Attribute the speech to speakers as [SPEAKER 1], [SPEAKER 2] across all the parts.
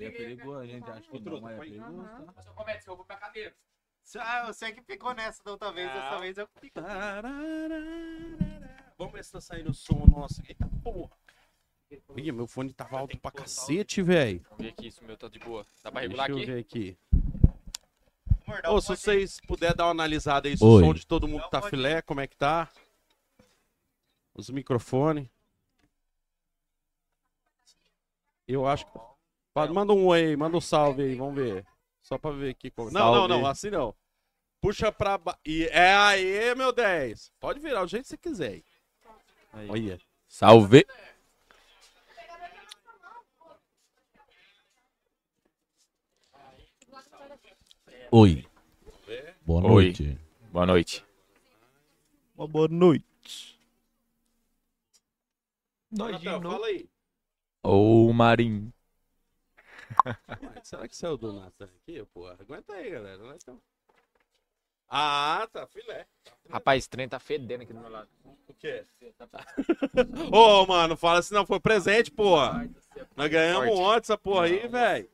[SPEAKER 1] é perigoso, a gente acha que
[SPEAKER 2] Outro,
[SPEAKER 1] não, mas é
[SPEAKER 2] põe-
[SPEAKER 1] perigoso, tá?
[SPEAKER 3] Seu comete, eu vou pra cadeira.
[SPEAKER 4] Ah, você que ficou nessa da outra vez,
[SPEAKER 2] Ah.
[SPEAKER 4] dessa vez eu fico.
[SPEAKER 2] Tarararara. Vamos ver se tá saindo o som nosso. Tá Eita porra. Ih, meu fone tava alto pra cacete, velho.
[SPEAKER 3] Vamos ver aqui se o meu tá de boa. Dá pra regular
[SPEAKER 2] Deixa eu
[SPEAKER 3] aqui?
[SPEAKER 2] ver aqui.
[SPEAKER 4] Mordar
[SPEAKER 2] Ô,
[SPEAKER 4] o
[SPEAKER 2] se
[SPEAKER 4] pote.
[SPEAKER 2] vocês puderem dar uma analisada aí, se o
[SPEAKER 1] Oi.
[SPEAKER 2] som de todo mundo tá filé, como é que tá? Os microfones. Eu acho que. Fala, Manda um oi, aí, manda um salve aí, vamos
[SPEAKER 3] É.
[SPEAKER 2] ver. Só pra ver aqui como. Não, não,
[SPEAKER 1] Salve.
[SPEAKER 2] não, assim não. Puxa pra. ba- E é aí, meu 10. Pode virar o jeito que você quiser. aí.
[SPEAKER 1] Aí.
[SPEAKER 2] Olha.
[SPEAKER 1] Salve! Oi. Boa
[SPEAKER 3] Oi.
[SPEAKER 1] noite.
[SPEAKER 3] Boa noite.
[SPEAKER 5] Uma boa noite. Nós de
[SPEAKER 2] Natal,
[SPEAKER 5] novo.
[SPEAKER 2] Então, fala aí.
[SPEAKER 3] Ô, Marim.
[SPEAKER 2] Ué, Será que saiu do Natan aqui, porra? Aguenta aí, galera. Nós tamo- Ah, tá, filé.
[SPEAKER 3] Rapaz, esse trem tá fedendo aqui do meu lado.
[SPEAKER 2] O quê? Ô, mano, fala se não foi presente, porra. Nós ganhamos
[SPEAKER 3] Forte.
[SPEAKER 2] ontem essa porra aí, velho.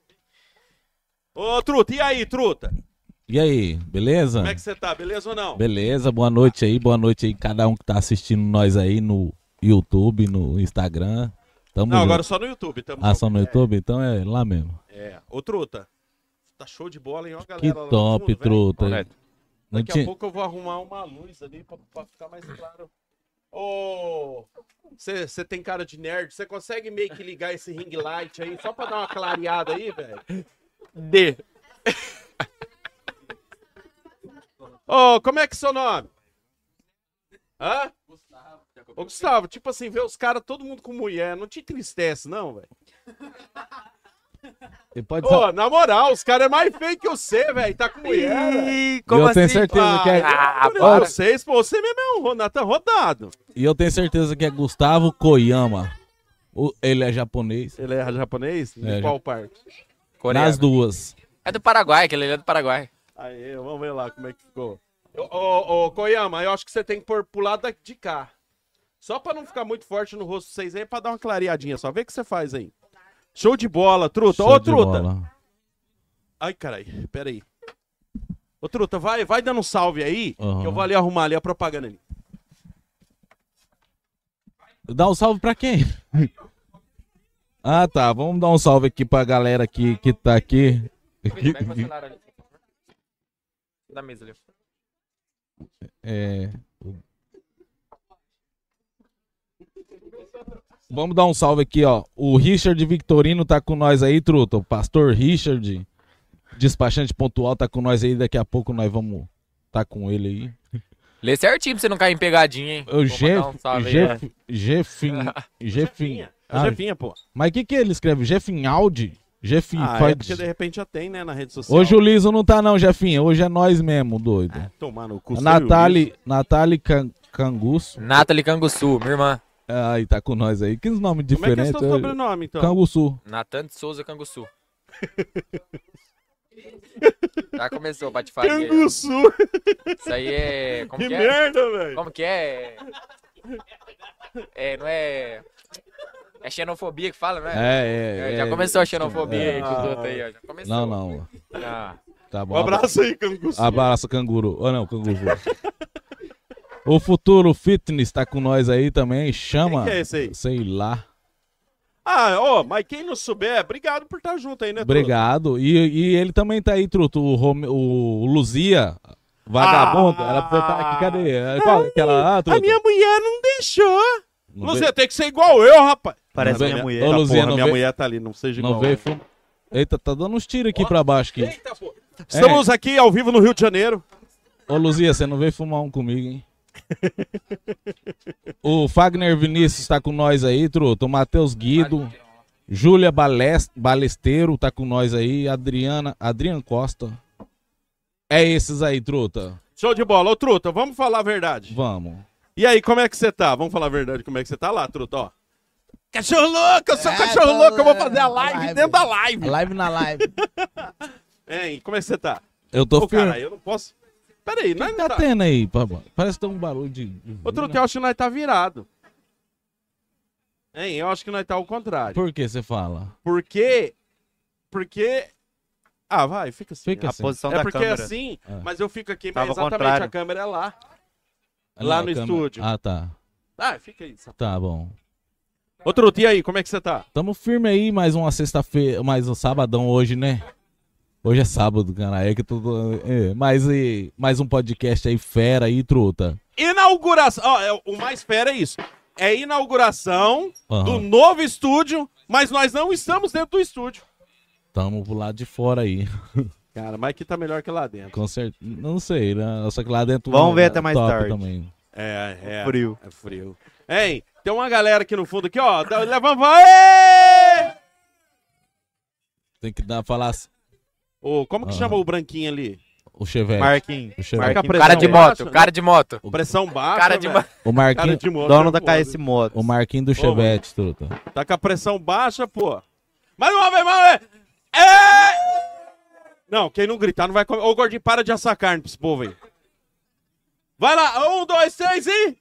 [SPEAKER 2] Ô, Truta, e aí, Truta?
[SPEAKER 1] E aí, beleza?
[SPEAKER 2] Como é que você tá? Beleza ou não?
[SPEAKER 1] Beleza, boa noite aí, boa noite aí cada um que tá assistindo nós aí no YouTube, no Instagram. Tamo
[SPEAKER 2] Não,
[SPEAKER 1] junto.
[SPEAKER 2] agora só no YouTube. Tamo
[SPEAKER 1] Ah, só no YouTube? Então é lá mesmo.
[SPEAKER 2] É. Ô, Truta, tá show de bola, hein? Ó, a galera
[SPEAKER 1] Que
[SPEAKER 2] lá no
[SPEAKER 1] top,
[SPEAKER 2] fundo, velho.
[SPEAKER 1] truta.
[SPEAKER 3] Ô, Neto.
[SPEAKER 1] Não
[SPEAKER 2] Daqui a
[SPEAKER 1] tinha-
[SPEAKER 2] pouco eu vou arrumar uma luz ali pra, pra ficar mais claro. Ô! Você tem cara de nerd, você consegue meio que ligar esse ring light aí só pra dar uma clareada aí, velho?
[SPEAKER 3] D.
[SPEAKER 2] Ô, como é que é seu nome? Hã? Ô, Gustavo, tipo assim, ver os caras, todo mundo com mulher, não te entristece, não, velho.
[SPEAKER 1] Você pode
[SPEAKER 2] Ô,
[SPEAKER 1] falar-
[SPEAKER 2] na moral, os caras é mais feio que você, velho, tá com mulher, velho.
[SPEAKER 5] Ih,
[SPEAKER 1] E eu
[SPEAKER 5] como
[SPEAKER 1] tenho
[SPEAKER 5] assim?
[SPEAKER 1] certeza que é...
[SPEAKER 2] Ah,
[SPEAKER 1] para.
[SPEAKER 2] vocês, pô, você mesmo é um Ronatan rodado.
[SPEAKER 1] E eu tenho certeza que é Gustavo Koyama. O- Ele é japonês.
[SPEAKER 2] Ele é japonês?
[SPEAKER 1] É,
[SPEAKER 2] De qual parte?
[SPEAKER 3] Coreano.
[SPEAKER 1] Nas duas.
[SPEAKER 3] É do Paraguai, aquele ali é do Paraguai.
[SPEAKER 2] Aí, vamos ver lá como é que ficou. Ô, ô, ô, Koyama, eu acho que você tem que pôr pro lado da- de cá. Só pra não ficar muito forte no rosto de vocês aí, é pra dar uma clareadinha. Só vê o que você faz aí. Show de bola, truta.
[SPEAKER 1] Show
[SPEAKER 2] Ô,
[SPEAKER 1] de
[SPEAKER 2] truta.
[SPEAKER 1] bola.
[SPEAKER 2] Ai, carai, pera aí. Ô, truta, vai, vai dando um salve aí,
[SPEAKER 1] Aham.
[SPEAKER 2] que eu vou ali arrumar ali a propaganda ali.
[SPEAKER 1] Dá um salve pra quem? Ah, tá. Vamos dar um salve aqui pra galera aqui que tá aqui.
[SPEAKER 3] Pega meu celular ali. Da mesa ali.
[SPEAKER 1] É... Vamos dar um salve aqui, ó. O Richard Victorino tá com nós aí, truta. O pastor Richard, despachante pontual, tá com nós aí. Daqui a pouco nós vamos tá com ele aí.
[SPEAKER 3] Lê certinho pra você não cair em pegadinha, hein?
[SPEAKER 1] O
[SPEAKER 3] mandar um salve aí, ó.
[SPEAKER 1] Jefin. Jefin. Jefin.
[SPEAKER 2] Jefinha.
[SPEAKER 1] Ah,
[SPEAKER 2] A É Jefinha, pô.
[SPEAKER 1] Mas o que, que ele escreve? Jefin Audi? Jefin
[SPEAKER 2] Ah, é porque de
[SPEAKER 1] Fod.
[SPEAKER 2] repente já tem, né, na rede social.
[SPEAKER 1] Hoje o Liso não tá, não, Jefinha. Hoje é nós mesmo, doido.
[SPEAKER 2] É, Tomar no cu.
[SPEAKER 1] A
[SPEAKER 2] você viu
[SPEAKER 1] Natali, Natali Can- Canguço.
[SPEAKER 3] Nathalie Canguçu, minha irmã.
[SPEAKER 1] Aí tá com nós aí. Que nome
[SPEAKER 2] isso? Como é que é
[SPEAKER 1] diferente. né?
[SPEAKER 2] seu sobrenome, então?
[SPEAKER 1] Canguçu.
[SPEAKER 3] Natan de Souza Canguçu. Já começou, patifaria.
[SPEAKER 2] Canguçu.
[SPEAKER 3] Isso aí é. Como
[SPEAKER 2] Que
[SPEAKER 3] que, é?
[SPEAKER 2] merda, velho.
[SPEAKER 3] Como que é? É, não é. É xenofobia que fala, né?
[SPEAKER 1] É, é.
[SPEAKER 3] É,
[SPEAKER 1] é
[SPEAKER 3] já começou a xenofobia aí com os
[SPEAKER 2] Ah.
[SPEAKER 3] outros aí, ó. Já começou.
[SPEAKER 1] Não, não.
[SPEAKER 3] Ah,
[SPEAKER 1] Tá bom.
[SPEAKER 2] Um abraço aí, Canguçu.
[SPEAKER 1] Abraço, canguru. Ou não, canguru. o Futuro Fitness tá com nós aí também. Chama.
[SPEAKER 2] Quem que é esse aí?
[SPEAKER 1] Sei lá.
[SPEAKER 2] Ah, ó, mas quem não souber, obrigado por estar junto aí, né? Truta?
[SPEAKER 1] Obrigado. E, e ele também tá aí, Truto. O, Rome- o Luzia, vagabundo,
[SPEAKER 2] Ah!
[SPEAKER 1] ela precisa estar aqui. Cadê? Ela- Qual que ela lá, Truto?
[SPEAKER 2] A minha mulher não deixou.
[SPEAKER 1] Não
[SPEAKER 2] Luzia, tem que ser é igual eu, rapaz.
[SPEAKER 1] Parece
[SPEAKER 5] Parece minha
[SPEAKER 1] Não, minha não.
[SPEAKER 5] mulher.
[SPEAKER 1] mulher. Ô, Luzia, não vê-
[SPEAKER 2] mulher tá ali, não seja
[SPEAKER 1] veio, não veio fumo. Eita, tá dando uns tiros aqui pra baixo aqui.
[SPEAKER 2] Eita, pô. Estamos aqui ao vivo no Rio de Janeiro.
[SPEAKER 1] Ô, Luzia, você não veio fumar um comigo, hein? o Fagner Vinícius tá com nós aí, Truto. O Matheus Guido. Júlia Balest- Balesteiro tá com nós aí. Adriana, Adriano Costa. É esses aí, Truta.
[SPEAKER 2] Show de bola. Ô, Truta, vamos falar a verdade.
[SPEAKER 1] Vamos.
[SPEAKER 2] E aí, como é que você tá? Vamos falar a verdade, como é que você tá lá, Truta, ó. Cachorro louco, eu sou
[SPEAKER 1] É,
[SPEAKER 2] cachorro louco, eu vou fazer a live, dentro da live.
[SPEAKER 1] Live na live.
[SPEAKER 2] Hein, como é que você tá?
[SPEAKER 1] Eu
[SPEAKER 2] Ô,
[SPEAKER 1] tô firme.
[SPEAKER 2] cara, eu não posso... Peraí, nós não
[SPEAKER 1] Tá
[SPEAKER 2] tá...
[SPEAKER 1] tendo aí, papai. Parece que tem um barulho de.
[SPEAKER 2] Ô, Truta, eu acho que nós tá virado. Hein, eu acho que nós tá ao contrário.
[SPEAKER 1] Por que você fala?
[SPEAKER 2] Porque Porque. Ah, vai, fica assim.
[SPEAKER 1] Fica
[SPEAKER 2] Ah,
[SPEAKER 5] A
[SPEAKER 1] assim.
[SPEAKER 5] posição
[SPEAKER 2] é
[SPEAKER 5] da
[SPEAKER 2] porque
[SPEAKER 5] câmera.
[SPEAKER 2] é assim,
[SPEAKER 1] Ah.
[SPEAKER 2] mas eu fico aqui, mas
[SPEAKER 5] Tava ao
[SPEAKER 2] exatamente
[SPEAKER 5] contrário.
[SPEAKER 2] a câmera é lá.
[SPEAKER 1] Ah,
[SPEAKER 2] Lá
[SPEAKER 1] não,
[SPEAKER 2] no
[SPEAKER 1] a câmera-
[SPEAKER 2] estúdio.
[SPEAKER 1] Ah, tá.
[SPEAKER 2] Ah, fica aí. sabe?
[SPEAKER 1] Tá bom.
[SPEAKER 2] Ô, Truta, e aí, como é que você tá?
[SPEAKER 1] Tamo firme aí, mais uma sexta-feira, mais um sabadão hoje, né? Hoje é sábado, cara. É que tudo. É, mais, e- mais um podcast aí, fera aí, truta.
[SPEAKER 2] Inauguração. Ó, é- o mais fera é isso. É inauguração do
[SPEAKER 1] Aham.
[SPEAKER 2] novo estúdio, mas nós não estamos dentro do estúdio.
[SPEAKER 1] Tamo pro lado de fora aí.
[SPEAKER 2] Cara, mas aqui tá melhor que lá dentro.
[SPEAKER 1] Com certeza. Não sei, né? Só que lá dentro.
[SPEAKER 5] Vamos ver
[SPEAKER 1] é
[SPEAKER 5] até mais
[SPEAKER 1] top
[SPEAKER 5] tarde.
[SPEAKER 1] Também.
[SPEAKER 2] É, é.
[SPEAKER 5] Frio.
[SPEAKER 2] É frio. Hein, tem uma galera aqui no fundo aqui, ó. dá- Levanta. Aê!
[SPEAKER 1] Tem que dar falar assim,
[SPEAKER 2] Ô, como que
[SPEAKER 1] Aham.
[SPEAKER 2] chama o branquinho ali?
[SPEAKER 1] o Chevette.
[SPEAKER 5] Marquinhos.
[SPEAKER 1] o, Chevette.
[SPEAKER 2] Marca a
[SPEAKER 5] Marquinhos.
[SPEAKER 2] pressão
[SPEAKER 3] Cara de
[SPEAKER 2] baixa,
[SPEAKER 3] moto, cara de moto.
[SPEAKER 2] né? Pressão baixa.
[SPEAKER 3] Cara de
[SPEAKER 2] velho.
[SPEAKER 3] moto.
[SPEAKER 1] o
[SPEAKER 2] Cara
[SPEAKER 1] Marquinho.
[SPEAKER 2] de moto.
[SPEAKER 5] Dono da
[SPEAKER 2] é foda.
[SPEAKER 5] KS Motos.
[SPEAKER 1] O Marquinho do Chevette, truta.
[SPEAKER 2] Tá com a pressão baixa, pô. Mais uma vez, mais uma vez. É! Não, quem não gritar não vai comer. Ô, gordinho, para de assar carne pra esse povo aí. Vai lá, um, dois, três e...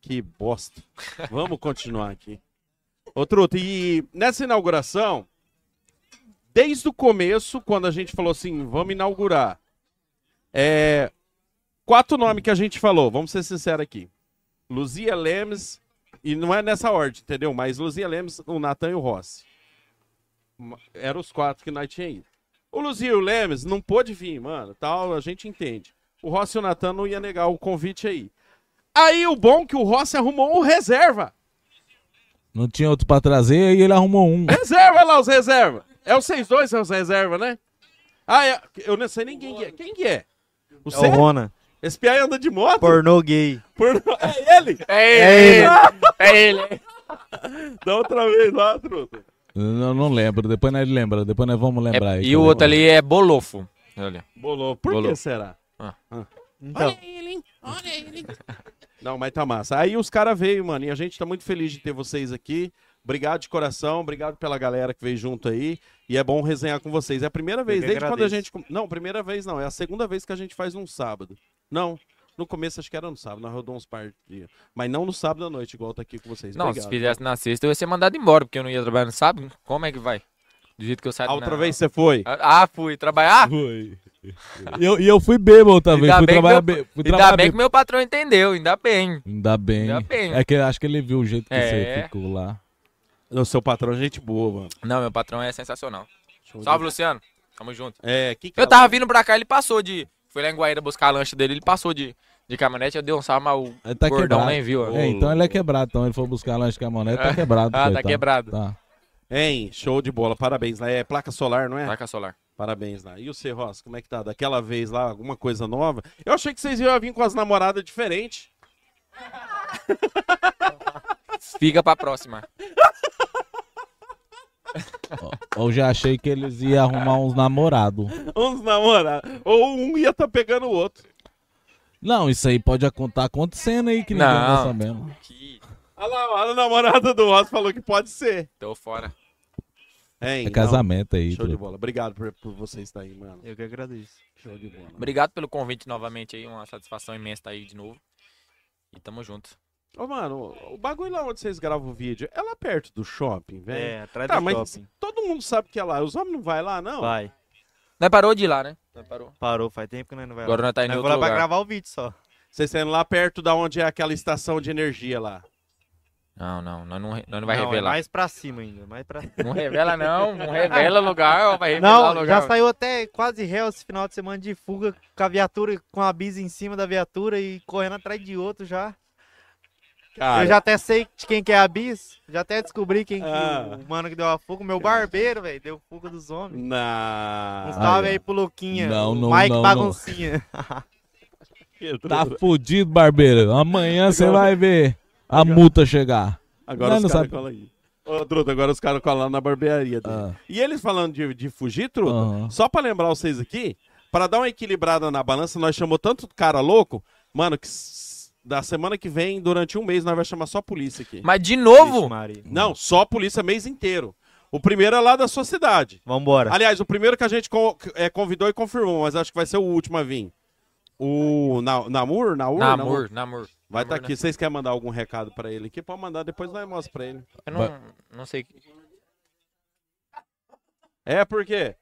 [SPEAKER 2] Que bosta. Vamos continuar aqui. Ô, Truta, e nessa inauguração, desde o começo, quando a gente falou assim, vamos inaugurar, é... Quatro nomes que a gente falou, vamos ser sinceros aqui. Luzia Lemes, e não é nessa ordem, entendeu? Mas Luzia Lemes, o Natan e o Rossi. Ma- Eram os quatro que nós tínhamos ido. O Luzia e o Lemes não pôde vir, mano. Tal, a gente entende. O Rossi e o Natan não ia negar o convite aí. Aí o bom é que o Rossi arrumou um reserva.
[SPEAKER 1] Não tinha outro pra trazer, aí ele arrumou um.
[SPEAKER 2] Reserva olha lá, os reserva. É os 6-2, é os reserva, né? Ah, é- eu não sei nem quem que é. Quem que é? O
[SPEAKER 5] É o
[SPEAKER 2] Cê?
[SPEAKER 5] Rona.
[SPEAKER 2] Esse piá anda de moto?
[SPEAKER 5] Pornô gay.
[SPEAKER 2] Por- É ele! Ah!
[SPEAKER 3] É
[SPEAKER 5] É
[SPEAKER 3] ele, é ele. É ele.
[SPEAKER 2] Da outra vez lá, truta.
[SPEAKER 1] Eu não lembro, depois nós lembra, depois nós vamos lembrar
[SPEAKER 3] É-
[SPEAKER 1] aí.
[SPEAKER 3] e o outro ali é bolofo. Olha.
[SPEAKER 2] Bolou. Por
[SPEAKER 3] Bolou.
[SPEAKER 2] que será? Ah.
[SPEAKER 5] Então,
[SPEAKER 2] Não, mas tá massa. Aí os caras veio, mano, e a gente tá muito feliz de ter vocês aqui. Obrigado de coração, obrigado pela galera que veio junto aí. E é bom resenhar com vocês. É a primeira vez,
[SPEAKER 5] que
[SPEAKER 2] desde quando a
[SPEAKER 5] agradeço.
[SPEAKER 2] gente. com- Não, primeira vez não, é a segunda vez que a gente faz num sábado. Não, no começo acho que era no sábado, nós rodou uns par de dias. Mas não no sábado à noite, igual tá aqui com vocês.
[SPEAKER 3] Não, se
[SPEAKER 2] obrigado.
[SPEAKER 3] fizesse na sexta, eu ia ser mandado embora, porque eu não ia trabalhar no sábado. Como é que vai? Do jeito que eu saio
[SPEAKER 2] A
[SPEAKER 3] na-
[SPEAKER 2] outra vez você foi.
[SPEAKER 3] Ah, fui trabalhar?
[SPEAKER 1] Foi. E eu, e eu fui bêbado também,
[SPEAKER 3] é- Ainda
[SPEAKER 1] fui
[SPEAKER 3] bem que meu-
[SPEAKER 1] trabalhar, bê- fui
[SPEAKER 3] Ainda
[SPEAKER 1] trabalhar
[SPEAKER 3] bem que
[SPEAKER 1] bêbado.
[SPEAKER 3] meu patrão entendeu, ainda bem.
[SPEAKER 1] Ainda bem.
[SPEAKER 3] Ainda bem.
[SPEAKER 1] É que eu acho que ele viu o jeito que
[SPEAKER 3] É.
[SPEAKER 1] você ficou lá.
[SPEAKER 2] O seu patrão, é gente boa, mano.
[SPEAKER 3] Não, meu patrão é sensacional.
[SPEAKER 2] eu
[SPEAKER 3] Salve, Luciano. Tamo junto.
[SPEAKER 2] É, que que
[SPEAKER 3] Eu tava vindo pra cá, ele passou de. Fui lá em Guaíra buscar a lancha dele, ele passou de, de caminhonete, eu dei um salve, mas o
[SPEAKER 1] Ele tá
[SPEAKER 3] gordão
[SPEAKER 1] quebrado.
[SPEAKER 3] nem viu. ó.
[SPEAKER 1] É, então ele é quebrado, então ele foi buscar lá de caminhonete, tá quebrado.
[SPEAKER 3] Ah, tá
[SPEAKER 1] coitado.
[SPEAKER 3] quebrado.
[SPEAKER 1] Tá.
[SPEAKER 2] Hein, show de bola, parabéns lá. É placa solar, não é?
[SPEAKER 3] Taca solar.
[SPEAKER 2] Parabéns lá. E o C. Ross, como é que tá? Daquela vez lá, alguma coisa nova? Eu achei que vocês iam vir com as namoradas diferentes.
[SPEAKER 3] Fica pra próxima.
[SPEAKER 1] Eu já achei que eles iam arrumar uns namorados.
[SPEAKER 2] Uns namorados. Ou um ia tá pegando o outro.
[SPEAKER 1] Não, isso aí pode acon- tá acontecendo aí que ninguém
[SPEAKER 3] Não.
[SPEAKER 1] tá sabendo.
[SPEAKER 3] Aqui,
[SPEAKER 2] Olha lá, olha a namorada do Ross falou que pode ser.
[SPEAKER 3] tô fora.
[SPEAKER 2] Hein,
[SPEAKER 1] É
[SPEAKER 2] não.
[SPEAKER 1] casamento aí.
[SPEAKER 2] Show de
[SPEAKER 1] tudo.
[SPEAKER 2] bola. Obrigado por, por você estar aí, mano.
[SPEAKER 5] eu que agradeço.
[SPEAKER 2] Show de bola.
[SPEAKER 3] Obrigado pelo convite novamente aí, uma satisfação imensa estar aí de novo. E tamo junto.
[SPEAKER 2] Ô, mano, o bagulho lá onde vocês gravam o vídeo é lá perto do shopping, velho.
[SPEAKER 5] É, atrás
[SPEAKER 2] Tá,
[SPEAKER 5] do
[SPEAKER 2] mas
[SPEAKER 5] shopping.
[SPEAKER 2] todo mundo sabe que é lá. Os homens não vai lá, não?
[SPEAKER 5] Vai.
[SPEAKER 3] Nós parou de ir lá, né? Nós parou.
[SPEAKER 5] Parou, faz tempo que nós não vai
[SPEAKER 3] Agora
[SPEAKER 5] lá.
[SPEAKER 3] nós tá indo em
[SPEAKER 5] Nós
[SPEAKER 3] outro
[SPEAKER 5] vamos lá pra
[SPEAKER 3] lugar.
[SPEAKER 5] gravar o vídeo só.
[SPEAKER 2] Vocês sendo lá perto da onde é aquela estação de energia lá.
[SPEAKER 3] Não, não, nós não, nós não vai
[SPEAKER 5] não, É
[SPEAKER 3] revelar.
[SPEAKER 5] mais pra cima ainda. Mais pra...
[SPEAKER 3] Não revela não, não revela o lugar, ó, vai revelar o
[SPEAKER 5] Não,
[SPEAKER 3] lugar.
[SPEAKER 5] já saiu até quase réu esse final de semana de fuga com a viatura, com a bis em cima da viatura e correndo atrás de outro já.
[SPEAKER 2] Cara,
[SPEAKER 5] Eu já até sei de quem que é a bis. Já até descobri quem que
[SPEAKER 2] Ah.
[SPEAKER 5] o mano que deu a fuga. O meu barbeiro, velho, deu fuga dos homens. Um
[SPEAKER 2] Na...
[SPEAKER 5] salve
[SPEAKER 1] Ah, é.
[SPEAKER 5] aí pro Luquinha.
[SPEAKER 1] Não,
[SPEAKER 5] o
[SPEAKER 1] não,
[SPEAKER 5] Mike
[SPEAKER 1] não, não.
[SPEAKER 5] Baguncinha.
[SPEAKER 1] Tá fudido, barbeiro. Amanhã você vai ver a multa chegar.
[SPEAKER 2] Agora
[SPEAKER 1] Não, não
[SPEAKER 2] os caras
[SPEAKER 1] sabe.
[SPEAKER 2] colam aí. Ô, Truta, agora os caras colam lá na barbearia dele.
[SPEAKER 1] Ah.
[SPEAKER 2] E eles falando de, de fugir, Truta,
[SPEAKER 1] Aham.
[SPEAKER 2] só pra lembrar vocês aqui, pra dar uma equilibrada na balança, nós chamou tanto cara louco, mano, que s- da semana que vem, durante um mês, nós vamos chamar só a polícia aqui.
[SPEAKER 3] Mas de novo,
[SPEAKER 5] Vixe, Maria.
[SPEAKER 2] Não, só a polícia mês inteiro. O primeiro é lá da sua cidade.
[SPEAKER 5] Vambora.
[SPEAKER 2] Aliás, o primeiro que a gente co- é, convidou e confirmou, mas acho que vai ser o último a vir. O Na- Namur? Naur?
[SPEAKER 3] namor, namor.
[SPEAKER 2] Vai estar
[SPEAKER 3] Namor,
[SPEAKER 2] aqui. Vocês querem mandar algum recado pra ele aqui? Pode mandar, depois nós mostramos pra ele.
[SPEAKER 3] Eu não, não sei.
[SPEAKER 2] É por quê?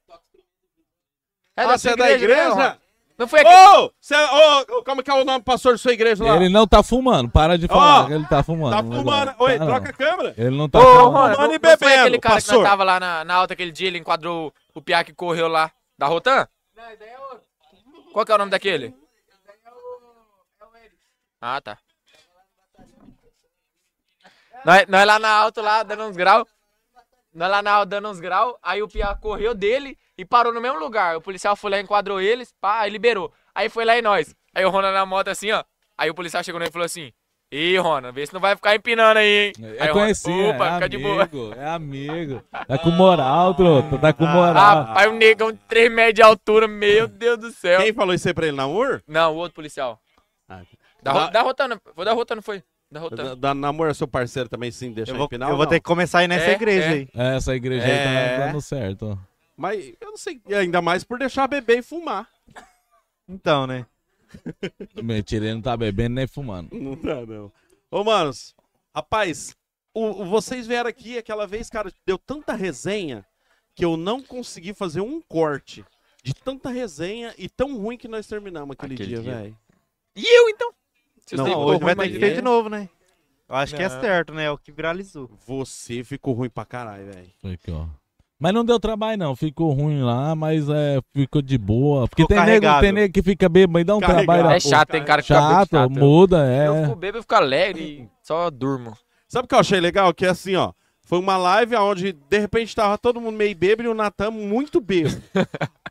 [SPEAKER 3] É
[SPEAKER 2] ah, você é da igreja?
[SPEAKER 3] né? Não foi aqui.
[SPEAKER 2] Ô! Cê- ô, ô, como que é o nome do pastor da sua igreja lá?
[SPEAKER 1] Ele não tá fumando, para de falar
[SPEAKER 2] Ó,
[SPEAKER 1] que ele tá fumando.
[SPEAKER 2] tá
[SPEAKER 1] Não,
[SPEAKER 2] fumando.
[SPEAKER 1] não.
[SPEAKER 2] Oi,
[SPEAKER 1] Tá, não.
[SPEAKER 2] troca a câmera.
[SPEAKER 1] Ele não tá
[SPEAKER 3] Ô,
[SPEAKER 1] fumando.
[SPEAKER 3] Rony,
[SPEAKER 2] Mano,
[SPEAKER 3] não, não foi
[SPEAKER 2] e bebendo,
[SPEAKER 3] aquele cara que
[SPEAKER 2] pastor?
[SPEAKER 3] nós tava lá na, na alta aquele dia, ele enquadrou o piá que correu lá, da Rotan? Qual que é o nome daquele? Ah, tá. Nós, nós lá na alta, lá, dando uns graus. Nós lá na alta, dando uns graus. Aí o piá correu dele e parou no mesmo lugar. O policial foi lá, enquadrou eles, pá, aí liberou. Aí foi lá em nós. Aí o Rona na moto assim, ó. Aí o policial chegou nele e falou assim... Ih, Rona, vê se não vai ficar empinando aí, hein? Aí
[SPEAKER 1] É
[SPEAKER 3] o Rona,
[SPEAKER 1] conhecido,
[SPEAKER 3] Opa,
[SPEAKER 1] é
[SPEAKER 3] fica de boa.
[SPEAKER 1] amigo, é amigo. Tá com moral, trota, tá com moral.
[SPEAKER 3] Rapaz, Ah, o negão 3 metros de altura, meu Deus do céu.
[SPEAKER 2] Quem falou isso aí pra ele na UR?
[SPEAKER 3] Não, o outro policial.
[SPEAKER 2] Ah, tá.
[SPEAKER 3] Da,
[SPEAKER 2] Ah.
[SPEAKER 3] ro- da Rotana, foi da Rotana, foi. Da
[SPEAKER 2] Da,
[SPEAKER 3] Rotana.
[SPEAKER 2] da namoro é seu parceiro também, sim, deixa
[SPEAKER 5] Eu
[SPEAKER 2] eu
[SPEAKER 5] vou,
[SPEAKER 2] empinar.
[SPEAKER 5] eu
[SPEAKER 2] ou
[SPEAKER 5] vou
[SPEAKER 2] não?
[SPEAKER 5] ter que começar aí nessa
[SPEAKER 3] É,
[SPEAKER 5] igreja
[SPEAKER 3] é.
[SPEAKER 5] aí.
[SPEAKER 1] Essa igreja aí
[SPEAKER 2] É.
[SPEAKER 1] tá dando certo. ó.
[SPEAKER 2] Mas eu não sei, e ainda mais por deixar beber e fumar.
[SPEAKER 5] Então, né?
[SPEAKER 1] Mentira, ele não tá bebendo nem fumando.
[SPEAKER 2] Não dá, não. Ô, manos, rapaz, o, o- vocês vieram aqui aquela vez, cara, deu tanta resenha que eu não consegui fazer um corte de tanta resenha e tão ruim que nós terminamos aquele,
[SPEAKER 3] Aquele
[SPEAKER 2] dia,
[SPEAKER 3] dia.
[SPEAKER 2] velho.
[SPEAKER 3] E eu então? Se
[SPEAKER 2] Não,
[SPEAKER 3] você ficou
[SPEAKER 5] Hoje vai
[SPEAKER 3] ruim,
[SPEAKER 5] ter que
[SPEAKER 3] imagina.
[SPEAKER 5] ter de novo, né? Eu acho que é
[SPEAKER 3] Não.
[SPEAKER 5] certo, né? É o que viralizou.
[SPEAKER 2] Você ficou ruim pra caralho, velho.
[SPEAKER 1] Aqui, ó. Mas não deu trabalho, não. Ficou ruim lá, mas é, ficou de boa. Porque
[SPEAKER 5] Ficou
[SPEAKER 1] tem nego,
[SPEAKER 5] carregável.
[SPEAKER 1] tem nego que fica bêbado e dá um
[SPEAKER 2] Carregável.
[SPEAKER 1] trabalho. da
[SPEAKER 3] É chato, tem cara que fica
[SPEAKER 1] porra.
[SPEAKER 3] bem
[SPEAKER 1] Chato,
[SPEAKER 3] chato.
[SPEAKER 1] muda,
[SPEAKER 3] Eu
[SPEAKER 1] é.
[SPEAKER 3] fico bebo, eu fico alegre e só durmo.
[SPEAKER 2] Sabe o que eu achei legal? Que é assim, ó. Foi uma live onde, de repente, tava todo mundo meio bêbado e o Natan muito bêbado.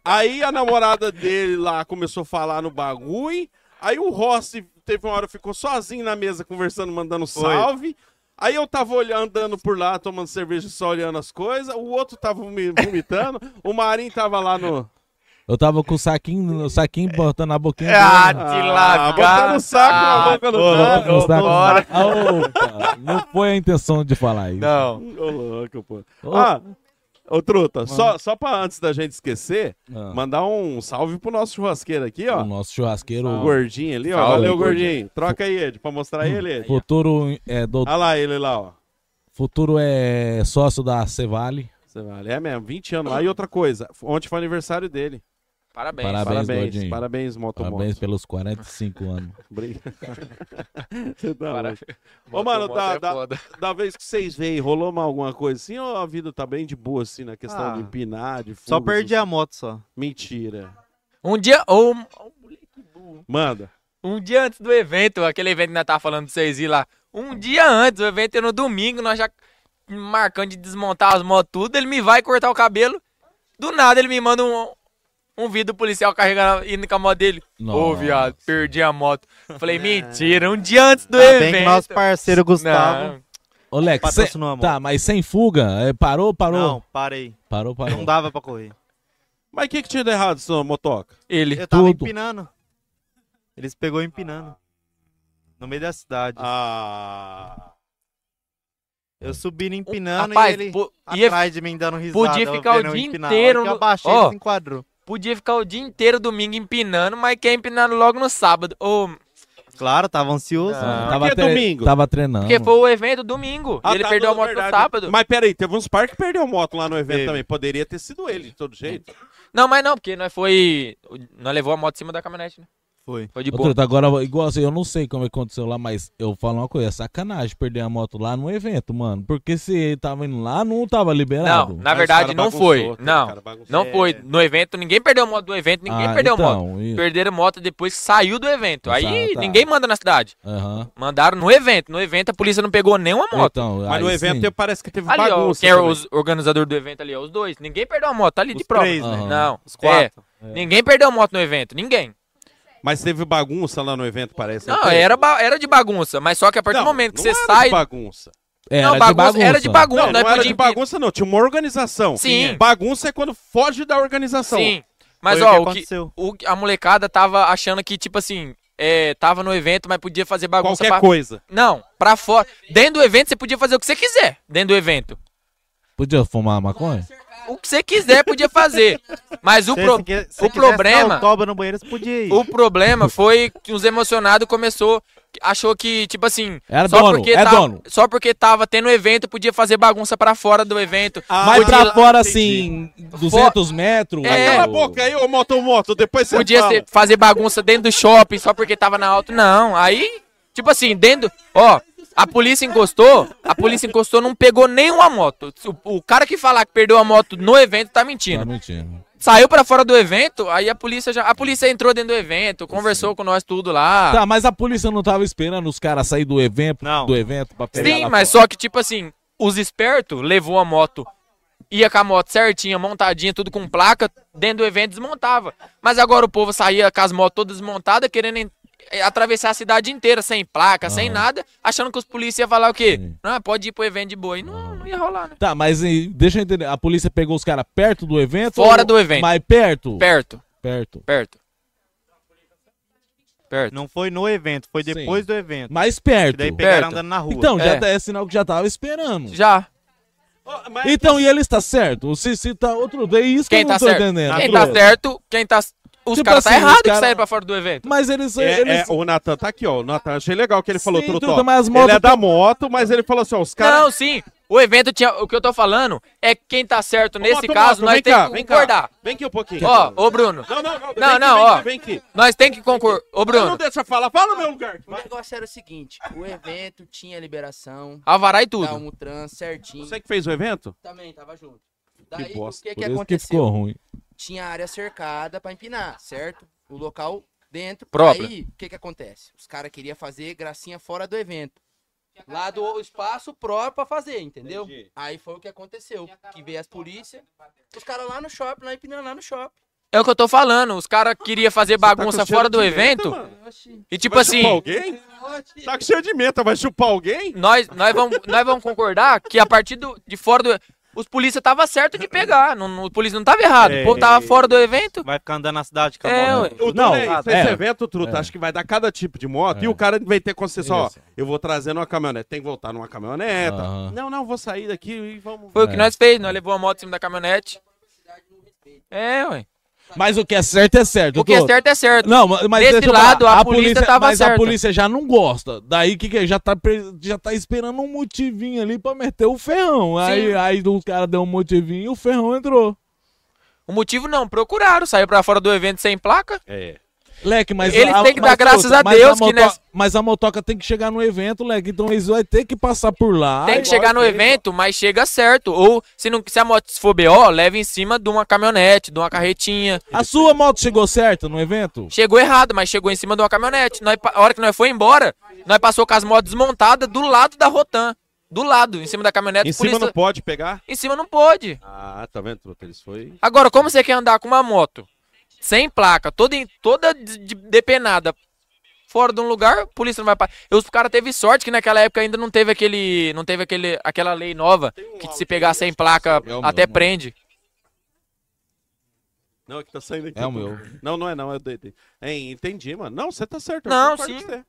[SPEAKER 2] aí a namorada dele lá começou a falar no bagulho. Aí o Rossi, teve uma hora, ficou sozinho na mesa conversando, mandando salve. Aí eu tava olhando, andando por lá, tomando cerveja, só olhando as coisas. O outro tava vomi- vomitando. o Marinho tava lá no...
[SPEAKER 1] Eu tava com o saquinho, o saquinho botando na boquinha.
[SPEAKER 3] Ah,
[SPEAKER 1] dele.
[SPEAKER 3] te
[SPEAKER 5] Ah,
[SPEAKER 2] botando o
[SPEAKER 3] lagar.
[SPEAKER 2] saco na
[SPEAKER 3] Ah,
[SPEAKER 2] boca do
[SPEAKER 1] Ô,
[SPEAKER 2] cara.
[SPEAKER 1] vou
[SPEAKER 3] não,
[SPEAKER 1] postar-
[SPEAKER 3] bora.
[SPEAKER 1] Ah, opa, não foi a intenção de falar isso.
[SPEAKER 3] Não.
[SPEAKER 2] Ô, louco, pô.
[SPEAKER 1] Ô,
[SPEAKER 2] Ah, ô, Truta, Então, só, só pra antes da gente esquecer,
[SPEAKER 1] ah,
[SPEAKER 2] mandar um salve pro nosso churrasqueiro aqui, ó.
[SPEAKER 1] o nosso churrasqueiro,
[SPEAKER 2] O gordinho ali, ó.
[SPEAKER 3] Salve,
[SPEAKER 2] Valeu,
[SPEAKER 3] gordinho.
[SPEAKER 2] gordinho. Troca aí, Ed, pra mostrar ele, Ed.
[SPEAKER 1] futuro, é, Hum. do,
[SPEAKER 2] Olha lá ele lá, ó.
[SPEAKER 1] futuro é sócio da Cevale.
[SPEAKER 2] Você vale. É mesmo, 20 anos lá. E outra coisa, ontem foi aniversário dele.
[SPEAKER 3] Parabéns.
[SPEAKER 1] Parabéns.
[SPEAKER 2] Parabéns,
[SPEAKER 1] gordinho.
[SPEAKER 2] parabéns, Motomoto.
[SPEAKER 1] Parabéns pelos 45 anos.
[SPEAKER 2] Obrigado. Você tá
[SPEAKER 3] Parabéns.
[SPEAKER 2] louco. Ô, mano,
[SPEAKER 3] Motomoto
[SPEAKER 2] da,
[SPEAKER 3] é
[SPEAKER 2] da,
[SPEAKER 3] foda.
[SPEAKER 2] da vez que vocês veem, rolou mal alguma coisa assim ou a vida tá bem de boa, assim, na
[SPEAKER 5] Ah,
[SPEAKER 2] questão de empinar, de
[SPEAKER 5] Só
[SPEAKER 2] fumo,
[SPEAKER 5] perdi
[SPEAKER 2] essas-
[SPEAKER 5] a moto só.
[SPEAKER 2] Mentira.
[SPEAKER 3] Um dia, um,
[SPEAKER 2] Manda.
[SPEAKER 3] um dia antes do evento, aquele evento que nós tava falando pra vocês ir lá. Um dia antes, o evento é no domingo, nós já marcando de desmontar as motos tudo, ele me vai cortar o cabelo. Do nada ele me manda um, um vídeo do policial carregando, indo com a moto dele. Ô,
[SPEAKER 1] Nossa.
[SPEAKER 3] viado, perdi a moto. Falei, mentira, um dia antes do
[SPEAKER 5] Ainda
[SPEAKER 3] evento.
[SPEAKER 5] bem que nosso parceiro Gustavo
[SPEAKER 3] Não,
[SPEAKER 1] Ô, Lex, cê-
[SPEAKER 5] patrocinou a moto.
[SPEAKER 1] tá, mas sem fuga. é, parou, parou.
[SPEAKER 5] Não, parei.
[SPEAKER 1] Parou, parou.
[SPEAKER 5] Não dava pra correr.
[SPEAKER 2] Mas o que, que tinha de errado, seu motoca?
[SPEAKER 3] ele.
[SPEAKER 5] Eu tava
[SPEAKER 1] Tudo.
[SPEAKER 5] empinando. Eles pegou eu empinando. No meio da cidade.
[SPEAKER 2] Ah.
[SPEAKER 5] Eu subindo empinando
[SPEAKER 3] Um Rapaz,
[SPEAKER 5] e ele
[SPEAKER 3] po- ia-
[SPEAKER 5] atrás de mim dando risada.
[SPEAKER 3] podia
[SPEAKER 5] eu
[SPEAKER 3] ficar o
[SPEAKER 5] vendo eu
[SPEAKER 3] dia
[SPEAKER 5] empinar. hora
[SPEAKER 3] inteiro
[SPEAKER 5] que
[SPEAKER 3] no-
[SPEAKER 5] eu abaixei,
[SPEAKER 3] Ó.
[SPEAKER 5] ele se enquadrou.
[SPEAKER 3] podia ficar o dia inteiro domingo empinando, mas quer empinar logo no sábado. Ô,
[SPEAKER 5] Claro, tava ansioso.
[SPEAKER 1] Ah,
[SPEAKER 3] Não.
[SPEAKER 1] tava
[SPEAKER 2] Porque é domingo.
[SPEAKER 1] Tava treinando.
[SPEAKER 3] porque foi o evento domingo.
[SPEAKER 2] Ah,
[SPEAKER 3] e ele
[SPEAKER 2] tá,
[SPEAKER 3] perdeu a
[SPEAKER 2] não,
[SPEAKER 3] moto
[SPEAKER 2] verdade.
[SPEAKER 3] no sábado.
[SPEAKER 2] Mas peraí, teve uns par que perdeu a moto lá no evento
[SPEAKER 5] Teve.
[SPEAKER 2] também. Poderia ter sido ele, de todo jeito.
[SPEAKER 3] Não, mas não, porque nós foi. Nós levou a moto em cima da caminhonete, né?
[SPEAKER 5] Foi.
[SPEAKER 3] Foi de
[SPEAKER 1] Ô,
[SPEAKER 3] boa.
[SPEAKER 1] truta, agora, igual assim, eu não sei como aconteceu lá, mas eu falo uma coisa, é sacanagem perder a moto lá no evento, mano. Porque se ele tava indo lá, não tava liberado.
[SPEAKER 3] Não, na
[SPEAKER 2] Mas o
[SPEAKER 3] verdade
[SPEAKER 2] cara
[SPEAKER 3] não
[SPEAKER 2] bagunçou,
[SPEAKER 3] foi.
[SPEAKER 2] cara, o
[SPEAKER 3] Não,
[SPEAKER 2] cara bagunçou. É.
[SPEAKER 3] não foi. No evento, ninguém perdeu a moto do evento, ninguém
[SPEAKER 1] Ah,
[SPEAKER 3] perdeu a moto.
[SPEAKER 1] então, isso.
[SPEAKER 3] Perderam moto depois que saiu do evento. Aí
[SPEAKER 1] Exato.
[SPEAKER 3] ninguém manda na cidade.
[SPEAKER 1] Aham.
[SPEAKER 3] Mandaram no evento. No evento a polícia não pegou nenhuma moto.
[SPEAKER 1] Então,
[SPEAKER 2] Mas no
[SPEAKER 1] aí
[SPEAKER 2] evento é-
[SPEAKER 1] sim.
[SPEAKER 2] teve- parece que teve
[SPEAKER 3] Ali, ó,
[SPEAKER 2] bagunça.
[SPEAKER 3] que é
[SPEAKER 2] também.
[SPEAKER 3] os organizador do evento ali, ó, os dois. Ninguém perdeu a moto, tá ali de
[SPEAKER 5] Os
[SPEAKER 3] prova.
[SPEAKER 5] três,
[SPEAKER 1] né?
[SPEAKER 3] Não,
[SPEAKER 5] Os quatro.
[SPEAKER 3] É. Ninguém perdeu a moto no evento, ninguém.
[SPEAKER 2] Mas teve bagunça lá no evento, parece.
[SPEAKER 3] Não,
[SPEAKER 2] teve?
[SPEAKER 3] era, ba- era de bagunça, mas só que a partir
[SPEAKER 2] Não,
[SPEAKER 3] do momento que
[SPEAKER 2] não
[SPEAKER 3] você
[SPEAKER 2] era
[SPEAKER 3] sai.
[SPEAKER 2] de bagunça.
[SPEAKER 1] Era
[SPEAKER 3] não, bagunça,
[SPEAKER 1] de bagunça.
[SPEAKER 3] era de bagunça.
[SPEAKER 2] Não, não,
[SPEAKER 3] nós
[SPEAKER 2] era
[SPEAKER 3] podia
[SPEAKER 2] de
[SPEAKER 3] impedir-
[SPEAKER 2] bagunça, não. Tinha uma organização.
[SPEAKER 3] Sim.
[SPEAKER 2] Bagunça é quando foge da organização.
[SPEAKER 3] Sim. Mas
[SPEAKER 5] Então, Foi o
[SPEAKER 3] ó,
[SPEAKER 5] que
[SPEAKER 3] o que,
[SPEAKER 5] aconteceu.
[SPEAKER 3] o que- a molecada tava achando que, tipo assim, é, tava no evento, mas podia fazer bagunça
[SPEAKER 2] Qualquer
[SPEAKER 3] pra-
[SPEAKER 2] coisa.
[SPEAKER 3] Não, pra fora. Dentro do evento você podia fazer o que você quiser. Dentro do evento.
[SPEAKER 1] Podia fumar maconha?
[SPEAKER 3] O o que você quiser podia fazer. Mas o,
[SPEAKER 5] Se
[SPEAKER 3] pro,
[SPEAKER 5] você que- se
[SPEAKER 3] o
[SPEAKER 5] quisesse dar
[SPEAKER 3] problema-
[SPEAKER 5] um toba no banheiro, você podia ir.
[SPEAKER 3] o problema foi que os emocionados começou, achou que, tipo assim,
[SPEAKER 1] Era
[SPEAKER 3] só,
[SPEAKER 1] dono,
[SPEAKER 3] porque
[SPEAKER 1] é
[SPEAKER 3] tava,
[SPEAKER 1] dono.
[SPEAKER 3] só porque tava tendo evento, podia fazer bagunça pra fora do evento.
[SPEAKER 1] Ah, Mas
[SPEAKER 2] Ah,
[SPEAKER 3] podia,
[SPEAKER 1] pra fora, assim, 200 metros.
[SPEAKER 3] É.
[SPEAKER 2] Cala a boca aí, ô moto moto, depois você
[SPEAKER 3] podia
[SPEAKER 2] fala.
[SPEAKER 3] ser- fazer bagunça dentro do shopping só porque tava na alta. Não, aí, tipo assim, dentro. Ó, a polícia encostou, a polícia encostou, não pegou nenhuma moto. O, o cara que falar que perdeu a moto no evento tá
[SPEAKER 1] Tá
[SPEAKER 3] mentindo.
[SPEAKER 1] mentindo.
[SPEAKER 3] Saiu pra fora do evento, aí a polícia já. A polícia entrou dentro do evento, conversou com nós tudo lá.
[SPEAKER 1] Tá, mas a polícia não tava esperando os caras sair do evento,
[SPEAKER 5] Não.
[SPEAKER 1] do evento pra pegar
[SPEAKER 3] Sim,
[SPEAKER 1] lá
[SPEAKER 3] mas
[SPEAKER 1] fora.
[SPEAKER 3] só que, tipo assim, os espertos levou a moto, ia com a moto certinha, montadinha, tudo com placa, dentro do evento desmontava. Mas agora o povo saía com as motos todas desmontadas, querendo en- eh, atravessar a cidade inteira, sem placa, sem
[SPEAKER 1] Aham.
[SPEAKER 3] nada, achando que os polícia iam falar o quê?
[SPEAKER 1] Sim.
[SPEAKER 3] Não, pode ir pro evento de boa. E não, não ia rolar, né?
[SPEAKER 1] Tá, mas e, deixa eu entender. A polícia pegou os caras perto do evento?
[SPEAKER 3] Fora
[SPEAKER 1] ou-
[SPEAKER 3] do evento.
[SPEAKER 1] Mas perto?
[SPEAKER 3] Perto,
[SPEAKER 1] Perto.
[SPEAKER 3] perto. Perto.
[SPEAKER 5] Não foi no evento, foi
[SPEAKER 1] Sim.
[SPEAKER 5] depois do evento.
[SPEAKER 1] Mais perto.
[SPEAKER 5] Que daí pegaram
[SPEAKER 3] Perto.
[SPEAKER 5] andando na rua.
[SPEAKER 1] Então, já
[SPEAKER 3] É.
[SPEAKER 1] tá- é sinal que já tava esperando.
[SPEAKER 3] Já.
[SPEAKER 2] Ó, mas-
[SPEAKER 1] Então, e ele está certo? O Cici tá outro É isso que
[SPEAKER 3] Quem
[SPEAKER 1] eu não
[SPEAKER 3] tá
[SPEAKER 1] tô
[SPEAKER 3] certo?
[SPEAKER 1] entendendo.
[SPEAKER 3] Quem
[SPEAKER 1] Truta.
[SPEAKER 3] tá certo, quem tá. Os
[SPEAKER 1] Tipo
[SPEAKER 3] caras
[SPEAKER 1] assim,
[SPEAKER 3] tá
[SPEAKER 1] os
[SPEAKER 3] errado
[SPEAKER 1] cara-
[SPEAKER 3] que saíram pra fora do evento.
[SPEAKER 1] Mas eles...
[SPEAKER 2] É,
[SPEAKER 1] eles...
[SPEAKER 2] é, o Natan tá aqui, ó. O Natan, achei legal que ele falou,
[SPEAKER 1] Sim,
[SPEAKER 2] Truto.
[SPEAKER 1] Truta,
[SPEAKER 2] ó.
[SPEAKER 1] mas as
[SPEAKER 2] Ele
[SPEAKER 1] motos-
[SPEAKER 2] é da moto, mas ele falou assim, ó, os caras...
[SPEAKER 3] Não, sim. O evento tinha. O que eu tô falando é que quem tá certo
[SPEAKER 2] Ô,
[SPEAKER 3] nesse
[SPEAKER 2] moto,
[SPEAKER 3] caso,
[SPEAKER 2] moto,
[SPEAKER 3] nós
[SPEAKER 2] vem
[SPEAKER 3] temos
[SPEAKER 2] cá,
[SPEAKER 3] que
[SPEAKER 2] vem cá.
[SPEAKER 3] concordar.
[SPEAKER 2] Vem aqui um pouquinho.
[SPEAKER 3] Ó, ô Bruno.
[SPEAKER 2] Não, não, não.
[SPEAKER 3] Não,
[SPEAKER 2] vem
[SPEAKER 3] não,
[SPEAKER 2] aqui,
[SPEAKER 3] ó.
[SPEAKER 2] Vem aqui, vem aqui.
[SPEAKER 3] Nós temos que concordar. Ô,
[SPEAKER 2] Bruno.
[SPEAKER 3] Bruno,
[SPEAKER 2] Não deixa eu falar. Fala no meu lugar.
[SPEAKER 6] O negócio era o seguinte: o evento tinha liberação,
[SPEAKER 3] alvará e
[SPEAKER 6] da
[SPEAKER 3] tudo.
[SPEAKER 6] Mutran certinho.
[SPEAKER 2] Você que fez o evento?
[SPEAKER 6] Também tava junto. Daí o
[SPEAKER 2] bosta.
[SPEAKER 6] que, que
[SPEAKER 1] Por isso que ficou
[SPEAKER 6] aconteceu?
[SPEAKER 1] ruim.
[SPEAKER 6] tinha área cercada pra empinar, certo? O local dentro.
[SPEAKER 3] Próprio.
[SPEAKER 6] Aí, o que que acontece? Os caras queriam fazer gracinha fora do evento. Lá do espaço próprio pra fazer, entendeu? Aí foi o que aconteceu. Que veio as polícias, os caras lá no shopping, lá empinando lá no shopping.
[SPEAKER 3] É o que eu tô falando. Os caras queriam fazer
[SPEAKER 2] tá
[SPEAKER 3] bagunça
[SPEAKER 2] com cheiro
[SPEAKER 3] fora do
[SPEAKER 2] de meta,
[SPEAKER 3] evento.
[SPEAKER 2] mano?
[SPEAKER 6] Oxi,
[SPEAKER 3] E tipo
[SPEAKER 2] Vai
[SPEAKER 3] assim,
[SPEAKER 2] chupar alguém?
[SPEAKER 6] oxi.
[SPEAKER 2] Tá com cheiro de meta, vai chupar alguém?
[SPEAKER 3] nós, nós, vamos, nós vamos concordar que a partir do, de fora do. Os polícia tava certo de pegar. Não, não- o polícia não tava errado. O povo tava fora do evento.
[SPEAKER 5] Vai ficar andando na cidade com a
[SPEAKER 3] É,
[SPEAKER 5] moto.
[SPEAKER 3] ué.
[SPEAKER 2] É. O
[SPEAKER 1] né? Não,
[SPEAKER 2] não, é, isso,
[SPEAKER 1] é.
[SPEAKER 2] esse evento, Truta,
[SPEAKER 1] É.
[SPEAKER 2] acho que vai dar cada tipo de moto.
[SPEAKER 1] É.
[SPEAKER 2] E o cara vai ter concessão, ó.
[SPEAKER 1] Isso.
[SPEAKER 2] Eu vou trazendo uma caminhonete. Tem que voltar numa caminhoneta.
[SPEAKER 1] Aham.
[SPEAKER 2] Não, não, vou sair daqui e vamos.
[SPEAKER 3] Foi o que
[SPEAKER 1] É.
[SPEAKER 3] nós fez. Nós levou a moto em cima da caminhonete. É, ué.
[SPEAKER 1] Mas o que é certo é certo.
[SPEAKER 3] O que é
[SPEAKER 1] Truta.
[SPEAKER 3] certo é certo.
[SPEAKER 1] Não, ma- mas
[SPEAKER 3] Desse
[SPEAKER 1] deixa eu falar,
[SPEAKER 3] lado, a polícia tava
[SPEAKER 1] Mas a
[SPEAKER 3] certa.
[SPEAKER 1] polícia já não gosta. Daí que, que já, tá, pre- já tá esperando um motivinho ali pra meter o ferrão. Aí,
[SPEAKER 3] Sim.
[SPEAKER 1] aí o cara deu um motivinho e o ferrão entrou.
[SPEAKER 3] O motivo não, procuraram, saiu pra fora do evento sem placa.
[SPEAKER 2] É.
[SPEAKER 1] Leque, mas
[SPEAKER 3] Eles têm que
[SPEAKER 1] mas,
[SPEAKER 3] dar graças
[SPEAKER 1] Truta,
[SPEAKER 3] a
[SPEAKER 1] mas
[SPEAKER 3] Deus que
[SPEAKER 1] moto-
[SPEAKER 3] nessa-
[SPEAKER 1] Mas a motoca tem que chegar no evento, Leque. Então eles vão ter que passar por lá.
[SPEAKER 3] Tem que chegar no evento, mas chega certo. Ou se, não, se a moto for BO, leva em cima de uma caminhonete, de uma carretinha.
[SPEAKER 1] A sua moto chegou certa no evento?
[SPEAKER 3] Chegou errado, mas chegou em cima de uma caminhonete. Nós, pa- a hora que nós foi embora, nós passou com as motos desmontadas do lado da Rotan. Do lado, em cima da
[SPEAKER 1] É
[SPEAKER 3] caminhonete.
[SPEAKER 2] Em
[SPEAKER 3] os
[SPEAKER 2] cima
[SPEAKER 3] polícia-
[SPEAKER 2] não pode pegar?
[SPEAKER 3] em cima não pôde.
[SPEAKER 2] Ah, tá vendo, Truta? Eles foi.
[SPEAKER 3] Agora, como você quer andar com uma moto sem placa, toda, em- toda de- de- depenada, fora de um lugar, a polícia não vai parar. Os caras teve sorte que naquela época ainda não teve aquele, não teve aquele, aquela lei nova
[SPEAKER 1] um
[SPEAKER 3] que se pegar sem placa
[SPEAKER 1] É o meu,
[SPEAKER 3] até
[SPEAKER 1] mano.
[SPEAKER 3] prende.
[SPEAKER 2] Não, é que tá saindo aqui.
[SPEAKER 1] É o meu.
[SPEAKER 2] Não, não é não, é o dele. Hein, entendi, mano. Não, você tá certo. eu
[SPEAKER 3] Não,
[SPEAKER 2] concordo
[SPEAKER 3] sim.
[SPEAKER 2] com você.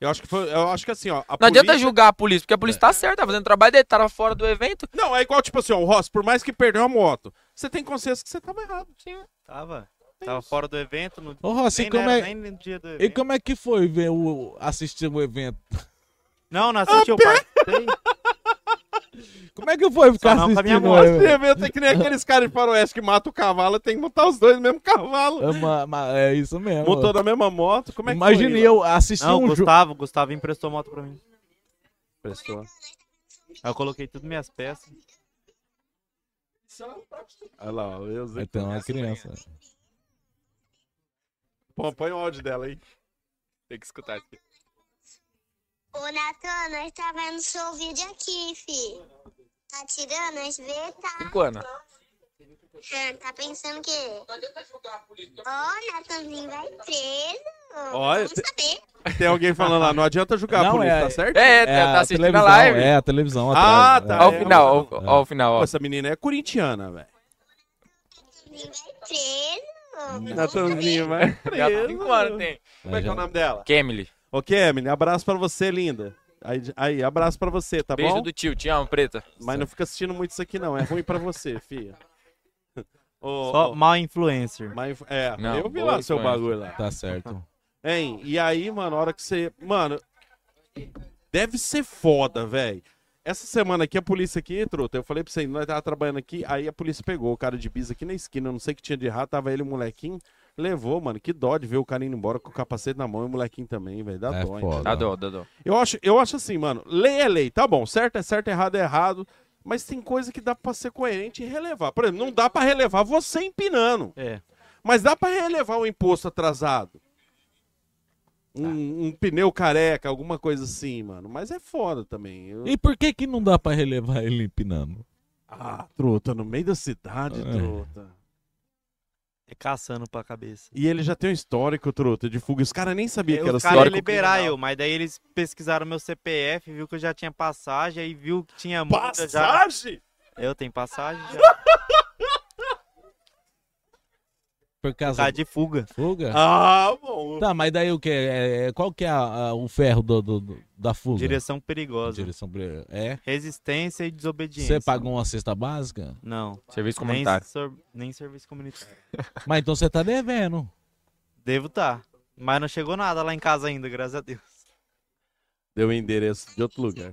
[SPEAKER 2] Eu acho que foi. Eu acho que assim, ó. A
[SPEAKER 3] Não adianta
[SPEAKER 2] polícia- É.
[SPEAKER 3] julgar a polícia, porque a polícia tá certa, tá fazendo trabalho dele, tá fora do evento.
[SPEAKER 2] Não, é igual, tipo assim, ó, o Ross, por mais que perdeu a moto, você tem consciência que você tava errado.
[SPEAKER 5] Tava. Tava fora do evento. No...
[SPEAKER 1] Ô, Rossi,
[SPEAKER 5] nem,
[SPEAKER 1] como
[SPEAKER 5] era-
[SPEAKER 1] é-
[SPEAKER 5] nem no dia do
[SPEAKER 1] E
[SPEAKER 5] evento.
[SPEAKER 1] como é que foi ver o, assistir o evento? Ah,
[SPEAKER 5] Não, não assisti, eu participei.
[SPEAKER 1] Como é que foi ficar
[SPEAKER 5] Só não com a minha
[SPEAKER 1] assistindo? o
[SPEAKER 5] moto.
[SPEAKER 1] evento?
[SPEAKER 2] Esse evento é que nem aqueles caras de faroeste que matam o cavalo, tem que montar os dois no mesmo cavalo.
[SPEAKER 1] É, ma- ma- é isso mesmo.
[SPEAKER 2] Montou na mesma moto, como é que
[SPEAKER 1] Imagine
[SPEAKER 2] foi?
[SPEAKER 1] eu assistir
[SPEAKER 5] Não, o
[SPEAKER 1] um jogo.
[SPEAKER 5] Gustavo, o Gustavo emprestou moto pra mim.
[SPEAKER 2] Imagine eu.
[SPEAKER 5] Aí eu coloquei tudo minhas peças.
[SPEAKER 2] Olha lá, ó, eu sei.
[SPEAKER 1] Então, uma criança.
[SPEAKER 2] Pô, põe o áudio dela aí. Tem que escutar aqui.
[SPEAKER 7] Ô, Natan, nós tá vendo seu vídeo aqui, fi. Tá tirando, nós vê, tá.
[SPEAKER 3] Cinco anos.
[SPEAKER 7] Ah, tá pensando que... Ô, Natanzinho vai preso.
[SPEAKER 2] Olha,
[SPEAKER 7] Ah, Vamos saber.
[SPEAKER 2] Tem alguém falando lá, não adianta julgar a
[SPEAKER 1] Não,
[SPEAKER 2] polícia,
[SPEAKER 1] é-
[SPEAKER 2] tá certo?
[SPEAKER 3] É,
[SPEAKER 1] É,
[SPEAKER 3] tá, tá
[SPEAKER 1] a
[SPEAKER 3] assistindo a
[SPEAKER 1] televisão,
[SPEAKER 3] live.
[SPEAKER 1] É, a televisão.
[SPEAKER 2] Ah,
[SPEAKER 1] atrás,
[SPEAKER 2] tá.
[SPEAKER 1] é.
[SPEAKER 3] Ó o final, ó, o- ó o final,
[SPEAKER 2] Pô,
[SPEAKER 3] ó.
[SPEAKER 2] essa menina é corintiana, velho.
[SPEAKER 7] Natanzinho vai preso.
[SPEAKER 2] Natanzinho, vai.
[SPEAKER 3] Já tá cinco anos tem.
[SPEAKER 2] Como é que é o nome dela?
[SPEAKER 3] Kemily,
[SPEAKER 2] Ok, Emily, abraço pra você, linda. Aí, aí, abraço pra você, tá
[SPEAKER 3] beijo
[SPEAKER 2] bom?
[SPEAKER 3] do tio, te amo, preta.
[SPEAKER 2] Mas não fica assistindo muito isso aqui, não. É ruim pra você, filha. Ô,
[SPEAKER 5] Só
[SPEAKER 2] ô,
[SPEAKER 5] mal influencer.
[SPEAKER 2] mas, é,
[SPEAKER 3] Não,
[SPEAKER 2] eu vi
[SPEAKER 3] boa
[SPEAKER 2] lá seu
[SPEAKER 3] influência.
[SPEAKER 2] bagulho lá.
[SPEAKER 1] Tá certo.
[SPEAKER 2] Hein? E aí, mano, a hora que você. Mano, deve ser foda, velho. Essa semana aqui, a polícia aqui, truta, eu falei pra você, nós tava trabalhando aqui, aí a polícia pegou o cara de bis aqui na esquina, eu não sei o que tinha de errado, tava ele, o molequinho, levou, mano, que dó de ver o cara indo embora com o capacete na mão e o molequinho também, velho, dá
[SPEAKER 1] É
[SPEAKER 2] dó, hein?
[SPEAKER 1] foda.
[SPEAKER 3] Dá dó, dá dó.
[SPEAKER 2] Eu acho, eu acho assim, mano, lei é lei, tá bom, certo é certo, errado é errado, mas tem coisa que dá pra ser coerente e relevar. Por exemplo, não dá pra relevar você empinando.
[SPEAKER 5] É.
[SPEAKER 2] Mas dá pra relevar um imposto atrasado. Um, um pneu careca, alguma coisa assim, mano. Mas é foda também. Eu...
[SPEAKER 1] E por que que não dá pra relevar ele empinando?
[SPEAKER 2] Ah, truta, no meio da cidade,
[SPEAKER 1] É.
[SPEAKER 2] truta.
[SPEAKER 5] É caçando pra cabeça.
[SPEAKER 2] E ele já tem um histórico, truta, de fuga. Os caras nem sabiam que
[SPEAKER 5] Eu,
[SPEAKER 2] era
[SPEAKER 5] É, os caras iam
[SPEAKER 2] histórico.
[SPEAKER 5] liberar eu, mas daí eles pesquisaram meu CPF, viu que eu já tinha passagem, aí viu que tinha multa já.
[SPEAKER 2] Passagem?
[SPEAKER 5] Eu tenho passagem já.
[SPEAKER 1] Por
[SPEAKER 5] Por
[SPEAKER 1] causa
[SPEAKER 5] causa Tá de fuga.
[SPEAKER 1] da fuga?
[SPEAKER 2] Tá Ah, bom.
[SPEAKER 1] Tá, mas daí o que? É, é- qual que é a- a- o ferro do, do- do- da fuga?
[SPEAKER 5] Direção perigosa.
[SPEAKER 1] Direção pre- É?
[SPEAKER 5] Resistência e desobediência.
[SPEAKER 1] Você pagou uma cesta básica?
[SPEAKER 5] Não.
[SPEAKER 3] Serviço
[SPEAKER 5] Nem,
[SPEAKER 3] comunitário.
[SPEAKER 5] sor- nem serviço comunitário.
[SPEAKER 1] Mas então você tá devendo.
[SPEAKER 5] Devo estar. Mas não chegou nada lá em casa ainda, graças a Deus.
[SPEAKER 2] Deu o endereço de outro lugar.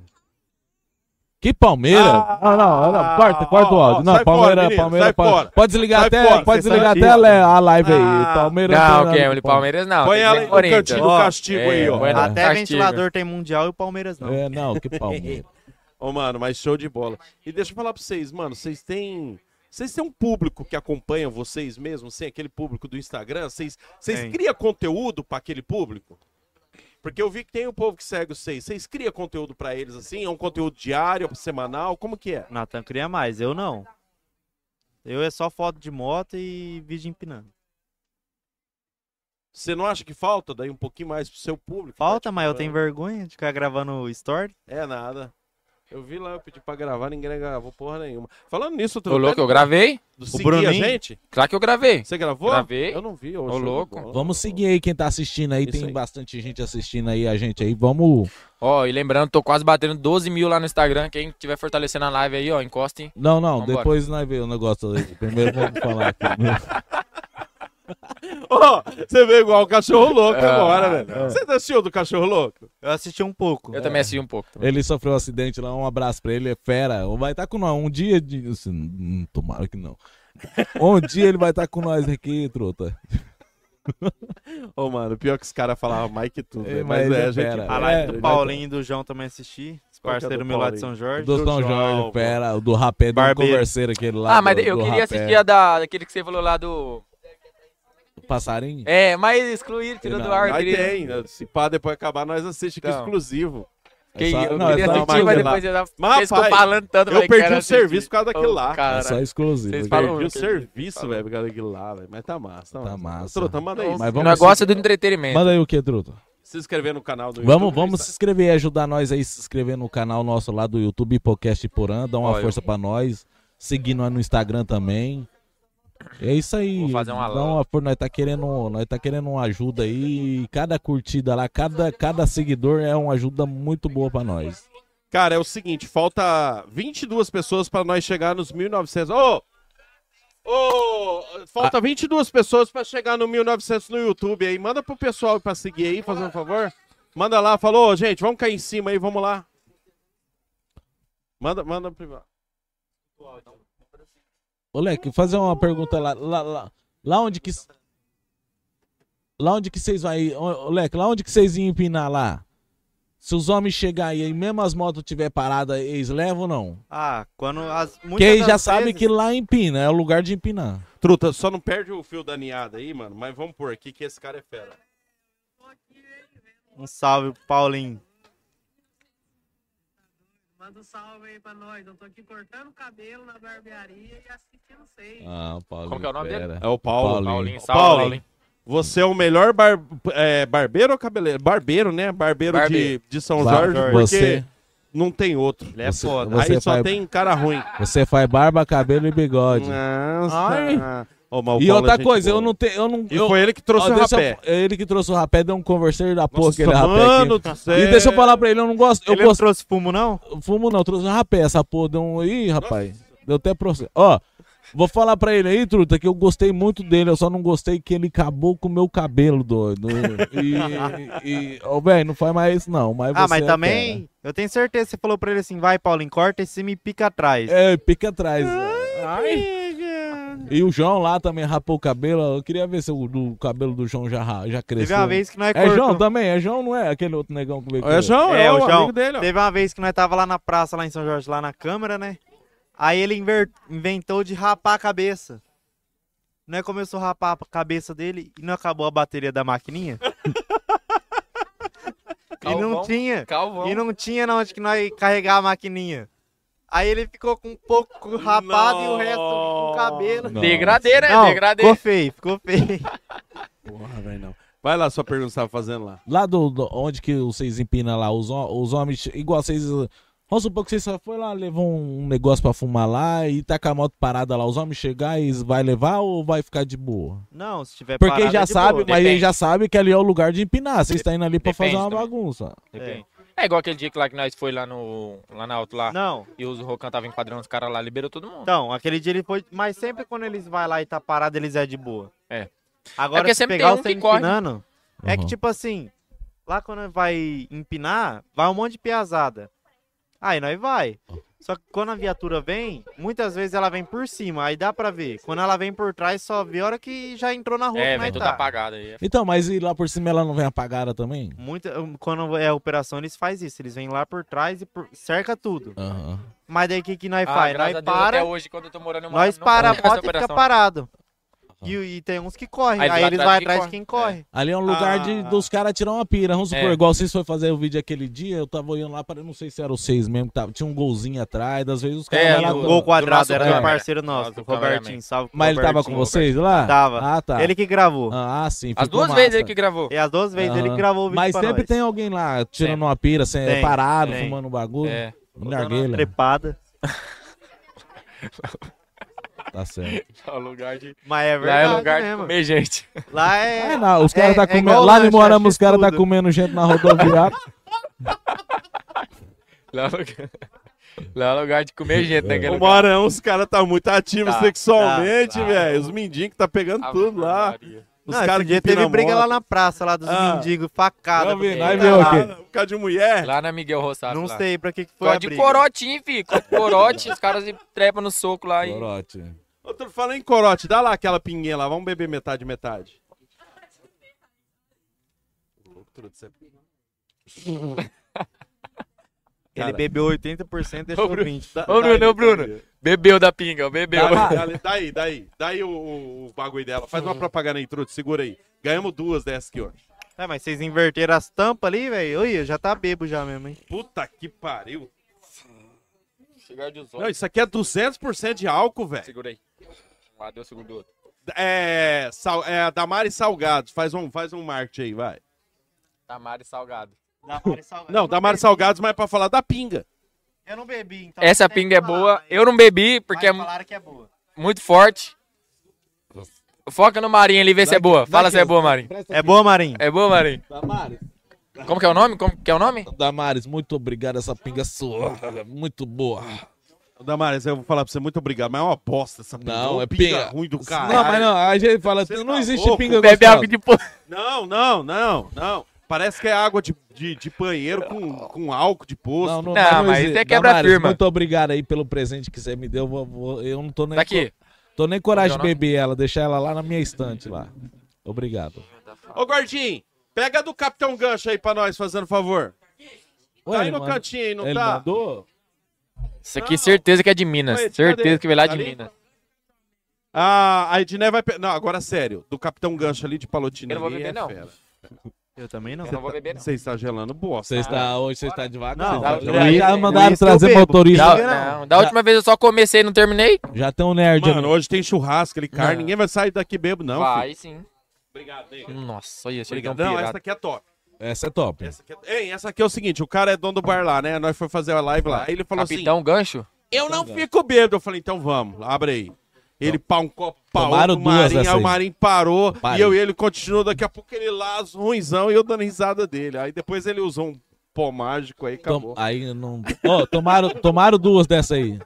[SPEAKER 1] Que Palmeira?
[SPEAKER 2] Ah,
[SPEAKER 1] não, não,
[SPEAKER 2] ah,
[SPEAKER 1] não, corta, corta o
[SPEAKER 2] ó,
[SPEAKER 1] áudio.
[SPEAKER 2] ó,
[SPEAKER 1] Não, Palmeira,
[SPEAKER 2] sai fora, menino, sai
[SPEAKER 1] Palmeira, Palmeira.
[SPEAKER 2] fora.
[SPEAKER 1] Pode desligar
[SPEAKER 2] Sai
[SPEAKER 1] a tela,
[SPEAKER 2] fora,
[SPEAKER 1] pode
[SPEAKER 2] você
[SPEAKER 1] desligar
[SPEAKER 2] tá
[SPEAKER 1] até a,
[SPEAKER 2] triste.
[SPEAKER 1] le- a live aí.
[SPEAKER 2] Ah,
[SPEAKER 1] Palmeira
[SPEAKER 3] Não,
[SPEAKER 1] tem nada
[SPEAKER 3] Kemble,
[SPEAKER 1] de
[SPEAKER 3] Palmeiras não.
[SPEAKER 2] Põe
[SPEAKER 3] tem
[SPEAKER 2] ela
[SPEAKER 3] que ser
[SPEAKER 2] no
[SPEAKER 3] Corinthians. É,
[SPEAKER 2] cantinho do castigo aí, ó.
[SPEAKER 3] põe ela no
[SPEAKER 5] Até
[SPEAKER 3] castigo.
[SPEAKER 5] ventilador tem mundial e o Palmeiras não.
[SPEAKER 1] É, não, que Palmeira.
[SPEAKER 2] Ô, mano, mas show de bola. E deixa eu falar pra vocês, mano, vocês têm. Vocês têm um público que acompanha vocês mesmos, sem aquele público do Instagram? Vocês, vocês
[SPEAKER 5] Tem.
[SPEAKER 2] criam conteúdo pra aquele público? Porque eu vi que tem o povo que segue vocês. Vocês criam conteúdo pra eles assim? É um conteúdo diário, semanal? Como que é?
[SPEAKER 5] Natan cria mais, eu não. Eu é só foto de moto e vídeo empinando.
[SPEAKER 2] Você não acha que falta daí um pouquinho mais pro seu público?
[SPEAKER 5] Falta,
[SPEAKER 2] Tá,
[SPEAKER 5] mas eu
[SPEAKER 2] tipo,
[SPEAKER 5] tenho vergonha de ficar gravando o story.
[SPEAKER 2] É nada. Eu vi lá, eu pedi pra gravar, ninguém gravou porra nenhuma. Falando nisso,
[SPEAKER 3] Ô, louco, eu gravei.
[SPEAKER 2] O Bruno,
[SPEAKER 5] Bruninho?
[SPEAKER 2] a gente?
[SPEAKER 3] Claro que eu gravei.
[SPEAKER 2] Você gravou?
[SPEAKER 3] Gravei.
[SPEAKER 2] Eu não vi. Ô,
[SPEAKER 3] Ô,
[SPEAKER 2] show de
[SPEAKER 3] louco.
[SPEAKER 2] bola.
[SPEAKER 1] Vamos seguir aí quem tá assistindo aí.
[SPEAKER 2] Isso
[SPEAKER 1] Tem
[SPEAKER 2] aí.
[SPEAKER 1] bastante gente assistindo aí a gente aí. Vamos.
[SPEAKER 3] Ó, e lembrando, tô quase batendo 12 mil lá no Instagram. Quem tiver fortalecendo a live aí, ó, encosta, hein?
[SPEAKER 1] Não, não,
[SPEAKER 3] Vambora.
[SPEAKER 1] depois nós vemos o negócio aí. Primeiro vamos falar aqui.
[SPEAKER 2] Ó, você veio igual o cachorro louco
[SPEAKER 3] Ah,
[SPEAKER 2] agora, velho. Você desceu do cachorro louco?
[SPEAKER 5] Eu assisti um pouco.
[SPEAKER 3] Eu também assisti um pouco. também.
[SPEAKER 1] Ele sofreu um acidente lá, um abraço pra ele, é fera. Vai estar com nós um dia de. assim, hum, tomara que não. Um dia ele vai estar com nós aqui, trota.
[SPEAKER 2] Ô, mano, pior que os caras falavam mais que tudo,
[SPEAKER 1] É,
[SPEAKER 2] velho.
[SPEAKER 1] mas
[SPEAKER 2] Mas é,
[SPEAKER 1] ele
[SPEAKER 2] a gente.
[SPEAKER 1] pera.
[SPEAKER 5] A live
[SPEAKER 1] É,
[SPEAKER 5] do Paulinho e do João também assisti. Os
[SPEAKER 2] Qual que é
[SPEAKER 5] parceiros
[SPEAKER 2] do
[SPEAKER 5] meu lá de São
[SPEAKER 2] Paulinho?
[SPEAKER 5] Jorge.
[SPEAKER 1] Do São Jorge, fera, o do rapé do
[SPEAKER 5] Barbeiro.
[SPEAKER 1] converseiro aquele lá.
[SPEAKER 3] Ah, mas
[SPEAKER 1] do-
[SPEAKER 3] eu
[SPEAKER 1] do
[SPEAKER 3] queria
[SPEAKER 1] rapé.
[SPEAKER 3] assistir a da, daquele que você falou lá do.
[SPEAKER 1] Passarinho?
[SPEAKER 3] É, mas excluir, tirou
[SPEAKER 1] Não,
[SPEAKER 3] do ar.
[SPEAKER 2] Aí
[SPEAKER 3] queria-
[SPEAKER 2] tem, né? se pá, depois acabar, nós assistimos
[SPEAKER 3] Então.
[SPEAKER 2] exclusivo.
[SPEAKER 3] Que
[SPEAKER 1] só-
[SPEAKER 3] eu
[SPEAKER 1] não,
[SPEAKER 3] queria
[SPEAKER 1] é só
[SPEAKER 2] uma
[SPEAKER 3] assistir, mas
[SPEAKER 2] máquina lá.
[SPEAKER 3] depois eu
[SPEAKER 2] Mas,
[SPEAKER 3] Vocês ficam
[SPEAKER 2] rapaz,
[SPEAKER 3] falando tanto.
[SPEAKER 2] eu
[SPEAKER 3] falei,
[SPEAKER 2] perdi
[SPEAKER 3] quero
[SPEAKER 2] o
[SPEAKER 3] assistir.
[SPEAKER 2] serviço por causa daquilo
[SPEAKER 3] Ô,
[SPEAKER 2] lá.
[SPEAKER 1] É
[SPEAKER 3] Cara,
[SPEAKER 1] só exclusivo.
[SPEAKER 3] Vocês
[SPEAKER 1] aqui.
[SPEAKER 3] falam-
[SPEAKER 2] Perdi o
[SPEAKER 3] Falou,
[SPEAKER 2] serviço, velho, por causa daquilo lá, velho. Mas tá massa, tá,
[SPEAKER 1] Tá massa.
[SPEAKER 2] Truta, manda aí.
[SPEAKER 1] Mas
[SPEAKER 3] o
[SPEAKER 1] vamos
[SPEAKER 3] negócio é do entretenimento.
[SPEAKER 1] Manda aí o que, truta?
[SPEAKER 2] Se inscrever no canal do
[SPEAKER 1] Vamos,
[SPEAKER 2] YouTube,
[SPEAKER 1] vamos se
[SPEAKER 2] Insta-
[SPEAKER 1] inscrever, ajudar nós aí, se inscrever no canal nosso lá do YouTube, Podcast Porã, dá uma
[SPEAKER 3] Olha.
[SPEAKER 1] força pra nós, seguir nós no Instagram também. É isso aí.
[SPEAKER 3] Vou fazer uma
[SPEAKER 1] dá
[SPEAKER 3] live.
[SPEAKER 1] uma força, nós tá querendo, nós tá querendo uma ajuda aí, e cada curtida lá, cada cada seguidor é uma ajuda muito boa pra nós.
[SPEAKER 2] Cara, é o seguinte, falta 22 pessoas pra nós chegar nos 1900. Ô! Ô!
[SPEAKER 1] Ah.
[SPEAKER 2] Falta 22 pessoas pra chegar no 1900 no YouTube aí. Manda pro pessoal pra seguir aí, fazendo um favor. Manda lá, falou, "Ô, gente, vamos cair em cima aí, vamos lá. Manda, manda privado.
[SPEAKER 1] Ô, Leque, fazer uma pergunta lá, lá, lá, lá onde que Lá onde que vocês vai, ô, ô, Leque, lá onde que vocês iam empinar lá? Se os homens chegarem aí, mesmo as motos tiver parada, eles levam ou não?
[SPEAKER 5] Ah, quando as. muitas
[SPEAKER 1] Quem já
[SPEAKER 5] das
[SPEAKER 1] sabe
[SPEAKER 5] vezes-
[SPEAKER 1] que lá empina, é o lugar de empinar.
[SPEAKER 2] Truta, só não perde o fio da ninhada aí, mano, mas vamos por aqui que esse cara é fera.
[SPEAKER 5] Um salve pro Paulinho.
[SPEAKER 8] Manda um salve aí pra nós. Eu tô aqui cortando o cabelo na barbearia e assistindo vocês.
[SPEAKER 1] Ah, Paulinho.
[SPEAKER 3] Qual que é o nome dele?
[SPEAKER 1] pera.
[SPEAKER 2] É o Paulo.
[SPEAKER 1] Paulo.
[SPEAKER 3] Paulinho,
[SPEAKER 2] Paulo.
[SPEAKER 3] salve, Paulinho.
[SPEAKER 2] Você é o melhor bar- é, barbeiro ou cabeleiro? Barbeiro, né? Barbeiro,
[SPEAKER 3] Barbeiro.
[SPEAKER 2] De, de São
[SPEAKER 1] Bar-
[SPEAKER 2] Jorge, porque
[SPEAKER 1] você,
[SPEAKER 2] não tem outro.
[SPEAKER 5] Ele é
[SPEAKER 1] Você-
[SPEAKER 5] foda.
[SPEAKER 1] você
[SPEAKER 2] aí só
[SPEAKER 1] faz-
[SPEAKER 2] tem cara ruim.
[SPEAKER 1] você faz barba, cabelo e bigode.
[SPEAKER 2] É. Nossa. Ô, mas o
[SPEAKER 1] e
[SPEAKER 2] Paulo é
[SPEAKER 1] outra
[SPEAKER 2] gente
[SPEAKER 1] coisa,
[SPEAKER 2] boa.
[SPEAKER 1] eu não tenho. Eu não,
[SPEAKER 2] E
[SPEAKER 1] eu-
[SPEAKER 2] foi ele que trouxe
[SPEAKER 1] ó,
[SPEAKER 2] o
[SPEAKER 1] deixa eu- é
[SPEAKER 2] rapé.
[SPEAKER 1] ele que trouxe o rapé, deu um converseiro da porra aquele
[SPEAKER 2] mano
[SPEAKER 1] rapé.
[SPEAKER 2] do céu.
[SPEAKER 1] Aqui. E deixa eu falar pra ele, eu não gosto. Eu
[SPEAKER 5] tá Ele não
[SPEAKER 1] gosto.
[SPEAKER 5] trouxe fumo, não?
[SPEAKER 1] Fumo não, trouxe o rapé, essa porra deu um. Ih, rapaz. Deu até processo. Ó, Vou falar pra ele aí, Truta, que eu gostei muito dele, eu só não gostei que ele acabou com o meu cabelo, doido. E, e ô, velho, não faz mais isso não. Mas
[SPEAKER 5] Ah, mas
[SPEAKER 1] você é
[SPEAKER 5] também, eu tenho certeza que você falou pra ele assim, vai, Paulinho, corta esse e me pica atrás.
[SPEAKER 1] fera. É, pica atrás. né?
[SPEAKER 3] Ah,
[SPEAKER 1] E o João lá também rapou o cabelo, eu queria ver se o do cabelo do João já, ra- já cresceu.
[SPEAKER 5] Teve uma vez que nós
[SPEAKER 1] É
[SPEAKER 5] cortou-
[SPEAKER 1] João também, é João, não é aquele outro negão que veio com
[SPEAKER 2] É
[SPEAKER 1] ele.
[SPEAKER 2] João, é,
[SPEAKER 5] É,
[SPEAKER 2] o,
[SPEAKER 5] o João.
[SPEAKER 2] amigo dele, ó.
[SPEAKER 5] Teve uma vez que nós tava lá na praça, lá em São Jorge, lá na câmara, né? Aí ele inver- inventou de rapar a cabeça. Nós começou a rapar a cabeça dele e não acabou a bateria da maquininha. e não
[SPEAKER 3] Calvão.
[SPEAKER 5] tinha.
[SPEAKER 3] Calvão.
[SPEAKER 5] E não tinha na onde que nós carregar a maquininha. Aí ele ficou com um pouco rapado e o resto com cabelo.
[SPEAKER 1] Não.
[SPEAKER 3] Degradê,
[SPEAKER 2] é
[SPEAKER 3] né?
[SPEAKER 5] Não,
[SPEAKER 3] Degradê.
[SPEAKER 5] ficou feio, ficou feio.
[SPEAKER 2] Porra, velho, não. Vai lá sua pergunta que você tava fazendo lá.
[SPEAKER 1] Lá do, do- onde que vocês empinam lá, os, hom- os homens, igual vocês. Vamos supor que vocês só foi lá, levou um negócio pra fumar lá e tá com a moto parada lá. Os homens chegar e vai levar ou vai ficar de boa?
[SPEAKER 5] Não, se tiver
[SPEAKER 1] Porque
[SPEAKER 5] parada, é
[SPEAKER 1] já
[SPEAKER 5] de
[SPEAKER 1] sabe,
[SPEAKER 5] boa.
[SPEAKER 1] mas ele
[SPEAKER 3] Depende.
[SPEAKER 1] já sabe que ali é o lugar de empinar. Vocês estão indo ali pra
[SPEAKER 3] Depende
[SPEAKER 1] fazer uma
[SPEAKER 3] também.
[SPEAKER 1] bagunça.
[SPEAKER 3] Depende. É igual aquele dia que lá que nós foi lá no. Lá na alto lá.
[SPEAKER 5] Não,
[SPEAKER 3] E os Rocan tava enquadrando os caras lá, liberou todo mundo.
[SPEAKER 5] Então, aquele dia ele foi. Mas sempre quando eles vai lá e tá parado, eles é de boa.
[SPEAKER 3] É. É
[SPEAKER 5] Agora,
[SPEAKER 3] porque
[SPEAKER 5] se
[SPEAKER 3] sempre
[SPEAKER 5] pegar
[SPEAKER 3] tem
[SPEAKER 5] o
[SPEAKER 3] um
[SPEAKER 5] você
[SPEAKER 3] que corre.
[SPEAKER 5] empinando, é que
[SPEAKER 1] Uhum.
[SPEAKER 5] tipo assim, lá quando vai empinar, vai um monte de piazada. Aí nós vai. Só que quando a viatura vem, muitas vezes ela vem por cima, aí dá pra ver. Quando ela vem por trás, só vê a hora que já entrou na rua.
[SPEAKER 3] é,
[SPEAKER 5] que nós
[SPEAKER 3] vem tudo
[SPEAKER 5] tá.
[SPEAKER 3] apagado aí.
[SPEAKER 1] Então, mas e lá por cima ela não vem apagada também?
[SPEAKER 5] Muita, quando é operação, eles fazem isso. Eles vêm lá por trás e por- cerca tudo.
[SPEAKER 1] Aham.
[SPEAKER 5] Mas daí o que, que nós
[SPEAKER 3] Ah,
[SPEAKER 5] faz?
[SPEAKER 3] graças a
[SPEAKER 5] Nós
[SPEAKER 3] Deus,
[SPEAKER 5] para,
[SPEAKER 3] até hoje, quando eu tô morando em uma-
[SPEAKER 5] Nós
[SPEAKER 3] não
[SPEAKER 5] para a
[SPEAKER 3] acontece
[SPEAKER 5] moto e
[SPEAKER 3] essa
[SPEAKER 5] fica
[SPEAKER 3] operação.
[SPEAKER 5] parado. E, e tem uns que correm.
[SPEAKER 3] Aí
[SPEAKER 5] Aí,
[SPEAKER 3] eles vão
[SPEAKER 5] eles vão
[SPEAKER 3] atrás de
[SPEAKER 5] atrás de
[SPEAKER 3] quem
[SPEAKER 5] quem corre.
[SPEAKER 1] Ali é um lugar
[SPEAKER 2] Ah.
[SPEAKER 1] de, dos caras tirar uma pira. Vamos supor,
[SPEAKER 3] É.
[SPEAKER 1] igual vocês foram fazer o vídeo aquele dia, eu tava olhando lá, pra, não sei se era vocês mesmo, que tava, tinha um golzinho atrás, às vezes os caras
[SPEAKER 3] É,
[SPEAKER 1] vai lá.
[SPEAKER 3] do-
[SPEAKER 5] O
[SPEAKER 1] dando.
[SPEAKER 5] gol quadrado
[SPEAKER 3] nosso
[SPEAKER 5] era
[SPEAKER 1] câmera.
[SPEAKER 5] meu parceiro nosso,
[SPEAKER 3] Nosso
[SPEAKER 5] o Robertinho.
[SPEAKER 3] cameraman.
[SPEAKER 5] Salve pro
[SPEAKER 1] Mas ele tava com
[SPEAKER 5] Robertinho.
[SPEAKER 1] vocês lá?
[SPEAKER 5] Tava.
[SPEAKER 1] Ah, tá.
[SPEAKER 5] Ele que gravou.
[SPEAKER 1] Ah, sim.
[SPEAKER 3] As
[SPEAKER 1] ficou
[SPEAKER 3] duas vezes
[SPEAKER 1] massa.
[SPEAKER 3] ele que gravou.
[SPEAKER 5] E as duas vezes ele
[SPEAKER 1] Aham.
[SPEAKER 5] que gravou o vídeo
[SPEAKER 1] Mas
[SPEAKER 5] pra
[SPEAKER 1] sempre
[SPEAKER 5] nós.
[SPEAKER 1] tem alguém lá tirando
[SPEAKER 3] Sempre.
[SPEAKER 1] uma pira, sem,
[SPEAKER 5] Tem,
[SPEAKER 1] parado,
[SPEAKER 5] tem.
[SPEAKER 1] fumando um bagulho.
[SPEAKER 3] É.
[SPEAKER 1] né? Narguilha.
[SPEAKER 5] Trepada.
[SPEAKER 1] Tá certo.
[SPEAKER 3] É o lugar de.
[SPEAKER 5] Mas é
[SPEAKER 3] Lá é
[SPEAKER 5] verdade
[SPEAKER 3] o lugar de
[SPEAKER 5] mesmo.
[SPEAKER 3] comer gente.
[SPEAKER 5] Lá é...
[SPEAKER 1] É, não, os caras
[SPEAKER 5] é-
[SPEAKER 1] tá
[SPEAKER 5] é
[SPEAKER 1] comendo.
[SPEAKER 5] igual
[SPEAKER 1] lá
[SPEAKER 5] lanche,
[SPEAKER 1] em Moramos, os caras tá
[SPEAKER 5] tudo.
[SPEAKER 1] comendo gente na rodoviária.
[SPEAKER 3] Lá é o lugar, lá é o lugar de comer gente naquele
[SPEAKER 2] O
[SPEAKER 3] lugar.
[SPEAKER 2] Marão, os caras tá muito ativos
[SPEAKER 3] Tá,
[SPEAKER 2] sexualmente,
[SPEAKER 3] tá, tá.
[SPEAKER 2] velho. Os mendigos que tá pegando tudo lá. Os
[SPEAKER 5] Não, é esse
[SPEAKER 2] caras que
[SPEAKER 5] dia teve
[SPEAKER 2] empinam
[SPEAKER 5] briga
[SPEAKER 2] moto.
[SPEAKER 5] lá na praça, lá dos
[SPEAKER 2] Ah.
[SPEAKER 5] mendigos, facada. Tá
[SPEAKER 1] Eu vi,
[SPEAKER 5] porque-
[SPEAKER 1] nós
[SPEAKER 3] nós
[SPEAKER 1] viu
[SPEAKER 2] Caralho,
[SPEAKER 1] aqui.
[SPEAKER 2] Por causa de mulher.
[SPEAKER 3] Lá na Miguel Rossato.
[SPEAKER 5] Não
[SPEAKER 3] lá.
[SPEAKER 5] sei pra que que foi
[SPEAKER 3] Gosto
[SPEAKER 5] a
[SPEAKER 3] de
[SPEAKER 5] briga.
[SPEAKER 3] corotinho, fi. Gosto de Corote, os caras se trepam no soco lá. E...
[SPEAKER 1] Corote.
[SPEAKER 2] Outro falando em corote, dá lá aquela pinguinha lá, vamos beber metade, metade. Outro de sempre.
[SPEAKER 5] Ele
[SPEAKER 2] Cara.
[SPEAKER 5] bebeu 80%
[SPEAKER 3] Ô,
[SPEAKER 5] deixou
[SPEAKER 3] Bruno.
[SPEAKER 5] 20.
[SPEAKER 2] Dá-
[SPEAKER 3] Ô,
[SPEAKER 2] dá
[SPEAKER 3] Bruno,
[SPEAKER 2] aí,
[SPEAKER 3] ô, Bruno.
[SPEAKER 2] dá aí.
[SPEAKER 3] Bebeu da pinga, ó, bebeu.
[SPEAKER 2] tá? Dá, dá, dá, daí, daí, daí o, o- o bagulho dela. Faz uma propaganda aí, Truto, segura aí. Ganhamos duas dessas aqui hoje.
[SPEAKER 5] É, mas vocês inverteram as tampas ali, velho. Oi, já tá bebo já mesmo, hein?
[SPEAKER 2] Puta que pariu.
[SPEAKER 3] Cigarro de
[SPEAKER 2] Não, isso aqui é 200% de álcool, velho.
[SPEAKER 3] Segura aí. Ah, deu segundo outro.
[SPEAKER 2] É, sal, é a Damari Salgados. Faz um, faz um marketing aí, vai.
[SPEAKER 3] Tamari Salgado.
[SPEAKER 2] Não, Damari Salgados, mas é pra falar da pinga.
[SPEAKER 5] Eu não bebi, então.
[SPEAKER 3] Essa
[SPEAKER 5] não tem
[SPEAKER 3] pinga é
[SPEAKER 5] que falar,
[SPEAKER 3] boa.
[SPEAKER 5] mas-
[SPEAKER 3] Eu não bebi porque é
[SPEAKER 5] mas falaram que é boa.
[SPEAKER 3] muito forte. Foca no Marinho ali, vê se é boa. Fala se é boa, Marinho.
[SPEAKER 5] É boa, Marinho?
[SPEAKER 3] É boa, Marinho? Como que é o nome? Como que é o nome?
[SPEAKER 1] Damares, muito obrigado. Essa pinga é sua. Muito boa.
[SPEAKER 2] Damares, eu vou falar pra você, muito obrigado, mas é uma bosta essa pinga.
[SPEAKER 1] Não,
[SPEAKER 2] Ô,
[SPEAKER 1] é pinga.
[SPEAKER 2] ruim do caralho.
[SPEAKER 1] Não, mas não. A gente fala, assim,
[SPEAKER 2] Você
[SPEAKER 1] não
[SPEAKER 2] tá
[SPEAKER 1] existe
[SPEAKER 2] louco?
[SPEAKER 1] pinga
[SPEAKER 3] Bebe
[SPEAKER 1] gostosa.
[SPEAKER 3] água de po...
[SPEAKER 2] Não, não, não, não. Parece que é água de, de, de banheiro com, com álcool de poço.
[SPEAKER 1] Não, não,
[SPEAKER 3] Não, mas
[SPEAKER 1] existe.
[SPEAKER 3] isso é quebra
[SPEAKER 1] Damares,
[SPEAKER 3] firma.
[SPEAKER 1] Muito obrigado aí pelo presente que você me deu. Vou- vou- Eu não tô nem,
[SPEAKER 3] Tá aqui.
[SPEAKER 1] tô nem coragem de
[SPEAKER 3] Como é o
[SPEAKER 1] beber ela, deixar ela lá na minha estante lá. Obrigado.
[SPEAKER 2] Ô, Gordinho, pega do Capitão Gancho aí pra nós, fazendo favor.
[SPEAKER 1] Ué,
[SPEAKER 2] tá aí
[SPEAKER 1] ele
[SPEAKER 2] no
[SPEAKER 1] manda-
[SPEAKER 2] cantinho aí, não
[SPEAKER 1] ele
[SPEAKER 2] tá?
[SPEAKER 1] mandou?
[SPEAKER 3] Isso aqui certeza que é de Minas.
[SPEAKER 2] Oi, cadê? Tá
[SPEAKER 3] certeza que veio lá de
[SPEAKER 2] Ali?
[SPEAKER 3] Minas.
[SPEAKER 2] Ah, a Edné vai... pe- Não, agora sério. Do Capitão Gancho ali de Palotina
[SPEAKER 3] Eu não vou
[SPEAKER 2] ali
[SPEAKER 3] beber,
[SPEAKER 2] é
[SPEAKER 3] não.
[SPEAKER 2] fera.
[SPEAKER 5] Eu também não.
[SPEAKER 3] Eu não vou beber, não. tá
[SPEAKER 2] Você está gelando bosta.
[SPEAKER 1] Você está, hoje você está devagar.
[SPEAKER 5] Não,
[SPEAKER 2] Tá
[SPEAKER 1] Já-
[SPEAKER 5] eu-
[SPEAKER 1] já, já
[SPEAKER 5] eu-
[SPEAKER 1] mandaram
[SPEAKER 5] eu-
[SPEAKER 1] trazer
[SPEAKER 5] eu bebo.
[SPEAKER 1] motorista.
[SPEAKER 3] Da, não, da última vez eu só comecei e não terminei.
[SPEAKER 1] Já tem um nerd.
[SPEAKER 2] Mano,
[SPEAKER 1] ali.
[SPEAKER 2] hoje tem churrasco, ele carne.
[SPEAKER 3] Não.
[SPEAKER 2] Ninguém vai sair daqui bebo, não. filho.
[SPEAKER 3] Vai, sim.
[SPEAKER 2] Obrigado, Ney.
[SPEAKER 3] Nossa, olha, chega um
[SPEAKER 2] Obrigado. Não, essa
[SPEAKER 3] pirata.
[SPEAKER 2] aqui é top.
[SPEAKER 1] Essa é top.
[SPEAKER 2] Essa aqui é... Ei, essa aqui é o seguinte, o cara é dono do bar lá, né? Nós foi fazer a live lá. Aí ele falou
[SPEAKER 3] Capitão Gancho?
[SPEAKER 2] assim, eu não fico bêbado. Eu falei, então vamos, abre aí. Ele pá um copo, pá
[SPEAKER 1] Tomaram
[SPEAKER 2] outro,
[SPEAKER 1] duas
[SPEAKER 2] Marinho,
[SPEAKER 1] dessa
[SPEAKER 2] aí o
[SPEAKER 1] aí.
[SPEAKER 2] Marinho parou,
[SPEAKER 1] Parei.
[SPEAKER 2] e eu e ele continuou, daqui a pouco ele lá, ruimzão, e eu dando risada dele. Aí depois ele usou um pó mágico aí,
[SPEAKER 1] Tom-
[SPEAKER 2] acabou.
[SPEAKER 1] aí não. Ó, tomaram, tomaram duas dessa aí.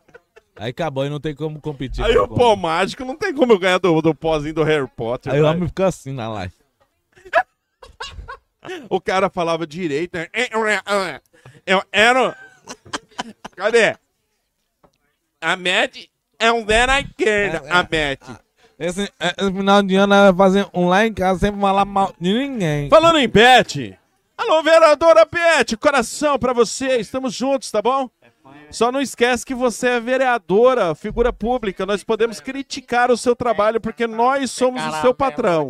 [SPEAKER 1] Aí acabou, aí não tem como competir.
[SPEAKER 2] Aí
[SPEAKER 1] com
[SPEAKER 2] o
[SPEAKER 1] como.
[SPEAKER 2] pó mágico não tem como eu ganhar do, do pózinho do Harry Potter.
[SPEAKER 1] Aí o
[SPEAKER 2] velho.
[SPEAKER 1] homem fica assim na live.
[SPEAKER 2] O cara falava direito, né? Eu é. era. Cadê? A Matt é um zero à esquerda, a Matt.
[SPEAKER 1] É, Ah, Esse, é, no final de ano, ela vai fazer um lá em casa sem falar mal de ninguém.
[SPEAKER 2] Falando em Pet. Alô, vereadora Pet, coração pra você, estamos juntos, tá bom? Só não esquece que você é vereadora, figura pública, nós podemos criticar o seu trabalho porque nós somos o
[SPEAKER 3] é
[SPEAKER 1] é
[SPEAKER 2] seu patrão.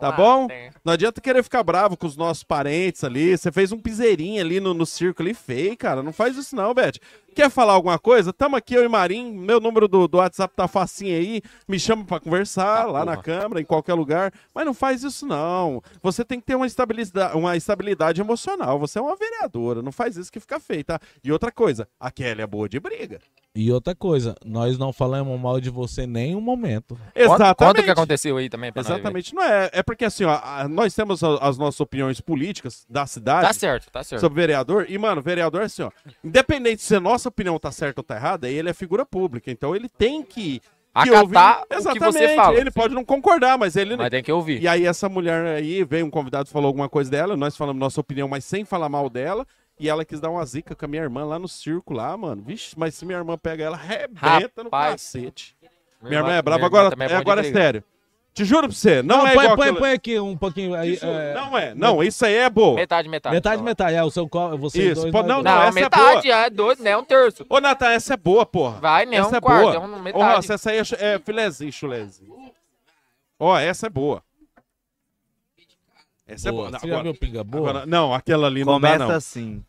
[SPEAKER 2] Tá bom? Não adianta querer ficar bravo com os nossos parentes ali. Você fez um piseirinho ali no, no circo ali feio, cara. Não faz isso não, Beth. Quer falar alguma coisa? Tamo aqui, eu e Marim. Meu número do, do WhatsApp tá facinho aí. Me chama pra conversar lá na câmara, em qualquer lugar. Mas não faz isso não. Você tem que ter uma estabilidade, uma estabilidade emocional. Você é uma vereadora. Não faz isso que fica feio, tá? E outra coisa, a Kelly é boa de briga.
[SPEAKER 1] E outra coisa, nós não falamos mal de você em nenhum momento.
[SPEAKER 3] Conta,
[SPEAKER 2] Exatamente.
[SPEAKER 3] conta o que aconteceu aí também. pra nós ver.
[SPEAKER 2] Exatamente. Não é, é porque assim, ó, a- nós temos a- as nossas opiniões políticas da cidade.
[SPEAKER 3] Tá certo, tá certo.
[SPEAKER 2] sobre vereador. E, mano, vereador é assim, ó. Independente se a nossa opinião tá certa ou tá errada, ele é figura pública. Então ele tem que. que
[SPEAKER 3] Acatar o que
[SPEAKER 2] Exatamente.
[SPEAKER 3] você fala.
[SPEAKER 2] Ele pode não concordar, mas ele.
[SPEAKER 3] Mas tem que ouvir.
[SPEAKER 2] E aí, essa mulher aí, veio um convidado, falou alguma coisa dela, nós falamos nossa opinião, mas sem falar mal dela. E ela quis dar uma zica com a minha irmã lá no circo, lá, mano. Vixe, mas se minha irmã pega ela, arrebenta no
[SPEAKER 3] Rapaz.
[SPEAKER 2] cacete. Minha irmã é brava, agora,
[SPEAKER 3] também
[SPEAKER 2] é,
[SPEAKER 3] boa de
[SPEAKER 2] agora é
[SPEAKER 3] briga.
[SPEAKER 2] sério. Te juro pra você, não, é
[SPEAKER 1] põe,
[SPEAKER 2] igual
[SPEAKER 1] põe,
[SPEAKER 2] aquilo-
[SPEAKER 1] põe aqui um pouquinho. Aí,
[SPEAKER 2] Te juro,
[SPEAKER 1] é,
[SPEAKER 2] Não é, não, isso aí é boa.
[SPEAKER 3] Metade, metade.
[SPEAKER 1] metade,
[SPEAKER 3] Então.
[SPEAKER 1] metade. É, o seu colo, você
[SPEAKER 2] Isso,
[SPEAKER 1] dois.
[SPEAKER 2] pô,
[SPEAKER 1] nós
[SPEAKER 2] não,
[SPEAKER 1] dois.
[SPEAKER 3] Não,
[SPEAKER 2] essa é
[SPEAKER 3] metade, é, dois, né? Um terço.
[SPEAKER 2] Ô, Natan, essa é boa, porra.
[SPEAKER 3] Vai, né?
[SPEAKER 2] Essa
[SPEAKER 3] um
[SPEAKER 2] é
[SPEAKER 3] quarto,
[SPEAKER 2] boa.
[SPEAKER 3] é um metade.
[SPEAKER 2] Ô, Ross, essa aí é, é filezinho, chulezinho. Ó, essa é boa. Essa
[SPEAKER 1] Boa,
[SPEAKER 2] é boa. Não,
[SPEAKER 1] Você já
[SPEAKER 2] agora-
[SPEAKER 1] viu pinga boa?
[SPEAKER 2] agora- não, aquela ali não dá,
[SPEAKER 5] Começa
[SPEAKER 2] não.
[SPEAKER 5] assim.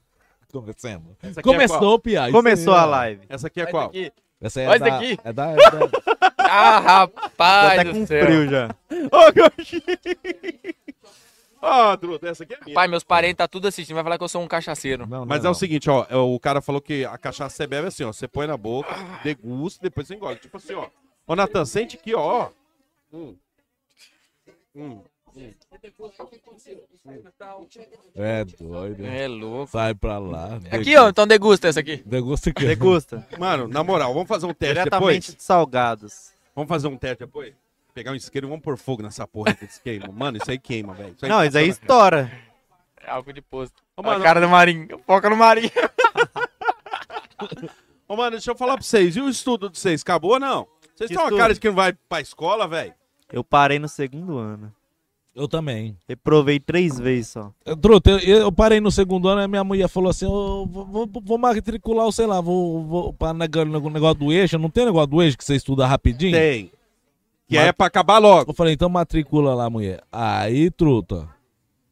[SPEAKER 1] Começando.
[SPEAKER 2] Essa aqui é
[SPEAKER 1] Começou, Pia.
[SPEAKER 5] Começou a live.
[SPEAKER 2] Essa aqui é
[SPEAKER 3] Mas
[SPEAKER 2] qual?
[SPEAKER 3] aqui-
[SPEAKER 1] Essa é,
[SPEAKER 3] Olha
[SPEAKER 1] da,
[SPEAKER 3] isso aqui.
[SPEAKER 1] é da. É da...
[SPEAKER 3] Ah,
[SPEAKER 5] Tô
[SPEAKER 3] rapaz
[SPEAKER 5] até
[SPEAKER 3] do
[SPEAKER 5] com
[SPEAKER 3] céu.
[SPEAKER 5] frio já.
[SPEAKER 2] Ô, Gordinho! Ó, Druta, essa aqui é minha.
[SPEAKER 3] Pai, meus parentes tá tudo assistindo, vai falar que eu sou um cachaceiro.
[SPEAKER 1] Não, não,
[SPEAKER 2] Mas é
[SPEAKER 1] não.
[SPEAKER 2] o seguinte, ó, o cara falou que a cachaça você bebe assim, ó, você põe na boca, degusta, depois você engole. Tipo assim, ó. Ô, Natan, sente aqui, ó. Hum. Hum.
[SPEAKER 1] É doido.
[SPEAKER 3] É louco.
[SPEAKER 1] Sai pra lá.
[SPEAKER 3] Aqui, ó, então degusta essa aqui.
[SPEAKER 1] Degusta aqui.
[SPEAKER 5] Degusta.
[SPEAKER 2] Mano, na moral, vamos fazer um teste
[SPEAKER 5] Diretamente
[SPEAKER 2] depois?
[SPEAKER 5] de salgados.
[SPEAKER 2] Vamos fazer um teste depois? Pegar um isqueiro e vamos pôr fogo nessa porra que isso queima. Mano, isso aí tá queima, velho.
[SPEAKER 5] Não, isso aí
[SPEAKER 2] funciona.
[SPEAKER 5] estoura.
[SPEAKER 3] É algo de posto.
[SPEAKER 2] Ô,
[SPEAKER 3] Olha
[SPEAKER 2] mano,
[SPEAKER 3] a cara do Marinho. Foca no Marinho.
[SPEAKER 2] ô, mano, deixa eu falar pra vocês. E o estudo de vocês? Acabou ou não? Vocês
[SPEAKER 5] É, Que
[SPEAKER 2] têm uma
[SPEAKER 5] estudo?
[SPEAKER 2] cara de que não vai pra escola, velho?
[SPEAKER 5] Eu parei no segundo ano.
[SPEAKER 1] Eu também.
[SPEAKER 5] Reprovei três vezes só.
[SPEAKER 1] Eu, Truta, Eh, eu, eu parei no segundo ano e minha mulher falou assim: "Ô, vou, vou- vou matricular, ou sei lá, vou, vou para o negócio do eixo. Não tem negócio do eixo que você estuda rapidinho?
[SPEAKER 2] Tem. Que
[SPEAKER 1] Mas-
[SPEAKER 2] é pra acabar logo.
[SPEAKER 1] Eu falei, então matricula lá, mulher. Aí, truta.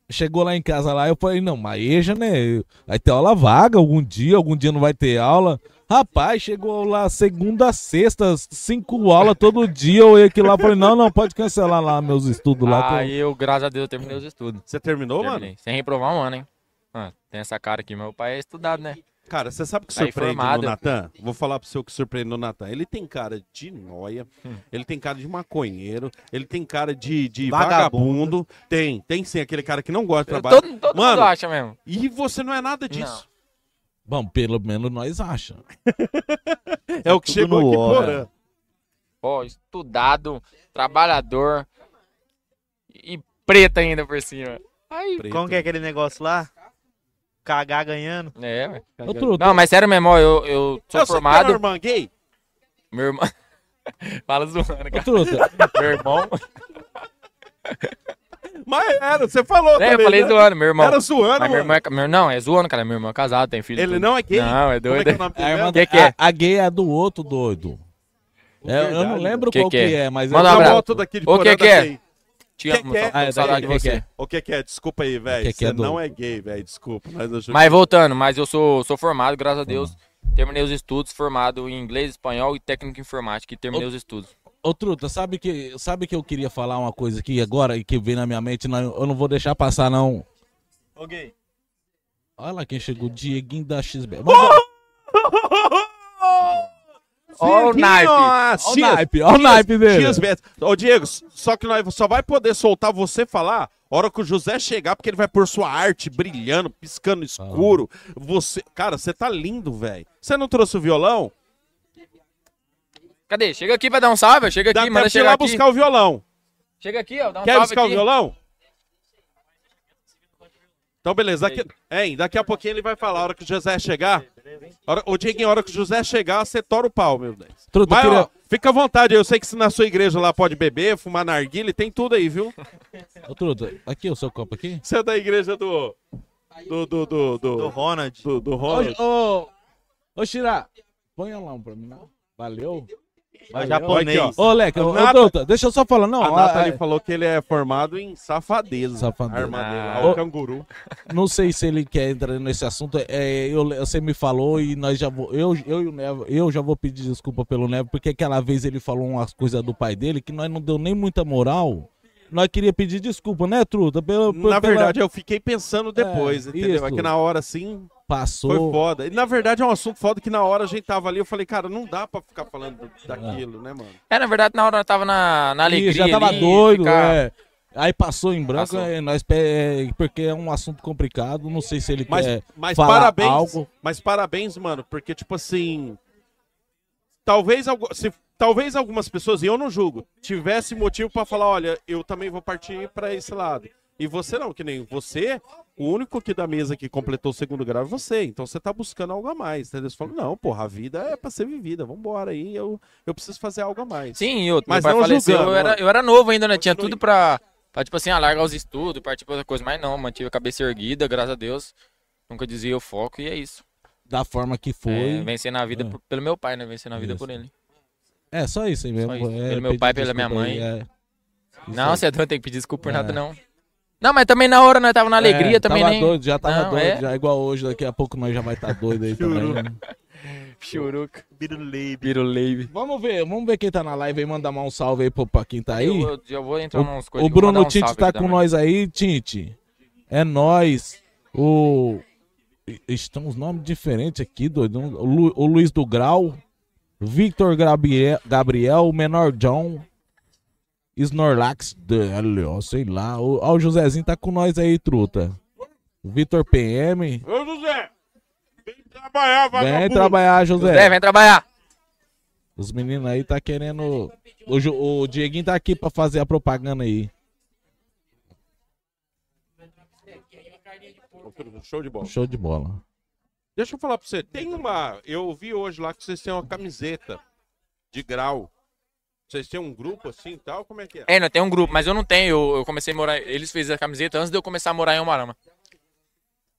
[SPEAKER 1] Chegou lá em casa lá, eu falei, não, mas EJA, né? Vai ter aula vaga algum dia, algum dia não vai ter aula. Rapaz, chegou lá segunda, sexta, cinco aulas todo dia. Eu ia aqui lá, falei, não, não, pode cancelar lá meus estudos lá. que eu-
[SPEAKER 3] Aí eu, graças a Deus, eu terminei os estudos.
[SPEAKER 2] Você terminou,
[SPEAKER 3] Terminei.
[SPEAKER 2] mano?
[SPEAKER 3] Sem reprovar um ano, hein? Ah, tem essa cara aqui, meu pai é estudado, né?
[SPEAKER 2] Cara, você sabe o que
[SPEAKER 3] Aí,
[SPEAKER 2] surpreende no
[SPEAKER 3] formado.
[SPEAKER 2] Natan? Vou falar pro seu que surpreende no Natan. Ele tem cara de noia,
[SPEAKER 3] Hum.
[SPEAKER 2] ele tem cara de maconheiro, ele tem cara de, de vagabundo.
[SPEAKER 5] Vagabundo.
[SPEAKER 2] Tem, tem sim, aquele cara que não gosta de trabalho.
[SPEAKER 3] Todo, todo
[SPEAKER 2] Mano,
[SPEAKER 3] mundo acha mesmo.
[SPEAKER 2] E você não é nada disso.
[SPEAKER 1] Bom, pelo menos nós achamos.
[SPEAKER 2] É o que
[SPEAKER 5] Tudo
[SPEAKER 2] chegou
[SPEAKER 5] no
[SPEAKER 2] aqui,
[SPEAKER 5] ó,
[SPEAKER 3] né?
[SPEAKER 2] porra.
[SPEAKER 3] Ó, estudado, trabalhador e preta ainda por cima. Aí,
[SPEAKER 2] Preto.
[SPEAKER 5] Como que é aquele negócio lá? Cagar ganhando.
[SPEAKER 3] é, ué.
[SPEAKER 1] Ô, truta,
[SPEAKER 3] Não, mas sério mesmo, ó, eu, eu sou
[SPEAKER 2] Tá Eu sei que era
[SPEAKER 3] formado.
[SPEAKER 2] irmã gay.
[SPEAKER 3] Meu irmão. Fala zoando,
[SPEAKER 1] ô,
[SPEAKER 3] cara.
[SPEAKER 1] truta.
[SPEAKER 3] Meu irmão.
[SPEAKER 2] Mas era, você falou
[SPEAKER 3] É, eu
[SPEAKER 2] também,
[SPEAKER 3] falei
[SPEAKER 2] né?
[SPEAKER 3] zoando, meu irmão.
[SPEAKER 2] Era zoando,
[SPEAKER 3] Mas meu
[SPEAKER 2] mano.
[SPEAKER 3] irmão é ca- meu- Não, é zoando, cara. Meu irmão é casado, tem filho.
[SPEAKER 2] Ele
[SPEAKER 3] tudo.
[SPEAKER 2] não é gay?
[SPEAKER 3] Não, é
[SPEAKER 2] Como
[SPEAKER 3] doido.
[SPEAKER 2] é que é o nome
[SPEAKER 1] A, irmã
[SPEAKER 2] dele?
[SPEAKER 3] Que
[SPEAKER 1] da-
[SPEAKER 3] que é?
[SPEAKER 1] a- a gay é do outro doido. É, eu não
[SPEAKER 2] Verdade,
[SPEAKER 1] lembro
[SPEAKER 3] Que
[SPEAKER 1] qual
[SPEAKER 3] que
[SPEAKER 1] que
[SPEAKER 3] é?
[SPEAKER 1] é, mas
[SPEAKER 3] Manda um
[SPEAKER 1] eu
[SPEAKER 2] Na
[SPEAKER 3] abraço.
[SPEAKER 2] moto daqui de
[SPEAKER 3] O que
[SPEAKER 2] Porada
[SPEAKER 3] que é?
[SPEAKER 2] Gay.
[SPEAKER 3] Te
[SPEAKER 2] Que
[SPEAKER 3] amo,
[SPEAKER 2] que é?
[SPEAKER 3] tô com
[SPEAKER 1] Ah, é
[SPEAKER 3] saudade
[SPEAKER 1] daqui,
[SPEAKER 3] de
[SPEAKER 1] que
[SPEAKER 3] você.
[SPEAKER 1] que é?
[SPEAKER 2] O que que é? Desculpa aí, velho.
[SPEAKER 1] que que é
[SPEAKER 2] Você
[SPEAKER 1] do-
[SPEAKER 2] não é gay, velho. Desculpa. Mas eu juro.
[SPEAKER 3] Mas voltando, mas eu sou, sou formado, graças a Deus. Terminei os estudos, formado em inglês, espanhol e técnico em informática. E terminei os estudos.
[SPEAKER 1] Ô, Truta, sabe que, sabe que eu queria falar uma coisa aqui agora e que veio na minha mente? Não, eu não vou deixar passar, não.
[SPEAKER 5] Ok.
[SPEAKER 1] Olha lá quem chegou, Dieguinho da XB.
[SPEAKER 2] Oh!
[SPEAKER 1] Mas, ó,
[SPEAKER 3] Ó o naipe.
[SPEAKER 1] ó o naipe, ó o naipe dele.
[SPEAKER 2] X Beto. Ô, Diego, só que nós só vai poder soltar você falar a hora que o José chegar, porque ele vai pôr sua arte brilhando, piscando escuro. Você, cara, você tá lindo, velho. Você não trouxe o violão?
[SPEAKER 3] Cadê? Chega aqui pra dar um salve, ó. Chega
[SPEAKER 2] Dá
[SPEAKER 3] aqui,
[SPEAKER 2] tempo
[SPEAKER 3] manda
[SPEAKER 2] de ir
[SPEAKER 3] chegar
[SPEAKER 2] lá
[SPEAKER 3] aqui.
[SPEAKER 2] buscar o violão.
[SPEAKER 3] Chega aqui, ó. Dá um
[SPEAKER 2] Quer
[SPEAKER 3] salve
[SPEAKER 2] buscar o
[SPEAKER 3] aqui.
[SPEAKER 2] violão? Então, beleza. Daqui, hein, daqui a pouquinho ele vai falar. A hora que o José chegar. Hora, ô, Dieguinho, a hora que o José chegar, você tora o pau, meu Deus.
[SPEAKER 1] Truta,
[SPEAKER 2] Mas,
[SPEAKER 1] eu queria-
[SPEAKER 2] ó, fica à vontade. Eu sei que se na sua igreja lá pode beber, fumar narguile, tem tudo aí, viu?
[SPEAKER 1] Ô, Truta, aqui o seu copo aqui?
[SPEAKER 2] Você é da igreja do. Do. Do.
[SPEAKER 5] Do
[SPEAKER 2] Do. Do.
[SPEAKER 5] Ronald.
[SPEAKER 2] do, do Ronald.
[SPEAKER 1] Ô, ô, ô, Shira, põe lá um pra mim, né? Valeu.
[SPEAKER 5] Mas
[SPEAKER 2] Aqui, ó.
[SPEAKER 5] japonês.
[SPEAKER 1] Ô, Leca, ô,
[SPEAKER 2] Nata-
[SPEAKER 1] Truta, deixa eu só falar, não.
[SPEAKER 2] A
[SPEAKER 1] a-
[SPEAKER 2] Nathalie falou que ele é formado em safadeza.
[SPEAKER 1] Safadeza.
[SPEAKER 2] Armadilha.
[SPEAKER 1] Ah.
[SPEAKER 2] Ó, o canguru.
[SPEAKER 1] Não sei se ele quer entrar nesse assunto. É, eu, você me falou e nós já vou, eu, eu e o Nevo, eu já vou pedir desculpa pelo Nevo, porque aquela vez ele falou umas coisas do pai dele que nós não deu nem muita moral. Nós queria pedir desculpa, né, Truta? Pela, pela-
[SPEAKER 2] Na verdade, eu fiquei pensando depois,
[SPEAKER 1] É,
[SPEAKER 2] entendeu?
[SPEAKER 1] isso.
[SPEAKER 2] É que na hora, assim, foi
[SPEAKER 1] passou.
[SPEAKER 2] foda. E, na verdade, é um assunto foda que na hora a gente tava ali, eu falei, cara, não dá pra ficar falando daquilo, né, mano?
[SPEAKER 3] É, na verdade, na hora nós tava na, na alegria.
[SPEAKER 1] e já tava
[SPEAKER 3] ali,
[SPEAKER 1] doido,
[SPEAKER 3] ficar-
[SPEAKER 1] é. Aí passou em branco,
[SPEAKER 3] Passou.
[SPEAKER 1] é, nós, pe- é, porque é um assunto complicado. Não sei se ele
[SPEAKER 2] Mas,
[SPEAKER 1] quer
[SPEAKER 2] mas
[SPEAKER 1] É, falar
[SPEAKER 2] parabéns,
[SPEAKER 1] algo.
[SPEAKER 2] mas parabéns, mano, porque tipo assim, talvez algu- se talvez algumas pessoas e eu não julgo tivesse motivo pra falar, olha, eu também vou partir pra esse lado. E você não, que nem você, o único que da mesa que completou o segundo grau é você. Então você tá buscando algo a mais. Entendeu? Você falou, não, porra, a vida é pra ser vivida. Vambora aí, eu, eu preciso fazer algo a mais.
[SPEAKER 3] Sim, eu,
[SPEAKER 2] Mas
[SPEAKER 3] meu
[SPEAKER 2] não
[SPEAKER 3] pai faleceu,
[SPEAKER 2] julgando,
[SPEAKER 3] eu era,
[SPEAKER 2] mano.
[SPEAKER 3] eu era novo ainda, né? Tinha
[SPEAKER 2] Continue.
[SPEAKER 3] tudo pra, pra, tipo assim, ah, largar os estudos, partir pra outra coisa, mas não, mantive a cabeça erguida, graças a Deus. Nunca desviei o foco e é isso.
[SPEAKER 1] da forma que
[SPEAKER 3] É,
[SPEAKER 1] foi.
[SPEAKER 3] vencer na vida
[SPEAKER 1] É.
[SPEAKER 3] por- pelo meu pai, né? Vencer na vida
[SPEAKER 1] Isso.
[SPEAKER 3] por ele.
[SPEAKER 1] É, só isso aí mesmo.
[SPEAKER 3] Só isso.
[SPEAKER 1] é,
[SPEAKER 3] Pelo meu
[SPEAKER 1] pedir
[SPEAKER 3] pai, pela
[SPEAKER 1] desculpa
[SPEAKER 3] minha
[SPEAKER 1] aí, é. Isso
[SPEAKER 3] não,
[SPEAKER 1] aí.
[SPEAKER 3] você é doido, tem que pedir desculpa por nada,
[SPEAKER 1] É.
[SPEAKER 3] não. Não, mas também na hora nós tava na alegria,
[SPEAKER 1] É,
[SPEAKER 3] também
[SPEAKER 1] tava
[SPEAKER 3] nem.
[SPEAKER 1] doido, já tava
[SPEAKER 3] Não,
[SPEAKER 1] doido,
[SPEAKER 3] é.
[SPEAKER 1] já igual hoje, daqui a pouco nós já vai estar doido aí também. né?
[SPEAKER 3] Churuca.
[SPEAKER 5] Biruleibe.
[SPEAKER 3] Biruleibe.
[SPEAKER 1] Vamos ver, vamos ver quem tá na live aí, mandar um salve aí pro, pra quem tá aí.
[SPEAKER 3] Eu, eu, eu vou entrar nos coisas.
[SPEAKER 1] o
[SPEAKER 3] vou mandar
[SPEAKER 1] Bruno
[SPEAKER 3] um
[SPEAKER 1] Tite
[SPEAKER 3] salve
[SPEAKER 1] tá
[SPEAKER 3] aqui
[SPEAKER 1] com
[SPEAKER 3] também.
[SPEAKER 1] nós aí, Tite. É nós. O e- estão os nomes diferentes aqui, doido. Um, O, Lu- o Luiz do Grau, Victor Gabriel, Gabriel Menor John, Snorlax, DL, ó, sei lá. O, ó, o Josézinho tá com nós aí, truta. Vitor PM,
[SPEAKER 2] Ô, José! Vem trabalhar,
[SPEAKER 1] vem trabalhar, José.
[SPEAKER 3] Zé, vem trabalhar.
[SPEAKER 1] Os meninos aí tá querendo. O, Ju- o Dieguinho tá aqui pra fazer a propaganda aí.
[SPEAKER 2] Show de bola.
[SPEAKER 1] Show de bola.
[SPEAKER 2] Deixa eu falar pra você, tem uma. Eu vi hoje lá que vocês têm uma camiseta de grau. Vocês têm um grupo assim e tal? Como é que é?
[SPEAKER 3] É, não, tem um grupo, mas eu não tenho. Eu, eu comecei a morar. Eles fizeram a camiseta antes de eu começar a morar em Umarama.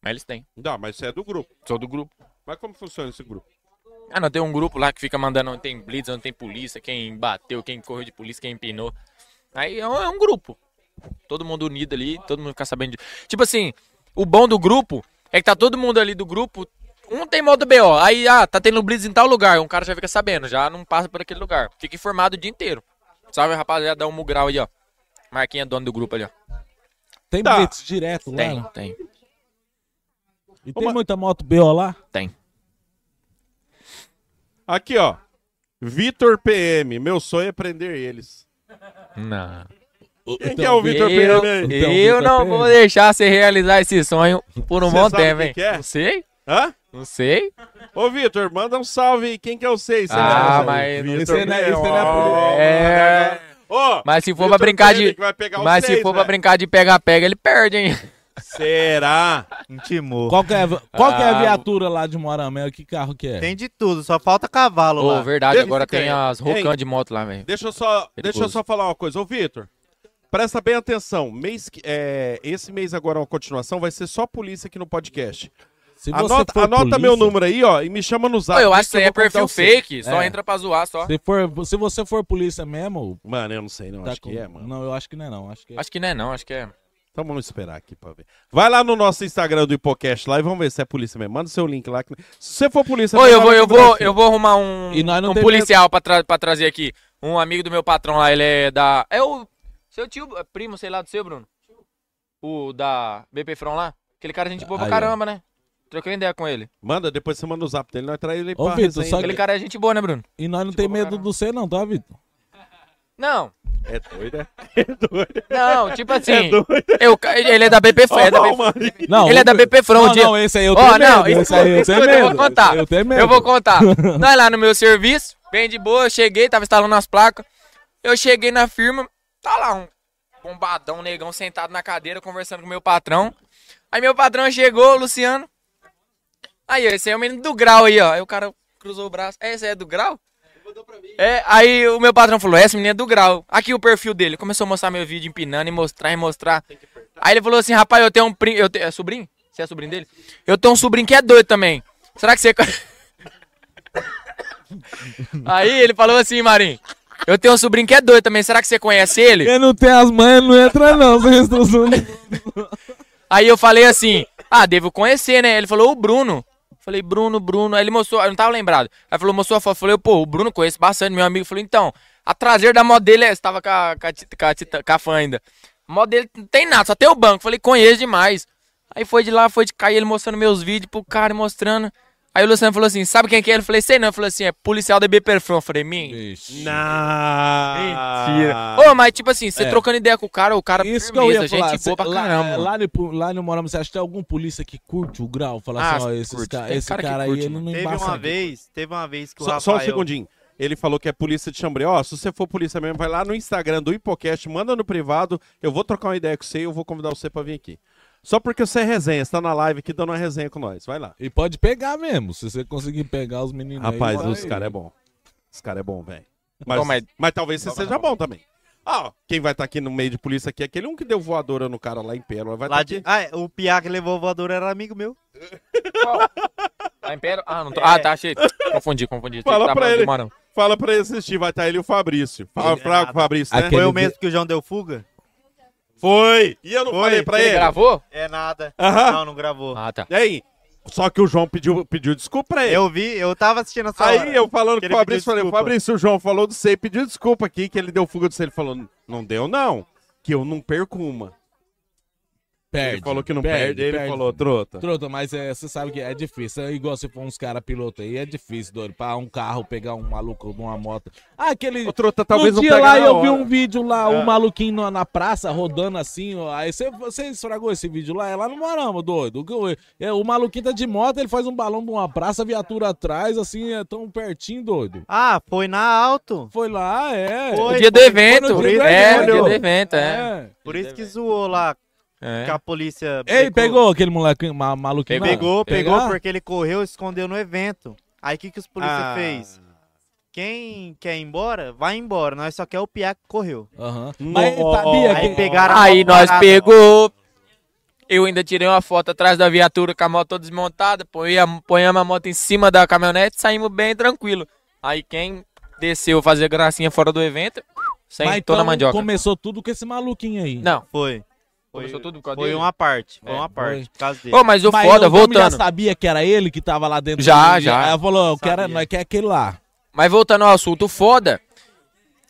[SPEAKER 3] Mas eles têm.
[SPEAKER 2] Não, mas você é do grupo.
[SPEAKER 3] Sou do grupo.
[SPEAKER 2] Mas como funciona esse grupo?
[SPEAKER 3] Ah, não, tem um grupo lá que fica mandando onde tem blitz, onde tem polícia, quem bateu, quem correu de polícia, quem empinou. Aí é um, é um grupo. Todo mundo unido ali, todo mundo fica sabendo de... Tipo assim, o bom do grupo é que tá todo mundo ali do grupo, um tem modo BO, aí, ah, tá tendo blitz em tal lugar, um cara já fica sabendo, já não passa por aquele lugar. Fica informado o dia inteiro. Salve, rapaziada, dá um mugral aí, ó. Marquinha, é dono do grupo ali, ó.
[SPEAKER 1] Tem
[SPEAKER 2] Tá.
[SPEAKER 1] blitz direto lá.
[SPEAKER 3] Tem,
[SPEAKER 1] né?
[SPEAKER 3] tem.
[SPEAKER 1] E tem
[SPEAKER 2] Uma-
[SPEAKER 1] muita moto BO lá?
[SPEAKER 2] Aqui, ó. Vitor PM, meu sonho é prender eles.
[SPEAKER 3] Não.
[SPEAKER 2] Quem
[SPEAKER 1] Então,
[SPEAKER 2] que é o Vitor PM
[SPEAKER 3] Eu,
[SPEAKER 2] aí?
[SPEAKER 1] Então,
[SPEAKER 3] eu
[SPEAKER 1] Vitor
[SPEAKER 3] não
[SPEAKER 1] Pérez.
[SPEAKER 3] vou deixar você realizar esse sonho por um
[SPEAKER 2] Você
[SPEAKER 3] bom
[SPEAKER 2] sabe
[SPEAKER 3] tempo,
[SPEAKER 2] quem
[SPEAKER 3] hein?
[SPEAKER 2] que é?
[SPEAKER 3] Não sei,
[SPEAKER 2] Hã?
[SPEAKER 3] não sei.
[SPEAKER 2] Ô, Vitor, manda um salve aí. Quem que eu sei?
[SPEAKER 3] Ah, mas não
[SPEAKER 2] é Vitor
[SPEAKER 1] sei, né?
[SPEAKER 2] PM,
[SPEAKER 1] Isso não é
[SPEAKER 2] ó,
[SPEAKER 1] por-
[SPEAKER 3] É.
[SPEAKER 2] Ô,
[SPEAKER 3] Mas se for
[SPEAKER 2] Vitor
[SPEAKER 3] pra brincar
[SPEAKER 2] Pereira
[SPEAKER 3] de.
[SPEAKER 2] que vai pegar os
[SPEAKER 3] Mas
[SPEAKER 2] três,
[SPEAKER 3] se for pra
[SPEAKER 2] né?
[SPEAKER 3] brincar de pega-pega, ele perde, hein?
[SPEAKER 2] Será?
[SPEAKER 5] Intimou.
[SPEAKER 1] Qual que é, a- qual que é a
[SPEAKER 3] Ah,
[SPEAKER 1] viatura lá de Moramel? Que carro que é?
[SPEAKER 5] Tem de tudo, só falta cavalo
[SPEAKER 3] Ô,
[SPEAKER 5] lá.
[SPEAKER 3] verdade,
[SPEAKER 2] Desse
[SPEAKER 3] agora
[SPEAKER 2] que
[SPEAKER 3] tem
[SPEAKER 2] tem.
[SPEAKER 3] as Rocan
[SPEAKER 2] Ei.
[SPEAKER 3] de moto lá, velho.
[SPEAKER 2] Deixa eu só,
[SPEAKER 3] É Perigoso.
[SPEAKER 2] deixa eu só falar uma coisa. Ô, Vitor, presta bem atenção. Mês que- é, esse mês agora, uma continuação, vai ser só polícia aqui no podcast.
[SPEAKER 1] Se você
[SPEAKER 2] Anota,
[SPEAKER 1] for
[SPEAKER 2] anota
[SPEAKER 1] polícia-
[SPEAKER 2] meu número aí, ó, e me chama no
[SPEAKER 3] Pô,
[SPEAKER 2] zap.
[SPEAKER 3] eu acho que isso
[SPEAKER 2] eu
[SPEAKER 3] aí é
[SPEAKER 2] vou contar
[SPEAKER 3] perfil
[SPEAKER 2] o seu.
[SPEAKER 3] fake, só
[SPEAKER 1] É.
[SPEAKER 3] entra pra zoar só.
[SPEAKER 1] Se, for, se você for polícia mesmo.
[SPEAKER 2] Mano, eu não sei, não.
[SPEAKER 1] tá
[SPEAKER 2] acho
[SPEAKER 1] com-
[SPEAKER 2] que é, mano.
[SPEAKER 1] Não, eu acho que não é, não. Acho que é.
[SPEAKER 3] Acho que não é, não, acho que é.
[SPEAKER 2] Então vamos esperar aqui pra ver. Vai lá no nosso Instagram do Hipocast lá e vamos ver se é polícia mesmo. Manda o seu link lá. que- Se você for polícia...
[SPEAKER 3] Ô,
[SPEAKER 2] manda
[SPEAKER 3] eu
[SPEAKER 2] lá
[SPEAKER 3] vou,
[SPEAKER 2] no
[SPEAKER 3] eu
[SPEAKER 2] Instagram.
[SPEAKER 3] vou, eu vou arrumar um,
[SPEAKER 1] E nós não
[SPEAKER 3] um
[SPEAKER 1] tem
[SPEAKER 3] policial pra, tra- pra trazer aqui. Um amigo do meu patrão lá, ele é da. É o. Seu tio, é primo, sei lá, do seu, Bruno. O da BP Front lá. Aquele cara, gente boa pra
[SPEAKER 1] Aí, ó.
[SPEAKER 3] caramba, né? Troquei ideia com ele.
[SPEAKER 2] Manda, depois você manda o zap dele. Nós traz ele aí
[SPEAKER 1] Ô,
[SPEAKER 2] pra
[SPEAKER 1] Vitor,
[SPEAKER 2] resenha.
[SPEAKER 1] só
[SPEAKER 3] Aquele é
[SPEAKER 1] que-
[SPEAKER 3] cara é gente boa, né, Bruno?
[SPEAKER 1] E nós não
[SPEAKER 3] Tipo,
[SPEAKER 1] tem medo
[SPEAKER 3] caramba.
[SPEAKER 1] do C, não, tá, Vitor?
[SPEAKER 3] Não,
[SPEAKER 2] É doido, é? É doido.
[SPEAKER 3] Não, tipo assim.
[SPEAKER 2] É doido.
[SPEAKER 3] eu ca- ele é da BP Fran. é da
[SPEAKER 2] Ó,
[SPEAKER 3] BP
[SPEAKER 2] o Marinho.
[SPEAKER 1] Não,
[SPEAKER 3] ele é da
[SPEAKER 1] outro-
[SPEAKER 3] BP Fran. um
[SPEAKER 1] Não,
[SPEAKER 3] dia-
[SPEAKER 1] não, esse aí eu
[SPEAKER 3] Ó,
[SPEAKER 1] tenho medo.
[SPEAKER 3] não,
[SPEAKER 1] esse
[SPEAKER 3] escuta,
[SPEAKER 1] aí eu tenho
[SPEAKER 3] escuta, eu
[SPEAKER 1] medo.
[SPEAKER 3] vou contar.
[SPEAKER 1] Eu tenho medo.
[SPEAKER 3] Eu vou contar. Nós lá no meu serviço, bem de boa, eu cheguei, tava instalando as placas. Eu cheguei na firma, tá lá um bombadão, negão, sentado na cadeira, conversando com meu patrão. Aí meu patrão chegou, Luciano. Aí, ó, esse aí é o menino do grau aí, ó. Aí o cara cruzou o braço. É, esse aí é do grau? É, aí o meu patrão falou, essa menina é do grau. Aqui o perfil dele. Começou a mostrar meu vídeo empinando e mostrar e mostrar. Aí ele falou assim, rapaz, eu tenho um primo... Eu te... É sobrinho? Você é sobrinho dele? Eu tenho um sobrinho que é doido também. Será que você... co- aí ele falou assim, Marinho, eu tenho um sobrinho que é doido também. Será que você conhece ele?
[SPEAKER 1] Quem não tem as manhas não entra, não. Sem instrução.
[SPEAKER 3] Aí eu falei assim, ah, devo conhecer, né? Ele falou, o Bruno. Falei, Bruno, Bruno. Aí ele mostrou, eu não tava lembrado. Aí falou, mostrou a foto. Falei, pô, o Bruno conhece bastante, meu amigo. Falei, então, a traseira da moto dele, é- você tava com a, com a, Tita- com a, Tita- com a fã ainda. A moto dele não tem nada, só tem o banco. Falei, conheço demais. Aí foi de lá, foi de cá, e ele mostrando meus vídeos pro cara, e mostrando. Aí o Luciano falou assim, sabe quem que é? Ele falei, sei não. Ele falou assim, é policial da BPFROM. Eu falei, mim. Mentira. Ô, mas tipo assim, você
[SPEAKER 1] É.
[SPEAKER 3] trocando ideia com o cara, o cara
[SPEAKER 1] Isso que eu
[SPEAKER 3] firmeza,
[SPEAKER 1] ia falar.
[SPEAKER 3] gente boa pra
[SPEAKER 1] cê- lá, é,
[SPEAKER 3] caramba.
[SPEAKER 1] Lá, no, lá no Morama, você acha que tem algum polícia que curte o grau? Fala
[SPEAKER 3] Ah,
[SPEAKER 1] assim, ó,
[SPEAKER 3] curte.
[SPEAKER 1] esses ca-
[SPEAKER 3] Tem
[SPEAKER 1] esse
[SPEAKER 3] cara
[SPEAKER 1] cara,
[SPEAKER 3] que
[SPEAKER 1] aí,
[SPEAKER 3] curte,
[SPEAKER 1] ele
[SPEAKER 3] mano.
[SPEAKER 1] não
[SPEAKER 5] Teve
[SPEAKER 1] embaça.
[SPEAKER 5] uma
[SPEAKER 1] não.
[SPEAKER 5] vez, teve uma vez que o
[SPEAKER 2] Só,
[SPEAKER 5] Rafael...
[SPEAKER 2] só um segundinho. Ele falou que é polícia de Chambray. Ó, se você for polícia mesmo, vai lá no Instagram do Hipocast, manda no privado. Eu vou trocar uma ideia com você e eu vou convidar você pra vir aqui. Só porque você é resenha, você tá na live aqui dando uma resenha com nós. Vai lá.
[SPEAKER 3] um-
[SPEAKER 1] E pode pegar mesmo, se você conseguir pegar os meninos aí,
[SPEAKER 2] Rapaz,
[SPEAKER 1] vai.
[SPEAKER 2] os caras é bom. Os caras é bom, velho. Mas,
[SPEAKER 3] Bom, mas-
[SPEAKER 2] mas talvez você
[SPEAKER 5] tá
[SPEAKER 2] seja bom também. Ah, ó, quem vai estar aqui no meio de polícia aqui é aquele um que deu voadora no cara lá em Pérola. Vai
[SPEAKER 5] Lá
[SPEAKER 2] tá
[SPEAKER 5] de...
[SPEAKER 2] aqui.
[SPEAKER 5] Ah, é, o Piá que levou o voador era amigo meu.
[SPEAKER 3] Ah, Império? Ah, não tô. Ah, tá, achei. Confundi, confundi.
[SPEAKER 2] Fala
[SPEAKER 3] Tá
[SPEAKER 2] pra
[SPEAKER 3] bom,
[SPEAKER 2] ele.
[SPEAKER 3] demora.
[SPEAKER 2] Fala pra ele assistir, vai estar ele e o Fabrício. Fala
[SPEAKER 5] Ele é
[SPEAKER 2] pra
[SPEAKER 5] nada.
[SPEAKER 2] Fabrício, né?
[SPEAKER 1] Aquele
[SPEAKER 5] Foi o
[SPEAKER 1] dia-
[SPEAKER 5] mesmo que o João deu fuga?
[SPEAKER 2] Foi! E eu não
[SPEAKER 5] Foi,
[SPEAKER 2] falei pra
[SPEAKER 3] Ele
[SPEAKER 2] ele?
[SPEAKER 3] gravou?
[SPEAKER 5] É nada.
[SPEAKER 2] Aham.
[SPEAKER 5] Não, não gravou.
[SPEAKER 3] Ah, tá.
[SPEAKER 2] E aí? Só que o João pediu, pediu desculpa pra ele.
[SPEAKER 5] Eu vi, eu tava assistindo essa hora.
[SPEAKER 2] Aí eu falando
[SPEAKER 5] que
[SPEAKER 2] com o
[SPEAKER 5] ele
[SPEAKER 2] Fabrício,
[SPEAKER 5] pediu
[SPEAKER 2] falei,
[SPEAKER 5] desculpa.
[SPEAKER 2] Fabrício, o João falou do C, pediu desculpa aqui, que ele deu fuga do C. Ele falou, não deu não, que eu não perco uma.
[SPEAKER 1] Perde,
[SPEAKER 2] ele falou que não perde, ele falou, trota.
[SPEAKER 1] Trota, mas é, você sabe que é difícil. É igual se for uns caras piloto aí, é difícil, doido. Pra um carro pegar um maluco de uma moto. Ah, aquele.
[SPEAKER 2] Ô, trota, talvez
[SPEAKER 1] um
[SPEAKER 2] não
[SPEAKER 1] dia
[SPEAKER 2] pegue
[SPEAKER 1] lá
[SPEAKER 2] na
[SPEAKER 1] eu vi
[SPEAKER 2] hora. Ah.
[SPEAKER 1] um vídeo lá, um maluquinho na, na praça rodando assim, ó. Aí você, você estragou esse vídeo lá, é lá no Marama, doido. O que- é, o maluquinho tá de moto, ele faz um balão pra uma praça, a viatura atrás, assim, é tão pertinho, doido.
[SPEAKER 5] Ah, foi na alto.
[SPEAKER 1] Foi lá, é.
[SPEAKER 5] Foi.
[SPEAKER 3] O dia do evento.
[SPEAKER 1] Quando eu
[SPEAKER 3] É,
[SPEAKER 1] vi,
[SPEAKER 3] o
[SPEAKER 1] velho.
[SPEAKER 3] dia do evento, é.
[SPEAKER 1] É.
[SPEAKER 5] né, Por isso que zoou lá, que
[SPEAKER 3] É.
[SPEAKER 5] a polícia...
[SPEAKER 1] Ei, pegou aquele molequinho ma- maluquinho lá?
[SPEAKER 5] Pegou, pegou,
[SPEAKER 1] Pegar?
[SPEAKER 5] porque ele correu e escondeu no evento. Aí o que, que os polícia
[SPEAKER 2] Ah.
[SPEAKER 5] fez? Quem quer ir embora, vai embora. Nós só quer o piá que correu.
[SPEAKER 1] Aham.
[SPEAKER 2] Uhum.
[SPEAKER 1] Mas ele sabia
[SPEAKER 5] Aí
[SPEAKER 1] que...
[SPEAKER 5] pegaram a
[SPEAKER 3] Aí
[SPEAKER 5] moto
[SPEAKER 3] nós
[SPEAKER 5] parada.
[SPEAKER 3] pegou. Eu ainda tirei uma foto atrás da viatura com a moto toda desmontada. ponha- Ponhamos a moto em cima da caminhonete e saímos bem tranquilo. Aí quem desceu fazer gracinha fora do evento, sem
[SPEAKER 1] Mas
[SPEAKER 3] toda a
[SPEAKER 1] então
[SPEAKER 3] mandioca.
[SPEAKER 1] começou tudo com esse maluquinho aí.
[SPEAKER 3] Não,
[SPEAKER 5] Foi. Foi,
[SPEAKER 3] começou tudo por causa
[SPEAKER 5] foi
[SPEAKER 3] dele.
[SPEAKER 5] uma parte. Foi
[SPEAKER 3] É,
[SPEAKER 5] uma parte.
[SPEAKER 1] foi.
[SPEAKER 5] Por causa dele.
[SPEAKER 3] Ô, mas o
[SPEAKER 1] Mas
[SPEAKER 3] foda,
[SPEAKER 1] o Domi já
[SPEAKER 3] voltando.
[SPEAKER 1] sabia que era ele que tava lá dentro.
[SPEAKER 3] Já,
[SPEAKER 1] do-
[SPEAKER 3] Ah, já.
[SPEAKER 1] Aí ela falou, eu quero,
[SPEAKER 5] Sabia.
[SPEAKER 1] nós quer aquele lá.
[SPEAKER 3] Mas voltando ao assunto, o foda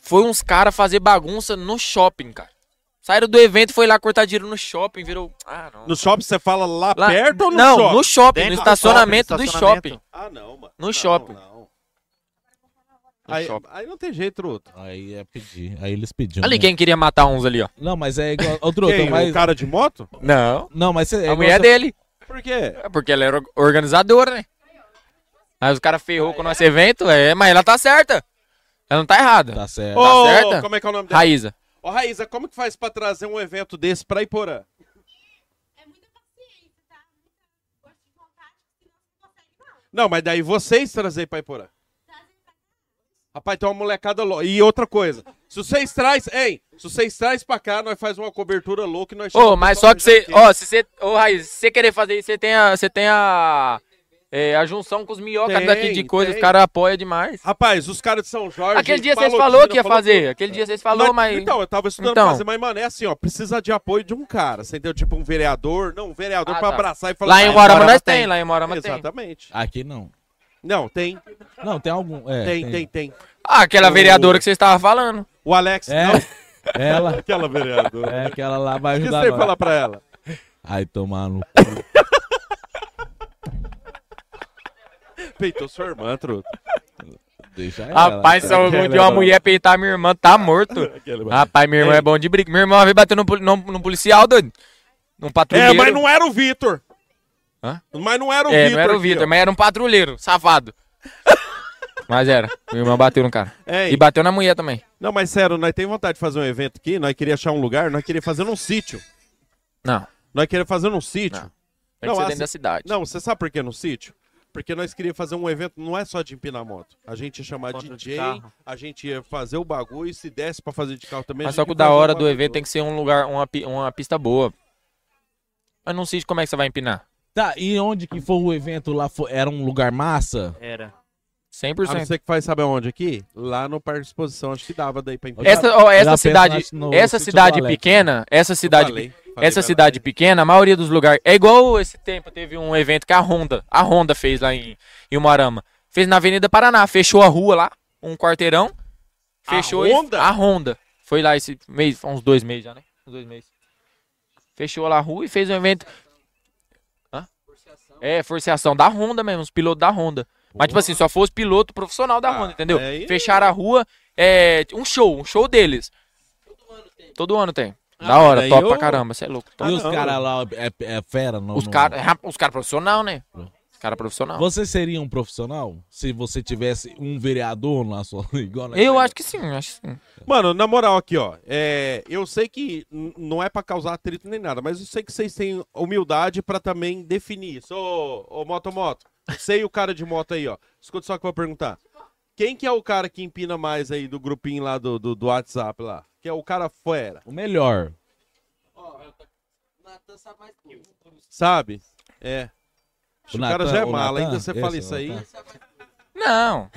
[SPEAKER 3] foi uns caras fazer bagunça no shopping, cara. Saíram do evento, foi lá cortar dinheiro no shopping, virou. Ah, não.
[SPEAKER 2] No shopping você fala lá,
[SPEAKER 3] Lá-
[SPEAKER 2] perto ou no
[SPEAKER 3] não,
[SPEAKER 2] shopping?
[SPEAKER 3] no shopping,
[SPEAKER 5] Dentro
[SPEAKER 3] no
[SPEAKER 5] do
[SPEAKER 3] estacionamento do
[SPEAKER 5] estacionamento.
[SPEAKER 3] shopping.
[SPEAKER 2] Ah, não, mano.
[SPEAKER 3] No shopping.
[SPEAKER 2] não. Aí,
[SPEAKER 3] shopping.
[SPEAKER 2] aí não tem jeito, Truta.
[SPEAKER 1] Aí é pedir. Aí eles pediram.
[SPEAKER 3] Ali
[SPEAKER 1] né?
[SPEAKER 3] quem queria matar uns ali, ó.
[SPEAKER 1] Não, mas é igual. Ô, Truta,
[SPEAKER 2] Quem,
[SPEAKER 1] mas.
[SPEAKER 2] o cara de moto?
[SPEAKER 3] Não.
[SPEAKER 1] Não, mas é você.
[SPEAKER 3] a mulher dele.
[SPEAKER 2] Por quê?
[SPEAKER 3] É Porque ela era organizadora, né? Aí os caras ferrou com o nosso evento, é, mas ela tá certa. Ela não tá errada.
[SPEAKER 1] Tá certo.
[SPEAKER 2] Ô,
[SPEAKER 3] certa?
[SPEAKER 2] como é que é o nome dela?
[SPEAKER 3] Raíza.
[SPEAKER 2] Ô, Raíza, como que faz pra trazer um evento desse pra Iporã? É tá? Não, mas daí vocês trazem pra Iporã. Rapaz, tem uma molecada louca. E outra coisa, se vocês traz, hein? Se vocês traz pra cá, nós faz uma cobertura louca e nós
[SPEAKER 3] Ô, mas só que você. Ó, se você. Ô, Raíza, se você querer fazer isso, você tem a. Você tem a. é, a junção com os minhocas
[SPEAKER 2] Tem,
[SPEAKER 3] daqui de coisa, os
[SPEAKER 2] tem.
[SPEAKER 3] caras apoiam demais.
[SPEAKER 2] Rapaz, os caras de São Jorge.
[SPEAKER 3] Aquele dia vocês
[SPEAKER 2] Palotina,
[SPEAKER 3] falaram que ia
[SPEAKER 2] falou
[SPEAKER 3] fazer. Aquele dia vocês falaram, mas.
[SPEAKER 2] Então, eu tava estudando
[SPEAKER 3] Então.
[SPEAKER 2] fazer, mas, mano, é assim, ó, precisa de apoio de um cara, você entendeu? Tipo um vereador, não, um vereador
[SPEAKER 3] Ah,
[SPEAKER 2] pra
[SPEAKER 3] tá.
[SPEAKER 2] abraçar e falar...
[SPEAKER 3] Lá em
[SPEAKER 2] "Ah,
[SPEAKER 3] Morama
[SPEAKER 5] Morama
[SPEAKER 3] nós
[SPEAKER 5] tem.
[SPEAKER 3] tem, lá em Morama tem.
[SPEAKER 2] Exatamente.
[SPEAKER 1] Aqui não.
[SPEAKER 2] Não, tem,
[SPEAKER 1] Não, tem algum. É,
[SPEAKER 2] tem, tem, tem.
[SPEAKER 3] Ah, aquela
[SPEAKER 2] O-
[SPEAKER 3] vereadora que vocês estavam falando.
[SPEAKER 2] O Alex,
[SPEAKER 1] É.
[SPEAKER 2] não,
[SPEAKER 1] Ela.
[SPEAKER 2] aquela vereadora.
[SPEAKER 1] É, aquela lá vai
[SPEAKER 2] O que
[SPEAKER 1] ajudar.
[SPEAKER 2] você
[SPEAKER 1] nós.
[SPEAKER 2] fala pra ela?
[SPEAKER 1] Ai, tomar no. cu.
[SPEAKER 2] Peitou sua irmã, truta.
[SPEAKER 1] Deixa ela. é
[SPEAKER 3] Rapaz,
[SPEAKER 2] tá
[SPEAKER 3] se algum dia uma mulher peitar minha irmã, tá morto. Rapaz, minha irmã é bom de briga. Minha irmã uma vez bateu num, poli- num- num policial, doido. Num
[SPEAKER 2] É,
[SPEAKER 3] patrulheiro.
[SPEAKER 2] mas não era o Vitor.
[SPEAKER 3] Hã?
[SPEAKER 2] Mas não era o
[SPEAKER 3] É,
[SPEAKER 2] Vitor.
[SPEAKER 3] não era o
[SPEAKER 2] aqui,
[SPEAKER 3] Vitor,
[SPEAKER 2] ó.
[SPEAKER 3] mas era um patrulheiro, safado. mas é. era. Minha irmã bateu no cara.
[SPEAKER 2] Ei.
[SPEAKER 3] E bateu na mulher também.
[SPEAKER 2] Não, mas sério, nós temos vontade de fazer um evento aqui, nós queríamos achar um lugar, nós queríamos fazer num sítio.
[SPEAKER 3] Não.
[SPEAKER 2] Nós queríamos fazer num sítio.
[SPEAKER 3] Tem
[SPEAKER 2] Não,
[SPEAKER 3] que ser
[SPEAKER 2] assim-
[SPEAKER 3] dentro da cidade.
[SPEAKER 2] Não, você sabe por que num sítio? Porque nós queríamos fazer um evento, não é só de empinar moto. A gente ia chamar
[SPEAKER 5] Encontro de
[SPEAKER 2] DJ,
[SPEAKER 5] carro.
[SPEAKER 2] a gente ia fazer o bagulho, e se desse pra fazer de carro também...
[SPEAKER 3] Mas só que o da hora do evento tem que ser um lugar, uma, pi- uma pista boa. Mas não sei como é que você vai empinar.
[SPEAKER 1] Tá, e onde que foi o evento lá? Foi- Era um lugar massa?
[SPEAKER 5] Era.
[SPEAKER 2] A não
[SPEAKER 3] 100%.
[SPEAKER 2] ser que faz saber onde aqui? Lá no Parque de Exposição, acho que dava daí pra empinar.
[SPEAKER 3] Essa, ó,
[SPEAKER 1] Eu já
[SPEAKER 3] essa
[SPEAKER 1] penso
[SPEAKER 3] cidade,
[SPEAKER 1] no- no
[SPEAKER 3] essa
[SPEAKER 1] sítio
[SPEAKER 3] cidade
[SPEAKER 1] do Alex. né?
[SPEAKER 3] pequena, essa cidade,
[SPEAKER 2] falei,
[SPEAKER 3] pe-
[SPEAKER 2] falei
[SPEAKER 3] essa
[SPEAKER 2] pra
[SPEAKER 3] cidade pequena, a maioria dos lugares é igual esse tempo teve um evento que a Honda, a Honda fez lá em, em Umarama, fez na Avenida Paraná, fechou a rua lá, um quarteirão, fechou e-
[SPEAKER 2] Honda?
[SPEAKER 3] a Honda, foi lá esse mês, uns dois meses já, né? Uns dois meses. Fechou lá a rua e fez um evento. Hã? É, forceação da Honda mesmo, os pilotos da Honda. Mas, tipo assim, só fosse piloto profissional da Honda, entendeu?
[SPEAKER 2] Ah, aí-
[SPEAKER 3] Fecharam a rua, é, um show, um show deles. Todo ano tem. da hora,
[SPEAKER 2] Ah, aí
[SPEAKER 3] top
[SPEAKER 2] eu- Ah,
[SPEAKER 3] pra caramba, você é louco. top.
[SPEAKER 1] e os
[SPEAKER 2] não.
[SPEAKER 1] caras lá é, é fera? Não,
[SPEAKER 3] Os
[SPEAKER 1] não-
[SPEAKER 3] caras os cara profissional, né? Os caras profissional.
[SPEAKER 1] Você seria um profissional se você tivesse um vereador na sua igual nós
[SPEAKER 3] Eu
[SPEAKER 1] temos?
[SPEAKER 3] acho que sim, acho que sim.
[SPEAKER 2] Mano, na moral aqui, ó. é, eu sei que n- não é pra causar atrito nem nada, mas eu sei que vocês têm humildade pra também definir isso. Ô, ô Moto Moto, sei o cara de moto aí, ó. Escuta só que eu vou perguntar. Quem que é o cara que empina mais aí do grupinho lá do, do, do WhatsApp lá? Que é o cara fera,
[SPEAKER 1] O melhor.
[SPEAKER 2] sabe? É.
[SPEAKER 1] O
[SPEAKER 2] O, cara
[SPEAKER 1] Natan-
[SPEAKER 2] já é
[SPEAKER 1] o
[SPEAKER 2] mala,
[SPEAKER 1] Natan?
[SPEAKER 2] ainda você fala
[SPEAKER 1] Esse,
[SPEAKER 2] isso
[SPEAKER 1] o
[SPEAKER 2] aí.
[SPEAKER 1] Natan.
[SPEAKER 3] Não.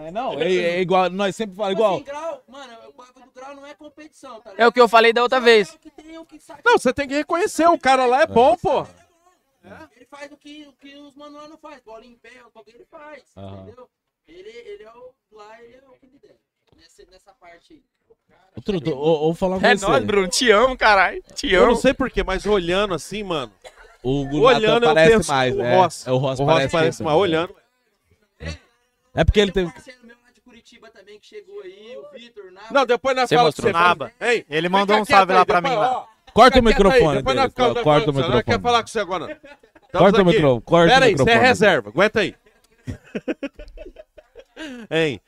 [SPEAKER 1] É, não, é, é igual, nós sempre falamos igual.
[SPEAKER 6] Tipo assim, grau, mano, o bagulho do grau não é competição, tá
[SPEAKER 3] É o que eu falei da outra vez.
[SPEAKER 6] que tem, o que sai.
[SPEAKER 2] Não, você tem que reconhecer, o cara lá é bom, pô. É.
[SPEAKER 6] Ele faz o que, o que os manuais não faz, bola em pé, o bagulho ele faz,
[SPEAKER 1] Aham.
[SPEAKER 6] entendeu? Ele, ele é o. Lá ele é o que ele der. Nessa, nessa parte aí.
[SPEAKER 1] Truto, ou, ou falar com
[SPEAKER 3] É
[SPEAKER 1] você.
[SPEAKER 3] nóis, Bruno. Te amo, caralho. Te
[SPEAKER 2] Eu não
[SPEAKER 3] amo.
[SPEAKER 2] sei porquê, mas olhando assim, mano.
[SPEAKER 1] O Natan
[SPEAKER 2] Olhando, eu
[SPEAKER 1] parece
[SPEAKER 2] penso
[SPEAKER 1] mais,
[SPEAKER 2] no
[SPEAKER 1] é.
[SPEAKER 2] Ross.
[SPEAKER 1] É, o Ross
[SPEAKER 2] O Ross parece
[SPEAKER 1] sempre,
[SPEAKER 2] mal
[SPEAKER 1] é.
[SPEAKER 2] olhando.
[SPEAKER 1] É porque ele
[SPEAKER 6] Tem um
[SPEAKER 1] teve.
[SPEAKER 6] parceiro meu lá de Curitiba também que chegou aí, o Vitor, na.
[SPEAKER 2] Não, depois nós
[SPEAKER 3] Você
[SPEAKER 2] falamos que
[SPEAKER 3] mostrou
[SPEAKER 2] fala.
[SPEAKER 5] nada.
[SPEAKER 2] Ei,
[SPEAKER 5] Ele
[SPEAKER 2] fica
[SPEAKER 5] mandou um
[SPEAKER 2] quieto
[SPEAKER 5] salve
[SPEAKER 2] aí,
[SPEAKER 5] lá pra
[SPEAKER 2] depois-
[SPEAKER 5] mim lá.
[SPEAKER 2] ó,
[SPEAKER 1] Corta o
[SPEAKER 2] fica quieto aí,
[SPEAKER 1] microfone
[SPEAKER 2] depois
[SPEAKER 1] dele,
[SPEAKER 2] nós ficamos-
[SPEAKER 1] co- corta o
[SPEAKER 2] você Não quer
[SPEAKER 1] microfone.
[SPEAKER 2] falar com você agora, não. Estamos
[SPEAKER 1] Corta o
[SPEAKER 2] aqui.
[SPEAKER 1] microfone, corta o
[SPEAKER 2] Pera aí, você é
[SPEAKER 1] microfone.
[SPEAKER 2] reserva. Aguenta aí. hein?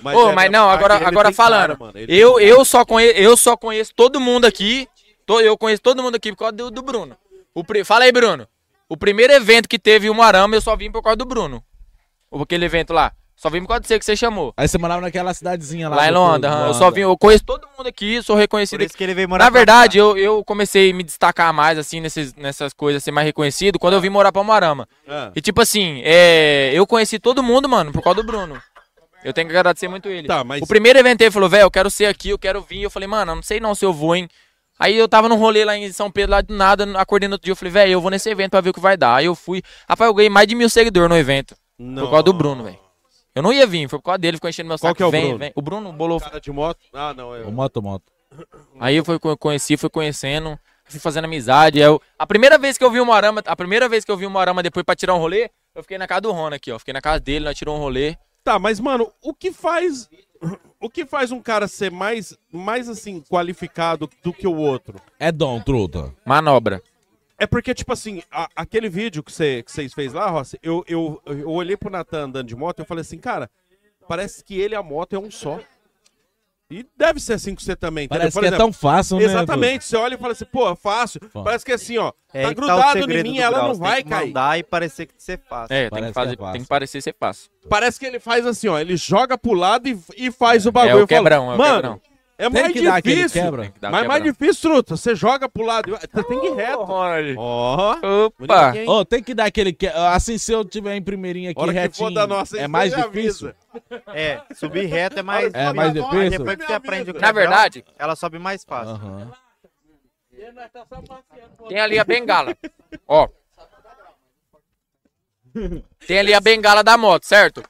[SPEAKER 2] Mas,
[SPEAKER 3] Ô,
[SPEAKER 2] é,
[SPEAKER 3] mas
[SPEAKER 2] meu,
[SPEAKER 3] não,
[SPEAKER 2] aqui
[SPEAKER 3] agora,
[SPEAKER 2] ele
[SPEAKER 3] agora
[SPEAKER 2] tem cara,
[SPEAKER 3] falando.
[SPEAKER 2] mano, ele
[SPEAKER 3] eu,
[SPEAKER 2] tem
[SPEAKER 3] eu, só conheço, eu só conheço todo mundo aqui. tô- eu conheço todo mundo aqui por causa do, do Bruno. O, pri- fala aí, Bruno. O primeiro evento que teve em Moarama, eu só vim por causa do Bruno. Ou Aquele evento lá. Só vim por causa de você que você chamou.
[SPEAKER 1] Aí você morava naquela cidadezinha lá.
[SPEAKER 3] Lá em
[SPEAKER 1] do-
[SPEAKER 3] Londres.
[SPEAKER 1] do
[SPEAKER 3] aham. Eu só vim, eu conheço todo mundo aqui, sou reconhecido
[SPEAKER 5] Por
[SPEAKER 3] aqui.
[SPEAKER 5] isso que ele veio morar
[SPEAKER 3] Na
[SPEAKER 5] pra
[SPEAKER 3] verdade, eu, eu comecei a me destacar mais, assim, nesses, nessas coisas, ser mais reconhecido, quando eu vim morar pra Moarama.
[SPEAKER 2] Ah.
[SPEAKER 3] E tipo assim, é, eu conheci todo mundo, mano, por causa do Bruno. Eu tenho que agradecer muito ele.
[SPEAKER 2] Tá, mas-
[SPEAKER 3] O primeiro evento ele falou, velho, eu quero ser aqui, eu quero vir. Eu falei, mano, eu não sei não se eu vou, hein. Aí eu tava num rolê lá em São Pedro, lá do nada, acordei no outro dia, eu falei, velho, eu vou nesse evento pra ver o que vai dar. Aí eu fui. Rapaz, eu ganhei mais de mil seguidores no evento. Por causa do Bruno, velho. Eu não ia vir, foi por causa dele, ficou enchendo meu
[SPEAKER 2] Qual
[SPEAKER 3] saco.
[SPEAKER 2] que é o
[SPEAKER 3] vem,
[SPEAKER 2] Bruno?
[SPEAKER 3] vem. O Bruno bolou.
[SPEAKER 2] Cara de moto. Ah, não.
[SPEAKER 1] O
[SPEAKER 2] Eu...
[SPEAKER 1] moto, moto.
[SPEAKER 3] Aí eu fui, co- conheci, fui conhecendo, fui fazendo amizade. Eu, a primeira vez que eu vi o Morama, a primeira vez que eu vi o Morama depois pra tirar um rolê, eu fiquei na casa do Rona aqui, ó. Fiquei na casa dele, nós tirou um rolê.
[SPEAKER 2] Tá, mas, mano, o que faz. O que faz um cara ser mais, mais assim, qualificado do que o outro?
[SPEAKER 1] É dom, truta.
[SPEAKER 3] Manobra.
[SPEAKER 2] É porque, tipo assim, a- aquele vídeo que você que vocês fez lá, Rossi, eu, eu, eu olhei pro Natan andando de moto e eu falei assim, cara, parece que ele e a moto é um só. E deve ser assim com você também, entendeu?
[SPEAKER 1] Parece
[SPEAKER 2] Por
[SPEAKER 1] que é
[SPEAKER 2] exemplo,
[SPEAKER 1] tão fácil, né?
[SPEAKER 2] Exatamente, você olha e fala assim, pô, é fácil.
[SPEAKER 1] Fácil.
[SPEAKER 2] Parece que é assim, ó,
[SPEAKER 5] É
[SPEAKER 2] tá
[SPEAKER 5] aí que o
[SPEAKER 2] grudado em
[SPEAKER 5] segredo
[SPEAKER 2] mim,
[SPEAKER 5] do
[SPEAKER 2] ela
[SPEAKER 5] grau,
[SPEAKER 2] não
[SPEAKER 5] você
[SPEAKER 2] vai
[SPEAKER 5] tem que
[SPEAKER 2] cair.
[SPEAKER 5] mandar e parecer que você faz.
[SPEAKER 3] É, tem
[SPEAKER 1] Parece
[SPEAKER 3] que, fazer,
[SPEAKER 1] que é fácil.
[SPEAKER 3] tem que parecer ser fácil.
[SPEAKER 2] É, Parece que ele faz assim, ó, ele joga pro lado e, e faz o bagulho.
[SPEAKER 3] o
[SPEAKER 2] Eu falo,
[SPEAKER 3] quebrão, é o
[SPEAKER 2] Mano,
[SPEAKER 3] quebrão."
[SPEAKER 2] é
[SPEAKER 1] Tem
[SPEAKER 2] mais
[SPEAKER 1] que dar aquele
[SPEAKER 2] difícil.
[SPEAKER 1] quebra.
[SPEAKER 3] Dá o
[SPEAKER 5] um
[SPEAKER 2] mas mais
[SPEAKER 3] quebrão.
[SPEAKER 2] difícil, truta. Você joga pro lado. Ah, Você tem que ir reto.
[SPEAKER 3] Ronald.
[SPEAKER 2] Ó.
[SPEAKER 3] Opa!
[SPEAKER 2] Bonitinho, hein?
[SPEAKER 1] Ô, tem que dar aquele. que- Assim, se eu tiver em primeirinha aqui
[SPEAKER 2] Hora que
[SPEAKER 1] retinho,
[SPEAKER 2] for da nossa,
[SPEAKER 1] é
[SPEAKER 2] aí
[SPEAKER 1] mais
[SPEAKER 2] você avisa.
[SPEAKER 1] difícil.
[SPEAKER 5] É, subir reto é mais.
[SPEAKER 1] É mais difícil?
[SPEAKER 5] Mas depois que você aprende o
[SPEAKER 3] Na
[SPEAKER 5] quebrão,
[SPEAKER 3] verdade,
[SPEAKER 5] ela sobe mais fácil.
[SPEAKER 1] Aham.
[SPEAKER 3] tem ali a bengala. Ó. Tem ali a bengala da moto, certo?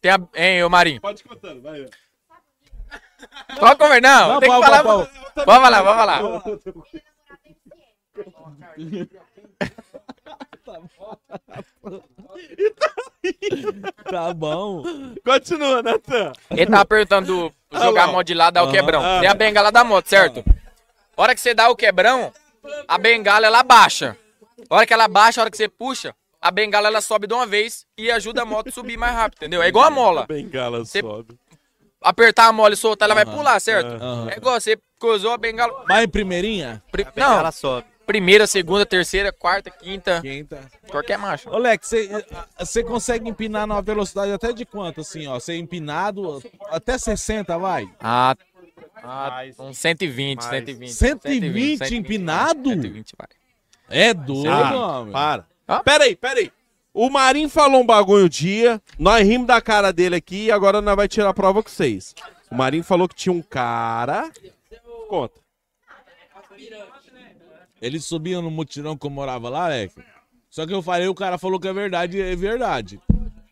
[SPEAKER 3] Tem a. Hein, ô Marinho?
[SPEAKER 2] Pode ir contando, vai.
[SPEAKER 3] Pode comer, não.
[SPEAKER 1] Não,
[SPEAKER 3] tem
[SPEAKER 1] pau,
[SPEAKER 3] que falar.
[SPEAKER 1] pau,
[SPEAKER 3] Vamos falar, vamos falar.
[SPEAKER 1] Tá bom.
[SPEAKER 2] Continua, Natan.
[SPEAKER 3] Ele tá apertando o jogar a mão de lado, dá o quebrão.
[SPEAKER 2] Ah.
[SPEAKER 3] Tem a bengala da moto, certo? A hora que você dá o quebrão, a bengala ela baixa. A hora que ela baixa, a hora que você puxa, a bengala ela sobe de uma vez e ajuda a moto a subir mais rápido, entendeu? É igual a mola.
[SPEAKER 2] Bengala
[SPEAKER 3] Cê-
[SPEAKER 2] sobe.
[SPEAKER 3] Apertar a mola e soltar, ela vai pular, certo?
[SPEAKER 1] Aham.
[SPEAKER 3] É igual, você cruzou a bengala.
[SPEAKER 1] Vai em primeirinha?
[SPEAKER 3] Pri-
[SPEAKER 5] Não.
[SPEAKER 3] Não,
[SPEAKER 5] Ela sobe.
[SPEAKER 3] primeira, segunda, terceira, quarta, quinta,
[SPEAKER 1] Quinta.
[SPEAKER 3] qualquer marcha.
[SPEAKER 1] Ô, Lex, você consegue empinar numa velocidade até de quanto, assim, ó? Você empinado até 60, vai?
[SPEAKER 3] Ah,
[SPEAKER 5] Mais.
[SPEAKER 3] uns 120,
[SPEAKER 5] Mais.
[SPEAKER 3] 120.
[SPEAKER 1] 120 empinado?
[SPEAKER 3] 120, vai.
[SPEAKER 1] É doido,
[SPEAKER 2] Ah,
[SPEAKER 1] homem.
[SPEAKER 2] para.
[SPEAKER 3] Hã?
[SPEAKER 2] Peraí, peraí. O Marinho falou um bagulho um dia, nós rimos da cara dele aqui e agora nós vai tirar a prova com vocês. O Marinho falou que tinha um cara... Conta.
[SPEAKER 1] Ele subia no mutirão que eu morava lá, Lex. Só que eu falei, o cara falou que é verdade, é verdade.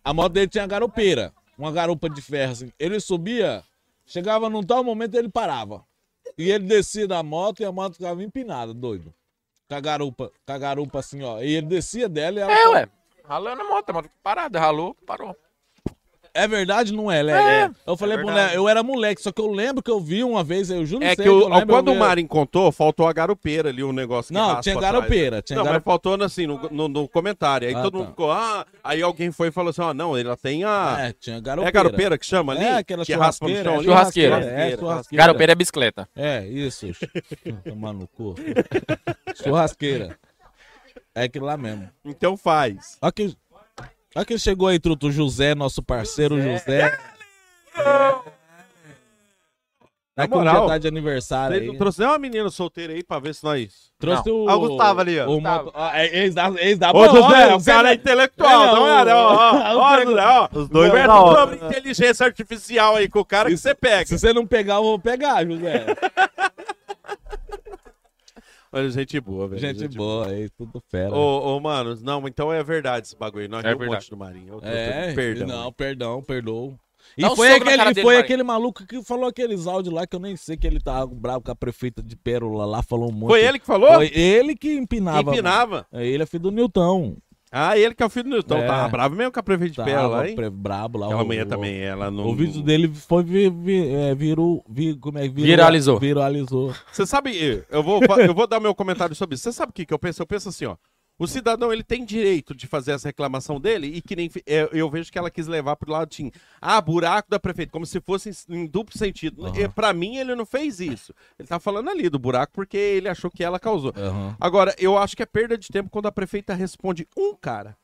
[SPEAKER 1] A moto dele tinha garupeira, uma garupa de ferro, assim. Ele subia, chegava num tal momento, ele parava. E ele descia da moto e a moto ficava empinada, doido. Com a garupa, com a garupa assim, ó. E ele descia dela e ela...
[SPEAKER 3] É, ué. Ralando a moto, mano. Parada, ralou, parou.
[SPEAKER 1] É verdade, não é, Lé?
[SPEAKER 3] É.
[SPEAKER 1] É. Eu falei,
[SPEAKER 5] É
[SPEAKER 1] pro
[SPEAKER 5] verdade.
[SPEAKER 1] Lé, eu era moleque, só que eu lembro que eu vi uma vez, eu juro
[SPEAKER 2] É
[SPEAKER 1] sei
[SPEAKER 2] que o-
[SPEAKER 1] eu lembro,
[SPEAKER 2] quando
[SPEAKER 1] eu
[SPEAKER 2] o
[SPEAKER 1] vi-
[SPEAKER 2] Marinho contou, faltou a garupeira ali, o negócio que
[SPEAKER 1] Não,
[SPEAKER 2] raspa
[SPEAKER 1] tinha
[SPEAKER 2] atrás. né?
[SPEAKER 1] garupeira, tinha
[SPEAKER 2] não, mas
[SPEAKER 1] garupeira.
[SPEAKER 2] faltou assim, no, no- no comentário. Aí
[SPEAKER 1] Ah,
[SPEAKER 2] todo
[SPEAKER 1] tá.
[SPEAKER 2] mundo ficou, ah... Aí alguém foi e falou assim, ó, não, ela tem a...
[SPEAKER 1] É, tinha garupeira.
[SPEAKER 2] É garupeira que chama ali?
[SPEAKER 1] É, aquela
[SPEAKER 2] que raspa no
[SPEAKER 1] churrasqueira.
[SPEAKER 2] chão
[SPEAKER 1] é
[SPEAKER 2] ali?
[SPEAKER 3] Churrasqueira.
[SPEAKER 1] É, churrasqueira.
[SPEAKER 3] Garopeira é bicicleta.
[SPEAKER 1] É, isso. Tomar no cu. Churrasqueira. É aquilo lá mesmo.
[SPEAKER 2] Então faz.
[SPEAKER 1] Olha que, olha que chegou aí, Truto, o José, nosso parceiro José. é
[SPEAKER 2] Na
[SPEAKER 1] Na moral,
[SPEAKER 2] moral,
[SPEAKER 1] já tá de aniversário
[SPEAKER 2] Ele não
[SPEAKER 1] aí.
[SPEAKER 2] trouxe nem uma menina solteira aí pra ver se nós...
[SPEAKER 1] Trouxe o...
[SPEAKER 5] Ah, o Gustavo ali, ó.
[SPEAKER 1] O
[SPEAKER 3] Gustavo.
[SPEAKER 1] moto... ah, é, ex da, ex da...
[SPEAKER 2] Ô, José,
[SPEAKER 1] Olha,
[SPEAKER 2] o cara é intelectual,
[SPEAKER 1] Olha,
[SPEAKER 2] não era? Ó, ó,
[SPEAKER 1] o-
[SPEAKER 2] ó,
[SPEAKER 1] o-
[SPEAKER 2] José, ó.
[SPEAKER 5] os dois
[SPEAKER 2] Conversa
[SPEAKER 5] na hora.
[SPEAKER 2] sobre inteligência artificial aí com o cara que você pega.
[SPEAKER 1] Se você não pegar, eu vou pegar, José.
[SPEAKER 2] Olha, gente boa, velho.
[SPEAKER 1] Gente É boa, aí, tudo fera.
[SPEAKER 2] Ô, ô, mano, não, então é verdade esse bagulho. Nós
[SPEAKER 3] É
[SPEAKER 2] rimos um
[SPEAKER 3] verdade.
[SPEAKER 2] monte do Marinho. Eu tô-
[SPEAKER 1] É,
[SPEAKER 2] tô- perdão.
[SPEAKER 1] Não, perdão, perdoou. E
[SPEAKER 3] Dá um
[SPEAKER 1] foi,
[SPEAKER 3] soco na cara
[SPEAKER 1] aquele,
[SPEAKER 3] dele,
[SPEAKER 1] foi
[SPEAKER 3] Marinho.
[SPEAKER 1] aquele maluco que falou aqueles áudios lá que eu nem sei que ele tava bravo com a prefeita de Pérola lá, falou um monte.
[SPEAKER 2] Foi ele que falou?
[SPEAKER 1] Foi ele que empinava.
[SPEAKER 2] Empinava.
[SPEAKER 1] mano. É, Ele é filho do Newton.
[SPEAKER 2] Ah, ele que é o filho do Newton.
[SPEAKER 1] É.
[SPEAKER 2] Tava bravo mesmo com a prefeita de
[SPEAKER 1] Tá,
[SPEAKER 2] Pérola, lá, hein?
[SPEAKER 1] pre- brabo lá.
[SPEAKER 2] Aquela
[SPEAKER 1] o-
[SPEAKER 2] mulher
[SPEAKER 1] o-
[SPEAKER 2] também, ela não...
[SPEAKER 1] O vídeo dele foi vi, vi- é, virou, vi- como é, que virou-
[SPEAKER 3] Viralizou.
[SPEAKER 1] Viralizou.
[SPEAKER 2] Você sabe, eu vou, fa- eu vou dar meu comentário sobre isso. Você sabe o que, que eu penso? Eu penso assim, ó. O cidadão, ele tem direito de fazer essa reclamação dele e que nem... fi- é, Eu vejo que ela quis levar pro lado de... Ah, buraco da prefeita, como se fosse em, em duplo sentido. E, Pra mim, ele não fez isso. Ele tá falando ali do buraco porque ele achou que ela causou.
[SPEAKER 1] Aham.
[SPEAKER 2] Agora, eu acho que é perda de tempo quando a prefeita responde um cara.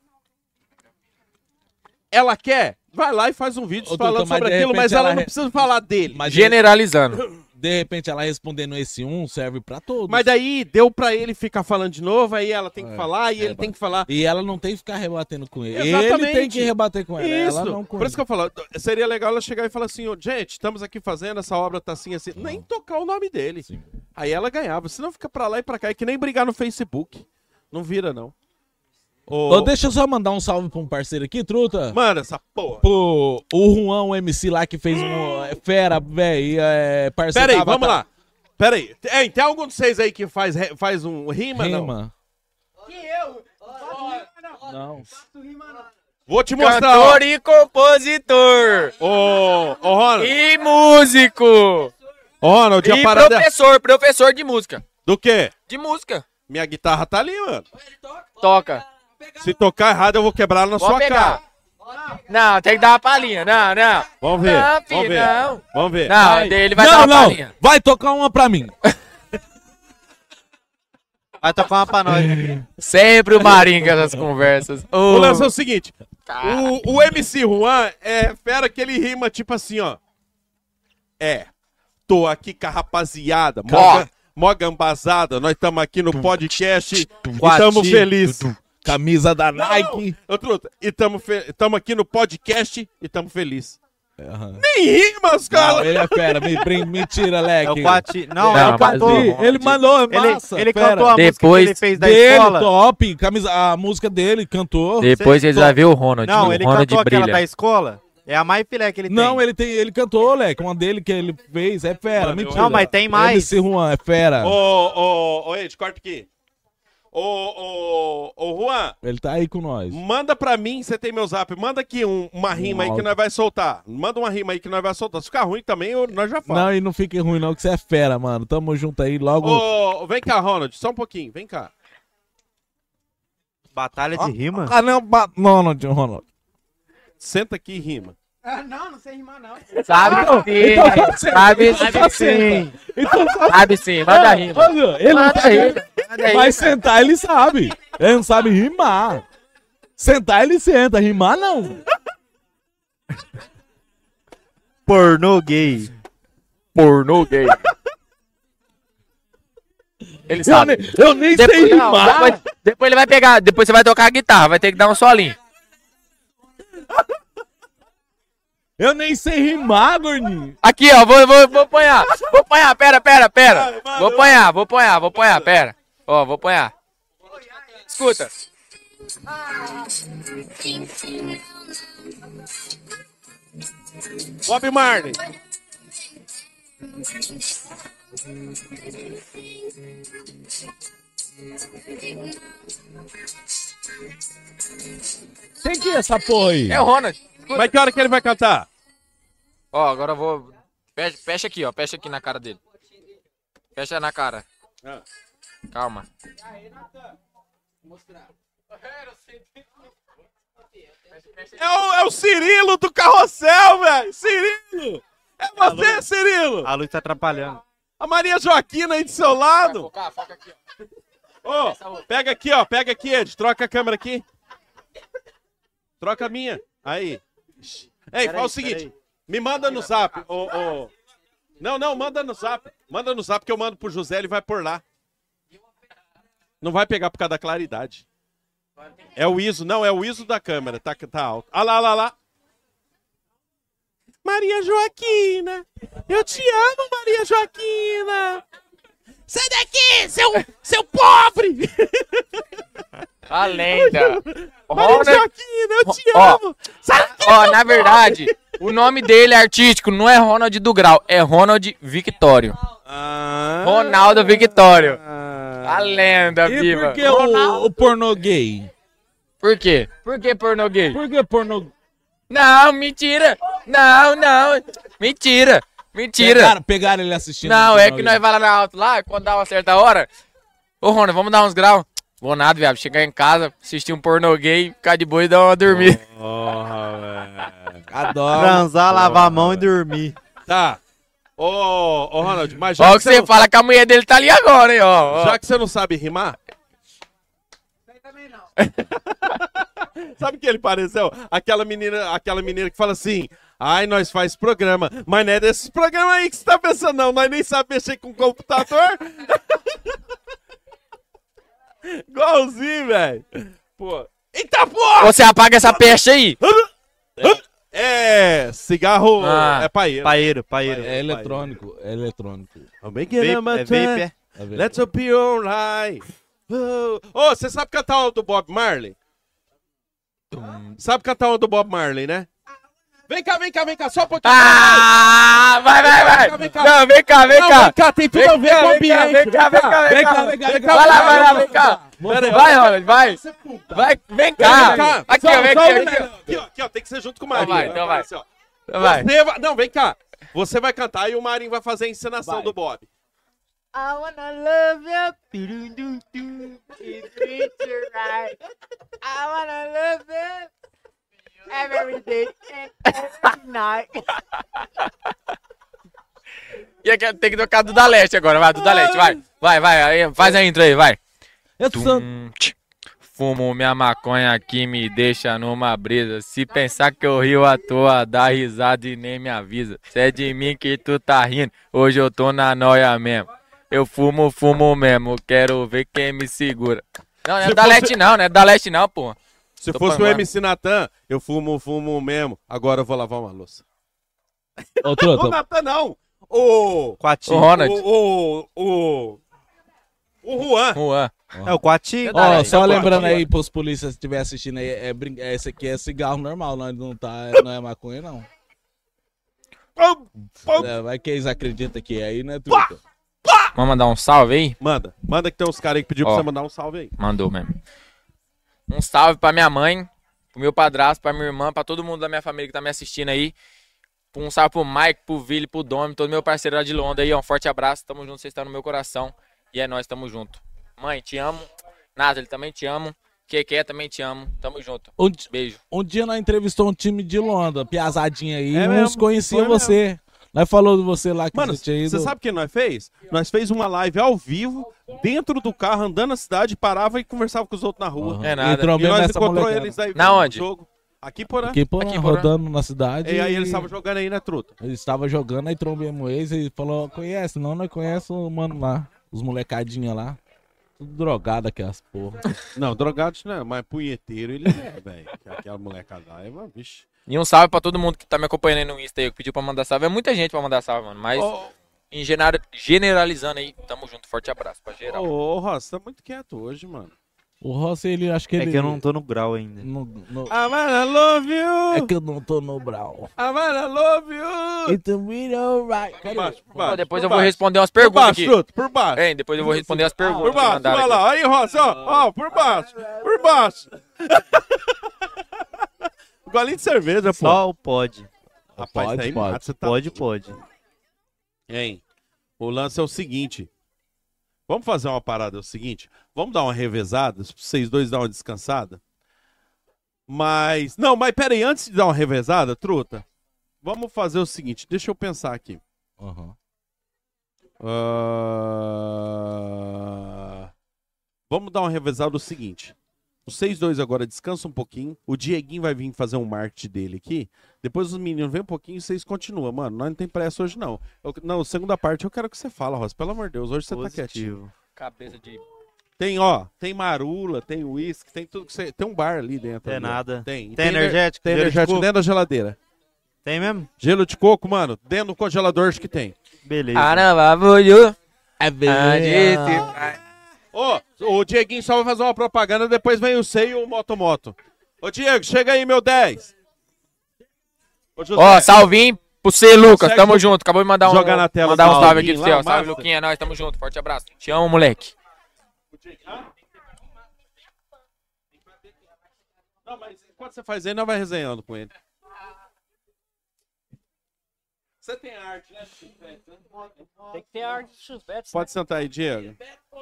[SPEAKER 2] Ela quer? Vai lá e faz um vídeo
[SPEAKER 1] Ô, Dudu, mas
[SPEAKER 2] falando sobre
[SPEAKER 1] de
[SPEAKER 2] aquilo,
[SPEAKER 1] repente
[SPEAKER 2] mas ela,
[SPEAKER 1] ela
[SPEAKER 2] não
[SPEAKER 1] re-
[SPEAKER 2] precisa falar dele.
[SPEAKER 1] Mas de,
[SPEAKER 3] Generalizando.
[SPEAKER 1] de repente ela respondendo esse um serve pra todos.
[SPEAKER 2] Mas daí deu pra ele ficar falando de novo, aí ela tem que
[SPEAKER 1] É.
[SPEAKER 2] falar, e
[SPEAKER 1] É,
[SPEAKER 2] ele tem que falar.
[SPEAKER 1] E ela não tem que ficar rebatendo com ele. Ele
[SPEAKER 2] Exatamente.
[SPEAKER 1] tem que rebater com ela. Ela
[SPEAKER 2] Isso.
[SPEAKER 1] não com
[SPEAKER 2] Por
[SPEAKER 1] ele.
[SPEAKER 2] isso que eu falo, seria legal ela chegar e falar assim, "Ô, gente, estamos aqui fazendo, essa obra tá assim, assim. Nem tocar o nome dele.
[SPEAKER 1] Sim.
[SPEAKER 2] Aí ela ganhava. Senão fica pra lá e pra cá. É que nem brigar no Facebook. Não vira, não. Ô,
[SPEAKER 1] Ô, deixa eu só mandar um salve pra um parceiro aqui, truta.
[SPEAKER 2] Mano, essa porra.
[SPEAKER 1] Pro o Juan, o MC lá que fez um. é, Fera, velho. É, parceiro.
[SPEAKER 2] Pera aí,
[SPEAKER 1] Tabata-
[SPEAKER 2] vamos lá. Pera aí. É, tem algum de vocês aí que faz, re- faz um rima, não?
[SPEAKER 1] Rima.
[SPEAKER 4] Não,
[SPEAKER 1] Não.
[SPEAKER 4] não rima não.
[SPEAKER 2] Vou te mostrar. ó.
[SPEAKER 3] Cantor e compositor.
[SPEAKER 2] Ô, ô, Ronald.
[SPEAKER 3] E músico.
[SPEAKER 2] Ô, Ronald, a
[SPEAKER 3] E
[SPEAKER 2] parada... é
[SPEAKER 3] professor, professor de música.
[SPEAKER 2] Do quê?
[SPEAKER 3] De música.
[SPEAKER 2] Minha guitarra tá ali, mano.
[SPEAKER 3] Toca.
[SPEAKER 2] Se tocar errado, eu vou quebrar na
[SPEAKER 3] Pode
[SPEAKER 2] sua
[SPEAKER 3] pegar.
[SPEAKER 2] cara.
[SPEAKER 3] Não, tem que dar uma palhinha. Não, não.
[SPEAKER 2] Vamos ver.
[SPEAKER 3] Não,
[SPEAKER 2] vamos
[SPEAKER 3] filho,
[SPEAKER 2] ver.
[SPEAKER 3] não.
[SPEAKER 2] Vamos ver.
[SPEAKER 3] Não,
[SPEAKER 1] Vai.
[SPEAKER 3] ele vai
[SPEAKER 1] não,
[SPEAKER 3] dar uma
[SPEAKER 1] não.
[SPEAKER 3] palhinha.
[SPEAKER 1] Vai tocar uma pra mim.
[SPEAKER 5] Vai tocar uma pra nós aqui.
[SPEAKER 3] Sempre o Marinho com essas conversas.
[SPEAKER 2] O
[SPEAKER 3] Ô,
[SPEAKER 2] lance é o seguinte:
[SPEAKER 3] cara.
[SPEAKER 2] o, o MC Juan é fera que ele rima tipo assim, ó. É. Tô aqui com a rapaziada. Mó,
[SPEAKER 3] Ó.
[SPEAKER 2] mó gambazada. Nós estamos aqui no podcast e
[SPEAKER 1] Quati,
[SPEAKER 2] tamo feliz.
[SPEAKER 1] Camisa da Nike.
[SPEAKER 2] Nike. E tamo, fe- tamo aqui no podcast e tamo feliz.
[SPEAKER 1] Aham.
[SPEAKER 2] Nem rima, os
[SPEAKER 1] Não,
[SPEAKER 2] caras.
[SPEAKER 1] ele é fera. Me, brin- me tira, Leque.
[SPEAKER 5] É o Quati. Não,
[SPEAKER 3] Não,
[SPEAKER 5] é o
[SPEAKER 3] mas
[SPEAKER 5] cantor.
[SPEAKER 3] ele-
[SPEAKER 1] Ele mandou, é
[SPEAKER 5] Ele,
[SPEAKER 1] massa.
[SPEAKER 5] ele
[SPEAKER 1] fera.
[SPEAKER 5] cantou a música
[SPEAKER 3] Depois
[SPEAKER 5] que ele fez da
[SPEAKER 1] Dele,
[SPEAKER 5] escola.
[SPEAKER 1] top. Camisa, a música dele, cantou.
[SPEAKER 3] Depois eles
[SPEAKER 5] Você-
[SPEAKER 3] vão ver o Ronald.
[SPEAKER 5] Não,
[SPEAKER 3] o
[SPEAKER 5] ele
[SPEAKER 3] Ronald
[SPEAKER 5] cantou aquela da
[SPEAKER 3] brilha.
[SPEAKER 5] escola. É a mais filé que ele
[SPEAKER 1] Não,
[SPEAKER 5] tem.
[SPEAKER 1] ele tem, ele cantou, Leque. Uma dele que ele fez é fera.
[SPEAKER 2] Mano, eu-
[SPEAKER 1] Mentira.
[SPEAKER 5] Não, mas tem mais.
[SPEAKER 1] MC Juan é fera.
[SPEAKER 2] Ô, ô, ô, Ed, corta aqui. Ô, ô, ô, Juan,
[SPEAKER 1] Ele tá aí com nós.
[SPEAKER 5] Hum,
[SPEAKER 2] manda pra mim, você tem meu zap, manda aqui um- uma rima aí que
[SPEAKER 1] áudio.
[SPEAKER 2] nós vai soltar. Manda uma rima aí que nós vai soltar. Se ficar ruim também, eu- nós já falamos.
[SPEAKER 1] Não, e não fique ruim não, que você é fera, mano. Tamo junto aí, logo...
[SPEAKER 2] Ô, vem cá, Ronald, só um pouquinho, vem cá.
[SPEAKER 5] Batalha de rima?
[SPEAKER 1] Ah, não, ba... não, não, John Ronald.
[SPEAKER 2] Senta aqui e rima.
[SPEAKER 8] Ah, não, não sei rimar, não.
[SPEAKER 1] Ah,
[SPEAKER 3] Sabe
[SPEAKER 1] então
[SPEAKER 3] sim.
[SPEAKER 1] tá
[SPEAKER 3] sabe
[SPEAKER 2] tá
[SPEAKER 3] sim. Sabe sim. Manda rima.
[SPEAKER 1] Ah, Olha, ele não
[SPEAKER 3] Manda
[SPEAKER 1] tá
[SPEAKER 3] rima. Manda rima.
[SPEAKER 1] Mas sentar ele sabe. Ele não sabe rimar. Sentar ele senta, rimar não.
[SPEAKER 5] Pornô gay.
[SPEAKER 3] Pornô gay. Ele
[SPEAKER 1] Eu
[SPEAKER 3] sabe.
[SPEAKER 1] nem, eu nem sei
[SPEAKER 3] Depois, não,
[SPEAKER 1] rimar.
[SPEAKER 3] depois, depois ele vai pegar, depois você vai tocar a guitarra, vai ter que dar um solinho.
[SPEAKER 1] Eu nem sei rimar, gordinho.
[SPEAKER 3] Aqui, ó, vou, vou, vou apanhar. Vou apanhar, pera, pera, pera. Vou apanhar, vou apanhar, vou apanhar, pera. Ó, vou apanhar. Escuta.
[SPEAKER 2] Bob Marley.
[SPEAKER 1] Quem que é essa porra aí?
[SPEAKER 3] É o Ronald.
[SPEAKER 2] Mas que hora que ele vai cantar?
[SPEAKER 3] Ó, agora eu vou. Fecha, fecha aqui, ó. Fecha aqui na cara dele. Fecha na cara.
[SPEAKER 2] Ah.
[SPEAKER 3] Calma.
[SPEAKER 2] É o, é o Cirilo do carrossel, velho! Cirilo! É você, Cirilo!
[SPEAKER 5] A luz tá atrapalhando.
[SPEAKER 2] A Maria Joaquina aí do seu lado!
[SPEAKER 9] Tá
[SPEAKER 2] Ô, pega aqui, ó, pega aqui, Ed, troca a câmera aqui. Troca a minha. Aí. Ei, fala o seguinte, me manda no zap, ô, ô. Não, não, manda no zap. Manda no zap que eu mando pro José, ele vai por lá. Não vai pegar por causa da claridade. É o ISO, não, é o ISO da câmera, tá, tá alto. Ah lá, lá, lá. Maria Joaquina, eu te amo, Maria Joaquina. Sai daqui, seu, seu pobre!
[SPEAKER 3] A lenda.
[SPEAKER 2] Maria
[SPEAKER 3] Ronald.
[SPEAKER 2] Joaquina, eu te
[SPEAKER 3] Ó.
[SPEAKER 2] amo! Sai daqui!
[SPEAKER 3] Ó, na verdade, o nome dele é artístico não é Ronald Dugral, é Ronald Victório. Ronaldo Victório. A lenda
[SPEAKER 1] Ah. E
[SPEAKER 3] viva.
[SPEAKER 1] por que o, o pornô gay?
[SPEAKER 3] Por quê? Por que pornô gay?
[SPEAKER 1] Por que pornô...
[SPEAKER 3] Não, mentira. Não, não. Mentira. Mentira.
[SPEAKER 1] Pegaram, pegaram ele assistindo.
[SPEAKER 3] Não, é
[SPEAKER 1] pornô
[SPEAKER 3] que
[SPEAKER 1] gay.
[SPEAKER 3] nós vai lá na alto lá, quando dá uma certa hora. Ô, Rony, vamos dar uns graus. Vou nada, viado. Chegar em casa, assistir um pornô gay, ficar de boa e dar uma dormida.
[SPEAKER 1] Adoro.
[SPEAKER 5] Transar, lavar a mão e dormir.
[SPEAKER 2] Tá. Ô, ô Ronald, mas já,
[SPEAKER 3] Ó, o
[SPEAKER 2] que
[SPEAKER 3] que você
[SPEAKER 2] não,
[SPEAKER 3] fala que a mulher dele tá ali agora, hein, ó. ó.
[SPEAKER 2] já que você não sabe rimar,
[SPEAKER 8] Sei também não.
[SPEAKER 2] sabe que ele pareceu? Aquela menina, aquela menina que fala assim: ai, nós faz programa, mas não é desses programas aí que você tá pensando, não. Nós nem sabemos mexer com computador. Igualzinho, velho. Pô. Eita porra!
[SPEAKER 3] Você apaga essa peste aí.
[SPEAKER 2] É, cigarro
[SPEAKER 3] Ah.
[SPEAKER 2] é paeiro.
[SPEAKER 5] Paeiro, paeiro.
[SPEAKER 1] É eletrônico, é eletrônico.
[SPEAKER 2] I'm making
[SPEAKER 5] Vape, é
[SPEAKER 2] a
[SPEAKER 5] vape,
[SPEAKER 2] mistake.
[SPEAKER 5] é.
[SPEAKER 1] Tá vendo?
[SPEAKER 2] Let's hope you're right. Ô, Oh, você sabe cantar o do Bob Marley? Sabe cantar o do Bob Marley, né? Vem cá, vem cá, vem cá, só um pouquinho.
[SPEAKER 3] Ah, vai, vai, vai.
[SPEAKER 2] Vem cá,
[SPEAKER 3] Não, vem cá, vem
[SPEAKER 2] Não,
[SPEAKER 3] cá.
[SPEAKER 2] tem tudo
[SPEAKER 3] Vem
[SPEAKER 2] a ver com o
[SPEAKER 3] cá, vem cá,
[SPEAKER 2] ambiente.
[SPEAKER 3] vem cá, vem cá, vem cá.
[SPEAKER 1] vem cá, vem
[SPEAKER 3] Vai lá, vai lá, vem cá.
[SPEAKER 2] Pera aí,
[SPEAKER 3] Vai, Ronald, vai.
[SPEAKER 2] é
[SPEAKER 3] Vai, vem cá. Aqui, ó, vem
[SPEAKER 2] um
[SPEAKER 3] aqui, aqui, ó.
[SPEAKER 2] Aqui, ó, aqui, ó, tem que ser junto com o
[SPEAKER 3] Então
[SPEAKER 2] Marinho.
[SPEAKER 3] vai, então vai.
[SPEAKER 2] Assim, ó.
[SPEAKER 3] Vai.
[SPEAKER 2] Você vai- Não, vem cá. Você vai cantar e o Marinho vai fazer a encenação do Bob.
[SPEAKER 5] I wanna love you. Pirundundum. It treats you right. I wanna love you. Every day and every night.
[SPEAKER 3] E aqui tem que tocar do da Leste agora, vai, do da Leste, vai. Vai, vai, aí, faz a intro aí, vai.
[SPEAKER 1] Eu sou-
[SPEAKER 3] Tum, tch. Fumo minha maconha que me deixa numa brisa. Se pensar que eu rio à toa, dá risada e nem me avisa. Se é de mim que tu tá rindo, hoje eu tô na noia mesmo. Eu fumo, fumo mesmo, quero ver quem me segura. Não, não é
[SPEAKER 2] Se
[SPEAKER 3] da
[SPEAKER 2] fosse-
[SPEAKER 3] Leste não, não é da Leste não, pô.
[SPEAKER 2] Se
[SPEAKER 3] Tô
[SPEAKER 2] fosse o
[SPEAKER 3] falando.
[SPEAKER 2] MC Natan, eu fumo, fumo mesmo. Agora eu vou lavar uma louça.
[SPEAKER 1] Ô,
[SPEAKER 2] Ô,
[SPEAKER 1] Truta,
[SPEAKER 2] Natan, não. Ô,
[SPEAKER 3] O
[SPEAKER 5] Quati.
[SPEAKER 3] Ronald,
[SPEAKER 2] O, o, o, o Juan.
[SPEAKER 3] Juan.
[SPEAKER 5] É o Quati.
[SPEAKER 1] Ó, só
[SPEAKER 2] Tá bom,
[SPEAKER 1] lembrando
[SPEAKER 2] tá
[SPEAKER 1] aí pros polícias que estiver assistindo aí, é, brin- é, esse aqui é cigarro normal, não, não, tá, não é maconha, não. É, vai que eles acreditam que é aí, né, truta?
[SPEAKER 3] Vamos mandar um salve aí?
[SPEAKER 2] Manda. Manda que tem uns caras aí que pediu
[SPEAKER 3] Ó.
[SPEAKER 2] pra você mandar um salve aí.
[SPEAKER 3] Mandou mesmo. Um salve pra minha mãe, pro meu padrasto, pra minha irmã, pra todo mundo da minha família que tá me assistindo aí. Um salve pro Mike, pro Vili, pro Domi, todo meu parceiro lá de Londres aí, ó. Um forte abraço, tamo junto, vocês estão no meu coração. E é nóis, tamo junto. Mãe, te amo. Nathalie, também te amo. Keke, também te amo. Tamo junto.
[SPEAKER 1] Um, di-
[SPEAKER 3] Beijo.
[SPEAKER 1] um dia nós entrevistou um time de Londra, piazadinha aí,
[SPEAKER 2] É
[SPEAKER 1] uns
[SPEAKER 2] mesmo,
[SPEAKER 1] conheciam
[SPEAKER 2] foi mesmo.
[SPEAKER 1] você. Nós falou de você lá que
[SPEAKER 2] Mano,
[SPEAKER 1] você tinha ido.
[SPEAKER 2] você sabe o que nós fez? Nós fez uma live ao vivo, dentro do carro, andando na cidade, parava e conversava com os outros na rua.
[SPEAKER 1] Aham.
[SPEAKER 3] É nada.
[SPEAKER 1] Entrou
[SPEAKER 2] E
[SPEAKER 1] mesmo
[SPEAKER 2] nós
[SPEAKER 1] nessa
[SPEAKER 2] encontrou
[SPEAKER 1] molecada.
[SPEAKER 2] eles aí
[SPEAKER 3] Na
[SPEAKER 2] no
[SPEAKER 3] onde?
[SPEAKER 2] jogo. Aqui por
[SPEAKER 1] Aqui, pô,
[SPEAKER 3] Aqui, porã.
[SPEAKER 1] rodando na cidade.
[SPEAKER 2] E aí eles estavam jogando aí, né, truta?
[SPEAKER 1] Eles estavam jogando, aí trombemos eles e falou, conhece, não, nós conhece o mano lá, os molecadinha lá. Tudo drogado aquelas porra.
[SPEAKER 2] Não, drogado não, mas punheteiro ele é, velho. Aquela molecada lá é uma bicha.
[SPEAKER 3] E um salve pra todo mundo que tá me acompanhando aí no Insta aí, que pediu pra mandar salve. É muita gente pra mandar salve, mano. Mas
[SPEAKER 2] Ô,
[SPEAKER 3] em genar- generalizando aí, tamo junto. Forte abraço pra geral.
[SPEAKER 2] ô, Ross, tá muito quieto hoje, mano.
[SPEAKER 1] O Rossi, ele acho que ele.
[SPEAKER 5] É que eu não tô no grau ainda.
[SPEAKER 1] no- no-
[SPEAKER 2] Ah, mano, I love
[SPEAKER 1] É
[SPEAKER 2] you!
[SPEAKER 1] que eu não tô no Brau.
[SPEAKER 2] Ah, mano, I love you!
[SPEAKER 1] It's a real alright.
[SPEAKER 2] Por baixo, por
[SPEAKER 3] Pô,
[SPEAKER 2] baixo.
[SPEAKER 3] depois
[SPEAKER 2] por
[SPEAKER 3] eu vou
[SPEAKER 2] baixo.
[SPEAKER 3] responder umas
[SPEAKER 2] Por
[SPEAKER 3] perguntas
[SPEAKER 2] baixo,
[SPEAKER 3] aqui.
[SPEAKER 2] truta, por baixo.
[SPEAKER 3] Hein, depois eu vou responder as perguntas.
[SPEAKER 2] Por
[SPEAKER 3] que
[SPEAKER 2] baixo,
[SPEAKER 3] mandaram
[SPEAKER 2] olha
[SPEAKER 3] aqui.
[SPEAKER 2] lá, aí, Ross,
[SPEAKER 5] Ah.
[SPEAKER 2] ó, ó, por baixo, por baixo. Um Golinho de cerveja, pô.
[SPEAKER 5] Só o pod.
[SPEAKER 2] Rapaz,
[SPEAKER 1] Pode,
[SPEAKER 2] tá aí,
[SPEAKER 1] pode.
[SPEAKER 2] mano, você tá-
[SPEAKER 5] Pode, pode.
[SPEAKER 2] Hein? O lance é o seguinte. Vamos fazer uma parada, é o seguinte. Vamos dar uma revezada, se vocês dois dar uma descansada. Mas. Não, mas peraí, antes de dar uma revezada, truta, vamos fazer o seguinte, deixa eu pensar aqui.
[SPEAKER 1] Aham.
[SPEAKER 2] Ah, Vamos dar uma revezada o seguinte. Vocês dois agora descansam um pouquinho. O Dieguinho vai vir fazer um marketing dele aqui. Depois os meninos vêm um pouquinho e vocês continuam. Mano, nós não tem pressa hoje, não. Eu- não, segunda parte eu quero que você fala, Ross. Pelo amor de Deus, hoje você tá quietinho.
[SPEAKER 5] Positivo.
[SPEAKER 3] Cabeça de.
[SPEAKER 2] Tem, ó, tem marula, tem uísque, tem tudo que você... Tem um bar ali dentro.
[SPEAKER 5] Tem
[SPEAKER 2] ali, ó.
[SPEAKER 5] nada.
[SPEAKER 2] Tem.
[SPEAKER 5] Tem energético?
[SPEAKER 2] Tem
[SPEAKER 5] Gelo de
[SPEAKER 2] energético
[SPEAKER 5] coco?
[SPEAKER 2] dentro da geladeira.
[SPEAKER 5] Tem mesmo?
[SPEAKER 2] Gelo de coco, mano, dentro do congelador acho que tem.
[SPEAKER 5] Beleza.
[SPEAKER 3] Caramba, vou
[SPEAKER 1] É
[SPEAKER 2] Ô, o Dieguinho só vai fazer uma propaganda, depois vem o Sei e o Moto Moto. Ô, Diego, chega aí, meu 10. Ô, José,
[SPEAKER 3] Ó, salvinho pro C, Lucas.
[SPEAKER 2] Consegue
[SPEAKER 3] Tamo junto. Acabou de mandar um.
[SPEAKER 2] jogar na tela
[SPEAKER 3] Mandar
[SPEAKER 2] do
[SPEAKER 3] um salve aqui pro
[SPEAKER 2] Salvinho
[SPEAKER 3] céu.
[SPEAKER 2] lá,
[SPEAKER 3] Salve,
[SPEAKER 2] massa.
[SPEAKER 3] Luquinha. é Nós tamo junto. Forte abraço. Te amo, moleque.
[SPEAKER 2] Não, mas enquanto você faz aí, não vai resenhando com ele. Você tem arte, né?
[SPEAKER 10] Tem que ter a arte de né? chuvete.
[SPEAKER 2] Pode sentar aí, Diego.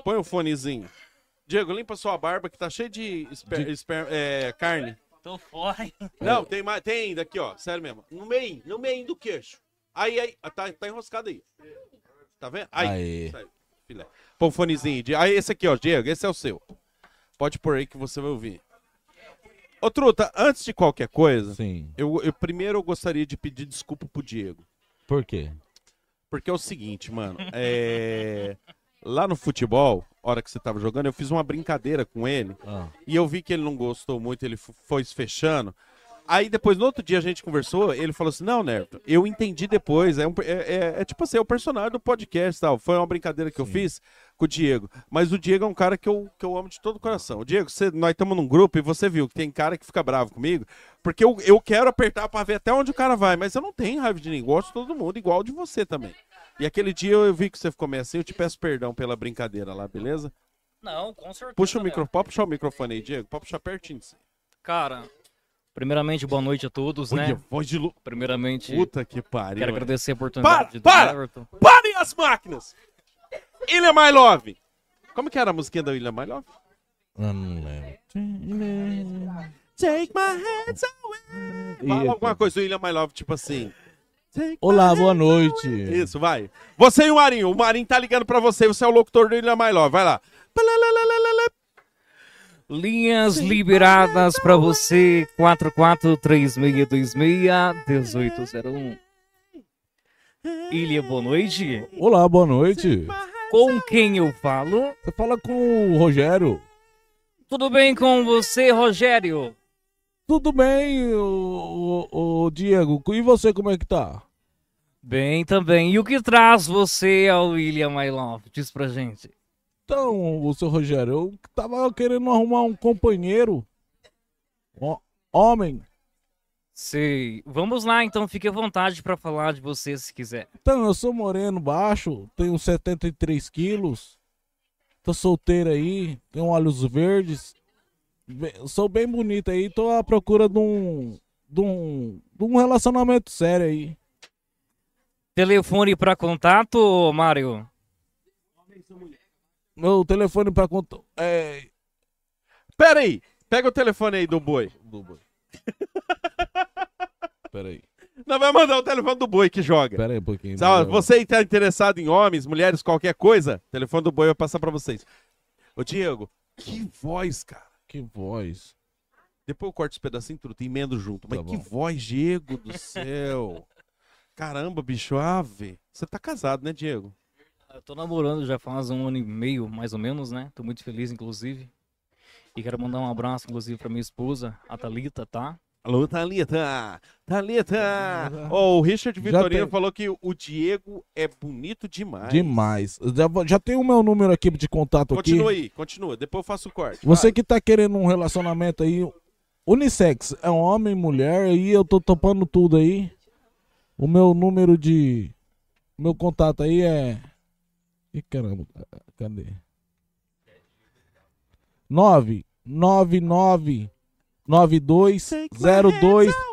[SPEAKER 2] Põe o fonezinho. Diego, limpa sua barba que tá cheia de, esper- esper- é, carne.
[SPEAKER 10] Tô fora. hein?
[SPEAKER 2] Não, tem mais, tem ainda aqui, ó. Sério mesmo. No meio, no meio do queixo. Aí, aí, ah, tá, tá enroscado aí. Tá vendo? Aí.
[SPEAKER 1] Aí.
[SPEAKER 2] Sai, filé. Põe um fonezinho. de- Aí, esse aqui, ó, Diego, esse é o seu. Pode pôr aí que você vai ouvir. Ô, Truta, antes de qualquer coisa,
[SPEAKER 1] Sim.
[SPEAKER 2] eu, eu primeiro eu gostaria de pedir desculpa pro Diego.
[SPEAKER 1] Por quê?
[SPEAKER 2] Porque é o seguinte, mano. É... Lá no futebol, hora que você tava jogando, eu fiz uma brincadeira com ele.
[SPEAKER 1] Ah.
[SPEAKER 2] E eu vi que ele não gostou muito, ele f- foi se fechando. Aí depois, no outro dia, a gente conversou, ele falou assim, não, Nerto, eu entendi depois, é, um per- é- é- é tipo assim, é o personagem do podcast e tal. Foi uma brincadeira que eu fiz com o Diego. Mas o Diego é um cara que eu, que eu amo de todo o coração. O Diego, você- nós estamos num grupo e você viu que tem cara que fica bravo comigo, porque eu, eu quero apertar pra ver até onde o cara vai, mas eu não tenho raiva de ninguém, gosto de todo mundo, igual de você também. E aquele dia eu vi que você ficou meio assim, eu te peço perdão pela brincadeira lá, beleza?
[SPEAKER 10] Não, com certeza. né?
[SPEAKER 2] Puxa o
[SPEAKER 10] velho.
[SPEAKER 2] microfone, pode puxar o microfone aí, Diego, pode puxar pertinho de você.
[SPEAKER 10] Cara, primeiramente, boa noite a todos,
[SPEAKER 2] Olha,
[SPEAKER 10] né?
[SPEAKER 2] voz de lu...
[SPEAKER 10] Primeiramente,
[SPEAKER 2] Puta que pariu.
[SPEAKER 10] quero
[SPEAKER 2] hein?
[SPEAKER 10] agradecer a oportunidade
[SPEAKER 2] para!
[SPEAKER 10] do Everton.
[SPEAKER 2] Parem as máquinas! Ilha My Love! Como que era a musiquinha da Ilha My Love?
[SPEAKER 1] Eu não lembro.
[SPEAKER 2] Take my hands away! Fala
[SPEAKER 1] Isso.
[SPEAKER 2] alguma coisa do Ilha My Love, tipo assim. Take
[SPEAKER 1] Olá, boa noite.
[SPEAKER 2] my- Isso, vai. Você e o Marinho. O Marinho tá ligando pra você. Você é o locutor do Ilha My Love. Vai lá. Palalalala.
[SPEAKER 10] Linhas liberadas pra você, 443626-1801. Ilha, boa noite.
[SPEAKER 1] Olá, boa noite.
[SPEAKER 10] Com quem eu falo?
[SPEAKER 1] Você fala com o Rogério.
[SPEAKER 10] Tudo bem com você, Rogério?
[SPEAKER 1] Tudo bem, o, o, o Diego. E você, como é que tá?
[SPEAKER 10] Bem também. E o que traz você ao Ilha My Love? Diz pra gente.
[SPEAKER 1] Então, o seu Rogério, eu tava querendo arrumar um companheiro. Ho- homem.
[SPEAKER 10] Sei. Vamos lá, então fique à vontade pra falar de você se quiser.
[SPEAKER 1] Então, eu sou moreno baixo, tenho 73 quilos, tô solteiro aí, tenho olhos verdes, be- sou bem bonito aí, tô à procura de um, de um, de um relacionamento sério aí.
[SPEAKER 10] Telefone pra contato, Mário?
[SPEAKER 1] Meu telefone pra conta. É.
[SPEAKER 2] Pera aí. Pega o telefone aí do boi.
[SPEAKER 1] do boi. Peraí,
[SPEAKER 2] Não vai mandar o telefone do boi que joga.
[SPEAKER 1] peraí um pouquinho.
[SPEAKER 2] Sabe,
[SPEAKER 1] né?
[SPEAKER 2] Você está interessado em homens, mulheres, qualquer coisa? O telefone do boi vai passar pra vocês. Ô, Diego, que voz, cara.
[SPEAKER 1] Que voz.
[SPEAKER 2] Depois eu corto os pedacinhos truta e emendo junto. Mas
[SPEAKER 1] Tá
[SPEAKER 2] que
[SPEAKER 1] bom.
[SPEAKER 2] voz, Diego do céu. Caramba, bicho, ave. Você tá casado, né, Diego?
[SPEAKER 10] Eu tô namorando já faz um ano e meio, mais ou menos, né? Tô muito feliz, inclusive. E quero mandar um abraço, inclusive, pra minha esposa, a Thalita, tá?
[SPEAKER 2] Alô, Thalita! Thalita! Ó, o Richard
[SPEAKER 1] Já
[SPEAKER 2] Vitorino
[SPEAKER 1] tem-
[SPEAKER 2] falou que o Diego é bonito demais.
[SPEAKER 1] Demais. Já, vou- já tem o meu número aqui de contato aqui.
[SPEAKER 2] Continua aí, continua. Depois eu faço o corte.
[SPEAKER 1] Você que tá querendo um relacionamento aí, unissex, é homem, mulher, aí eu tô topando tudo aí. O meu número de. Meu contato aí é. Ih, caramba, cadê?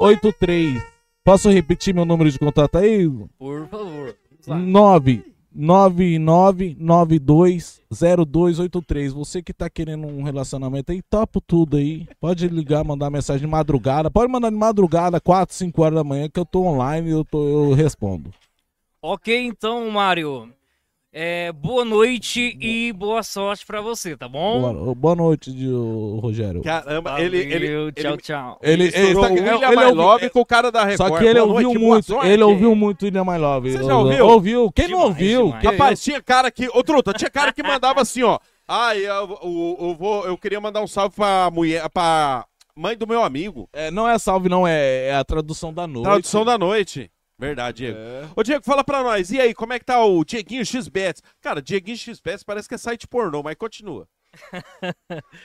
[SPEAKER 1] 999920283. Posso repetir meu número de contato aí?
[SPEAKER 10] Por favor. Vamos lá.
[SPEAKER 1] 999920283. Você que tá querendo um relacionamento aí, topo tudo aí. Pode ligar, mandar mensagem de madrugada. Pode mandar de madrugada, 4, 5 horas da manhã, que eu tô online e eu, tô, eu respondo.
[SPEAKER 10] Ok, então, Mário. É, boa noite e boa sorte pra você, tá bom?
[SPEAKER 1] Boa, boa noite, de- ô, Rogério.
[SPEAKER 2] Caramba, ele, ele,
[SPEAKER 10] Valeu,
[SPEAKER 2] ele,
[SPEAKER 10] tchau, tchau.
[SPEAKER 1] Ele,
[SPEAKER 2] misturou
[SPEAKER 1] tá-
[SPEAKER 2] o William
[SPEAKER 1] ele
[SPEAKER 2] My
[SPEAKER 1] ouviu-
[SPEAKER 2] Love com o cara da Record.
[SPEAKER 1] só que ele
[SPEAKER 2] Boa
[SPEAKER 1] ouviu
[SPEAKER 2] noite, boa
[SPEAKER 1] muito,
[SPEAKER 2] sorte.
[SPEAKER 1] ele ouviu muito William My Love.
[SPEAKER 2] Você já ouviu?
[SPEAKER 1] Ouviu. Quem não
[SPEAKER 10] Demais,
[SPEAKER 1] ouviu?
[SPEAKER 10] demais.
[SPEAKER 1] Que-
[SPEAKER 2] Rapaz, tinha cara que. Ô, Truta, tinha cara que mandava assim, ó. Ai, eu, eu, eu vou, eu queria mandar um salve pra mulher, pra mãe do meu amigo.
[SPEAKER 1] É, não é salve, não, é, é a tradução da noite.
[SPEAKER 2] Tradução da noite. Verdade, Diego. Ô, Diego, fala pra nós. E aí, como é que tá o Dieguinho XBets? Cara, Dieguinho XBets parece que é site pornô, mas continua.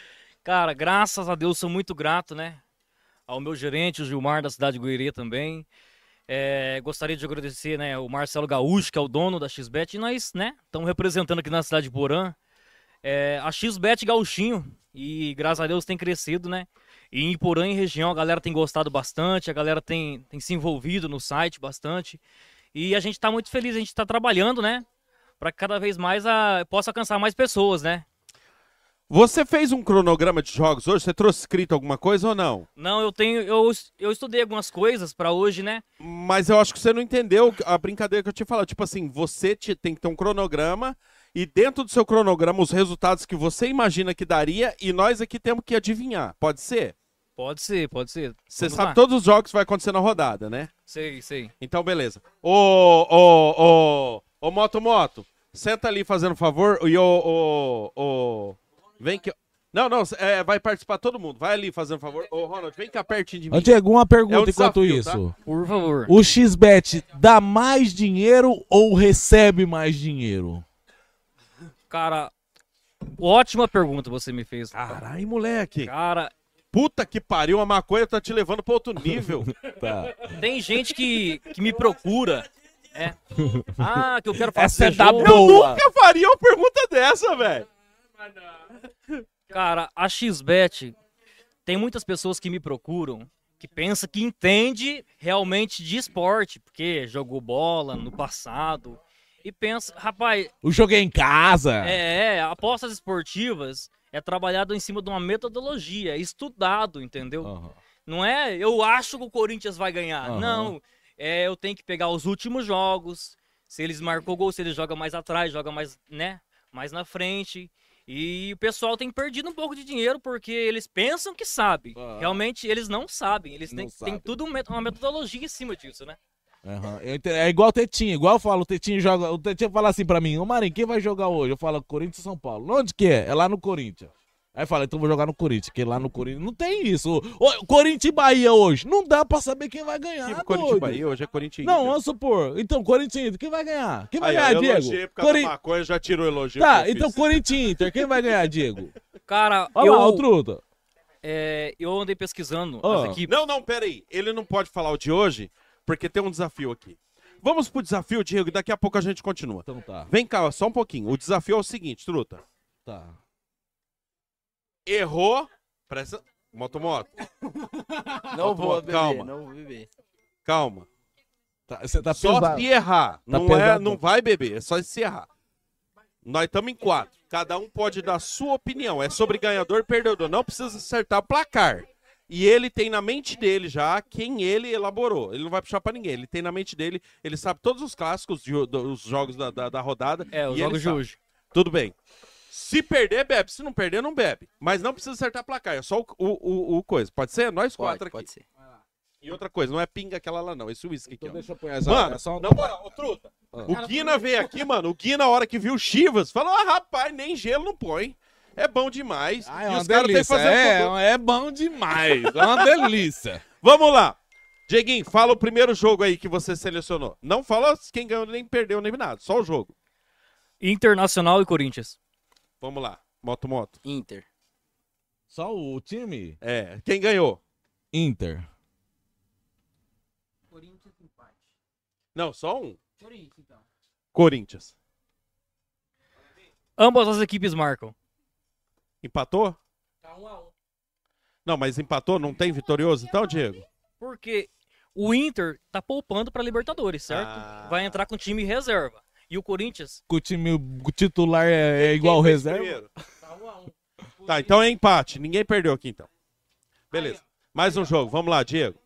[SPEAKER 10] Cara, graças a Deus, sou muito grato, né? Ao meu gerente, o Gilmar, da cidade de Goiânia também. É, gostaria de agradecer, né, o Marcelo Gaúcho, que é o dono da XBet, e nós, né, estamos representando aqui na cidade de Porã. É, a XBet Gauchinho, e graças a Deus tem crescido, né? E em Porã e região, a galera tem gostado bastante, a galera tem, tem se envolvido no site bastante. E a gente está muito feliz, a gente está trabalhando, né? Para que cada vez mais a, possa alcançar mais pessoas, né?
[SPEAKER 2] Você fez um cronograma de jogos hoje? Você trouxe escrito alguma coisa ou não?
[SPEAKER 10] Não, eu tenho. Eu, eu estudei algumas coisas pra hoje, né?
[SPEAKER 2] Mas eu acho que você não entendeu a brincadeira que eu te falo. Tipo assim, você te- tem que ter um cronograma e dentro do seu cronograma os resultados que você imagina que daria e nós aqui temos que adivinhar. Pode ser?
[SPEAKER 10] Pode ser, pode ser.
[SPEAKER 2] Você
[SPEAKER 10] Vamos
[SPEAKER 2] sabe
[SPEAKER 10] lá.
[SPEAKER 2] todos os jogos que vai acontecer na rodada, né?
[SPEAKER 10] Sei, sei.
[SPEAKER 2] Então, beleza. Ô, ô, ô, ô, Moto Moto, senta ali fazendo favor e ô, ô, ô, vem que... Não, não, é, vai participar todo mundo. Vai ali fazendo favor. Ô, Ronald, vem cá pertinho de mim.
[SPEAKER 1] Ô, Diego, uma pergunta
[SPEAKER 2] É um
[SPEAKER 1] enquanto
[SPEAKER 2] desafio,
[SPEAKER 1] isso.
[SPEAKER 10] Por favor.
[SPEAKER 1] O XBET dá mais dinheiro ou recebe mais dinheiro?
[SPEAKER 10] Cara, ótima pergunta você me fez.
[SPEAKER 2] Caralho, moleque.
[SPEAKER 10] Cara,
[SPEAKER 2] Puta que pariu, a maconha tá te levando pra outro nível.
[SPEAKER 1] Tá.
[SPEAKER 10] tem gente que, que me procura. É. Ah, que eu quero fazer
[SPEAKER 1] Essa é da
[SPEAKER 10] jogo.
[SPEAKER 2] Eu
[SPEAKER 1] boa.
[SPEAKER 2] nunca faria uma pergunta dessa, velho.
[SPEAKER 10] Cara, a XBet tem muitas pessoas que me procuram que pensa que entende realmente de esporte, porque jogou bola no passado e pensa, rapaz,
[SPEAKER 1] O jogo é em casa.
[SPEAKER 10] É, é, apostas esportivas é trabalhado em cima de uma metodologia, é estudado, entendeu?
[SPEAKER 1] Aham.
[SPEAKER 10] Não é eu acho que o Corinthians vai ganhar.
[SPEAKER 1] Aham.
[SPEAKER 10] Não, é eu tenho que pegar os últimos jogos, se eles marcou gol, se eles jogam mais atrás, joga mais, né, mais na frente. E o pessoal tem perdido um pouco de dinheiro porque eles pensam que sabe.
[SPEAKER 1] Ah.
[SPEAKER 10] Realmente eles não sabem, eles
[SPEAKER 1] Não
[SPEAKER 10] têm,
[SPEAKER 1] sabem.
[SPEAKER 10] têm tudo um met- uma metodologia em cima disso, né?
[SPEAKER 1] Aham. Eu ente- É igual o Tetinho, igual eu falo, o Tetinho joga. O Tetinho fala assim pra mim, ô Marinho, quem vai jogar hoje? Eu falo, Corinthians e São Paulo. Onde que é? É lá no Corinthians. Aí fala, então eu vou jogar no Corinthians, porque lá no Corinthians não tem isso. Ô, Corinthians e Bahia hoje. Não dá pra saber quem vai ganhar.
[SPEAKER 2] Que
[SPEAKER 1] Tá doido.
[SPEAKER 2] Corinthians e Bahia, hoje é Corinthians. e
[SPEAKER 1] Não,
[SPEAKER 2] Inter.
[SPEAKER 1] vamos supor. Então, Corinthians e Inter, quem vai ganhar? Quem vai
[SPEAKER 2] Aí, ó,
[SPEAKER 1] ganhar,
[SPEAKER 2] eu elogiei
[SPEAKER 1] Diego?
[SPEAKER 2] por causa
[SPEAKER 1] Corin-
[SPEAKER 2] da maconha, já tirou o elogio.
[SPEAKER 1] Tá,
[SPEAKER 2] que eu
[SPEAKER 1] então
[SPEAKER 2] fiz.
[SPEAKER 1] Corinthians e Inter, quem vai ganhar, Diego?
[SPEAKER 10] Cara,
[SPEAKER 1] Olha
[SPEAKER 10] eu
[SPEAKER 1] lá, o Truta.
[SPEAKER 10] é, eu andei pesquisando
[SPEAKER 1] Ó.
[SPEAKER 10] as equipes.
[SPEAKER 2] Não, não, peraí. Ele não pode falar o de hoje, porque tem um desafio aqui. Vamos pro desafio, Diego, e daqui a pouco a gente continua.
[SPEAKER 1] Então tá,
[SPEAKER 2] Vem cá, só um pouquinho. O desafio é o seguinte, truta.
[SPEAKER 1] tá.
[SPEAKER 2] Errou. Presta. Motomoto,
[SPEAKER 6] Não
[SPEAKER 2] Outro
[SPEAKER 6] vou
[SPEAKER 2] outro,
[SPEAKER 6] beber,
[SPEAKER 2] calma.
[SPEAKER 6] não vou beber.
[SPEAKER 2] calma.
[SPEAKER 1] Você tá,
[SPEAKER 2] só
[SPEAKER 1] pesado.
[SPEAKER 2] se errar. não, é,
[SPEAKER 1] pesado.
[SPEAKER 2] não vai beber, é só se errar. Nós estamos em quatro. Cada um pode dar sua opinião. É sobre ganhador, perdedor. Não precisa acertar placar. E ele tem na mente dele já quem ele elaborou. Ele não vai puxar pra ninguém. Ele tem na mente dele, ele sabe todos os clássicos, de- do- os jogos da, da, da rodada.
[SPEAKER 10] É, os
[SPEAKER 2] e ele
[SPEAKER 10] jogos de
[SPEAKER 2] sabe.
[SPEAKER 10] hoje.
[SPEAKER 2] Tudo bem. Se perder, bebe. Se não perder, não bebe. Mas não precisa acertar placar. É só o, o, o- o coisa. Pode ser? Nós
[SPEAKER 6] Pode,
[SPEAKER 2] quatro aqui.
[SPEAKER 6] pode ser.
[SPEAKER 2] E outra coisa, não é pinga aquela lá, não. Esse uísque aqui,
[SPEAKER 1] Então
[SPEAKER 2] ó.
[SPEAKER 1] deixa eu pôr essa.
[SPEAKER 2] Mano,
[SPEAKER 1] é só um-
[SPEAKER 2] na moral, ô truta.
[SPEAKER 1] Ah.
[SPEAKER 2] O Guina veio aqui, mano. O Guina, na hora que viu o Chivas, falou: ah, rapaz, nem gelo não põe. É bom demais.
[SPEAKER 1] Ah, é uma
[SPEAKER 2] caras têm que
[SPEAKER 1] delícia.
[SPEAKER 2] fazer um
[SPEAKER 1] É,
[SPEAKER 2] produto.
[SPEAKER 1] é bom demais. É uma delícia.
[SPEAKER 2] Vamos lá. Dieguinho, fala o primeiro jogo aí que você selecionou. Não fala quem ganhou, nem perdeu, nem nada. Só o jogo.
[SPEAKER 10] Internacional e Corinthians.
[SPEAKER 2] Vamos lá. Moto, moto.
[SPEAKER 6] Inter.
[SPEAKER 1] Só o time
[SPEAKER 2] É. Quem ganhou?
[SPEAKER 1] Inter.
[SPEAKER 6] Corinthians empate.
[SPEAKER 2] Não, só um.
[SPEAKER 6] Corinthians, então.
[SPEAKER 2] Corinthians.
[SPEAKER 10] Ambas as equipes marcam.
[SPEAKER 2] Empatou?
[SPEAKER 6] Tá um a um.
[SPEAKER 2] Não, mas empatou? Não tem vitorioso então, Diego?
[SPEAKER 10] Porque o Inter tá poupando pra Libertadores, certo?
[SPEAKER 2] Ah.
[SPEAKER 10] Vai entrar com time reserva. E o Corinthians,
[SPEAKER 1] O time o titular é, é igual
[SPEAKER 2] Quem fez
[SPEAKER 1] reserva.
[SPEAKER 2] primeiro?
[SPEAKER 6] Tá um a um.
[SPEAKER 2] Tá, então é empate. Ninguém perdeu aqui, então. Beleza. Mais um jogo. Vamos lá, Diego.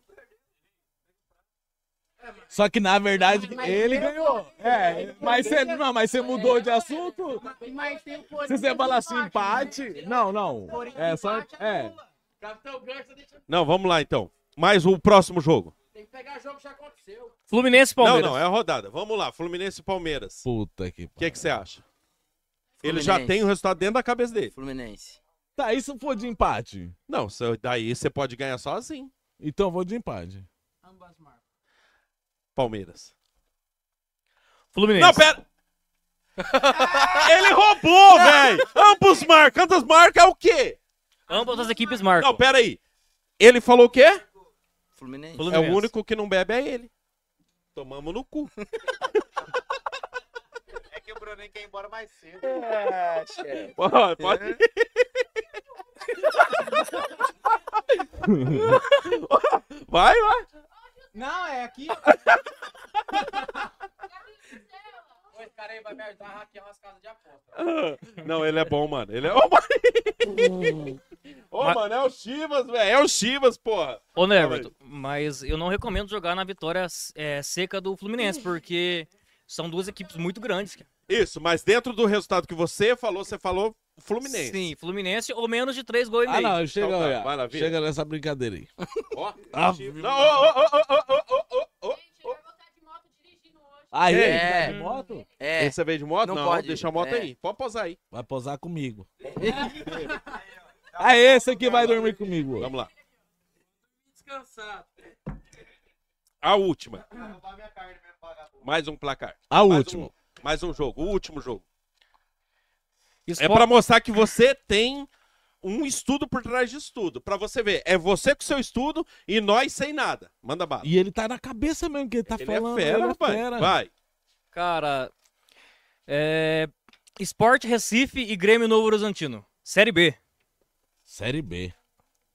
[SPEAKER 1] Só que na verdade ele ganhou. É, mas você não, mas você mudou de assunto.
[SPEAKER 8] Mas tem o
[SPEAKER 1] Se
[SPEAKER 8] Corinthians.
[SPEAKER 1] você falar assim
[SPEAKER 6] né?
[SPEAKER 1] empate, não, não. É só é.
[SPEAKER 6] Capitão Ganso, deixa...
[SPEAKER 2] Não, vamos lá, então. Mais o próximo jogo.
[SPEAKER 6] tem que pegar jogo que já aconteceu.
[SPEAKER 10] Fluminense e Palmeiras.
[SPEAKER 2] Não, não, é a rodada. Vamos lá, Fluminense e Palmeiras. O
[SPEAKER 1] Puta que
[SPEAKER 2] que
[SPEAKER 1] pariu.
[SPEAKER 2] é que você acha? Ele já
[SPEAKER 6] Fluminense.
[SPEAKER 2] tem o resultado dentro da cabeça dele.
[SPEAKER 6] Fluminense.
[SPEAKER 1] Tá, e se for de empate?
[SPEAKER 2] Não, cê- daí você pode ganhar sozinho.
[SPEAKER 1] Então eu vou de empate.
[SPEAKER 6] Ambas marcas.
[SPEAKER 2] Palmeiras.
[SPEAKER 10] Fluminense.
[SPEAKER 2] Não, pera! Ele roubou, velho! Ambos marcam. Ambas marcas é o quê?
[SPEAKER 10] Ambas as equipes marcam.
[SPEAKER 2] Não, pera aí. Ele falou o quê?
[SPEAKER 6] Fluminense.
[SPEAKER 2] É
[SPEAKER 10] Fluminense.
[SPEAKER 2] o único que não bebe é ele. Tomamos no cu.
[SPEAKER 4] É que o Bruninho quer ir embora mais cedo.
[SPEAKER 6] Ah,
[SPEAKER 2] Pode, pode. Vai, vai.
[SPEAKER 6] Não, é aqui. Esse cara aí vai me ajudar a hackear umas casas de aposta.
[SPEAKER 2] Não, ele é bom, mano. Ele é. Ô, mano. Ô,
[SPEAKER 10] Mas-
[SPEAKER 2] mano, é o Chivas, velho. É o Chivas, porra.
[SPEAKER 10] Ô, Neverton, mas eu não recomendo jogar na vitória é, seca do Fluminense, porque são duas equipes muito grandes. cara.
[SPEAKER 2] Isso, mas dentro do resultado que você falou, você falou Fluminense.
[SPEAKER 10] Sim, Fluminense ou menos de três gols e
[SPEAKER 1] Ah,
[SPEAKER 10] meio.
[SPEAKER 1] não, chega
[SPEAKER 2] Então tá,
[SPEAKER 1] olha,
[SPEAKER 2] vai lá, vira.
[SPEAKER 1] Chega nessa brincadeira aí.
[SPEAKER 2] Ó.
[SPEAKER 1] Ah,
[SPEAKER 2] Não, ô, ô, ô, ô, ô, ô, ô, ô, ô.
[SPEAKER 1] Aí,
[SPEAKER 6] É.
[SPEAKER 1] vai de moto?
[SPEAKER 6] É.
[SPEAKER 2] Você veio de moto?
[SPEAKER 6] Não
[SPEAKER 2] Não,
[SPEAKER 6] pode.
[SPEAKER 2] deixa a moto
[SPEAKER 6] É.
[SPEAKER 2] aí. Pode posar aí.
[SPEAKER 1] Vai posar comigo. Aí, esse aqui vai dormir comigo.
[SPEAKER 2] Vamos lá.
[SPEAKER 6] Descansado.
[SPEAKER 2] A última. Mais um placar.
[SPEAKER 1] A
[SPEAKER 2] Mais
[SPEAKER 1] última.
[SPEAKER 2] um- mais um jogo. O último jogo. É
[SPEAKER 10] Espo-
[SPEAKER 2] pra mostrar que você tem um estudo por trás de estudo. Pra você ver, é você com seu estudo e nós sem nada. Manda bala.
[SPEAKER 1] E ele tá na cabeça mesmo que ele tá
[SPEAKER 2] Ele é
[SPEAKER 1] falando.
[SPEAKER 2] fera,
[SPEAKER 1] ele
[SPEAKER 2] rapaz. Vai.
[SPEAKER 10] Cara, é... Sport Recife e Grêmio Novo Horizontino. Série B.
[SPEAKER 1] Série B.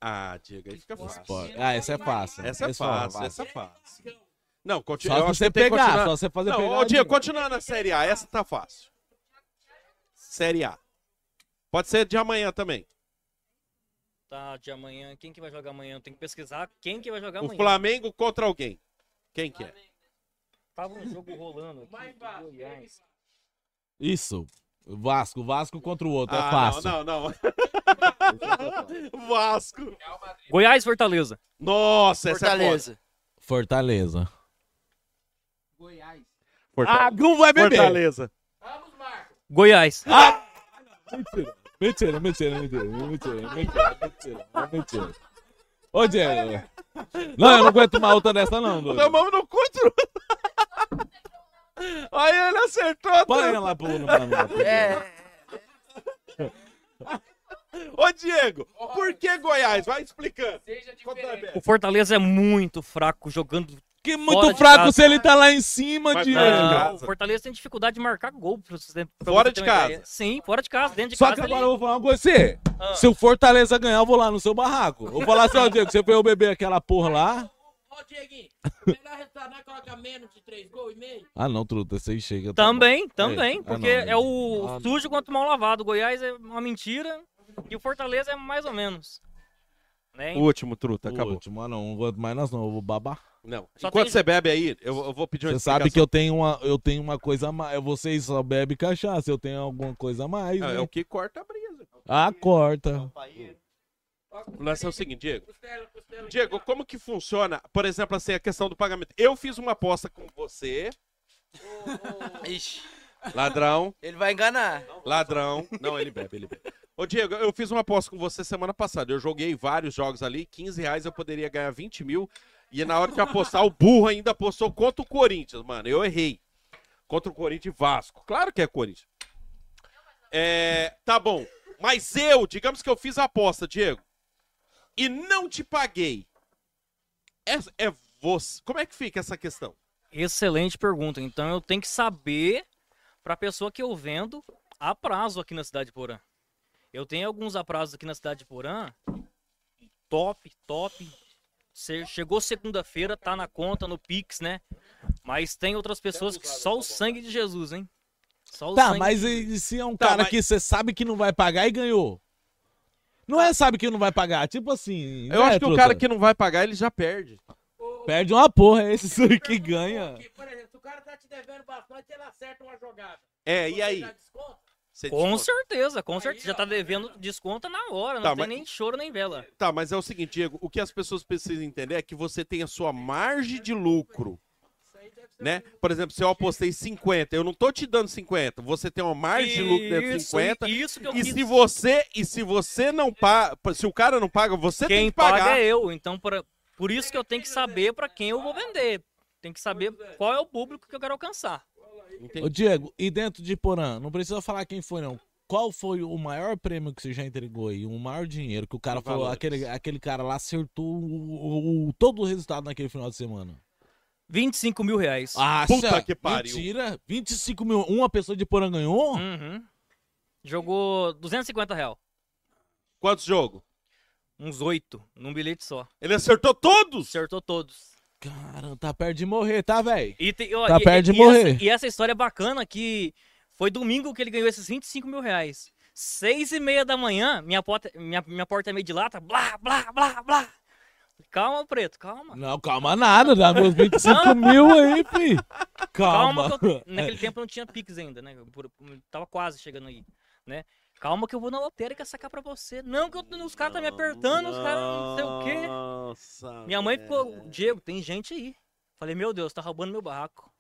[SPEAKER 2] Ah, Diego, aí fica fácil.
[SPEAKER 1] Esporte. Ah, essa é fácil.
[SPEAKER 2] Essa é
[SPEAKER 1] Esse fala,
[SPEAKER 2] fácil,
[SPEAKER 1] vai.
[SPEAKER 2] essa é fácil. Não, continua.
[SPEAKER 1] Só
[SPEAKER 2] eu
[SPEAKER 1] se
[SPEAKER 2] acho
[SPEAKER 1] você
[SPEAKER 2] que tem que
[SPEAKER 1] pegar,
[SPEAKER 2] continuar.
[SPEAKER 1] só você fazer
[SPEAKER 2] Não,
[SPEAKER 1] pegar.
[SPEAKER 2] ô, Diego, continua na Série A. Essa tá fácil. Série A. Pode ser de amanhã também.
[SPEAKER 10] Tá, de amanhã. Quem que vai jogar amanhã? Tem que pesquisar quem que vai jogar
[SPEAKER 2] O
[SPEAKER 10] amanhã.
[SPEAKER 2] Flamengo contra alguém. Quem que é?
[SPEAKER 10] Tava um jogo rolando aqui. do Goiás.
[SPEAKER 1] Isso. Vasco, Vasco contra o outro, é
[SPEAKER 2] Ah,
[SPEAKER 1] fácil.
[SPEAKER 2] não, não, não. Vasco.
[SPEAKER 10] Goiás e Fortaleza.
[SPEAKER 2] Nossa,
[SPEAKER 1] é
[SPEAKER 2] essa
[SPEAKER 6] Fortaleza.
[SPEAKER 1] Fortaleza.
[SPEAKER 6] Goiás.
[SPEAKER 2] é foda.
[SPEAKER 1] não vai
[SPEAKER 2] Fortaleza.
[SPEAKER 6] Ambos marcam.
[SPEAKER 10] Goiás.
[SPEAKER 1] Mentira, mentira, mentira, mentira, mentira, mentira, mentira. Ô, Diego. Não, eu não aguento mais outra dessa, não, doido.
[SPEAKER 2] Tomamos no cu, tru. Aí ele
[SPEAKER 1] Bora
[SPEAKER 2] acertou. tru.
[SPEAKER 1] né? ir lá pro... no- no- no-
[SPEAKER 6] É.
[SPEAKER 2] Ô, Diego, por que Goiás? Vai explicando.
[SPEAKER 3] Seja
[SPEAKER 2] Conta,
[SPEAKER 3] diferente.
[SPEAKER 10] O Fortaleza é muito fraco jogando.
[SPEAKER 1] Que
[SPEAKER 10] Fora
[SPEAKER 1] muito
[SPEAKER 10] de
[SPEAKER 1] fraco
[SPEAKER 10] casa.
[SPEAKER 1] se ele tá lá em cima,
[SPEAKER 2] Mas
[SPEAKER 1] Diego.
[SPEAKER 2] Fora de
[SPEAKER 10] Não,
[SPEAKER 2] casa.
[SPEAKER 10] o Fortaleza tem dificuldade de marcar gol. pra vocês terem- pra
[SPEAKER 2] Fora
[SPEAKER 10] você ter
[SPEAKER 2] de
[SPEAKER 10] uma
[SPEAKER 2] casa.
[SPEAKER 10] ideia. Sim, fora de casa, dentro de
[SPEAKER 1] Só
[SPEAKER 10] casa.
[SPEAKER 1] que
[SPEAKER 10] ele-
[SPEAKER 1] agora eu vou falar com você.
[SPEAKER 10] Ah.
[SPEAKER 1] Se o Fortaleza ganhar, eu vou lá no seu barraco. Eu vou falar assim, ó, Diego, você foi eu beber aquela porra lá?
[SPEAKER 9] Ô, Dieguinho, melhor resultado é colocar menos de 3 gols e meio.
[SPEAKER 1] Ah, não, truta, você chega. tá
[SPEAKER 10] Também,
[SPEAKER 1] É, ah,
[SPEAKER 10] também, porque
[SPEAKER 1] não,
[SPEAKER 10] é o sujo quanto mal lavado. O Goiás é uma mentira e o Fortaleza é mais ou menos. Né?
[SPEAKER 2] O último, truta,
[SPEAKER 1] bom.
[SPEAKER 2] acabou.
[SPEAKER 1] Pô, mano, ah, não aguento mais nós não, eu vou babar.
[SPEAKER 2] Não.
[SPEAKER 10] Só
[SPEAKER 2] Enquanto
[SPEAKER 10] tem-
[SPEAKER 2] você bebe aí, eu, eu vou pedir uma
[SPEAKER 1] Você sabe que
[SPEAKER 2] explicação.
[SPEAKER 1] eu tenho uma, eu tenho uma coisa a mais. Vocês só bebem cachaça, eu tenho alguma coisa a mais,
[SPEAKER 2] Não,
[SPEAKER 1] né?
[SPEAKER 2] é o que corta a brisa.
[SPEAKER 1] Ah, corta.
[SPEAKER 2] O lance é o seguinte, Diego. Diego, como que funciona, por exemplo, assim, a questão do pagamento? Eu fiz uma aposta com você,
[SPEAKER 6] Ixi,
[SPEAKER 2] ladrão,
[SPEAKER 6] ele vai enganar.
[SPEAKER 2] ladrão. Não, ele bebe, ele bebe. Ô, Diego, eu fiz uma aposta com você semana passada. Eu joguei vários jogos ali, 15 reais eu poderia ganhar 20 mil. E na hora de apostar, o burro ainda apostou contra o Corinthians, mano. Eu errei. Contra o Corinthians e Vasco. Claro que é Corinthians. É, tá bom. Mas eu, digamos que eu fiz a aposta, Diego, e não te paguei. É, é você. Como é que fica essa questão?
[SPEAKER 10] Excelente pergunta. Então eu tenho que saber para a pessoa que eu vendo a prazo aqui na cidade de Porã. Eu tenho alguns aprazos aqui na cidade de Porã. Top, top. Cê- Chegou segunda-feira, tá na conta, no Pix, né? Mas tem outras pessoas que
[SPEAKER 9] tá
[SPEAKER 10] só o sangue
[SPEAKER 9] né?
[SPEAKER 10] de Jesus, hein? Só o
[SPEAKER 1] Tá,
[SPEAKER 10] sangue
[SPEAKER 1] mas
[SPEAKER 10] de
[SPEAKER 1] e se é um
[SPEAKER 2] Tá,
[SPEAKER 1] cara
[SPEAKER 2] mas-
[SPEAKER 1] que você sabe que não vai pagar e ganhou? Não é sabe que não vai pagar, tipo assim.
[SPEAKER 2] Eu
[SPEAKER 1] né,
[SPEAKER 2] acho que o
[SPEAKER 1] truta?
[SPEAKER 2] cara que não vai pagar, ele já perde.
[SPEAKER 1] Perde uma porra, é esse aí que ganha.
[SPEAKER 9] Porque, por exemplo, se o cara tá te devendo bastante, ele acerta uma jogada.
[SPEAKER 2] É, e
[SPEAKER 9] Você
[SPEAKER 2] aí?
[SPEAKER 9] dá desconto?
[SPEAKER 2] Você
[SPEAKER 10] Com
[SPEAKER 2] desconta.
[SPEAKER 10] certeza, com certeza.
[SPEAKER 9] Aí,
[SPEAKER 10] Já
[SPEAKER 9] ó,
[SPEAKER 10] tá
[SPEAKER 9] tá
[SPEAKER 10] devendo desconto na hora, não
[SPEAKER 2] Tá,
[SPEAKER 10] tem
[SPEAKER 2] mas-
[SPEAKER 10] nem choro nem vela.
[SPEAKER 2] Tá, mas é o seguinte, Diego, o que as pessoas precisam entender é que você tem a sua margem de lucro. Né? Por exemplo, se eu apostei 50, eu não tô te dando 50, você tem uma margem de lucro dentro de 50.
[SPEAKER 10] Isso que eu
[SPEAKER 2] E
[SPEAKER 10] quis.
[SPEAKER 2] se você, e se você não paga, se o cara não paga, você tem
[SPEAKER 10] Quem
[SPEAKER 2] que pagar.
[SPEAKER 10] paga é eu, então pra- por isso que eu tenho que saber pra quem eu vou vender. Tem que saber qual é o público que eu quero alcançar.
[SPEAKER 1] Ô, Diego, e dentro de Porã, não precisa falar quem foi, não. Qual foi o maior prêmio que você já entregou aí? O maior dinheiro que o cara
[SPEAKER 2] Em
[SPEAKER 1] falou,
[SPEAKER 2] valores.
[SPEAKER 1] aquele, aquele cara lá acertou o- o- o- todo o resultado naquele final de semana?
[SPEAKER 10] 25 mil reais.
[SPEAKER 1] Ah,
[SPEAKER 2] Puta
[SPEAKER 1] sério?
[SPEAKER 2] que pariu.
[SPEAKER 1] Mentira, 25 mil, uma pessoa de Porã ganhou?
[SPEAKER 10] Uhum. Jogou 250 reais.
[SPEAKER 2] Quantos jogos?
[SPEAKER 10] Uns oito, num bilhete só.
[SPEAKER 2] Ele acertou todos?
[SPEAKER 10] Acertou todos.
[SPEAKER 1] Cara, tá perto de morrer, tá, velho?
[SPEAKER 10] E tem- ó,
[SPEAKER 1] Tá
[SPEAKER 10] e-
[SPEAKER 1] perto de
[SPEAKER 10] e essa-
[SPEAKER 1] morrer.
[SPEAKER 10] e essa história é bacana que foi domingo que ele ganhou esses 25 mil reais. Seis e meia da manhã, minha porta, minha, minha porta é meio de lata, blá, blá, blá, blá. Calma, Preto, calma.
[SPEAKER 1] Não, calma nada, dá meus 25 mil aí, fi. Calma.
[SPEAKER 10] Calma, que eu- naquele tempo não tinha Pix ainda, né? Eu por- tava quase chegando aí, né? Calma que eu vou na lotérica sacar pra você. Não, que eu- os caras tá me apertando, os caras não sei o quê.
[SPEAKER 2] Nossa.
[SPEAKER 10] Minha mãe
[SPEAKER 2] velho.
[SPEAKER 10] ficou, Diego, tem gente aí. Falei, meu Deus, tá roubando meu barraco.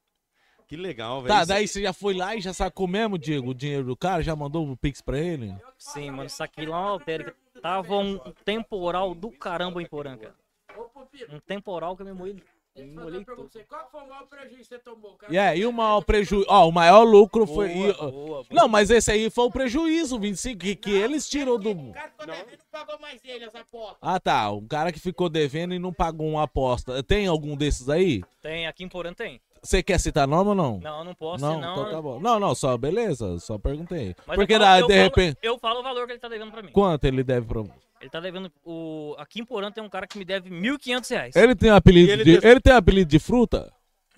[SPEAKER 2] Que legal, velho.
[SPEAKER 1] Tá,
[SPEAKER 2] Isso- é-
[SPEAKER 1] daí você já foi lá e já sacou mesmo, Diego, o dinheiro do cara? Já mandou o Pix pra ele?
[SPEAKER 10] Sim, mano, saquei lá na lotérica. Tava um temporal do caramba em Poranca.
[SPEAKER 9] Ô, Pupilo,
[SPEAKER 10] Um temporal que eu me molhei. me
[SPEAKER 9] deixa eu fazer
[SPEAKER 10] molhei
[SPEAKER 9] uma pergunta pra
[SPEAKER 10] todo.
[SPEAKER 9] você. Qual que foi o maior prejuízo que você tomou, cara?
[SPEAKER 1] E aí, o maior prejuízo. Ó, o maior lucro
[SPEAKER 10] Boa,
[SPEAKER 1] foi. e, ó,
[SPEAKER 10] boa, boa.
[SPEAKER 1] Não, mas esse aí foi o prejuízo, o 25, que, que eles tirou
[SPEAKER 9] O
[SPEAKER 1] do.
[SPEAKER 9] cara ficou devendo, não pagou mais ele essa porta.
[SPEAKER 1] Ah, tá. O cara que ficou devendo e não pagou uma aposta. Tem algum desses aí?
[SPEAKER 10] Tem, aqui em Porã tem.
[SPEAKER 1] Você quer citar nome ou não?
[SPEAKER 10] Não, eu não posso,
[SPEAKER 1] não,
[SPEAKER 10] senão...
[SPEAKER 1] então tá bom. Não, não, só beleza, só perguntei.
[SPEAKER 10] Mas
[SPEAKER 1] Porque
[SPEAKER 10] eu falo-
[SPEAKER 1] na-
[SPEAKER 10] eu
[SPEAKER 1] de
[SPEAKER 10] falo-
[SPEAKER 1] repente.
[SPEAKER 10] Eu falo o valor que ele tá devendo pra mim.
[SPEAKER 1] Quanto ele deve pro.
[SPEAKER 10] Ele tá devendo. O... Aqui em Porã tem um cara que me deve 1.500 reais.
[SPEAKER 1] Ele tem um apelido
[SPEAKER 2] ele
[SPEAKER 1] de.
[SPEAKER 2] deve-
[SPEAKER 1] Ele tem apelido de fruta?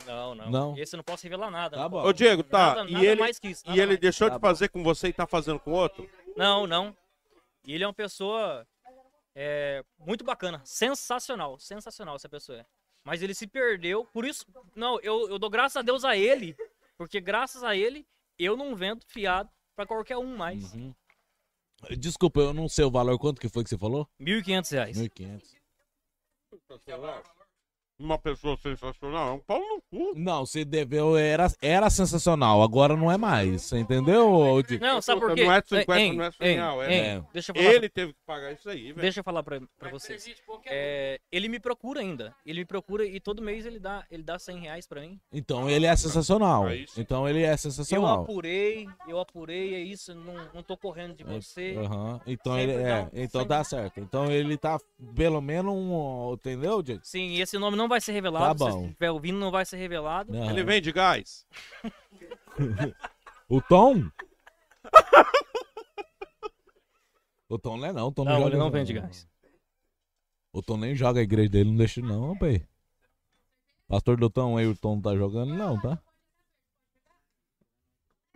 [SPEAKER 10] Não, não,
[SPEAKER 1] Não.
[SPEAKER 10] Esse eu não posso revelar nada.
[SPEAKER 1] Tá
[SPEAKER 10] não
[SPEAKER 1] bom.
[SPEAKER 2] Ô,
[SPEAKER 10] posso.
[SPEAKER 2] Diego, tá.
[SPEAKER 10] Nada-
[SPEAKER 2] e
[SPEAKER 10] nada
[SPEAKER 2] ele,
[SPEAKER 10] mais que isso,
[SPEAKER 2] e
[SPEAKER 10] nada
[SPEAKER 2] ele
[SPEAKER 10] mais.
[SPEAKER 2] deixou
[SPEAKER 1] Tá
[SPEAKER 2] de fazer com você e tá fazendo com outro?
[SPEAKER 10] Não, não. E ele é uma pessoa é, muito bacana. Sensacional. Sensacional essa pessoa é. Mas ele se perdeu. Por isso. Não, eu, eu dou graças a Deus a ele. Porque graças a ele, eu não vendo fiado pra qualquer um mais.
[SPEAKER 1] Uhum. Desculpa, eu não sei o valor. Quanto que foi que você falou?
[SPEAKER 10] R$ 1.500 reais.
[SPEAKER 1] 1.500.
[SPEAKER 2] uma pessoa sensacional, é um pau no cu.
[SPEAKER 1] Não, você deveu, era, era sensacional, agora não é mais. Você entendeu, ô, Di?
[SPEAKER 10] Não, sabe por
[SPEAKER 2] Não
[SPEAKER 10] quê?
[SPEAKER 2] é 50,
[SPEAKER 10] Hein,
[SPEAKER 2] não é
[SPEAKER 10] hein,
[SPEAKER 2] surreal, é-
[SPEAKER 10] hein,
[SPEAKER 2] é.
[SPEAKER 10] Deixa eu falar.
[SPEAKER 2] Ele teve que pagar isso aí, velho.
[SPEAKER 10] Deixa eu falar pra, pra vocês. É, ele me procura ainda. Ele me procura e todo mês ele dá, ele dá 100 reais pra mim.
[SPEAKER 1] Então ele é sensacional.
[SPEAKER 2] Aí sim.
[SPEAKER 1] Então ele é
[SPEAKER 10] Eu
[SPEAKER 1] sensacional.
[SPEAKER 10] apurei, eu apurei, é isso, não, não tô correndo de você.
[SPEAKER 1] É, Aham, Então
[SPEAKER 10] Sempre
[SPEAKER 1] ele é,
[SPEAKER 10] dá,
[SPEAKER 1] então
[SPEAKER 10] sempre
[SPEAKER 1] dá certo. Então ele tá pelo menos um, entendeu, Di?
[SPEAKER 10] Sim, esse nome não vai ser revelado.
[SPEAKER 1] Tá
[SPEAKER 10] Se
[SPEAKER 1] bom.
[SPEAKER 10] você estiver ouvindo, não vai ser revelado.
[SPEAKER 1] Aham.
[SPEAKER 2] Ele vende gás.
[SPEAKER 1] O Tom? o Tom não é não, o Tom não,
[SPEAKER 10] Não,
[SPEAKER 1] joga
[SPEAKER 10] ele não vende gás.
[SPEAKER 1] O Tom nem joga a igreja dele, não deixa não, rapaz. Pastor do Tom aí, o Tom tá jogando não, tá?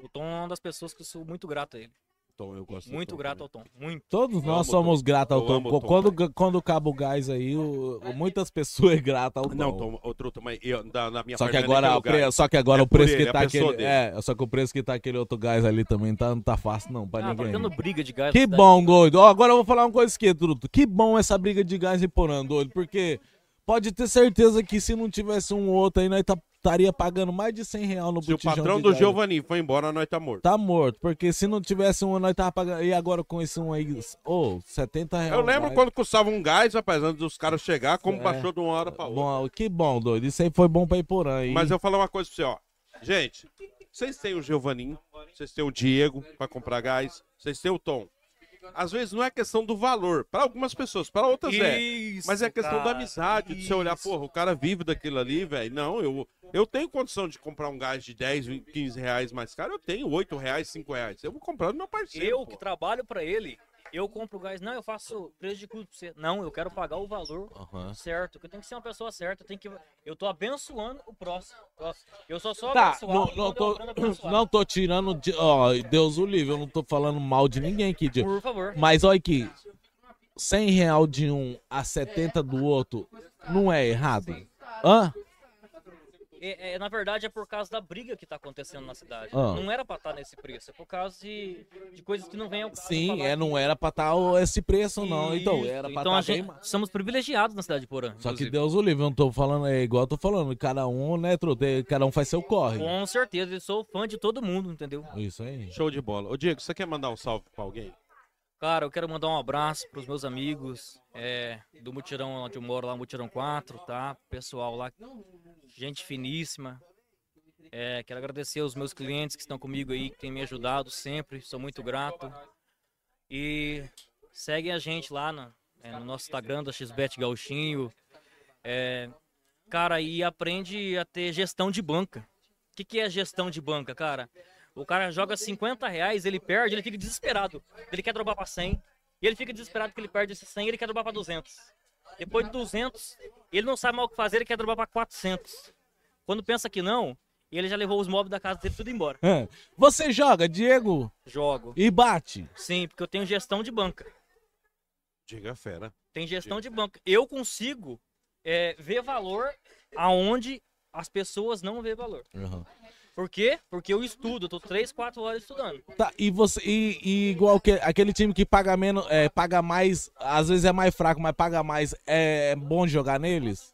[SPEAKER 10] O Tom é uma das pessoas que eu sou muito grato a ele.
[SPEAKER 2] Tom, eu gosto
[SPEAKER 10] Muito grato ao Tom. Muito.
[SPEAKER 1] Todos
[SPEAKER 2] Eu
[SPEAKER 1] nós
[SPEAKER 2] amo o
[SPEAKER 1] somos
[SPEAKER 2] Tom.
[SPEAKER 1] gratos ao
[SPEAKER 2] Eu
[SPEAKER 1] Tom.
[SPEAKER 2] amo o Tom,
[SPEAKER 1] quando, quando acaba o gás aí, o- muitas pessoas é gratas ao Tom.
[SPEAKER 2] Não, Tom, outro, Tom, mas eu, da, na minha
[SPEAKER 1] Só que,
[SPEAKER 2] perna é
[SPEAKER 1] agora,
[SPEAKER 2] naquele
[SPEAKER 1] o pre-
[SPEAKER 2] lugar.
[SPEAKER 1] só que agora
[SPEAKER 2] É
[SPEAKER 1] o preço
[SPEAKER 2] por ele,
[SPEAKER 1] que
[SPEAKER 2] é a
[SPEAKER 1] tá
[SPEAKER 2] pessoa
[SPEAKER 1] aquele.
[SPEAKER 2] dele.
[SPEAKER 1] É, só que o preço que tá aquele outro gás ali também tá, não tá fácil não pra
[SPEAKER 10] Ah, tá
[SPEAKER 1] ninguém.
[SPEAKER 10] tendo briga de gás.
[SPEAKER 1] Que
[SPEAKER 10] na
[SPEAKER 1] bom,
[SPEAKER 2] né?
[SPEAKER 1] doido. Ó, agora eu vou falar uma coisa aqui, Truto. Que bom essa briga de gás e porã, doido. Porque pode ter certeza que se não tivesse um ou outro aí, nós estaria pagando mais de 100 real no
[SPEAKER 2] Se o
[SPEAKER 1] botijão
[SPEAKER 2] patrão
[SPEAKER 1] de
[SPEAKER 2] do
[SPEAKER 1] gás.
[SPEAKER 2] Giovanni foi embora, nós tá morto.
[SPEAKER 1] Tá morto. Porque se não tivesse um, nós tava pagando... E agora com esse um aí, ô, 70 reais.
[SPEAKER 2] Eu lembro
[SPEAKER 1] gás.
[SPEAKER 2] quando custava um gás, rapaz, antes dos caras chegar, como
[SPEAKER 1] É.
[SPEAKER 2] baixou de uma hora pra outra.
[SPEAKER 1] Bom, que bom, doido. Isso aí foi bom pra Iporã, hein?
[SPEAKER 2] Mas eu falo uma coisa pra você, ó. Gente, vocês têm o Giovaninho, vocês têm o Diego pra comprar gás, vocês têm o Tom. Às vezes não é questão do valor, pra algumas pessoas, pra outras é.
[SPEAKER 10] Isso,
[SPEAKER 2] Mas é questão da
[SPEAKER 10] cara.
[SPEAKER 2] amizade, de você olhar, porra, o cara vive daquilo ali, velho. Não, eu, eu tenho condição de comprar um gás de 10, 20, 15 reais mais caro, eu tenho 8 reais, 5 reais. Eu vou comprar do meu parceiro.
[SPEAKER 10] Eu
[SPEAKER 2] pô.
[SPEAKER 10] que trabalho pra ele, eu compro gás. Não, eu faço preço de custo pra você. Não, eu quero pagar o valor
[SPEAKER 1] Aham.
[SPEAKER 10] certo. que Eu tenho que ser uma pessoa certa. Eu, tenho que... eu tô abençoando o próximo. Ó, Eu sou só
[SPEAKER 1] Tá,
[SPEAKER 10] abençoado.
[SPEAKER 1] não,
[SPEAKER 10] quando
[SPEAKER 1] não
[SPEAKER 10] eu
[SPEAKER 1] tô,
[SPEAKER 10] aprendo a abençoar.
[SPEAKER 1] não tô tirando. de- Ó, Deus o livre, eu não tô falando mal de ninguém aqui, Diego.
[SPEAKER 10] Por favor.
[SPEAKER 1] Mas olha aqui, 100 real de um a 70 do outro não é errado? Hã?
[SPEAKER 10] É, é, na verdade, é por causa da briga que tá acontecendo na cidade.
[SPEAKER 1] Ah.
[SPEAKER 10] Não era pra estar nesse preço. É por causa de, de coisas que não vêm ao caso.
[SPEAKER 1] Sim,
[SPEAKER 10] falar
[SPEAKER 1] é,
[SPEAKER 10] aqui.
[SPEAKER 1] não era pra estar esse preço, não. Então,
[SPEAKER 10] Isso.
[SPEAKER 1] era pra
[SPEAKER 10] Então,
[SPEAKER 1] estar
[SPEAKER 10] a gente-
[SPEAKER 1] bem mais.
[SPEAKER 10] Somos privilegiados na cidade de Porã.
[SPEAKER 1] Só que
[SPEAKER 10] inclusive.
[SPEAKER 1] Deus o livre, eu não tô falando, é igual eu tô falando, cada um, né, truta, cada um faz seu corre.
[SPEAKER 10] Com certeza, eu sou fã de todo mundo, entendeu?
[SPEAKER 1] Isso aí.
[SPEAKER 2] Show de bola. Ô, Diego, você quer mandar um salve pra alguém?
[SPEAKER 10] Cara, eu quero mandar um abraço pros meus amigos é, do Mutirão, onde eu moro lá, Mutirão 4, tá? Pessoal lá, gente finíssima. É, quero agradecer aos meus clientes que estão comigo aí, que têm me ajudado sempre, sou muito grato. E seguem a gente lá na- é, no nosso Instagram da XBet Gauchinho. É, cara, e aprende a ter gestão de banca. O que, que é gestão de banca, cara? O cara joga 50 reais, ele perde, ele fica desesperado. Ele quer dropar pra 100, e ele fica desesperado que ele perde esse 100 e ele quer dropar pra 200. Depois de 200, ele não sabe mal o que fazer, ele quer dropar pra 400. Quando pensa que não, ele já levou os móveis da casa dele tudo embora.
[SPEAKER 1] É. Você joga, Diego,
[SPEAKER 10] Jogo.
[SPEAKER 1] e bate.
[SPEAKER 10] Sim, porque eu tenho gestão de banca.
[SPEAKER 2] Diego é fera.
[SPEAKER 10] Tem gestão de banca. Eu consigo é, ver valor aonde as pessoas não vê valor.
[SPEAKER 1] Uhum.
[SPEAKER 10] Por quê? Porque eu estudo, eu tô 3, 4 horas estudando.
[SPEAKER 1] Tá, e você, e, e igual que aquele time que paga menos, é, paga mais, às vezes é mais fraco, mas paga mais, é bom jogar neles?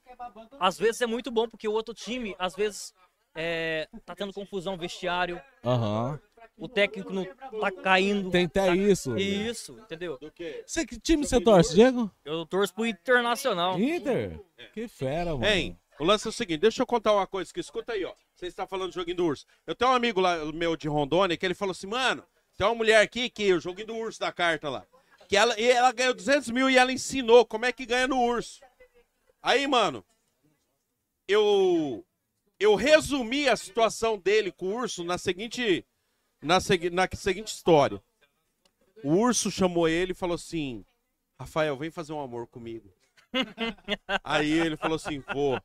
[SPEAKER 10] Às vezes é muito bom, porque o outro time, às vezes, é, tá tendo confusão vestiário,
[SPEAKER 1] Aham.
[SPEAKER 10] o técnico não tá caindo. Tá
[SPEAKER 1] Tem até isso. né?
[SPEAKER 10] Isso, entendeu?
[SPEAKER 1] Você, que time você torce, Diego?
[SPEAKER 10] Eu torço pro Internacional.
[SPEAKER 1] Inter? Que fera, mano.
[SPEAKER 2] Hein? O lance é o seguinte, deixa eu contar uma coisa, que escuta aí, ó. Você está falando do joguinho do urso. Eu tenho um amigo lá meu de Rondônia que ele falou assim, mano, tem uma mulher aqui que o joguinho do urso da carta lá. Que ela, e ela ganhou 200 mil e ela ensinou como é que ganha no urso. Aí, mano, eu eu resumi a situação dele com o urso na seguinte na, segui- na seguinte história. O urso chamou ele e falou assim: "Rafael, vem fazer um amor comigo". Aí ele falou assim: "Vou".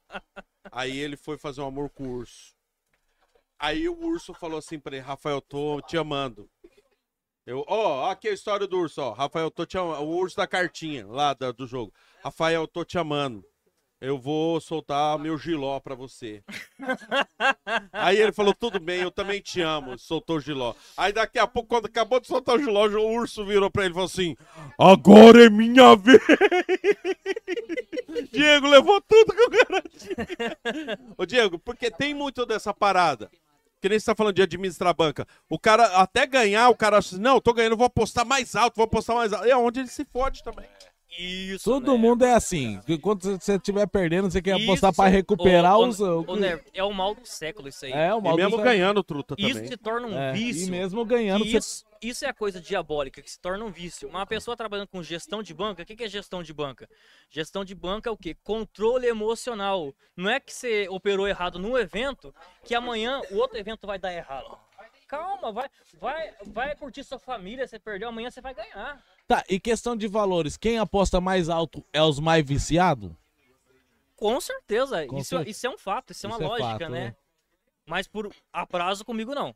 [SPEAKER 2] Aí ele foi fazer um amor com o urso. Aí o urso falou assim pra ele: Rafael, tô te amando. Eu, ó, aqui a história do urso, ó. Rafael, tô te amando. O urso da cartinha lá da- do jogo. Rafael, tô te amando. Eu vou soltar meu giló pra você. Aí ele falou: tudo bem, eu também te amo. Soltou o giló. Aí daqui a pouco, quando acabou de soltar o giló, o urso virou pra ele e falou assim: agora é minha vez. Diego levou tudo que eu garantia. Ô, Diego, porque tem muito dessa parada. Que nem você tá falando de administrar a banca. O cara, até ganhar, o cara acha assim, não, eu tô ganhando, vou apostar mais alto, vou apostar mais alto. É onde ele se fode também.
[SPEAKER 1] Isso, Todo mundo é assim. que Quando você estiver perdendo, você quer apostar pra recuperar
[SPEAKER 10] o,
[SPEAKER 1] os.
[SPEAKER 10] o- o Ner- é o mal do século isso aí.
[SPEAKER 1] É, o mal E do mesmo século. ganhando, Truta,
[SPEAKER 10] Isso
[SPEAKER 1] também.
[SPEAKER 10] se torna um
[SPEAKER 1] É, e
[SPEAKER 10] vício.
[SPEAKER 1] mesmo ganhando,
[SPEAKER 10] E
[SPEAKER 1] você-
[SPEAKER 10] Isso, isso é a coisa diabólica, que se torna um vício. Uma pessoa trabalhando com gestão de banca, o que, que é gestão de banca? Gestão de banca é o quê? Controle emocional. Não é que você operou errado num evento, que amanhã o outro evento vai dar errado. Calma, vai, vai, vai curtir sua família, você perdeu, amanhã você vai ganhar.
[SPEAKER 1] Tá, e questão de valores, quem aposta mais alto é os mais viciados?
[SPEAKER 10] Com certeza.
[SPEAKER 1] Com
[SPEAKER 10] isso,
[SPEAKER 1] cer-
[SPEAKER 10] isso é um fato, isso é uma
[SPEAKER 1] Isso é
[SPEAKER 10] lógica,
[SPEAKER 1] fato,
[SPEAKER 10] né?
[SPEAKER 1] né?
[SPEAKER 10] Mas por a prazo comigo não.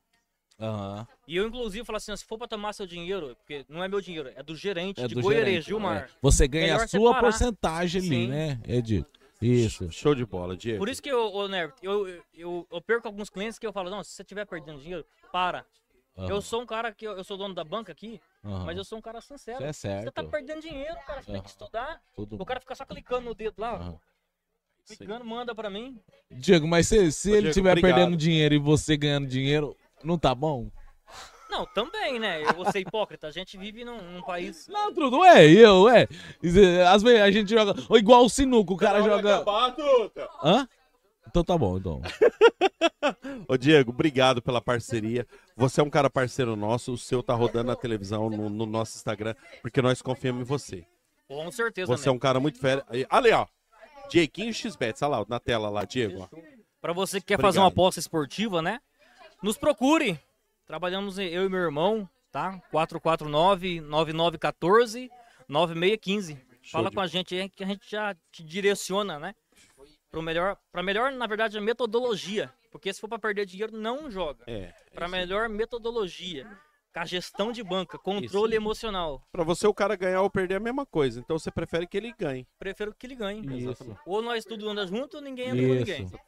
[SPEAKER 1] Aham.
[SPEAKER 10] E eu, inclusive, falo assim: ó, se for pra tomar seu dinheiro, porque não é meu dinheiro, é do gerente
[SPEAKER 1] É
[SPEAKER 10] de
[SPEAKER 1] do
[SPEAKER 10] Goiânia,
[SPEAKER 1] gerente,
[SPEAKER 10] Gilmar.
[SPEAKER 1] é. Você ganha
[SPEAKER 10] Melhor
[SPEAKER 1] a sua
[SPEAKER 10] separar.
[SPEAKER 1] porcentagem ali,
[SPEAKER 10] Sim.
[SPEAKER 1] né, Edito? Isso.
[SPEAKER 2] Show de bola, Diego.
[SPEAKER 10] Por isso que eu, ô, Nerv, eu, eu, eu perco alguns clientes que eu falo: não, se você estiver perdendo dinheiro, para.
[SPEAKER 1] Aham.
[SPEAKER 10] Eu sou um cara que eu, eu sou dono da banca aqui,
[SPEAKER 1] Aham.
[SPEAKER 10] mas eu sou um cara sincero.
[SPEAKER 1] Isso é
[SPEAKER 10] Você
[SPEAKER 1] certo.
[SPEAKER 10] tá perdendo dinheiro, cara, você tem
[SPEAKER 1] Aham.
[SPEAKER 10] que estudar.
[SPEAKER 1] Tudo
[SPEAKER 10] O cara fica só clicando no dedo lá,
[SPEAKER 1] Aham.
[SPEAKER 10] clicando, manda pra mim.
[SPEAKER 1] Diego, mas se, se
[SPEAKER 10] Ô,
[SPEAKER 1] ele
[SPEAKER 10] Diego,
[SPEAKER 1] estiver
[SPEAKER 10] obrigado.
[SPEAKER 1] perdendo dinheiro e você ganhando dinheiro, não tá bom?
[SPEAKER 10] Não, também, né? Eu vou ser hipócrita. A gente vive num, num país.
[SPEAKER 1] Não, Truta, ué, eu, ué. Às vezes a gente joga. Ou igual o sinuco, o cara joga. Hã? Então tá bom, então.
[SPEAKER 2] Ô, Diego, obrigado pela parceria. Você é um cara parceiro nosso, o seu tá rodando na televisão, no, no nosso Instagram, porque nós confiamos em você.
[SPEAKER 10] Com certeza,
[SPEAKER 2] Você é um
[SPEAKER 10] né?
[SPEAKER 2] cara muito fera. Aí, Ali, ó. Dieguinho XBet, olha lá, na tela lá, Diego. ó.
[SPEAKER 10] Pra você que quer
[SPEAKER 2] Obrigado.
[SPEAKER 10] fazer uma aposta esportiva, né? Nos procure. Trabalhamos eh, eu e meu irmão, tá? 449-9914-9615. Fala
[SPEAKER 3] de
[SPEAKER 10] com a gente aí que a gente já te direciona, né? Pro melhor, pra melhor, na verdade, a metodologia. Porque se for pra perder dinheiro, não joga.
[SPEAKER 2] É.
[SPEAKER 10] Pra melhor metodologia. Com a gestão de banca, controle emocional.
[SPEAKER 2] Pra você, o cara ganhar ou perder é a mesma coisa. Então você prefere que ele ganhe.
[SPEAKER 10] Prefiro que ele ganhe.
[SPEAKER 2] Isso.
[SPEAKER 10] Ou nós tudo anda junto, ou ninguém anda com ninguém.
[SPEAKER 2] Isso.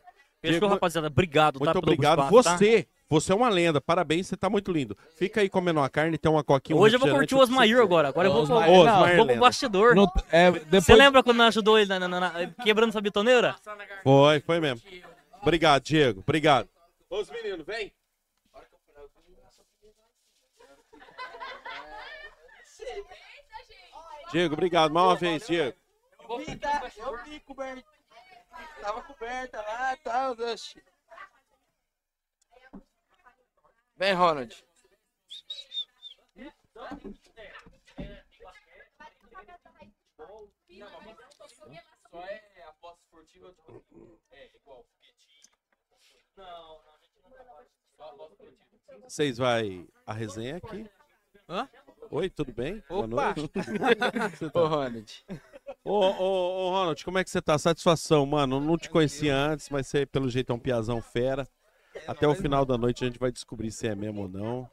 [SPEAKER 10] Fechou,
[SPEAKER 2] Diego,
[SPEAKER 10] rapaziada. Obrigado,
[SPEAKER 2] Muito
[SPEAKER 10] tá? pelo
[SPEAKER 2] obrigado.
[SPEAKER 10] espaço, tá?
[SPEAKER 2] você, você é uma lenda. Parabéns, você tá muito lindo. Fica aí comendo uma carne, tem uma coquinha. um
[SPEAKER 10] Hoje eu vou
[SPEAKER 2] refrigerante,
[SPEAKER 10] curtir o
[SPEAKER 2] o que você
[SPEAKER 10] Osmair
[SPEAKER 2] quiser.
[SPEAKER 10] agora. Agora eu vou, pro-
[SPEAKER 2] Osmair,
[SPEAKER 10] Ô,
[SPEAKER 2] não,
[SPEAKER 10] Osmair, vou pro
[SPEAKER 2] lenda.
[SPEAKER 10] bastidor.
[SPEAKER 1] Não- é, depois-
[SPEAKER 10] Você lembra quando nós ajudou ele na- na- na- quebrando essa bitoneira?
[SPEAKER 2] Foi, foi mesmo. Obrigado, Diego. Obrigado.
[SPEAKER 4] Os meninos, vem.
[SPEAKER 2] Diego, obrigado. Mais uma vez, Diego.
[SPEAKER 6] Eu vi, tá? Eu vi coberta. Tava coberta lá e tal. oxi. Vem, Ronald.
[SPEAKER 3] Só é aposta esportiva, é igual Não, não, a gente não trabalha. Só aposta esportiva.
[SPEAKER 2] Vocês vai a resenha aqui.
[SPEAKER 3] Hã?
[SPEAKER 2] Oi, tudo bem? Boa
[SPEAKER 3] Opa!
[SPEAKER 2] noite. Você tá-
[SPEAKER 6] Ô, Ronald.
[SPEAKER 2] Ô, ô, ô, Ronald, como é que você tá? Satisfação, mano. Eu Não te conhecia antes, mas você, pelo jeito, é um piazão fera. Até o final da noite a gente vai descobrir se é mesmo ou não.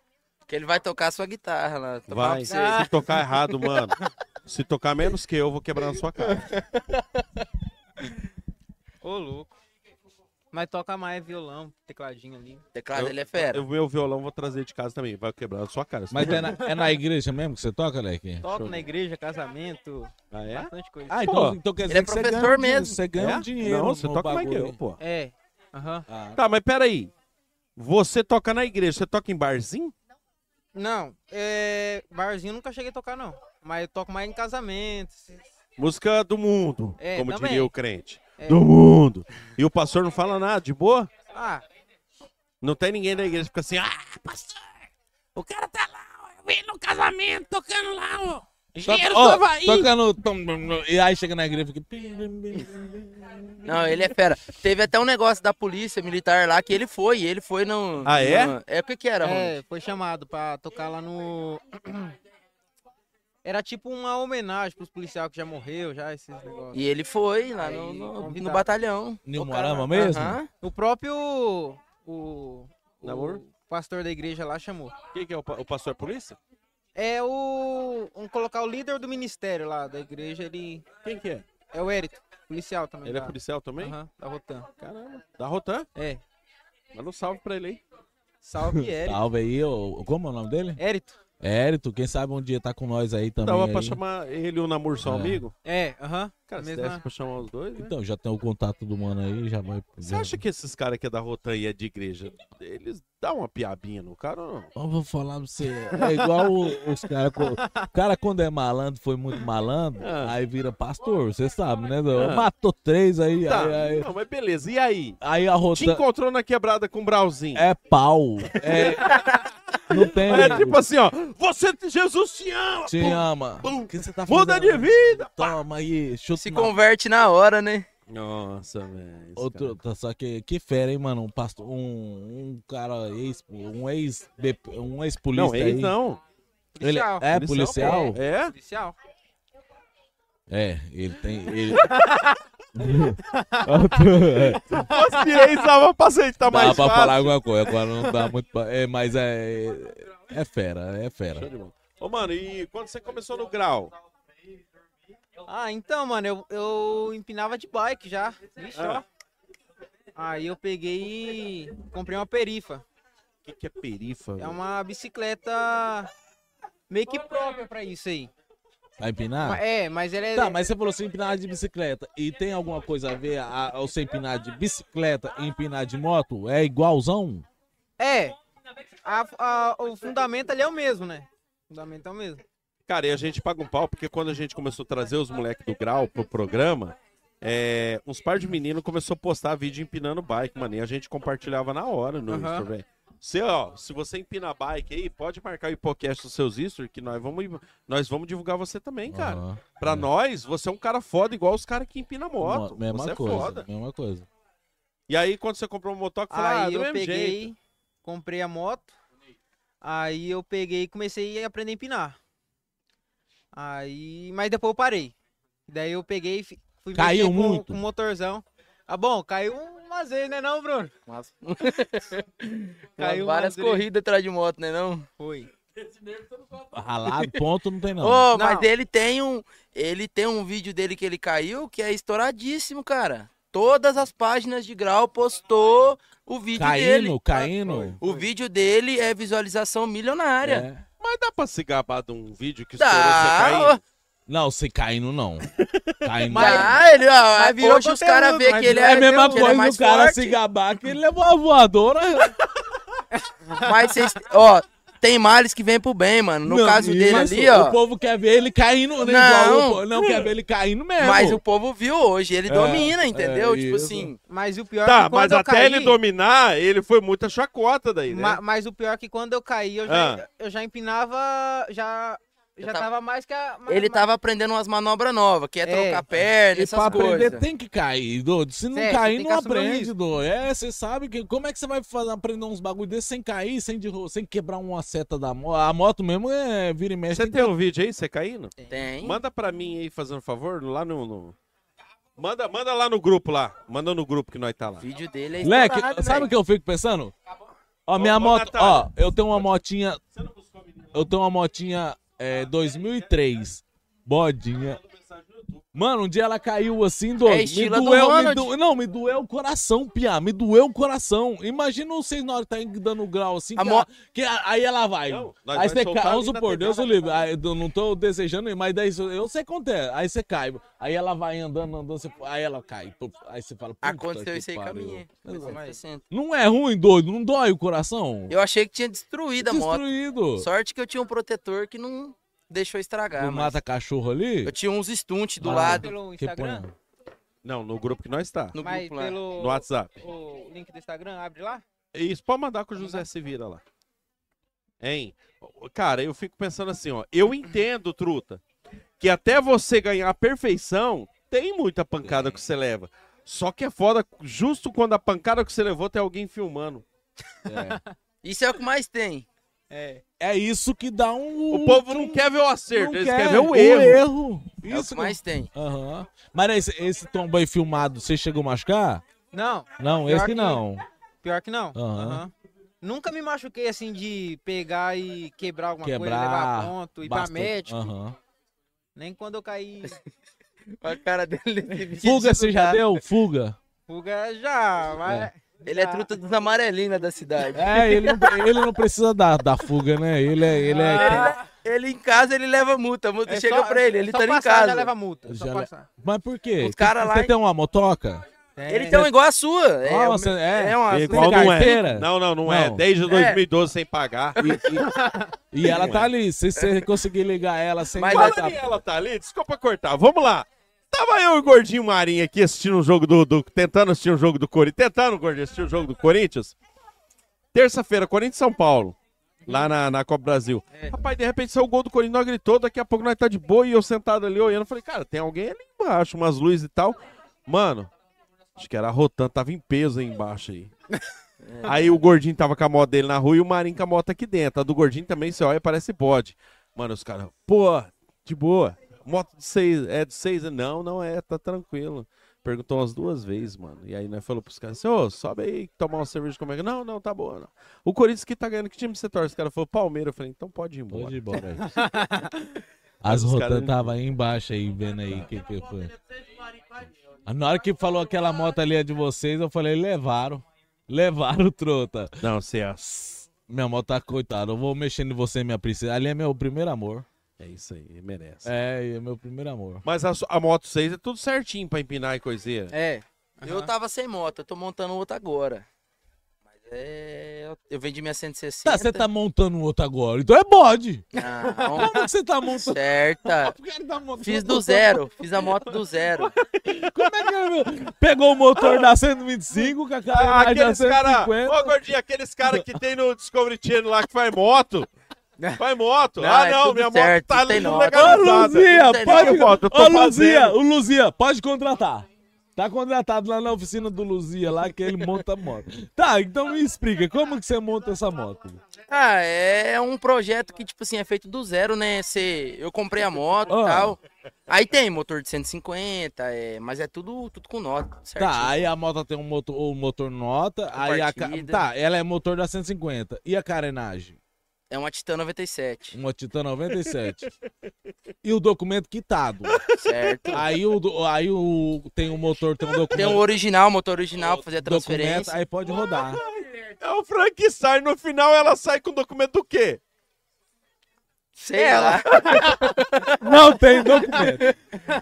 [SPEAKER 6] Que ele vai tocar a sua guitarra lá. Tá falando
[SPEAKER 2] Vai.
[SPEAKER 6] pra
[SPEAKER 2] Se
[SPEAKER 6] você.
[SPEAKER 2] tocar errado, mano. Se tocar menos que eu, eu vou quebrar na sua cara.
[SPEAKER 11] Ô, louco. Mas toca mais violão, tecladinho ali.
[SPEAKER 6] Teclado, é
[SPEAKER 11] é
[SPEAKER 2] Eu- Eu, meu violão eu vou trazer de casa também. Vai quebrar na sua cara.
[SPEAKER 1] Mas é na, é na igreja mesmo que você toca, Leque?
[SPEAKER 11] Toca na igreja, casamento,
[SPEAKER 2] Ah, é?
[SPEAKER 11] bastante coisa.
[SPEAKER 1] Ah, então, então quer dizer
[SPEAKER 6] é
[SPEAKER 1] que você ganha um dinheiro, Você ganha
[SPEAKER 2] É?
[SPEAKER 1] um dinheiro.
[SPEAKER 2] Não, você
[SPEAKER 1] no
[SPEAKER 2] toca mais que
[SPEAKER 1] bagulho, Ah,
[SPEAKER 2] eu, pô.
[SPEAKER 11] É. Aham.
[SPEAKER 2] Tá, mas peraí. Você toca na igreja, você toca em barzinho?
[SPEAKER 11] Não, é... barzinho eu nunca cheguei a tocar, não. Mas eu toco mais em casamento.
[SPEAKER 2] Música do mundo,
[SPEAKER 11] É,
[SPEAKER 2] como
[SPEAKER 11] também.
[SPEAKER 2] diria o crente.
[SPEAKER 11] É.
[SPEAKER 2] Do mundo. E o pastor não fala nada, de boa?
[SPEAKER 11] Ah,
[SPEAKER 2] Não tem ninguém na igreja que fica assim, ah, pastor, o cara tá lá, ó, eu vim no casamento tocando lá, ó.
[SPEAKER 1] Toca,
[SPEAKER 2] Engenheiro
[SPEAKER 1] ó,
[SPEAKER 2] tava aí.
[SPEAKER 1] tocando. tom, tom, tom, E aí chega na igreja e fica.
[SPEAKER 6] Não, ele é fera. Teve até um negócio da polícia militar lá que ele foi. e Ele foi no.
[SPEAKER 1] Ah, é?
[SPEAKER 6] no- é o que que era, Ronald?
[SPEAKER 11] é, foi chamado pra tocar lá no... Era tipo uma homenagem pros policiais que já morreu, já, esses negócios.
[SPEAKER 6] E ele foi lá no,
[SPEAKER 11] Aí,
[SPEAKER 6] no- no
[SPEAKER 11] convidado.
[SPEAKER 6] batalhão.
[SPEAKER 1] Nil
[SPEAKER 6] Tocar lá.
[SPEAKER 1] Morama mesmo?
[SPEAKER 6] Aham.
[SPEAKER 11] O próprio... O...
[SPEAKER 2] Namor?
[SPEAKER 11] o pastor da igreja lá chamou.
[SPEAKER 2] Quem que é o, pa- o pastor polícia?
[SPEAKER 11] É o... Vamos colocar o líder do ministério lá da igreja, ele...
[SPEAKER 2] Quem que é?
[SPEAKER 11] É o Érito, policial também.
[SPEAKER 2] Ele é
[SPEAKER 11] da-
[SPEAKER 2] policial também?
[SPEAKER 11] Aham, da Rotan.
[SPEAKER 2] Caramba. Da Rotan?
[SPEAKER 11] É.
[SPEAKER 2] Manda um salve pra ele aí.
[SPEAKER 11] Salve, Érito.
[SPEAKER 1] Salve aí, ô, como é o nome dele?
[SPEAKER 11] Érito.
[SPEAKER 1] Érito, quem sabe um dia tá com nós aí
[SPEAKER 10] Então,
[SPEAKER 1] também.
[SPEAKER 2] Dava
[SPEAKER 1] aí.
[SPEAKER 2] pra chamar ele e o Namur só
[SPEAKER 1] É.
[SPEAKER 2] amigo?
[SPEAKER 11] É, aham.
[SPEAKER 2] Cara, se
[SPEAKER 11] mesma-
[SPEAKER 2] desse pra chamar os dois, né?
[SPEAKER 1] Então, já tem o contato do mano aí, já vai.
[SPEAKER 2] Você acha que esses caras que é da Rotanha de igreja, eles dão uma piabinha no cara ou não?
[SPEAKER 1] Eu vou falar pra você. É igual o- os caras. O cara, quando é malandro, foi muito malandro,
[SPEAKER 10] Ah.
[SPEAKER 1] aí vira pastor, você sabe, né?
[SPEAKER 2] Ah.
[SPEAKER 1] Matou três aí.
[SPEAKER 2] Tá,
[SPEAKER 1] aí, aí-
[SPEAKER 2] não, mas beleza. E aí?
[SPEAKER 1] é, Aí a
[SPEAKER 2] Te
[SPEAKER 1] Rotan.
[SPEAKER 2] encontrou na quebrada com o Brauzinho.
[SPEAKER 1] É pau. É. Não tem.
[SPEAKER 2] É tipo assim, ó. Você, Jesus te ama.
[SPEAKER 1] Te
[SPEAKER 2] pum,
[SPEAKER 1] ama.
[SPEAKER 2] pum,
[SPEAKER 1] Muda
[SPEAKER 2] de vida.
[SPEAKER 1] Toma aí, chuta.
[SPEAKER 6] Se converte na hora, né?
[SPEAKER 2] Nossa,
[SPEAKER 6] É,
[SPEAKER 2] velho.
[SPEAKER 1] Outro, tá, só que que fera, hein, mano? Um pastor, um, um cara ex, um ex, um ex polícia
[SPEAKER 2] Não, ex
[SPEAKER 1] aí.
[SPEAKER 2] não.
[SPEAKER 1] Ele é policial?
[SPEAKER 2] pô. É?
[SPEAKER 11] Policial.
[SPEAKER 1] É, ele tem. Ele...
[SPEAKER 2] Se fosse ex, dava pra aceitar
[SPEAKER 1] dá
[SPEAKER 2] Tá mais
[SPEAKER 1] pra
[SPEAKER 2] fácil.
[SPEAKER 1] falar alguma coisa, agora não dá muito pra... É, mas é. É fera, é
[SPEAKER 2] Show
[SPEAKER 1] fera.
[SPEAKER 2] de bola. Ô, mano, e quando você começou no grau?
[SPEAKER 11] Ah, então, mano, eu, eu empinava de bike já. Vixe,
[SPEAKER 2] Ah.
[SPEAKER 11] ó. Aí eu peguei e comprei uma perifa.
[SPEAKER 2] O que, que é perifa?
[SPEAKER 11] É
[SPEAKER 2] velho?
[SPEAKER 11] uma bicicleta meio que própria pra isso aí.
[SPEAKER 1] Vai empinar?
[SPEAKER 11] É, mas ela é.
[SPEAKER 1] Ah. Tá, mas você falou assim, empinar de bicicleta. E tem alguma coisa a ver a- ao você empinar de bicicleta e empinar de moto? É igualzão?
[SPEAKER 11] É. A- a- o fundamento ali é o mesmo, né? O fundamento é o mesmo.
[SPEAKER 2] Cara, e a gente paga um pau, porque quando a gente começou a trazer os moleques do grau pro programa, é, uns par de meninos começou a postar vídeo empinando bike, mano. E a gente compartilhava na hora no
[SPEAKER 11] Aham.
[SPEAKER 2] Insta, velho. Você, ó, se você empina bike aí, pode marcar o podcast dos seus history, que nós vamos, nós vamos divulgar você também, cara.
[SPEAKER 1] Aham.
[SPEAKER 2] Pra nós, você é um cara foda, igual os caras que empinam moto.
[SPEAKER 1] Mo- mesma
[SPEAKER 2] você
[SPEAKER 1] coisa,
[SPEAKER 2] é foda.
[SPEAKER 1] mesma coisa.
[SPEAKER 2] E aí, quando você comprou um motoca, falou, ah,
[SPEAKER 11] Aí
[SPEAKER 2] do
[SPEAKER 11] eu
[SPEAKER 2] mesmo
[SPEAKER 11] peguei,
[SPEAKER 2] jeito.
[SPEAKER 11] comprei a moto. Aí eu peguei e comecei a aprender a empinar. Aí, mas depois eu parei. Daí eu peguei e fi- fui
[SPEAKER 1] Caiu
[SPEAKER 11] mexer com- com
[SPEAKER 1] muito?
[SPEAKER 11] o motorzão. Ah, bom, caiu umas vezes, né não, Bruno? Caiu umas
[SPEAKER 6] várias
[SPEAKER 11] vezes.
[SPEAKER 6] corridas atrás de moto, né não?
[SPEAKER 11] Foi.
[SPEAKER 1] Ralado, ponto, não tem não.
[SPEAKER 6] Ô,
[SPEAKER 1] Não.
[SPEAKER 6] mas ele tem um. Ele tem um vídeo dele que ele caiu que é estouradíssimo, cara. Todas as páginas de grau postou o vídeo dele.
[SPEAKER 1] Caindo, caindo.
[SPEAKER 6] O vídeo dele é visualização milionária.
[SPEAKER 1] É.
[SPEAKER 2] Mas dá pra se gabar de um vídeo que estourou
[SPEAKER 6] Dá,
[SPEAKER 2] você
[SPEAKER 6] ó.
[SPEAKER 2] caindo?
[SPEAKER 1] Não, se caindo não. Caindo
[SPEAKER 6] Mas,
[SPEAKER 1] não.
[SPEAKER 6] ah, ele, ó,
[SPEAKER 11] mas virou
[SPEAKER 6] hoje os caras
[SPEAKER 11] conteúdo,
[SPEAKER 6] vê
[SPEAKER 11] mas
[SPEAKER 6] que ele
[SPEAKER 1] é
[SPEAKER 6] é,
[SPEAKER 1] a mesma
[SPEAKER 6] que ele é
[SPEAKER 1] coisa
[SPEAKER 6] mais
[SPEAKER 1] o cara
[SPEAKER 6] forte,
[SPEAKER 1] se gabar que ele levou a voadora.
[SPEAKER 6] mas vocês, ó, tem males que vem pro bem, mano. No
[SPEAKER 1] Não,
[SPEAKER 6] caso
[SPEAKER 1] e-
[SPEAKER 6] dele
[SPEAKER 1] mas
[SPEAKER 6] ali,
[SPEAKER 1] o-
[SPEAKER 6] ó,
[SPEAKER 1] O povo quer ver ele caindo, né?
[SPEAKER 6] Não.
[SPEAKER 1] Igual o povo- não quer ver ele caindo mesmo.
[SPEAKER 6] mas o povo viu hoje, ele
[SPEAKER 1] É,
[SPEAKER 6] domina, entendeu?
[SPEAKER 1] é
[SPEAKER 6] tipo
[SPEAKER 1] isso.
[SPEAKER 6] assim,
[SPEAKER 11] Mas o pior é
[SPEAKER 2] Tá,
[SPEAKER 11] que quando
[SPEAKER 2] mas
[SPEAKER 11] eu
[SPEAKER 2] até
[SPEAKER 11] caí,
[SPEAKER 2] ele dominar, ele foi muita chacota daí, né?
[SPEAKER 11] ma- mas o pior é que quando eu caí, eu já,
[SPEAKER 2] Ah.
[SPEAKER 11] eu já empinava, já já,
[SPEAKER 6] tava-
[SPEAKER 11] tava... mais que a ma-
[SPEAKER 6] ele
[SPEAKER 11] ma-
[SPEAKER 6] tava aprendendo umas manobras novas, que é
[SPEAKER 11] É.
[SPEAKER 6] trocar perna,
[SPEAKER 1] é E pra
[SPEAKER 6] essas
[SPEAKER 1] aprender
[SPEAKER 6] coisas.
[SPEAKER 1] tem que cair, doido. Se não
[SPEAKER 11] É, você
[SPEAKER 1] cair,
[SPEAKER 11] tem que
[SPEAKER 1] não
[SPEAKER 11] assumir o
[SPEAKER 1] aprende,
[SPEAKER 11] risco.
[SPEAKER 1] doido. É, você sabe que como é que você vai fazer, aprender uns bagulho desse sem cair, sem, derru- sem quebrar uma seta da moto. A moto mesmo é vira e mexe.
[SPEAKER 2] Você tem um vídeo aí, você caindo?
[SPEAKER 6] Tem.
[SPEAKER 2] Manda pra mim aí, fazendo um favor, lá no... no- Manda, manda lá no grupo lá. Manda no grupo que nós tá lá.
[SPEAKER 6] O vídeo dele é
[SPEAKER 1] Leque,
[SPEAKER 6] estourado,
[SPEAKER 1] sabe
[SPEAKER 6] velho.
[SPEAKER 1] o que eu fico pensando? Ó,
[SPEAKER 2] Ô,
[SPEAKER 1] minha
[SPEAKER 2] ô,
[SPEAKER 1] moto, ó,
[SPEAKER 2] Natália.
[SPEAKER 1] eu tenho uma motinha. Eu tenho uma motinha
[SPEAKER 2] Ah,
[SPEAKER 1] é, 2003, bodinha.
[SPEAKER 2] Tá
[SPEAKER 1] Mano, um dia ela caiu assim, doido. me
[SPEAKER 6] É estilo do
[SPEAKER 1] doeu, me
[SPEAKER 6] Ronald.
[SPEAKER 1] doeu, não, me doeu o coração, piá, me doeu o coração. Imagina vocês na hora que tá dando grau assim,
[SPEAKER 6] A
[SPEAKER 1] que
[SPEAKER 6] mo-
[SPEAKER 1] ela- que a- aí ela vai.
[SPEAKER 2] Não, nós vai
[SPEAKER 1] aí você
[SPEAKER 2] soltar
[SPEAKER 1] cai,
[SPEAKER 2] ali
[SPEAKER 1] vamos
[SPEAKER 2] na
[SPEAKER 1] supor,
[SPEAKER 2] TV,
[SPEAKER 1] Deus o
[SPEAKER 2] ela
[SPEAKER 1] livre, aí, eu não tô desejando, mas daí isso- eu sei o que acontece. Aí você cai, aí ela vai andando, andando, você- aí ela cai, pô, aí você fala, puta
[SPEAKER 6] Aconteceu
[SPEAKER 1] que
[SPEAKER 6] isso aí com a
[SPEAKER 1] pariu.
[SPEAKER 6] minha.
[SPEAKER 1] Mas-
[SPEAKER 6] acontecendo.
[SPEAKER 1] não é ruim, doido? Não dói o coração?
[SPEAKER 6] Eu achei que tinha destruído a moto.
[SPEAKER 1] Destruído.
[SPEAKER 6] Sorte que eu tinha um protetor que não deixou estragar,
[SPEAKER 1] Não
[SPEAKER 6] Tá, mas
[SPEAKER 1] mata cachorro ali?
[SPEAKER 6] eu tinha uns stunts do
[SPEAKER 1] Ah,
[SPEAKER 6] lado
[SPEAKER 11] pelo
[SPEAKER 1] Que
[SPEAKER 11] Instagram,
[SPEAKER 1] põe-
[SPEAKER 2] Não, no grupo que nós tá.
[SPEAKER 6] no
[SPEAKER 11] mas
[SPEAKER 6] grupo lá.
[SPEAKER 11] pelo
[SPEAKER 2] No WhatsApp.
[SPEAKER 11] o link do Instagram, abre lá.
[SPEAKER 2] É Isso, pode mandar que o José se vira lá. Hein? Cara, eu fico pensando assim, ó. Eu entendo, Truta, que até você ganhar a perfeição, tem muita pancada que você leva. Só que é foda, justo quando a pancada que você levou tem alguém filmando.
[SPEAKER 6] Isso é o que mais tem.
[SPEAKER 11] É.
[SPEAKER 1] É isso que dá um.
[SPEAKER 2] O povo não quer ver o acerto,
[SPEAKER 1] Não
[SPEAKER 2] eles
[SPEAKER 1] quer.
[SPEAKER 2] querem ver o erro.
[SPEAKER 6] É o que
[SPEAKER 1] Isso que-
[SPEAKER 6] mais tem.
[SPEAKER 1] Aham. Mas esse, esse tombo aí filmado, você chegou a machucar?
[SPEAKER 11] Não,
[SPEAKER 1] Não,
[SPEAKER 11] Pior
[SPEAKER 1] esse
[SPEAKER 11] que-
[SPEAKER 1] não.
[SPEAKER 11] pior que não.
[SPEAKER 1] Aham.
[SPEAKER 11] Aham. Nunca me machuquei assim de pegar e quebrar alguma coisa, levar
[SPEAKER 1] Quebrar.
[SPEAKER 11] ponto, ir
[SPEAKER 1] bastante.
[SPEAKER 11] pra médico.
[SPEAKER 1] Aham.
[SPEAKER 11] Nem quando eu caí
[SPEAKER 6] A cara dele.
[SPEAKER 1] Fuga você já deu? Fuga.
[SPEAKER 11] fuga já, mas
[SPEAKER 6] Ele é truta dos amarelinhos da cidade.
[SPEAKER 1] É, ele não, ele não precisa da, da fuga, né? Ele é. Ele é
[SPEAKER 6] Ele, ele em casa, ele leva multa. A multa
[SPEAKER 11] É
[SPEAKER 6] chega
[SPEAKER 11] só-
[SPEAKER 6] pra ele, ele
[SPEAKER 11] só
[SPEAKER 6] tá em
[SPEAKER 11] passar,
[SPEAKER 6] casa.
[SPEAKER 11] já leva multa,
[SPEAKER 1] já é le- Mas por quê?
[SPEAKER 6] Os cara lá
[SPEAKER 1] Você
[SPEAKER 6] em-
[SPEAKER 1] tem uma motoca?
[SPEAKER 6] Ele tem um igual a sua. É,
[SPEAKER 1] Nossa, é.
[SPEAKER 6] é uma
[SPEAKER 1] Tem
[SPEAKER 2] Igual não
[SPEAKER 1] carteira?
[SPEAKER 2] é. Não, não, não é.
[SPEAKER 1] Não.
[SPEAKER 2] Desde
[SPEAKER 1] É.
[SPEAKER 2] 2012 sem pagar.
[SPEAKER 1] E ela tá ali. Se
[SPEAKER 6] É.
[SPEAKER 1] você conseguir ligar ela sem
[SPEAKER 2] Mas
[SPEAKER 1] cortar-
[SPEAKER 2] ela tá ali, desculpa cortar. Vamos lá. Tava eu e o Gordinho Marinho aqui assistindo um jogo do, do- Tentando assistir um jogo do Corinthians. Tentando, Gordinho, assistir o jogo do Corinthians. Terça-feira, Corinthians e São Paulo. Lá na, na Copa Brasil. Rapaz, de repente saiu o gol do Corinthians, nós gritou, daqui a pouco nós tá de boa e eu sentado ali olhando. Falei, cara, tem alguém ali embaixo, umas luzes e tal. Mano, acho que era a Rotan, tava em peso aí embaixo aí.
[SPEAKER 6] É.
[SPEAKER 2] Aí o gordinho tava com a moto dele na rua e o Marinho com a moto aqui dentro. A do gordinho também, você olha, parece bode. Mano, os caras, pô, de boa. Moto de seis, é de seis? Não, não é, tá tranquilo. Perguntou umas duas vezes, mano. E aí nós falou pros caras assim, ô, sobe aí, tomar uma cerveja como é que... Não, não, tá boa, não. O Corinthians que tá ganhando, que time você torce? Os caras falaram, Palmeiras. Eu falei, então pode ir embora.
[SPEAKER 1] Pode ir embora é aí. As
[SPEAKER 2] Os
[SPEAKER 1] Rotan
[SPEAKER 2] caras-
[SPEAKER 1] tava aí embaixo aí, vendo aí o que, que foi. Na hora que falou aquela moto ali é de vocês, eu falei, levaram. Levaram o trota.
[SPEAKER 2] Não, você é.
[SPEAKER 1] Minha moto tá coitada. Eu vou mexendo em você, minha princesa. Ali é meu primeiro amor.
[SPEAKER 2] É isso aí, merece.
[SPEAKER 1] É, é meu primeiro amor.
[SPEAKER 2] Mas a, su- a moto 6 é tudo certinho pra empinar e coiseira.
[SPEAKER 6] É. Eu tava sem moto, eu tô montando outra agora. Mas é. eu- Eu vendi minha 160.
[SPEAKER 1] Tá, você tá montando outro agora. Então é bode.
[SPEAKER 6] Não.
[SPEAKER 1] Como que você tá montando?
[SPEAKER 6] Certa.
[SPEAKER 2] um
[SPEAKER 6] Fiz do zero, fiz a moto do zero.
[SPEAKER 1] Como é que ele pegou o motor da 125, com a
[SPEAKER 2] Ah,
[SPEAKER 1] carenagem da
[SPEAKER 2] aqueles caras.
[SPEAKER 1] 150?
[SPEAKER 2] Ô, gordinho, aqueles caras que tem no Discovery Channel lá que faz moto. Faz moto.
[SPEAKER 1] Não,
[SPEAKER 2] ah,
[SPEAKER 1] é
[SPEAKER 2] não,
[SPEAKER 1] tudo
[SPEAKER 2] minha
[SPEAKER 1] certo,
[SPEAKER 2] moto tá
[SPEAKER 1] tem nota.
[SPEAKER 2] legalizada.
[SPEAKER 1] Ô, Luzia,
[SPEAKER 2] Tudo certo.
[SPEAKER 1] pode...
[SPEAKER 2] Minha moto, eu tô
[SPEAKER 1] Ô, Luzia,
[SPEAKER 2] fazendo.
[SPEAKER 1] o Luzia, pode contratar. Tá contratado lá na oficina do Luzia, lá que ele monta a moto. Tá, então me explica, como que você monta essa moto?
[SPEAKER 6] Ah, é um projeto que, tipo assim, é feito do zero, né? Cê, eu comprei a moto
[SPEAKER 1] Ah.
[SPEAKER 6] e tal. Aí tem motor de 150, é, mas é tudo, tudo com nota, certo?
[SPEAKER 1] Tá, aí a moto tem um motor, o motor nota, aí a... ca-
[SPEAKER 6] Partida.
[SPEAKER 1] Tá, ela é motor da 150. E a carenagem?
[SPEAKER 6] É uma Titan 97.
[SPEAKER 1] Uma Titan 97. E o documento quitado.
[SPEAKER 6] Certo.
[SPEAKER 1] Aí, o, do- aí o, tem o motor, tem um documento.
[SPEAKER 6] Tem o original, motor original pra fazer a
[SPEAKER 1] documento,
[SPEAKER 6] transferência.
[SPEAKER 1] aí pode rodar.
[SPEAKER 2] É o Frank sai. No final ela sai com documento do quê?
[SPEAKER 6] Sei lá.
[SPEAKER 1] Não tem documento.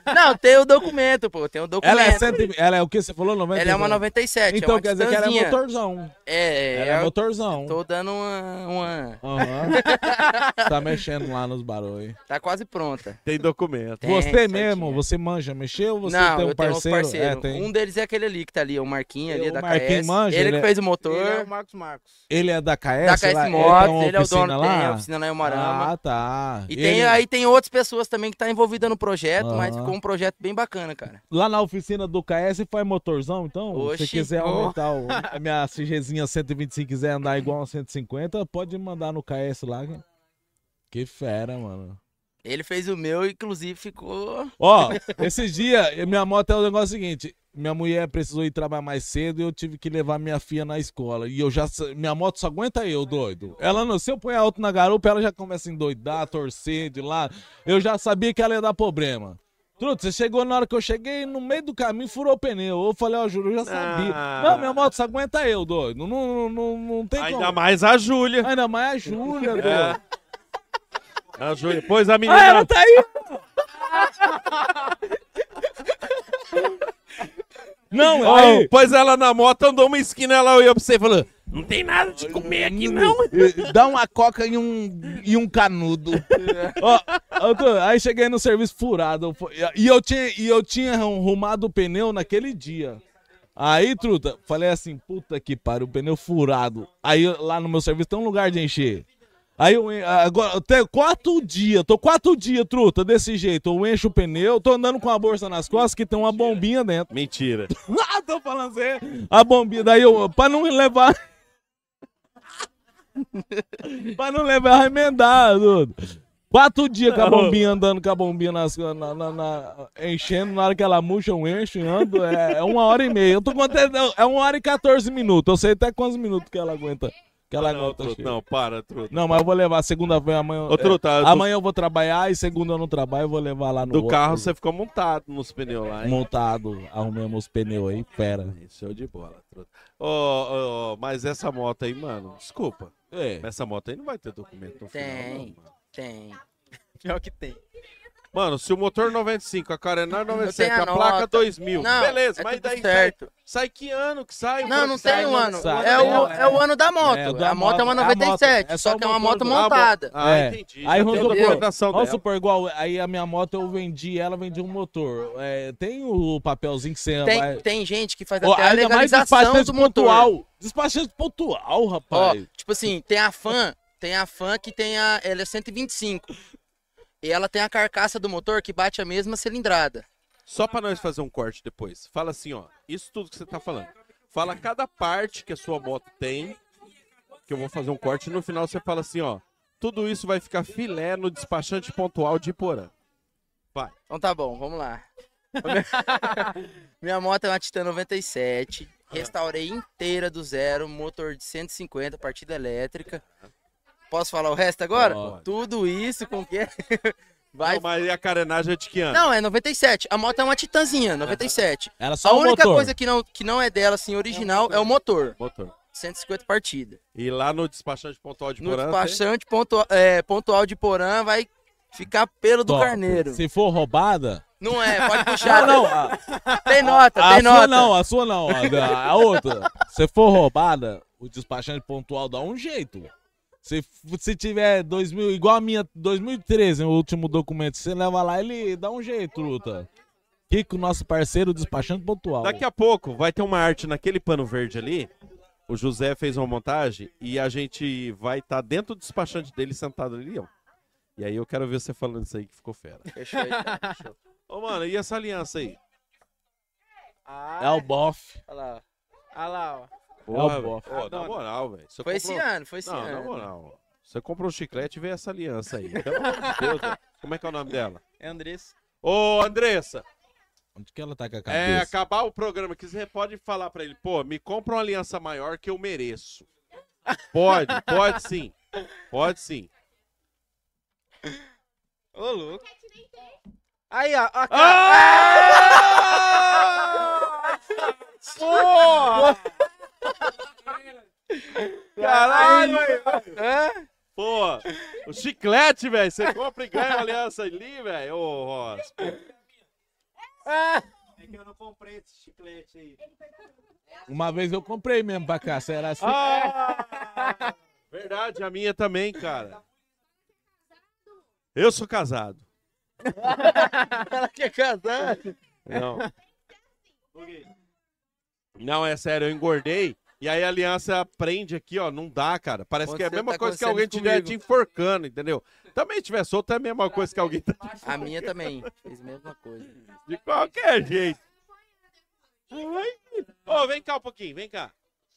[SPEAKER 6] Não, tem o documento, pô. Tem o documento.
[SPEAKER 1] Ela é, cento, e- ela é o que você falou? 90,
[SPEAKER 6] Né? Ela é uma 97.
[SPEAKER 1] Então
[SPEAKER 6] é uma
[SPEAKER 1] quer dizer que ela é
[SPEAKER 6] Titanzinha.
[SPEAKER 1] motorzão.
[SPEAKER 6] É,
[SPEAKER 1] Ela é motorzão.
[SPEAKER 6] Tô dando uma. uma...
[SPEAKER 1] Aham. tá mexendo lá nos barulhos.
[SPEAKER 6] Tá quase pronta.
[SPEAKER 2] Tem documento.
[SPEAKER 1] você mesmo, você manja mexer ou você
[SPEAKER 6] Não,
[SPEAKER 1] tem um
[SPEAKER 6] eu tenho uns
[SPEAKER 1] parceiro?
[SPEAKER 6] parceiros.
[SPEAKER 1] É, tem. É,
[SPEAKER 6] Um deles é aquele ali que tá ali, o Marquinho ali
[SPEAKER 1] O
[SPEAKER 6] da
[SPEAKER 1] Marquinho
[SPEAKER 6] KS.
[SPEAKER 1] manja,
[SPEAKER 6] ele,
[SPEAKER 1] ele é-
[SPEAKER 6] que fez o motor.
[SPEAKER 11] Ele é o Marcos Marcos.
[SPEAKER 1] Ele é da KS?
[SPEAKER 6] Da KS
[SPEAKER 1] lá? Ele tem
[SPEAKER 6] Motos,
[SPEAKER 1] uma
[SPEAKER 6] ele é o
[SPEAKER 1] oficina
[SPEAKER 6] dono,
[SPEAKER 1] lá?
[SPEAKER 6] tem a oficina lá em Umarama.
[SPEAKER 1] Ah, tá.
[SPEAKER 6] E tem,
[SPEAKER 1] Ele-
[SPEAKER 6] aí tem outras pessoas também que tá envolvida no projeto, mas
[SPEAKER 1] Aham.
[SPEAKER 6] ficou um projeto bem bacana, cara.
[SPEAKER 1] Lá na oficina do KS faz motorzão, então?
[SPEAKER 6] Oxi.
[SPEAKER 1] se quiser
[SPEAKER 6] Oh.
[SPEAKER 1] aumentar o- a minha CGzinha 125 quiser andar igual a 150, pode mandar no KS lá. que- Que fera, mano.
[SPEAKER 6] Ele fez o meu, inclusive ficou.
[SPEAKER 1] Ó, esses dias, eh, minha moto é o negócio seguinte. Minha mulher precisou ir trabalhar mais cedo e eu tive que levar minha filha na escola. E eu já. sa- Minha moto só aguenta eu, doido. Ela não, se eu pôr a auto na garupa, ela já começa a endoidar, torcer de lá. Eu já sabia que ela ia dar problema. Truto, você chegou na hora que eu cheguei, no meio do caminho furou o pneu. Eu falei, ó, juro, eu já sabia.
[SPEAKER 2] Ah.
[SPEAKER 1] Não, minha moto só aguenta eu, doido. Não, não, não, não tem
[SPEAKER 2] Ainda
[SPEAKER 1] como.
[SPEAKER 2] mais a Júlia.
[SPEAKER 1] Ainda mais a Júlia, doido.
[SPEAKER 2] É. A Júlia. É Pois a menina.
[SPEAKER 1] Ah, ela tá aí! Não,
[SPEAKER 2] Oh,
[SPEAKER 1] aí-
[SPEAKER 2] Pois ela na moto andou uma esquina, ela olhou pra você e falou: Não tem nada de comer aqui, não.
[SPEAKER 1] Dá uma coca e um, e um canudo. Ó, eu tô- aí cheguei no serviço furado. eu fui- E eu tinha, e eu tinha arrumado o pneu naquele dia. Aí, truta, falei assim, puta que pariu, o pneu furado. Aí eu- lá no meu serviço tem um lugar de encher. Aí eu en- agora eu tenho quatro dias, tô quatro dias, truta, desse jeito. Eu encho o pneu, tô andando com a bolsa nas costas que tem uma bombinha dentro.
[SPEAKER 2] Mentira.
[SPEAKER 1] Ah, tô falando sério. A bombinha, daí eu, pra não levar. pra não levar remendado. Quatro dias com a bombinha andando, com a bombinha nas, na, na- na- enchendo, na hora que ela murcha, eu encho e ando. É, é uma hora e meia. Eu tô contando, é uma hora e 14 minutos. Eu sei até quantos minutos que ela aguenta. Aquela
[SPEAKER 2] não,
[SPEAKER 1] nota
[SPEAKER 2] truta,
[SPEAKER 1] cheia.
[SPEAKER 2] não, para, truta.
[SPEAKER 1] Não, mas eu vou levar segunda-feira, amanhã. é,
[SPEAKER 2] Ô, truta, eu tô-
[SPEAKER 1] Amanhã eu vou trabalhar e segunda eu não trabalho, eu vou levar lá no.
[SPEAKER 2] Do
[SPEAKER 1] outro.
[SPEAKER 2] carro você ficou montado nos pneus lá, hein?
[SPEAKER 1] montado, arrumamos os pneus aí, pera.
[SPEAKER 2] Show de bola, truta. Ô, ô, ô, mas essa moto aí, mano, desculpa.
[SPEAKER 1] É.
[SPEAKER 2] Essa moto aí não vai ter documento no final, não.
[SPEAKER 6] Tem, tem.
[SPEAKER 11] Pior que tem.
[SPEAKER 2] Mano, se o motor 95, a carenada
[SPEAKER 6] Eu tenho
[SPEAKER 2] 97,
[SPEAKER 6] a
[SPEAKER 2] a, placa
[SPEAKER 6] nota.
[SPEAKER 2] 2000,
[SPEAKER 6] Não,
[SPEAKER 2] beleza,
[SPEAKER 6] é
[SPEAKER 2] mas
[SPEAKER 6] tudo
[SPEAKER 2] daí
[SPEAKER 6] certo.
[SPEAKER 2] Sai, sai que ano que sai?
[SPEAKER 6] Não,
[SPEAKER 2] quando
[SPEAKER 6] não
[SPEAKER 2] sai,
[SPEAKER 6] tem um
[SPEAKER 2] quando
[SPEAKER 6] ano.
[SPEAKER 2] sai.
[SPEAKER 6] É o, é o ano da moto.
[SPEAKER 1] É, da
[SPEAKER 6] a moto é uma
[SPEAKER 1] moto, é a
[SPEAKER 6] 97,
[SPEAKER 1] moto, é
[SPEAKER 6] só
[SPEAKER 1] só
[SPEAKER 6] que é uma
[SPEAKER 1] o motor
[SPEAKER 6] moto
[SPEAKER 1] do- Ah,
[SPEAKER 6] montada.
[SPEAKER 2] Ah,
[SPEAKER 1] é.
[SPEAKER 2] entendi, já
[SPEAKER 1] Aí
[SPEAKER 2] tem
[SPEAKER 1] vamos
[SPEAKER 2] a
[SPEAKER 1] supor, vamos
[SPEAKER 2] documentação dela.
[SPEAKER 1] supor, igual aí a minha moto eu vendi ela, vendi um motor. É, tem o papelzinho que você
[SPEAKER 6] Tem,
[SPEAKER 1] vai-
[SPEAKER 6] tem gente que faz
[SPEAKER 1] Ó,
[SPEAKER 6] até a
[SPEAKER 1] ainda mais
[SPEAKER 6] legalização do motor.
[SPEAKER 1] pontual. Despachante pontual,
[SPEAKER 6] Ó,
[SPEAKER 1] rapaz.
[SPEAKER 6] tipo assim, tem a fan, tem a fan que tem a. Ela é 125. E ela tem a carcaça do motor que bate a mesma cilindrada.
[SPEAKER 2] Só pra nós fazer um corte depois. Fala assim, ó, isso tudo que você tá falando. Fala cada parte que a sua moto tem, que eu vou fazer um corte, e no final você fala assim, ó, tudo isso vai ficar filé no despachante pontual de Porã. Vai.
[SPEAKER 6] Então tá bom, vamos lá. Minha moto é uma Titan 97. Restaurei inteira do zero, motor de 150, partida elétrica. Posso falar o resto agora?
[SPEAKER 2] Pode.
[SPEAKER 6] Tudo isso com que vai
[SPEAKER 2] Não, mas e a carenagem é de que ano?
[SPEAKER 6] Não, é 97. A moto é uma titanzinha, 97.
[SPEAKER 1] Era
[SPEAKER 6] a
[SPEAKER 1] só o
[SPEAKER 6] única
[SPEAKER 1] motor.
[SPEAKER 6] coisa que não, que não é dela, assim, original, é o motor.
[SPEAKER 2] Motor.
[SPEAKER 6] 150 partida.
[SPEAKER 2] E lá no despachante pontual de
[SPEAKER 6] No
[SPEAKER 2] Porã... você-
[SPEAKER 6] despachante pontua- é, pontual de Porã vai ficar pelo do
[SPEAKER 1] Top.
[SPEAKER 6] carneiro.
[SPEAKER 1] Se for roubada.
[SPEAKER 6] Não é, pode puxar.
[SPEAKER 1] não.
[SPEAKER 6] Tem nota,
[SPEAKER 1] A
[SPEAKER 6] tem
[SPEAKER 1] sua
[SPEAKER 6] nota.
[SPEAKER 1] não, a sua não. A, da- a outra. Se for roubada, o despachante pontual dá um jeito. Se, se tiver 2000, igual a minha 2013, o último documento, você leva lá, ele dá um jeito, luta. Kiko, nosso parceiro, despachante pontual.
[SPEAKER 6] um.
[SPEAKER 2] Daqui a pouco vai ter uma arte naquele pano verde ali. O José fez uma montagem e a gente vai estar dentro do despachante dele sentado ali, ó. E aí eu quero ver você falando isso aí que ficou fera.
[SPEAKER 6] Fechou aí, tá? Fechou.
[SPEAKER 2] Ô, mano, e essa aliança aí?
[SPEAKER 1] É o bofe.
[SPEAKER 6] Olha lá, ó.
[SPEAKER 11] Olha lá, ó.
[SPEAKER 2] Porra,
[SPEAKER 1] É o
[SPEAKER 2] velho.
[SPEAKER 1] bofe.
[SPEAKER 2] Pô, na
[SPEAKER 11] Adoro.
[SPEAKER 2] moral, velho. Você
[SPEAKER 6] Foi esse ano, foi esse
[SPEAKER 2] Não,
[SPEAKER 11] é.
[SPEAKER 6] ano.
[SPEAKER 2] na moral. Você comprou um chiclete e veio essa aliança aí. Pelo amor de Deus, velho. Como é que é o nome dela?
[SPEAKER 11] É Andressa.
[SPEAKER 2] Ô, Andressa.
[SPEAKER 1] Onde que ela tá com a cabeça?
[SPEAKER 2] É, acabar o programa que você pode falar pra ele, pô, me compra uma aliança maior que eu mereço. Pode, pode sim. Pode sim.
[SPEAKER 11] Ô, louco. Aí, ó. ó
[SPEAKER 2] Porra! Caralho! Pô, o chiclete, velho. Você compra e ganha uma aliança ali, velho. Ô, Ross. pô.
[SPEAKER 6] Ah!
[SPEAKER 4] É que eu não comprei esse chiclete aí.
[SPEAKER 1] Uma vez eu comprei mesmo pra cá, será assim?
[SPEAKER 2] Ah! Verdade, a minha também, cara. Eu sou casado.
[SPEAKER 6] Ela quer casar.
[SPEAKER 2] Não. Não, é sério, eu engordei. E aí a aliança prende aqui, ó. Não dá, cara. Parece
[SPEAKER 6] Quando
[SPEAKER 2] que é a
[SPEAKER 6] você
[SPEAKER 2] mesma
[SPEAKER 6] tá
[SPEAKER 2] coisa que
[SPEAKER 6] acontecendo
[SPEAKER 2] alguém
[SPEAKER 6] isso
[SPEAKER 2] tiver
[SPEAKER 6] comigo.
[SPEAKER 2] te enforcando, entendeu? Também tiver solto, é a mesma coisa que alguém tá
[SPEAKER 6] A minha também. Fez a mesma coisa.
[SPEAKER 2] de qualquer jeito. Ai. Ô, vem cá um pouquinho, vem cá.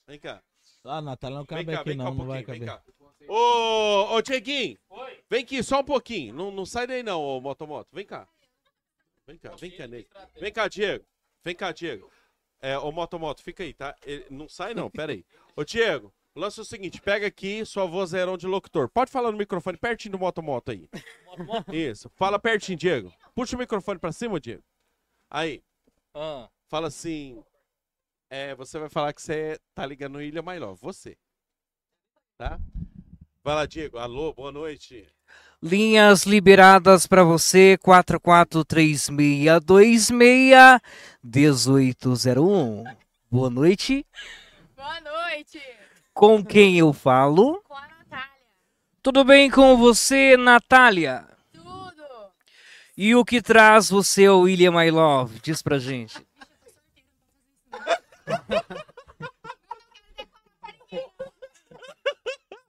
[SPEAKER 2] Vem cá.
[SPEAKER 1] Ah, Natália, não cabe
[SPEAKER 2] Vem cá,
[SPEAKER 1] aqui
[SPEAKER 2] vem cá
[SPEAKER 1] não,
[SPEAKER 2] um
[SPEAKER 1] não vai
[SPEAKER 2] pouquinho, vem
[SPEAKER 1] caber.
[SPEAKER 2] cá. Ô, ô, Dieguinho. Vem aqui, só um pouquinho. Não, não sai daí não, ô, Motomoto. Vem cá. Vem cá, vem cá, Ney. Vem cá, Diego. Vem cá, Diego. É, ô, Motomoto, fica aí, tá? Ele- não sai não, pera aí. Ô, Diego, o lance é o seguinte. Pega aqui sua vozeirão de locutor. Pode falar no microfone pertinho do Motomoto aí. Isso. Fala pertinho, Diego. Puxa o microfone pra cima, Diego. Aí.
[SPEAKER 10] Ah.
[SPEAKER 2] Fala assim. É, você vai falar que você tá ligando Ilha Mailó. Você. Tá? Vai lá, Diego. Alô, boa noite.
[SPEAKER 12] Linhas liberadas para você, 443626-1801. Boa noite.
[SPEAKER 13] Boa noite.
[SPEAKER 12] Com quem eu falo?
[SPEAKER 13] Com a Natália.
[SPEAKER 12] Tudo bem com você, Natália?
[SPEAKER 13] Tudo.
[SPEAKER 12] E o que traz você ao Ilha My Love? Diz pra gente.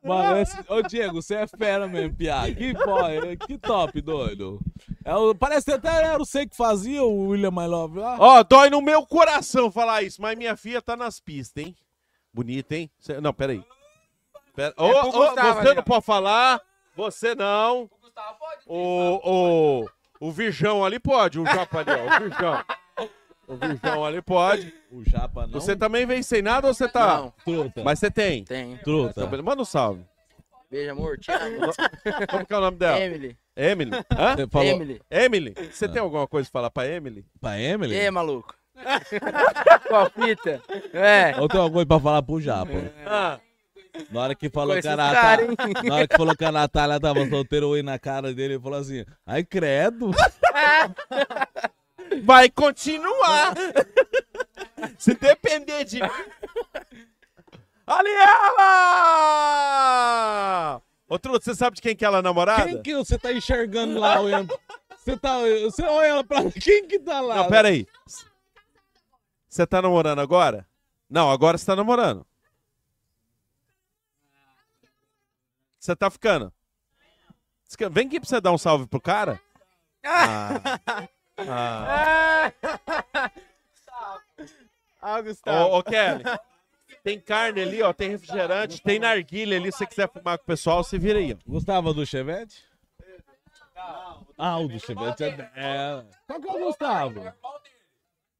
[SPEAKER 1] Mano, esse... Ô, Diego, você é fera mesmo, piá. Que, boy, que top, doido. É o... Parece que até era o sei que fazia o William My Love lá.
[SPEAKER 2] Ó, dói no meu coração falar isso, mas minha filha tá nas pistas, hein? Bonita, hein? Cê- Não, peraí. Pera... Ô,
[SPEAKER 4] É pro
[SPEAKER 2] ô,
[SPEAKER 4] Gustavo
[SPEAKER 2] você
[SPEAKER 4] ali,
[SPEAKER 2] não
[SPEAKER 4] ó.
[SPEAKER 2] pode falar, você não. O, o, o Virgão ali pode, o Japa ali, ó, o Virgão. O Virgão ali pode.
[SPEAKER 1] O Japa né? não.
[SPEAKER 2] Você também vem sem nada ou você tá.
[SPEAKER 6] Não.
[SPEAKER 1] Truta.
[SPEAKER 2] Mas você tem?
[SPEAKER 6] Tenho.
[SPEAKER 1] Truta.
[SPEAKER 2] Então, beleza. Manda um salve.
[SPEAKER 6] Beijo, amor. Te amo.
[SPEAKER 2] Como que é o nome dela?
[SPEAKER 6] Emily.
[SPEAKER 2] Emily? Hã?
[SPEAKER 6] Você falou- Emily.
[SPEAKER 2] Emily? Você tem alguma coisa pra falar pra Emily?
[SPEAKER 1] Pra Emily?
[SPEAKER 6] E aí, maluco? Qual fita? É.
[SPEAKER 1] Eu tenho alguma coisa pra falar pro Japa.
[SPEAKER 6] Ah,
[SPEAKER 1] Na hora que falou que
[SPEAKER 6] Coisa
[SPEAKER 1] a
[SPEAKER 6] cara,
[SPEAKER 1] Natália.
[SPEAKER 6] hein?
[SPEAKER 1] Na hora que falou que a Natália tava solteira, eu olhei na cara dele e falou assim: ai, credo.
[SPEAKER 2] Vai continuar! Se depender de mim. Ali ela! Ô, Truto, você sabe de quem que ela é namorada?
[SPEAKER 1] Quem que você tá enxergando lá, olhando? Você tá. Você olha ela pra quem que tá lá?
[SPEAKER 2] Não, pera aí. Você tá namorando agora? Não, agora você tá namorando. Você tá ficando? Você quer- Vem aqui pra você dar um salve pro cara. Ah. Ah.
[SPEAKER 11] Ah, Gustavo.
[SPEAKER 2] Ô, ô, Kelly, tem carne ali, ó, tem refrigerante, tem narguilha ali. Se você quiser fumar com o pessoal, você vira aí. ó.
[SPEAKER 1] Gustavo do Chevette? Ah, o do Chevette é dela. Qual que é o Gustavo?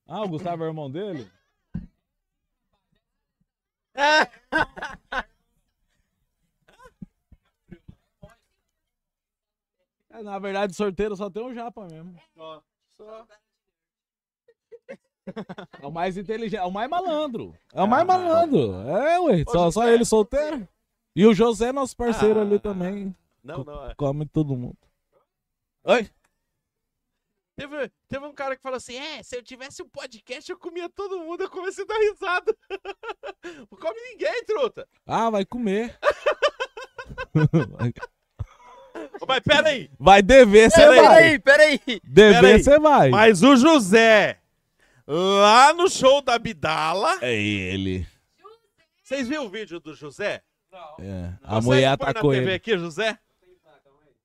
[SPEAKER 1] Ah, o Gustavo é irmão dele? É, na verdade, sorteiro só tem um japa mesmo. É o mais inteligente, é o mais malandro. É o mais malandro. É, ué, só, só ele solteiro. E o José, é nosso parceiro ali também.
[SPEAKER 2] Não, não, é.
[SPEAKER 1] Come todo mundo. Oi?
[SPEAKER 2] Teve, teve um cara que falou assim: é, se eu tivesse um podcast, eu comia todo mundo. Eu comecei a dar risada. Não come ninguém, truta.
[SPEAKER 1] Ah, vai comer.
[SPEAKER 2] Ô, Mas peraí.
[SPEAKER 1] Vai dever, você
[SPEAKER 2] Peraí,
[SPEAKER 1] vai.
[SPEAKER 2] peraí, peraí.
[SPEAKER 1] Dever,
[SPEAKER 2] Peraí.
[SPEAKER 1] você vai.
[SPEAKER 2] Mas o José, lá no show da Bidala.
[SPEAKER 1] É ele.
[SPEAKER 2] Vocês viram o vídeo do José?
[SPEAKER 1] É. A
[SPEAKER 2] Consegue
[SPEAKER 1] mulher
[SPEAKER 2] pôr na
[SPEAKER 1] atacou
[SPEAKER 2] TV
[SPEAKER 1] ele.
[SPEAKER 2] aqui, José?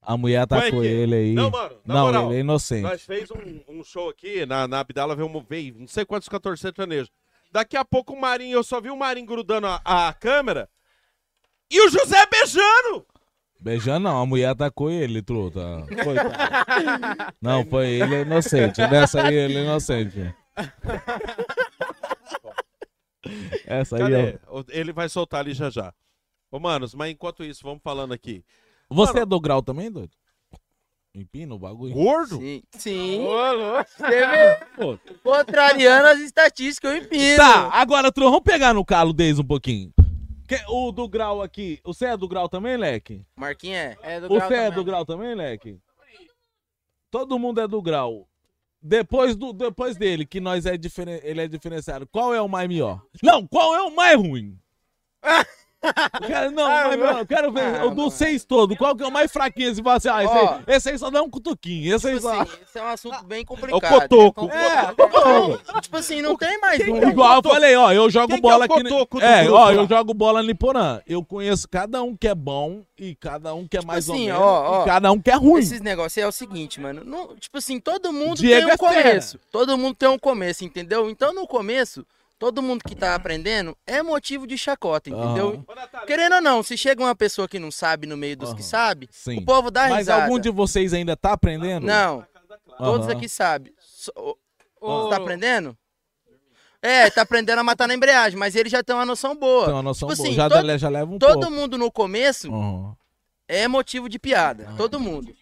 [SPEAKER 1] A mulher atacou
[SPEAKER 2] Põe aqui.
[SPEAKER 1] ele aí.
[SPEAKER 2] Não, mano, na
[SPEAKER 1] Não,
[SPEAKER 2] moral,
[SPEAKER 1] ele é inocente.
[SPEAKER 2] Nós fez um, um show aqui na, na Abdala, veio, um- veio não sei quantos 14 sertanejos. Daqui a pouco o Marinho, eu só vi o Marinho grudando a, a câmera e o José beijando!
[SPEAKER 1] Beijando não, a mulher atacou ele, truta. Coitado. não, foi
[SPEAKER 2] né?
[SPEAKER 1] ele é inocente. Nessa aí ele é inocente. Essa aí
[SPEAKER 2] Cadê?
[SPEAKER 1] eu...
[SPEAKER 2] O- Ele vai soltar ali já já. Ô, Manos, mas enquanto isso, vamos falando aqui.
[SPEAKER 1] Você é do grau também, doido? Empina o bagulho.
[SPEAKER 2] Gordo?
[SPEAKER 6] Sim. Sim.
[SPEAKER 2] Ô, louco.
[SPEAKER 1] Um
[SPEAKER 6] Você viu? Contrariando as estatísticas, eu empino.
[SPEAKER 1] Tá, agora, Tru, vamos pegar no calo deles um pouquinho. Que- o do grau aqui, você é do grau também, Leque?
[SPEAKER 6] Marquinhos é. É
[SPEAKER 1] você é do grau também, Leque? Todo mundo é do grau. Depois, do, depois dele, que nós é diferen, ele é diferenciado, qual é o mais melhor? Não, qual é o mais ruim? Eu quero, não, o mais melhor, eu quero ver
[SPEAKER 6] Ah,
[SPEAKER 1] o dos seis todos. Qual que é o mais fraquinho? Você fala assim, ah, esse, aí, esse aí só dá um cutuquinho. Esse aí só.
[SPEAKER 6] Esse é um assunto bem complicado.
[SPEAKER 1] cotoco.
[SPEAKER 6] É,
[SPEAKER 1] cotoco. é
[SPEAKER 6] Não, Tipo assim, não tem mais um.
[SPEAKER 1] Igual eu falei, ó, eu jogo
[SPEAKER 6] Quem que é
[SPEAKER 1] bola
[SPEAKER 6] o
[SPEAKER 1] aqui. ne-
[SPEAKER 6] cotoco do
[SPEAKER 1] É,
[SPEAKER 6] grupo
[SPEAKER 1] ó,
[SPEAKER 6] lá?
[SPEAKER 1] eu jogo bola no Porã. Eu conheço cada um que é bom e cada um que é mais ou
[SPEAKER 6] assim,
[SPEAKER 1] menos.
[SPEAKER 6] ó, ó.
[SPEAKER 1] E cada um que é ruim.
[SPEAKER 6] Esses negócios é o seguinte, mano. não- tipo assim, todo mundo tem
[SPEAKER 1] Diego
[SPEAKER 6] um
[SPEAKER 1] é fera.
[SPEAKER 6] começo. Todo mundo tem um começo, entendeu? Então, no começo, todo mundo que tá aprendendo é motivo de chacota, entendeu?
[SPEAKER 1] Aham.
[SPEAKER 6] Querendo ou não, se chega uma pessoa que não sabe no meio dos que sabe,
[SPEAKER 1] Sim.
[SPEAKER 6] o povo dá
[SPEAKER 1] Mas
[SPEAKER 6] risada.
[SPEAKER 1] algum de vocês ainda tá aprendendo?
[SPEAKER 6] Não. Todos
[SPEAKER 1] Aham.
[SPEAKER 6] aqui sabem. Só- Tá aprendendo? É, tá aprendendo a matar na embreagem, mas ele já tem uma noção boa.
[SPEAKER 1] Tem uma noção boa.
[SPEAKER 6] assim,
[SPEAKER 1] Já
[SPEAKER 6] todo-
[SPEAKER 1] le- já leva um
[SPEAKER 6] Todo
[SPEAKER 1] pouco.
[SPEAKER 6] mundo no começo
[SPEAKER 1] Aham. Ah,
[SPEAKER 6] é motivo de piada. Todo mundo.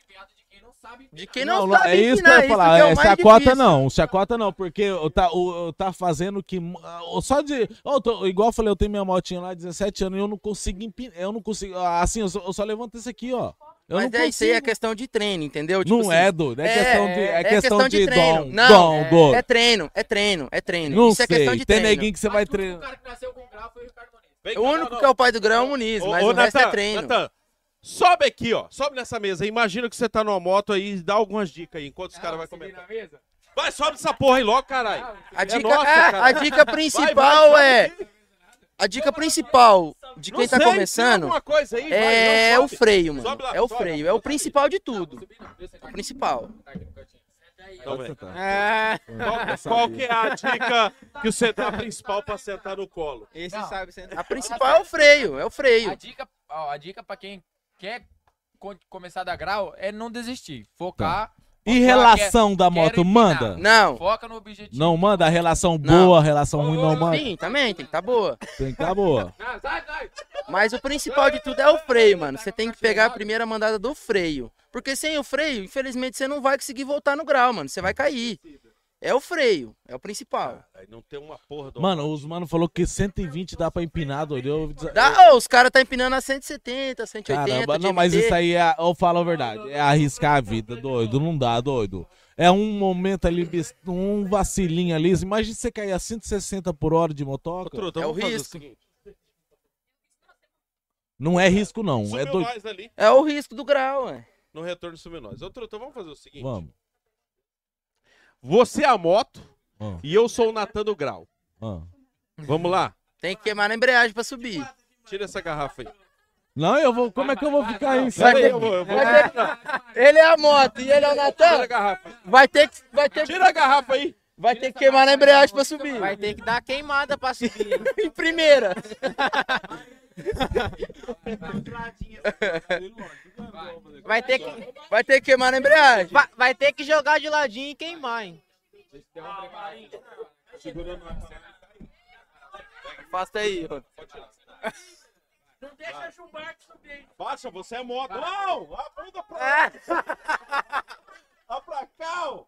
[SPEAKER 6] De quem não,
[SPEAKER 1] Não,
[SPEAKER 6] sabe
[SPEAKER 1] é isso que eu
[SPEAKER 6] ensinar,
[SPEAKER 1] ia falar.
[SPEAKER 6] que é o
[SPEAKER 1] é,
[SPEAKER 6] mais
[SPEAKER 1] chacota
[SPEAKER 6] difícil.
[SPEAKER 1] não, chacota não, porque eu tá, o- eu tá fazendo que. ah, eu Só de. eu tô- igual eu falei, eu tenho minha motinha lá, 17 anos, e eu não consigo empinar. Eu não consigo. ah, Assim, eu só, eu só levanto isso aqui, ó. Eu
[SPEAKER 6] Mas
[SPEAKER 1] não
[SPEAKER 6] é isso aí, é
[SPEAKER 1] consigo.
[SPEAKER 6] questão de treino, entendeu? Tipo assim,
[SPEAKER 1] Não é, doido, é questão de- é questão de
[SPEAKER 6] treino.
[SPEAKER 1] dom,
[SPEAKER 6] Não,
[SPEAKER 1] dom,
[SPEAKER 6] é,
[SPEAKER 1] doido.
[SPEAKER 6] é treino, é treino, é treino.
[SPEAKER 1] Não
[SPEAKER 6] isso é questão
[SPEAKER 1] sei,
[SPEAKER 6] de
[SPEAKER 1] tem
[SPEAKER 6] treino.
[SPEAKER 1] neguinho que você vai treinar.
[SPEAKER 6] O único que é o pai do grão é o Muniz, mas o resto é treino.
[SPEAKER 2] Natan, sobe aqui, ó. Sobe nessa mesa. aí. Imagina que você tá numa moto aí e dá algumas dicas aí, enquanto os caras vão comer. Vai, sobe essa porra aí logo, caralho.
[SPEAKER 6] A
[SPEAKER 2] É
[SPEAKER 6] dica,
[SPEAKER 2] nossa,
[SPEAKER 6] é, a
[SPEAKER 2] caralho.
[SPEAKER 6] dica
[SPEAKER 2] Vai, vai,
[SPEAKER 6] principal
[SPEAKER 2] sobe
[SPEAKER 6] é.
[SPEAKER 2] aqui.
[SPEAKER 6] A dica principal de
[SPEAKER 2] Não
[SPEAKER 6] quem tá
[SPEAKER 2] sei, tem
[SPEAKER 6] começando
[SPEAKER 2] alguma coisa aí, vai,
[SPEAKER 6] é
[SPEAKER 2] não,
[SPEAKER 6] o
[SPEAKER 2] sobe.
[SPEAKER 6] freio, mano.
[SPEAKER 2] Sobe lá,
[SPEAKER 6] É o
[SPEAKER 2] sobe.
[SPEAKER 6] freio, é o principal de tudo. O principal.
[SPEAKER 2] Então, vem.
[SPEAKER 11] Ah.
[SPEAKER 2] Qual, qual que é a dica que você dá principal pra sentar no colo?
[SPEAKER 11] Esse sabe sentar.
[SPEAKER 6] A principal é o freio, é o freio.
[SPEAKER 3] A dica,
[SPEAKER 6] Tá.
[SPEAKER 3] ó, a dica pra quem quer co- começar a dar grau é não desistir. Focar
[SPEAKER 1] E
[SPEAKER 3] Vamos lá,
[SPEAKER 1] relação
[SPEAKER 3] quer-
[SPEAKER 1] da
[SPEAKER 3] quero
[SPEAKER 1] moto,
[SPEAKER 3] empinar.
[SPEAKER 1] manda?
[SPEAKER 6] Não.
[SPEAKER 3] Foca no objetivo.
[SPEAKER 1] Não manda relação boa, relação ruim não manda.
[SPEAKER 6] Sim, também, tem que tá boa.
[SPEAKER 1] Tem que tá boa.
[SPEAKER 6] Mas o principal de tudo é o freio, mano. Você tem que pegar a primeira mandada do freio. Porque sem o freio, infelizmente, você não vai conseguir voltar no grau, mano. Você vai cair. É o freio, é o principal.
[SPEAKER 2] Ah, Não tem uma porra do.
[SPEAKER 1] Mano, os mano falou que 120 dá pra empinar, doido. Eu... desa-
[SPEAKER 6] Dá, ô, os caras tá empinando a 170, 180.
[SPEAKER 1] Caramba, não, mas
[SPEAKER 6] DVT.
[SPEAKER 1] isso aí é, eu falo a verdade, é arriscar a vida, doido, não dá, doido. É um momento ali, bis- um vacilinho ali, imagina você cair a 160 por hora de motoca.
[SPEAKER 9] É
[SPEAKER 2] Truta,
[SPEAKER 6] É
[SPEAKER 2] vamos fazer seguinte.
[SPEAKER 1] Não é risco não, é
[SPEAKER 2] Subiu
[SPEAKER 1] doido.
[SPEAKER 2] nós ali.
[SPEAKER 6] É o risco do grau, é.
[SPEAKER 2] No retorno subiu nós. Ô, Truta, vamos fazer o seguinte.
[SPEAKER 1] Vamos.
[SPEAKER 2] Você é a moto
[SPEAKER 1] Ah.
[SPEAKER 2] e eu sou o Natan do Grau.
[SPEAKER 1] Ah.
[SPEAKER 2] Vamos lá?
[SPEAKER 6] Tem que queimar na embreagem pra subir.
[SPEAKER 2] Tira essa garrafa aí.
[SPEAKER 1] Não, eu vou, como é que eu vou ficar aí?
[SPEAKER 2] Vai,
[SPEAKER 1] Sabe?
[SPEAKER 2] vai, eu vou, eu vou.
[SPEAKER 6] Vai ter- Ele é a moto e ele é o
[SPEAKER 2] Tira
[SPEAKER 6] Natan.
[SPEAKER 2] a garrafa.
[SPEAKER 6] Vai ter que. Vai ter...
[SPEAKER 2] Tira a garrafa aí.
[SPEAKER 6] Vai ter que queimar na embreagem pra subir.
[SPEAKER 11] Vai ter que dar queimada pra subir.
[SPEAKER 6] Em primeira.
[SPEAKER 11] Vai ter que,
[SPEAKER 6] Vai ter que queimar na embreagem.
[SPEAKER 11] vai, vai ter que jogar de ladinho e queimar, hein?
[SPEAKER 6] Afasta aí, ó.
[SPEAKER 9] Não deixa Gilmar subir.
[SPEAKER 2] Baixa, você é moto. Não! A bunda pra
[SPEAKER 9] É.
[SPEAKER 2] lá. Lá pra cá, ó.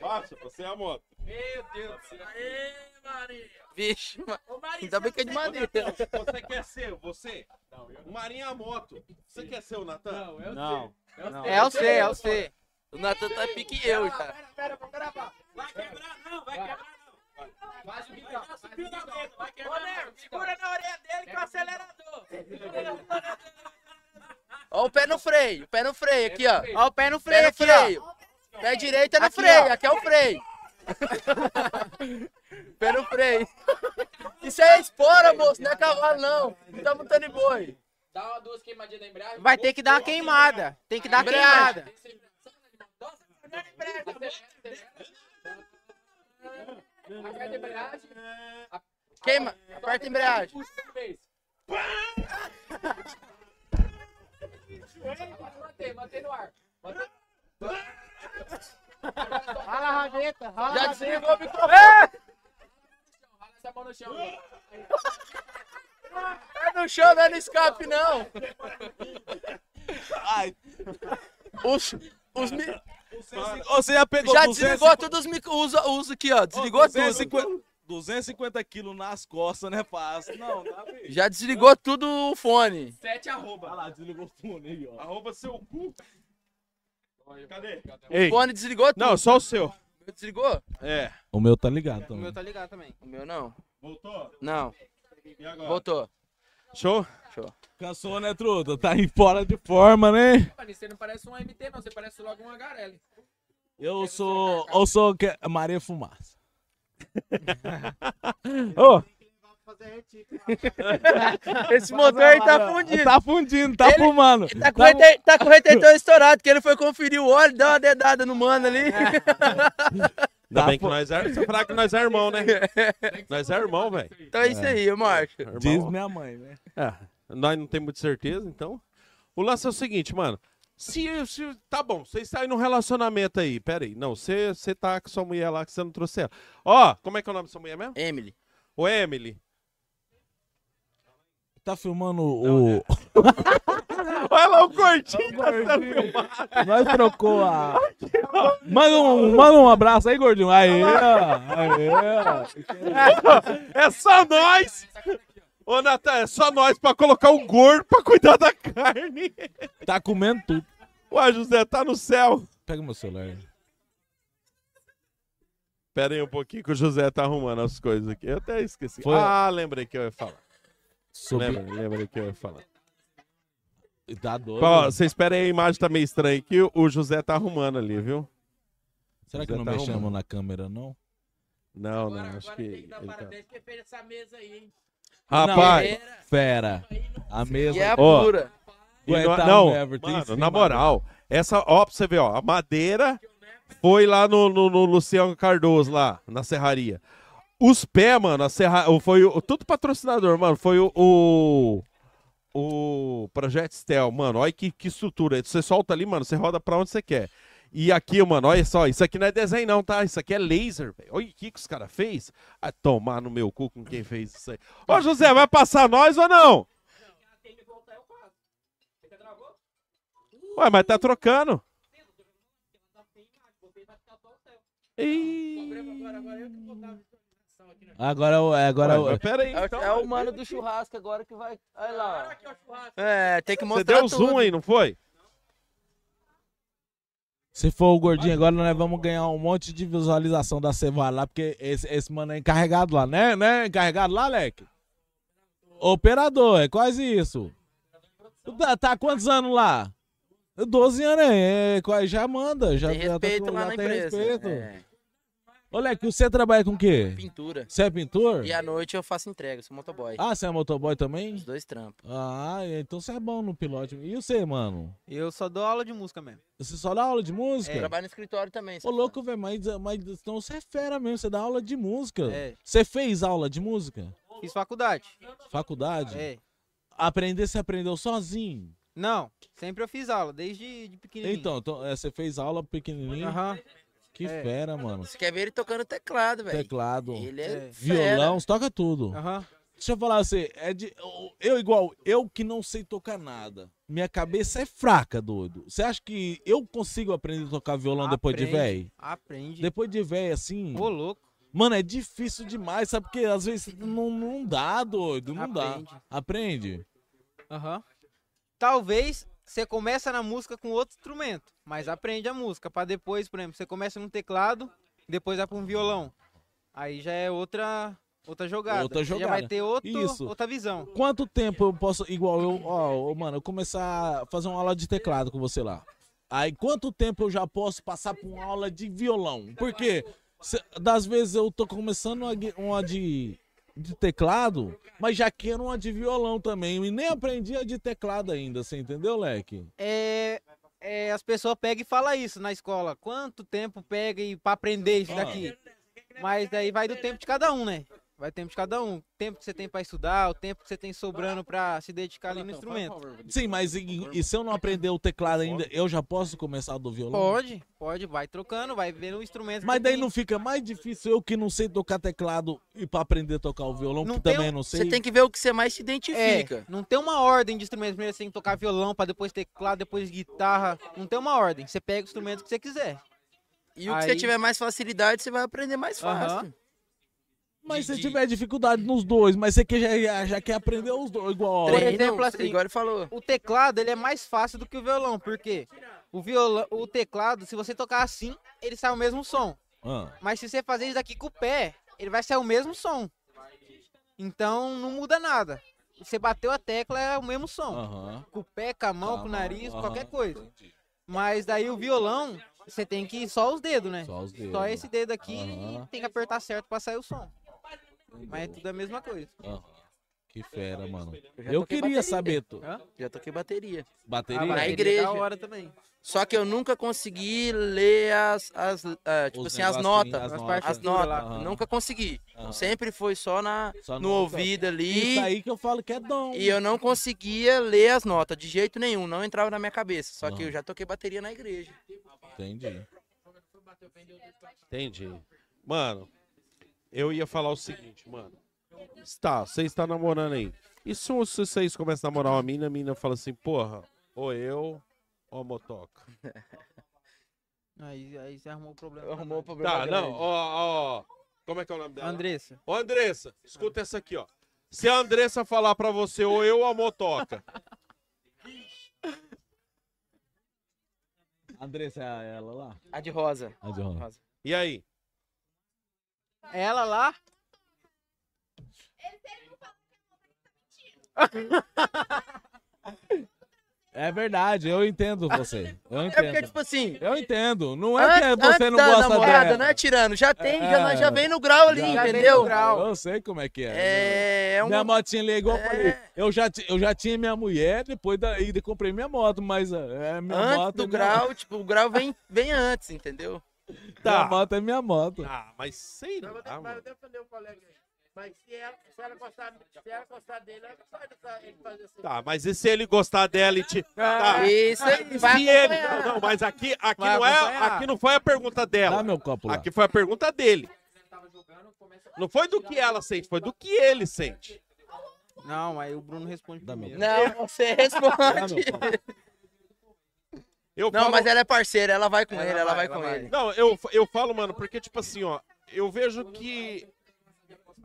[SPEAKER 2] Baixa, você é a moto.
[SPEAKER 9] Meu Deus do céu. Aê, Maria.
[SPEAKER 6] Vixe, ma-
[SPEAKER 9] Ô, Maria,
[SPEAKER 6] ainda bem que é de
[SPEAKER 9] você-
[SPEAKER 6] madeira.
[SPEAKER 2] Você quer ser você? Não, eu... Marinha a moto. Você quer ser o Natan? Não,
[SPEAKER 9] é
[SPEAKER 2] eu
[SPEAKER 5] Não.
[SPEAKER 2] não.
[SPEAKER 11] É o C, é o C.
[SPEAKER 6] O Natan tá pique eu já.
[SPEAKER 9] Pera, vou gravar. Vai quebrar, não, vai quebrar, não. Faz o que dá. Vai subir na mesa, vai quebrar. Ô, Nero, segura na orelha dele com o acelerador.
[SPEAKER 6] Ó o pé no freio, o pé no freio aqui, ó.
[SPEAKER 11] Ó, o pé no
[SPEAKER 6] Pé
[SPEAKER 11] freio
[SPEAKER 6] no
[SPEAKER 11] aqui, ó.
[SPEAKER 6] freio. Pé direito é no
[SPEAKER 11] Aqui,
[SPEAKER 6] freio,
[SPEAKER 11] ó.
[SPEAKER 6] aqui é o freio. Pé no freio. Isso é espora, moço, não é cavalo não. Não tá montando em boi.
[SPEAKER 9] Dá uma duas queimadinhas na embreagem.
[SPEAKER 11] Vai ter que dar uma queimada. Tem que
[SPEAKER 6] Tá
[SPEAKER 11] dar
[SPEAKER 6] Embreagem.
[SPEAKER 11] queimada.
[SPEAKER 9] Aperta a embreagem.
[SPEAKER 6] Queima, aperta a embreagem.
[SPEAKER 9] Puxa de vez. Agora Mantém, mantém no ar. Mantém.
[SPEAKER 11] Rala a rabeta, rala
[SPEAKER 6] Já
[SPEAKER 11] a rabeta.
[SPEAKER 6] desligou o microfone.
[SPEAKER 9] Rala essa mão no chão.
[SPEAKER 6] É no chão, não é no escape não. Ai. Os, os mi-
[SPEAKER 1] Você já pegou
[SPEAKER 6] Já
[SPEAKER 1] 250
[SPEAKER 6] desligou todos os micro... Usa, usa aqui, ó. Desligou tudo.
[SPEAKER 1] 250, 250 quilos nas costas, né, fácil? Não, dá pra
[SPEAKER 6] Já desligou tudo o fone.
[SPEAKER 9] Sete arroba.
[SPEAKER 1] Olha lá, desligou o fone aí, ó.
[SPEAKER 2] Arroba seu cu. Cadê?
[SPEAKER 6] O fone desligou tudo.
[SPEAKER 2] Não, só o seu.
[SPEAKER 6] Desligou?
[SPEAKER 2] É.
[SPEAKER 1] O meu tá ligado
[SPEAKER 11] O
[SPEAKER 1] também.
[SPEAKER 11] meu tá ligado também.
[SPEAKER 6] O meu não.
[SPEAKER 2] Voltou?
[SPEAKER 6] Não.
[SPEAKER 2] E agora?
[SPEAKER 6] Voltou.
[SPEAKER 2] Show?
[SPEAKER 1] Cansou, né, Truta? Tá aí fora de forma, né?
[SPEAKER 9] Mano, você não parece um MT, não. Você parece logo um HRL.
[SPEAKER 1] Eu sou. Eu sou que- Maria Fumaça.
[SPEAKER 2] Ô!
[SPEAKER 6] Esse motor aí tá fundido.
[SPEAKER 1] Tá fundindo, tá
[SPEAKER 6] Ele-
[SPEAKER 1] fumando.
[SPEAKER 6] Tá com, o rete- tá com o retentor estourado, que ele foi conferir o óleo, deu uma dedada no mano ali.
[SPEAKER 2] Ainda bem que nós é. Você falar que nós é irmão, né? Nós é irmão, velho.
[SPEAKER 6] Então é isso aí, eu marco.
[SPEAKER 1] Diz minha mãe, né?
[SPEAKER 2] É, nós não temos muita certeza, então. O lance é o seguinte, mano. Se, se- tá bom, vocês saem num relacionamento aí, pera aí. Não, você você tá com sua mulher lá que você não trouxe ela. Ó, como é que é o nome da sua mulher mesmo?
[SPEAKER 6] Emily.
[SPEAKER 2] O Emily.
[SPEAKER 1] Tá filmando o.
[SPEAKER 2] Olha lá o gordinho tá sendo filmado.
[SPEAKER 1] Nós trocou a. Manda um, manda um abraço aí, gordinho. Aí, ó. Aí, ó.
[SPEAKER 2] É só nós! Ô, Natan, é só nós pra colocar o gordo pra cuidar da carne.
[SPEAKER 1] Tá comendo tudo.
[SPEAKER 2] Ué, José, tá no céu.
[SPEAKER 1] Pega meu celular. aí.
[SPEAKER 2] Pera aí um pouquinho que o José tá arrumando as coisas aqui. Eu até esqueci.
[SPEAKER 1] Foi-
[SPEAKER 2] Ah, lembrei que eu ia falar.
[SPEAKER 1] Sobre-
[SPEAKER 2] Lembrei, lembrei que eu ia falar.
[SPEAKER 1] Tá doido.
[SPEAKER 2] Ó, vocês esperem aí, a imagem tá meio estranha aqui. O José tá arrumando ali, viu?
[SPEAKER 1] Será que
[SPEAKER 2] José
[SPEAKER 1] não
[SPEAKER 2] tá
[SPEAKER 1] me
[SPEAKER 2] arrumando.
[SPEAKER 1] chamam na câmera, não?
[SPEAKER 2] Não, não,
[SPEAKER 9] Agora,
[SPEAKER 2] acho
[SPEAKER 9] agora
[SPEAKER 2] que.
[SPEAKER 9] tem que dar
[SPEAKER 2] ele tá-
[SPEAKER 9] parabéns porque fez essa mesa aí, hein? é-
[SPEAKER 2] Rapaz,
[SPEAKER 1] Fera. A mesa.
[SPEAKER 6] E é a
[SPEAKER 2] Ó.
[SPEAKER 6] pura.
[SPEAKER 2] e não,
[SPEAKER 1] Aguentar
[SPEAKER 2] não,
[SPEAKER 1] o Everton em
[SPEAKER 2] mano,
[SPEAKER 1] cima
[SPEAKER 2] na moral, essa, ó, pra você ver, ó, a madeira foi lá no, no- no Luciano Cardoso, lá, na serraria. Os pés, mano, a serra, o- foi o, tudo patrocinador, mano, foi o, o, o Projeto Stel, mano, olha que, que estrutura, você solta ali, mano, você roda pra onde você quer. E aqui, mano, olha só, isso aqui não é desenho não, tá? Isso aqui é laser, velho. Olha o que, que os caras fez. Ah, tomar no meu cu com quem fez isso aí. Ô, José, vai passar nós ou não? Ué, mas tá trocando.
[SPEAKER 1] Agora, o- é, agora. o-
[SPEAKER 6] é, o- é o mano do churrasco agora que vai. Olha lá.
[SPEAKER 9] É, tem que
[SPEAKER 2] Você
[SPEAKER 9] mostrar
[SPEAKER 2] deu
[SPEAKER 9] tudo.
[SPEAKER 2] zoom aí, não foi?
[SPEAKER 1] Se for o gordinho agora, nós vamos ganhar um monte de visualização da Cevar lá, porque esse, esse mano é encarregado lá, né? Né? Encarregado lá, Leque? Operador, é quase isso. Tá, tá quantos anos lá? 12 anos, é, é, quase- já manda. Já,
[SPEAKER 6] Tem
[SPEAKER 1] já tá
[SPEAKER 6] respeito
[SPEAKER 1] com-
[SPEAKER 6] lá
[SPEAKER 1] já
[SPEAKER 6] na
[SPEAKER 1] tem
[SPEAKER 6] empresa,
[SPEAKER 1] respeito.
[SPEAKER 6] é.
[SPEAKER 1] Ô, Leque, você trabalha com o quê?
[SPEAKER 6] Pintura.
[SPEAKER 1] Você é pintor?
[SPEAKER 6] E à noite eu faço entrega, sou motoboy.
[SPEAKER 1] Ah, você é motoboy também? Os
[SPEAKER 6] dois trampos.
[SPEAKER 1] Ah, então você é bom no pilote. E você, mano?
[SPEAKER 11] Eu só dou aula de música mesmo.
[SPEAKER 1] Você só dá aula de música?
[SPEAKER 6] É, trabalho no escritório também.
[SPEAKER 1] Ô, louco, velho, mas, mas então você é fera mesmo, você dá aula de música.
[SPEAKER 11] É.
[SPEAKER 1] Você fez aula de música?
[SPEAKER 11] Fiz faculdade.
[SPEAKER 1] Faculdade?
[SPEAKER 11] É.
[SPEAKER 1] Aprender, você aprendeu sozinho?
[SPEAKER 11] Não, sempre eu fiz aula, desde de pequenininho.
[SPEAKER 1] Então, então, é, você fez aula pequenininho?
[SPEAKER 11] Aham.
[SPEAKER 1] Que
[SPEAKER 11] É.
[SPEAKER 1] fera, mano.
[SPEAKER 6] Você quer ver ele tocando teclado, velho.
[SPEAKER 1] Teclado,
[SPEAKER 6] Ele é
[SPEAKER 1] violão,
[SPEAKER 6] fera.
[SPEAKER 1] você toca tudo. Deixa eu falar assim, é de, eu- eu igual, eu que não sei tocar nada. Minha cabeça é fraca, doido. Você acha que eu consigo aprender a tocar violão depois de
[SPEAKER 11] Aprende,
[SPEAKER 1] velho?
[SPEAKER 11] Aprende.
[SPEAKER 1] Depois de velho, assim.
[SPEAKER 11] Ô, louco.
[SPEAKER 1] Mano, é difícil demais, sabe? Porque às vezes não, não dá, doido. Não
[SPEAKER 11] Aprende.
[SPEAKER 1] dá. Aprende.
[SPEAKER 11] Aham. Talvez você começa na música com outro instrumento, mas aprende a música para depois, por exemplo, você começa num teclado, depois vai para um violão. Aí já é outra outra jogada.
[SPEAKER 1] Outra
[SPEAKER 11] Você já vai
[SPEAKER 1] jogada.
[SPEAKER 11] ter outro,
[SPEAKER 1] Isso.
[SPEAKER 11] outra visão.
[SPEAKER 1] Quanto tempo eu posso. Igual eu, ó, ô, mano, eu começar a fazer uma aula de teclado com você lá. Aí quanto tempo eu já posso passar por uma aula de violão? Porque cê- das vezes eu tô começando uma, gui- uma de, de teclado, mas já quero uma de violão também. E nem aprendi a de teclado ainda, você entendeu, Leque?
[SPEAKER 11] É, é, as pessoas pegam e falam isso na escola. Quanto tempo pega e para aprender isso
[SPEAKER 1] Ah.
[SPEAKER 11] daqui? Mas daí vai do tempo de cada um, né? Vai do tempo de cada um. O tempo que você tem para estudar, o tempo que você tem sobrando para se dedicar ali no instrumento.
[SPEAKER 1] Sim, mas e, e se eu não aprender o teclado ainda, eu já posso começar do violão?
[SPEAKER 11] Pode, pode, vai trocando, vai vendo o instrumento.
[SPEAKER 1] Mas
[SPEAKER 11] que
[SPEAKER 1] daí
[SPEAKER 11] tem.
[SPEAKER 1] não fica mais difícil eu que não sei tocar teclado e pra aprender a tocar o violão, que
[SPEAKER 11] tem
[SPEAKER 1] também
[SPEAKER 11] um-
[SPEAKER 1] não sei.
[SPEAKER 11] você tem
[SPEAKER 6] que ver o que você mais se
[SPEAKER 11] É, não tem uma ordem de instrumentos. Primeiro você tem que tocar violão, pra depois teclado, depois guitarra. Não tem uma ordem. Você pega o instrumento que você quiser.
[SPEAKER 6] E o que você
[SPEAKER 11] Aí-
[SPEAKER 6] tiver mais facilidade, você vai aprender mais fácil.
[SPEAKER 1] Mas se tiver dificuldade nos dois, mas você que já- já, já quer aprender os dois igual.
[SPEAKER 11] Por exemplo, assim,
[SPEAKER 6] igual ele falou.
[SPEAKER 11] o teclado ele é mais fácil do que o violão, porque o violão, o teclado, se você tocar assim, ele sai o mesmo som.
[SPEAKER 1] Ah,
[SPEAKER 11] Mas se você fazer isso daqui com o pé, ele vai sair o mesmo som. Então não muda nada. Você bateu a tecla, é o mesmo som.
[SPEAKER 1] Aham.
[SPEAKER 11] Com o pé, com a mão, com o
[SPEAKER 1] mão,
[SPEAKER 11] nariz,
[SPEAKER 1] aham.
[SPEAKER 11] qualquer coisa. Mas daí o violão, você tem que ir só os dedos, né? Só,
[SPEAKER 1] os dedos.
[SPEAKER 11] esse dedo aqui
[SPEAKER 1] Aham.
[SPEAKER 11] e tem que apertar certo pra sair o som. Mas é tudo a mesma coisa.
[SPEAKER 1] aham. ah. Que fera, mano.
[SPEAKER 6] já
[SPEAKER 1] Eu
[SPEAKER 6] toquei
[SPEAKER 1] queria
[SPEAKER 6] bateria.
[SPEAKER 1] saber, tu.
[SPEAKER 11] Hã?
[SPEAKER 6] Já toquei bateria.
[SPEAKER 1] Bateria? é
[SPEAKER 6] Na igreja.
[SPEAKER 11] É Da hora também.
[SPEAKER 6] Só que eu nunca consegui ler as, as ah, tipo
[SPEAKER 1] Os
[SPEAKER 6] assim, as
[SPEAKER 1] negocinhos,
[SPEAKER 6] notas.
[SPEAKER 1] as
[SPEAKER 6] As
[SPEAKER 1] notas.
[SPEAKER 6] notas.
[SPEAKER 1] Aham.
[SPEAKER 6] Nunca consegui.
[SPEAKER 1] Aham.
[SPEAKER 6] Sempre foi só, na,
[SPEAKER 1] Só
[SPEAKER 6] no
[SPEAKER 1] nota.
[SPEAKER 6] ouvido ali.
[SPEAKER 1] Isso aí que eu falo que é dom.
[SPEAKER 6] E eu não conseguia ler as notas de jeito nenhum, não entrava na minha cabeça. Só que
[SPEAKER 1] Aham.
[SPEAKER 6] eu já toquei bateria na igreja.
[SPEAKER 1] Entendi.
[SPEAKER 2] Entendi. Mano, eu ia falar o seguinte, mano. Está, Tá, você está namorando aí. E se se vocês começam a namorar uma mina, a mina fala assim, porra, ou eu ou a motoca.
[SPEAKER 11] Aí, aí você arrumou o problema.
[SPEAKER 6] Arrumou o problema
[SPEAKER 2] Tá, não, ó, ó. Como é que é o nome dela?
[SPEAKER 11] Andressa.
[SPEAKER 2] Ô, Andressa, escuta essa aqui, ó. Se a Andressa falar pra você ou eu ou a motoca.
[SPEAKER 1] Andressa é ela lá?
[SPEAKER 6] A de rosa.
[SPEAKER 1] A de rosa.
[SPEAKER 2] E aí?
[SPEAKER 11] Ela lá?
[SPEAKER 1] É verdade, eu entendo você. Eu entendo.
[SPEAKER 6] porque, tipo assim.
[SPEAKER 1] Eu entendo. Não é que
[SPEAKER 6] Antes-
[SPEAKER 1] você
[SPEAKER 6] antes
[SPEAKER 1] não
[SPEAKER 6] da
[SPEAKER 1] gosta
[SPEAKER 6] namorada,
[SPEAKER 1] dela.
[SPEAKER 6] não é tirando, já tem, já-
[SPEAKER 1] É,
[SPEAKER 6] já vem no grau ali, entendeu?
[SPEAKER 1] Eu sei como é que é.
[SPEAKER 6] É, é um- É.
[SPEAKER 1] Minha motinha ligou, eu falei. Eu já, ti- eu já tinha minha mulher, depois da, e comprei minha moto, mas é, minha
[SPEAKER 6] antes
[SPEAKER 1] moto.
[SPEAKER 6] do
[SPEAKER 1] é minha-
[SPEAKER 6] grau, tipo, o grau vem, vem antes, entendeu?
[SPEAKER 1] Minha moto é minha moto.
[SPEAKER 2] Ah, mas sei lá, mano.
[SPEAKER 9] Mas se ela, se ela, gostar, se ela gostar dele, ela não vai deixar ele fazer assim.
[SPEAKER 2] Tá, mas e se ele gostar dela e te. tá.
[SPEAKER 9] isso aí,
[SPEAKER 2] E
[SPEAKER 9] vai
[SPEAKER 2] se ele.
[SPEAKER 9] acompanhar.
[SPEAKER 2] Não, não, mas aqui, aqui,
[SPEAKER 9] Vai
[SPEAKER 2] não, é,
[SPEAKER 9] acompanhar.
[SPEAKER 2] aqui não foi a pergunta dela. Aqui foi a pergunta dele. Não foi do que ela sente, foi do que ele sente.
[SPEAKER 11] Não, aí o Bruno responde primeiro.
[SPEAKER 6] Não, você responde.
[SPEAKER 2] Eu
[SPEAKER 6] não,
[SPEAKER 2] falo-
[SPEAKER 6] mas ela é parceira, ela vai com
[SPEAKER 2] Ela
[SPEAKER 6] ele, ela
[SPEAKER 2] vai,
[SPEAKER 6] vai, com
[SPEAKER 2] ela vai.
[SPEAKER 6] ele.
[SPEAKER 2] Não, eu, eu falo, mano, porque, tipo assim, ó, eu vejo que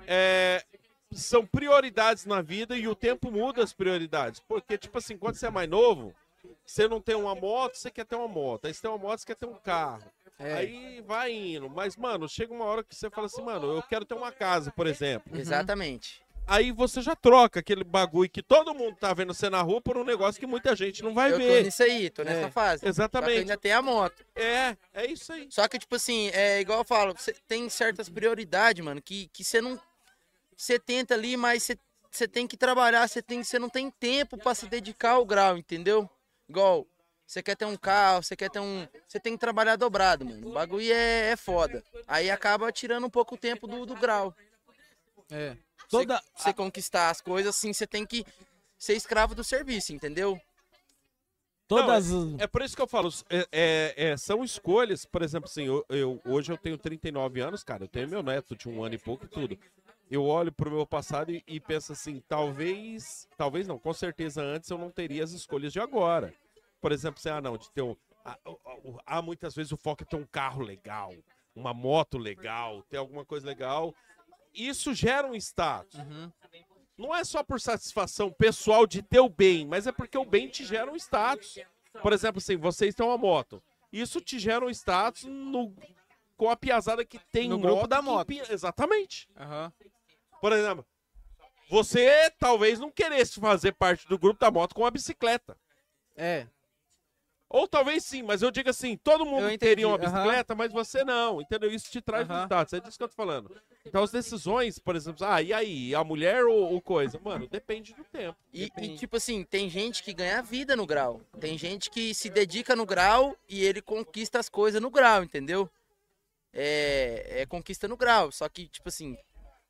[SPEAKER 2] é, são prioridades na vida e o tempo muda as prioridades. Porque, tipo assim, quando você é mais novo, você não tem uma moto, você quer ter uma moto. Aí você tem uma moto, você quer ter um carro.
[SPEAKER 6] É.
[SPEAKER 2] Aí vai indo. Mas, mano, chega uma hora que você fala assim, mano, eu quero ter uma casa, por exemplo.
[SPEAKER 6] Uhum. Exatamente.
[SPEAKER 2] Aí você já troca aquele bagulho que todo mundo tá vendo você na rua por um negócio que muita gente não vai
[SPEAKER 6] eu
[SPEAKER 2] ver.
[SPEAKER 6] tô nisso aí, tô nessa
[SPEAKER 2] É,
[SPEAKER 6] fase. Só que eu
[SPEAKER 2] Exatamente.
[SPEAKER 6] ainda tem a moto.
[SPEAKER 2] É, é isso aí.
[SPEAKER 6] Só que, tipo assim, é igual eu falo, você tem certas prioridades, mano, que que você não. Você tenta ali, mas você- você tem que trabalhar, você tem, você não tem tempo pra se dedicar ao grau, entendeu? Igual, você quer ter um carro, você quer ter um. Você tem que trabalhar dobrado, mano. O bagulho é, é foda. Aí acaba tirando um pouco o tempo do, do grau.
[SPEAKER 11] É.
[SPEAKER 6] Toda... Você conquistar as coisas, assim, você tem que ser escravo do serviço, entendeu?
[SPEAKER 1] Todas
[SPEAKER 2] Não, é, é por isso que eu falo, é- é- é, são escolhas, por exemplo, assim, eu, eu- hoje eu tenho 39 anos, cara, eu tenho meu neto de um ano e pouco e tudo. Eu olho pro meu passado e, e penso assim, talvez, talvez não, com certeza antes eu não teria as escolhas de agora. Por exemplo, assim, ah não, de ter um, ah, o- o- ah, muitas vezes o foco é ter um carro legal, uma moto legal, ter alguma coisa legal. Isso gera um status. Não é só por satisfação pessoal de ter o bem, mas é porque o bem te gera um status. Por exemplo, assim, vocês têm uma moto. Isso te gera um status no, com a piazada que tem
[SPEAKER 11] No grupo da
[SPEAKER 2] que
[SPEAKER 11] moto.
[SPEAKER 2] empina- Exatamente.
[SPEAKER 11] Aham.
[SPEAKER 2] Por exemplo, você talvez não queresse fazer parte do grupo da moto com a bicicleta.
[SPEAKER 11] É.
[SPEAKER 2] Ou talvez sim, mas eu digo assim, todo mundo
[SPEAKER 11] Eu entendi,
[SPEAKER 2] teria uma
[SPEAKER 11] aham.
[SPEAKER 2] bicicleta, mas você não, entendeu? Isso te traz um
[SPEAKER 11] Aham.
[SPEAKER 2] status, é disso que eu tô falando. Então as decisões, por exemplo, ah, e aí, a mulher ou, ou coisa? Mano, depende do tempo.
[SPEAKER 6] E, e, tipo assim, tem gente que ganha vida no grau. Tem gente que se dedica no grau e ele conquista as coisas no grau, entendeu? É, é conquista no grau. Só que, tipo assim,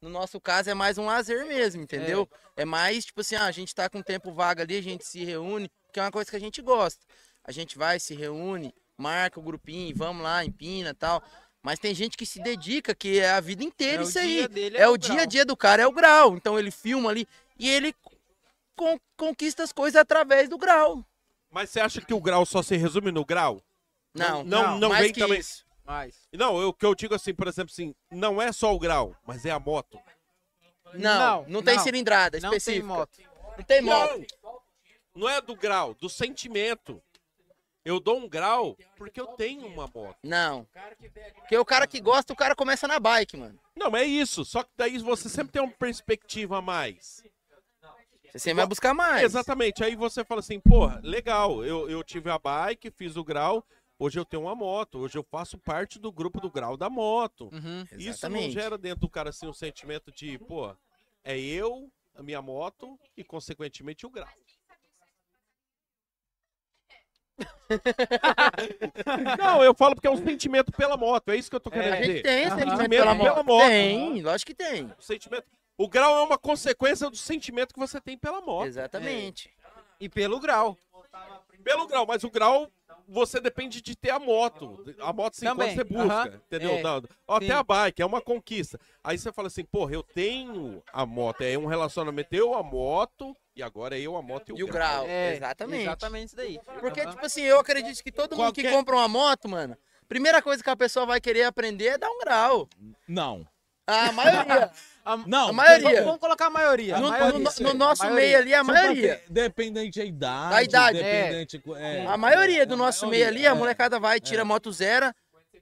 [SPEAKER 6] no nosso caso é mais um lazer mesmo, entendeu? É, mais, tipo assim, ah, a gente tá com tempo vago ali, a gente se reúne, que é uma coisa que a gente gosta. A gente vai, se reúne, marca o grupinho, vamos lá, empina e tal. Mas tem gente que se dedica, que é a vida inteira
[SPEAKER 11] É o
[SPEAKER 6] isso aí.
[SPEAKER 11] dia dele,
[SPEAKER 6] é,
[SPEAKER 11] é
[SPEAKER 6] o
[SPEAKER 11] o
[SPEAKER 6] dia a
[SPEAKER 11] grau.
[SPEAKER 6] dia do cara, é o grau. Então ele filma ali e ele con- conquista as coisas através do grau.
[SPEAKER 2] Mas você acha que o grau só se resume no grau?
[SPEAKER 6] Não,
[SPEAKER 2] não,
[SPEAKER 6] não,
[SPEAKER 2] não
[SPEAKER 6] mais
[SPEAKER 2] vem
[SPEAKER 6] que
[SPEAKER 2] também.
[SPEAKER 6] isso.
[SPEAKER 11] Mais.
[SPEAKER 2] Não, eu- o que eu digo assim, por exemplo, assim, não é só o grau, mas é a moto.
[SPEAKER 6] Não, não, tem cilindrada
[SPEAKER 11] Não tem
[SPEAKER 6] específica.
[SPEAKER 11] moto.
[SPEAKER 6] Não tem moto.
[SPEAKER 2] Não é do grau, do sentimento. Eu dou um grau porque eu tenho uma moto.
[SPEAKER 6] Não. Porque o cara que gosta, o cara começa na bike, mano.
[SPEAKER 2] Não, mas é isso. Só que daí você sempre tem uma perspectiva a mais.
[SPEAKER 6] Você sempre vai buscar mais.
[SPEAKER 2] Exatamente. Aí você fala assim, porra, legal, eu, eu tive a bike, fiz o grau, hoje eu tenho uma moto, hoje eu faço parte do grupo do grau da moto. Isso não
[SPEAKER 6] Uhum. Exatamente.
[SPEAKER 2] gera dentro do cara assim um sentimento de, pô, é eu, a minha moto e consequentemente o grau. não, eu falo porque é um sentimento pela moto, é isso que eu tô querendo
[SPEAKER 6] a
[SPEAKER 2] dizer.
[SPEAKER 6] gente tem
[SPEAKER 2] Um
[SPEAKER 6] sentimento pela moto. Tem, lógico que tem.
[SPEAKER 2] O Um sentimento. O grau é uma consequência do sentimento que você tem pela moto.
[SPEAKER 6] Exatamente.
[SPEAKER 11] E pelo grau.
[SPEAKER 2] Pelo grau, mas o grau você depende de ter a moto. A moto se encontra,
[SPEAKER 11] Também,
[SPEAKER 2] você busca,
[SPEAKER 11] aham.
[SPEAKER 2] entendeu?
[SPEAKER 11] É.
[SPEAKER 2] Não, ó, até
[SPEAKER 11] Sim.
[SPEAKER 2] a bike, é uma conquista. Aí você fala assim, porra, eu tenho a moto. É um relacionamento, eu a moto, e agora é eu a moto e o,
[SPEAKER 6] E o grau.
[SPEAKER 11] É,
[SPEAKER 6] exatamente.
[SPEAKER 11] Exatamente isso daí.
[SPEAKER 6] Porque,
[SPEAKER 11] Aham.
[SPEAKER 6] tipo assim, eu acredito que todo mundo que
[SPEAKER 11] Qualquer-
[SPEAKER 6] compra uma moto, mano, primeira coisa que a pessoa vai querer aprender é dar um grau.
[SPEAKER 1] Não.
[SPEAKER 6] A maioria.
[SPEAKER 11] a,
[SPEAKER 1] não,
[SPEAKER 6] a maioria.
[SPEAKER 1] vamos- vamos
[SPEAKER 11] colocar a maioria.
[SPEAKER 6] No,
[SPEAKER 1] A maioria,
[SPEAKER 6] no-
[SPEAKER 1] isso
[SPEAKER 6] no
[SPEAKER 1] aí.
[SPEAKER 6] nosso meio ali, a
[SPEAKER 1] Só pra
[SPEAKER 6] maioria.
[SPEAKER 1] ter- Dependente da idade.
[SPEAKER 6] Da idade, é.
[SPEAKER 1] dependente, é.
[SPEAKER 6] A maioria do nosso meio ali, a
[SPEAKER 1] é.
[SPEAKER 6] molecada vai, tira a moto zero,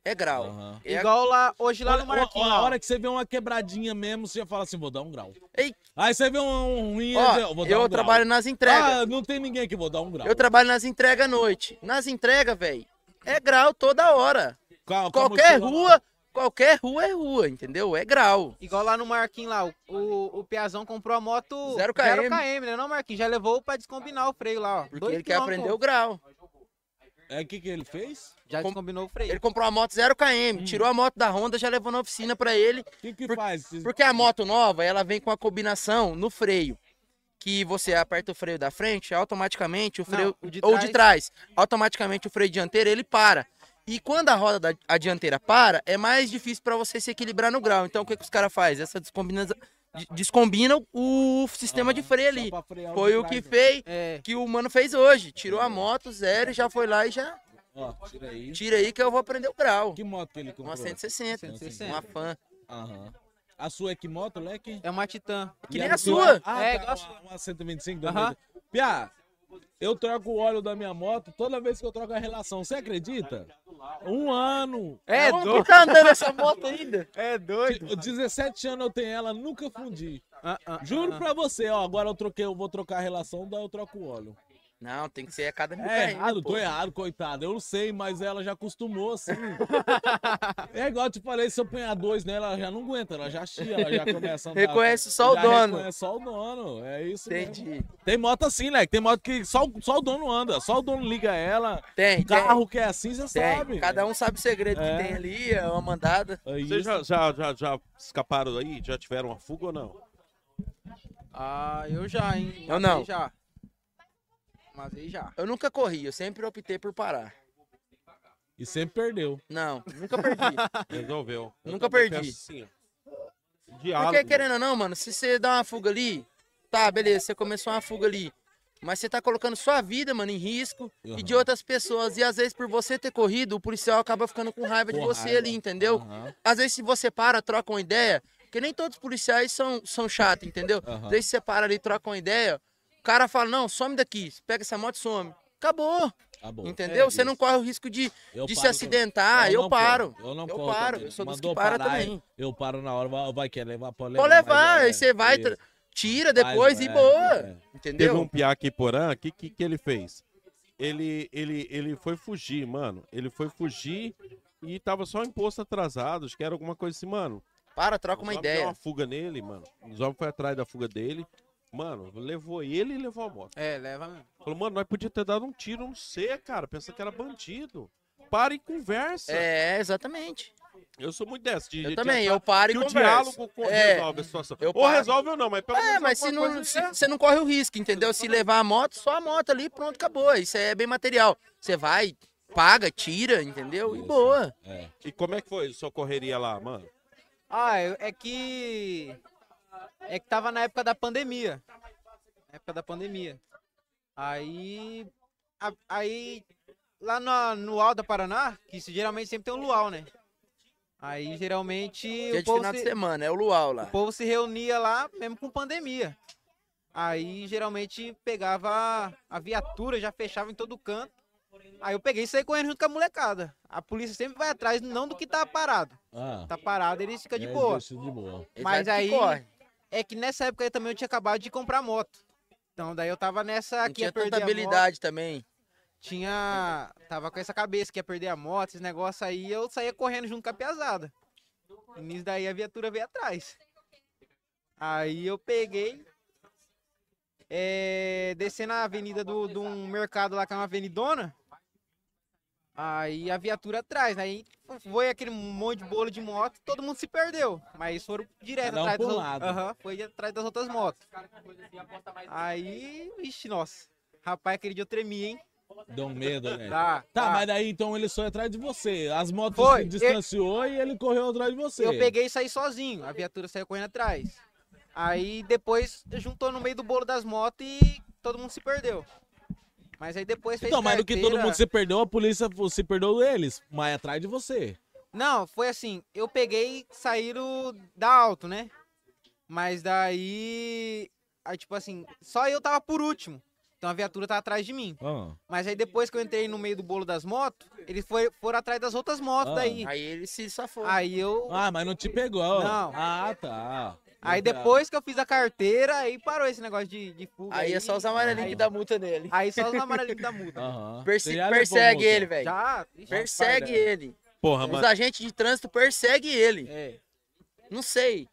[SPEAKER 6] é grau. É
[SPEAKER 11] Igual lá, hoje lá
[SPEAKER 1] Olha,
[SPEAKER 11] no Marquinhos.
[SPEAKER 1] a-
[SPEAKER 11] lá,
[SPEAKER 1] A
[SPEAKER 11] ó.
[SPEAKER 1] hora que você vê uma quebradinha mesmo, você já fala assim, vou dar um grau.
[SPEAKER 6] Ei.
[SPEAKER 1] Aí você vê um, um ruim,
[SPEAKER 6] Ó,
[SPEAKER 1] eu digo, vou dar
[SPEAKER 6] eu
[SPEAKER 1] um grau.
[SPEAKER 6] trabalho nas entregas.
[SPEAKER 1] Ah, não tem ninguém aqui, vou dar um grau.
[SPEAKER 6] Eu trabalho nas entregas à noite. Nas entregas, velho, é grau toda hora.
[SPEAKER 1] Qual- qual
[SPEAKER 6] qualquer
[SPEAKER 1] mochila?
[SPEAKER 6] rua, qualquer rua é rua, entendeu? É grau.
[SPEAKER 11] Igual lá no Marquinhos lá, o, o, o Piazão comprou a moto
[SPEAKER 6] 0 km.
[SPEAKER 11] né não, Marquinhos? Já levou pra descombinar o freio lá, ó.
[SPEAKER 6] Porque ele quer aprender o grau.
[SPEAKER 1] É o que, que ele fez?
[SPEAKER 11] Já descombinou o freio.
[SPEAKER 6] Ele comprou uma moto 0km, tirou a moto da Honda, já levou na oficina pra ele.
[SPEAKER 1] Que que faz?
[SPEAKER 6] Porque a moto nova, ela vem com a combinação no freio. Que você aperta o freio da frente, automaticamente o freio.
[SPEAKER 11] o de
[SPEAKER 6] ou de
[SPEAKER 11] trás.
[SPEAKER 6] trás. Automaticamente o freio dianteiro ele para. E quando a roda da a dianteira para, é mais difícil pra você se equilibrar no grau. Então o que, que os caras fazem? Essa descombina, de- descombina o sistema de freio ali. Foi o que fez, que o mano fez hoje. Tirou a moto, zero, e já foi lá e já.
[SPEAKER 1] Ó, tira aí.
[SPEAKER 6] Tira aí que eu vou aprender o grau.
[SPEAKER 1] Que moto que ele comprou?
[SPEAKER 6] Uma 160.
[SPEAKER 1] 160.
[SPEAKER 6] Uma fã.
[SPEAKER 1] Aham. A sua é que moto, Leque?
[SPEAKER 11] É uma Titan.
[SPEAKER 6] Que nem a sua.
[SPEAKER 1] Ah,
[SPEAKER 6] É,
[SPEAKER 1] é,
[SPEAKER 6] igual a
[SPEAKER 1] tá,
[SPEAKER 6] sua.
[SPEAKER 1] uma, uma 125
[SPEAKER 11] Aham.
[SPEAKER 1] da Piá, eu troco o óleo da minha moto toda vez que eu troco a relação. Você acredita? Um ano.
[SPEAKER 11] É
[SPEAKER 1] Como
[SPEAKER 11] doido.
[SPEAKER 1] que tá andando
[SPEAKER 6] essa moto ainda?
[SPEAKER 11] É doido.
[SPEAKER 1] De- 17 anos eu tenho ela, nunca fundi.
[SPEAKER 11] ah,
[SPEAKER 1] Juro
[SPEAKER 11] ah.
[SPEAKER 1] pra você, ó. Agora eu troquei, eu vou trocar a relação, daí eu troco o óleo.
[SPEAKER 6] Não, tem que ser a cada mil
[SPEAKER 1] É
[SPEAKER 6] km,
[SPEAKER 1] errado,
[SPEAKER 6] pô.
[SPEAKER 1] tô errado, coitado. Eu não sei, mas ela já acostumou assim. é igual eu te falei, se eu punhar dois nela, ela já não aguenta, ela já chia, ela já começa a andar. assim.
[SPEAKER 6] Reconhece só o
[SPEAKER 1] Já
[SPEAKER 6] dono.
[SPEAKER 1] Reconhece só o dono, é isso
[SPEAKER 6] Entendi.
[SPEAKER 1] mesmo. Tem moto assim, né? Tem moto que só, o- só o dono anda, só o dono liga ela.
[SPEAKER 6] Tem,
[SPEAKER 1] Carro que é assim, você
[SPEAKER 6] Tem.
[SPEAKER 1] sabe.
[SPEAKER 6] Cada um sabe o segredo
[SPEAKER 1] É.
[SPEAKER 6] que tem ali, é uma mandada.
[SPEAKER 2] Vocês já, já, já, já escaparam aí? Já tiveram uma fuga ou não?
[SPEAKER 11] Ah, eu já, hein?
[SPEAKER 6] Eu
[SPEAKER 11] Uma
[SPEAKER 6] não.
[SPEAKER 11] vez já. Uma vez já.
[SPEAKER 6] Eu nunca corri, eu sempre optei por parar.
[SPEAKER 1] E sempre perdeu.
[SPEAKER 6] Não, nunca perdi.
[SPEAKER 2] Resolveu. Eu
[SPEAKER 6] Nunca
[SPEAKER 2] também
[SPEAKER 6] perdi.
[SPEAKER 2] penso assim, ó.
[SPEAKER 6] Porque,
[SPEAKER 2] Diálogo.
[SPEAKER 6] querendo ou não, mano, se você dá uma fuga ali, tá, beleza, você começou uma fuga ali. Mas você tá colocando sua vida, mano, em risco
[SPEAKER 1] Aham.
[SPEAKER 6] e de outras pessoas. E às vezes, por você ter corrido, o policial acaba ficando com raiva de
[SPEAKER 1] Com
[SPEAKER 6] você
[SPEAKER 1] raiva.
[SPEAKER 6] ali, entendeu?
[SPEAKER 1] Aham.
[SPEAKER 6] Às vezes, se você para, troca uma ideia, porque nem todos os policiais são, são chatos, entendeu?
[SPEAKER 1] Aham.
[SPEAKER 6] Às vezes, você para ali, troca uma ideia, o cara fala: não, some daqui, pega essa moto e some. Acabou.
[SPEAKER 1] Acabou.
[SPEAKER 6] Entendeu?
[SPEAKER 1] É
[SPEAKER 6] você não corre o risco de,
[SPEAKER 1] Eu
[SPEAKER 6] de se
[SPEAKER 1] paro
[SPEAKER 6] acidentar. Eu,
[SPEAKER 1] não
[SPEAKER 6] paro.
[SPEAKER 1] corro, Eu não
[SPEAKER 6] Eu
[SPEAKER 1] corro
[SPEAKER 6] paro.
[SPEAKER 1] também.
[SPEAKER 6] Eu sou dos que
[SPEAKER 1] Mandou
[SPEAKER 6] para
[SPEAKER 1] parar,
[SPEAKER 6] também.
[SPEAKER 1] Eu paro na hora, vai, vai quer levar, pode
[SPEAKER 6] Pode
[SPEAKER 1] levar. mas
[SPEAKER 6] levar,
[SPEAKER 1] é,
[SPEAKER 6] aí você vai, tra-
[SPEAKER 1] isso.
[SPEAKER 6] tira depois
[SPEAKER 1] Faz,
[SPEAKER 6] e
[SPEAKER 1] é,
[SPEAKER 6] boa.
[SPEAKER 1] é.
[SPEAKER 6] Entendeu?
[SPEAKER 2] Teve um piá aqui em porã, o que, que, que ele fez? Ele, ele, ele foi fugir, mano. Ele foi fugir e tava só imposto atrasado, acho que era alguma coisa assim, mano.
[SPEAKER 6] Para, troca uma
[SPEAKER 2] Os homens
[SPEAKER 6] ideia.
[SPEAKER 2] deram uma fuga nele, mano. Os homens foi atrás da fuga dele. Mano, levou ele e levou a moto.
[SPEAKER 11] É, leva mesmo.
[SPEAKER 2] Falou, mano, nós podíamos ter dado um tiro no C, cara. Pensa que era bandido. Para e conversa.
[SPEAKER 6] É, exatamente.
[SPEAKER 2] Eu sou muito dessa. De,
[SPEAKER 6] Eu
[SPEAKER 2] de
[SPEAKER 6] também,
[SPEAKER 2] achar
[SPEAKER 6] eu paro e
[SPEAKER 2] que
[SPEAKER 6] converso.
[SPEAKER 2] o diálogo co-
[SPEAKER 6] É,
[SPEAKER 2] resolve a situação.
[SPEAKER 6] eu
[SPEAKER 2] ou
[SPEAKER 6] paro.
[SPEAKER 2] resolve ou não, mas pelo menos
[SPEAKER 6] É, mas se
[SPEAKER 2] alguma
[SPEAKER 6] não,
[SPEAKER 2] coisa
[SPEAKER 6] se- você não corre o risco, entendeu? Se levar a moto, só a moto ali, pronto, acabou. Isso aí é bem material. Você vai, paga, tira, entendeu? E boa.
[SPEAKER 2] E como é que foi sua correria lá, mano?
[SPEAKER 11] Ah, eu- é que. É que tava na época da pandemia. Na época da pandemia. Aí. a- aí. Lá no, no Alto da Paraná, que se- geralmente sempre tem um luau, né? Aí geralmente.
[SPEAKER 6] Dia de final de semana, é o luau lá.
[SPEAKER 11] O povo se reunia lá, mesmo com pandemia. Aí geralmente pegava a- a viatura, já fechava em todo canto. Aí eu peguei e saí correndo junto com a molecada. A polícia sempre vai atrás, não do que tá parado.
[SPEAKER 1] Ah,
[SPEAKER 11] Tá parado, eles ficam de
[SPEAKER 1] é,
[SPEAKER 11] boa.
[SPEAKER 1] deixa de boa.
[SPEAKER 11] Mas
[SPEAKER 6] Exato que
[SPEAKER 11] aí
[SPEAKER 6] corre.
[SPEAKER 11] é que nessa época aí também eu tinha acabado de comprar moto. Então daí eu tava nessa
[SPEAKER 6] Não
[SPEAKER 11] que ia
[SPEAKER 6] tinha
[SPEAKER 11] perder
[SPEAKER 6] tanta habilidade também.
[SPEAKER 11] Tinha tava com essa cabeça que ia perder a moto, esse negócio aí, eu saía correndo junto com a piazada. E nisso daí a viatura veio atrás. Aí eu peguei é, descendo a avenida do- de um mercado lá que é uma avenidona. Aí a viatura atrás, aí foi aquele monte de bolo de moto, todo mundo se perdeu. Mas foram direto
[SPEAKER 1] Cada um
[SPEAKER 11] atrás,
[SPEAKER 1] pro
[SPEAKER 11] das, ou-
[SPEAKER 1] lado.
[SPEAKER 11] Aham, foi atrás das outras motos. Aí, vixe, nossa. Rapaz, aquele dia eu tremi, hein?
[SPEAKER 1] Deu um medo, né?
[SPEAKER 11] Tá, tá.
[SPEAKER 1] mas daí então ele foi atrás de você. As motos
[SPEAKER 11] Foi,
[SPEAKER 1] se distanciou e ele correu atrás de você.
[SPEAKER 11] Eu peguei e saí sozinho. A viatura saiu correndo atrás. Aí depois juntou no meio do bolo das motos e todo mundo se perdeu. Mas aí depois fez
[SPEAKER 1] Então, mas do que todo
[SPEAKER 11] carteira.
[SPEAKER 1] mundo se perdeu, a polícia se perdeu eles, mas é atrás de você.
[SPEAKER 11] Não, foi assim, eu peguei e saíram da alto, né? Mas daí. Aí, tipo assim, só eu tava por último. Então a viatura tava atrás de mim.
[SPEAKER 1] Ah.
[SPEAKER 11] Mas aí depois que eu entrei no meio do bolo das motos, eles foi, foram atrás das outras motos
[SPEAKER 1] Ah.
[SPEAKER 11] daí.
[SPEAKER 6] Aí ele se safou.
[SPEAKER 11] Aí eu.
[SPEAKER 1] Ah, mas não te pegou.
[SPEAKER 11] Não.
[SPEAKER 1] Ah, tá.
[SPEAKER 11] Aí depois que eu fiz a carteira, aí parou esse negócio de, de fuga.
[SPEAKER 6] Aí é só os amarelinhos que dá multa nele.
[SPEAKER 11] Aí só os amarelinhos da multa.
[SPEAKER 1] Aham.
[SPEAKER 6] Perse-
[SPEAKER 1] Você já levou
[SPEAKER 6] persegue
[SPEAKER 1] multa?
[SPEAKER 6] ele, velho.
[SPEAKER 11] Já, ixi,
[SPEAKER 6] Persegue
[SPEAKER 11] rapaz, né?
[SPEAKER 6] ele.
[SPEAKER 2] Porra,
[SPEAKER 6] Os
[SPEAKER 2] mano.
[SPEAKER 6] agentes de trânsito perseguem ele.
[SPEAKER 11] É.
[SPEAKER 6] Não sei.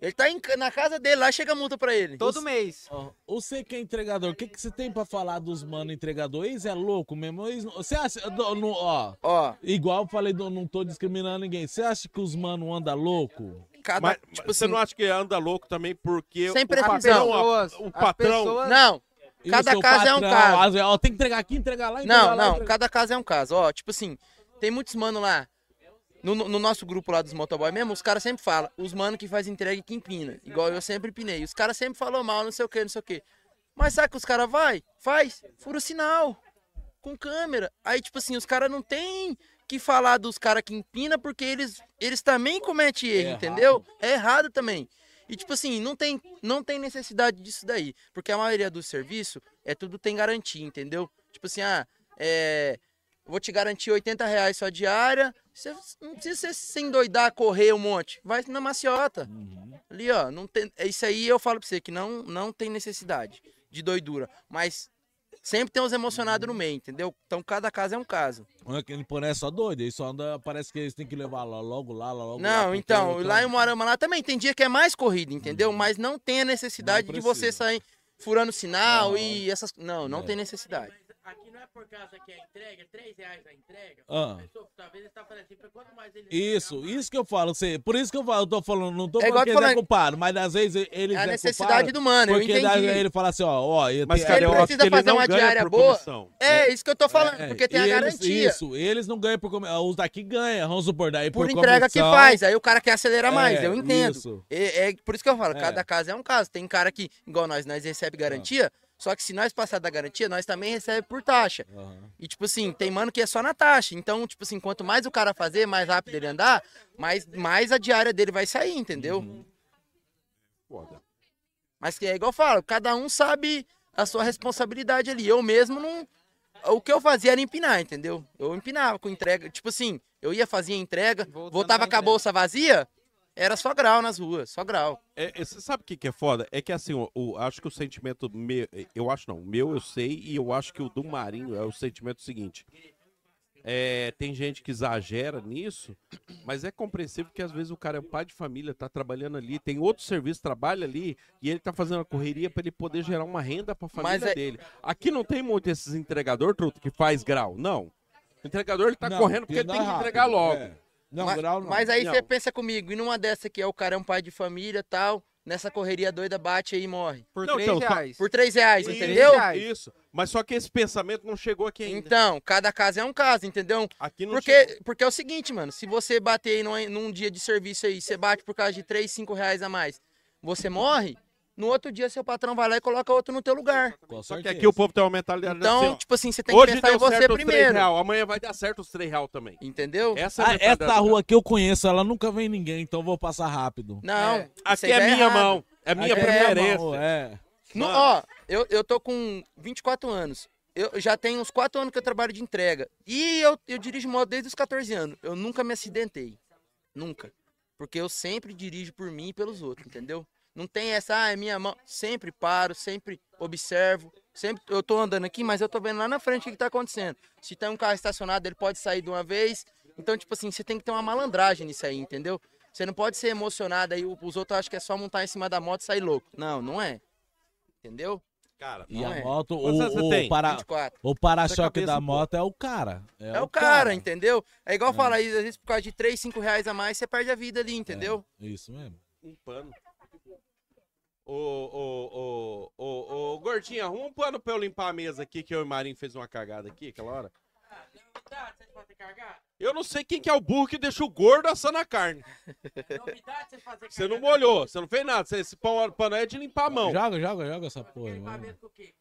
[SPEAKER 6] Ele tá em ca- na casa dele, lá chega a multa pra ele.
[SPEAKER 11] Todo mês.
[SPEAKER 1] Você que é entregador, o que, que você tem pra falar dos mano entregador? Eles é louco mesmo? Eles não- você acha. do- no- ó, Igual eu falei, do- não tô discriminando ninguém. Você acha que os mano anda louco?
[SPEAKER 6] Cada-
[SPEAKER 2] Mas,
[SPEAKER 11] tipo
[SPEAKER 2] mas você
[SPEAKER 11] assim.
[SPEAKER 2] não acha que anda louco também porque
[SPEAKER 1] Sem
[SPEAKER 2] o
[SPEAKER 1] precisão.
[SPEAKER 2] patrão, a-
[SPEAKER 1] As
[SPEAKER 2] o
[SPEAKER 1] pessoas-
[SPEAKER 2] patrão...
[SPEAKER 6] Não. Cada
[SPEAKER 1] seu
[SPEAKER 6] caso é um
[SPEAKER 1] patrão,
[SPEAKER 6] caso.
[SPEAKER 1] às vezes, ó, tem que entregar aqui, entregar lá, entregar
[SPEAKER 6] Não,
[SPEAKER 1] lá,
[SPEAKER 6] não,
[SPEAKER 1] entregar-
[SPEAKER 6] cada caso é um caso. Ó, tipo assim, tem muitos mano lá. No, no- no nosso grupo lá dos motoboy mesmo, os caras sempre falam, os mano que faz entrega que empina. Igual eu sempre empinei. Os caras sempre falam mal, não sei o que, não sei o que. Mas sabe que os caras vai? Faz, fura o sinal. Com câmera. Aí, tipo assim, os caras não tem que falar dos caras que empina, porque eles, eles também cometem erro,
[SPEAKER 14] É
[SPEAKER 6] entendeu? É errado também. E tipo assim, não tem, não tem necessidade disso daí. Porque a maioria do serviço é tudo tem garantia, entendeu? Tipo assim, ah, é. eu Vou te garantir 80 reais sua diária. Você não precisa você se endoidar, correr um monte. Vai na maciota. Ali, ó. Não tem, é isso aí eu falo pra você, que não, não tem necessidade de doidura. Mas sempre tem os emocionados no meio, entendeu? Então cada caso é um caso.
[SPEAKER 1] Olha que Ele parece é só doido, ele só anda. Parece que eles têm que levar lá, logo lá, lá, logo lá.
[SPEAKER 6] Não,
[SPEAKER 1] porque
[SPEAKER 6] então,
[SPEAKER 1] tem
[SPEAKER 6] lá
[SPEAKER 1] outra-
[SPEAKER 6] em Moarama lá também tem dia que é mais corrida, entendeu? Mas não tem a necessidade de você sair furando sinal e essas. Não, não
[SPEAKER 1] É.
[SPEAKER 6] tem necessidade.
[SPEAKER 9] Aqui não é por causa que é entrega, 3 reais a entrega.
[SPEAKER 1] Ah.
[SPEAKER 9] A pessoa, talvez ele tá falando assim, quanto mais ele
[SPEAKER 1] Isso, isso que eu falo, você, por isso que eu falo, eu tô falando, não tô
[SPEAKER 6] É igual
[SPEAKER 1] falando que
[SPEAKER 6] eu
[SPEAKER 1] eles
[SPEAKER 6] tô
[SPEAKER 1] é
[SPEAKER 6] falando-
[SPEAKER 1] culpado, mas às vezes eles
[SPEAKER 6] É a
[SPEAKER 1] é
[SPEAKER 6] necessidade
[SPEAKER 1] culpado
[SPEAKER 6] do mano, eu
[SPEAKER 1] porque daí
[SPEAKER 6] entendi.
[SPEAKER 1] ele fala assim, ó, ó, eu
[SPEAKER 6] Mas
[SPEAKER 1] tenho-
[SPEAKER 6] ele precisa fazer uma diária boa. É, isso que eu tô falando,
[SPEAKER 1] É,
[SPEAKER 6] porque tem a
[SPEAKER 1] eles-
[SPEAKER 6] garantia.
[SPEAKER 1] Isso, eles não ganham por comissão, os daqui ganham, vamos supor, daí
[SPEAKER 6] por
[SPEAKER 1] por,
[SPEAKER 6] entrega que
[SPEAKER 1] comissão-
[SPEAKER 6] faz. Aí o cara quer acelerar
[SPEAKER 1] É,
[SPEAKER 6] mais, eu entendo.
[SPEAKER 1] isso.
[SPEAKER 6] É, é por isso que eu falo,
[SPEAKER 1] É.
[SPEAKER 6] cada caso é um caso. Tem cara que, igual nós, nós recebe garantia, só que se nós passar da garantia, nós também recebe por taxa. E tipo assim, tem mano que é só na taxa. Então, tipo assim, quanto mais o cara fazer, mais rápido ele andar, mais, mais a diária dele vai sair, entendeu? Mas que é igual eu falo, cada um sabe a sua responsabilidade ali. Eu mesmo não. O que eu fazia era empinar, entendeu? Eu empinava com entrega. Tipo assim, eu ia fazer a entrega, voltava com a bolsa vazia, era só grau nas ruas, só grau.
[SPEAKER 2] É, é, você sabe o que, que é foda? É que assim, o, o- acho que o sentimento meu. Eu acho não, o meu eu sei, e eu acho que o do Marinho é o sentimento seguinte. É, tem gente que exagera nisso, mas é compreensível que às vezes o cara é um pai de família, tá trabalhando ali, tem outro serviço, trabalha ali, e ele tá fazendo uma correria pra ele poder gerar uma renda pra família
[SPEAKER 6] Mas é-
[SPEAKER 2] dele. Aqui não tem muito esses entregador, truto, que faz grau, não. O entregador ele tá
[SPEAKER 1] Não,
[SPEAKER 2] correndo porque
[SPEAKER 1] porque
[SPEAKER 2] ele tem
[SPEAKER 1] dá
[SPEAKER 2] que
[SPEAKER 1] rápido,
[SPEAKER 2] entregar logo.
[SPEAKER 1] é. Não,
[SPEAKER 6] mas,
[SPEAKER 1] grau não.
[SPEAKER 6] mas aí
[SPEAKER 1] Não.
[SPEAKER 6] você pensa comigo, e numa dessa que é o cara é um pai de família tal, nessa correria doida bate aí e morre.
[SPEAKER 2] Por Não, três então, só- reais.
[SPEAKER 6] Por três reais,
[SPEAKER 2] Isso,
[SPEAKER 6] entendeu?
[SPEAKER 2] Isso. Mas só que esse pensamento não chegou aqui ainda.
[SPEAKER 6] Então, cada caso é um caso, entendeu?
[SPEAKER 2] Aqui não
[SPEAKER 6] porque, porque é o seguinte, mano, se você bater aí num, num dia de serviço aí, você bate por causa de 3, 5 reais a mais, você morre, no outro dia seu patrão vai lá e coloca outro no teu lugar.
[SPEAKER 2] Só que aqui o povo tem uma mentalidade
[SPEAKER 6] Então,
[SPEAKER 2] assim, ó.
[SPEAKER 6] tipo assim, você tem que
[SPEAKER 2] Hoje
[SPEAKER 6] pensar em
[SPEAKER 2] deu
[SPEAKER 6] você
[SPEAKER 2] certo os
[SPEAKER 6] primeiro.
[SPEAKER 2] três real, amanhã vai dar certo os 3 real também.
[SPEAKER 6] Entendeu?
[SPEAKER 2] Essa, é a
[SPEAKER 1] Ah,
[SPEAKER 2] mentalidade
[SPEAKER 1] essa
[SPEAKER 2] do
[SPEAKER 1] rua que eu conheço, ela nunca vem ninguém, então eu vou passar rápido.
[SPEAKER 6] Não, É. isso aí
[SPEAKER 2] Aqui é
[SPEAKER 6] tá
[SPEAKER 2] minha
[SPEAKER 6] errado.
[SPEAKER 2] mão. É minha
[SPEAKER 6] Aqui é
[SPEAKER 2] preferência.
[SPEAKER 6] mão,
[SPEAKER 1] é.
[SPEAKER 6] No- ó, eu, eu tô com 24 anos. Eu já tenho uns 4 anos que eu trabalho de entrega. E eu, eu dirijo moto desde os 14 anos. Eu nunca me acidentei. Nunca. Porque eu sempre dirijo por mim e pelos outros, entendeu? Não tem essa, ah, é minha mão. Sempre paro, sempre observo. Sempre eu tô andando aqui, mas eu tô vendo lá na frente o que, que tá acontecendo. Se tem um carro estacionado, ele pode sair de uma vez. Então, tipo assim, você tem que ter uma malandragem nisso aí, entendeu? Você não pode ser emocionado aí, o- os outros acham que é só montar em cima da moto e sair louco. Não, não é. Entendeu?
[SPEAKER 2] Cara,
[SPEAKER 1] E
[SPEAKER 6] não
[SPEAKER 1] a
[SPEAKER 6] é.
[SPEAKER 1] moto,
[SPEAKER 6] Quantos
[SPEAKER 1] o,
[SPEAKER 6] anos você
[SPEAKER 1] o,
[SPEAKER 6] tem?
[SPEAKER 1] para,
[SPEAKER 6] 24.
[SPEAKER 1] o para-choque
[SPEAKER 6] Essa
[SPEAKER 1] da
[SPEAKER 6] cabeça,
[SPEAKER 1] moto é o cara.
[SPEAKER 6] É, o cara, entendeu? É igual falar aí, às vezes por causa de 3, 5 reais a mais, você perde a vida ali, entendeu?
[SPEAKER 1] É Isso mesmo.
[SPEAKER 2] Um pano. Ô, ô, ô, ô, ô, gordinho, arruma um pano pra eu limpar a mesa aqui, que eu e o Marinho fez uma cagada aqui, aquela hora.
[SPEAKER 9] Novidade, vocês fazem cagada?
[SPEAKER 2] Eu não sei quem que é o burro que deixa o gordo assando a carne.
[SPEAKER 1] tá
[SPEAKER 9] Novidade, vocês fazem
[SPEAKER 2] Você não molhou, você não fez nada. você- Esse pão, pano aí é de limpar a mão.
[SPEAKER 1] Joga, joga, joga essa porra. aí, vai.
[SPEAKER 9] cagada com o quê?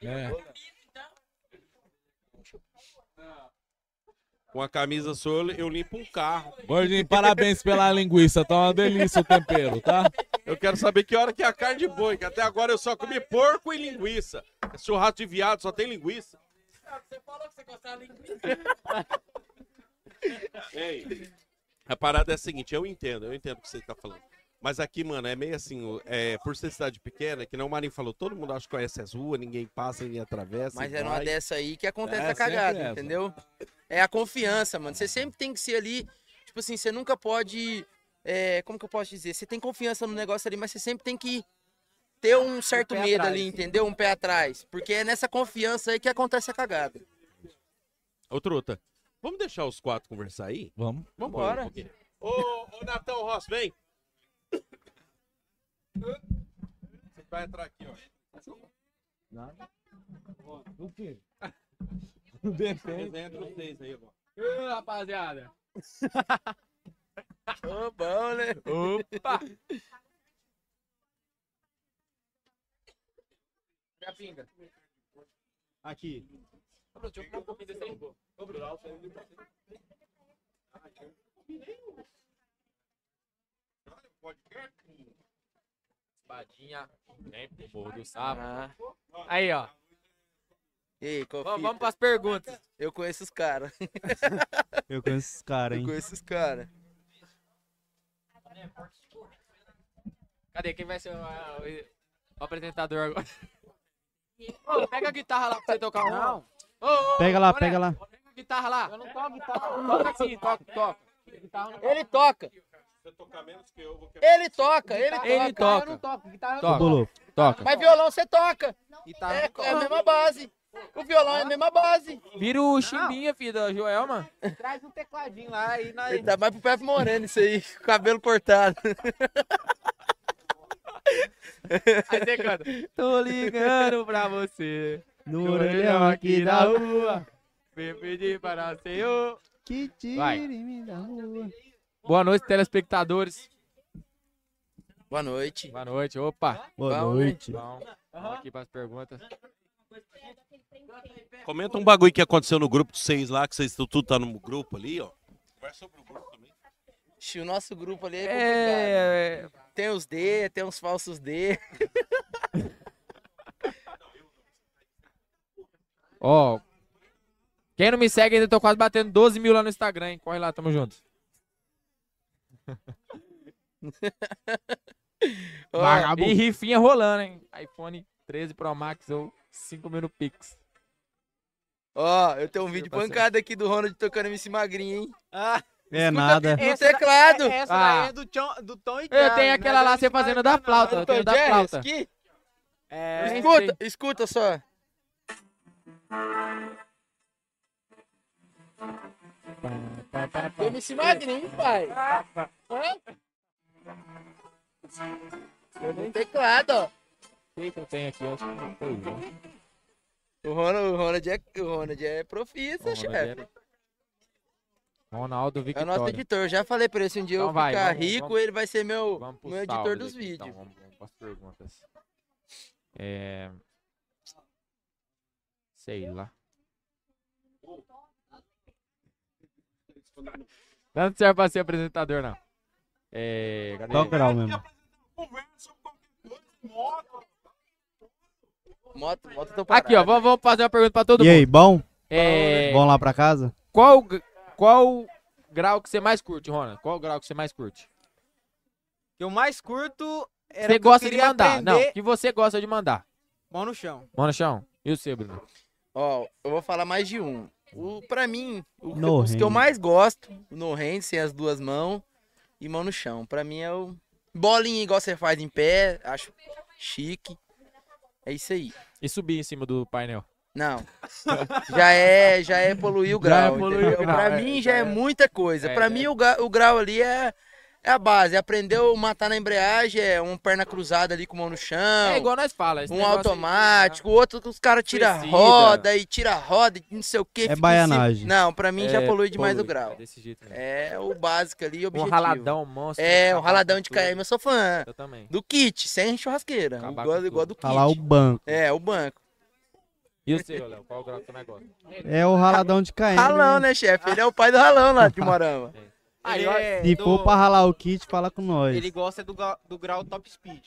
[SPEAKER 1] Hum. É.
[SPEAKER 2] Com a camisa sua, eu limpo um carro.
[SPEAKER 1] Gordinho, parabéns pela linguiça, tá uma delícia o tempero, tá?
[SPEAKER 2] Eu quero saber que hora que é a carne de boi, que até agora eu só comi porco e linguiça. É Churrasco de viado só tem linguiça.
[SPEAKER 9] Você falou que você gostava de inglês.
[SPEAKER 2] Ei. A parada é a seguinte, eu entendo, eu entendo o que você tá falando. Mas aqui, mano, é meio assim, o- é, por ser cidade pequena, que não o Marinho falou, todo mundo acha que conhece as ruas, ninguém passa, ninguém atravessa.
[SPEAKER 6] Mas
[SPEAKER 2] e
[SPEAKER 6] é numa
[SPEAKER 2] vai.
[SPEAKER 6] dessa aí que acontece
[SPEAKER 2] É,
[SPEAKER 6] a cagada,
[SPEAKER 2] sempre essa.
[SPEAKER 6] entendeu? É a confiança, mano. Você sempre tem que ser ali, tipo assim, você nunca pode é, como que eu posso dizer? Você tem confiança no negócio ali, mas você sempre tem que ter um certo
[SPEAKER 11] pé
[SPEAKER 6] medo
[SPEAKER 11] atrás.
[SPEAKER 6] ali, entendeu? Um pé atrás. Porque é nessa confiança aí que acontece a cagada.
[SPEAKER 2] Ô, Truta, vamos deixar os quatro conversar aí? um
[SPEAKER 1] Vamos.
[SPEAKER 2] Vamos
[SPEAKER 6] Bora.
[SPEAKER 2] Ô, ô, Natão Ross, vem. Você vai entrar aqui, ó.
[SPEAKER 14] Nada. O quê? Defende.
[SPEAKER 2] Entra os seis aí, ó.
[SPEAKER 9] Ô, rapaziada.
[SPEAKER 6] Ô, bom, né?
[SPEAKER 9] Opa!
[SPEAKER 6] Já pinga.
[SPEAKER 9] Aqui.
[SPEAKER 3] Espadinha. Morro do sapo.
[SPEAKER 11] Ah.
[SPEAKER 6] Aí, ó. E aí, qual
[SPEAKER 3] Vamos-
[SPEAKER 6] fita?
[SPEAKER 3] vamos pras perguntas.
[SPEAKER 6] Eu conheço os caras.
[SPEAKER 5] Eu conheço esses caras,
[SPEAKER 6] Eu
[SPEAKER 5] hein?
[SPEAKER 6] conheço os caras.
[SPEAKER 13] é
[SPEAKER 3] Cadê? Quem vai ser o, o- o apresentador agora? Ô, pega a guitarra lá pra você tocar um. Não. Ô, ô,
[SPEAKER 14] Pega lá,
[SPEAKER 3] Boné,
[SPEAKER 14] pega lá.
[SPEAKER 3] Pega a guitarra lá. Eu não toco guitarra. Toca assim, toca, toca. Ele
[SPEAKER 6] toca.
[SPEAKER 2] Você tocar menos que eu, vou quebrar.
[SPEAKER 6] Ele toca, ele toca.
[SPEAKER 3] Ele
[SPEAKER 6] Guitarra
[SPEAKER 3] toca.
[SPEAKER 6] eu não toco, guitarra eu
[SPEAKER 3] Toca.
[SPEAKER 6] não toco.
[SPEAKER 3] Toca.
[SPEAKER 6] Mas violão você toca.
[SPEAKER 3] eu
[SPEAKER 11] tá
[SPEAKER 3] não
[SPEAKER 6] é, é a
[SPEAKER 3] toco.
[SPEAKER 6] mesma base. O violão é a mesma base.
[SPEAKER 3] Vira o chimbinha, filho da Joelma.
[SPEAKER 11] Traz um tecladinho lá e na.
[SPEAKER 6] Ah. Ele tá mais pro Pepe Moreno isso aí, com o cabelo cortado.
[SPEAKER 3] Aí você canta. Tô ligando pra você.
[SPEAKER 14] No
[SPEAKER 3] que o
[SPEAKER 14] orelhão aqui da rua.
[SPEAKER 3] Vem pedir para o senhor.
[SPEAKER 14] Que
[SPEAKER 3] Vai.
[SPEAKER 14] me da rua.
[SPEAKER 3] Boa noite, telespectadores.
[SPEAKER 6] Boa noite.
[SPEAKER 3] Boa noite, opa.
[SPEAKER 14] Boa
[SPEAKER 3] Bom, né?
[SPEAKER 14] noite.
[SPEAKER 3] Bom, vamos aqui para as perguntas.
[SPEAKER 2] Comenta um bagulho que aconteceu no grupo de seis lá, que vocês tudo tá no grupo ali, ó.
[SPEAKER 6] Ixi, o nosso grupo ali é
[SPEAKER 3] É,
[SPEAKER 6] complicado. Tem os D, tem uns falsos D.
[SPEAKER 3] Ó. Quem não me segue ainda, eu tô quase batendo 12 mil lá no Instagram, hein? Corre lá, tamo junto.
[SPEAKER 6] Ó,
[SPEAKER 3] E rifinha rolando, hein? iPhone 13 Pro Max ou 5 mil no Pix. Tá
[SPEAKER 6] Ó, eu tenho um vídeo pancada aqui do Ronald tocando MC Magrinho, hein?
[SPEAKER 11] Ah,
[SPEAKER 5] É nada.
[SPEAKER 6] no teclado.
[SPEAKER 11] é- Essa
[SPEAKER 6] Ah.
[SPEAKER 11] daí é do, Tchon, do Tom e
[SPEAKER 3] Eu
[SPEAKER 11] Jerry,
[SPEAKER 3] tenho
[SPEAKER 11] não é
[SPEAKER 3] aquela
[SPEAKER 11] da
[SPEAKER 3] lá,
[SPEAKER 11] MC
[SPEAKER 3] você fazendo da flauta. Eu tenho da
[SPEAKER 6] Então, Jerry,
[SPEAKER 3] flauta.
[SPEAKER 6] aqui?
[SPEAKER 3] É,
[SPEAKER 6] escuta, escuta só. MC Magrinho, pai. No um teclado, ó.
[SPEAKER 3] que eu tenho aqui? Acho que não tem.
[SPEAKER 6] O Ronald, o Ronald é, o Ronald é profissa,
[SPEAKER 3] O Ronald é
[SPEAKER 6] chefe.
[SPEAKER 3] Ronaldo
[SPEAKER 6] É o
[SPEAKER 3] Victoria.
[SPEAKER 6] nosso editor, já falei pra ele, se um dia
[SPEAKER 3] Então
[SPEAKER 6] eu
[SPEAKER 3] vai,
[SPEAKER 6] ficar
[SPEAKER 3] vamos-
[SPEAKER 6] rico,
[SPEAKER 3] vamos-
[SPEAKER 6] ele vai ser meu,
[SPEAKER 3] vamos pros
[SPEAKER 6] meu editor
[SPEAKER 3] saldos
[SPEAKER 6] dos
[SPEAKER 3] aqui,
[SPEAKER 6] vídeos.
[SPEAKER 3] então, vamos, vamos pras perguntas. É... Sei lá. Não serve pra ser apresentador, não. É... cadê?
[SPEAKER 14] Só o grau mesmo.
[SPEAKER 6] Moto, é
[SPEAKER 3] Um
[SPEAKER 6] moto tô parado.
[SPEAKER 3] Aqui, ó, vamos, vamos fazer uma pergunta pra todo
[SPEAKER 5] E
[SPEAKER 3] mundo.
[SPEAKER 5] aí, bom?
[SPEAKER 3] É...
[SPEAKER 5] Vão lá pra casa?
[SPEAKER 3] Qual, gr- qual grau que você mais curte, Ronald? Qual grau que você mais curte?
[SPEAKER 11] Que eu mais curto
[SPEAKER 3] Você
[SPEAKER 11] era o que eu
[SPEAKER 3] gosta de
[SPEAKER 11] queria
[SPEAKER 3] mandar. Não,
[SPEAKER 11] aprender,
[SPEAKER 3] que você gosta de mandar.
[SPEAKER 11] Mão no chão.
[SPEAKER 3] Mano, chão. E você, Bruno?
[SPEAKER 6] Ó, eu vou falar mais de um. O, pra mim, o, que-
[SPEAKER 3] No
[SPEAKER 6] os que eu
[SPEAKER 3] hand.
[SPEAKER 6] mais gosto, no hand, sem as duas mãos e mão no chão. Pra mim é o. Bolinha igual você faz em pé, acho chique. É isso aí.
[SPEAKER 3] E subir em cima do painel.
[SPEAKER 6] Não. já é, já é poluir o
[SPEAKER 3] Já
[SPEAKER 6] grau.
[SPEAKER 3] é poluir o
[SPEAKER 6] entendeu?
[SPEAKER 3] grau,
[SPEAKER 6] pra
[SPEAKER 3] é,
[SPEAKER 6] mim
[SPEAKER 3] já
[SPEAKER 6] já é,
[SPEAKER 3] é.
[SPEAKER 6] muita coisa.
[SPEAKER 3] É,
[SPEAKER 6] pra
[SPEAKER 3] é.
[SPEAKER 6] mim o, ga- o grau ali é, é a base. Aprendeu a matar na embreagem, é um perna cruzada ali com a mão no chão.
[SPEAKER 3] É igual nós fala. esse
[SPEAKER 6] Um
[SPEAKER 3] negócio aí- né?
[SPEAKER 6] automático, o outro que os caras tiram
[SPEAKER 3] Suicida.
[SPEAKER 6] roda e tira roda e não sei o que. fica em cima.
[SPEAKER 5] baianagem.
[SPEAKER 6] Não, pra mim já
[SPEAKER 3] É,
[SPEAKER 6] polui demais o
[SPEAKER 3] polui,
[SPEAKER 6] grau.
[SPEAKER 3] é desse jeito mesmo.
[SPEAKER 6] É o básico ali,
[SPEAKER 3] Um
[SPEAKER 6] objetivo.
[SPEAKER 3] raladão monstro.
[SPEAKER 6] É, o
[SPEAKER 3] acabar
[SPEAKER 6] raladão
[SPEAKER 3] com
[SPEAKER 6] de
[SPEAKER 3] tudo.
[SPEAKER 6] KM, eu sou fã.
[SPEAKER 3] Eu também.
[SPEAKER 6] Do kit, sem churrasqueira. Eu
[SPEAKER 3] Acabar
[SPEAKER 6] gosto-
[SPEAKER 3] com
[SPEAKER 6] eu gosto do kit.
[SPEAKER 5] Falar o banco.
[SPEAKER 6] É, o banco.
[SPEAKER 3] E o seu, Léo? Qual grau que você mais gosta?
[SPEAKER 5] É o raladão de KM.
[SPEAKER 6] Ralão, né, chefe? Ele é o pai do ralão lá de Morama. Ah,
[SPEAKER 11] Aí,
[SPEAKER 5] Se for pra ralar o kit, fala com nós.
[SPEAKER 11] é Ele gosta do, ga- do grau top speed.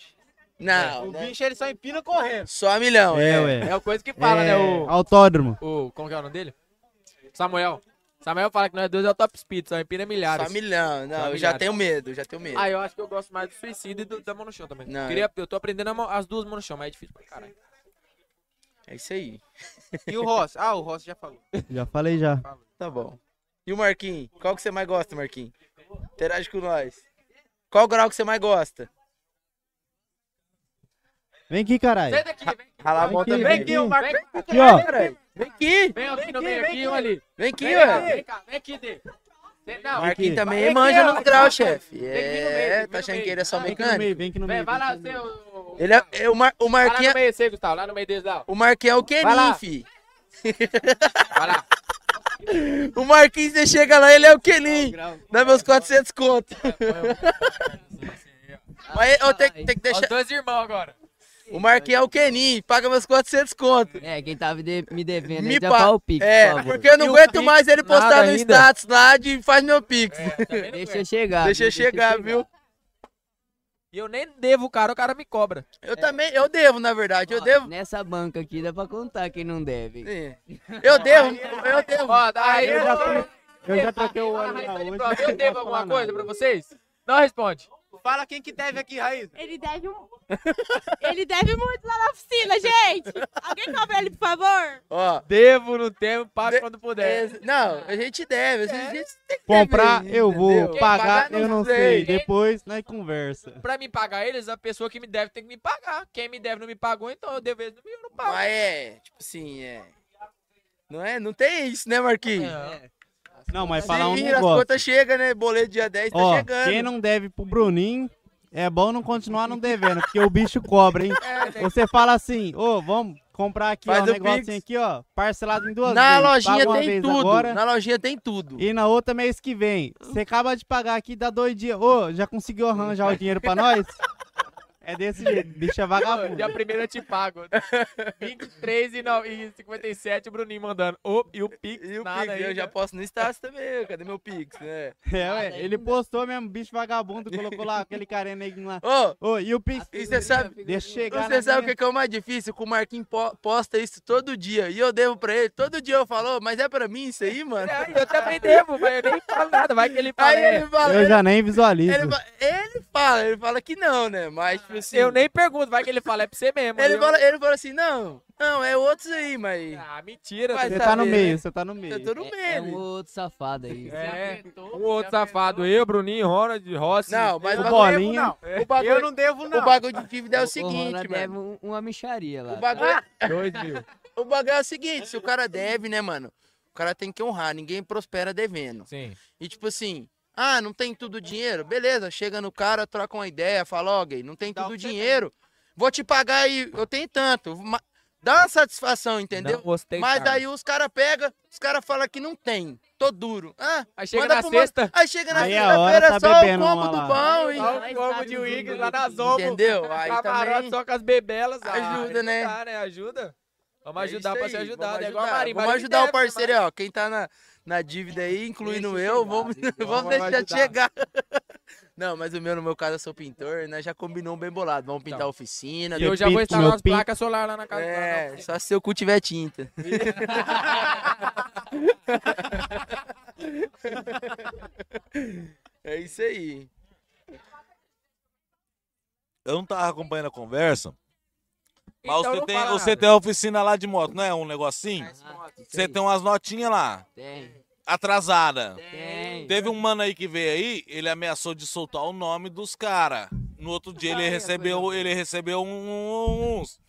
[SPEAKER 11] É,
[SPEAKER 6] Não, né?
[SPEAKER 11] O bicho ele só empina correndo.
[SPEAKER 6] Só milhão,
[SPEAKER 5] É,
[SPEAKER 6] é.
[SPEAKER 5] ué.
[SPEAKER 3] É uma coisa que fala, né? O,
[SPEAKER 5] Autódromo.
[SPEAKER 3] o. Como que é o nome dele? Samuel. Samuel fala que nós dois é o top speed, só empina milhares.
[SPEAKER 6] Só milhão, não, eu já tenho medo, já tenho medo.
[SPEAKER 3] Ah, eu acho que eu gosto mais do suicídio e do, da mão no chão também.
[SPEAKER 6] Não,
[SPEAKER 3] Queria, eu... tô aprendendo a mão- as duas mãos no chão, mas é difícil pra caralho.
[SPEAKER 6] É isso aí.
[SPEAKER 11] E o Ross? Ah, o Ross já falou.
[SPEAKER 5] Já falei já.
[SPEAKER 6] Tá bom. E o Marquinhos? Qual que você mais gosta, Marquinhos? Interage com nós. Qual grau que você mais gosta?
[SPEAKER 5] Vem aqui, caralho.
[SPEAKER 6] Senta aqui, vem aqui. Rala a mão também.
[SPEAKER 5] Vem aqui,
[SPEAKER 6] viu?
[SPEAKER 5] o Marco.
[SPEAKER 6] Vem
[SPEAKER 5] Aqui, ó.
[SPEAKER 6] caralho. Vem aqui.
[SPEAKER 3] Vem aqui no meio, aqui, um ali.
[SPEAKER 6] Vem aqui,
[SPEAKER 3] Vem
[SPEAKER 6] ué.
[SPEAKER 3] cá, Vem cá, vem aqui, Dê. Cê- Não,
[SPEAKER 6] Marquinhos também
[SPEAKER 3] Vem
[SPEAKER 6] manja
[SPEAKER 3] aqui, ó.
[SPEAKER 6] nos graus, chefe.
[SPEAKER 3] Vem aqui no meio,
[SPEAKER 6] É,
[SPEAKER 3] vem
[SPEAKER 6] tá
[SPEAKER 3] no
[SPEAKER 6] achando
[SPEAKER 3] meio.
[SPEAKER 6] que ele é só
[SPEAKER 3] Vem aqui
[SPEAKER 6] mecânico?
[SPEAKER 5] vem aqui no
[SPEAKER 3] Vem, vai lá, seu.
[SPEAKER 6] Ele é, é o, Mar, o
[SPEAKER 3] Vai lá
[SPEAKER 6] Marquinhos
[SPEAKER 3] no meio, você, Gustavo, lá no meio deles lá. ó.
[SPEAKER 6] O Marquinhos é o
[SPEAKER 3] Vai lá.
[SPEAKER 6] Kenin, fi. O Marquinhos, você chega lá, ele é o Kenin. Dá meus 400 conto.
[SPEAKER 3] É, um.
[SPEAKER 6] Mas eu tenho, que- tenho que deixar...
[SPEAKER 15] Os dois irmãos agora.
[SPEAKER 6] O Marquinhos é o Kenin, paga meus 400 conto.
[SPEAKER 9] É, quem tá me, de- me devendo
[SPEAKER 6] Me
[SPEAKER 9] aí, já
[SPEAKER 6] pa-
[SPEAKER 9] fala o Pix,
[SPEAKER 6] é,
[SPEAKER 9] por favor.
[SPEAKER 6] porque eu não
[SPEAKER 9] E o
[SPEAKER 6] aguento
[SPEAKER 9] Pix,
[SPEAKER 6] mais ele postar
[SPEAKER 9] nada
[SPEAKER 6] no
[SPEAKER 9] ainda.
[SPEAKER 6] status lá de faz meu Pix.
[SPEAKER 9] É, tá Deixa eu chegar.
[SPEAKER 6] Deixa
[SPEAKER 9] viu?
[SPEAKER 6] eu chegar, viu?
[SPEAKER 9] E eu nem devo o cara, o cara me cobra.
[SPEAKER 6] Eu também, eu devo, na verdade, eu devo.
[SPEAKER 9] Nessa banca aqui dá pra contar quem não deve.
[SPEAKER 6] hein? Eu devo, eu devo.
[SPEAKER 3] Aí,
[SPEAKER 9] Eu já
[SPEAKER 3] ó.
[SPEAKER 9] eu já troquei o
[SPEAKER 3] Fala, Raíssa, de prova. Eu devo alguma coisa pra vocês? Não responde.
[SPEAKER 16] Fala quem que deve aqui, Raíssa.
[SPEAKER 13] Ele deve um. ele deve muito lá na oficina, gente. Alguém cobra ele, por favor.
[SPEAKER 6] Ó,
[SPEAKER 3] devo no tempo, pago quando puder.
[SPEAKER 6] Não, a gente deve, a
[SPEAKER 3] É.
[SPEAKER 6] gente tem que
[SPEAKER 5] Comprar,
[SPEAKER 6] dever,
[SPEAKER 5] eu vou.
[SPEAKER 6] entendeu?
[SPEAKER 5] Pagar,
[SPEAKER 6] Quem
[SPEAKER 5] eu não sei. Depois, nós conversa.
[SPEAKER 3] Pra me pagar eles, a pessoa que me deve tem que me pagar. Quem me deve não me pagou, então eu devo eles não me eu não pago.
[SPEAKER 6] Mas é, tipo assim, é. Não é? Não tem isso, né, Marquinhos?
[SPEAKER 9] É,
[SPEAKER 5] Não, mas
[SPEAKER 6] Se
[SPEAKER 5] falar um
[SPEAKER 6] vira, as
[SPEAKER 5] negócio.
[SPEAKER 6] contas chegam, né? Boleto dia 10
[SPEAKER 5] Ó,
[SPEAKER 6] tá chegando.
[SPEAKER 5] quem não deve pro Bruninho, é bom não continuar não devendo, porque o bicho cobra, hein? Você fala assim, ô, vamos comprar aqui,
[SPEAKER 6] É, Faz
[SPEAKER 5] ó, um
[SPEAKER 6] o
[SPEAKER 5] negocinho
[SPEAKER 6] Pix.
[SPEAKER 5] aqui, ó, parcelado em duas
[SPEAKER 6] Na
[SPEAKER 5] vezes.
[SPEAKER 6] lojinha
[SPEAKER 5] Paga uma
[SPEAKER 6] tem
[SPEAKER 5] vez
[SPEAKER 6] tudo,
[SPEAKER 5] agora
[SPEAKER 6] na lojinha tem tudo.
[SPEAKER 5] E na outra mês que vem. Você acaba de pagar aqui, dá dois dias. Ô, já conseguiu arranjar o dinheiro pra nós? É desse jeito, bicho é vagabundo.
[SPEAKER 3] Dia primeiro eu te pago. 23 e, não, e 57 o Bruninho mandando. Ô, e o Pix,
[SPEAKER 6] E o
[SPEAKER 3] nada né?
[SPEAKER 6] Pix, eu
[SPEAKER 3] ainda.
[SPEAKER 6] já posso no status também, cadê meu Pix, né?
[SPEAKER 5] É, ué, ele postou mesmo, bicho vagabundo, colocou lá aquele carinha neguinho lá.
[SPEAKER 6] Ô,
[SPEAKER 5] e o Pix?
[SPEAKER 6] E você sabe,
[SPEAKER 5] Deixa eu chegar
[SPEAKER 6] você
[SPEAKER 5] na
[SPEAKER 6] sabe o
[SPEAKER 5] minha.
[SPEAKER 6] que que é o mais difícil? Que o Marquinhos po- posta isso todo dia. E eu devo pra ele. Todo dia eu falo, "Ô, mas é pra mim isso aí, mano?
[SPEAKER 3] É, eu também devo, mas eu nem falo nada. Vai que ele fala. né?
[SPEAKER 6] Aí ele fala,
[SPEAKER 5] Eu
[SPEAKER 6] ele,
[SPEAKER 5] já nem visualizo.
[SPEAKER 6] ele fa- ele fala, ele fala que não, né? Mas, tipo assim...
[SPEAKER 3] Eu nem pergunto, vai que ele fala, é pra você mesmo.
[SPEAKER 6] Ele
[SPEAKER 3] eu-
[SPEAKER 6] fala, ele fala assim, não, não, é outros aí, mas...
[SPEAKER 3] Ah, mentira.
[SPEAKER 6] Vai
[SPEAKER 5] Você tá no
[SPEAKER 6] saber,
[SPEAKER 5] meio,
[SPEAKER 6] né?
[SPEAKER 5] você tá no meio.
[SPEAKER 6] Eu tô no
[SPEAKER 9] É, é um
[SPEAKER 6] meio.
[SPEAKER 9] outro safado aí.
[SPEAKER 3] É, o outro safado, eu, Bruninho, Ronald, Rossi.
[SPEAKER 6] Não, mas
[SPEAKER 3] eu
[SPEAKER 6] o bagulho- é não. O bagulho-
[SPEAKER 3] eu não devo, não.
[SPEAKER 6] O bagulho de dívida é o
[SPEAKER 9] O Rona
[SPEAKER 6] seguinte,
[SPEAKER 9] deve
[SPEAKER 6] mano.
[SPEAKER 9] um- uma micharia lá.
[SPEAKER 6] O bagulho... é
[SPEAKER 3] Dois mil.
[SPEAKER 6] O bagulho é o seguinte, se o cara deve, né, mano? O cara tem que honrar, ninguém prospera devendo.
[SPEAKER 3] Sim.
[SPEAKER 6] E tipo assim, ah, não tem tudo o dinheiro? Beleza, chega no cara, troca uma ideia, fala, ó, gay, não tem tudo o dinheiro, vou te pagar aí, eu tenho tanto. ma- Dá uma satisfação, entendeu?
[SPEAKER 3] Não gostei,
[SPEAKER 6] Mas
[SPEAKER 3] cara.
[SPEAKER 6] aí os caras pegam, os caras falam que não tem, tô duro. Ah,
[SPEAKER 3] Aí chega
[SPEAKER 6] manda
[SPEAKER 3] na
[SPEAKER 6] pro mano-
[SPEAKER 3] sexta.
[SPEAKER 6] Aí chega na
[SPEAKER 5] Meia hora tá
[SPEAKER 6] sexta-feira, só
[SPEAKER 5] bebendo
[SPEAKER 6] o combo
[SPEAKER 5] uma
[SPEAKER 6] do
[SPEAKER 5] lá.
[SPEAKER 6] pão e...
[SPEAKER 3] Só o combo de Wiggles lá na Zombo.
[SPEAKER 6] Entendeu? Aí
[SPEAKER 3] Camarote
[SPEAKER 6] também-
[SPEAKER 3] só com as bebelas. ah,
[SPEAKER 6] Ajuda, né?
[SPEAKER 3] Dá, né? Ajuda. Vamos
[SPEAKER 6] É
[SPEAKER 3] ajudar
[SPEAKER 6] isso
[SPEAKER 3] pra se
[SPEAKER 6] aí,
[SPEAKER 3] ajudar.
[SPEAKER 6] Vamos
[SPEAKER 3] né? Igual a
[SPEAKER 6] ajudar,
[SPEAKER 3] Marim,
[SPEAKER 6] vamos
[SPEAKER 3] Marim
[SPEAKER 6] ajudar
[SPEAKER 3] deve,
[SPEAKER 6] o parceiro, aí, ó. Quem tá na, na dívida aí, incluindo eu, vamos, vamos
[SPEAKER 3] vamos
[SPEAKER 6] deixar
[SPEAKER 3] ajudar.
[SPEAKER 6] chegar. Não, mas o meu, no meu caso, eu sou pintor, né? Já combinou um bem bolado. Vamos pintar a oficina.
[SPEAKER 3] E Então. eu já vou instalar umas placas solar lá na casa.
[SPEAKER 6] É, só se eu cu tiver tinta. é isso aí.
[SPEAKER 1] Eu não tava acompanhando a conversa. Mas
[SPEAKER 6] Então
[SPEAKER 1] você,
[SPEAKER 6] não
[SPEAKER 1] tem,
[SPEAKER 6] fala
[SPEAKER 1] você
[SPEAKER 6] nada.
[SPEAKER 1] tem a oficina lá de moto, não é? Um negocinho? você tem umas notinhas lá.
[SPEAKER 9] Tem.
[SPEAKER 1] Atrasada. Teve um mano aí que veio aí, ele ameaçou de soltar o nome dos caras. No outro dia ele recebeu, ele recebeu um- uns.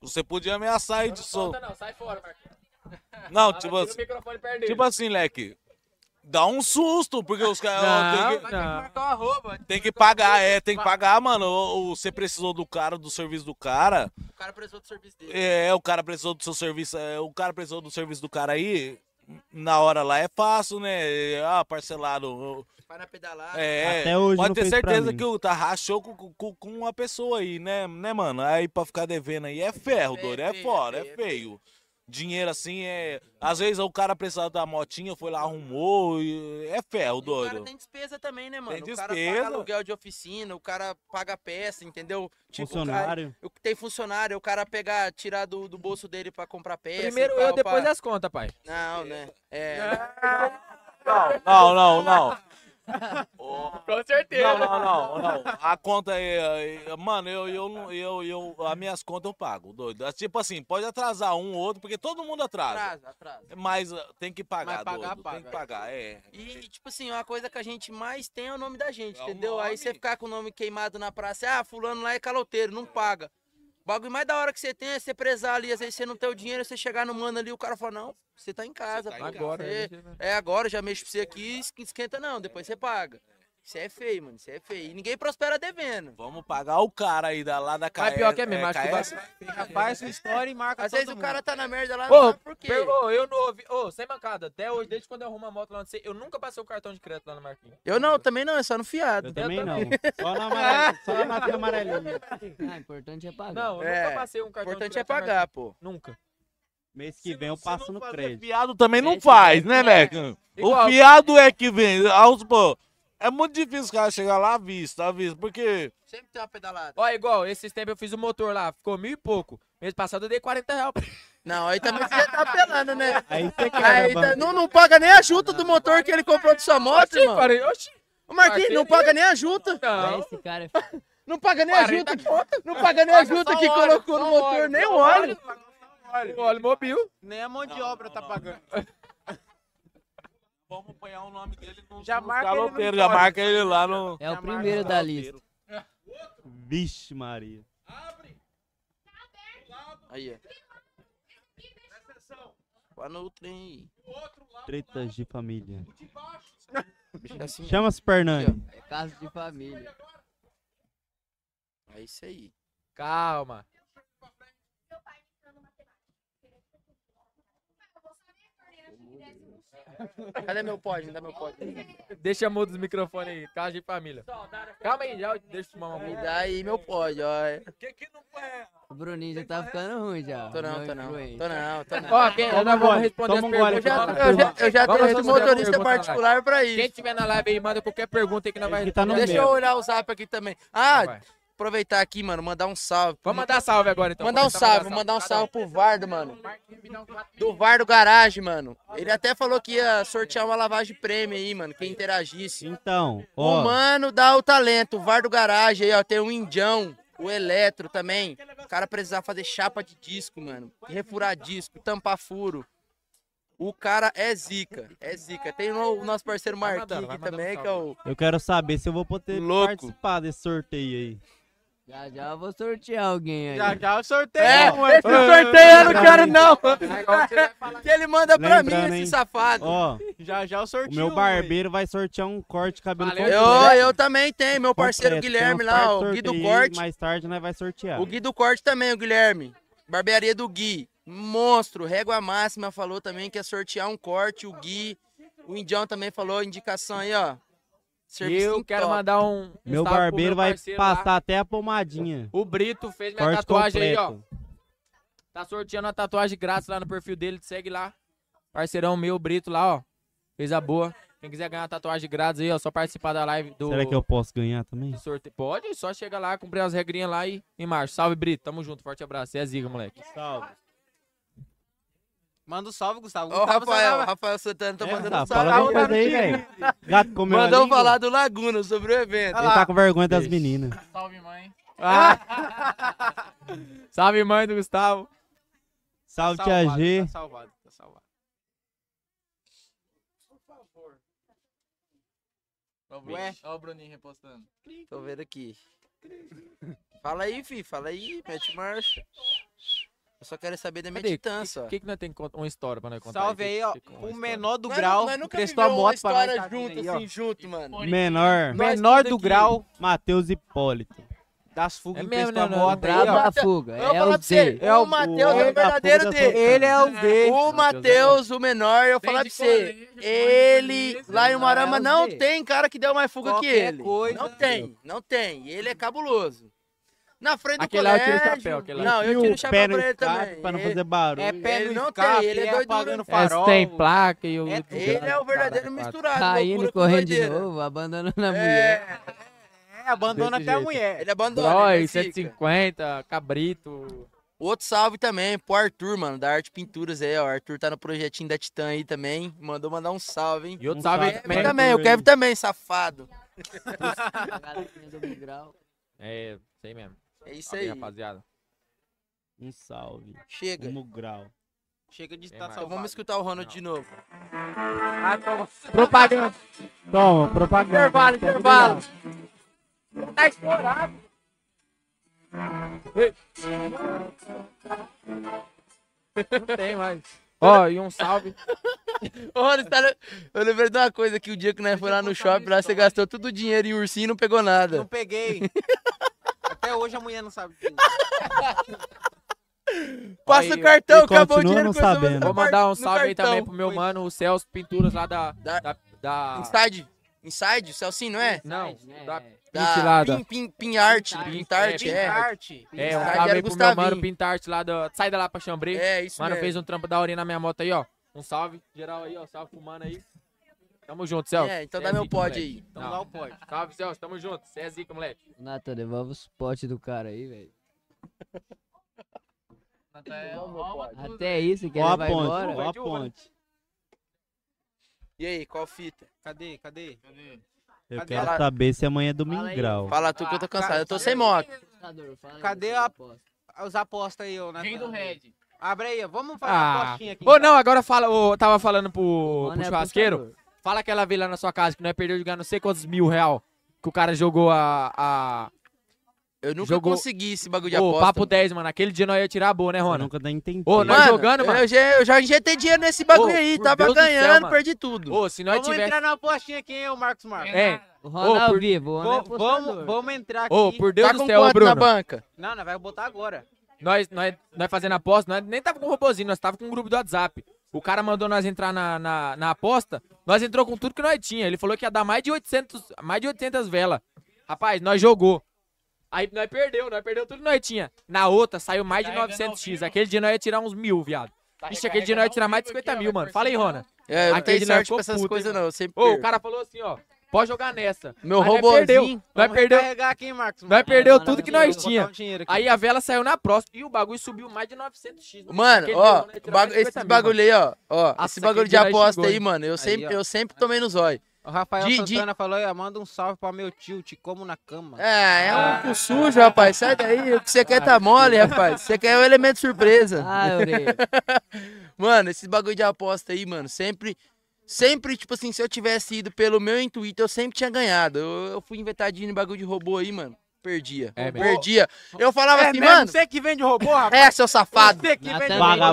[SPEAKER 1] Você podia ameaçar aí de soltar.
[SPEAKER 3] Não, sai fora, Marquinhos.
[SPEAKER 1] Não,
[SPEAKER 3] Fala,
[SPEAKER 1] tipo
[SPEAKER 3] tira o
[SPEAKER 1] assim.
[SPEAKER 3] microfone perto dele.
[SPEAKER 1] Tipo assim, leque. Dá um susto, porque os
[SPEAKER 3] Não,
[SPEAKER 1] caras. ó, Tem, que-
[SPEAKER 3] não. Marcar uma roupa.
[SPEAKER 1] tem que pagar, é, tem que pagar, mano. O- o- Você precisou do cara, do serviço do cara.
[SPEAKER 6] O cara precisou do serviço dele.
[SPEAKER 1] É, o cara precisou do seu serviço, é, o cara precisou do serviço do cara aí, na hora lá é fácil, né? Ah, parcelado.
[SPEAKER 6] Vai na pedalada.
[SPEAKER 1] É,
[SPEAKER 5] Até hoje
[SPEAKER 1] pode
[SPEAKER 5] não
[SPEAKER 1] ter
[SPEAKER 5] fez pra
[SPEAKER 1] certeza
[SPEAKER 5] mim.
[SPEAKER 1] que o tá rachou com, com, com uma pessoa aí, né, né, mano? Aí pra ficar devendo aí é ferro, doido, é fora, é feio. Dinheiro assim é. Às vezes o cara precisava da motinha, foi lá, arrumou, e é ferro,
[SPEAKER 6] O cara
[SPEAKER 1] doido.
[SPEAKER 6] tem despesa também, né, mano?
[SPEAKER 1] Tem
[SPEAKER 6] O cara paga
[SPEAKER 1] despesa.
[SPEAKER 6] aluguel de oficina, o cara paga peça, entendeu? o cara-
[SPEAKER 5] Funcionário.
[SPEAKER 6] o- tem funcionário, o cara pegar, tirar do, do bolso dele pra comprar peça.
[SPEAKER 3] Primeiro
[SPEAKER 6] e tal,
[SPEAKER 3] eu, depois
[SPEAKER 6] pra-
[SPEAKER 3] as contas, pai.
[SPEAKER 6] Não, né? É.
[SPEAKER 1] Não, não, não.
[SPEAKER 3] Com certeza.
[SPEAKER 1] Não, não, não, não. A conta é. é- Mano, eu, eu, não- eu, eu. As minhas contas eu pago, doido. É Tipo assim, pode atrasar um ou outro, porque todo mundo atrasa.
[SPEAKER 6] Atrasa, atrasa.
[SPEAKER 1] Mas uh, tem que
[SPEAKER 6] Mas
[SPEAKER 1] pagar,
[SPEAKER 6] pagar,
[SPEAKER 1] doido. Tem
[SPEAKER 6] paga.
[SPEAKER 1] que pagar, é.
[SPEAKER 6] E, tipo assim, uma coisa que a gente mais tem é o nome da gente,
[SPEAKER 1] É o
[SPEAKER 6] entendeu? Aí você ficar com o nome queimado na praça, ah, fulano lá é caloteiro, não paga. O bagulho mais da hora que você tem é você prezar ali, às vezes você não tem o dinheiro, você chegar no mano ali, o cara fala, não, você tá em casa,
[SPEAKER 3] tá em
[SPEAKER 6] pô,
[SPEAKER 3] casa. Agora,
[SPEAKER 6] você- É agora, já mexo pra você aqui, es- esquenta não, depois você paga. Isso é feio, mano, isso é feio. E ninguém prospera devendo.
[SPEAKER 1] Vamos pagar o cara aí da, lá da KS.
[SPEAKER 6] Mas pior que é mesmo, acho que
[SPEAKER 1] KS.
[SPEAKER 11] Faz sua história e marca
[SPEAKER 6] Às vezes
[SPEAKER 11] todo
[SPEAKER 6] o cara
[SPEAKER 11] mundo.
[SPEAKER 6] tá na merda lá, não
[SPEAKER 3] Ô,
[SPEAKER 6] sabe por quê.
[SPEAKER 3] per- ô, eu não ouvi. Ô, sem mancada, até hoje, desde quando eu arrumo a moto lá, não sei, eu nunca passei o cartão de crédito lá na Marquinhos.
[SPEAKER 6] Eu não, também não, é só no fiado. Eu
[SPEAKER 3] também também.
[SPEAKER 5] Só na
[SPEAKER 3] amarela-
[SPEAKER 5] só na tela
[SPEAKER 9] né?
[SPEAKER 5] amarelinha.
[SPEAKER 6] Ah, importante é pagar.
[SPEAKER 3] Não, eu nunca passei um cartão de
[SPEAKER 6] importante é
[SPEAKER 3] crédito na
[SPEAKER 6] pagar, pô.
[SPEAKER 3] Nunca.
[SPEAKER 5] Mês que vem eu passo no crédito.
[SPEAKER 1] Viado também não faz, né, velho? O
[SPEAKER 5] Igual.
[SPEAKER 1] viado é que vem. Vamos supor, é muito difícil o cara chegar lá à vista, à vista, porque.
[SPEAKER 6] Sempre tem uma pedalada.
[SPEAKER 3] Ó, igual, esses tempos eu fiz o motor lá, ficou mil e pouco. Mês passado eu dei 40 reais.
[SPEAKER 6] Não, aí também você já tá apelando, né?
[SPEAKER 5] Aí
[SPEAKER 3] você
[SPEAKER 6] quer, Aí tá- não, não paga nem a junta do motor que ele comprou de sua moto, irmão. Ô, Marquinhos, não paga nem a junta.
[SPEAKER 3] Não.
[SPEAKER 6] Esse cara Não paga nem a
[SPEAKER 3] 40 é
[SPEAKER 6] junta.
[SPEAKER 3] conto.
[SPEAKER 6] Não paga nem a
[SPEAKER 3] Paga
[SPEAKER 6] junta
[SPEAKER 3] só
[SPEAKER 6] que
[SPEAKER 3] o óleo,
[SPEAKER 6] colocou no
[SPEAKER 3] só o
[SPEAKER 6] motor,
[SPEAKER 3] óleo,
[SPEAKER 6] nem
[SPEAKER 3] só
[SPEAKER 6] o
[SPEAKER 3] o
[SPEAKER 6] óleo.
[SPEAKER 3] óleo. Olha, olha, mobil.
[SPEAKER 11] Nem a mão de obra tá pagando.
[SPEAKER 1] Vamos apanhar o nome dele no.
[SPEAKER 11] Já marca ele no
[SPEAKER 1] Caloteiro, já
[SPEAKER 11] histórico.
[SPEAKER 1] marca ele lá no.
[SPEAKER 11] É o primeiro da
[SPEAKER 6] lista.
[SPEAKER 5] Vixe, Maria.
[SPEAKER 6] Aí, ó. Lá no trem.
[SPEAKER 5] Tretas de família.
[SPEAKER 6] Bicho, é assim,
[SPEAKER 5] Chama-se Pernani.
[SPEAKER 6] ó. É casa de família. É isso aí.
[SPEAKER 3] Calma.
[SPEAKER 6] Cadê meu pódio? Me dá meu pódio.
[SPEAKER 3] Deixa mudo os microfones aí, casa de família. Calma aí, já deixa eu fumar uma
[SPEAKER 6] Me
[SPEAKER 3] mulher.
[SPEAKER 6] dá aí meu pódio, ó. é.
[SPEAKER 3] é?
[SPEAKER 9] O Bruninho já tá ficando ruim já.
[SPEAKER 6] Tô não, tô não. Tô não, tô não.
[SPEAKER 3] Ó, quem,
[SPEAKER 6] Toma
[SPEAKER 3] nós
[SPEAKER 6] um gole,
[SPEAKER 3] vamos então. responder as
[SPEAKER 6] toma um gole,
[SPEAKER 3] perguntas.
[SPEAKER 6] toma um
[SPEAKER 3] lá.
[SPEAKER 6] gole. Eu já- eu já
[SPEAKER 3] Vamos
[SPEAKER 6] tenho
[SPEAKER 3] responder
[SPEAKER 6] motorista
[SPEAKER 3] as perguntas lá.
[SPEAKER 6] particular pra isso.
[SPEAKER 3] Quem tiver na live aí, manda qualquer pergunta aí
[SPEAKER 5] É
[SPEAKER 3] que nós vai
[SPEAKER 5] tá
[SPEAKER 3] Então
[SPEAKER 6] Deixa eu olhar o zap aqui também. Ah,
[SPEAKER 3] Vai.
[SPEAKER 6] aproveitar aqui, mano, mandar um salve.
[SPEAKER 3] Vamos mandar salve agora, então.
[SPEAKER 6] Mandar um
[SPEAKER 3] Começar a
[SPEAKER 6] salve, vou mandar um salve pro Vardo, mano. Do Vardo Garage, mano. Ele até falou que ia sortear uma lavagem prêmio aí, mano, quem interagisse.
[SPEAKER 5] Então,
[SPEAKER 6] O
[SPEAKER 5] ó.
[SPEAKER 6] mano dá o talento, o Vardo Garage aí, ó, tem o Indião, o Eletro também. O cara precisava fazer chapa de disco, mano. Refurar disco, tampar furo. O cara é zica, é zica. Tem o o nosso parceiro Marquinhos aqui
[SPEAKER 3] um
[SPEAKER 6] também, que é o...
[SPEAKER 5] Eu quero saber se eu vou poder
[SPEAKER 6] Louco.
[SPEAKER 5] participar desse sorteio aí.
[SPEAKER 9] Já já eu vou sortear alguém aí.
[SPEAKER 11] Já já eu sorteio.
[SPEAKER 6] É,
[SPEAKER 11] um,
[SPEAKER 6] esse sorteio eu não quero não. Que
[SPEAKER 11] assim,
[SPEAKER 6] ele manda pra mim,
[SPEAKER 5] Lembrando, hein?
[SPEAKER 6] esse safado.
[SPEAKER 5] Ó,
[SPEAKER 11] Já já eu
[SPEAKER 5] o
[SPEAKER 11] sorteio.
[SPEAKER 5] meu
[SPEAKER 11] um,
[SPEAKER 5] barbeiro vai sortear um corte de cabelo
[SPEAKER 11] Valeu,
[SPEAKER 5] completo.
[SPEAKER 6] Eu, eu também tenho, meu parceiro
[SPEAKER 5] Completo.
[SPEAKER 6] Guilherme
[SPEAKER 5] Tem um uns
[SPEAKER 6] lá,
[SPEAKER 5] quatro
[SPEAKER 6] o Gui do
[SPEAKER 5] sorteios,
[SPEAKER 6] Corte.
[SPEAKER 5] Mais tarde é. nós vai sortear.
[SPEAKER 6] O Gui do Corte também, o Guilherme. Barbearia do Gui. Monstro. Régua Máxima falou também que ia sortear um corte. O Gui. O Indião também falou indicação aí, ó.
[SPEAKER 3] Eu quero mandar um. um
[SPEAKER 5] Meu
[SPEAKER 3] salve pro
[SPEAKER 5] barbeiro
[SPEAKER 3] meu
[SPEAKER 5] vai
[SPEAKER 3] parceiro lá.
[SPEAKER 5] passar até a pomadinha.
[SPEAKER 3] O Brito fez minha
[SPEAKER 5] Corte
[SPEAKER 3] tatuagem aí, ó.
[SPEAKER 5] completo.
[SPEAKER 3] Tá sorteando uma tatuagem grátis lá no perfil dele, segue lá. Parceirão meu, Brito lá, ó. Fez a boa. Quem quiser ganhar uma tatuagem grátis aí, ó, só participar da live do.
[SPEAKER 5] Será que eu posso ganhar também?
[SPEAKER 3] do sorteio. Pode, só chega lá, cumprir as regrinhas lá e em março. Salve, Brito. Tamo junto, forte abraço. Você é zica, moleque.
[SPEAKER 5] Salve.
[SPEAKER 11] Manda um salve, Gustavo.
[SPEAKER 6] Ó, o
[SPEAKER 11] Gustavo
[SPEAKER 6] Rafael,
[SPEAKER 11] Sanaba.
[SPEAKER 6] Rafael Santana tá mandando um
[SPEAKER 5] Tá,
[SPEAKER 6] salve.
[SPEAKER 5] fala alguma coisa aí, velho. Gato comeu a
[SPEAKER 11] Então
[SPEAKER 6] Mandou
[SPEAKER 5] língua?
[SPEAKER 6] falar do Laguna sobre o evento.
[SPEAKER 5] Ele tá com vergonha das meninas.
[SPEAKER 3] Salve, mãe.
[SPEAKER 11] Ah.
[SPEAKER 3] Salve, mãe do Gustavo.
[SPEAKER 5] Salve,
[SPEAKER 11] Tá
[SPEAKER 5] tia
[SPEAKER 11] salvado,
[SPEAKER 5] G.
[SPEAKER 11] Tá salvado, tá salvado.
[SPEAKER 6] Ué?
[SPEAKER 3] Ó o Bruninho repostando.
[SPEAKER 6] Tô vendo aqui. Fala aí, fi. Fala aí. Mete marcha. Eu só quero saber da minha
[SPEAKER 3] Cadê?
[SPEAKER 6] titã,
[SPEAKER 3] Que-
[SPEAKER 6] só.
[SPEAKER 3] O que, que nós temos uma história pra nós contar?
[SPEAKER 11] Salve aí, ó.
[SPEAKER 3] Que- que- uma
[SPEAKER 11] O
[SPEAKER 3] história.
[SPEAKER 11] menor do
[SPEAKER 6] Nós
[SPEAKER 11] grau
[SPEAKER 6] nu- nós
[SPEAKER 11] que
[SPEAKER 6] nunca
[SPEAKER 11] prestou a
[SPEAKER 6] viveu uma
[SPEAKER 11] moto pra nós.
[SPEAKER 6] história
[SPEAKER 11] tá vindo
[SPEAKER 6] junto,
[SPEAKER 11] aí, ó.
[SPEAKER 6] assim, junto, mano.
[SPEAKER 5] Menor.
[SPEAKER 11] Nós Menor tudo do aqui. grau.
[SPEAKER 5] Matheus Hipólito.
[SPEAKER 11] Das fugas
[SPEAKER 3] É
[SPEAKER 11] que
[SPEAKER 3] mesmo,
[SPEAKER 11] prestou a
[SPEAKER 3] né,
[SPEAKER 11] moto
[SPEAKER 3] não?
[SPEAKER 11] aí, ó.
[SPEAKER 9] Brabo da fuga.
[SPEAKER 6] Eu vou
[SPEAKER 9] É
[SPEAKER 6] falar
[SPEAKER 9] o
[SPEAKER 6] pra você,
[SPEAKER 9] D.
[SPEAKER 11] É
[SPEAKER 6] o
[SPEAKER 11] o-
[SPEAKER 6] Matheus
[SPEAKER 11] o-
[SPEAKER 6] é o verdadeiro
[SPEAKER 5] da puta
[SPEAKER 6] dele.
[SPEAKER 5] da
[SPEAKER 11] Ele é o D.
[SPEAKER 6] O Matheus, o menor, eu vou falar pra você. Ele, lá em Umarama, não tem cara que deu mais fuga que
[SPEAKER 11] Qualquer
[SPEAKER 6] ele.
[SPEAKER 11] coisa.
[SPEAKER 6] Não tem, não tem. Ele é cabuloso. Na frente do
[SPEAKER 3] Aquele lá eu
[SPEAKER 6] colégio...
[SPEAKER 3] tiro o chapéu, aquele lá.
[SPEAKER 6] Não, eu
[SPEAKER 5] Enfia
[SPEAKER 6] tiro
[SPEAKER 5] o
[SPEAKER 6] o
[SPEAKER 5] pé
[SPEAKER 6] chapéu
[SPEAKER 5] no
[SPEAKER 6] pra ele
[SPEAKER 5] escape
[SPEAKER 6] também.
[SPEAKER 5] Pra não
[SPEAKER 6] Ele-
[SPEAKER 5] fazer barulho.
[SPEAKER 11] É pé
[SPEAKER 6] Ele
[SPEAKER 11] no
[SPEAKER 6] não
[SPEAKER 11] escape,
[SPEAKER 6] tem, ele é doido
[SPEAKER 11] apagando
[SPEAKER 6] duro.
[SPEAKER 11] farol.
[SPEAKER 3] Esse tem placa e o.
[SPEAKER 11] É tudo.
[SPEAKER 6] Ele é o Tá verdadeiro
[SPEAKER 3] Caraca,
[SPEAKER 6] misturado.
[SPEAKER 9] Caindo,
[SPEAKER 6] loucura com
[SPEAKER 9] correndo de
[SPEAKER 6] doideira.
[SPEAKER 9] novo, abandonando a mulher.
[SPEAKER 6] É,
[SPEAKER 11] É, abandona
[SPEAKER 3] Desse
[SPEAKER 11] até a
[SPEAKER 3] jeito.
[SPEAKER 11] mulher.
[SPEAKER 6] ele abandona. né,
[SPEAKER 3] Dói,
[SPEAKER 6] ele fica.
[SPEAKER 3] 150, cabrito.
[SPEAKER 6] Outro salve também pro Arthur, mano, da Arte Pinturas aí, ó. O Arthur tá no projetinho da Titã aí também. Mandou mandar um salve, hein?
[SPEAKER 3] E outro
[SPEAKER 5] Um
[SPEAKER 3] salve aí
[SPEAKER 5] salve.
[SPEAKER 6] Kevin
[SPEAKER 3] também.
[SPEAKER 6] também, o
[SPEAKER 5] Arthur aí.
[SPEAKER 6] Kevin também, safado.
[SPEAKER 9] A galerinha do Migral.
[SPEAKER 3] É, isso aí mesmo.
[SPEAKER 6] É isso
[SPEAKER 3] Abre,
[SPEAKER 6] aí.
[SPEAKER 3] rapaziada.
[SPEAKER 5] Um salve.
[SPEAKER 6] Chega.
[SPEAKER 5] Um grau.
[SPEAKER 6] Chega
[SPEAKER 3] É,
[SPEAKER 6] de
[SPEAKER 5] Tem
[SPEAKER 6] estar
[SPEAKER 5] mais.
[SPEAKER 6] salvado. Vamos escutar o Ronald de novo. Ah, tá
[SPEAKER 17] Propaganda.
[SPEAKER 18] Toma, propaganda.
[SPEAKER 17] Intervalo,
[SPEAKER 18] Tá
[SPEAKER 17] intervalo.
[SPEAKER 18] ligado?
[SPEAKER 17] Tá estourado.
[SPEAKER 3] Não tem mais.
[SPEAKER 6] Ó,
[SPEAKER 3] e um salve.
[SPEAKER 6] Ô, Ronald, tá no- eu lembrei de uma coisa que o dia que nós foi lá no shopping, lá você gastou todo o dinheiro e o ursinho não pegou nada.
[SPEAKER 11] Não peguei. Até hoje a mulher não sabe é. disso.
[SPEAKER 6] Passa
[SPEAKER 3] Aí,
[SPEAKER 6] o cartão,
[SPEAKER 3] e
[SPEAKER 6] acabou o
[SPEAKER 3] continua
[SPEAKER 6] dinheiro.
[SPEAKER 3] não
[SPEAKER 6] começou a
[SPEAKER 3] sabendo.
[SPEAKER 6] fazer
[SPEAKER 3] Vou mandar um
[SPEAKER 6] no
[SPEAKER 3] salve aí
[SPEAKER 6] cartão.
[SPEAKER 3] também pro meu mano, o Celso Pinturas lá da. Da. da,
[SPEAKER 6] Ah. Inside? Inside? O Celsin, não é?
[SPEAKER 3] Não, da,
[SPEAKER 6] da
[SPEAKER 3] Pintilada.
[SPEAKER 6] Pin, pin, pin Art. Pin Art, é.
[SPEAKER 3] É, um
[SPEAKER 6] Inside
[SPEAKER 3] salve
[SPEAKER 6] era
[SPEAKER 3] aí pro meu mano
[SPEAKER 6] Gustavinho.
[SPEAKER 3] Pintarte lá do. Sai da lá pra Xambrê.
[SPEAKER 6] É, isso
[SPEAKER 3] Mano,
[SPEAKER 6] mesmo.
[SPEAKER 3] fez um trampo da horinha na minha moto aí, ó. Um salve geral aí, ó. Salve pro mano aí. Tamo junto, Celso.
[SPEAKER 6] É, então
[SPEAKER 3] Cê
[SPEAKER 6] dá meu
[SPEAKER 3] zica,
[SPEAKER 6] pod
[SPEAKER 3] moleque.
[SPEAKER 6] aí.
[SPEAKER 3] Então dá o pod. Salve, Celso. Tamo junto. Cê é zica, moleque.
[SPEAKER 9] Nathan, devolve os potes do cara aí, velho. Até isso, que
[SPEAKER 6] Ó
[SPEAKER 9] ela
[SPEAKER 6] a
[SPEAKER 9] vai
[SPEAKER 6] ponte,
[SPEAKER 9] embora.
[SPEAKER 6] ó a ponte. E aí, qual fita?
[SPEAKER 11] Cadê? Cadê?
[SPEAKER 5] Eu
[SPEAKER 11] Cadê
[SPEAKER 5] quero
[SPEAKER 11] ela?
[SPEAKER 5] saber se amanhã é domingo grau.
[SPEAKER 6] Fala tu
[SPEAKER 3] Ah,
[SPEAKER 6] que eu tô cansado. Eu tô sem moto.
[SPEAKER 11] Cadê a, os apostas aí, ô, Natan? Quem do Red? Abre aí, ó. Vamos fazer a
[SPEAKER 3] Ah.
[SPEAKER 11] apostinha aqui.
[SPEAKER 3] Ô, não, agora fala. ô, Eu tava falando pro, pro
[SPEAKER 11] é
[SPEAKER 3] churrasqueiro. Fala que ela veio lá na sua casa que nós perdeu de ganhar não sei quantos mil real. Que o cara jogou a. a...
[SPEAKER 6] Eu nunca consegui esse bagulho de
[SPEAKER 3] Ô,
[SPEAKER 6] aposta,
[SPEAKER 3] papo
[SPEAKER 6] mano.
[SPEAKER 3] 10, mano. Aquele dia nós ia tirar a boa, né, Rony?
[SPEAKER 5] nunca entendi.
[SPEAKER 3] Ô, nós jogando, mano.
[SPEAKER 6] Eu já, eu já injetei dinheiro nesse bagulho
[SPEAKER 3] Ô,
[SPEAKER 6] aí.
[SPEAKER 3] por
[SPEAKER 6] Tava
[SPEAKER 3] Deus do céu,
[SPEAKER 6] ganhando,
[SPEAKER 3] mano.
[SPEAKER 6] perdi tudo.
[SPEAKER 3] Ô, se nós
[SPEAKER 11] Vamos
[SPEAKER 3] tivesse.
[SPEAKER 11] entrar na apostinha aqui, hein, ô Marcos Marcos.
[SPEAKER 3] É.
[SPEAKER 9] O
[SPEAKER 3] Ronaldo
[SPEAKER 11] Ô, por-
[SPEAKER 3] vivo, o Ronaldo é
[SPEAKER 11] vamos-
[SPEAKER 3] apostador.
[SPEAKER 11] vamos, vamos entrar aqui. Tá
[SPEAKER 3] Ô, por Deus do céu, ô, Bruno.
[SPEAKER 11] Não, não, vai botar agora.
[SPEAKER 3] Nós, nós, nós fazendo aposta, nós nem tava com o robôzinho, nós tava com o grupo do WhatsApp. O cara mandou nós entrar na, na, na aposta, nós entrou com tudo que nós tinha. Ele falou que ia dar mais de 800, mais de 800 velas. Rapaz, nós jogou. Aí nós perdeu, nós perdeu tudo que nós tinha. Na outra saiu mais de
[SPEAKER 11] Tá
[SPEAKER 3] 900x. Aquele dia nós ia tirar uns mil, viado. Ixi, aquele dia nós ia tirar mais de 50 mil, mano. Fala aí, Rona.
[SPEAKER 6] É, eu não
[SPEAKER 3] Aquele
[SPEAKER 6] tenho
[SPEAKER 3] nós
[SPEAKER 6] sorte
[SPEAKER 3] ficou
[SPEAKER 6] pra essas
[SPEAKER 3] puto,
[SPEAKER 6] coisas
[SPEAKER 3] hein, mano.
[SPEAKER 6] não, eu sempre
[SPEAKER 3] Ô, o
[SPEAKER 6] perco.
[SPEAKER 3] cara falou assim, ó. Pode jogar nessa.
[SPEAKER 6] Meu
[SPEAKER 3] Aí nós
[SPEAKER 6] robozinho.
[SPEAKER 3] perdeu, Nós
[SPEAKER 11] Vamos
[SPEAKER 3] perdeu.
[SPEAKER 11] recarregar aqui, hein, Marcos
[SPEAKER 3] Nós
[SPEAKER 11] Marcos.
[SPEAKER 3] perdeu
[SPEAKER 11] Vamos
[SPEAKER 3] tudo que
[SPEAKER 11] botar um
[SPEAKER 3] nós
[SPEAKER 11] dinheiro,
[SPEAKER 3] tinha.
[SPEAKER 11] botar um dinheiro aqui.
[SPEAKER 3] Aí a vela saiu na próxima e o bagulho subiu mais de 900x.
[SPEAKER 6] Mano,
[SPEAKER 3] Aquele
[SPEAKER 6] ó,
[SPEAKER 3] dia,
[SPEAKER 11] um
[SPEAKER 3] né, tirou
[SPEAKER 6] bagu-
[SPEAKER 3] mais de
[SPEAKER 6] esse
[SPEAKER 3] 50 mil,
[SPEAKER 6] bagulho aí, ó, ó,
[SPEAKER 3] Nossa,
[SPEAKER 6] esse bagulho
[SPEAKER 3] aquele
[SPEAKER 6] de
[SPEAKER 3] dia nós
[SPEAKER 6] aposta
[SPEAKER 3] xingou,
[SPEAKER 6] aí,
[SPEAKER 3] hein?
[SPEAKER 6] mano, eu
[SPEAKER 3] Aí,
[SPEAKER 6] sempre,
[SPEAKER 3] ó.
[SPEAKER 6] eu sempre tomei no zóio.
[SPEAKER 11] O Rafael
[SPEAKER 6] de, de...
[SPEAKER 11] Santana falou aí, ó, manda um salve pra meu tio, te como na cama.
[SPEAKER 6] É, é
[SPEAKER 3] Ah.
[SPEAKER 6] um cu sujo, rapaz, sai daí, o que você quer tá mole, rapaz, você quer é o elemento surpresa.
[SPEAKER 9] Ah, orelha.
[SPEAKER 6] mano, esse bagulho de aposta aí, mano, sempre, sempre, tipo assim, se eu tivesse ido pelo meu intuito, eu sempre tinha ganhado, eu, eu fui inventadinho no bagulho de robô aí, mano. Perdia.
[SPEAKER 3] É mesmo.
[SPEAKER 6] perdia. Eu falava
[SPEAKER 11] É
[SPEAKER 6] assim,
[SPEAKER 11] mesmo?
[SPEAKER 6] mano.
[SPEAKER 11] Você que vende robô, rapaz?
[SPEAKER 6] É, seu safado.
[SPEAKER 11] Você que vende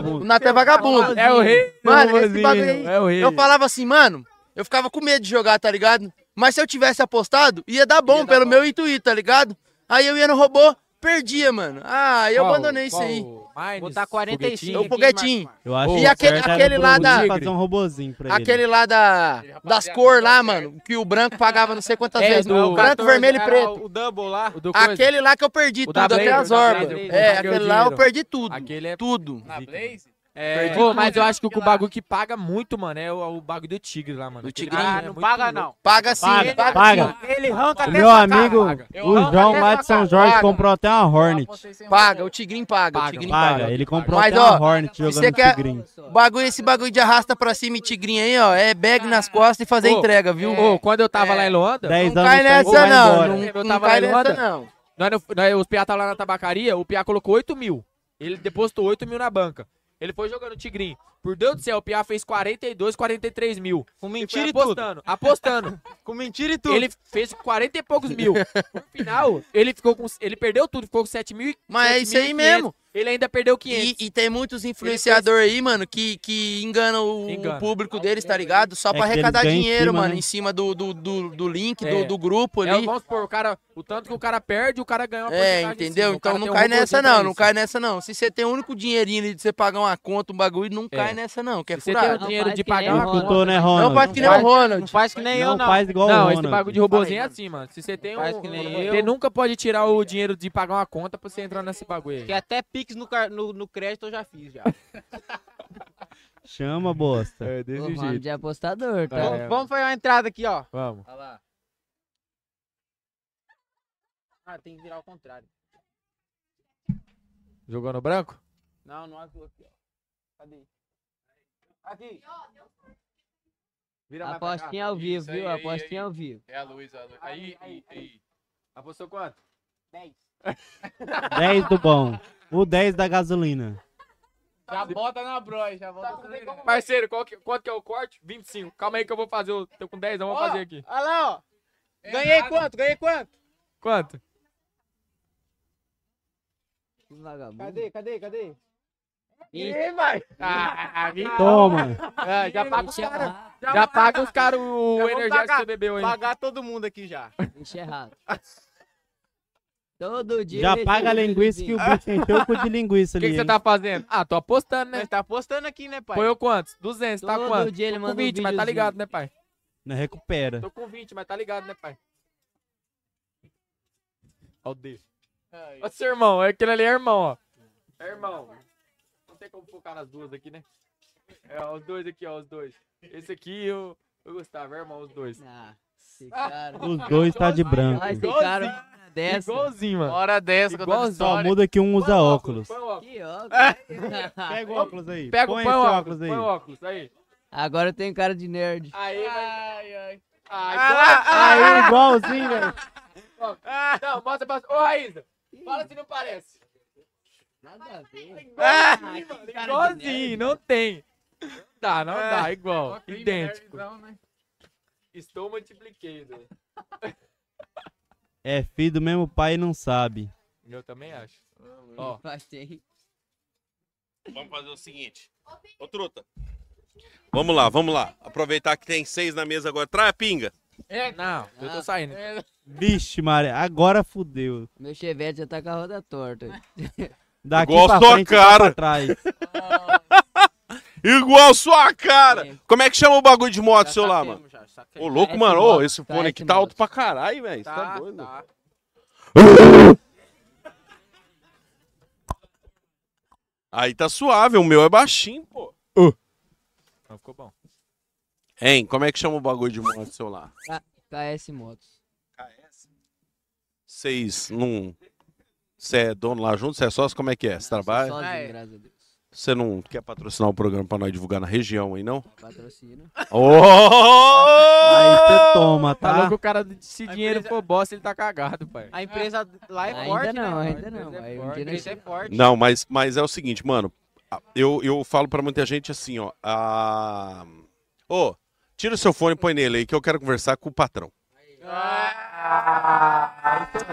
[SPEAKER 6] O Natan é vagabundo.
[SPEAKER 3] É o rei do
[SPEAKER 6] Mano, esse
[SPEAKER 3] robozinho,
[SPEAKER 6] bagulho aí.
[SPEAKER 3] é o rei.
[SPEAKER 6] Eu falava assim, mano, eu ficava com medo de jogar, tá ligado? Mas se eu tivesse apostado, ia dar bom pelo meu intuito, tá ligado? Aí eu ia no robô, perdia, mano. Ah, eu
[SPEAKER 3] Qual-
[SPEAKER 6] abandonei
[SPEAKER 3] qual
[SPEAKER 6] isso aí.
[SPEAKER 11] Botar 45.
[SPEAKER 6] O foguetinho.
[SPEAKER 5] Eu acho
[SPEAKER 6] e
[SPEAKER 5] que
[SPEAKER 6] aquele,
[SPEAKER 5] certo era
[SPEAKER 6] aquele
[SPEAKER 5] o
[SPEAKER 6] lá
[SPEAKER 5] Bruno
[SPEAKER 6] da.
[SPEAKER 5] fazer um robozinho pra ele.
[SPEAKER 6] Aquele lá da. Das cores lá, mano. Que o branco pagava não sei quantas
[SPEAKER 3] É,
[SPEAKER 6] vezes.
[SPEAKER 3] do
[SPEAKER 6] branco,
[SPEAKER 3] 14,
[SPEAKER 6] vermelho e
[SPEAKER 11] era
[SPEAKER 6] preto.
[SPEAKER 11] O double lá.
[SPEAKER 3] O do coisa.
[SPEAKER 6] Aquele lá que eu perdi
[SPEAKER 3] O
[SPEAKER 6] tudo,
[SPEAKER 3] da
[SPEAKER 6] até
[SPEAKER 3] Blazer, né?
[SPEAKER 6] as
[SPEAKER 3] o da
[SPEAKER 6] orbas.
[SPEAKER 3] Blazer, eu
[SPEAKER 6] É,
[SPEAKER 3] perdi o
[SPEAKER 6] aquele lá eu
[SPEAKER 3] dinheiro.
[SPEAKER 6] perdi tudo.
[SPEAKER 3] Aquele é...
[SPEAKER 6] Tudo.
[SPEAKER 3] Na Blaze?
[SPEAKER 6] Perdi
[SPEAKER 3] É, Ô, mas
[SPEAKER 6] tudo.
[SPEAKER 3] eu acho que o bagulho que paga muito, mano, é o, o bagulho do tigre lá, mano.
[SPEAKER 6] Do
[SPEAKER 3] Aquele
[SPEAKER 6] tigrinho?
[SPEAKER 3] lá
[SPEAKER 6] Ah,
[SPEAKER 3] é
[SPEAKER 6] não
[SPEAKER 3] muito
[SPEAKER 11] paga,
[SPEAKER 3] louco.
[SPEAKER 11] não.
[SPEAKER 6] Paga sim,
[SPEAKER 5] Paga,
[SPEAKER 6] paga,
[SPEAKER 5] paga.
[SPEAKER 6] sim.
[SPEAKER 11] Ele arranca até
[SPEAKER 5] Meu
[SPEAKER 11] sua
[SPEAKER 5] amigo,
[SPEAKER 11] cara.
[SPEAKER 5] o João lá de São Jorge
[SPEAKER 6] Paga.
[SPEAKER 5] comprou até uma Hornet.
[SPEAKER 6] Paga, o Tigrinho paga. o
[SPEAKER 5] Paga,
[SPEAKER 6] Tigrinho
[SPEAKER 5] paga,
[SPEAKER 6] paga.
[SPEAKER 5] ele comprou
[SPEAKER 6] Mas,
[SPEAKER 5] até
[SPEAKER 6] ó,
[SPEAKER 5] uma Hornet
[SPEAKER 6] se
[SPEAKER 5] jogando
[SPEAKER 6] você
[SPEAKER 5] no
[SPEAKER 6] quer
[SPEAKER 5] Tigrinho.
[SPEAKER 6] Bagulho, esse bagulho de arrasta pra cima e Tigrinho aí, ó, é bag nas costas e fazer
[SPEAKER 3] Ô,
[SPEAKER 6] entrega, viu?
[SPEAKER 3] Ô, quando eu tava lá em Loanda...
[SPEAKER 5] Dez
[SPEAKER 6] Não
[SPEAKER 5] anos
[SPEAKER 6] cai
[SPEAKER 5] tá aí,
[SPEAKER 6] nessa,
[SPEAKER 5] vai
[SPEAKER 6] não.
[SPEAKER 5] embora.
[SPEAKER 6] Não,
[SPEAKER 3] Eu
[SPEAKER 6] não
[SPEAKER 3] tava lá
[SPEAKER 6] cai
[SPEAKER 3] em Holanda.
[SPEAKER 6] nessa, não.
[SPEAKER 3] Nós, não- nós- os piá tava lá na tabacaria, o piá colocou 8 mil. Ele depositou 8 mil na banca. Ele foi jogando o Tigrinho. Por Deus do céu, o piá fez 42, 43 mil.
[SPEAKER 11] Com
[SPEAKER 3] mentira
[SPEAKER 11] e
[SPEAKER 3] apostando, Apostando.
[SPEAKER 11] Com mentira e tudo.
[SPEAKER 3] ele fez 40 e poucos mil. No final, ele ficou com. Ele perdeu tudo, ficou com 7 mil e.
[SPEAKER 6] Mas é
[SPEAKER 3] 7.500.
[SPEAKER 6] isso aí mesmo.
[SPEAKER 3] Ele ainda perdeu 500.
[SPEAKER 6] E, e tem muitos influenciadores aí, mano, que, que enganam o,
[SPEAKER 3] Engana.
[SPEAKER 6] o público deles, tá ligado? Só
[SPEAKER 5] É
[SPEAKER 6] pra
[SPEAKER 5] que eles
[SPEAKER 6] arrecadar
[SPEAKER 5] ganham em
[SPEAKER 6] dinheiro,
[SPEAKER 5] cima,
[SPEAKER 6] mano,
[SPEAKER 5] né?
[SPEAKER 6] em cima do, do, do, do link,
[SPEAKER 3] É.
[SPEAKER 6] do, do grupo
[SPEAKER 3] É,
[SPEAKER 6] ali.
[SPEAKER 3] vamos supor, o cara. O tanto que o cara perde, o cara ganha uma
[SPEAKER 6] É,
[SPEAKER 3] porcentagem em
[SPEAKER 6] entendeu?
[SPEAKER 3] cima. O
[SPEAKER 6] Então
[SPEAKER 3] cara
[SPEAKER 6] não
[SPEAKER 3] tem um
[SPEAKER 6] cai nessa
[SPEAKER 3] robôzinho pra
[SPEAKER 6] não, não
[SPEAKER 3] isso.
[SPEAKER 6] cai nessa não. Se você tem o único dinheirinho ali de você pagar uma conta, um bagulho, não cai
[SPEAKER 3] É.
[SPEAKER 6] nessa não, que é
[SPEAKER 3] Se você tem o
[SPEAKER 6] furado.
[SPEAKER 3] dinheiro de
[SPEAKER 9] que nem
[SPEAKER 3] pagar uma
[SPEAKER 5] Escutou, né, Ronald?
[SPEAKER 6] Não faz que nem
[SPEAKER 5] Não
[SPEAKER 6] o
[SPEAKER 5] faz-
[SPEAKER 11] Não
[SPEAKER 6] Ronald.
[SPEAKER 11] faz que nem eu,
[SPEAKER 5] Não
[SPEAKER 11] não.
[SPEAKER 5] faz igual o
[SPEAKER 3] Não, esse
[SPEAKER 5] Ronald.
[SPEAKER 3] bagulho de robôzinho é assim, mano. Se você tem
[SPEAKER 11] Faz
[SPEAKER 3] um.
[SPEAKER 11] que nem
[SPEAKER 3] Você
[SPEAKER 11] eu.
[SPEAKER 3] nunca pode tirar o dinheiro de pagar uma conta pra você entrar nesse bagulho
[SPEAKER 11] Então, Que
[SPEAKER 3] aí.
[SPEAKER 11] até Pix no, car- no, no crédito eu já fiz, já.
[SPEAKER 5] Chama, bosta.
[SPEAKER 3] É,
[SPEAKER 9] O Ronaldo de apostador, tá?
[SPEAKER 11] Vamos- Então, Vamos fazer uma entrada aqui, ó.
[SPEAKER 3] Vamos.
[SPEAKER 11] Olha lá. Ah, tem que virar ao contrário.
[SPEAKER 3] Jogou no branco?
[SPEAKER 11] é Não, não abriu aqui, ó. Cadê? Aqui.
[SPEAKER 9] Vira mais pra cá. Apostinha ao vivo, viu? Apostinha ao vivo.
[SPEAKER 19] É a luz, a luz. Aí, aí, aí.
[SPEAKER 3] Apostou quanto?
[SPEAKER 19] 10.
[SPEAKER 5] 10 do bom. O 10 da gasolina.
[SPEAKER 20] Já bota na broia, já bota na
[SPEAKER 3] Parceiro, qual que- quanto que é o corte? 25. Calma aí que eu vou fazer. o- Tô com 10, eu vou
[SPEAKER 19] Ó,
[SPEAKER 3] fazer aqui.
[SPEAKER 19] Olha lá, ó.
[SPEAKER 3] Ganhei
[SPEAKER 19] Ganhei quanto? Ganhei quanto?
[SPEAKER 3] Quanto?
[SPEAKER 19] Cadê, cadê, cadê?
[SPEAKER 20] Ih.
[SPEAKER 19] Ih, vai.
[SPEAKER 3] Ah, me-
[SPEAKER 5] Toma.
[SPEAKER 3] Ah,
[SPEAKER 11] É,
[SPEAKER 3] já paga os caras. Já,
[SPEAKER 19] Já
[SPEAKER 3] paga os caras o
[SPEAKER 19] vamos
[SPEAKER 3] energético que
[SPEAKER 19] pagar-
[SPEAKER 3] você bebeu aí.
[SPEAKER 11] Pagar todo mundo aqui já.
[SPEAKER 9] Enxerrado. Todo dia.
[SPEAKER 5] Já
[SPEAKER 9] ele
[SPEAKER 5] paga a
[SPEAKER 9] tem um
[SPEAKER 5] linguiça que o
[SPEAKER 9] videozinho.
[SPEAKER 5] bicho encheu o cu de linguiça
[SPEAKER 3] O
[SPEAKER 5] ali.
[SPEAKER 3] que, que você
[SPEAKER 5] hein?
[SPEAKER 3] tá fazendo? Ah, tô apostando, né?
[SPEAKER 11] Tá apostando aqui, né, pai?
[SPEAKER 3] Foi eu quantos? 200, tá
[SPEAKER 11] Todo
[SPEAKER 3] quanto?
[SPEAKER 11] dia ele
[SPEAKER 3] tô
[SPEAKER 11] manda um
[SPEAKER 3] com 20, mas tá
[SPEAKER 11] videozinho.
[SPEAKER 3] ligado, né, pai?
[SPEAKER 5] Não recupera.
[SPEAKER 3] Tô com 20, mas tá ligado, né, pai? Ó o D. Ó seu irmão, é aquele ali é irmão, ó. É irmão. Não tem como focar nas duas aqui, né? É, ó, os dois aqui, ó, os dois. Esse aqui e o, o Gustavo, é irmão, os dois.
[SPEAKER 9] Ah, esse cara.
[SPEAKER 5] Os dois tá de branco.
[SPEAKER 9] Ah, esse cara. Dessa.
[SPEAKER 3] Igualzinho, mano.
[SPEAKER 20] Hora dessa que eu tô
[SPEAKER 5] Só muda que um usa óculos.
[SPEAKER 9] Que óculos.
[SPEAKER 3] É.
[SPEAKER 5] Pega o óculos aí.
[SPEAKER 9] Pega o-
[SPEAKER 5] põe
[SPEAKER 9] põe
[SPEAKER 5] esse
[SPEAKER 9] o óculos,
[SPEAKER 5] óculos aí.
[SPEAKER 3] Põe o óculos, aí.
[SPEAKER 9] Agora eu tenho cara de nerd.
[SPEAKER 3] Aí, ai, ai. Ai,
[SPEAKER 5] Aí, igualzinho,
[SPEAKER 6] né?
[SPEAKER 5] velho.
[SPEAKER 3] Ó, Não, mostra pra. Ô, Raíza, fala se não parece.
[SPEAKER 9] Nada a ver.
[SPEAKER 3] Ah,
[SPEAKER 9] cara de
[SPEAKER 3] igualzinho, né? Tá. não tem. Não dá, não dá, igual.
[SPEAKER 19] tem
[SPEAKER 3] Idêntico.
[SPEAKER 19] nerdão, né?
[SPEAKER 3] Estou multiplicado.
[SPEAKER 5] É filho do mesmo pai e não sabe.
[SPEAKER 3] Eu também acho.
[SPEAKER 11] Hum,
[SPEAKER 9] Ó. Passei.
[SPEAKER 2] Vamos fazer o seguinte. Ô, truta. Vamos lá, vamos lá. Aproveitar que tem seis na mesa agora. Trai a pinga.
[SPEAKER 3] É, não, eu tô saindo.
[SPEAKER 5] Vixe, Maria, agora fudeu.
[SPEAKER 9] Meu chevette já tá com a roda torta.
[SPEAKER 5] Daqui
[SPEAKER 2] Igual
[SPEAKER 5] pra
[SPEAKER 2] sua
[SPEAKER 5] frente, tá
[SPEAKER 2] cara.
[SPEAKER 5] pra trás.
[SPEAKER 2] Igual sua cara. Como é que chama o bagulho de moto seu lá, mano? Ô,
[SPEAKER 5] É
[SPEAKER 2] louco, mano. Ô, esse fone aqui tá alto pra caralho, velho. Você tá doido? Aí tá suave, o meu é baixinho, pô.
[SPEAKER 3] Não, ficou bom.
[SPEAKER 2] Hein, como é que chama o bagulho de moto seu lá?
[SPEAKER 9] K- KS Motos.
[SPEAKER 2] Vocês não. Você é dono lá junto? Você é sócio? Como é que é? Você trabalha?
[SPEAKER 9] Sozinho, graças a Deus.
[SPEAKER 2] Você não quer patrocinar o programa pra nós divulgar na região aí, não?
[SPEAKER 9] Patrocina.
[SPEAKER 2] Oh!
[SPEAKER 5] Aí você toma,
[SPEAKER 3] Falou
[SPEAKER 5] tá?
[SPEAKER 3] que o cara, se dinheiro for bosta, ele tá cagado, pai.
[SPEAKER 11] A empresa lá é
[SPEAKER 9] Ainda
[SPEAKER 11] forte,
[SPEAKER 9] não,
[SPEAKER 11] né?
[SPEAKER 9] ainda não,
[SPEAKER 11] A
[SPEAKER 9] aí um dia
[SPEAKER 11] empresa é forte. A empresa é
[SPEAKER 9] nós-
[SPEAKER 11] forte.
[SPEAKER 2] Não, mas, mas é o seguinte, mano. a- Eu, eu falo pra muita gente assim, ó. a- Ô, tira o seu fone e põe nele aí que eu quero conversar com o patrão.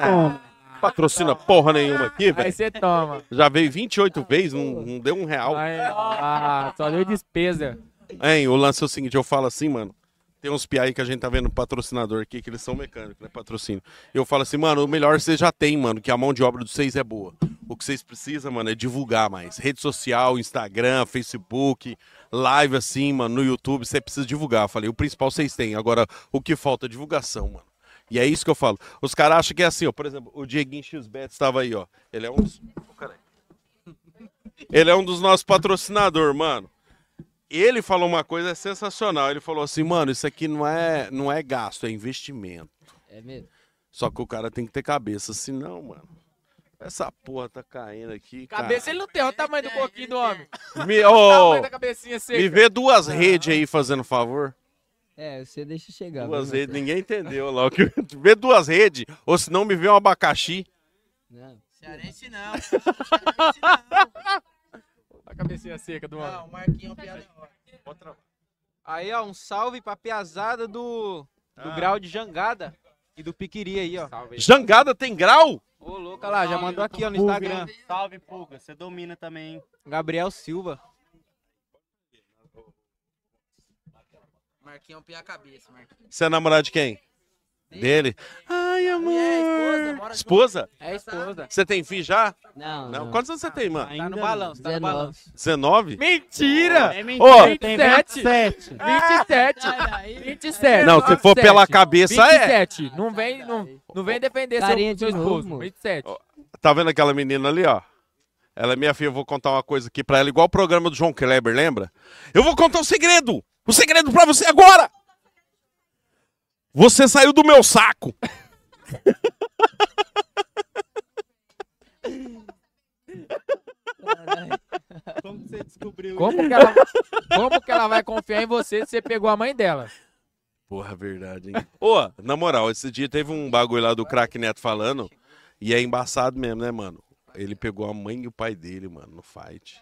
[SPEAKER 5] Toma.
[SPEAKER 2] Patrocina porra nenhuma aqui,
[SPEAKER 3] Ah, Aí
[SPEAKER 2] velho.
[SPEAKER 3] você toma.
[SPEAKER 2] Já veio 28 vezes, não, não deu um real.
[SPEAKER 3] Aí, ah, só deu despesa.
[SPEAKER 2] Hein, o lance é o seguinte, eu falo assim, mano. Tem uns piá aí que a gente tá vendo patrocinador aqui, que eles são mecânicos, né? Patrocínio. Eu falo assim, mano, o melhor vocês já tem, mano, que a mão de obra de vocês é boa. O que vocês precisam, mano, é divulgar mais. Rede social, Instagram, Facebook, live assim, mano, no YouTube, você precisa divulgar. Eu falei, o principal vocês têm. Agora, o que falta é divulgação, mano. E é isso que eu falo. Os caras acham que é assim, ó. Por exemplo, o Dieguinho Xbet estava aí, ó. Ele é um dos. Ô, caralho. Ele é um dos nossos patrocinadores, mano ele falou uma coisa sensacional. Ele falou assim, mano, isso aqui não é, não é gasto, é investimento.
[SPEAKER 9] É mesmo?
[SPEAKER 2] Só que o cara tem que ter cabeça, senão, mano. Essa porra tá caindo aqui.
[SPEAKER 3] Cabeça ele não tem, olha o tamanho do coquinho do
[SPEAKER 9] é,
[SPEAKER 3] homem.
[SPEAKER 2] cara. Me,
[SPEAKER 3] O
[SPEAKER 2] ô,
[SPEAKER 3] tamanho da cabecinha seca. Ah.
[SPEAKER 2] me vê duas redes aí fazendo favor.
[SPEAKER 9] É, você deixa chegar.
[SPEAKER 2] duas
[SPEAKER 9] viu,
[SPEAKER 2] redes, ninguém entendeu lá. o que- Vê duas redes, ou senão me vê um abacaxi.
[SPEAKER 9] Não.
[SPEAKER 6] Cearense não.
[SPEAKER 3] A cabecinha seca do homem.
[SPEAKER 6] Não, o Marquinhos é um piada da hora.
[SPEAKER 11] Aí, ó, um salve pra piazada do,
[SPEAKER 2] Ah.
[SPEAKER 11] do grau de jangada e do piquiri aí, ó.
[SPEAKER 2] Jangada tem grau?
[SPEAKER 11] Ô, louca lá, já mandou aqui, ó, no
[SPEAKER 5] Pulga,
[SPEAKER 11] Instagram.
[SPEAKER 5] hein? Salve, Pulga. Você domina também, hein?
[SPEAKER 11] Gabriel Silva.
[SPEAKER 6] Marquinhos é um piada cabeça, Marquinhos.
[SPEAKER 2] Você é namorado de quem? Dele? Ai, amor.
[SPEAKER 6] é mora junto.
[SPEAKER 2] esposa?
[SPEAKER 3] É esposa.
[SPEAKER 2] Você tem filho já?
[SPEAKER 9] Não,
[SPEAKER 2] não. Quantos anos você tem, mano?
[SPEAKER 11] Tá no balanço, tá no balanço.
[SPEAKER 2] 19?
[SPEAKER 3] Mentira!
[SPEAKER 11] É
[SPEAKER 2] Ó,
[SPEAKER 5] tem
[SPEAKER 3] 27!
[SPEAKER 11] Ah.
[SPEAKER 3] 27! 27!
[SPEAKER 2] Não, se for pela cabeça, é.
[SPEAKER 3] 27! Não vem, não, não vem defender seu,
[SPEAKER 9] Carinha de
[SPEAKER 3] seu
[SPEAKER 9] novo,
[SPEAKER 3] esposo.
[SPEAKER 9] moço.
[SPEAKER 3] 27.
[SPEAKER 2] Tá vendo aquela menina ali, ó? Ela é minha filha, eu vou contar uma coisa aqui pra ela, igual o programa do João Kleber, lembra? Eu vou contar um segredo! O segredo pra você agora! Você saiu do meu saco!
[SPEAKER 5] Como que você descobriu
[SPEAKER 3] Como que, ela, como que ela vai confiar em você se você pegou a mãe dela?
[SPEAKER 2] Porra, verdade, hein? Ô, na moral, esse dia teve um bagulho lá do craque Neto falando. E é embaçado mesmo, né, mano? Ele pegou a mãe e o pai dele, mano, no fight.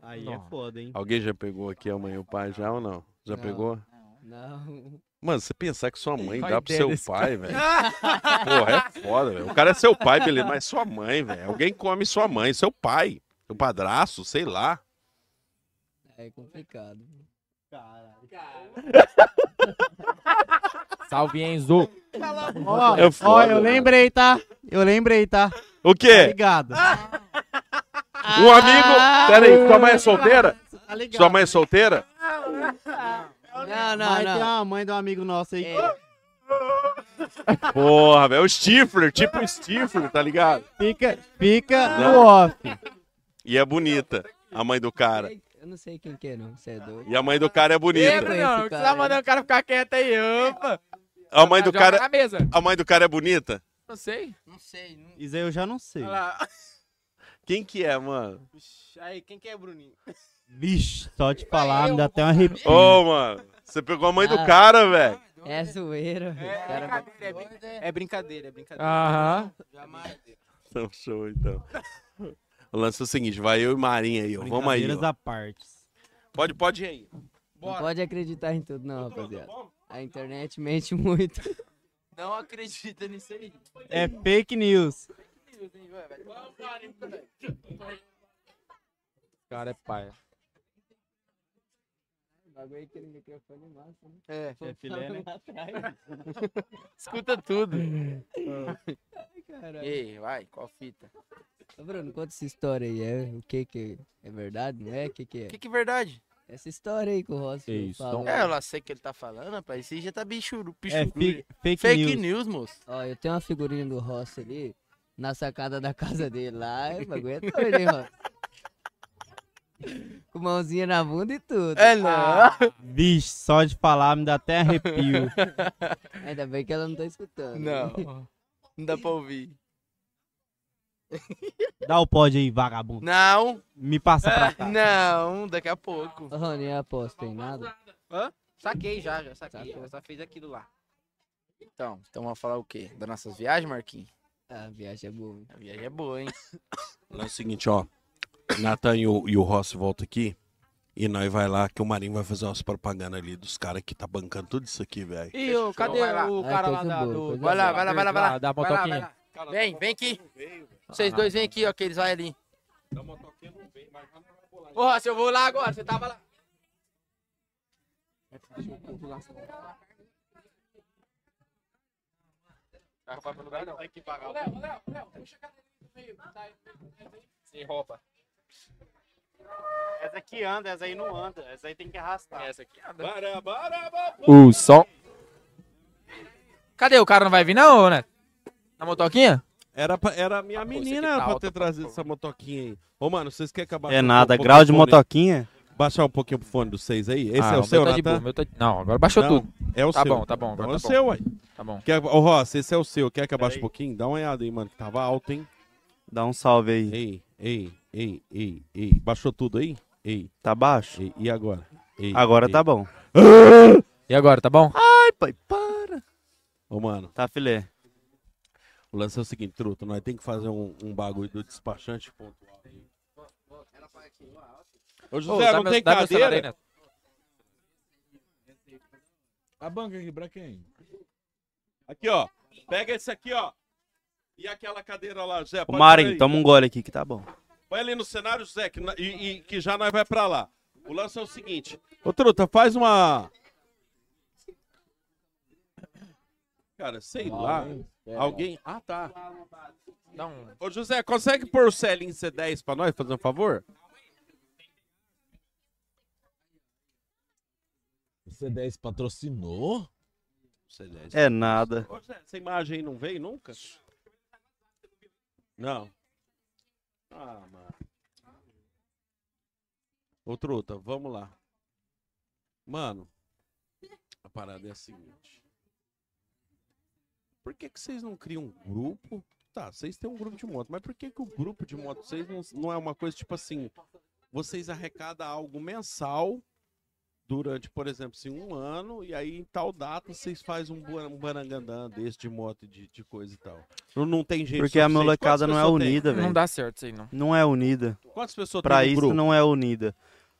[SPEAKER 5] Aí
[SPEAKER 2] Não.
[SPEAKER 5] é foda, hein?
[SPEAKER 2] Alguém já pegou aqui a mãe e o pai já ou não? Já
[SPEAKER 9] Não.
[SPEAKER 2] pegou?
[SPEAKER 9] Não.
[SPEAKER 2] Mano, você pensar que sua mãe
[SPEAKER 9] Qual
[SPEAKER 2] dá
[SPEAKER 9] a
[SPEAKER 2] pro
[SPEAKER 9] ideia
[SPEAKER 2] seu
[SPEAKER 9] desse
[SPEAKER 2] pai,
[SPEAKER 9] cara?
[SPEAKER 2] velho. Porra, é foda, velho. O cara é seu pai, beleza, mas sua mãe, velho. Alguém come sua mãe, seu pai, seu padraço, sei lá.
[SPEAKER 9] É complicado. Caralho.
[SPEAKER 3] Salve, Enzo.
[SPEAKER 5] Ó,
[SPEAKER 3] É
[SPEAKER 5] ó,
[SPEAKER 3] foda,
[SPEAKER 5] eu
[SPEAKER 2] né?
[SPEAKER 5] lembrei, tá? Eu lembrei, tá?
[SPEAKER 2] O quê?
[SPEAKER 5] Obrigado.
[SPEAKER 2] Um amigo. Pera aí, sua mãe é solteira?
[SPEAKER 5] Tá ligado.
[SPEAKER 2] Sua mãe é solteira?
[SPEAKER 9] Não, não,
[SPEAKER 5] Mas
[SPEAKER 9] não.
[SPEAKER 5] tem uma mãe de um amigo nosso aí.
[SPEAKER 2] Porra, velho. é O Stifler, tipo o Stifler, tá ligado?
[SPEAKER 5] Fica, fica
[SPEAKER 2] Não.
[SPEAKER 5] no off.
[SPEAKER 2] E é bonita, a mãe do cara.
[SPEAKER 9] Eu não sei quem que é, não. Você é doido.
[SPEAKER 2] E a mãe do cara é bonita.
[SPEAKER 9] Lembra, não,
[SPEAKER 3] Não precisa mandar o cara ficar quieto aí, opa.
[SPEAKER 2] A mãe do
[SPEAKER 3] Joga
[SPEAKER 2] cara.
[SPEAKER 3] na mesa.
[SPEAKER 2] A mãe do cara é bonita?
[SPEAKER 3] Não sei.
[SPEAKER 6] Não sei. Não...
[SPEAKER 5] Isso aí eu já não sei.
[SPEAKER 2] Quem que é, mano?
[SPEAKER 11] Aí, quem que é, Bruninho?
[SPEAKER 5] Vixe, só de falar, me dá até um arrepio.
[SPEAKER 2] Ô, mano, você pegou a mãe do
[SPEAKER 9] Ah.
[SPEAKER 2] cara, velho.
[SPEAKER 6] né?
[SPEAKER 9] É zoeira, velho. O cara vai-
[SPEAKER 11] É, brin- é brincadeira, é brincadeira.
[SPEAKER 2] Aham.
[SPEAKER 11] Jamais.
[SPEAKER 2] Então, show, então. O lance é o seguinte, vai eu e Marinha aí, ó. Vamos aí.
[SPEAKER 5] Brincadeiras
[SPEAKER 2] ó.
[SPEAKER 5] à parte.
[SPEAKER 2] Pode, pode ir aí.
[SPEAKER 9] Não pode acreditar em tudo, não, rapaziada. A internet mente muito.
[SPEAKER 6] Não acredita nisso aí.
[SPEAKER 5] É fake news.
[SPEAKER 3] Cara, é pai.
[SPEAKER 9] O bagulho é aquele microfone massa, né?
[SPEAKER 3] É,
[SPEAKER 9] Vou
[SPEAKER 3] é filé, né?
[SPEAKER 9] falar lá atrás.
[SPEAKER 3] Escuta tudo.
[SPEAKER 9] Ai, caralho.
[SPEAKER 6] Ei, vai, qual fita?
[SPEAKER 9] Ô, Bruno, conta essa história aí. É, o que que é verdade, não é? O que que é?
[SPEAKER 6] Que que é verdade?
[SPEAKER 9] Essa história aí que o Rossi falou.
[SPEAKER 6] É, eu lá sei o que ele tá falando, rapaz. Isso aí já tá bichuru,
[SPEAKER 9] É, fi- fake
[SPEAKER 6] é news. moço.
[SPEAKER 9] Ó, eu tenho uma figurinha do Rossi ali na sacada da casa dele lá. O bagulho é doido, hein, Rossi? Ah, Com mãozinha na bunda e tudo.
[SPEAKER 6] É, não.
[SPEAKER 11] Ah,
[SPEAKER 5] Vixe, só de falar, me dá até arrepio.
[SPEAKER 9] Ainda bem que ela não tá escutando.
[SPEAKER 6] Não. Não dá pra ouvir.
[SPEAKER 5] Dá o pod aí, vagabundo.
[SPEAKER 6] Não. Ah,
[SPEAKER 5] Me passa pra cá.
[SPEAKER 6] Não, daqui a pouco.
[SPEAKER 9] Rony, aposta em nada.
[SPEAKER 6] Hã?
[SPEAKER 9] Saquei já, já
[SPEAKER 6] saquei,
[SPEAKER 9] eu só fiz aquilo lá.
[SPEAKER 6] Então, então vamos falar o quê? Das nossas viagens, Marquinhos?
[SPEAKER 9] A viagem é boa.
[SPEAKER 6] A viagem é boa, hein?
[SPEAKER 2] O lance é o seguinte, ó. Nathan e o, e o Rossi voltam aqui. E nós vai lá que o Marinho vai fazer umas propagandas ali dos caras que tá bancando tudo isso aqui, velho.
[SPEAKER 3] E o, cadê
[SPEAKER 6] Vai lá.
[SPEAKER 3] o
[SPEAKER 6] Vai,
[SPEAKER 3] cara
[SPEAKER 6] coisa
[SPEAKER 3] lá da,
[SPEAKER 6] boa,
[SPEAKER 3] do...
[SPEAKER 6] coisa Vai lá, vai lá, vai lá, vai lá.
[SPEAKER 3] Da
[SPEAKER 6] Vai lá,
[SPEAKER 3] motoquinha.
[SPEAKER 6] vai lá. Vem, vem aqui. Vocês dois vêm aqui, ó, que eles vão ali.
[SPEAKER 21] Ô, Rossi, eu vou lá agora, você tava lá.
[SPEAKER 3] Vai pro lugar, não. Vai que pagar. Léo, Léo, Léo, puxa a cadeira do meio. Sem roupa.
[SPEAKER 22] Essa aqui anda, essa aí não anda. Essa aí tem que arrastar. Essa aqui anda.
[SPEAKER 3] O som. Cadê? O cara não vai vir não, né? Na motoquinha?
[SPEAKER 2] Era, pra- era a
[SPEAKER 3] Ah,
[SPEAKER 2] minha menina
[SPEAKER 3] tá
[SPEAKER 2] pra ter trazido essa motoquinha aí. Ô, mano, vocês querem acabar?
[SPEAKER 5] É nada, grau de motoquinha.
[SPEAKER 2] Baixar um pouquinho pro fone dos seis aí? Esse
[SPEAKER 3] Ah, o
[SPEAKER 2] é o
[SPEAKER 3] meu
[SPEAKER 2] seu,
[SPEAKER 3] tá de
[SPEAKER 2] Nathan?
[SPEAKER 3] boa, o meu tá- Não, agora baixou
[SPEAKER 2] Não,
[SPEAKER 3] tudo.
[SPEAKER 2] É o
[SPEAKER 3] Tá
[SPEAKER 2] seu.
[SPEAKER 3] bom, tá bom,
[SPEAKER 2] Então
[SPEAKER 3] agora
[SPEAKER 2] é o
[SPEAKER 3] tá bom.
[SPEAKER 2] seu, uai.
[SPEAKER 3] Tá bom.
[SPEAKER 2] Quer... Ô, Ross, esse é o seu. Quer que abaixe um pouquinho? Dá uma olhada aí, mano, que tava alto, hein?
[SPEAKER 5] Dá um salve aí.
[SPEAKER 2] Ei, ei, ei, ei, ei. Baixou tudo aí? Ei.
[SPEAKER 5] Tá baixo?
[SPEAKER 2] Ei, e agora? Ei,
[SPEAKER 5] Agora
[SPEAKER 2] ei.
[SPEAKER 5] tá bom.
[SPEAKER 3] E agora, tá bom?
[SPEAKER 5] Ah! Ai, pai, para.
[SPEAKER 2] Ô, mano.
[SPEAKER 5] Tá, filé.
[SPEAKER 2] O lance é o seguinte, truta. Nós tem que fazer um, um bagulho do despachante pontual. aí. Ô, José, não tem cadeira?
[SPEAKER 1] A banca aqui pra quem?
[SPEAKER 2] Aqui, ó. Pega esse aqui, ó. E aquela cadeira lá, Zé.
[SPEAKER 5] Ô,
[SPEAKER 2] pode pôr
[SPEAKER 5] Marim,
[SPEAKER 2] aí.
[SPEAKER 5] toma um gole aqui que tá bom.
[SPEAKER 2] Vai ali no cenário, Zé, que, na- e, e que já nós vai pra lá. O lance é o seguinte. Ô, Truta, faz uma... Cara, sei lá. Alguém... Ah, tá. um-
[SPEAKER 3] Não.
[SPEAKER 2] Ô, José, consegue pôr o Celinho C10 pra nós, fazer um favor?
[SPEAKER 1] O C10 patrocinou?
[SPEAKER 2] C10.
[SPEAKER 5] É nada.
[SPEAKER 2] Ô, José, essa imagem aí não veio nunca? Não. Ah, mano. Ô, Truta, vamos lá. Mano, a parada é a seguinte. Por que, que vocês não criam um grupo? Tá, vocês têm um grupo de moto, mas por que, que o grupo de moto de vocês não, não é uma coisa tipo assim? Vocês arrecadam algo mensal durante, por exemplo, assim, um ano, e aí em tal data vocês fazem um, bu- um barangandã desse de moto, e de, de coisa e tal. Não, não tem jeito.
[SPEAKER 5] Porque a
[SPEAKER 2] suficiente.
[SPEAKER 5] molecada
[SPEAKER 2] Quantas
[SPEAKER 5] não é
[SPEAKER 2] pessoas tem?
[SPEAKER 5] unida, velho. Não é unida.
[SPEAKER 2] Quantas pessoas
[SPEAKER 5] pra
[SPEAKER 2] tem no
[SPEAKER 5] isso
[SPEAKER 2] grupo?
[SPEAKER 5] não é unida.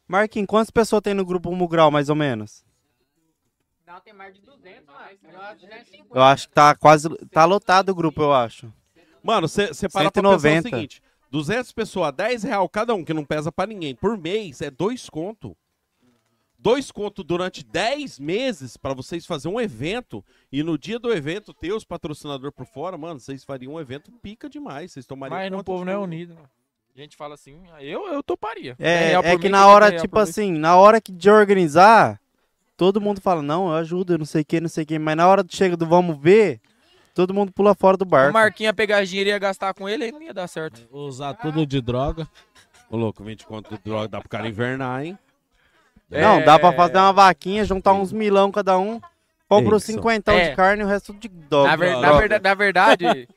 [SPEAKER 5] Marquinhos, quantas pessoas tem no grupo Mugral, mais ou menos?
[SPEAKER 9] Não, tem mais de 200, mano.
[SPEAKER 5] Eu acho que tá quase. Tá lotado o grupo, eu acho.
[SPEAKER 2] Mano, você para pra pensar o
[SPEAKER 5] 190.
[SPEAKER 2] seguinte: 200 pessoas, 10 real cada um, que não pesa pra ninguém, por mês é dois conto. Dois conto durante 10 meses pra vocês fazer um evento e no dia do evento ter os patrocinadores por fora, mano, vocês fariam um evento pica demais, vocês tomariam
[SPEAKER 3] Mas no
[SPEAKER 2] conta
[SPEAKER 3] povo
[SPEAKER 2] de
[SPEAKER 3] não é
[SPEAKER 2] tudo.
[SPEAKER 3] unido. mano. A gente fala assim, eu, eu toparia. Dez
[SPEAKER 5] É,
[SPEAKER 3] real por
[SPEAKER 5] é que
[SPEAKER 3] mês,
[SPEAKER 5] na
[SPEAKER 3] dez
[SPEAKER 5] hora,
[SPEAKER 3] real
[SPEAKER 5] tipo
[SPEAKER 3] por mês.
[SPEAKER 5] assim, na hora que de organizar, todo mundo fala, não, eu ajudo, eu não sei o que, não sei o que. Mas na hora que chega do vamos ver, todo mundo pula fora do
[SPEAKER 3] O
[SPEAKER 5] barco.
[SPEAKER 3] Marquinhos ia pegar dinheiro e ia gastar com ele, aí não ia dar certo.
[SPEAKER 1] Usar tudo de droga.
[SPEAKER 2] Ô, louco, 20 conto de droga, dá pro cara invernar, hein?
[SPEAKER 5] Não, dá pra
[SPEAKER 3] É.
[SPEAKER 5] fazer uma vaquinha, juntar uns milão cada um, compra uns
[SPEAKER 2] Isso.
[SPEAKER 5] cinquentão
[SPEAKER 3] É.
[SPEAKER 5] de carne e o resto de dólar.
[SPEAKER 3] Na, ver- na verda- na verdade.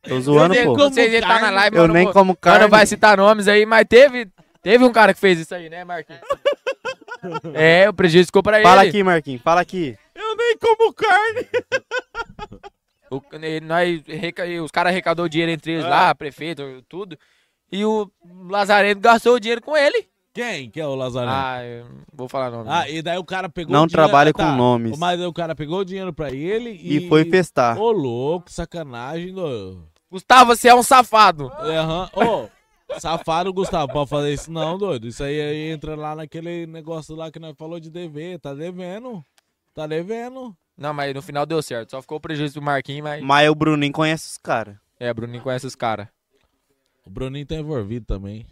[SPEAKER 5] Tô zoando,
[SPEAKER 3] vocês-
[SPEAKER 5] pô.
[SPEAKER 3] Vocês ele tá na live,
[SPEAKER 5] Eu
[SPEAKER 3] mas não
[SPEAKER 5] nem
[SPEAKER 3] vou-
[SPEAKER 5] como
[SPEAKER 3] mas
[SPEAKER 5] carne.
[SPEAKER 3] Não vai citar nomes aí, mas teve, teve um cara que fez isso aí, né, Marquinhos? É, o prejuízo ficou pra
[SPEAKER 5] Fala
[SPEAKER 3] ele.
[SPEAKER 5] aqui, Marquinhos, fala aqui.
[SPEAKER 2] Eu nem como carne.
[SPEAKER 3] O, ele- nós, reca- os caras arrecadou dinheiro entre
[SPEAKER 2] É.
[SPEAKER 3] eles lá, prefeito, tudo. E o Lazarento gastou o dinheiro com ele.
[SPEAKER 1] Quem que é o Lazarento?
[SPEAKER 3] Ah, eu não vou falar nome.
[SPEAKER 1] Ah, e daí o cara pegou
[SPEAKER 5] Não
[SPEAKER 1] o dinheiro-
[SPEAKER 5] trabalhe
[SPEAKER 1] ah, tá.
[SPEAKER 5] com nomes.
[SPEAKER 1] Mas daí o cara pegou o dinheiro pra ele e.
[SPEAKER 5] E foi festar.
[SPEAKER 1] Ô, louco, sacanagem. Do...
[SPEAKER 3] Gustavo, você é um safado.
[SPEAKER 1] É, aham. Ô, safado, Gustavo, pode fazer isso não, doido. Isso aí, aí entra lá naquele negócio lá que nós falou de dever. Tá devendo. Tá devendo.
[SPEAKER 3] Não, mas no final deu certo. Só ficou o prejuízo pro Marquinhos, mas.
[SPEAKER 5] Mas é o Bruninho conhece os caras.
[SPEAKER 3] É, Bruninho conhece os caras.
[SPEAKER 1] O Bruninho tá envolvido também.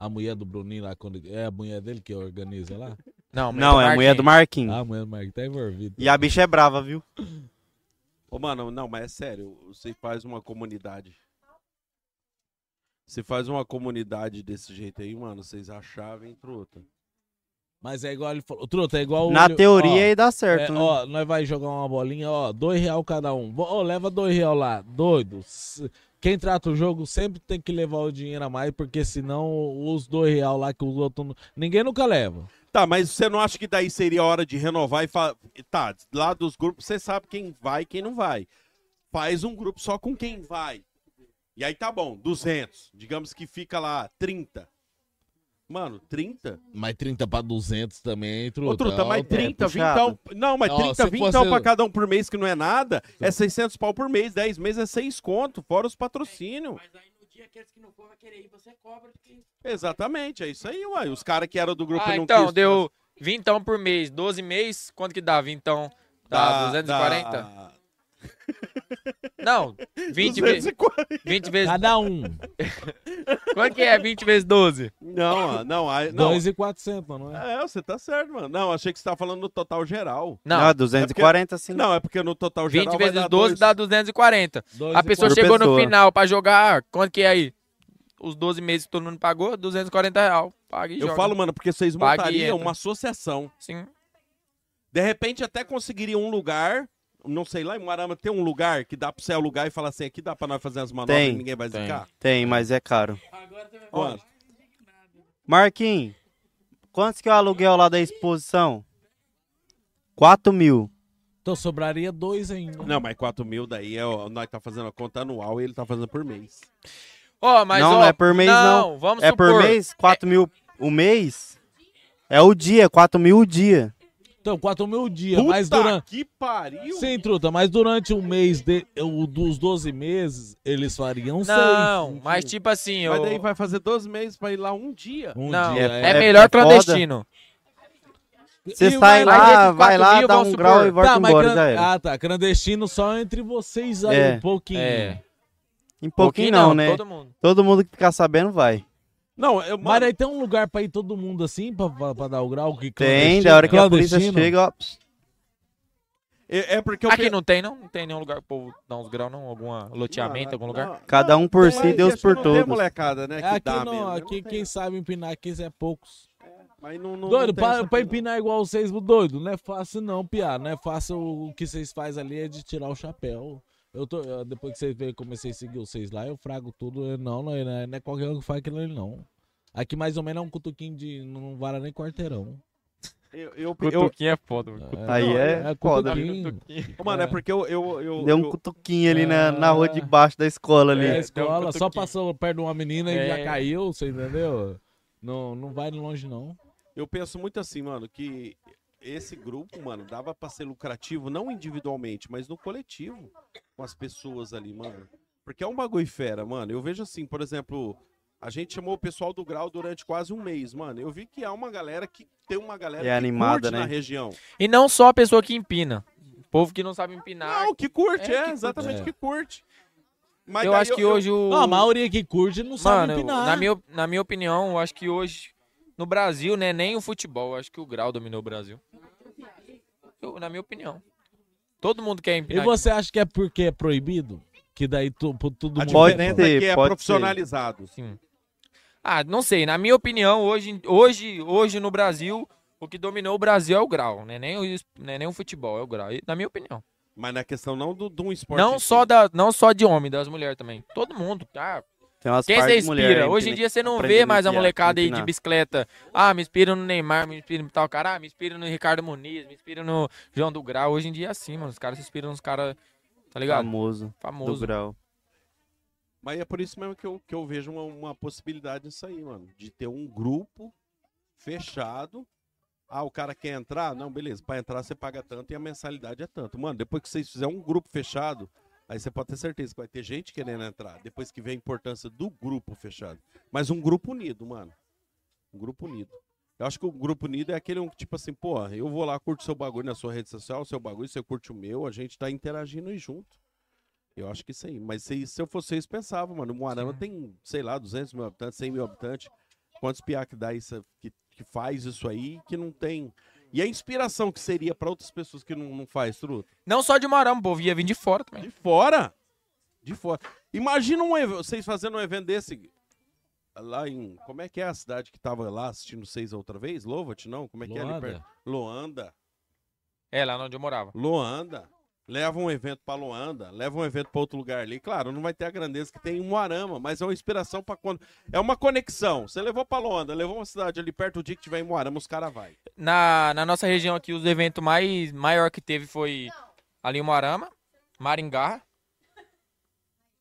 [SPEAKER 1] A mulher do Bruninho lá, quando... é a mulher dele que organiza lá?
[SPEAKER 3] Não,
[SPEAKER 5] Não, é a mulher do Marquinhos.
[SPEAKER 1] Ah, a mulher do Marquinhos tá envolvida.
[SPEAKER 5] E a bicha é brava, viu?
[SPEAKER 2] Ô, mano, não, mas é sério, você faz uma comunidade. Você faz uma comunidade desse jeito aí, mano, vocês achavam, truta.
[SPEAKER 1] Mas é igual ele falou. Truta, é igual. o
[SPEAKER 5] Na
[SPEAKER 1] Leo-
[SPEAKER 5] teoria,
[SPEAKER 1] ó,
[SPEAKER 5] aí dá certo,
[SPEAKER 1] é,
[SPEAKER 5] né?
[SPEAKER 1] Ó, nós vai jogar uma bolinha, ó, dois real cada um. Vó, Ó, leva dois real lá, doido. S- Quem trata o jogo sempre tem que levar o dinheiro a mais, porque senão os dois real lá que os outros. não- Ninguém nunca leva.
[SPEAKER 2] Tá, mas você não acha que daí seria a hora de renovar e falar. Tá, lá dos grupos você sabe quem vai e quem não vai. Faz um grupo só com quem vai. E aí tá bom, 200. Digamos que fica lá 30. Mano, 30?
[SPEAKER 1] Mas 30 pra 200 também, truta.
[SPEAKER 2] Ô, truta,
[SPEAKER 1] ó,
[SPEAKER 2] mas
[SPEAKER 1] tá
[SPEAKER 2] 30,
[SPEAKER 1] puxado.
[SPEAKER 2] 20. Não, mas
[SPEAKER 1] Ó,
[SPEAKER 2] 30,
[SPEAKER 1] se
[SPEAKER 2] 20
[SPEAKER 1] fosse-
[SPEAKER 2] pra cada um por mês, que não é nada, é 600 pau por mês. 10 meses é 6 conto, fora os patrocínios. Exatamente, é isso aí, uai. Os caras que eram do grupo
[SPEAKER 3] Ah,
[SPEAKER 2] e não
[SPEAKER 3] então,
[SPEAKER 2] quis-
[SPEAKER 3] deu vintão por mês, 12 meses, quanto que dá? Vintão?
[SPEAKER 5] Tá,
[SPEAKER 1] Tá,
[SPEAKER 3] Dá,
[SPEAKER 2] Dá-
[SPEAKER 3] 240?
[SPEAKER 2] dá-
[SPEAKER 3] Não, 20 vezes. 20 vezes.
[SPEAKER 1] Cada um.
[SPEAKER 3] quanto que é 20 vezes 12?
[SPEAKER 2] Não, ah, não, ah, não.
[SPEAKER 1] 2,400, mano.
[SPEAKER 2] É, você tá certo, mano. Não, achei que você tava falando no total geral.
[SPEAKER 3] Não. Não,
[SPEAKER 5] 240
[SPEAKER 2] é porque...
[SPEAKER 5] sim.
[SPEAKER 2] Não, é porque no total
[SPEAKER 3] 20
[SPEAKER 2] geral vai
[SPEAKER 3] vezes
[SPEAKER 2] dar
[SPEAKER 3] 12
[SPEAKER 2] dois.
[SPEAKER 3] dá 240.
[SPEAKER 1] Dois
[SPEAKER 3] A
[SPEAKER 1] e
[SPEAKER 3] pessoa
[SPEAKER 1] quatro.
[SPEAKER 3] chegou no
[SPEAKER 1] Pessoa.
[SPEAKER 3] final pra jogar, quanto que é aí? Os 12 meses que todo mundo pagou, 240 real. Paga e
[SPEAKER 2] Eu
[SPEAKER 3] joga.
[SPEAKER 2] falo, mano, porque vocês
[SPEAKER 3] Paga e entra.
[SPEAKER 2] montariam uma associação.
[SPEAKER 3] Sim.
[SPEAKER 2] De repente até conseguiriam um lugar, não sei lá, em Marama tem um lugar que dá pra você alugar e falar assim, aqui dá pra nós fazer as manobras e
[SPEAKER 5] Tem.
[SPEAKER 2] ninguém vai zicar?
[SPEAKER 5] Tem, mas é caro.
[SPEAKER 2] Quanto?
[SPEAKER 5] Marquinhos, quantos que é o aluguel lá da exposição? 4 mil.
[SPEAKER 1] Então sobraria dois ainda.
[SPEAKER 2] Não, mas 4 mil daí, é, ó, nós tá fazendo a conta anual e ele tá fazendo por mês.
[SPEAKER 3] Ó, mas
[SPEAKER 5] não,
[SPEAKER 3] ó,
[SPEAKER 5] não é por mês, não.
[SPEAKER 3] Vamos
[SPEAKER 5] é
[SPEAKER 3] supor.
[SPEAKER 5] por mês? 4 mil o mês? É o dia, 4 mil o dia.
[SPEAKER 1] Então, 4 mil dias,
[SPEAKER 5] Puta
[SPEAKER 1] mas durante.
[SPEAKER 2] Que pariu!
[SPEAKER 1] Sim, truta, mas durante um mês de... o dos 12 meses, eles fariam seis.
[SPEAKER 3] Não, mas tipo assim,
[SPEAKER 2] Mas
[SPEAKER 3] eu-
[SPEAKER 2] daí vai fazer 12 meses pra ir lá um dia.
[SPEAKER 1] Um
[SPEAKER 3] Não,
[SPEAKER 1] dia,
[SPEAKER 3] é melhor clandestino.
[SPEAKER 5] Você
[SPEAKER 1] E
[SPEAKER 5] sai
[SPEAKER 1] vai-
[SPEAKER 5] lá,
[SPEAKER 1] mas esses
[SPEAKER 5] vai
[SPEAKER 1] quatro
[SPEAKER 5] lá,
[SPEAKER 1] mil,
[SPEAKER 5] dá
[SPEAKER 1] vamos
[SPEAKER 5] um grau e volta
[SPEAKER 1] mas
[SPEAKER 5] embora,
[SPEAKER 1] clan-
[SPEAKER 5] já era.
[SPEAKER 1] Ah, tá. Clandestino só entre vocês aí,
[SPEAKER 5] É.
[SPEAKER 1] um pouquinho.
[SPEAKER 5] É. Em pouquinho,
[SPEAKER 1] Pouquinho
[SPEAKER 5] não,
[SPEAKER 1] não,
[SPEAKER 5] né?
[SPEAKER 1] todo mundo.
[SPEAKER 5] Todo mundo que ficar sabendo vai.
[SPEAKER 2] Não, eu,
[SPEAKER 1] Mas aí tem um lugar pra ir todo mundo assim, pra, pra, pra dar o grau? Que
[SPEAKER 5] Tem,
[SPEAKER 1] clandestino-
[SPEAKER 5] da hora que a polícia
[SPEAKER 1] clandestino?
[SPEAKER 5] chega, ó.
[SPEAKER 2] É, é porque eu
[SPEAKER 3] Aqui não tem, não? Não tem nenhum lugar pro povo dar uns graus, não? Algum loteamento, algum lugar?
[SPEAKER 5] Cada um por
[SPEAKER 2] é
[SPEAKER 5] si, Deus por
[SPEAKER 2] Tem
[SPEAKER 5] todos.
[SPEAKER 2] molecada, né?
[SPEAKER 1] É,
[SPEAKER 2] Que
[SPEAKER 1] aqui
[SPEAKER 2] dá
[SPEAKER 1] não,
[SPEAKER 2] mesmo.
[SPEAKER 1] aqui quem sabe empinar aqui é poucos.
[SPEAKER 2] Mas não, não,
[SPEAKER 1] doido,
[SPEAKER 2] não tem
[SPEAKER 1] pra,
[SPEAKER 2] essa
[SPEAKER 1] pra empinar igual vocês, doido, não é fácil não, piá. Não é fácil o que vocês fazem ali é de tirar o chapéu. Eu tô, eu- depois que vocês veem, comecei a seguir vocês lá, eu frago tudo. Eu, não, não, é- não é qualquer um que faz aquilo ali, não. Aqui mais ou menos é um cutuquinho de. Não vara nem quarteirão.
[SPEAKER 2] Eu, eu,
[SPEAKER 3] Cutuquinho é foda, mano.
[SPEAKER 2] eu-
[SPEAKER 5] Aí é foda.
[SPEAKER 2] Ô, Mano, é porque eu. eu, eu
[SPEAKER 5] Deu um
[SPEAKER 2] eu- Ah.
[SPEAKER 5] cutuquinho ali na, na rua de baixo da escola ali.
[SPEAKER 1] É,
[SPEAKER 3] um
[SPEAKER 1] a escola, só passou perto de uma menina e
[SPEAKER 2] É.
[SPEAKER 1] já caiu, você entendeu? Não, não vai longe, não.
[SPEAKER 2] Eu penso muito assim, mano, que esse grupo, mano, dava pra ser lucrativo, não individualmente, mas no coletivo, com as pessoas ali, mano. Porque é um bagulho fera, mano. Eu vejo assim, por exemplo, a gente chamou o pessoal do Grau durante quase um mês, mano. Eu vi que há uma galera que tem uma galera que
[SPEAKER 5] É animada,
[SPEAKER 2] curte
[SPEAKER 5] né?
[SPEAKER 2] na região.
[SPEAKER 3] E não só a pessoa que empina. O povo que não sabe empinar.
[SPEAKER 2] Não, que curte, é,
[SPEAKER 3] que
[SPEAKER 2] exatamente
[SPEAKER 3] curte.
[SPEAKER 2] que curte.
[SPEAKER 3] eu
[SPEAKER 2] daí
[SPEAKER 3] acho que hoje o.
[SPEAKER 2] Não, a maioria-
[SPEAKER 1] que curte não
[SPEAKER 2] sabe
[SPEAKER 3] Mano,
[SPEAKER 2] empinar.
[SPEAKER 3] Na minha, op- na minha opinião, eu acho que hoje, no Brasil, né, nem o futebol, eu acho que o grau dominou o Brasil. Eu- na minha opinião. Todo mundo quer
[SPEAKER 1] E
[SPEAKER 3] empinar.
[SPEAKER 1] você acha que é porque é proibido? Que daí tu, pro- todo
[SPEAKER 3] A
[SPEAKER 1] mundo...
[SPEAKER 3] diferença
[SPEAKER 1] faz?
[SPEAKER 3] é que é Pode ser. profissionalizado. Sim. Ah, não sei. Na minha opinião, hoje, hoje, hoje no Brasil, o que dominou o Brasil é o grau, né? Nem o, es- né, nem o futebol, é o grau. E- Na minha opinião.
[SPEAKER 2] Mas na questão não do, de um esporte.
[SPEAKER 3] Não só, da, não só de homem, das mulheres também. Todo mundo, tá?
[SPEAKER 5] Tem umas
[SPEAKER 3] Quem
[SPEAKER 5] partes
[SPEAKER 3] você
[SPEAKER 5] de mulher,
[SPEAKER 3] inspira?
[SPEAKER 5] hein,
[SPEAKER 3] Hoje em
[SPEAKER 5] que
[SPEAKER 3] dia você não
[SPEAKER 5] aprendendo
[SPEAKER 3] vê mais a
[SPEAKER 5] enfiar,
[SPEAKER 3] molecada aí de
[SPEAKER 5] empinar.
[SPEAKER 3] bicicleta. Ah, me inspiro no Neymar, me inspiro no tal cara, ah, me inspiro no Ricardo Muniz, me inspiro no João do Grau. Hoje em dia é assim, mano. Os caras se inspiram nos caras, tá ligado?
[SPEAKER 5] Famoso.
[SPEAKER 3] Famoso.
[SPEAKER 5] Do grau.
[SPEAKER 2] Mas é por isso mesmo que eu, que eu vejo uma, uma possibilidade nisso aí, mano. De ter um grupo fechado. Ah, o cara quer entrar? Não, beleza. Pra entrar você paga tanto e a mensalidade é tanto. Mano, depois que vocês fizerem um grupo fechado, aí você pode ter certeza que vai ter gente querendo entrar. Depois que vê a importância do grupo fechado. Mas um grupo unido, mano. Um grupo unido. Eu acho que o grupo unido é aquele um que, tipo assim, pô, eu vou lá, curto seu bagulho na sua rede social, seu bagulho, você curte o meu, a gente tá interagindo e junto. Eu acho que isso aí. Mas se, se eu fosse vocês, pensava, mano. Moarama tem, sei lá, 200 mil habitantes, 100 mil habitantes. Quantos piá que dá isso, que, que faz isso aí, que não tem. E a inspiração que seria pra outras pessoas que não, não faz, truta?
[SPEAKER 3] Não só de Moarama, o povo ia vir de fora também.
[SPEAKER 2] De fora? De fora. Imagina um, ev- vocês fazendo um evento desse lá em. Como é que é a cidade que tava lá assistindo vocês outra vez? Lovat, não? Como é que é ali
[SPEAKER 3] Loanda.
[SPEAKER 2] perto? Loanda.
[SPEAKER 3] É, lá onde eu morava.
[SPEAKER 2] Loanda. Leva um evento pra Loanda, leva um evento pra outro lugar ali. Claro, não vai ter a grandeza que tem em Moarama, mas é uma inspiração pra quando. É uma conexão. Você levou pra Loanda, levou uma cidade ali perto, o dia que tiver em Moarama, os caras vai.
[SPEAKER 3] Na, na nossa região aqui, os eventos mais maior que teve foi ali em Moarama, Maringá,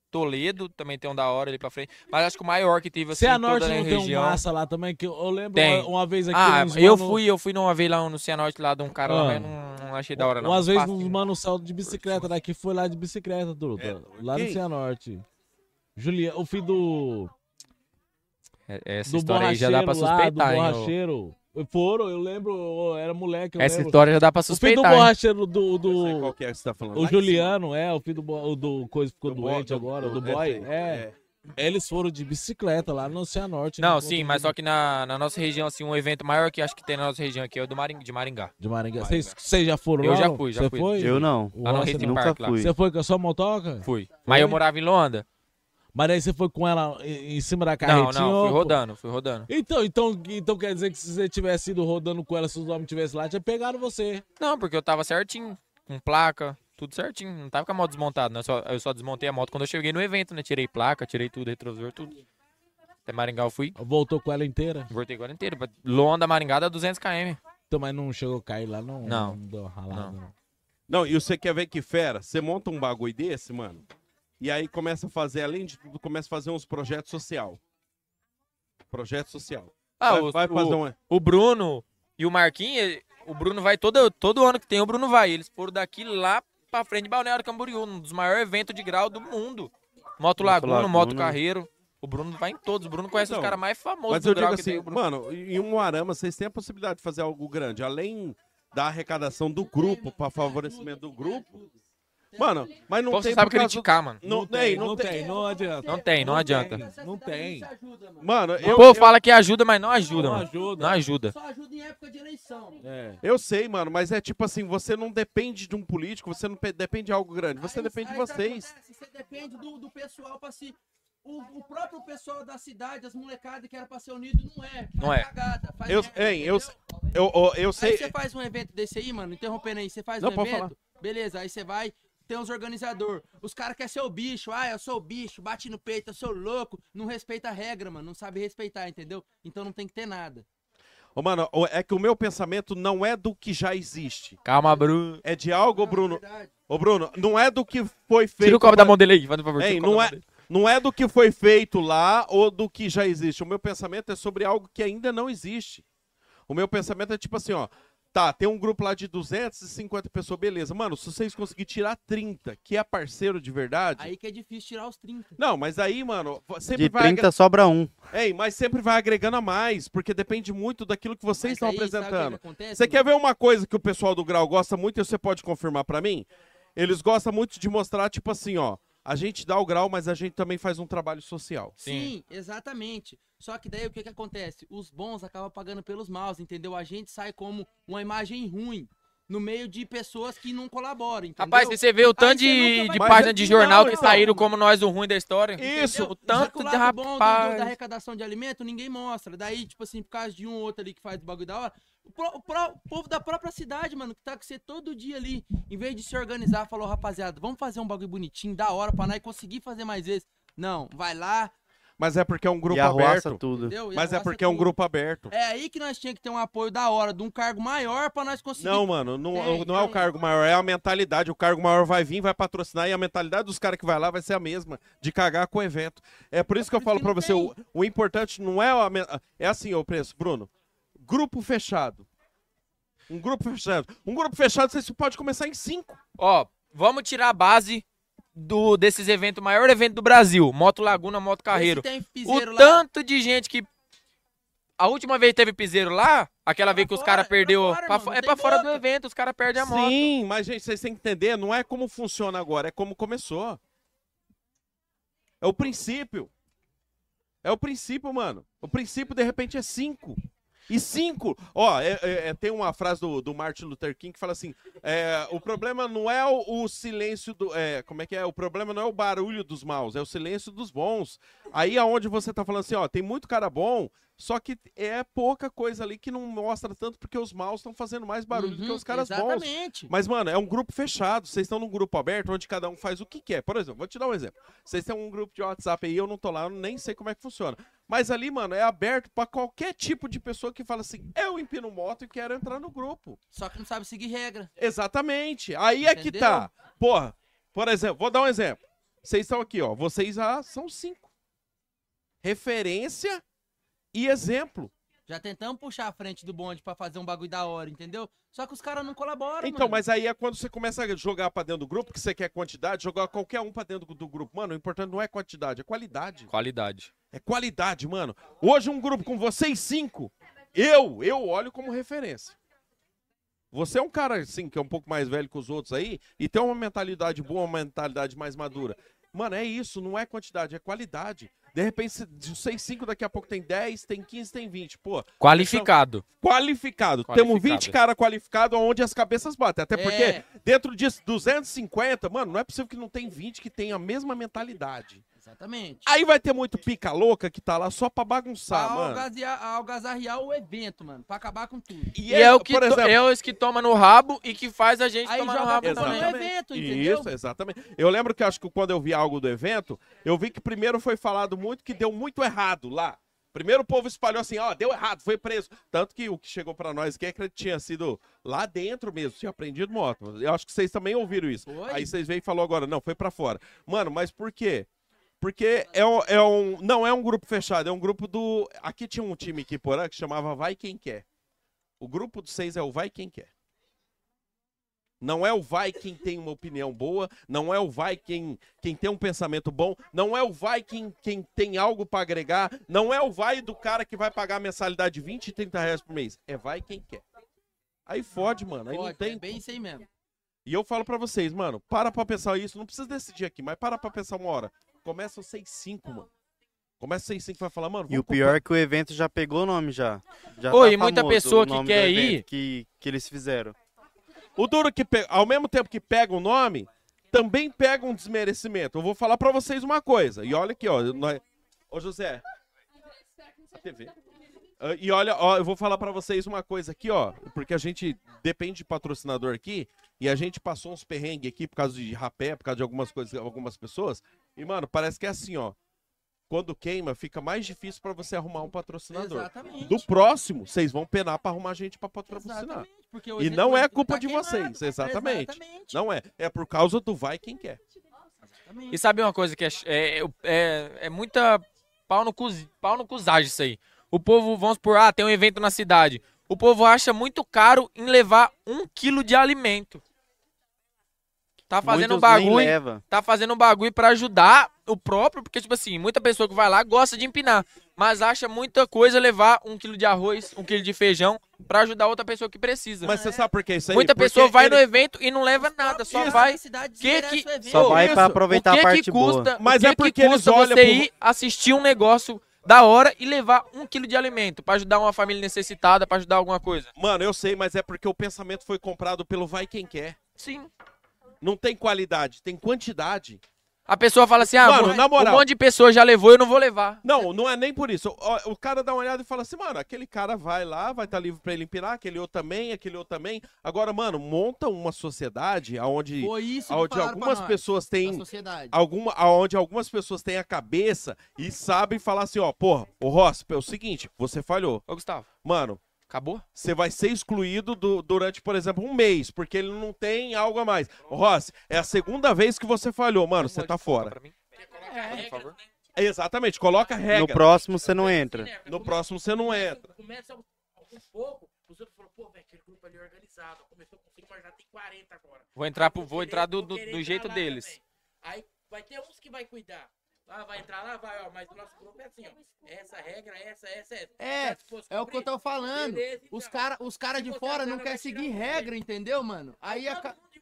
[SPEAKER 3] Toledo, também tem um da hora ali pra frente. Mas acho que o maior que teve, assim,
[SPEAKER 1] Se a
[SPEAKER 3] em toda
[SPEAKER 1] Norte
[SPEAKER 3] a
[SPEAKER 1] não tem um
[SPEAKER 3] região...
[SPEAKER 1] massa lá também, que eu, eu lembro
[SPEAKER 3] Tem.
[SPEAKER 1] Uma, uma vez aqui...
[SPEAKER 3] Ah,
[SPEAKER 1] uns
[SPEAKER 3] eu
[SPEAKER 1] mano-
[SPEAKER 3] fui, eu fui numa vez lá no Cianorte lá de um cara lá,
[SPEAKER 1] Ah.
[SPEAKER 3] mas não, não achei da hora não.
[SPEAKER 1] Umas vezes
[SPEAKER 3] Passa.
[SPEAKER 1] uns mano salto de bicicleta daqui foi lá de bicicleta, Duda.
[SPEAKER 3] É,
[SPEAKER 1] lá no
[SPEAKER 3] Quem?
[SPEAKER 1] Cianorte. Julian, o filho do.
[SPEAKER 3] Essa história aí já dá pra
[SPEAKER 1] borracheiro lá,
[SPEAKER 3] suspeitar,
[SPEAKER 1] do
[SPEAKER 3] hein, ô.
[SPEAKER 1] borracheiro. Foram, eu lembro, eu era moleque. eu
[SPEAKER 3] Essa
[SPEAKER 1] lembro.
[SPEAKER 3] história já dá pra
[SPEAKER 1] O
[SPEAKER 3] suspeitar,
[SPEAKER 1] filho
[SPEAKER 3] hein?
[SPEAKER 1] do borracheiro do. do...
[SPEAKER 2] qual que é que você tá falando.
[SPEAKER 1] O
[SPEAKER 2] Lá em
[SPEAKER 1] Juliano, é, o filho do, bo- o do coisa ficou doente agora, do
[SPEAKER 2] do-
[SPEAKER 1] boy.
[SPEAKER 2] é,
[SPEAKER 1] É. Eles foram de bicicleta lá no Cianorte.
[SPEAKER 3] Não,
[SPEAKER 1] né,
[SPEAKER 3] sim,
[SPEAKER 1] contra-
[SPEAKER 3] mas só que na, na nossa região, assim, um evento maior que acho que tem na nossa região aqui é o do Maring, de Maringá.
[SPEAKER 1] De Maringá. Vocês vocês já foram
[SPEAKER 3] é. Eu
[SPEAKER 1] lá?
[SPEAKER 3] já fui, já
[SPEAKER 1] Você
[SPEAKER 3] fui.
[SPEAKER 1] Foi?
[SPEAKER 3] Eu não. Lá no
[SPEAKER 1] Nossa,
[SPEAKER 3] Racing
[SPEAKER 1] nunca
[SPEAKER 3] Park, lá.
[SPEAKER 1] fui. Você foi com a sua motoca?
[SPEAKER 3] Fui. Mas eu morava em Loanda.
[SPEAKER 1] Mas aí você foi com ela em em cima da
[SPEAKER 3] Não,
[SPEAKER 1] carretinha?
[SPEAKER 3] não, fui
[SPEAKER 1] ô, pô?
[SPEAKER 3] rodando, fui rodando.
[SPEAKER 1] Então, então, então quer dizer que se você tivesse ido rodando com ela, se os homens tivessem lá, tinha pegado você.
[SPEAKER 3] Não, porque eu tava certinho, com placa, tudo certinho. Não tava com a moto desmontada, né? Eu só, eu só desmontei a moto quando eu cheguei no evento, né? Tirei placa, tirei tudo, retrovisor, tudo. Até Maringá eu fui.
[SPEAKER 1] Voltou com ela inteira?
[SPEAKER 3] Voltei agora inteiro. pra- Loanda, Maringá dá 200 km.
[SPEAKER 1] Então, mas não chegou a cair lá, não?
[SPEAKER 3] Não.
[SPEAKER 1] deu uma ralada, não.
[SPEAKER 2] Não, e você quer ver que fera? Você monta um bagulho desse, mano, e aí começa a fazer, além de tudo, começa a fazer uns projetos social. Projeto social.
[SPEAKER 3] Ah,
[SPEAKER 2] vai,
[SPEAKER 3] o,
[SPEAKER 2] vai fazer
[SPEAKER 3] o,
[SPEAKER 2] um.
[SPEAKER 3] o Bruno e o Marquinhos, ele- o Bruno vai todo, todo ano que tem, o Bruno vai. Eles foram daqui lá pra frente de Balneário Camboriú, um dos maiores eventos de grau do mundo. Moto
[SPEAKER 2] Moto
[SPEAKER 3] Laguna, Moto
[SPEAKER 2] Laguna.
[SPEAKER 3] Carreiro. O Bruno vai em todos. O Bruno conhece
[SPEAKER 2] Então,
[SPEAKER 3] os caras mais famosos
[SPEAKER 2] Mas
[SPEAKER 3] do
[SPEAKER 2] eu
[SPEAKER 3] grau
[SPEAKER 2] digo
[SPEAKER 3] que tem.
[SPEAKER 2] assim,
[SPEAKER 3] o Bruno.
[SPEAKER 2] mano, em Moarama vocês têm a possibilidade de fazer algo grande, além da arrecadação do grupo, para favorecimento do grupo. Mano, mas não
[SPEAKER 3] Pô,
[SPEAKER 2] tem
[SPEAKER 3] você sabe
[SPEAKER 2] por causa
[SPEAKER 3] criticar,
[SPEAKER 2] do-
[SPEAKER 3] mano.
[SPEAKER 2] Não, tem, não, tem.
[SPEAKER 1] não adianta.
[SPEAKER 3] Não tem, não adianta.
[SPEAKER 1] Não tem.
[SPEAKER 2] Mano,
[SPEAKER 3] o
[SPEAKER 2] eu,
[SPEAKER 3] povo
[SPEAKER 2] eu-
[SPEAKER 3] fala que ajuda, mas não ajuda,
[SPEAKER 2] Não
[SPEAKER 3] mano.
[SPEAKER 2] ajuda.
[SPEAKER 3] Não ajuda.
[SPEAKER 6] ajuda em É época de eleição.
[SPEAKER 2] eu sei, mano, mas é tipo assim, você não depende de um político, você não pe- depende de algo grande, você depende de
[SPEAKER 6] Aí sabe o que
[SPEAKER 2] vocês.
[SPEAKER 6] acontece? Você depende do, do pessoal pra se. O, o próprio pessoal da cidade, as molecadas que era pra ser unido, não é.
[SPEAKER 2] Não é.
[SPEAKER 6] Cagada, faz
[SPEAKER 2] Eu,
[SPEAKER 6] merda,
[SPEAKER 2] hein, eu,
[SPEAKER 6] entendeu?
[SPEAKER 2] eu, eu, eu
[SPEAKER 6] Aí
[SPEAKER 2] sei.
[SPEAKER 6] você faz um evento desse aí, mano, interrompendo aí, você faz
[SPEAKER 2] Não,
[SPEAKER 6] um
[SPEAKER 2] pode
[SPEAKER 6] evento, beleza, aí você vai, tem uns organizador, os caras querem ser o bicho, ah, eu sou o bicho, bate no peito, eu sou louco, não respeita a regra, mano, não sabe respeitar, entendeu? Então não tem que ter nada.
[SPEAKER 2] Ô, mano, ô, é que o meu pensamento não é do que já existe.
[SPEAKER 3] Calma, Bruno.
[SPEAKER 2] É de algo, Bruno. Ô, Bruno, não é do que foi feito.
[SPEAKER 3] Tira o copo da
[SPEAKER 2] pra-
[SPEAKER 3] mão dele aí, faz um favor.
[SPEAKER 2] Ei,
[SPEAKER 3] tira o copo
[SPEAKER 2] não
[SPEAKER 3] da
[SPEAKER 2] é,
[SPEAKER 3] mão dele.
[SPEAKER 2] não é do que foi feito lá ou do que já existe. O meu pensamento é sobre algo que ainda não existe. O meu pensamento é tipo assim, ó. Tá, tem um grupo lá de 250 pessoas, beleza. Mano, se vocês conseguirem tirar 30, que é parceiro de verdade...
[SPEAKER 6] Aí que é difícil tirar os 30.
[SPEAKER 2] Não, mas aí, mano, vo- sempre
[SPEAKER 5] De
[SPEAKER 2] vai...
[SPEAKER 5] 30
[SPEAKER 2] agre-
[SPEAKER 5] sobra um.
[SPEAKER 2] Ei, mas sempre vai agregando a mais, porque depende muito daquilo que vocês estão
[SPEAKER 6] aí, sabe o que
[SPEAKER 2] apresentando.
[SPEAKER 6] que acontece,
[SPEAKER 2] Você quer ver uma coisa que o pessoal do Grau gosta muito e você pode confirmar pra mim? Eles gostam muito de mostrar, tipo assim, ó, a gente dá o grau, mas a gente também faz um trabalho social.
[SPEAKER 6] Sim, exatamente. Só que daí o que, que acontece? Os bons acabam pagando pelos maus, entendeu? A gente sai como uma imagem ruim no meio de pessoas que não colaboram, entendeu?
[SPEAKER 3] Rapaz, se você vê o tanto
[SPEAKER 6] você nunca
[SPEAKER 3] de,
[SPEAKER 6] vai
[SPEAKER 3] de
[SPEAKER 6] ver
[SPEAKER 3] página
[SPEAKER 6] o
[SPEAKER 3] de
[SPEAKER 6] final,
[SPEAKER 3] jornal que
[SPEAKER 6] então.
[SPEAKER 3] saíram como nós o ruim da história.
[SPEAKER 2] Isso.
[SPEAKER 3] O
[SPEAKER 6] Já que
[SPEAKER 3] tanto
[SPEAKER 6] o
[SPEAKER 3] de
[SPEAKER 6] lado bom do- da
[SPEAKER 3] rapaz.
[SPEAKER 6] arrecadação de alimento, ninguém mostra. Daí, tipo assim, por causa de um ou outro ali que faz o bagulho da hora, o, pro- o pro- o povo da própria cidade, mano, que tá com você todo dia ali, em vez de se organizar, falou, rapaziada, vamos fazer um bagulho bonitinho, da hora, pra nós conseguir fazer mais vezes. Não, vai lá.
[SPEAKER 2] Mas é porque é um grupo
[SPEAKER 5] arruaça
[SPEAKER 2] aberto.
[SPEAKER 5] tudo.
[SPEAKER 6] Entendeu? E
[SPEAKER 2] Mas é
[SPEAKER 6] arruaça
[SPEAKER 2] porque é um
[SPEAKER 6] tudo.
[SPEAKER 2] grupo aberto.
[SPEAKER 6] É aí que nós tinha que ter um apoio da hora, de um cargo maior pra nós conseguir.
[SPEAKER 2] Não, mano, não,
[SPEAKER 6] Tem,
[SPEAKER 2] não é o cargo maior, é a mentalidade. O cargo maior vai vir, vai patrocinar, e a mentalidade dos caras que vai lá vai ser a mesma, de cagar com o evento. É por isso que eu falo pra você, o, o importante não é a... men- É assim, eu penso, Bruno, grupo fechado. Um grupo fechado. Um grupo fechado, você pode começar em cinco.
[SPEAKER 3] Ó, vamos tirar a base do, desses eventos, o maior evento do Brasil, Moto Laguna, Moto Carreiro.
[SPEAKER 6] tem piseiro
[SPEAKER 3] O
[SPEAKER 6] lá?
[SPEAKER 3] tanto de gente que... A última vez teve piseiro lá, aquela vez que os caras perdeu...
[SPEAKER 6] fora,
[SPEAKER 3] pra
[SPEAKER 6] mano,
[SPEAKER 3] fo-
[SPEAKER 6] não
[SPEAKER 3] é
[SPEAKER 6] tem
[SPEAKER 3] pra fora do
[SPEAKER 6] boca.
[SPEAKER 3] evento, os caras perdem a moto.
[SPEAKER 2] Sim, mas gente, vocês têm que entender, não é como funciona agora, é como começou. É o princípio. É o princípio, mano. O princípio, de repente, é cinco. E cinco, ó, é- é- é- tem uma frase do, do Martin Luther King que fala assim: é, o problema não é o, o silêncio do. é, como é que é? O problema não é o barulho dos maus, é o silêncio dos bons. Aí aonde você tá falando assim, ó, tem muito cara bom, só que é pouca coisa ali que não mostra tanto porque os maus estão fazendo mais barulho do que
[SPEAKER 6] Uhum,
[SPEAKER 2] os caras
[SPEAKER 6] exatamente.
[SPEAKER 2] bons. Mas, mano, é um grupo fechado. Vocês estão num grupo aberto onde cada um faz o que quer. Por exemplo, vou te dar um exemplo. Vocês têm um grupo de WhatsApp aí, eu não tô lá, eu nem sei como é que funciona. Mas ali, mano, é aberto pra qualquer tipo de pessoa que fala assim: eu empino moto e quero entrar no grupo.
[SPEAKER 6] Só que não sabe seguir regra.
[SPEAKER 2] Exatamente. Aí é que
[SPEAKER 6] Entendeu?
[SPEAKER 2] tá. Porra, por exemplo, vou dar um exemplo. Vocês estão aqui, ó. Vocês já são cinco. Referência e exemplo.
[SPEAKER 6] Já tentamos puxar a frente do bonde pra fazer um bagulho da hora, entendeu? Só que os caras não colaboram,
[SPEAKER 2] Então,
[SPEAKER 6] mano.
[SPEAKER 2] mas aí é quando você começa a jogar pra dentro do grupo, que você quer quantidade, jogar qualquer um pra dentro do grupo. Mano, o importante não é quantidade, é qualidade.
[SPEAKER 3] Qualidade.
[SPEAKER 2] É qualidade, mano. Hoje um grupo com vocês cinco, eu, eu olho como referência. Você é um cara, assim, que é um pouco mais velho que os outros aí e tem uma mentalidade boa, uma mentalidade mais madura. Mano, é isso, não é quantidade, é qualidade. De repente, se- de 6, 5, daqui a pouco tem 10, tem 15, tem 20. Pô.
[SPEAKER 3] Qualificado.
[SPEAKER 2] Qualificado. Temos 20 caras qualificados onde as cabeças batem. Até porque
[SPEAKER 6] É.
[SPEAKER 2] dentro disso, 250, mano, não é possível que não tem 20 que tem a mesma mentalidade.
[SPEAKER 6] Exatamente.
[SPEAKER 2] Aí vai ter muito pica louca que tá lá só pra bagunçar,
[SPEAKER 6] Pra
[SPEAKER 2] mano.
[SPEAKER 6] Ah, algazia- algazarrear o evento, mano. Pra acabar com tudo.
[SPEAKER 3] E é, o que to- é os que toma no rabo e que faz a gente
[SPEAKER 6] Aí
[SPEAKER 3] tomar no
[SPEAKER 6] joga
[SPEAKER 3] rabo
[SPEAKER 6] a culpa no
[SPEAKER 3] também.
[SPEAKER 6] evento, entendeu?
[SPEAKER 2] Isso, exatamente. Eu lembro que acho que quando eu vi algo do evento, eu vi que primeiro foi falado muito que deu muito errado lá. Primeiro o povo espalhou assim, ó, deu errado, foi preso. Tanto que o que chegou pra nós que é que tinha sido lá dentro mesmo, tinha aprendido moto. Eu acho que vocês também ouviram isso. Aí vocês veem e falou agora, não, foi pra fora. Mano, mas por quê? Porque é um, é um- Não é um grupo fechado, é um grupo do. Aqui tinha um time aqui porã que chamava Vai Quem Quer. O grupo dos seis é o Vai Quem Quer. Não é o vai quem tem uma opinião boa, não é o vai quem, quem tem um pensamento bom, não é o vai quem, quem tem algo pra agregar, não é o vai do cara que vai pagar a mensalidade de 20 e 30 reais por mês. É vai quem quer. Aí fode, mano. Aí não
[SPEAKER 6] Pode,
[SPEAKER 2] tem.
[SPEAKER 6] é bem isso aí mesmo.
[SPEAKER 2] E eu falo pra vocês, mano, para pra pensar isso, não precisa decidir aqui, mas para pra pensar uma hora. Começa os 6-5, mano. Começa os 6-5 vai falar, mano,
[SPEAKER 5] E o
[SPEAKER 2] vamos
[SPEAKER 5] pior é que o evento já pegou o nome já. já
[SPEAKER 2] Ô,
[SPEAKER 5] tá
[SPEAKER 2] e muita
[SPEAKER 5] famoso
[SPEAKER 2] pessoa
[SPEAKER 5] o
[SPEAKER 2] que
[SPEAKER 5] nome do
[SPEAKER 2] quer
[SPEAKER 5] evento
[SPEAKER 2] ir-
[SPEAKER 5] Que, que eles fizeram.
[SPEAKER 2] O duro que pe- ao mesmo tempo que pega o nome, também pega um desmerecimento. Eu vou falar pra vocês uma coisa. E olha aqui, ó. nós- Ô, José. A TV. Ah, E olha, ó, eu vou falar pra vocês uma coisa aqui, ó. Porque a gente depende de patrocinador aqui. E a gente passou uns perrengues aqui por causa de rapé, por causa de algumas coisas, algumas pessoas. E, mano, parece que é assim, ó. quando queima, fica mais difícil pra você arrumar um patrocinador.
[SPEAKER 6] Exatamente.
[SPEAKER 2] Do próximo, vocês vão penar pra arrumar gente pra patrocinar.
[SPEAKER 6] Exatamente, porque o
[SPEAKER 2] E
[SPEAKER 6] exemplo
[SPEAKER 2] não é
[SPEAKER 6] tá
[SPEAKER 2] culpa de
[SPEAKER 6] queimado,
[SPEAKER 2] vocês, exatamente.
[SPEAKER 6] exatamente.
[SPEAKER 2] Não é. É por causa do vai quem quer.
[SPEAKER 23] Exatamente.
[SPEAKER 3] E sabe uma coisa que é, ch- é, é, é muita pau no, cus, pau no cusagem isso aí. O povo, vamos por, ah, tem um evento na cidade. O povo acha muito caro em levar um quilo de alimento. Tá fazendo um
[SPEAKER 5] Muitos nem
[SPEAKER 3] bagulho.
[SPEAKER 5] leva.
[SPEAKER 3] Tá fazendo um bagulho pra ajudar o próprio, porque, tipo assim, muita pessoa que vai lá gosta de empinar, mas acha muita coisa levar um quilo de arroz, um quilo de feijão, pra ajudar outra pessoa que precisa.
[SPEAKER 2] Mas você sabe por que isso aí?
[SPEAKER 3] Muita
[SPEAKER 2] Porque
[SPEAKER 3] pessoa vai
[SPEAKER 2] ele-
[SPEAKER 3] no evento e não leva nada, só
[SPEAKER 2] Isso.
[SPEAKER 3] vai.
[SPEAKER 6] cidade
[SPEAKER 3] Que
[SPEAKER 6] desmerece
[SPEAKER 3] que...
[SPEAKER 6] o evento.
[SPEAKER 5] Só vai pra aproveitar
[SPEAKER 3] o
[SPEAKER 2] é
[SPEAKER 3] que
[SPEAKER 5] a parte
[SPEAKER 3] que
[SPEAKER 5] boa.
[SPEAKER 3] custa, o
[SPEAKER 5] Mas
[SPEAKER 3] que
[SPEAKER 5] é porque
[SPEAKER 3] que
[SPEAKER 5] eles
[SPEAKER 3] custa
[SPEAKER 5] olham
[SPEAKER 3] você
[SPEAKER 5] pro-
[SPEAKER 3] ir assistir um negócio da hora e levar um quilo de alimento pra ajudar uma família necessitada, pra ajudar alguma coisa.
[SPEAKER 2] Mano, eu sei, mas é porque o pensamento foi comprado pelo vai quem quer.
[SPEAKER 3] Sim.
[SPEAKER 2] Não tem qualidade, tem quantidade.
[SPEAKER 3] A pessoa fala assim, ah,
[SPEAKER 2] Mano,
[SPEAKER 3] mano,
[SPEAKER 2] na moral.
[SPEAKER 3] um monte de pessoa já levou, eu não vou levar.
[SPEAKER 2] Não, não é nem por isso. O, o cara dá uma olhada e fala assim, mano, aquele cara vai lá, vai estar livre pra ele empinar, aquele outro também, aquele outro também. Agora, mano, monta uma sociedade onde,
[SPEAKER 6] Foi isso que
[SPEAKER 2] onde
[SPEAKER 6] falaram pra
[SPEAKER 2] algumas
[SPEAKER 6] nós,
[SPEAKER 2] pessoas
[SPEAKER 6] da
[SPEAKER 2] têm.
[SPEAKER 6] sociedade.
[SPEAKER 2] Alguma, onde algumas pessoas têm a cabeça e sabem falar assim, ó, porra, ô Ross, é o seguinte, você falhou.
[SPEAKER 3] Ô, Gustavo.
[SPEAKER 2] Mano.
[SPEAKER 3] Acabou?
[SPEAKER 2] Você vai ser excluído do- durante, por exemplo, um mês, porque ele não tem algo a mais. Ô, Ross, é a segunda vez que você falhou, mano, você tá fora. é- Exatamente, coloca a regra.
[SPEAKER 5] No próximo você não entra.
[SPEAKER 2] No próximo você não entra.
[SPEAKER 9] Começa um, um pouco, os outros falam, pô, velho, aquele grupo ali é organizado. Começou com 5, mas já tem 40 agora.
[SPEAKER 3] Vou entrar pro-
[SPEAKER 9] Eu
[SPEAKER 3] vou
[SPEAKER 9] querer-
[SPEAKER 3] entrar do-
[SPEAKER 9] vou
[SPEAKER 3] do-
[SPEAKER 9] querer
[SPEAKER 3] do
[SPEAKER 9] entrar
[SPEAKER 3] jeito
[SPEAKER 9] lá
[SPEAKER 3] deles.
[SPEAKER 9] também. Aí vai ter uns que vai cuidar. Ah, vai entrar lá, vai, ó, mas o nosso grupo é assim, ó. Essa regra, essa, essa, essa.
[SPEAKER 6] É,
[SPEAKER 9] Se fosse
[SPEAKER 6] é o que eu tô falando.
[SPEAKER 9] Beleza,
[SPEAKER 3] então.
[SPEAKER 6] Os caras os cara de fora não querem seguir regra, entendeu, mano? Aí a...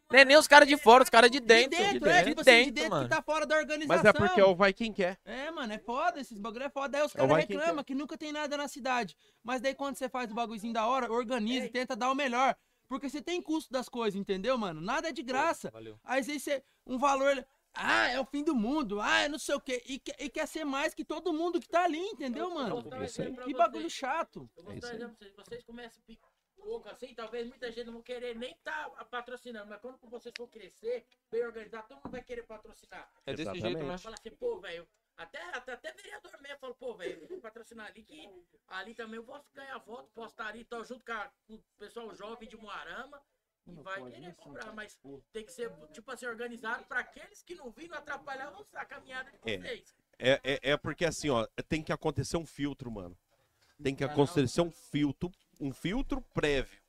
[SPEAKER 3] Não é nem os caras de fora, os caras de dentro.
[SPEAKER 6] De dentro,
[SPEAKER 3] de
[SPEAKER 6] é,
[SPEAKER 3] dentro,
[SPEAKER 6] tipo assim, de
[SPEAKER 3] dentro,
[SPEAKER 6] dentro
[SPEAKER 3] mano.
[SPEAKER 6] que tá fora da organização.
[SPEAKER 2] Mas é porque é o vai quem quer.
[SPEAKER 6] É, mano, é foda, esses bagulho é foda. Aí os
[SPEAKER 2] É o
[SPEAKER 6] caras
[SPEAKER 2] vai quem
[SPEAKER 6] reclamam que nunca tem nada na cidade. Mas daí quando você faz o bagulhozinho da hora, organiza e tenta dar o melhor. Porque você tem custo das coisas, entendeu, mano? Nada é de graça.
[SPEAKER 3] valeu.
[SPEAKER 6] Aí às vezes você, um valor, ah, é o fim do mundo, ah, é não sei o quê. E, que- e quer ser mais que todo mundo que tá ali, entendeu, mano?
[SPEAKER 9] um
[SPEAKER 2] isso aí.
[SPEAKER 6] Que bagulho chato.
[SPEAKER 9] Eu vou
[SPEAKER 2] É
[SPEAKER 9] dar um exemplo pra vocês. Vocês começam pe- pouco assim, talvez muita gente não vão querer nem tá patrocinando, mas quando vocês for crescer, bem organizado, todo mundo vai querer patrocinar.
[SPEAKER 3] É desse jeito Exatamente. mesmo.
[SPEAKER 9] Fala assim, pô, velho, até, até, até vereador mesmo falou, pô, velho, eu vou patrocinar ali que ali também eu posso ganhar voto, posso estar ali, tô junto com, a- com o pessoal jovem de Moarama. E vai querer comprar, mas tem que ser, tipo assim, organizado para aqueles que não viram atrapalhar a caminhada de
[SPEAKER 2] É.
[SPEAKER 9] vocês.
[SPEAKER 2] É, é, é porque assim, ó, tem que acontecer um filtro, mano. Tem que
[SPEAKER 9] Canal.
[SPEAKER 2] acontecer um filtro, um filtro prévio.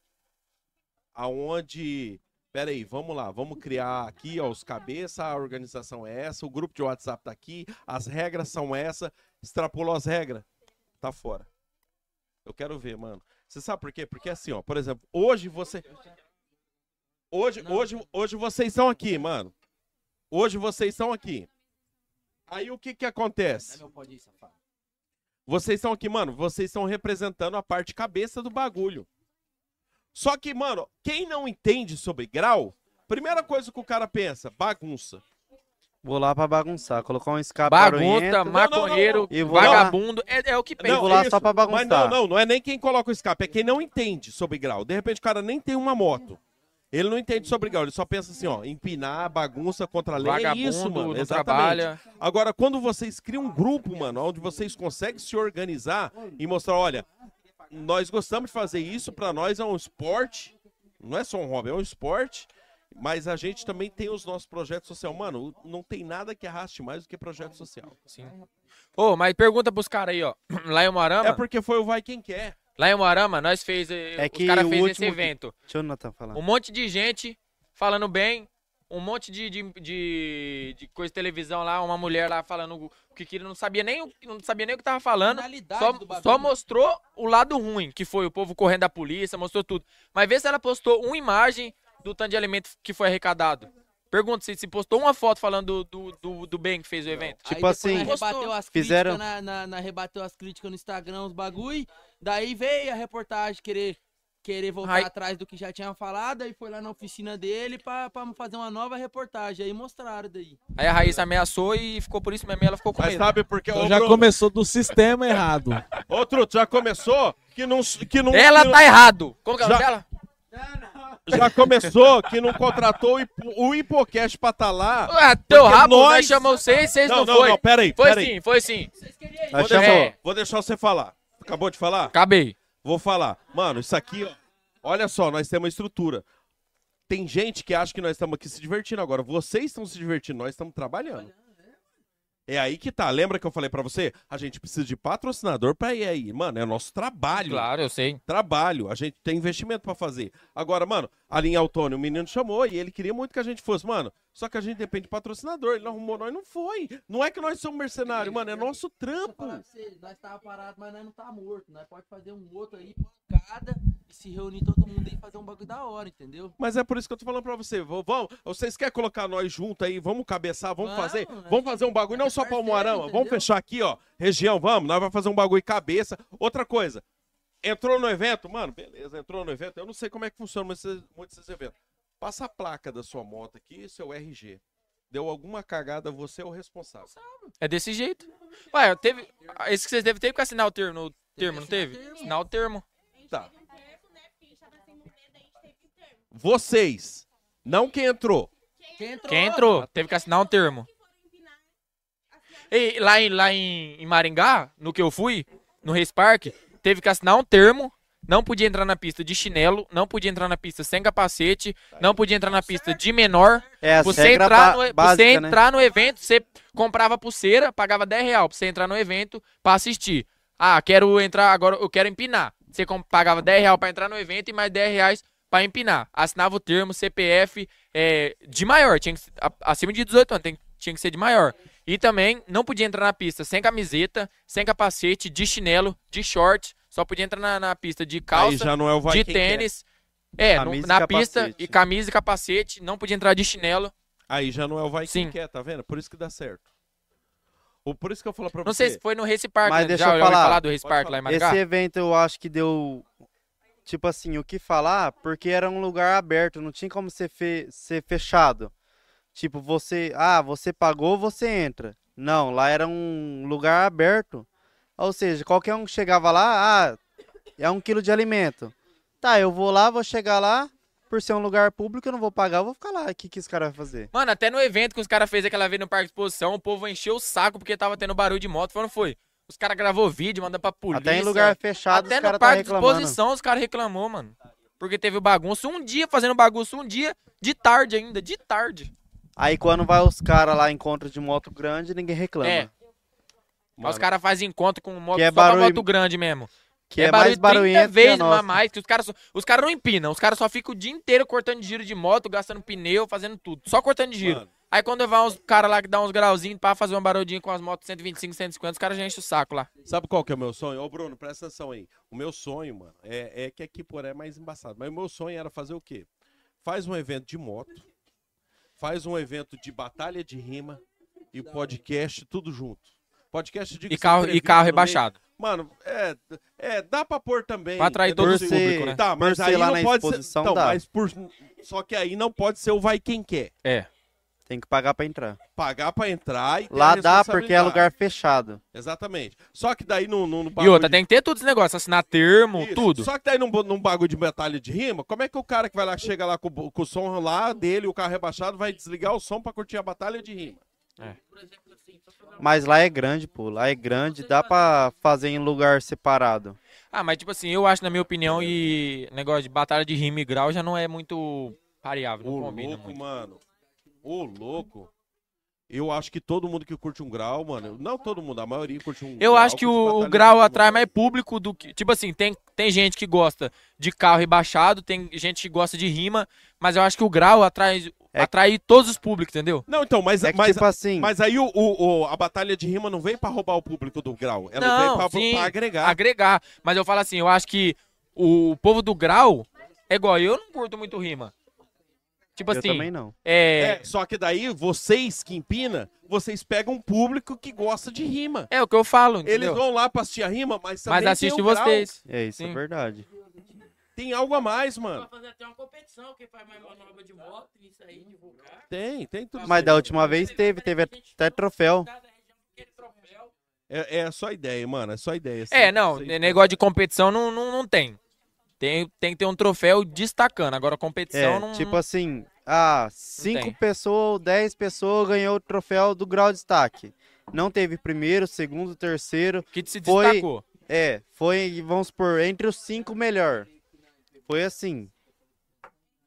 [SPEAKER 2] Aonde, pera aí, vamos lá, vamos criar aqui, ó, os cabeça, a organização é essa, o grupo de WhatsApp tá aqui, as regras são essa, extrapolou as regras, tá fora. Eu quero ver, mano. Você sabe por quê? Porque assim, ó, por exemplo, hoje você Hoje, hoje, hoje vocês estão aqui, mano. Hoje vocês estão aqui. Aí o que que acontece? Vocês estão aqui, mano, vocês estão representando a parte cabeça do bagulho. Só que, mano, quem não entende sobre grau, primeira coisa que o cara pensa, bagunça.
[SPEAKER 5] Vou lá pra bagunçar, colocar um escape
[SPEAKER 2] Bagunça,
[SPEAKER 5] barulhento.
[SPEAKER 2] maconheiro,
[SPEAKER 5] E vou lá-
[SPEAKER 3] Vagabundo, é, é o que pensa.
[SPEAKER 5] vou lá só pra
[SPEAKER 2] Mas
[SPEAKER 5] bagunçar.
[SPEAKER 2] não, não, não é nem quem coloca o escape, é quem não entende sobre grau. De repente o cara nem tem uma moto. Ele não entende sobre grau, ele só pensa assim, ó, empinar, bagunça contra a lei, é
[SPEAKER 3] Vagabundo,
[SPEAKER 2] isso, mano,
[SPEAKER 3] não
[SPEAKER 2] exatamente.
[SPEAKER 3] trabalha.
[SPEAKER 2] Agora, quando vocês criam um grupo, mano, onde vocês conseguem se organizar e mostrar, olha, nós gostamos de fazer isso, pra nós é um esporte, não é só um hobby, é um esporte, mas a gente também tem os nossos projetos social. Mano, não tem nada que arraste mais do que projeto social.
[SPEAKER 3] Sim. Ô, mas pergunta pros caras aí, ó. Lá em Moarama.
[SPEAKER 2] É porque foi o Vai Quem Quer.
[SPEAKER 3] Lá em Moarama, nós fez. eh,
[SPEAKER 5] É que
[SPEAKER 3] os caras
[SPEAKER 5] o
[SPEAKER 3] fez esse
[SPEAKER 5] último que-
[SPEAKER 3] evento.
[SPEAKER 5] Deixa o Nathan falar.
[SPEAKER 3] Um monte de gente falando bem, um monte de, de, de, de coisa de televisão lá, uma mulher lá falando o que queria, não sabia nem o, não sabia nem o que tava falando.
[SPEAKER 6] Finalidade
[SPEAKER 3] Só,
[SPEAKER 6] do bagulho.
[SPEAKER 3] só mostrou o lado ruim, que foi o povo correndo da polícia, mostrou tudo. Mas vê se ela postou uma imagem do tanto de alimento que foi arrecadado. Pergunta se, se postou uma foto falando do, do, do, do bem que fez o evento.
[SPEAKER 6] Aí depois
[SPEAKER 3] assim,
[SPEAKER 6] nós rebateu as
[SPEAKER 5] fizeram-
[SPEAKER 6] críticas na, na- na- rebateu as críticas no Instagram, os bagulho. Daí veio a reportagem querer, querer voltar
[SPEAKER 3] Ai.
[SPEAKER 6] atrás do que já tinha falado, aí foi lá na oficina dele pra, pra fazer uma nova reportagem. Aí mostraram daí.
[SPEAKER 3] Aí a Raíssa ameaçou e ficou por isso mesmo, e ela ficou com
[SPEAKER 1] Mas
[SPEAKER 3] medo.
[SPEAKER 1] sabe por que- Então ô, já Bruno- começou do sistema errado.
[SPEAKER 2] Outro já começou que não. Que não
[SPEAKER 3] Ela
[SPEAKER 2] que não-
[SPEAKER 3] tá errado. Como que é o nome
[SPEAKER 2] Já-
[SPEAKER 3] dela?
[SPEAKER 2] já começou que não contratou o Ipo- o Hipocast pra tá lá.
[SPEAKER 3] Ah, teu
[SPEAKER 2] porque
[SPEAKER 3] rabo, nós chamamos vocês, vocês não foi.
[SPEAKER 2] Não, peraí,
[SPEAKER 3] Foi
[SPEAKER 2] peraí.
[SPEAKER 3] sim, foi sim. É, chamou.
[SPEAKER 2] Vou deixar, vou deixar você falar. Acabou de falar?
[SPEAKER 3] Acabei.
[SPEAKER 2] Vou falar. Mano, isso aqui, ó. Olha só, nós temos uma estrutura. Tem gente que acha que nós estamos aqui se divertindo agora. Vocês estão se divertindo, nós estamos trabalhando. É aí que tá. Lembra que eu falei pra você? A gente precisa de patrocinador pra ir aí. Mano, é o nosso trabalho.
[SPEAKER 3] Claro, eu sei.
[SPEAKER 2] Trabalho. A gente tem investimento pra fazer. Agora, mano, a linha Autônio, o menino chamou e ele queria muito que a gente fosse. Mano, só que a gente depende de patrocinador. Ele não arrumou, nós não foi. Não é que nós somos mercenários, mano. É nosso trampo.
[SPEAKER 24] Falar pra vocês, nós tava parado, mas nós não tá morto. Nós pode fazer um outro aí, pancada, e se reunir todo mundo aí e fazer um bagulho da hora, entendeu?
[SPEAKER 2] Mas é por isso que eu tô falando pra você. Vou- Vamos, vocês querem colocar nós junto aí? Vamos cabeçar, vamos,
[SPEAKER 24] Vamos,
[SPEAKER 2] fazer.
[SPEAKER 24] né?
[SPEAKER 2] Vamos fazer um bagulho, não só Palmoarama. Vamos fechar aqui, ó. Região, vamos. Nós vamos fazer um bagulho cabeça. Outra coisa. Entrou no evento, mano, beleza, entrou no evento. Eu não sei como é que funciona muito esses, muito esses eventos. Passa a placa da sua moto aqui, seu RG. Deu alguma cagada, você é o responsável.
[SPEAKER 3] É desse jeito. Ué, teve. Esse que vocês devem ter que assinar o termo, o termo não teve? Assinar o termo.
[SPEAKER 2] Tá. Vocês, não quem entrou.
[SPEAKER 24] Quem entrou?
[SPEAKER 3] Quem entrou teve que assinar um termo. E lá em, lá em, em Maringá, no que eu fui, no Race Park, teve que assinar um termo. Não podia entrar na pista de chinelo, não podia entrar na pista sem capacete, não podia entrar na pista de menor.
[SPEAKER 5] É, as
[SPEAKER 3] você
[SPEAKER 5] regra
[SPEAKER 3] entrar,
[SPEAKER 5] ba-
[SPEAKER 3] no, você
[SPEAKER 5] básica, né?
[SPEAKER 3] entrar no evento, você comprava pulseira, pagava 10 reais pra você entrar no evento pra assistir. Ah, quero entrar agora, eu quero empinar. Você com- pagava 10 reais pra entrar no evento e mais 10 reais pra empinar. Assinava o termo, CPF, é, de maior, tinha que, ser- a- acima de 18 anos, tem- tinha que ser de maior. E também não podia entrar na pista sem camiseta, sem capacete, de chinelo, de short. Só podia entrar na, na pista de calça,
[SPEAKER 2] já não é o vai
[SPEAKER 3] de
[SPEAKER 2] quem quer.
[SPEAKER 3] tênis. É,
[SPEAKER 2] Camisa
[SPEAKER 3] no-
[SPEAKER 2] e
[SPEAKER 3] na pista,
[SPEAKER 2] capacete.
[SPEAKER 3] e camisa e capacete, não podia entrar de chinelo.
[SPEAKER 2] Aí já não é o vai
[SPEAKER 3] Sim.
[SPEAKER 2] quem quer, tá vendo? Por isso que dá certo. Ou por isso que eu falo pra
[SPEAKER 3] Não
[SPEAKER 2] você.
[SPEAKER 3] sei se foi no Race Park,
[SPEAKER 5] Mas
[SPEAKER 3] né?
[SPEAKER 5] deixa
[SPEAKER 3] já
[SPEAKER 5] eu
[SPEAKER 3] ouviu
[SPEAKER 5] falar.
[SPEAKER 3] do Race
[SPEAKER 5] Pode
[SPEAKER 3] Park
[SPEAKER 5] falar.
[SPEAKER 3] lá em Maringá?
[SPEAKER 5] Esse evento eu acho que deu, tipo assim, o que falar, porque era um lugar aberto, não tinha como ser, fe- ser fechado. Tipo, você, ah, você pagou, você entra. Não, lá era um lugar aberto. Ou seja, qualquer um que chegava lá, ah, é um quilo de alimento. Tá, eu vou lá, vou chegar lá, por ser um lugar público, eu não vou pagar, eu vou ficar lá. O que que esse cara vai fazer?
[SPEAKER 3] Mano, até no evento que os caras fez aquela vez no Parque de Exposição, o povo encheu o saco porque tava tendo barulho de moto, foi ou não foi? Os caras gravou vídeo, manda pra polícia.
[SPEAKER 5] Até em lugar fechado,
[SPEAKER 3] Até
[SPEAKER 5] os
[SPEAKER 3] no
[SPEAKER 5] caras tá
[SPEAKER 3] Parque de
[SPEAKER 5] reclamando.
[SPEAKER 3] Exposição, os caras reclamou, mano. Porque teve bagunça um dia fazendo bagunça, um dia de tarde ainda, de tarde.
[SPEAKER 5] Aí quando vai os caras lá, encontro de moto grande, ninguém reclama.
[SPEAKER 3] É. Mas os caras fazem encontro com um moto,
[SPEAKER 5] Que é
[SPEAKER 3] só pra
[SPEAKER 5] barulho-
[SPEAKER 3] moto grande mesmo.
[SPEAKER 5] que é mais
[SPEAKER 3] 30
[SPEAKER 5] barulhento que a
[SPEAKER 3] vezes
[SPEAKER 5] nossa.
[SPEAKER 3] a mais, que os caras só- os caras não empinam, os caras só ficam o dia inteiro cortando giro de moto, gastando pneu, fazendo tudo, só cortando giro. Aí quando vai uns caras lá que dá uns grauzinhos pra fazer uma barulhinha com as motos 125, 150, os caras já enchem o saco lá.
[SPEAKER 2] Sabe qual que é o meu sonho? Ô, Bruno, presta atenção aí. O meu sonho, mano, é, é que aqui porém é mais embaçado. Mas o meu sonho era fazer o quê? Faz um evento de moto, faz um evento de batalha de rima e podcast tudo junto. Podcast de
[SPEAKER 3] E carro- e carro rebaixado.
[SPEAKER 2] Mano, é, é, dá pra pôr também.
[SPEAKER 3] Pra atrair
[SPEAKER 2] é,
[SPEAKER 3] todo
[SPEAKER 2] por
[SPEAKER 3] o
[SPEAKER 2] ser-
[SPEAKER 3] público, né?
[SPEAKER 2] Tá,
[SPEAKER 3] Por
[SPEAKER 2] mas
[SPEAKER 3] ser
[SPEAKER 2] aí
[SPEAKER 3] lá
[SPEAKER 2] não
[SPEAKER 3] na
[SPEAKER 2] pode ser.
[SPEAKER 3] exposição,
[SPEAKER 2] Então,
[SPEAKER 3] dá.
[SPEAKER 2] mas por, só que aí não pode ser o vai quem quer.
[SPEAKER 3] É.
[SPEAKER 5] Tem que pagar pra entrar.
[SPEAKER 2] Pagar pra entrar e ter
[SPEAKER 5] Lá dá
[SPEAKER 2] a
[SPEAKER 5] porque é
[SPEAKER 2] responsabilidade.
[SPEAKER 5] lugar fechado.
[SPEAKER 2] Exatamente. Só que daí no, no, no
[SPEAKER 3] E outra, tem que ter tudo esse negócio, assinar termo,
[SPEAKER 2] Isso.
[SPEAKER 3] tudo.
[SPEAKER 2] Só que daí num, bo- num bagulho de batalha de rima, como é que o cara que vai lá, chega lá com, o bo- com o som lá dele, o carro rebaixado, vai desligar o som pra curtir a batalha de rima?
[SPEAKER 5] Mas lá é grande, pô. Lá é grande, dá pra fazer em lugar separado.
[SPEAKER 3] Ah, mas tipo assim, eu acho, na minha opinião, e negócio de batalha de rima e grau já não é muito variável, não
[SPEAKER 2] Ô,
[SPEAKER 3] combina
[SPEAKER 2] louco,
[SPEAKER 3] muito.
[SPEAKER 2] mano. Ô, louco. Eu acho que todo mundo que curte um grau, mano. Não todo mundo, a maioria curte um
[SPEAKER 3] Eu
[SPEAKER 2] grau,
[SPEAKER 3] acho que
[SPEAKER 2] curte
[SPEAKER 3] o,
[SPEAKER 2] batalha
[SPEAKER 3] o
[SPEAKER 2] de
[SPEAKER 3] grau
[SPEAKER 2] rima.
[SPEAKER 3] atrai mais público do que. Tipo assim, tem, tem gente que gosta de carro rebaixado, tem gente que gosta de rima, mas eu acho que o grau atrai,
[SPEAKER 2] É
[SPEAKER 3] atrai todos os públicos, entendeu?
[SPEAKER 2] Não, então, mas,
[SPEAKER 3] É que,
[SPEAKER 2] mas,
[SPEAKER 3] tipo assim-
[SPEAKER 2] mas aí o, o- o- a batalha de rima não vem pra roubar o público do grau. Ela vem pra,
[SPEAKER 3] sim,
[SPEAKER 2] pra agregar.
[SPEAKER 3] Agregar. Mas eu falo assim, eu acho que o povo do grau é igual, eu não curto muito rima. Tipo assim. É...
[SPEAKER 2] É, só que daí vocês que empina, vocês pegam um público que gosta de rima.
[SPEAKER 3] É o que eu falo,
[SPEAKER 2] Eles
[SPEAKER 3] entendeu?
[SPEAKER 2] vão lá pra assistir a rima, mas também
[SPEAKER 3] Mas
[SPEAKER 2] tem
[SPEAKER 3] assiste
[SPEAKER 2] o grau.
[SPEAKER 3] vocês.
[SPEAKER 5] É isso, é verdade.
[SPEAKER 2] Tem algo a mais, mano.
[SPEAKER 9] fazer até uma competição, quem faz mais manobra de moto, isso aí, divulgar.
[SPEAKER 2] Tem, tem tudo.
[SPEAKER 5] Mas
[SPEAKER 2] isso.
[SPEAKER 5] da última vez teve, teve até troféu.
[SPEAKER 2] É, é só assim. ideia, mano. É só ideia. assim.
[SPEAKER 3] É, não,
[SPEAKER 2] Isso aí.
[SPEAKER 3] ne- negócio de competição não, não, não tem. Tem, tem que ter um troféu destacando. Agora, competição
[SPEAKER 5] É,
[SPEAKER 3] não.
[SPEAKER 5] tipo assim, ah,
[SPEAKER 3] tem.
[SPEAKER 5] 5 pessoas ou 10 pessoas ganhou o troféu do grau de destaque. Não teve primeiro, segundo, terceiro.
[SPEAKER 3] Que se
[SPEAKER 5] foi,
[SPEAKER 3] destacou.
[SPEAKER 5] É, foi, vamos supor, entre os cinco melhor. Foi assim.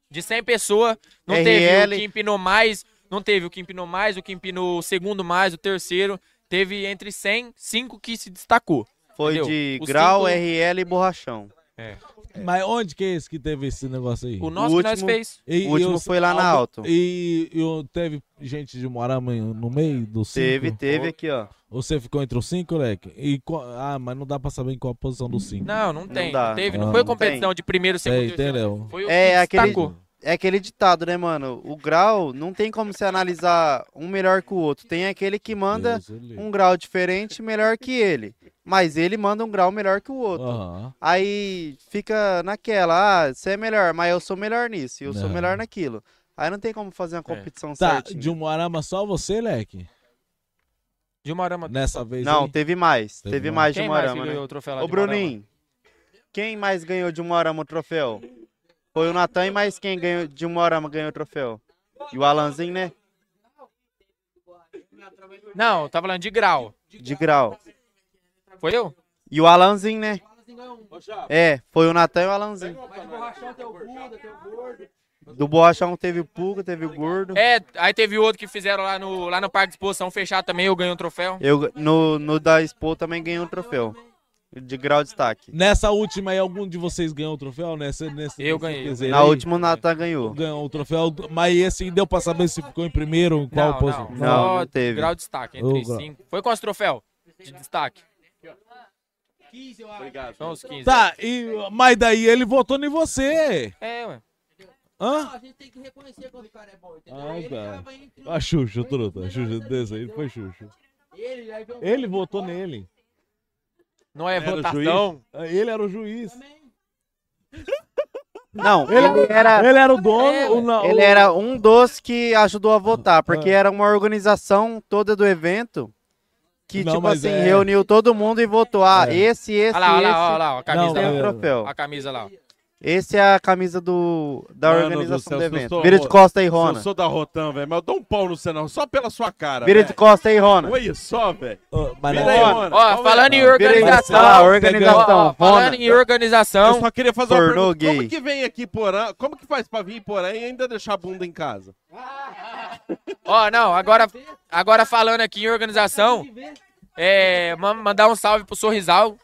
[SPEAKER 3] De 100 pessoas, não teve
[SPEAKER 5] RL.
[SPEAKER 3] o que empinou mais, não teve o que empinou mais, o que empinou o segundo mais, o terceiro. Teve entre 100, 5 que se destacou.
[SPEAKER 5] Foi
[SPEAKER 3] entendeu?
[SPEAKER 5] de
[SPEAKER 3] Os
[SPEAKER 5] grau,
[SPEAKER 3] cinco-
[SPEAKER 5] RL e borrachão.
[SPEAKER 3] É.
[SPEAKER 1] Mas onde que é esse que teve esse negócio aí?
[SPEAKER 3] O nosso O que nós último- fez.
[SPEAKER 5] o último foi lá na
[SPEAKER 1] algo-
[SPEAKER 5] Alto.
[SPEAKER 1] ah, E, e o- teve gente de Moarama no meio do cinco?
[SPEAKER 5] Teve, teve aqui, ó.
[SPEAKER 1] Você ficou entre os cinco, Leque? E qual- ah, mas não dá pra saber em qual posição dos cinco.
[SPEAKER 3] Não, não tem.
[SPEAKER 5] dá.
[SPEAKER 3] Não, teve, não,
[SPEAKER 1] Ah,
[SPEAKER 3] foi
[SPEAKER 1] não
[SPEAKER 3] competição
[SPEAKER 1] tem.
[SPEAKER 3] de primeiro, segundo,
[SPEAKER 1] É,
[SPEAKER 3] terceiro.
[SPEAKER 1] entendeu?
[SPEAKER 3] Foi o
[SPEAKER 5] É
[SPEAKER 3] que
[SPEAKER 5] aquele,
[SPEAKER 3] destacou.
[SPEAKER 5] é aquele ditado, né, mano? O grau não tem como se analisar um melhor que o outro. Tem aquele que manda um grau diferente melhor que ele. Mas ele manda um grau melhor que o outro.
[SPEAKER 1] Aham.
[SPEAKER 5] Aí fica naquela, ah, você é melhor, mas eu sou melhor nisso, eu sou
[SPEAKER 1] Não.
[SPEAKER 5] melhor naquilo. Aí não tem como fazer
[SPEAKER 3] É.
[SPEAKER 5] uma competição
[SPEAKER 1] Tá,
[SPEAKER 5] certinha.
[SPEAKER 1] de Moarama só você, Leque?
[SPEAKER 3] De Moarama.
[SPEAKER 1] Nessa vez
[SPEAKER 5] Não,
[SPEAKER 1] aí?
[SPEAKER 5] teve mais.
[SPEAKER 1] Teve
[SPEAKER 5] Teve, mais
[SPEAKER 1] mais. Quem
[SPEAKER 5] de
[SPEAKER 1] mais que
[SPEAKER 5] Moarama, né?
[SPEAKER 1] ganhou o troféu lá
[SPEAKER 5] Ô,
[SPEAKER 1] de Moarama?
[SPEAKER 5] Bruninho, quem mais ganhou de Moarama o troféu? Foi o Natan e mais quem ganhou de Moarama ganhou o troféu? E o Alanzinho, né?
[SPEAKER 3] Não, eu tava falando de grau.
[SPEAKER 5] De grau.
[SPEAKER 3] Foi eu?
[SPEAKER 5] E o Alanzinho, né? É, foi o Natan e o Alanzinho.
[SPEAKER 9] Mas de borrachão tem o Buda, tem o Gordo.
[SPEAKER 5] Do Boachão teve o Puga, teve o Gordo.
[SPEAKER 3] É, aí teve outro que fizeram lá no, lá no Parque de Exposição fechado também, eu ganhei um troféu.
[SPEAKER 5] Eu, no, no da Expo também ganhei um troféu. De grau de destaque.
[SPEAKER 1] Nessa última aí, algum de vocês ganhou o troféu? Nessa, nesse, eu ganhei.
[SPEAKER 5] Na última o Natan ganhou.
[SPEAKER 1] Ganhou o troféu, mas esse deu pra saber se ficou em primeiro, em qual
[SPEAKER 3] Não,
[SPEAKER 1] posição.
[SPEAKER 3] não, só grau de destaque, entre
[SPEAKER 1] O grau.
[SPEAKER 3] cinco. Foi qual esse troféu de destaque?
[SPEAKER 9] 15, eu acho.
[SPEAKER 2] Obrigado.
[SPEAKER 3] São os 15.
[SPEAKER 1] Tá, e, mas daí ele votou em você.
[SPEAKER 3] É, ué.
[SPEAKER 1] Hã?
[SPEAKER 9] A gente tem que reconhecer quando o cara é bom, entendeu?
[SPEAKER 1] Ah,
[SPEAKER 9] ele
[SPEAKER 1] tá.
[SPEAKER 9] tava entre
[SPEAKER 1] A Xuxa, truta. A Xuxa desse aí, foi Xuxa.
[SPEAKER 9] ele, aí veio
[SPEAKER 1] Ele um votou nele.
[SPEAKER 3] Não é
[SPEAKER 1] Era o
[SPEAKER 3] votação.
[SPEAKER 1] juiz? Ele era o juiz.
[SPEAKER 5] Não,
[SPEAKER 1] Ele
[SPEAKER 5] ele era.
[SPEAKER 1] ele era o dono,
[SPEAKER 3] É,
[SPEAKER 1] o na-
[SPEAKER 5] Ele
[SPEAKER 1] o-
[SPEAKER 5] era um dos que ajudou a votar,
[SPEAKER 2] Ah.
[SPEAKER 5] porque era uma organização toda do evento que,
[SPEAKER 1] Não,
[SPEAKER 5] tipo
[SPEAKER 1] mas
[SPEAKER 5] assim,
[SPEAKER 1] é-
[SPEAKER 5] reuniu todo mundo e votou. Ah,
[SPEAKER 1] É.
[SPEAKER 5] esse, esse,
[SPEAKER 3] Olha lá, olha
[SPEAKER 5] esse.
[SPEAKER 3] lá, olha lá, a camisa
[SPEAKER 5] tem
[SPEAKER 2] é.
[SPEAKER 3] lá.
[SPEAKER 5] é o troféu.
[SPEAKER 3] A camisa lá. ó.
[SPEAKER 5] Esse é a camisa do, da
[SPEAKER 2] Mano do
[SPEAKER 5] organização
[SPEAKER 2] céu,
[SPEAKER 5] do,
[SPEAKER 2] se eu
[SPEAKER 5] evento.
[SPEAKER 2] sou-
[SPEAKER 5] Vira de costa aí, Rona.
[SPEAKER 2] Se eu sou da Rotan, velho, mas eu dou um pau no Senão, só pela sua cara.
[SPEAKER 5] Vira de
[SPEAKER 3] É.
[SPEAKER 2] velho.
[SPEAKER 5] costa aí, Rona.
[SPEAKER 2] Olha só, velho.
[SPEAKER 1] mas
[SPEAKER 2] Vira
[SPEAKER 1] não-
[SPEAKER 2] aí,
[SPEAKER 1] Ó,
[SPEAKER 2] Rona. é?
[SPEAKER 3] Ó,
[SPEAKER 2] Olha
[SPEAKER 3] falando
[SPEAKER 2] aí.
[SPEAKER 3] em organização.
[SPEAKER 5] Ó,
[SPEAKER 3] Ó, ó,
[SPEAKER 5] organização,
[SPEAKER 3] falando
[SPEAKER 5] Rona.
[SPEAKER 3] em organização.
[SPEAKER 2] Eu só queria fazer uma
[SPEAKER 5] Pornô
[SPEAKER 2] pergunta. Como
[SPEAKER 5] gay.
[SPEAKER 2] que vem aqui porã? Como que faz pra vir porém e ainda deixar a bunda em casa?
[SPEAKER 3] Ó, não, agora, agora falando aqui em organização, é, ma- mandar um salve pro Sorrisal,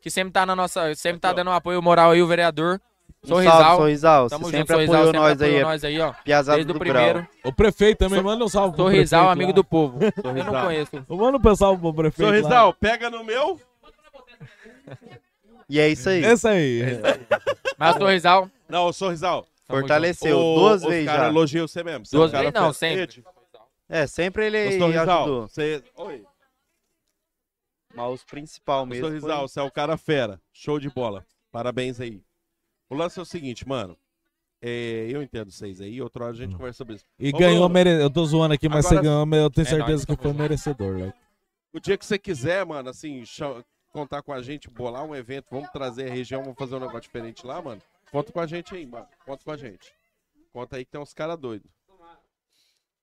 [SPEAKER 3] que sempre tá na nossa, sempre tá dando um apoio moral aí, o vereador.
[SPEAKER 5] Um
[SPEAKER 3] Sorrisal.
[SPEAKER 5] salve, Sorrisal. Você
[SPEAKER 3] Tamo junto,
[SPEAKER 5] sempre
[SPEAKER 3] Sorrisal,
[SPEAKER 5] apoiou
[SPEAKER 3] sempre
[SPEAKER 5] nós aí,
[SPEAKER 3] apoiou
[SPEAKER 5] é
[SPEAKER 3] nós aí, ó.
[SPEAKER 5] piazada
[SPEAKER 3] Desde o
[SPEAKER 5] do
[SPEAKER 3] primeiro.
[SPEAKER 5] grau.
[SPEAKER 1] O prefeito também manda um salve pro
[SPEAKER 3] Sorrisal,
[SPEAKER 1] prefeito
[SPEAKER 3] amigo
[SPEAKER 1] lá.
[SPEAKER 3] do povo. Eu não conheço.
[SPEAKER 1] Manda um salve pro prefeito lá.
[SPEAKER 2] Sorrisal, pega no meu.
[SPEAKER 5] E é isso aí.
[SPEAKER 1] É isso aí.
[SPEAKER 3] Mas o Sorrisal.
[SPEAKER 2] Não, o Sorrisal.
[SPEAKER 5] Fortaleceu
[SPEAKER 2] O-
[SPEAKER 5] duas
[SPEAKER 2] os
[SPEAKER 5] vezes
[SPEAKER 2] cara
[SPEAKER 5] já.
[SPEAKER 2] elogia você mesmo. Você
[SPEAKER 3] Duas
[SPEAKER 2] é um cara
[SPEAKER 3] vezes não,
[SPEAKER 2] fetete.
[SPEAKER 5] É, sempre
[SPEAKER 2] Ô,
[SPEAKER 5] ele
[SPEAKER 2] Sorrisal,
[SPEAKER 5] ajudou.
[SPEAKER 2] Você... Oi.
[SPEAKER 5] Mas os principal
[SPEAKER 2] Ô,
[SPEAKER 5] mesmo.
[SPEAKER 2] Sorrisal,
[SPEAKER 5] foi-
[SPEAKER 2] você é o cara fera. Show de bola. Parabéns aí. O lance é o seguinte, mano. É, eu entendo vocês aí, outra hora a gente conversa sobre isso.
[SPEAKER 1] Hum. E
[SPEAKER 2] Ô,
[SPEAKER 1] ganhou,
[SPEAKER 2] Bruno,
[SPEAKER 1] mere... eu tô zoando aqui, mas
[SPEAKER 2] Agora-
[SPEAKER 1] você ganhou, mas eu tenho
[SPEAKER 2] É,
[SPEAKER 1] certeza
[SPEAKER 2] nós
[SPEAKER 1] que foi merecedor, velho.
[SPEAKER 2] O dia que você quiser, mano, assim, cha- contar com a gente, bolar um evento, vamos trazer a região, vamos fazer um negócio diferente lá, mano. Conta com a gente aí, mano. Conta com a gente. Conta aí que tem uns caras doidos.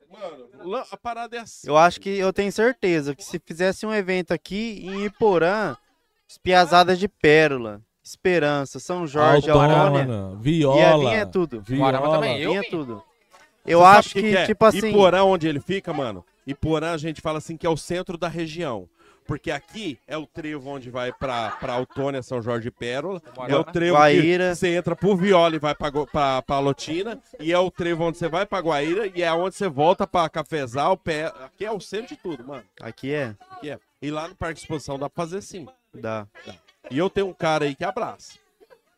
[SPEAKER 2] Mano, lan- a parada é assim.
[SPEAKER 5] Eu acho que eu tenho certeza que se fizesse um evento aqui em Iporã, os piazadas de Pérola, Esperança, São Jorge, Aurônia,
[SPEAKER 1] Autona, viola.
[SPEAKER 5] vinha tudo.
[SPEAKER 1] Viola.
[SPEAKER 5] vinha tudo.
[SPEAKER 2] Você
[SPEAKER 5] Eu
[SPEAKER 2] sabe
[SPEAKER 5] acho
[SPEAKER 2] o
[SPEAKER 5] que,
[SPEAKER 2] é?
[SPEAKER 5] tipo assim,
[SPEAKER 2] Iporã, onde ele fica, mano. Iporã, a gente fala assim que é o centro da região. Porque aqui é o trevo onde vai pra, pra Autônia, São Jorge e Pérola. É o trevo
[SPEAKER 5] Guaíra.
[SPEAKER 2] que você entra pro Viola e vai pra, Go- pra, pra Lotina. E é o trevo onde você vai pra Guaíra e é onde você volta pra Cafezal. Pé... Aqui é o centro de tudo, mano.
[SPEAKER 5] aqui é,
[SPEAKER 2] Aqui é. E lá no Parque de Exposição dá pra fazer sim.
[SPEAKER 5] dá.
[SPEAKER 2] E eu tenho um cara aí que abraça.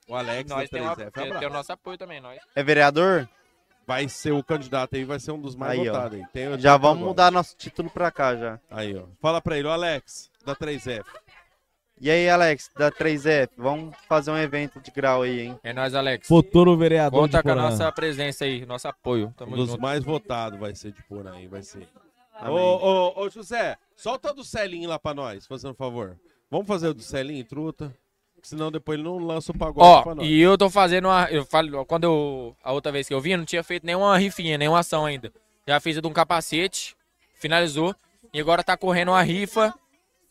[SPEAKER 2] O Alex
[SPEAKER 3] Nós
[SPEAKER 2] da
[SPEAKER 3] tem, uma-
[SPEAKER 2] 3F
[SPEAKER 3] tem-
[SPEAKER 2] abraça.
[SPEAKER 3] tem o nosso apoio também, nós.
[SPEAKER 5] É vereador?
[SPEAKER 2] Vai ser o candidato aí, vai ser um dos mais
[SPEAKER 5] Aí, ó.
[SPEAKER 2] votados. aí. Tem-
[SPEAKER 5] Já
[SPEAKER 2] tem
[SPEAKER 5] vamos
[SPEAKER 2] agora.
[SPEAKER 5] mudar nosso título pra cá já.
[SPEAKER 2] Aí, ó. Fala pra ele, ó, Alex, da 3F.
[SPEAKER 5] E aí, Alex, da 3F, vamos fazer um evento de grau aí, hein?
[SPEAKER 3] É nós, Alex.
[SPEAKER 1] Futuro vereador
[SPEAKER 3] Conta
[SPEAKER 1] de
[SPEAKER 3] com a
[SPEAKER 1] Porã.
[SPEAKER 3] nossa presença aí, nosso apoio.
[SPEAKER 2] Um
[SPEAKER 3] Tamo
[SPEAKER 2] dos
[SPEAKER 3] junto.
[SPEAKER 2] mais votados vai ser de por aí, vai ser. Ô,
[SPEAKER 5] Amém.
[SPEAKER 2] ô, ô, José, solta do Celinho lá pra nós, fazendo um favor. Vamos fazer o do Celinho, truta? Senão depois ele não lança o pagode pra
[SPEAKER 25] Ó,
[SPEAKER 2] nós.
[SPEAKER 25] e eu tô fazendo uma. Eu falo, quando eu. A outra vez que eu vim, eu não tinha feito nenhuma rifinha, nenhuma ação ainda. Já fiz a de um capacete, finalizou. E agora tá correndo uma rifa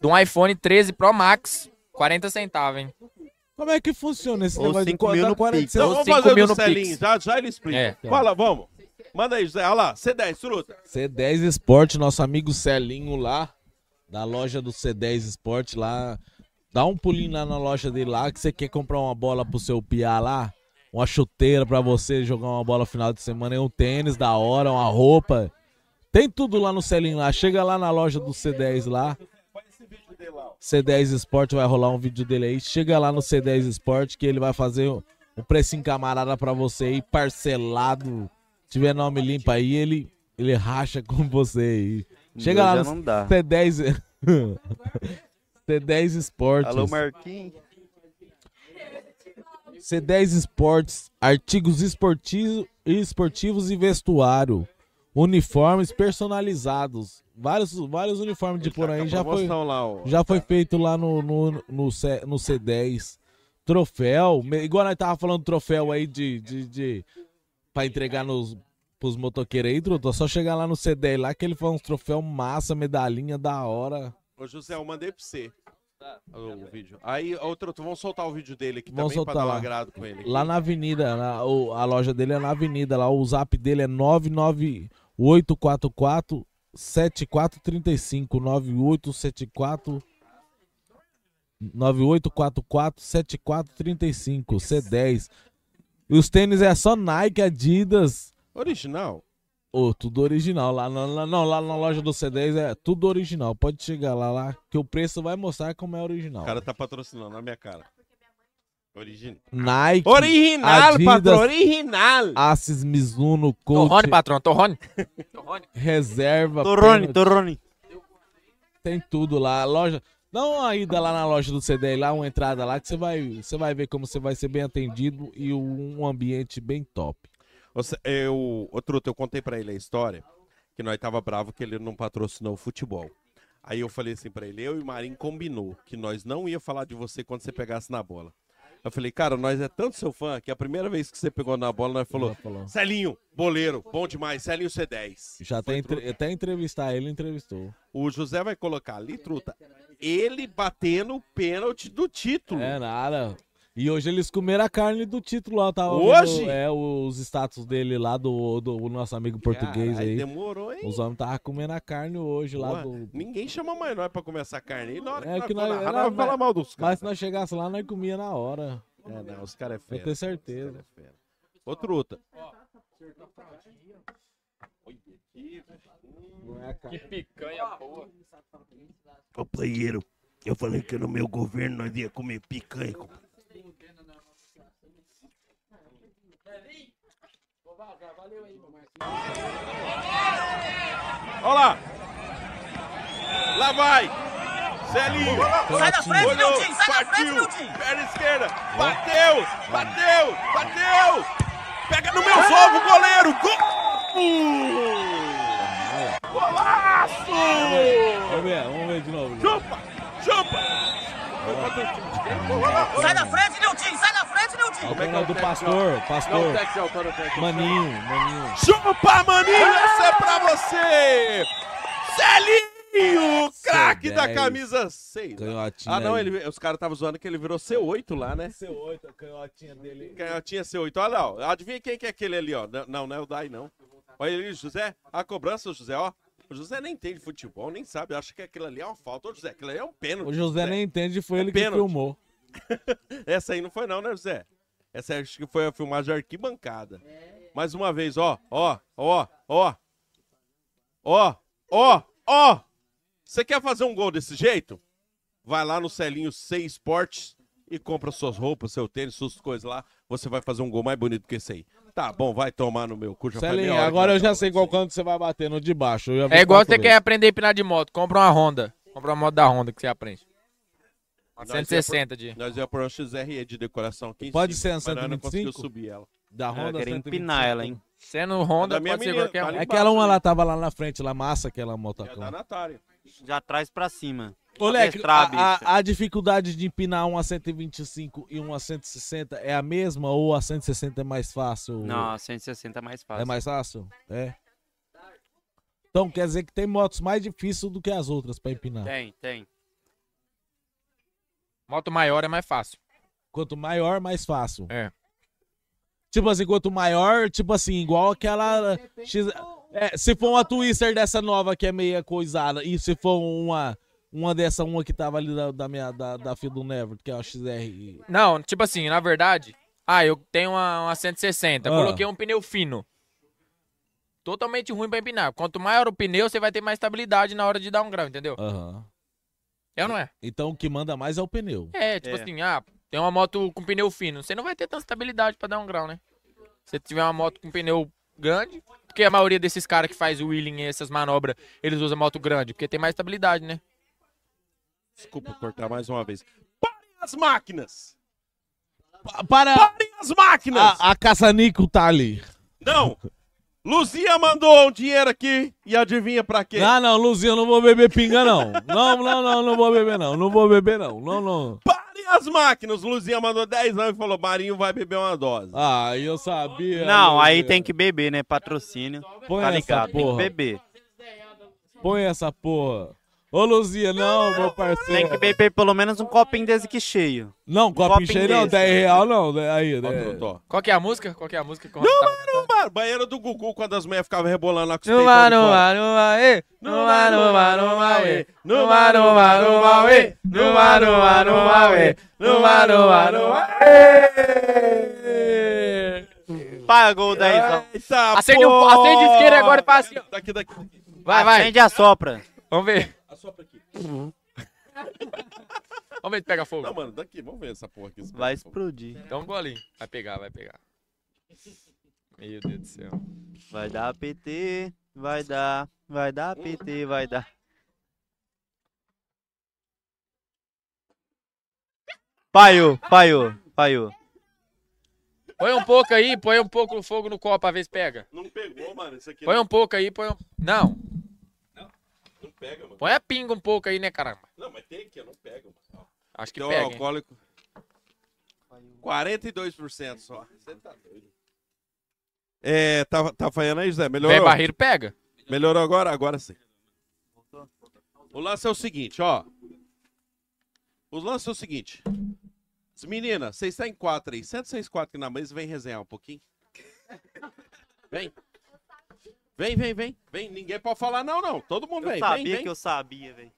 [SPEAKER 25] de um iPhone 13 Pro Max, 40 centavos, hein?
[SPEAKER 1] Como é que funciona esse
[SPEAKER 25] Ou
[SPEAKER 1] negócio de
[SPEAKER 25] cinco mil
[SPEAKER 1] cortar
[SPEAKER 25] no
[SPEAKER 1] 40
[SPEAKER 25] Pix.
[SPEAKER 2] Então
[SPEAKER 25] Ou
[SPEAKER 2] vamos
[SPEAKER 25] cinco
[SPEAKER 2] fazer
[SPEAKER 25] mil
[SPEAKER 2] do
[SPEAKER 25] no Pix.
[SPEAKER 2] Celinho, já, já ele explica.
[SPEAKER 1] É.
[SPEAKER 2] Vai lá, vamos. Manda aí, José. Olha lá, C10, truta.
[SPEAKER 1] C10 Esporte, nosso amigo Celinho lá, da loja do C10 Esporte lá. Dá um pulinho lá na loja dele lá, que você quer comprar uma bola pro seu piá lá, uma chuteira pra você jogar uma bola final de semana, e um tênis da hora, uma roupa. Tem tudo lá no Celinho lá. Chega lá na loja do C10 lá. C10 Esporte vai rolar um vídeo dele aí. Chega lá no C10 Esporte que ele vai fazer um um precinho camarada pra você aí, parcelado. Tiver nome limpo aí, ele, ele racha com você aí. Chega
[SPEAKER 5] Meu,
[SPEAKER 1] lá
[SPEAKER 5] já
[SPEAKER 1] no
[SPEAKER 5] não dá.
[SPEAKER 1] C10 C10 Esportes.
[SPEAKER 5] Alô, Marquinhos.
[SPEAKER 1] C10 Esportes, artigos esportivo- esportivos e vestuário, uniformes personalizados. Vários, vários uniformes de por aí já foi,
[SPEAKER 2] promoção lá, ó.
[SPEAKER 1] já foi feito lá no, no, no, C, no C10. Troféu, me- igual nós tava falando troféu aí de, de, de pra entregar nos, pros motoqueiros aí, Truto, é só chegar lá no C10 lá que ele faz uns troféu massa, medalhinha da hora.
[SPEAKER 2] Ô, José, eu mandei pra você. O vídeo. Aí, outro, vamos soltar o vídeo dele aqui
[SPEAKER 1] Vamos
[SPEAKER 2] também pra
[SPEAKER 1] soltar
[SPEAKER 2] dar um
[SPEAKER 1] lá.
[SPEAKER 2] agrado com ele.
[SPEAKER 1] Lá na avenida, na- o- a loja dele é na avenida, lá o zap dele é 99844 7435 9874 9844 7435 C10. E os tênis é só Nike, Adidas.
[SPEAKER 2] Original?
[SPEAKER 1] Ô, tudo original. Lá, na- lá- não, lá na loja do C10 é tudo original. Pode chegar lá, lá que o preço vai mostrar como é original.
[SPEAKER 2] O cara tá patrocinando na minha cara. Original.
[SPEAKER 1] Nike.
[SPEAKER 2] Original,
[SPEAKER 1] Adidas,
[SPEAKER 2] patrão, original.
[SPEAKER 1] Assis, Mizuno, Coach.
[SPEAKER 2] Torrone, patrão,
[SPEAKER 25] Torrone.
[SPEAKER 1] Reserva.
[SPEAKER 5] Torrone,
[SPEAKER 1] pênalti.
[SPEAKER 5] Torrone.
[SPEAKER 1] Tem tudo lá. A loja. Dá uma ida lá na loja do CD, lá uma entrada lá, que você vai, você vai ver como você vai ser bem atendido e um ambiente bem top.
[SPEAKER 2] Você, eu, ô Truta, eu contei pra ele a história que nós tava bravo que ele não patrocinou o futebol. Aí eu falei assim pra ele, eu e o Marinho combinou que nós não ia falar de você quando você pegasse na bola. Eu falei, cara, nós é tanto seu fã que a primeira vez que você pegou na bola, nós falou,
[SPEAKER 1] Já falou.
[SPEAKER 2] Celinho, boleiro, bom demais, Celinho C10.
[SPEAKER 1] Já até, entre- até entrevistar ele, entrevistou.
[SPEAKER 2] O José vai colocar ali, Truta, ele batendo o pênalti do título.
[SPEAKER 1] É nada. E hoje eles comeram a carne do título lá, eu tava
[SPEAKER 2] Hoje?
[SPEAKER 1] vendo, é, os status dele lá do, do nosso amigo português
[SPEAKER 2] Carai,
[SPEAKER 1] aí.
[SPEAKER 2] demorou, hein?
[SPEAKER 1] Os homens tava comendo a carne hoje lá
[SPEAKER 2] Porra,
[SPEAKER 1] do.
[SPEAKER 2] Ninguém chama mais nós pra comer essa carne. E na hora
[SPEAKER 1] É
[SPEAKER 2] que,
[SPEAKER 1] que
[SPEAKER 2] nós,
[SPEAKER 1] nós,
[SPEAKER 2] for narrar,
[SPEAKER 1] era-
[SPEAKER 2] nós vamos falar mal dos
[SPEAKER 1] Mas se nós chegasse lá, nós comia na hora.
[SPEAKER 2] É, não, os caras é
[SPEAKER 1] Eu
[SPEAKER 2] fera.
[SPEAKER 1] tenho certeza.
[SPEAKER 2] Ô, truta.
[SPEAKER 3] Que picanha boa.
[SPEAKER 26] Companheiro, eu falei que no meu governo nós ia comer picanha.
[SPEAKER 2] Olha lá. Lá vai. Celinho.
[SPEAKER 14] Sai da frente,
[SPEAKER 2] Olhou,
[SPEAKER 14] Nildinho, sai da frente,
[SPEAKER 2] partiu.
[SPEAKER 14] Nildinho.
[SPEAKER 2] Perna esquerda. Bateu. Bateu. Bateu. Pega no meu sovo, goleiro. Gol. Golaço.
[SPEAKER 1] Vamos ver, vamos ver de novo.
[SPEAKER 2] Chupa. Chupa.
[SPEAKER 14] Sai da frente, Nilton! Sai da frente, Nilton!
[SPEAKER 1] Como é que é o do pastor? Pastor. Maninho, maninho.
[SPEAKER 2] Chupa, maninho. Essa é pra você. Celinho. Craque da
[SPEAKER 1] C10.
[SPEAKER 2] camisa 6.
[SPEAKER 1] Canhotinha
[SPEAKER 2] Ah, não,
[SPEAKER 1] aí.
[SPEAKER 2] ele, os caras estavam zoando que ele virou C8 lá, né?
[SPEAKER 1] C8, a canhotinha dele.
[SPEAKER 2] Canhotinha C8. então, Olha lá, ó. adivinha quem que é aquele ali, ó. N- Não, não é o Dai, não. Olha ele, José. A cobrança, José, ó. O José nem entende futebol, nem sabe. Acha que aquilo ali é uma falta. Ô, José, aquilo ali é um pênalti.
[SPEAKER 1] O José nem entende, foi
[SPEAKER 2] É
[SPEAKER 1] ele que
[SPEAKER 2] pênalti.
[SPEAKER 1] filmou.
[SPEAKER 2] Essa aí não foi não, né, José? Essa acho que foi a filmagem de arquibancada. Mais uma vez, ó, ó, ó, ó. Ó, ó, ó. Você quer fazer um gol desse jeito? Vai lá no Celinho C Esportes e compra suas roupas, seu tênis, suas coisas lá. Você vai fazer um gol mais bonito que esse aí. Tá bom, vai tomar no meu cu. Já faz meia
[SPEAKER 1] Celinho,
[SPEAKER 2] hora que
[SPEAKER 1] é agora
[SPEAKER 2] nós
[SPEAKER 1] eu já sei qual canto você vai bater no de baixo. eu já vi
[SPEAKER 25] É igual
[SPEAKER 1] qual
[SPEAKER 25] você
[SPEAKER 1] foi.
[SPEAKER 25] quer aprender a empinar de moto. Compra uma Honda. Compra uma moto da Honda que você aprende.
[SPEAKER 2] Nós ia por-
[SPEAKER 25] 160 de.
[SPEAKER 2] Nós ia por uma XRE de decoração aqui. em
[SPEAKER 25] Pode
[SPEAKER 2] cima,
[SPEAKER 25] ser a
[SPEAKER 2] mas nós não
[SPEAKER 25] 125?
[SPEAKER 2] conseguiu subir ela.
[SPEAKER 1] Da Honda
[SPEAKER 5] quero empinar ela, hein?
[SPEAKER 27] é
[SPEAKER 25] Sendo
[SPEAKER 2] Da
[SPEAKER 25] Honda,
[SPEAKER 2] minha
[SPEAKER 25] pode ser
[SPEAKER 2] menina,
[SPEAKER 25] qualquer
[SPEAKER 1] É
[SPEAKER 2] tá
[SPEAKER 25] um.
[SPEAKER 2] ali
[SPEAKER 1] Aquela uma lá tava lá na frente, lá massa aquela motocão.
[SPEAKER 2] Tá Natália.
[SPEAKER 5] Já atrás pra cima.
[SPEAKER 1] Ô, Leque,
[SPEAKER 5] Adestrar, bicho.
[SPEAKER 1] a, a- a dificuldade de empinar um uma 125 e uma 160 é a mesma ou a 160 é mais fácil?
[SPEAKER 27] Não, a 160 é mais fácil.
[SPEAKER 1] É mais fácil? É. Então quer dizer que tem motos mais difíceis do que as outras pra empinar.
[SPEAKER 27] Tem, tem.
[SPEAKER 3] Moto maior é mais fácil.
[SPEAKER 1] Quanto maior, mais fácil.
[SPEAKER 3] É.
[SPEAKER 1] Tipo assim, quanto maior, tipo assim, igual aquela. X- é, se for uma Twister dessa nova que é meia coisada, e se for uma. Uma dessa, uma que tava ali da, da minha, da, da filha do Never, que é a XR.
[SPEAKER 3] Não, tipo assim, na verdade, ah, eu tenho uma, uma 160,
[SPEAKER 1] Ah.
[SPEAKER 3] coloquei um pneu fino. Totalmente ruim pra empinar. Quanto maior o pneu, você vai ter mais estabilidade na hora de dar um grau, entendeu?
[SPEAKER 1] Aham.
[SPEAKER 3] É ou não é?
[SPEAKER 1] Então o que manda mais é o pneu.
[SPEAKER 3] É, tipo assim, ah, tem uma moto com pneu fino, você não vai ter tanta estabilidade pra dar um grau, né? Se tiver uma moto com pneu grande, porque a maioria desses caras que faz wheeling e essas manobras, eles usam moto grande, porque tem mais estabilidade, né?
[SPEAKER 2] Desculpa cortar mais uma vez. Parem as máquinas!
[SPEAKER 1] Para!
[SPEAKER 2] Parem as máquinas!
[SPEAKER 1] A, a caça-nico tá ali.
[SPEAKER 2] Não! Luzia mandou um dinheiro aqui e adivinha pra quê?
[SPEAKER 1] Ah, não, Luzinho, eu não vou beber pinga, não. Não, não, não, não vou beber, não. Não vou beber, não. Não, não.
[SPEAKER 2] Parem as máquinas! Luzia mandou 10 anos e falou: Marinho vai beber uma dose.
[SPEAKER 1] Ah, eu sabia.
[SPEAKER 5] Não,
[SPEAKER 1] Luzinha.
[SPEAKER 5] aí tem que beber, né? Patrocínio.
[SPEAKER 1] Põe
[SPEAKER 5] tá
[SPEAKER 1] essa
[SPEAKER 5] ligado, tem que
[SPEAKER 1] porra.
[SPEAKER 5] beber.
[SPEAKER 1] Põe essa porra. Ô, Luzia, não, meu parceiro.
[SPEAKER 5] Tem que beber pelo menos um copinho desse que cheio. Um
[SPEAKER 1] Não, copinho cheio não, 10 real não. né? Aí, né?
[SPEAKER 3] Qual que é a música? Qual que é a música? Não,
[SPEAKER 2] não, mano. Banheiro do Gugu, quando as mulheres ficavam rebolando lá com os
[SPEAKER 3] Numa,
[SPEAKER 2] peitão de
[SPEAKER 3] numa,
[SPEAKER 2] fora.
[SPEAKER 3] numa, ê.
[SPEAKER 2] Numa, numa, numa, ê.
[SPEAKER 3] numa,
[SPEAKER 2] Numa,
[SPEAKER 3] numa, ê.
[SPEAKER 2] Numa, numa, numa, ê. Numa, numa, numa, ê.
[SPEAKER 5] É. Pagou o 10
[SPEAKER 2] Eita,
[SPEAKER 3] Acende, o, acende o isqueiro agora e faz assim. ó.
[SPEAKER 2] Daqui, daqui.
[SPEAKER 3] Vai, vai.
[SPEAKER 5] Acende a sopra.
[SPEAKER 3] Vamos ver.
[SPEAKER 2] Assopra aqui.
[SPEAKER 3] Vamos ver se pega fogo.
[SPEAKER 2] Não, mano, daqui, vamos ver essa porra aqui. se
[SPEAKER 5] Vai
[SPEAKER 2] pega fogo.
[SPEAKER 5] explodir.
[SPEAKER 3] Dá um golinho. Vai pegar, vai pegar. Meu Deus do céu.
[SPEAKER 5] Vai dar PT, vai dar, vai dar PT, vai dar. Paiô, paiô, paiô.
[SPEAKER 3] Põe um pouco aí, põe um pouco o fogo no copo, a vez pega.
[SPEAKER 2] Não pegou, mano. Isso aqui
[SPEAKER 3] Põe
[SPEAKER 2] não,
[SPEAKER 3] um pouco aí, põe um... Não,
[SPEAKER 2] não pega, mano.
[SPEAKER 3] põe a pinga um pouco aí, né, caramba?
[SPEAKER 2] Não, mas tem aqui, eu não pego, mano. Então,
[SPEAKER 3] Acho que
[SPEAKER 2] Teor
[SPEAKER 3] pega, hein?
[SPEAKER 2] alcoólico. 42% só. Você tá doido. É, tá, tá falhando aí, José? Melhorou?
[SPEAKER 3] Zé Barreiro pega.
[SPEAKER 2] Melhorou agora? Agora sim. O lance é o seguinte, ó. O lance é o seguinte. As meninas, vocês estão em quatro aí. 1064 aqui na mesa, vem resenhar um pouquinho. Vem. Vem, vem, vem. Vem, ninguém pode falar não, não. Todo mundo
[SPEAKER 5] Eu
[SPEAKER 2] vem,
[SPEAKER 5] sabia
[SPEAKER 2] vem, vem.
[SPEAKER 5] que eu sabia, velho.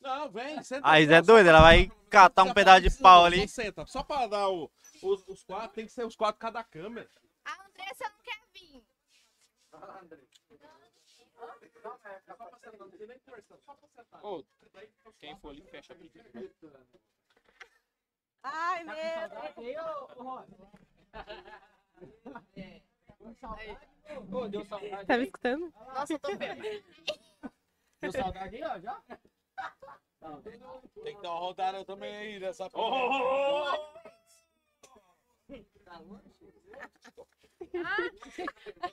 [SPEAKER 2] Não, vem, senta
[SPEAKER 5] Aí
[SPEAKER 2] aqui,
[SPEAKER 5] Zé
[SPEAKER 2] ó, só
[SPEAKER 5] doido, ela
[SPEAKER 2] pra-
[SPEAKER 5] vai catar um pedaço de pau ali.
[SPEAKER 2] Só senta, só pra dar o- os, os quatro, tem que ser os quatro cada câmera.
[SPEAKER 13] A Andressa não quer vir.
[SPEAKER 3] Ô, quem for ali, fecha a brincadeira. Tá
[SPEAKER 28] Ai, meu
[SPEAKER 3] deu saudade.
[SPEAKER 28] Tá me escutando?
[SPEAKER 13] Nossa, eu tô vendo.
[SPEAKER 3] Deu saudade aí, ó, já?
[SPEAKER 1] Tem que dar uma rodada também aí nessa
[SPEAKER 2] Ô, ô, ô, ô, ô.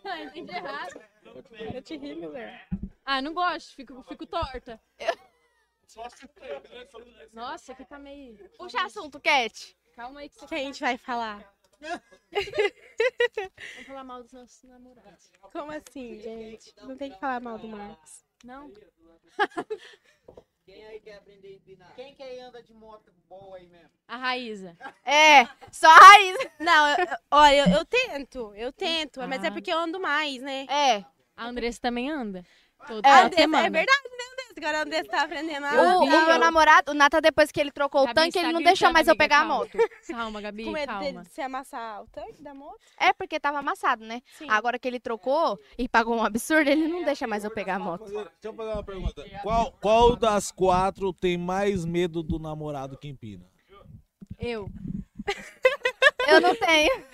[SPEAKER 28] Ah, entendi errado. Eu te ri, mulher. Ah, não gosto, fico, fico torta. Nossa, aqui tá meio.
[SPEAKER 13] Puxa assunto, Cat.
[SPEAKER 28] Calma aí que você. tá
[SPEAKER 13] O que a gente vai falar?
[SPEAKER 28] Vamos falar mal dos nossos namorados.
[SPEAKER 13] Como assim, gente? Não tem que falar mal do Marcos.
[SPEAKER 28] Não?
[SPEAKER 11] Quem aí quer aprender a empinar? Quem que aí anda de moto boa aí mesmo?
[SPEAKER 28] A Raíza.
[SPEAKER 13] É, só a raiz. Não, eu- eu- olha, eu, eu tento, eu tento, mas é porque eu ando mais, né? É.
[SPEAKER 28] Ah. A Andressa também anda. Toda
[SPEAKER 13] É,
[SPEAKER 28] semana.
[SPEAKER 13] é verdade, né, Andressa? Agora a Andressa tá aprendendo a
[SPEAKER 29] O, o
[SPEAKER 13] andar.
[SPEAKER 29] meu namorado, o Nata, depois que ele trocou o
[SPEAKER 28] Gabi
[SPEAKER 29] tanque,
[SPEAKER 28] está
[SPEAKER 29] ele não deixou
[SPEAKER 28] gritando,
[SPEAKER 29] mais eu
[SPEAKER 28] amiga,
[SPEAKER 29] pegar a
[SPEAKER 28] calma.
[SPEAKER 29] moto.
[SPEAKER 28] Calma, Gabi,
[SPEAKER 13] Com medo
[SPEAKER 28] calma.
[SPEAKER 13] dele se amassar o tanque da moto?
[SPEAKER 29] É, porque tava amassado, né? Agora que ele trocou e pagou um absurdo, ele não deixa mais eu pegar a moto.
[SPEAKER 1] Deixa eu fazer uma pergunta.
[SPEAKER 3] é.
[SPEAKER 1] Qual, é qual das quatro tem mais medo do namorado que empina?
[SPEAKER 28] Eu.
[SPEAKER 29] Eu não tenho.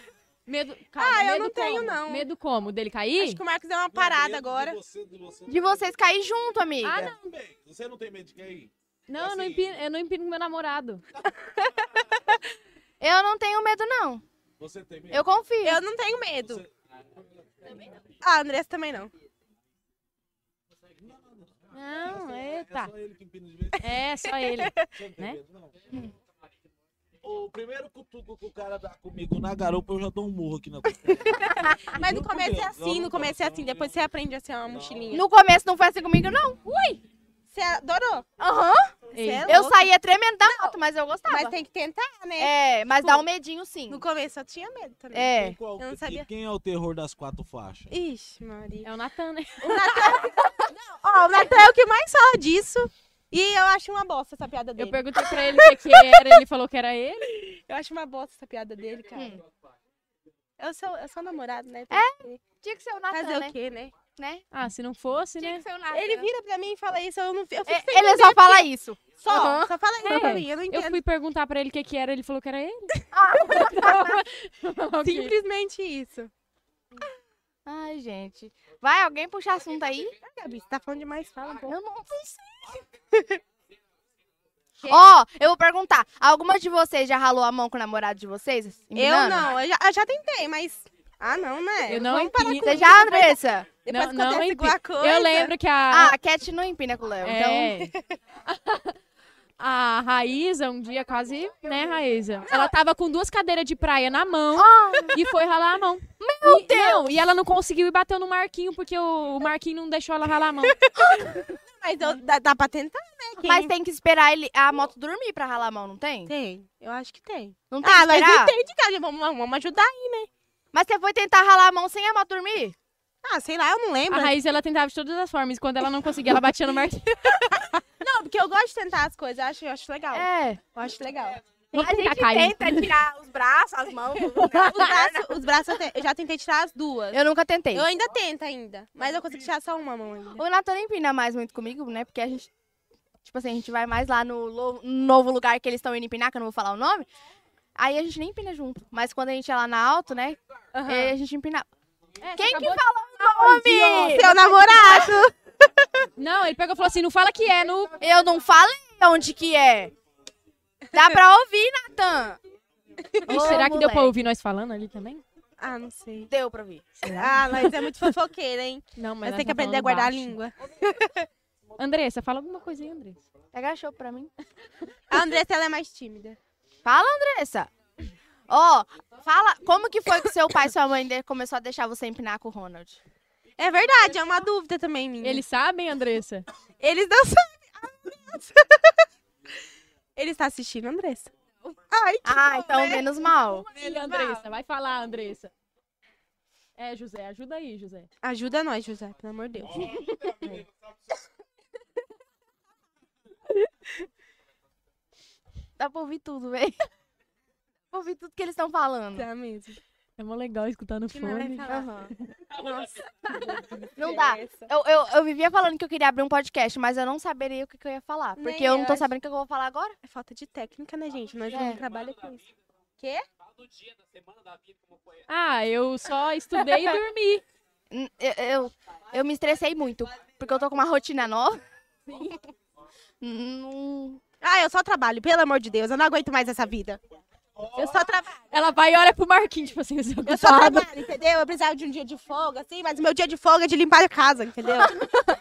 [SPEAKER 28] Medo. Calma,
[SPEAKER 13] Ah, eu
[SPEAKER 28] medo
[SPEAKER 13] não tenho,
[SPEAKER 28] como?
[SPEAKER 13] não.
[SPEAKER 28] Medo como? Dele cair?
[SPEAKER 13] Acho que o Marcos deu uma parada agora.
[SPEAKER 29] De vocês cair junto, amiga.
[SPEAKER 28] Ah, não.
[SPEAKER 1] Você não tem medo de cair?
[SPEAKER 28] Não, eu, não empino, eu não empino com meu namorado.
[SPEAKER 29] Eu não tenho medo, não.
[SPEAKER 1] Você tem medo?
[SPEAKER 29] Eu confio.
[SPEAKER 13] Eu não tenho medo. Ah, a Andressa também não. Não, eita.
[SPEAKER 28] só ele que empina de vez.
[SPEAKER 13] É, só ele.
[SPEAKER 28] Você não tem
[SPEAKER 13] né?
[SPEAKER 28] medo, não?
[SPEAKER 13] Hum.
[SPEAKER 28] O primeiro cutuco que o cara dá comigo.
[SPEAKER 1] Comigo na garupa eu já dou um murro aqui na
[SPEAKER 13] Mas no
[SPEAKER 28] começo é assim, no
[SPEAKER 13] começo é assim. Depois você aprende a ser uma mochilinha.
[SPEAKER 29] No começo não foi assim comigo, não.
[SPEAKER 13] Ui! Você adorou? é
[SPEAKER 29] Aham. eu saía tremendo da moto, mas eu gostava.
[SPEAKER 13] Mas tem que tentar,
[SPEAKER 29] né? É, mas dá um medinho sim.
[SPEAKER 13] No começo eu tinha medo também.
[SPEAKER 29] É.
[SPEAKER 13] Eu não sabia.
[SPEAKER 1] Quem é o terror das quatro faixas?
[SPEAKER 13] Ixi, Maria. É o Natan, né?
[SPEAKER 30] Ó, o Natan é o que mais fala disso. E eu acho uma bosta essa piada dele.
[SPEAKER 13] Eu perguntei pra ele o que, que era, ele falou que era ele. Eu acho uma bosta essa piada dele, cara. Eu, sou, eu sou namorado, né? É?
[SPEAKER 29] Tinha que ser o
[SPEAKER 13] Fazer
[SPEAKER 29] Natan,
[SPEAKER 13] o quê, né?
[SPEAKER 29] né?
[SPEAKER 13] Ah, se não fosse,
[SPEAKER 29] Tinha
[SPEAKER 13] né?
[SPEAKER 29] que ser o Natan.
[SPEAKER 13] Ele vira pra mim e fala isso, eu não eu fico
[SPEAKER 29] É,
[SPEAKER 13] sem
[SPEAKER 29] ele
[SPEAKER 13] entender
[SPEAKER 29] só fala
[SPEAKER 13] porque-
[SPEAKER 29] isso.
[SPEAKER 13] Só,
[SPEAKER 29] Aham.
[SPEAKER 13] só fala isso
[SPEAKER 28] É,
[SPEAKER 13] pra mim, eu não
[SPEAKER 28] eu
[SPEAKER 13] entendo.
[SPEAKER 28] fui
[SPEAKER 13] perguntar pra ele o que, que era, ele falou que era ele.
[SPEAKER 29] Ah.
[SPEAKER 13] Simplesmente isso.
[SPEAKER 29] Ai, gente. Vai, alguém puxa assunto aí?
[SPEAKER 13] Gabi, você tá falando demais, fala um pouco.
[SPEAKER 29] Eu não sei. Ó, eu vou perguntar. Alguma de vocês já ralou a mão com o namorado de vocês?
[SPEAKER 13] Eu não, eu já, eu já tentei, mas. Ah, não, né?
[SPEAKER 29] Eu
[SPEAKER 13] Eu
[SPEAKER 29] não
[SPEAKER 13] não Vamos parar
[SPEAKER 29] empino.
[SPEAKER 13] com
[SPEAKER 29] Você
[SPEAKER 13] isso,
[SPEAKER 29] já,
[SPEAKER 13] depois-
[SPEAKER 29] Andressa?
[SPEAKER 13] Depois
[SPEAKER 29] Não, não
[SPEAKER 13] acontece alguma
[SPEAKER 29] empino. Eu
[SPEAKER 13] coisa.
[SPEAKER 28] lembro que a-
[SPEAKER 29] Ah, a Cat não empina com o Léo,
[SPEAKER 28] É.
[SPEAKER 29] então...
[SPEAKER 13] É.
[SPEAKER 28] A Raíza, um dia quase, né, Raíza? Ela tava com duas cadeiras de praia na mão
[SPEAKER 13] Ah.
[SPEAKER 28] e foi ralar a mão. Meu e, Deus! e ela não conseguiu e bateu no Marquinho, porque o, o Marquinho não deixou ela ralar a mão.
[SPEAKER 13] Mas eu- dá, dá pra tentar, né?
[SPEAKER 29] Mas tem que esperar ele, a moto dormir pra ralar a mão, não tem?
[SPEAKER 13] Tem, eu acho que tem.
[SPEAKER 29] Não tem
[SPEAKER 13] Ah,
[SPEAKER 29] que
[SPEAKER 13] mas
[SPEAKER 29] esperar?
[SPEAKER 13] entende, cara. Vamos, vamos ajudar aí, né?
[SPEAKER 29] Mas você foi tentar ralar a mão sem a moto dormir?
[SPEAKER 13] Ah, sei lá, eu não lembro.
[SPEAKER 28] A Raíza, ela tentava de todas as formas. e Quando ela não conseguia, ela batia no Marquinho.
[SPEAKER 13] Não, porque eu gosto de tentar as coisas, eu acho, eu acho legal.
[SPEAKER 29] É.
[SPEAKER 13] Eu acho legal.
[SPEAKER 28] Vamos tentar, Caio.
[SPEAKER 13] tirar os braços, as mãos. os braços, os braços eu, te- eu já tentei tirar as duas.
[SPEAKER 29] Eu nunca tentei.
[SPEAKER 13] Eu ainda tento ainda, mas eu consigo tirar só uma mão ainda.
[SPEAKER 29] O Natan não empina mais muito comigo, né? Porque a gente. Tipo assim, a gente vai mais lá no lo- no novo lugar que eles estão indo empinar, que eu não vou falar o nome. Aí a gente nem empina junto. Mas quando a gente é lá na alto, né? eh, A gente empina.
[SPEAKER 9] É,
[SPEAKER 29] Quem que falou o nome?
[SPEAKER 13] Seu namorado!
[SPEAKER 28] Não, ele pegou e falou assim: não fala que é no.
[SPEAKER 29] Eu não falei onde que é. Dá pra ouvir, Natan.
[SPEAKER 28] Ixi,
[SPEAKER 29] Ô,
[SPEAKER 28] será que deu pra
[SPEAKER 29] moleque.
[SPEAKER 28] ouvir nós falando ali também?
[SPEAKER 13] Ah, não sei.
[SPEAKER 29] Deu pra ouvir.
[SPEAKER 13] Ah, mas é muito fofoqueira, hein?
[SPEAKER 28] Não, mas
[SPEAKER 13] Mas
[SPEAKER 28] nós
[SPEAKER 13] tem que
[SPEAKER 28] tá
[SPEAKER 13] aprender
[SPEAKER 28] falando
[SPEAKER 13] a guardar a
[SPEAKER 28] baixo.
[SPEAKER 13] língua.
[SPEAKER 28] Andressa, fala alguma coisa aí, Andressa.
[SPEAKER 29] Pega show pra mim.
[SPEAKER 13] A Andressa, ela é mais tímida.
[SPEAKER 29] Fala, Andressa. Ó, fala, como que foi que seu pai e sua mãe de- começou a deixar você empinar com o Ronald?
[SPEAKER 13] É verdade, é uma dúvida também minha.
[SPEAKER 28] Eles sabem, Andressa?
[SPEAKER 13] Eles não sabem. Ah, meu Deus. Ele está tá assistindo, Andressa. Ai, que
[SPEAKER 29] Ah,
[SPEAKER 13] bom,
[SPEAKER 29] então
[SPEAKER 13] né?
[SPEAKER 29] menos mal.
[SPEAKER 28] Aí, Andressa, vai falar, Andressa. É, José, ajuda aí, José.
[SPEAKER 13] Ajuda nós, José, pelo amor de Deus.
[SPEAKER 29] Dá pra ouvir tudo, velho. Dá pra ouvir tudo que eles estão falando.
[SPEAKER 13] Tá mesmo.
[SPEAKER 28] É mó legal escutar no
[SPEAKER 29] Que não vai
[SPEAKER 28] fone.
[SPEAKER 29] falar. Aham.
[SPEAKER 13] Nossa.
[SPEAKER 29] Não dá. Eu, eu, eu vivia falando que eu queria abrir um podcast, mas eu não saberia o que, que eu ia falar. Porque
[SPEAKER 13] Nem
[SPEAKER 29] eu não tô
[SPEAKER 13] eu,
[SPEAKER 29] sabendo o que eu vou falar agora.
[SPEAKER 13] É falta de técnica, né, gente? Nós
[SPEAKER 29] É.
[SPEAKER 13] não trabalhamos com isso. Quê?
[SPEAKER 28] Ah, eu só estudei e dormi.
[SPEAKER 29] Hum, Eu, eu, eu me estressei muito, porque eu tô com uma rotina nova.
[SPEAKER 13] Ah, eu só trabalho, pelo amor de Deus. Eu não aguento mais essa vida. Eu só trabalho.
[SPEAKER 28] Ela vai e olha pro Marquinhos, tipo assim, você é
[SPEAKER 13] Eu só
[SPEAKER 28] ocupado.
[SPEAKER 13] trabalho, entendeu? Eu precisava de um dia de folga, assim, mas o meu dia de folga é de limpar a casa, entendeu?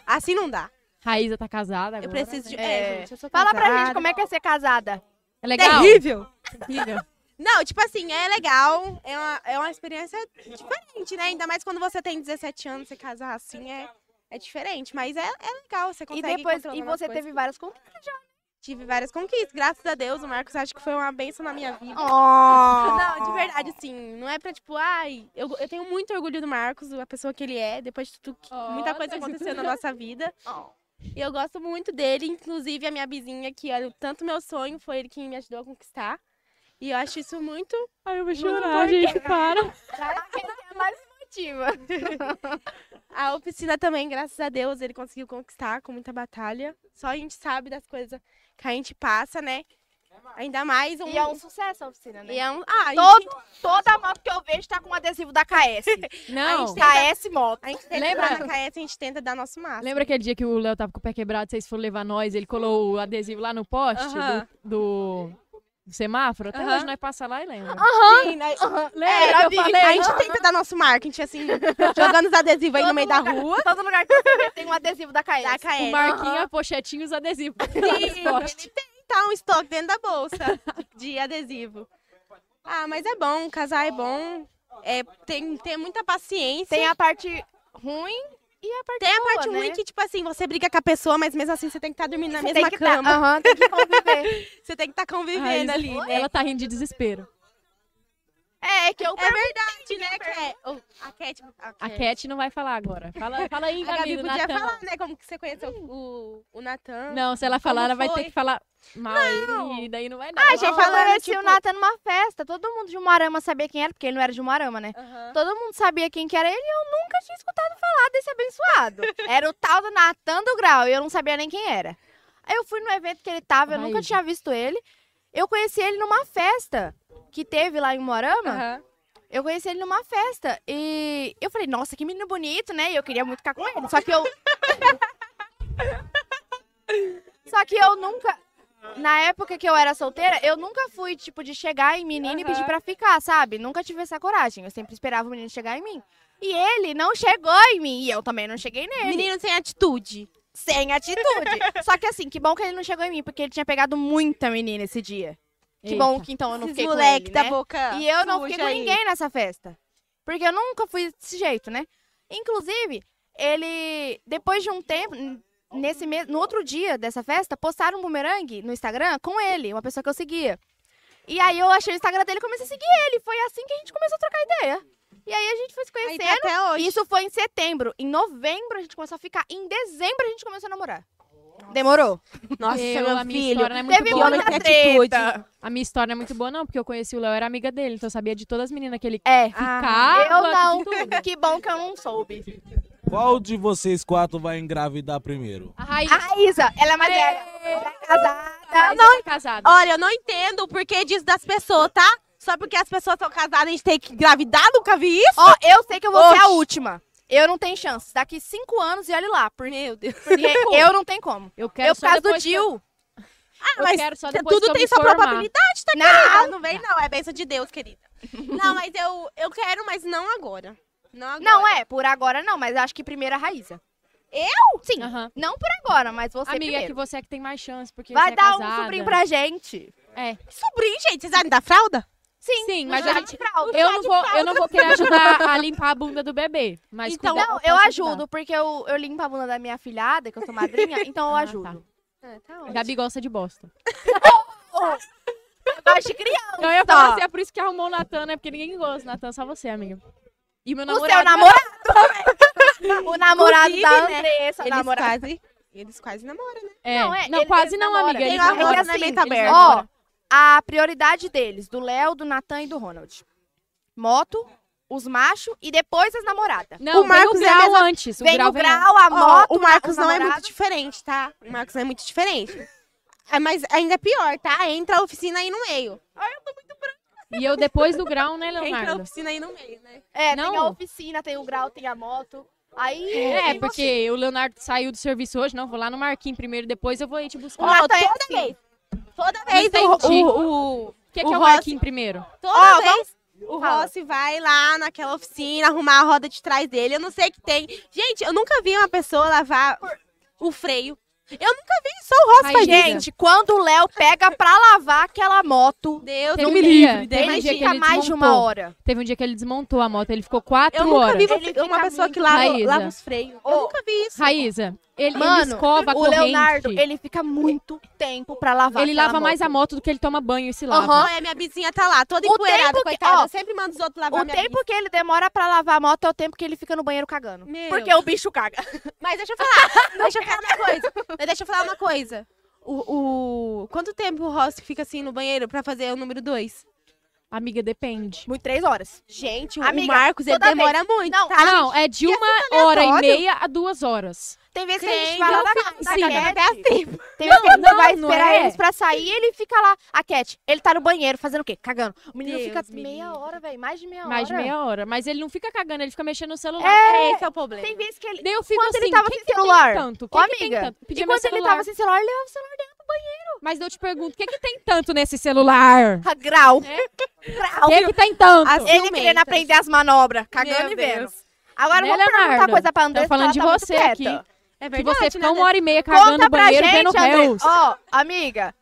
[SPEAKER 13] Assim não dá.
[SPEAKER 28] Raíza tá casada agora.
[SPEAKER 13] Eu preciso de.
[SPEAKER 29] É.
[SPEAKER 13] É, gente, eu sou
[SPEAKER 29] Fala pra gente
[SPEAKER 13] casada.
[SPEAKER 29] como é que é ser casada.
[SPEAKER 28] É legal?
[SPEAKER 13] Terrível.
[SPEAKER 28] Terrível.
[SPEAKER 13] Não, tipo assim, é legal, é uma, é uma experiência diferente, né? Ainda mais quando você tem 17 anos, você casar assim é, é diferente, mas é, é legal, você
[SPEAKER 29] E
[SPEAKER 13] consegue
[SPEAKER 29] depois, e
[SPEAKER 13] controlar umas
[SPEAKER 29] você
[SPEAKER 13] coisas.
[SPEAKER 29] teve várias conquistas já. né?
[SPEAKER 13] Tive várias conquistas, graças a Deus, o Marcos acho que foi uma benção na minha vida.
[SPEAKER 29] Oh!
[SPEAKER 13] Não, de verdade, sim, não é pra tipo, ai, eu, eu tenho muito orgulho do Marcos, a pessoa que ele é, depois de tudo, que- muita coisa
[SPEAKER 28] tá
[SPEAKER 13] aconteceu na
[SPEAKER 28] junto.
[SPEAKER 13] nossa vida. E eu gosto muito dele, inclusive a minha vizinha, que era o tanto meu sonho, foi ele quem me ajudou a conquistar. E eu acho isso muito.
[SPEAKER 28] Ai, eu vou
[SPEAKER 13] chorar,
[SPEAKER 28] gente, para.
[SPEAKER 29] é mais motiva.
[SPEAKER 13] A oficina também, graças a Deus, ele conseguiu conquistar com muita batalha. Só a gente sabe das coisas que a gente passa, né? Ainda mais um.
[SPEAKER 29] E é um sucesso a oficina, né?
[SPEAKER 13] E é um- ah,
[SPEAKER 29] Todo- Toda moto que eu vejo tá com um adesivo da KS.
[SPEAKER 28] Não.
[SPEAKER 29] A gente KS moto.
[SPEAKER 13] A gente tenta
[SPEAKER 28] Lembra?
[SPEAKER 13] dar na KS, a gente tenta dar nosso máximo.
[SPEAKER 28] Lembra aquele dia que o Léo tava com o pé quebrado, vocês foram levar nós, ele colou o adesivo lá no poste
[SPEAKER 13] Aham.
[SPEAKER 28] do, do- do semáforo, até
[SPEAKER 13] Aham.
[SPEAKER 28] hoje nós passa lá e lembra.
[SPEAKER 13] Aham. Sim, nós- É,
[SPEAKER 28] Lembra que eu
[SPEAKER 13] Gabi,
[SPEAKER 28] falei?
[SPEAKER 13] A gente tenta dar nosso marketing, assim, jogando os adesivos aí no meio da rua.
[SPEAKER 29] Todo lugar que você tem um adesivo da KS. Da
[SPEAKER 13] KS.
[SPEAKER 28] O Marquinho,
[SPEAKER 13] Aham.
[SPEAKER 28] a pochetinha e os adesivos.
[SPEAKER 13] Sim, tá um estoque dentro da bolsa de adesivo. Ah, mas é bom, casar é bom. É, tem, tem muita paciência.
[SPEAKER 29] Tem a parte ruim e a parte
[SPEAKER 13] Tem a
[SPEAKER 29] boa,
[SPEAKER 13] parte ruim
[SPEAKER 29] né?
[SPEAKER 13] que, tipo assim, você briga com a pessoa, mas mesmo assim você tem que estar dormindo na
[SPEAKER 29] Você
[SPEAKER 13] mesma
[SPEAKER 29] tem que tá-
[SPEAKER 13] cama.
[SPEAKER 29] aham, tem que conviver.
[SPEAKER 13] você tem que estar
[SPEAKER 28] Raiz,
[SPEAKER 13] convivendo ali. né?
[SPEAKER 28] Ela tá rindo de desespero.
[SPEAKER 29] É, é que eu
[SPEAKER 13] É verdade, né, Cat? Ou, A Cat.
[SPEAKER 28] A Cat não vai falar agora. Fala, fala aí,
[SPEAKER 13] É. A Gabi
[SPEAKER 28] Gabi, do
[SPEAKER 13] podia
[SPEAKER 28] Natan. Hum.
[SPEAKER 13] falar, né? Como que você conheceu o, o Natan.
[SPEAKER 28] Não, se ela falar,
[SPEAKER 13] Como
[SPEAKER 28] ela vai
[SPEAKER 13] foi? então?
[SPEAKER 28] ter que falar mal aí. E daí não vai dar.
[SPEAKER 29] Ah, a
[SPEAKER 28] Ela
[SPEAKER 29] gente
[SPEAKER 28] vai falar,
[SPEAKER 29] conheci
[SPEAKER 28] tipo,
[SPEAKER 29] o Nathan numa festa. Todo mundo de Moarama sabia quem era, porque ele não era de Moarama, né? Todo mundo sabia quem que era ele e eu nunca tinha escutado falar desse abençoado. era o tal do Natan do Grau e eu não sabia nem quem era. Aí eu fui no evento que ele tava, eu nunca
[SPEAKER 28] Raíssa.
[SPEAKER 29] tinha visto ele. Eu conheci ele numa festa que teve lá em Moarama. Eu conheci ele numa festa e eu falei, nossa, que menino bonito, né? E eu queria muito ficar com ele. Só que eu. Só que eu nunca. Na época que eu era solteira, eu nunca fui, tipo, de chegar em menino e pedir pra ficar, sabe? Nunca tive essa coragem. Eu sempre esperava o menino chegar em mim. E ele não chegou em mim. E eu também não cheguei nele.
[SPEAKER 13] Menino sem atitude.
[SPEAKER 29] Sem atitude. Só que assim, que bom que ele não chegou em mim, porque ele tinha pegado muita menina esse dia. Que
[SPEAKER 13] Eita.
[SPEAKER 29] bom que então eu não
[SPEAKER 13] Esses
[SPEAKER 29] fiquei com
[SPEAKER 13] moleque
[SPEAKER 29] ele,
[SPEAKER 13] da
[SPEAKER 29] né?
[SPEAKER 13] boca
[SPEAKER 29] E eu não fiquei
[SPEAKER 13] suja
[SPEAKER 29] com
[SPEAKER 13] aí.
[SPEAKER 29] ninguém nessa festa. Porque eu nunca fui desse jeito, né? Inclusive, ele depois de um tempo n- nesse mesmo no outro dia dessa festa, postaram um bumerangue no Instagram com ele, uma pessoa que eu seguia. E aí eu achei o Instagram dele e comecei a seguir ele. Foi assim que a gente começou a trocar ideia. E aí a gente foi se conhecendo.
[SPEAKER 13] tá até hoje.
[SPEAKER 29] Isso foi em setembro. Em novembro a gente começou a ficar. Em dezembro a gente começou a namorar. Demorou.
[SPEAKER 28] Nossa,
[SPEAKER 29] Eu,
[SPEAKER 28] meu
[SPEAKER 29] a minha
[SPEAKER 28] filho.
[SPEAKER 29] história não é muito
[SPEAKER 28] Teve
[SPEAKER 29] boa,
[SPEAKER 28] muita
[SPEAKER 29] não.
[SPEAKER 28] treta.
[SPEAKER 29] Atitude.
[SPEAKER 28] né? A minha história não é muito boa, não, porque eu conheci o Léo, era amiga dele, então eu sabia de todas as meninas que ele
[SPEAKER 29] é.
[SPEAKER 28] ficava.
[SPEAKER 29] eu não.
[SPEAKER 28] de tudo.
[SPEAKER 29] Que bom que eu não soube.
[SPEAKER 1] Qual de vocês quatro vai engravidar primeiro?
[SPEAKER 28] A Raíssa.
[SPEAKER 29] A Raíssa, ela é mais velha. Ela é casada.
[SPEAKER 13] Ah,
[SPEAKER 28] não.
[SPEAKER 13] não, Olha, eu não entendo o porquê disso das pessoas, tá? Só porque as pessoas são casadas, a gente tem que engravidar, nunca vi isso.
[SPEAKER 29] Ó, eu sei que eu vou ser a
[SPEAKER 13] Oxe.
[SPEAKER 29] última. Eu não tenho chance. Daqui cinco anos e olhe lá. Por... Meu Deus.
[SPEAKER 28] Cinco?
[SPEAKER 29] eu não tenho como.
[SPEAKER 28] Eu quero
[SPEAKER 29] eu, por
[SPEAKER 28] só
[SPEAKER 29] causa do
[SPEAKER 28] depois que eu-
[SPEAKER 29] Dil.
[SPEAKER 13] Ah,
[SPEAKER 28] Eu
[SPEAKER 13] mas
[SPEAKER 28] quero só
[SPEAKER 13] te-
[SPEAKER 28] depois que
[SPEAKER 13] tudo
[SPEAKER 28] eu
[SPEAKER 13] tem
[SPEAKER 28] me
[SPEAKER 13] sua
[SPEAKER 28] formar.
[SPEAKER 13] probabilidade, tá,
[SPEAKER 28] Não.
[SPEAKER 13] querida? Não vem não, é bênção de Deus, querida. Não, mas eu, eu quero, mas não agora. Não agora.
[SPEAKER 29] Não, é, por agora não, mas acho que primeiro a Raíssa.
[SPEAKER 13] Eu?
[SPEAKER 29] Sim. Não por agora, mas você
[SPEAKER 28] Amiga,
[SPEAKER 29] primeiro.
[SPEAKER 28] é que você é que tem mais chance, porque
[SPEAKER 29] Vai
[SPEAKER 28] você é
[SPEAKER 29] dar um
[SPEAKER 28] casada.
[SPEAKER 29] sobrinho pra gente.
[SPEAKER 28] É.
[SPEAKER 13] Sobrinho, gente? Vocês sabem da fralda?
[SPEAKER 29] Sim,
[SPEAKER 28] Sim,
[SPEAKER 29] um
[SPEAKER 28] mas a
[SPEAKER 29] chá de
[SPEAKER 28] gente...
[SPEAKER 29] fralda.
[SPEAKER 28] Eu
[SPEAKER 29] Um chá
[SPEAKER 28] não,
[SPEAKER 29] de
[SPEAKER 28] vou, eu não
[SPEAKER 29] fralda.
[SPEAKER 28] vou querer ajudar a limpar a bunda do bebê, mas...
[SPEAKER 29] Então,
[SPEAKER 28] cuidar,
[SPEAKER 29] não,
[SPEAKER 28] posso
[SPEAKER 29] eu
[SPEAKER 28] ajudar.
[SPEAKER 29] ajudo, porque eu, eu limpo a bunda da minha filhada, que eu sou madrinha, então eu
[SPEAKER 28] Ah,
[SPEAKER 29] ajudo.
[SPEAKER 13] É, tá
[SPEAKER 28] Gabi gosta de bosta.
[SPEAKER 29] Eu gosto de criança.
[SPEAKER 28] Não, eu ia falar assim, é por isso que arrumou o Natan, né? Porque ninguém gosta, Natan, só você, amiga. E meu
[SPEAKER 29] O
[SPEAKER 28] namorado... é
[SPEAKER 29] seu namorado? o namorado da
[SPEAKER 13] Inclusive, né,
[SPEAKER 29] Andressa, o
[SPEAKER 13] eles
[SPEAKER 29] namorado.
[SPEAKER 13] quase- Eles quase namoram, né?
[SPEAKER 28] É. Não,
[SPEAKER 29] é, assim, eles
[SPEAKER 28] quase não,
[SPEAKER 29] namoram.
[SPEAKER 28] amiga.
[SPEAKER 29] Tem
[SPEAKER 28] Eles
[SPEAKER 29] uma
[SPEAKER 28] namoram.
[SPEAKER 29] relação
[SPEAKER 28] Eles
[SPEAKER 29] aberta.
[SPEAKER 28] namoram.
[SPEAKER 29] Ó, a prioridade deles, do Léo, do Natan e do Ronald. Moto, os machos e depois as namoradas.
[SPEAKER 28] Não, O vem Marcos o é a grau mesma- antes, o
[SPEAKER 29] Vem
[SPEAKER 28] grau
[SPEAKER 29] o
[SPEAKER 28] vem
[SPEAKER 29] grau, a
[SPEAKER 28] antes.
[SPEAKER 13] Ó,
[SPEAKER 29] moto,
[SPEAKER 13] o Marcos não é muito
[SPEAKER 29] namorado.
[SPEAKER 13] diferente, tá? O Marcos não é muito diferente. É, mas ainda é pior, tá? Entra a oficina aí no meio.
[SPEAKER 28] E eu depois do grau, né,
[SPEAKER 13] Entra a
[SPEAKER 28] Leonardo?
[SPEAKER 13] oficina aí no meio, né?
[SPEAKER 29] É,
[SPEAKER 28] Não.
[SPEAKER 29] tem a oficina, tem o grau, tem a moto. Aí.
[SPEAKER 28] É,
[SPEAKER 29] tem você.
[SPEAKER 28] porque o Leonardo saiu do serviço hoje, não, vou lá no Marquinhos primeiro, depois eu vou ir te buscar.
[SPEAKER 29] O Natan é
[SPEAKER 28] toda
[SPEAKER 29] assim.
[SPEAKER 28] vez.
[SPEAKER 13] Toda
[SPEAKER 28] vez
[SPEAKER 13] o-
[SPEAKER 28] o... que, que
[SPEAKER 13] o
[SPEAKER 28] é o
[SPEAKER 13] Rossi-
[SPEAKER 28] Marquinhos primeiro?
[SPEAKER 13] Toda vez o Rossi vai lá naquela oficina arrumar a roda de trás dele. Eu não sei o que tem. Gente, eu nunca vi uma pessoa lavar o freio. Eu nunca vi, só o Rossi faz isso.
[SPEAKER 29] gente, quando o Léo pega pra lavar aquela moto,
[SPEAKER 13] Deus
[SPEAKER 28] Teve
[SPEAKER 13] não
[SPEAKER 28] um
[SPEAKER 13] me
[SPEAKER 28] dia-
[SPEAKER 13] livre. né?
[SPEAKER 28] teve um
[SPEAKER 13] Deus me
[SPEAKER 28] dia que
[SPEAKER 13] livre.
[SPEAKER 28] ele
[SPEAKER 29] mais de uma
[SPEAKER 28] desmontou.
[SPEAKER 29] hora.
[SPEAKER 28] Teve um dia que ele desmontou a moto, ele ficou quatro
[SPEAKER 13] Eu nunca
[SPEAKER 28] horas.
[SPEAKER 13] vi uma- uma pessoa que lava,
[SPEAKER 28] Raísa.
[SPEAKER 13] lava os freios. Eu nunca vi isso.
[SPEAKER 28] Raísa, ele, ele
[SPEAKER 29] Mano,
[SPEAKER 28] escova a
[SPEAKER 29] o
[SPEAKER 28] corrente.
[SPEAKER 29] Leonardo, ele fica muito tempo pra lavar
[SPEAKER 28] Ele
[SPEAKER 29] aquela
[SPEAKER 28] lava mais
[SPEAKER 29] moto.
[SPEAKER 28] a moto do que ele toma banho e se lava.
[SPEAKER 13] Aham, é, minha vizinha tá lá, toda
[SPEAKER 29] O
[SPEAKER 13] empoeirada,
[SPEAKER 29] tempo que-
[SPEAKER 13] coitada.
[SPEAKER 29] ó,
[SPEAKER 13] sempre manda os outros lavar
[SPEAKER 29] O
[SPEAKER 13] minha
[SPEAKER 29] tempo que ele demora pra lavar a moto é o tempo que ele fica no banheiro cagando. Porque o bicho caga.
[SPEAKER 13] Mas deixa eu falar, deixa eu falar uma coisa. Mas deixa eu falar uma coisa. O, o- Quanto tempo o Rossi fica assim no banheiro pra fazer o número 2?
[SPEAKER 28] Amiga, depende.
[SPEAKER 29] Muito três horas.
[SPEAKER 13] Gente, o-
[SPEAKER 29] Amiga,
[SPEAKER 13] o Marcos, ele
[SPEAKER 29] toda vez-
[SPEAKER 13] demora muito,
[SPEAKER 28] Não,
[SPEAKER 13] tá?
[SPEAKER 28] não
[SPEAKER 13] gente?
[SPEAKER 28] é de uma
[SPEAKER 13] E
[SPEAKER 29] assim,
[SPEAKER 13] assunto
[SPEAKER 28] hora e
[SPEAKER 13] aleatório?
[SPEAKER 28] meia a duas horas.
[SPEAKER 29] Tem vezes que a gente
[SPEAKER 13] Gente,
[SPEAKER 29] vai lá
[SPEAKER 13] eu
[SPEAKER 29] na,
[SPEAKER 13] fico
[SPEAKER 29] na
[SPEAKER 13] assim,
[SPEAKER 29] Cat.
[SPEAKER 13] até assim.
[SPEAKER 29] Tem vezes que a gente
[SPEAKER 28] Não,
[SPEAKER 29] vai
[SPEAKER 28] não
[SPEAKER 29] esperar
[SPEAKER 28] é.
[SPEAKER 29] eles pra sair e ele fica lá. A Cat, ele tá no banheiro fazendo o quê? Cagando. O menino
[SPEAKER 28] Deus
[SPEAKER 29] fica
[SPEAKER 28] me
[SPEAKER 29] meia hora, velho. Mais de meia hora.
[SPEAKER 28] Mais de meia hora. Mas ele não fica cagando, ele fica mexendo no celular.
[SPEAKER 29] É,
[SPEAKER 13] esse é o problema.
[SPEAKER 29] Tem vezes que ele.
[SPEAKER 28] Daí eu fico
[SPEAKER 29] quando
[SPEAKER 28] assim,
[SPEAKER 29] ele tava
[SPEAKER 28] quem
[SPEAKER 29] sem
[SPEAKER 28] que tem
[SPEAKER 29] celular.
[SPEAKER 28] tanto?
[SPEAKER 29] Ô,
[SPEAKER 28] Quem que tem
[SPEAKER 29] amiga.
[SPEAKER 28] tanto? Pedi
[SPEAKER 29] e
[SPEAKER 28] meu
[SPEAKER 29] quando ele
[SPEAKER 28] celular.
[SPEAKER 29] tava sem celular, ele leva o celular dentro
[SPEAKER 28] banheiro. Mas eu te pergunto, o que que tem tanto nesse celular?
[SPEAKER 29] A grau.
[SPEAKER 28] O que que tem tanto?
[SPEAKER 29] Ele querendo aprender as manobras, cagando
[SPEAKER 28] Meu
[SPEAKER 29] e vendo.
[SPEAKER 28] Deus.
[SPEAKER 29] Agora
[SPEAKER 28] Né,
[SPEAKER 29] eu vou perguntar
[SPEAKER 28] Leonardo?
[SPEAKER 29] coisa pra Andressa.
[SPEAKER 28] Tô falando
[SPEAKER 29] que
[SPEAKER 28] de
[SPEAKER 29] ela tá
[SPEAKER 28] você
[SPEAKER 29] muito
[SPEAKER 28] aqui.
[SPEAKER 29] quieta.
[SPEAKER 28] É Que você verdade, fica né, uma hora e meia cagando
[SPEAKER 29] Conta
[SPEAKER 28] no
[SPEAKER 29] pra
[SPEAKER 28] banheiro
[SPEAKER 29] gente,
[SPEAKER 28] vendo
[SPEAKER 29] Andressa.
[SPEAKER 28] Reels.
[SPEAKER 29] Ó, amiga,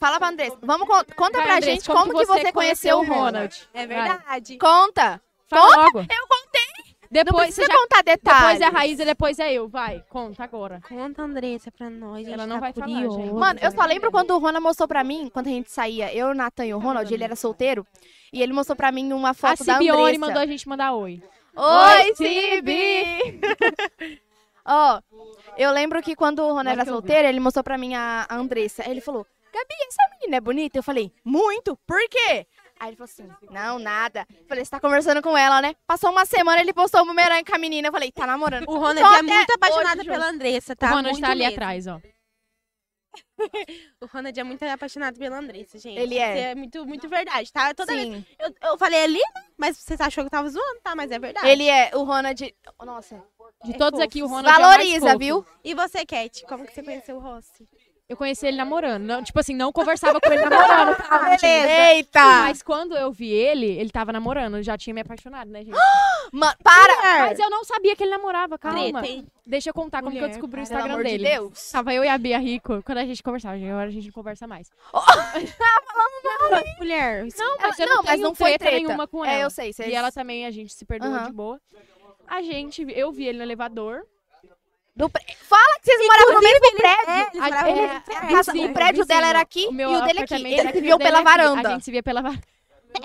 [SPEAKER 29] fala pra Andressa. Vamos, con- conta
[SPEAKER 28] Vai,
[SPEAKER 29] pra
[SPEAKER 28] Andressa,
[SPEAKER 29] gente como, que você, conheceu o Ronald.
[SPEAKER 28] É verdade.
[SPEAKER 29] Conta.
[SPEAKER 28] Fala
[SPEAKER 29] conta.
[SPEAKER 28] logo.
[SPEAKER 29] Eu contei.
[SPEAKER 28] Depois
[SPEAKER 29] Não precisa
[SPEAKER 28] você já-
[SPEAKER 29] contar detalhes.
[SPEAKER 28] Depois é a Raíza, depois é eu. Vai, conta agora.
[SPEAKER 13] Conta, Andressa, pra nós. tá
[SPEAKER 28] Ela não vai falar, gente.
[SPEAKER 29] Mano, eu só lembro quando o Rona mostrou pra mim, quando a gente saía, eu, o Natan e o Ronald, ele era solteiro, e ele mostrou pra mim uma
[SPEAKER 28] A
[SPEAKER 29] foto da Andressa.
[SPEAKER 28] Cibione mandou a gente mandar oi.
[SPEAKER 29] Oi,
[SPEAKER 28] Cibi!
[SPEAKER 29] Ó, eu lembro que quando o
[SPEAKER 28] Agora
[SPEAKER 29] Rona era
[SPEAKER 28] que eu vi.
[SPEAKER 29] solteiro, ele mostrou pra mim a a Andressa. Aí ele falou, Gabi, essa menina é bonita? Eu falei, muito, por quê? Aí ele falou assim, não, nada. Eu falei, você tá conversando com ela, né? Passou uma semana, ele postou um bumerangue com a menina. Eu falei, tá namorando.
[SPEAKER 13] O Ronald
[SPEAKER 28] Então,
[SPEAKER 13] é muito apaixonado pela Andressa, tá?
[SPEAKER 28] O Ronald
[SPEAKER 13] Muito
[SPEAKER 28] tá ali
[SPEAKER 13] mesmo.
[SPEAKER 28] atrás, ó.
[SPEAKER 13] O Ronald é muito apaixonado pela Andressa, gente.
[SPEAKER 29] Ele é.
[SPEAKER 13] Isso é muito, muito verdade, tá? Toda
[SPEAKER 29] Sim.
[SPEAKER 13] vez. Eu, eu falei ali, né? mas vocês achou que eu tava zoando, tá? Mas é verdade.
[SPEAKER 29] Ele é o Ronald... Nossa.
[SPEAKER 28] De
[SPEAKER 13] É
[SPEAKER 28] todos
[SPEAKER 13] fofo.
[SPEAKER 28] aqui, o Ronald é o mais fofo.
[SPEAKER 13] E você, Cat, como que você conheceu o Rossi?
[SPEAKER 28] Eu conheci ele namorando. Não, tipo assim, não conversava com ele namorando. tá, gente?
[SPEAKER 29] Ah, Beleza. Eita!
[SPEAKER 28] Mas quando eu vi ele, ele tava namorando. Eu já tinha me apaixonado, né, gente?
[SPEAKER 29] Mano, para!
[SPEAKER 28] Mas eu não sabia que ele namorava, calma.
[SPEAKER 29] Treta, hein?
[SPEAKER 28] Deixa eu contar como que eu
[SPEAKER 29] Mulher,
[SPEAKER 28] descobri o
[SPEAKER 29] cara, pelo
[SPEAKER 28] Instagram
[SPEAKER 29] amor de
[SPEAKER 28] dele.
[SPEAKER 29] Deus.
[SPEAKER 28] Tava eu e a Bia Rico, quando a gente conversava. gente, Agora a gente não conversa mais.
[SPEAKER 13] Mulher.
[SPEAKER 28] Não, mas é, eu
[SPEAKER 29] é, não,
[SPEAKER 28] não,
[SPEAKER 29] mas
[SPEAKER 28] tenho
[SPEAKER 29] não foi
[SPEAKER 28] treta
[SPEAKER 29] treta.
[SPEAKER 28] nenhuma com
[SPEAKER 29] É,
[SPEAKER 28] ela.
[SPEAKER 29] eu sei, vocês-
[SPEAKER 28] E
[SPEAKER 13] tá-
[SPEAKER 28] ela também, a gente se perdoou
[SPEAKER 29] Aham.
[SPEAKER 28] de boa. A gente, eu vi ele no elevador. é
[SPEAKER 29] Fala que vocês moravam no mesmo prédio.
[SPEAKER 28] A-
[SPEAKER 29] A-
[SPEAKER 28] é,
[SPEAKER 29] é,
[SPEAKER 28] é,
[SPEAKER 29] a casa-
[SPEAKER 28] vizinho,
[SPEAKER 29] o prédio
[SPEAKER 28] vizinho.
[SPEAKER 29] dela era aqui
[SPEAKER 28] meu
[SPEAKER 29] e o dele aqui.
[SPEAKER 28] apartamento
[SPEAKER 29] Ele
[SPEAKER 28] era
[SPEAKER 29] se
[SPEAKER 28] aqui,
[SPEAKER 29] viu
[SPEAKER 28] o dele
[SPEAKER 29] pela
[SPEAKER 28] era aqui.
[SPEAKER 29] varanda.
[SPEAKER 28] A gente se via pela varanda.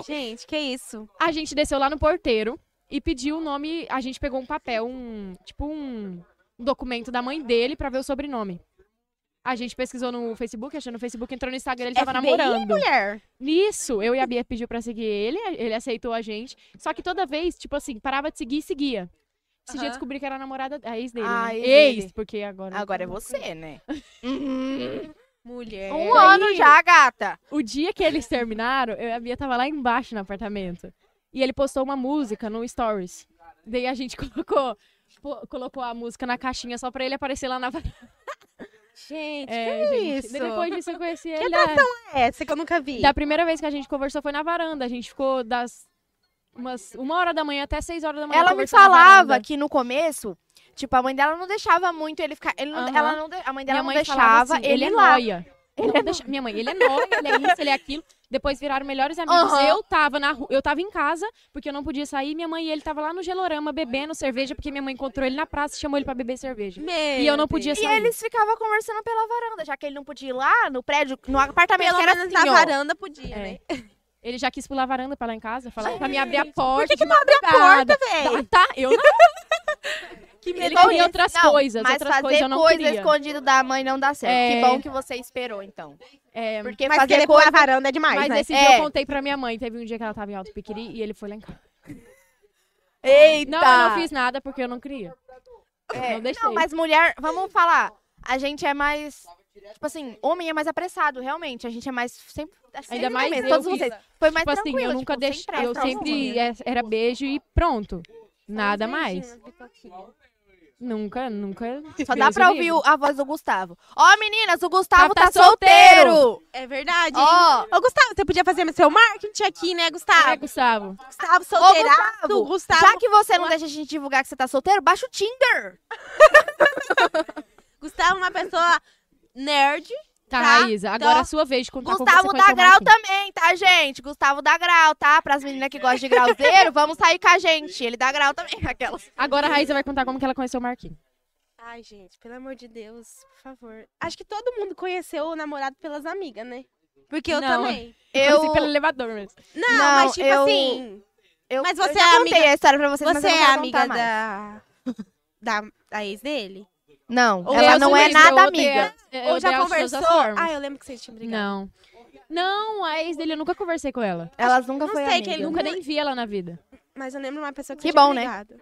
[SPEAKER 13] Gente, que isso?
[SPEAKER 28] A gente desceu lá no porteiro e pediu o nome. A gente pegou um papel, um. Tipo um documento da mãe dele pra ver o sobrenome. A gente pesquisou no Facebook, achou no Facebook, entrou no Instagram, ele tava
[SPEAKER 13] FBI,
[SPEAKER 28] namorando.
[SPEAKER 13] mulher?
[SPEAKER 28] Nisso, eu e a Bia pediu pra seguir ele, ele aceitou a gente. Só que toda vez, tipo assim, parava de seguir e seguia. Esse dia
[SPEAKER 29] Aham.
[SPEAKER 28] eu descobri que era a namorada, a ex dele,
[SPEAKER 29] Ah,
[SPEAKER 28] né?
[SPEAKER 29] ex
[SPEAKER 28] Ex,
[SPEAKER 29] dele.
[SPEAKER 28] porque agora... É.
[SPEAKER 29] Agora é você, né? Uhum.
[SPEAKER 13] Mulher.
[SPEAKER 29] Um ano já, gata.
[SPEAKER 28] O dia que eles terminaram, eu e a Bia tava lá embaixo no apartamento. E ele postou uma música no Stories. Daí a gente colocou, pô, colocou a música na caixinha só pra ele aparecer lá na varanda.
[SPEAKER 13] Gente,
[SPEAKER 28] É,
[SPEAKER 13] que
[SPEAKER 28] gente,
[SPEAKER 13] isso?
[SPEAKER 28] depois disso eu conheci
[SPEAKER 13] que
[SPEAKER 28] ele,
[SPEAKER 13] Que atração
[SPEAKER 28] né?
[SPEAKER 13] é essa que eu nunca vi?
[SPEAKER 28] Da primeira vez que a gente conversou foi na varanda. A gente ficou das umas uma hora da manhã até seis horas da manhã.
[SPEAKER 29] Ela me
[SPEAKER 28] conversando na
[SPEAKER 29] falava
[SPEAKER 28] varanda.
[SPEAKER 29] que no começo, tipo, a mãe dela não deixava muito ele ficar. ele não-
[SPEAKER 28] Aham.
[SPEAKER 29] ela não, de- a mãe dela
[SPEAKER 28] Minha
[SPEAKER 29] não
[SPEAKER 28] mãe falava
[SPEAKER 29] deixava
[SPEAKER 28] assim, ele
[SPEAKER 29] ele
[SPEAKER 28] é
[SPEAKER 29] ir lá.
[SPEAKER 28] nóia. Ele não deixa- Minha mãe, ele é nóia, ele é isso, ele é aquilo. Depois viraram melhores amigos.
[SPEAKER 29] Aham.
[SPEAKER 28] Eu tava na rua, eu tava em casa, porque eu não podia sair. Minha mãe e ele tava lá no gelorama bebendo cerveja, porque minha mãe encontrou ele na praça e chamou ele pra beber cerveja. e eu não podia sair.
[SPEAKER 29] E eles ficavam conversando pela varanda, já que ele não podia ir lá no prédio, no apartamento
[SPEAKER 13] Pelo
[SPEAKER 29] que era
[SPEAKER 13] menos
[SPEAKER 29] assim,
[SPEAKER 13] na
[SPEAKER 29] ó.
[SPEAKER 13] varanda podia, né?
[SPEAKER 28] É. Ele já quis pular a varanda pra lá em casa, falar pra me
[SPEAKER 13] Gente,
[SPEAKER 28] abrir a
[SPEAKER 13] por
[SPEAKER 28] porta.
[SPEAKER 13] que que
[SPEAKER 28] de
[SPEAKER 13] não abre a
[SPEAKER 28] madrugada.
[SPEAKER 13] porta, véi?
[SPEAKER 28] Tá, tá, eu não. que
[SPEAKER 29] Ele
[SPEAKER 28] ele queria
[SPEAKER 29] conhece-
[SPEAKER 28] outras
[SPEAKER 29] é não,
[SPEAKER 28] coisas,
[SPEAKER 29] mas
[SPEAKER 28] outras
[SPEAKER 29] fazer
[SPEAKER 28] coisas eu não
[SPEAKER 29] coisa
[SPEAKER 28] queria.
[SPEAKER 29] escondida da mãe não dá certo. Que
[SPEAKER 28] É.
[SPEAKER 29] bom que você esperou, então.
[SPEAKER 28] É,
[SPEAKER 29] Porque
[SPEAKER 13] mas
[SPEAKER 29] fazer
[SPEAKER 13] querer
[SPEAKER 29] coisa...
[SPEAKER 13] pular a varanda é demais,
[SPEAKER 28] Mas
[SPEAKER 13] né?
[SPEAKER 28] esse dia
[SPEAKER 13] É.
[SPEAKER 28] eu contei pra minha mãe. Teve um dia que ela tava em Alto Piquiri e ele foi lá em casa.
[SPEAKER 29] Eita!
[SPEAKER 28] Não, eu não fiz nada porque eu não queria.
[SPEAKER 29] É,
[SPEAKER 28] não deixei.
[SPEAKER 29] Não, mas mulher, vamos falar. A gente é mais. Tipo assim, homem é mais apressado, realmente. A gente é mais. Sempre, sempre
[SPEAKER 28] Ainda mais
[SPEAKER 29] mesmo,
[SPEAKER 28] eu
[SPEAKER 29] todos
[SPEAKER 28] que-
[SPEAKER 29] vocês. Foi mais
[SPEAKER 28] tipo assim,
[SPEAKER 29] tranquilo.
[SPEAKER 28] eu nunca
[SPEAKER 29] tipo,
[SPEAKER 28] deixei.
[SPEAKER 29] sem
[SPEAKER 28] Eu
[SPEAKER 29] pressa
[SPEAKER 28] sempre
[SPEAKER 29] alguma.
[SPEAKER 28] é- era beijo e pronto. Nada mais. Nunca, nunca.
[SPEAKER 29] Só dá pra ouvir o- a voz do Gustavo. Ó, meninas, o Gustavo tá,
[SPEAKER 13] Tá
[SPEAKER 29] solteiro.
[SPEAKER 13] É verdade.
[SPEAKER 29] Ó.
[SPEAKER 13] hein? Ô, Gustavo, você podia fazer seu marketing aqui, né, Gustavo? É,
[SPEAKER 28] Gustavo.
[SPEAKER 13] Gustavo
[SPEAKER 29] Ô,
[SPEAKER 13] solteirado.
[SPEAKER 29] Gustavo,
[SPEAKER 13] Gustavo,
[SPEAKER 29] Já que você não deixa a gente divulgar que você tá solteiro, baixa o Tinder.
[SPEAKER 13] Gustavo é uma pessoa nerd.
[SPEAKER 28] Tá,
[SPEAKER 13] tá?
[SPEAKER 28] Raísa, agora
[SPEAKER 13] Então,
[SPEAKER 28] é a sua vez de contar como você
[SPEAKER 29] Gustavo
[SPEAKER 28] um.
[SPEAKER 29] da
[SPEAKER 28] conheceu o
[SPEAKER 29] Grau
[SPEAKER 28] Marquinhos.
[SPEAKER 29] também, tá, gente? Gustavo da Grau, tá? Pras meninas que gostam de grauzeiro, vamos sair com a gente. Ele da Grau também, aquelas.
[SPEAKER 28] Agora a Raísa vai contar como que ela conheceu o Marquinhos.
[SPEAKER 13] Ai, gente, pelo amor de Deus, por favor. Acho que todo mundo conheceu o namorado pelas amigas, né? Porque eu
[SPEAKER 28] Não,
[SPEAKER 13] também.
[SPEAKER 28] eu conheci pelo elevador mesmo.
[SPEAKER 13] Não, mas tipo
[SPEAKER 29] eu-
[SPEAKER 13] assim.
[SPEAKER 29] Eu,
[SPEAKER 13] Mas
[SPEAKER 29] eu
[SPEAKER 13] você
[SPEAKER 29] já
[SPEAKER 13] é
[SPEAKER 29] contei
[SPEAKER 13] amiga.
[SPEAKER 29] a história pra vocês, mas
[SPEAKER 13] você
[SPEAKER 29] eu não
[SPEAKER 13] é
[SPEAKER 29] quero
[SPEAKER 13] amiga
[SPEAKER 29] contar mais.
[SPEAKER 13] da. Da, da ex dele?
[SPEAKER 29] Não,
[SPEAKER 13] Ou
[SPEAKER 29] ela
[SPEAKER 13] eu
[SPEAKER 29] não
[SPEAKER 13] sou
[SPEAKER 29] é
[SPEAKER 13] ex,
[SPEAKER 29] nada
[SPEAKER 13] eu
[SPEAKER 29] amiga.
[SPEAKER 13] odeio- Ou já conversou? Ah, eu lembro que vocês tinham brigado.
[SPEAKER 28] Não. Não, a ex dele eu nunca conversei com ela.
[SPEAKER 29] Elas nunca
[SPEAKER 13] não
[SPEAKER 29] foi
[SPEAKER 13] sei,
[SPEAKER 29] amiga.
[SPEAKER 13] que ele
[SPEAKER 28] Nunca nem vi ela na vida.
[SPEAKER 13] Mas eu lembro uma pessoa que,
[SPEAKER 28] Que
[SPEAKER 13] você
[SPEAKER 28] bom,
[SPEAKER 13] tinha
[SPEAKER 28] né?
[SPEAKER 13] brigado.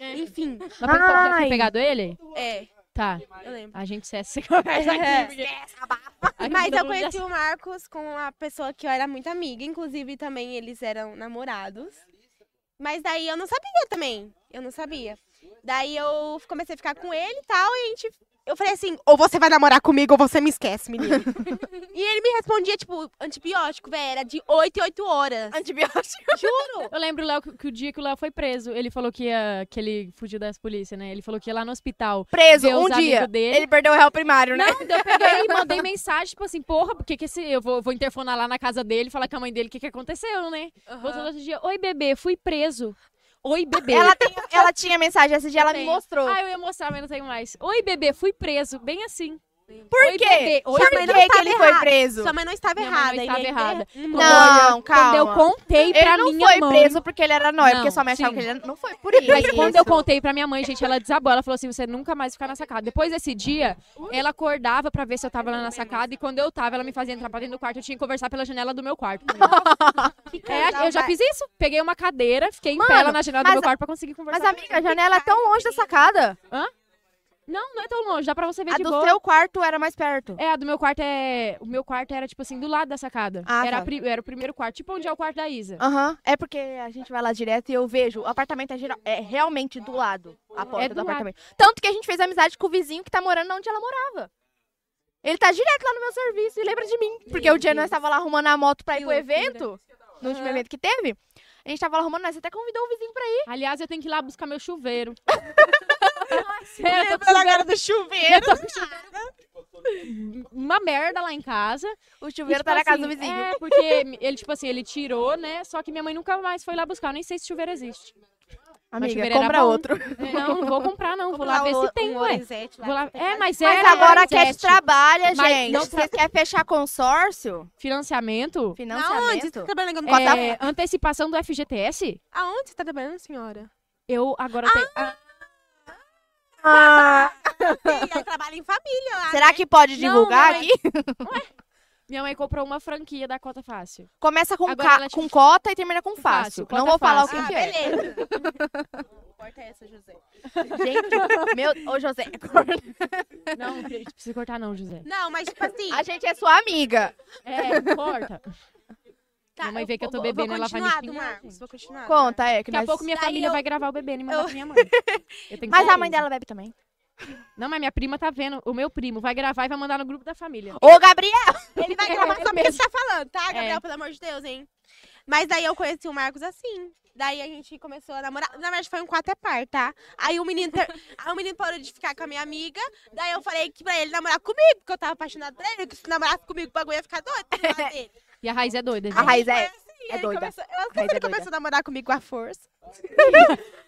[SPEAKER 13] Enfim. Uma
[SPEAKER 28] Mas pensou que você tinha pegado ele?
[SPEAKER 13] É.
[SPEAKER 28] Tá.
[SPEAKER 13] Eu lembro.
[SPEAKER 28] A gente cessa essa conversa
[SPEAKER 13] É.
[SPEAKER 28] aqui. Aqui
[SPEAKER 13] Mas
[SPEAKER 28] todo
[SPEAKER 13] eu
[SPEAKER 28] mundo já
[SPEAKER 13] conheci o Marcos com a pessoa que eu era muito amiga, inclusive também eles eram namorados. Mas daí eu não sabia também. Eu não sabia. Daí eu comecei a ficar com ele e tal, e a gente. Eu falei assim, ou você vai namorar comigo ou você me esquece, menino. e ele me respondia, tipo, antibiótico, velho, era de 8 em 8 horas.
[SPEAKER 29] Antibiótico?
[SPEAKER 13] Juro!
[SPEAKER 28] Eu lembro, Léo, que que o dia que o Léo foi preso, ele falou que, ia, que ele fugiu das polícias, né? Ele falou que ia lá no hospital.
[SPEAKER 29] Preso,
[SPEAKER 28] ver os
[SPEAKER 29] um
[SPEAKER 28] amigos
[SPEAKER 29] dia.
[SPEAKER 28] Dele.
[SPEAKER 29] Ele perdeu o réu primário, né?
[SPEAKER 28] Não, eu peguei e mandei mensagem, tipo assim, porra, por que que esse... Eu vou, vou interfonar lá na casa dele, falar com a mãe dele o que que aconteceu, né? Voltou no outro dia, oi, bebê, fui preso. Oi, bebê.
[SPEAKER 29] Ela, tem- ela tinha mensagem esse dia,
[SPEAKER 28] Eu
[SPEAKER 29] ela
[SPEAKER 28] tenho.
[SPEAKER 29] me mostrou.
[SPEAKER 28] Ah, eu ia mostrar, mas não tenho mais. Oi, bebê, fui preso. Bem assim.
[SPEAKER 29] Por
[SPEAKER 28] Oi,
[SPEAKER 29] quê?
[SPEAKER 28] bebê, oi,
[SPEAKER 29] Por
[SPEAKER 28] bebê.
[SPEAKER 29] que que ele foi preso?
[SPEAKER 13] Sua mãe não estava
[SPEAKER 28] Minha mãe
[SPEAKER 13] errada.
[SPEAKER 28] não
[SPEAKER 13] ele
[SPEAKER 28] estava
[SPEAKER 13] ia
[SPEAKER 28] errada.
[SPEAKER 13] ter-
[SPEAKER 28] Quando
[SPEAKER 29] Não,
[SPEAKER 28] eu-
[SPEAKER 29] calma.
[SPEAKER 28] Quando eu contei pra
[SPEAKER 29] ele não
[SPEAKER 28] minha
[SPEAKER 29] foi
[SPEAKER 28] mãe...
[SPEAKER 29] preso porque ele era nóia, porque
[SPEAKER 28] Não,
[SPEAKER 29] sua mãe achava
[SPEAKER 28] sim.
[SPEAKER 29] que ele era... Não foi por isso.
[SPEAKER 28] Mas quando eu contei pra minha mãe, gente, ela desabou. Ela falou assim: você nunca mais ficar na sacada. Depois desse dia, ela acordava pra ver se eu tava lá na sacada. E quando eu tava, ela me fazia entrar pra dentro do quarto. Eu tinha que conversar pela janela do meu quarto. É, eu já fiz isso. Peguei uma cadeira, fiquei em pé
[SPEAKER 29] Mano,
[SPEAKER 28] lá na janela do meu
[SPEAKER 29] mas-
[SPEAKER 28] quarto pra conseguir conversar.
[SPEAKER 29] Mas, amiga, a janela é tão longe da sacada.
[SPEAKER 28] Hã? Não, não é tão longe, dá pra você ver
[SPEAKER 29] A
[SPEAKER 28] de
[SPEAKER 29] do
[SPEAKER 28] boa.
[SPEAKER 29] seu quarto era mais perto.
[SPEAKER 28] É, a do meu quarto é. O meu quarto era, tipo assim, do lado da sacada.
[SPEAKER 29] Ah,
[SPEAKER 28] era,
[SPEAKER 29] tá.
[SPEAKER 28] a pri- era o primeiro quarto, tipo onde é o quarto da Isa.
[SPEAKER 29] Aham. É porque a gente vai lá direto e eu vejo. O apartamento é, geral- é realmente do lado. A porta
[SPEAKER 28] É
[SPEAKER 29] do,
[SPEAKER 28] do lado.
[SPEAKER 29] apartamento. Tanto que a gente fez amizade com o vizinho que tá morando onde ela morava. Ele tá direto lá no meu serviço e lembra de mim. Porque o dia nós tava lá arrumando a moto pra ir pro evento, no último evento que teve. A gente tava lá arrumando, nós até convidou o vizinho pra ir.
[SPEAKER 28] Aliás, eu tenho que ir lá buscar meu chuveiro. É,
[SPEAKER 29] Lembra
[SPEAKER 28] eu tô com
[SPEAKER 29] da cara
[SPEAKER 28] chuveiro-
[SPEAKER 29] do chuveiro?
[SPEAKER 28] Eu tô com chuveiro. Uma merda lá em casa.
[SPEAKER 29] O chuveiro tá na casa do vizinho.
[SPEAKER 28] É, porque me- ele, tipo assim, ele tirou, né? Só que minha mãe nunca mais foi lá buscar. Eu nem sei se chuveiro existe. Mas
[SPEAKER 29] Amiga,
[SPEAKER 28] chuveiro era
[SPEAKER 29] compra
[SPEAKER 28] bom.
[SPEAKER 29] outro.
[SPEAKER 28] É, Não, não vou comprar, não. Vou
[SPEAKER 29] Compra
[SPEAKER 28] lá ver
[SPEAKER 29] um-
[SPEAKER 28] se tem,
[SPEAKER 29] um
[SPEAKER 28] ué.
[SPEAKER 29] Orizete lá
[SPEAKER 28] Vou lá- É, mas é.
[SPEAKER 29] Mas agora a
[SPEAKER 28] Orizete.
[SPEAKER 29] Cat trabalha,
[SPEAKER 28] Mas
[SPEAKER 29] gente.
[SPEAKER 28] não
[SPEAKER 29] Você quer fechar consórcio?
[SPEAKER 28] Financiamento?
[SPEAKER 29] Financiamento?
[SPEAKER 13] Você tá trabalhando com
[SPEAKER 28] É,
[SPEAKER 13] cota-
[SPEAKER 28] antecipação do FGTS?
[SPEAKER 13] Aonde você tá trabalhando, senhora?
[SPEAKER 28] Eu agora tenho. Ah,
[SPEAKER 13] Ela trabalha em família lá.
[SPEAKER 29] Ah!
[SPEAKER 13] né?
[SPEAKER 29] Será que pode
[SPEAKER 28] Não,
[SPEAKER 29] divulgar
[SPEAKER 28] não é.
[SPEAKER 29] aqui?
[SPEAKER 28] Minha mãe comprou uma franquia da Cota Fácil.
[SPEAKER 29] Começa com,
[SPEAKER 28] Agora
[SPEAKER 29] ca-
[SPEAKER 28] ela te-
[SPEAKER 29] com cota e termina com fácil.
[SPEAKER 28] cota
[SPEAKER 29] Não vou falar o que,
[SPEAKER 28] fácil.
[SPEAKER 29] que
[SPEAKER 28] Ah,
[SPEAKER 29] é.
[SPEAKER 28] beleza.
[SPEAKER 13] Corta essa, José.
[SPEAKER 29] Gente, meu. Ô, José, corta.
[SPEAKER 28] Não, não precisa cortar, não, José.
[SPEAKER 13] Não, mas tipo assim.
[SPEAKER 29] A gente é sua amiga.
[SPEAKER 28] É, corta. minha mãe
[SPEAKER 13] Tá, eu
[SPEAKER 28] vê que eu tô
[SPEAKER 13] vou- vou
[SPEAKER 28] bebendo, ela vai me
[SPEAKER 13] continuar, do
[SPEAKER 28] xingar.
[SPEAKER 13] Marcos, Vou continuar.
[SPEAKER 29] Conta, é. Que
[SPEAKER 28] Daqui a
[SPEAKER 29] nós-
[SPEAKER 28] pouco minha
[SPEAKER 13] Daí
[SPEAKER 28] família
[SPEAKER 13] eu-
[SPEAKER 28] vai gravar o bebê e mandar
[SPEAKER 13] eu-
[SPEAKER 28] pra minha mãe. Eu tenho
[SPEAKER 29] Mas a mãe
[SPEAKER 28] certeza.
[SPEAKER 29] dela bebe também.
[SPEAKER 28] Não, mas minha prima tá vendo. O meu primo vai gravar e vai mandar no grupo da família.
[SPEAKER 29] Ô, Gabriel!
[SPEAKER 13] Ele vai gravar só porque você tá falando, tá, Gabriel?
[SPEAKER 28] É.
[SPEAKER 13] Pelo amor de Deus, hein? Mas daí eu conheci o Marcos assim. Daí a gente começou a namorar. Na verdade, foi um quatro é par, tá? Aí o menino, ter- aí o menino parou de ficar com a minha amiga. Daí eu falei que pra ele namorar comigo, porque eu tava apaixonada por ele, que se namorasse comigo, o bagulho ia ficar doido. do lado dele.
[SPEAKER 28] E a Raiz é doida, gente.
[SPEAKER 29] A Raiz é,
[SPEAKER 13] E
[SPEAKER 29] é
[SPEAKER 13] ele
[SPEAKER 29] doida.
[SPEAKER 13] Começou, eu acho que ele
[SPEAKER 29] é doida.
[SPEAKER 13] começou a namorar comigo à força.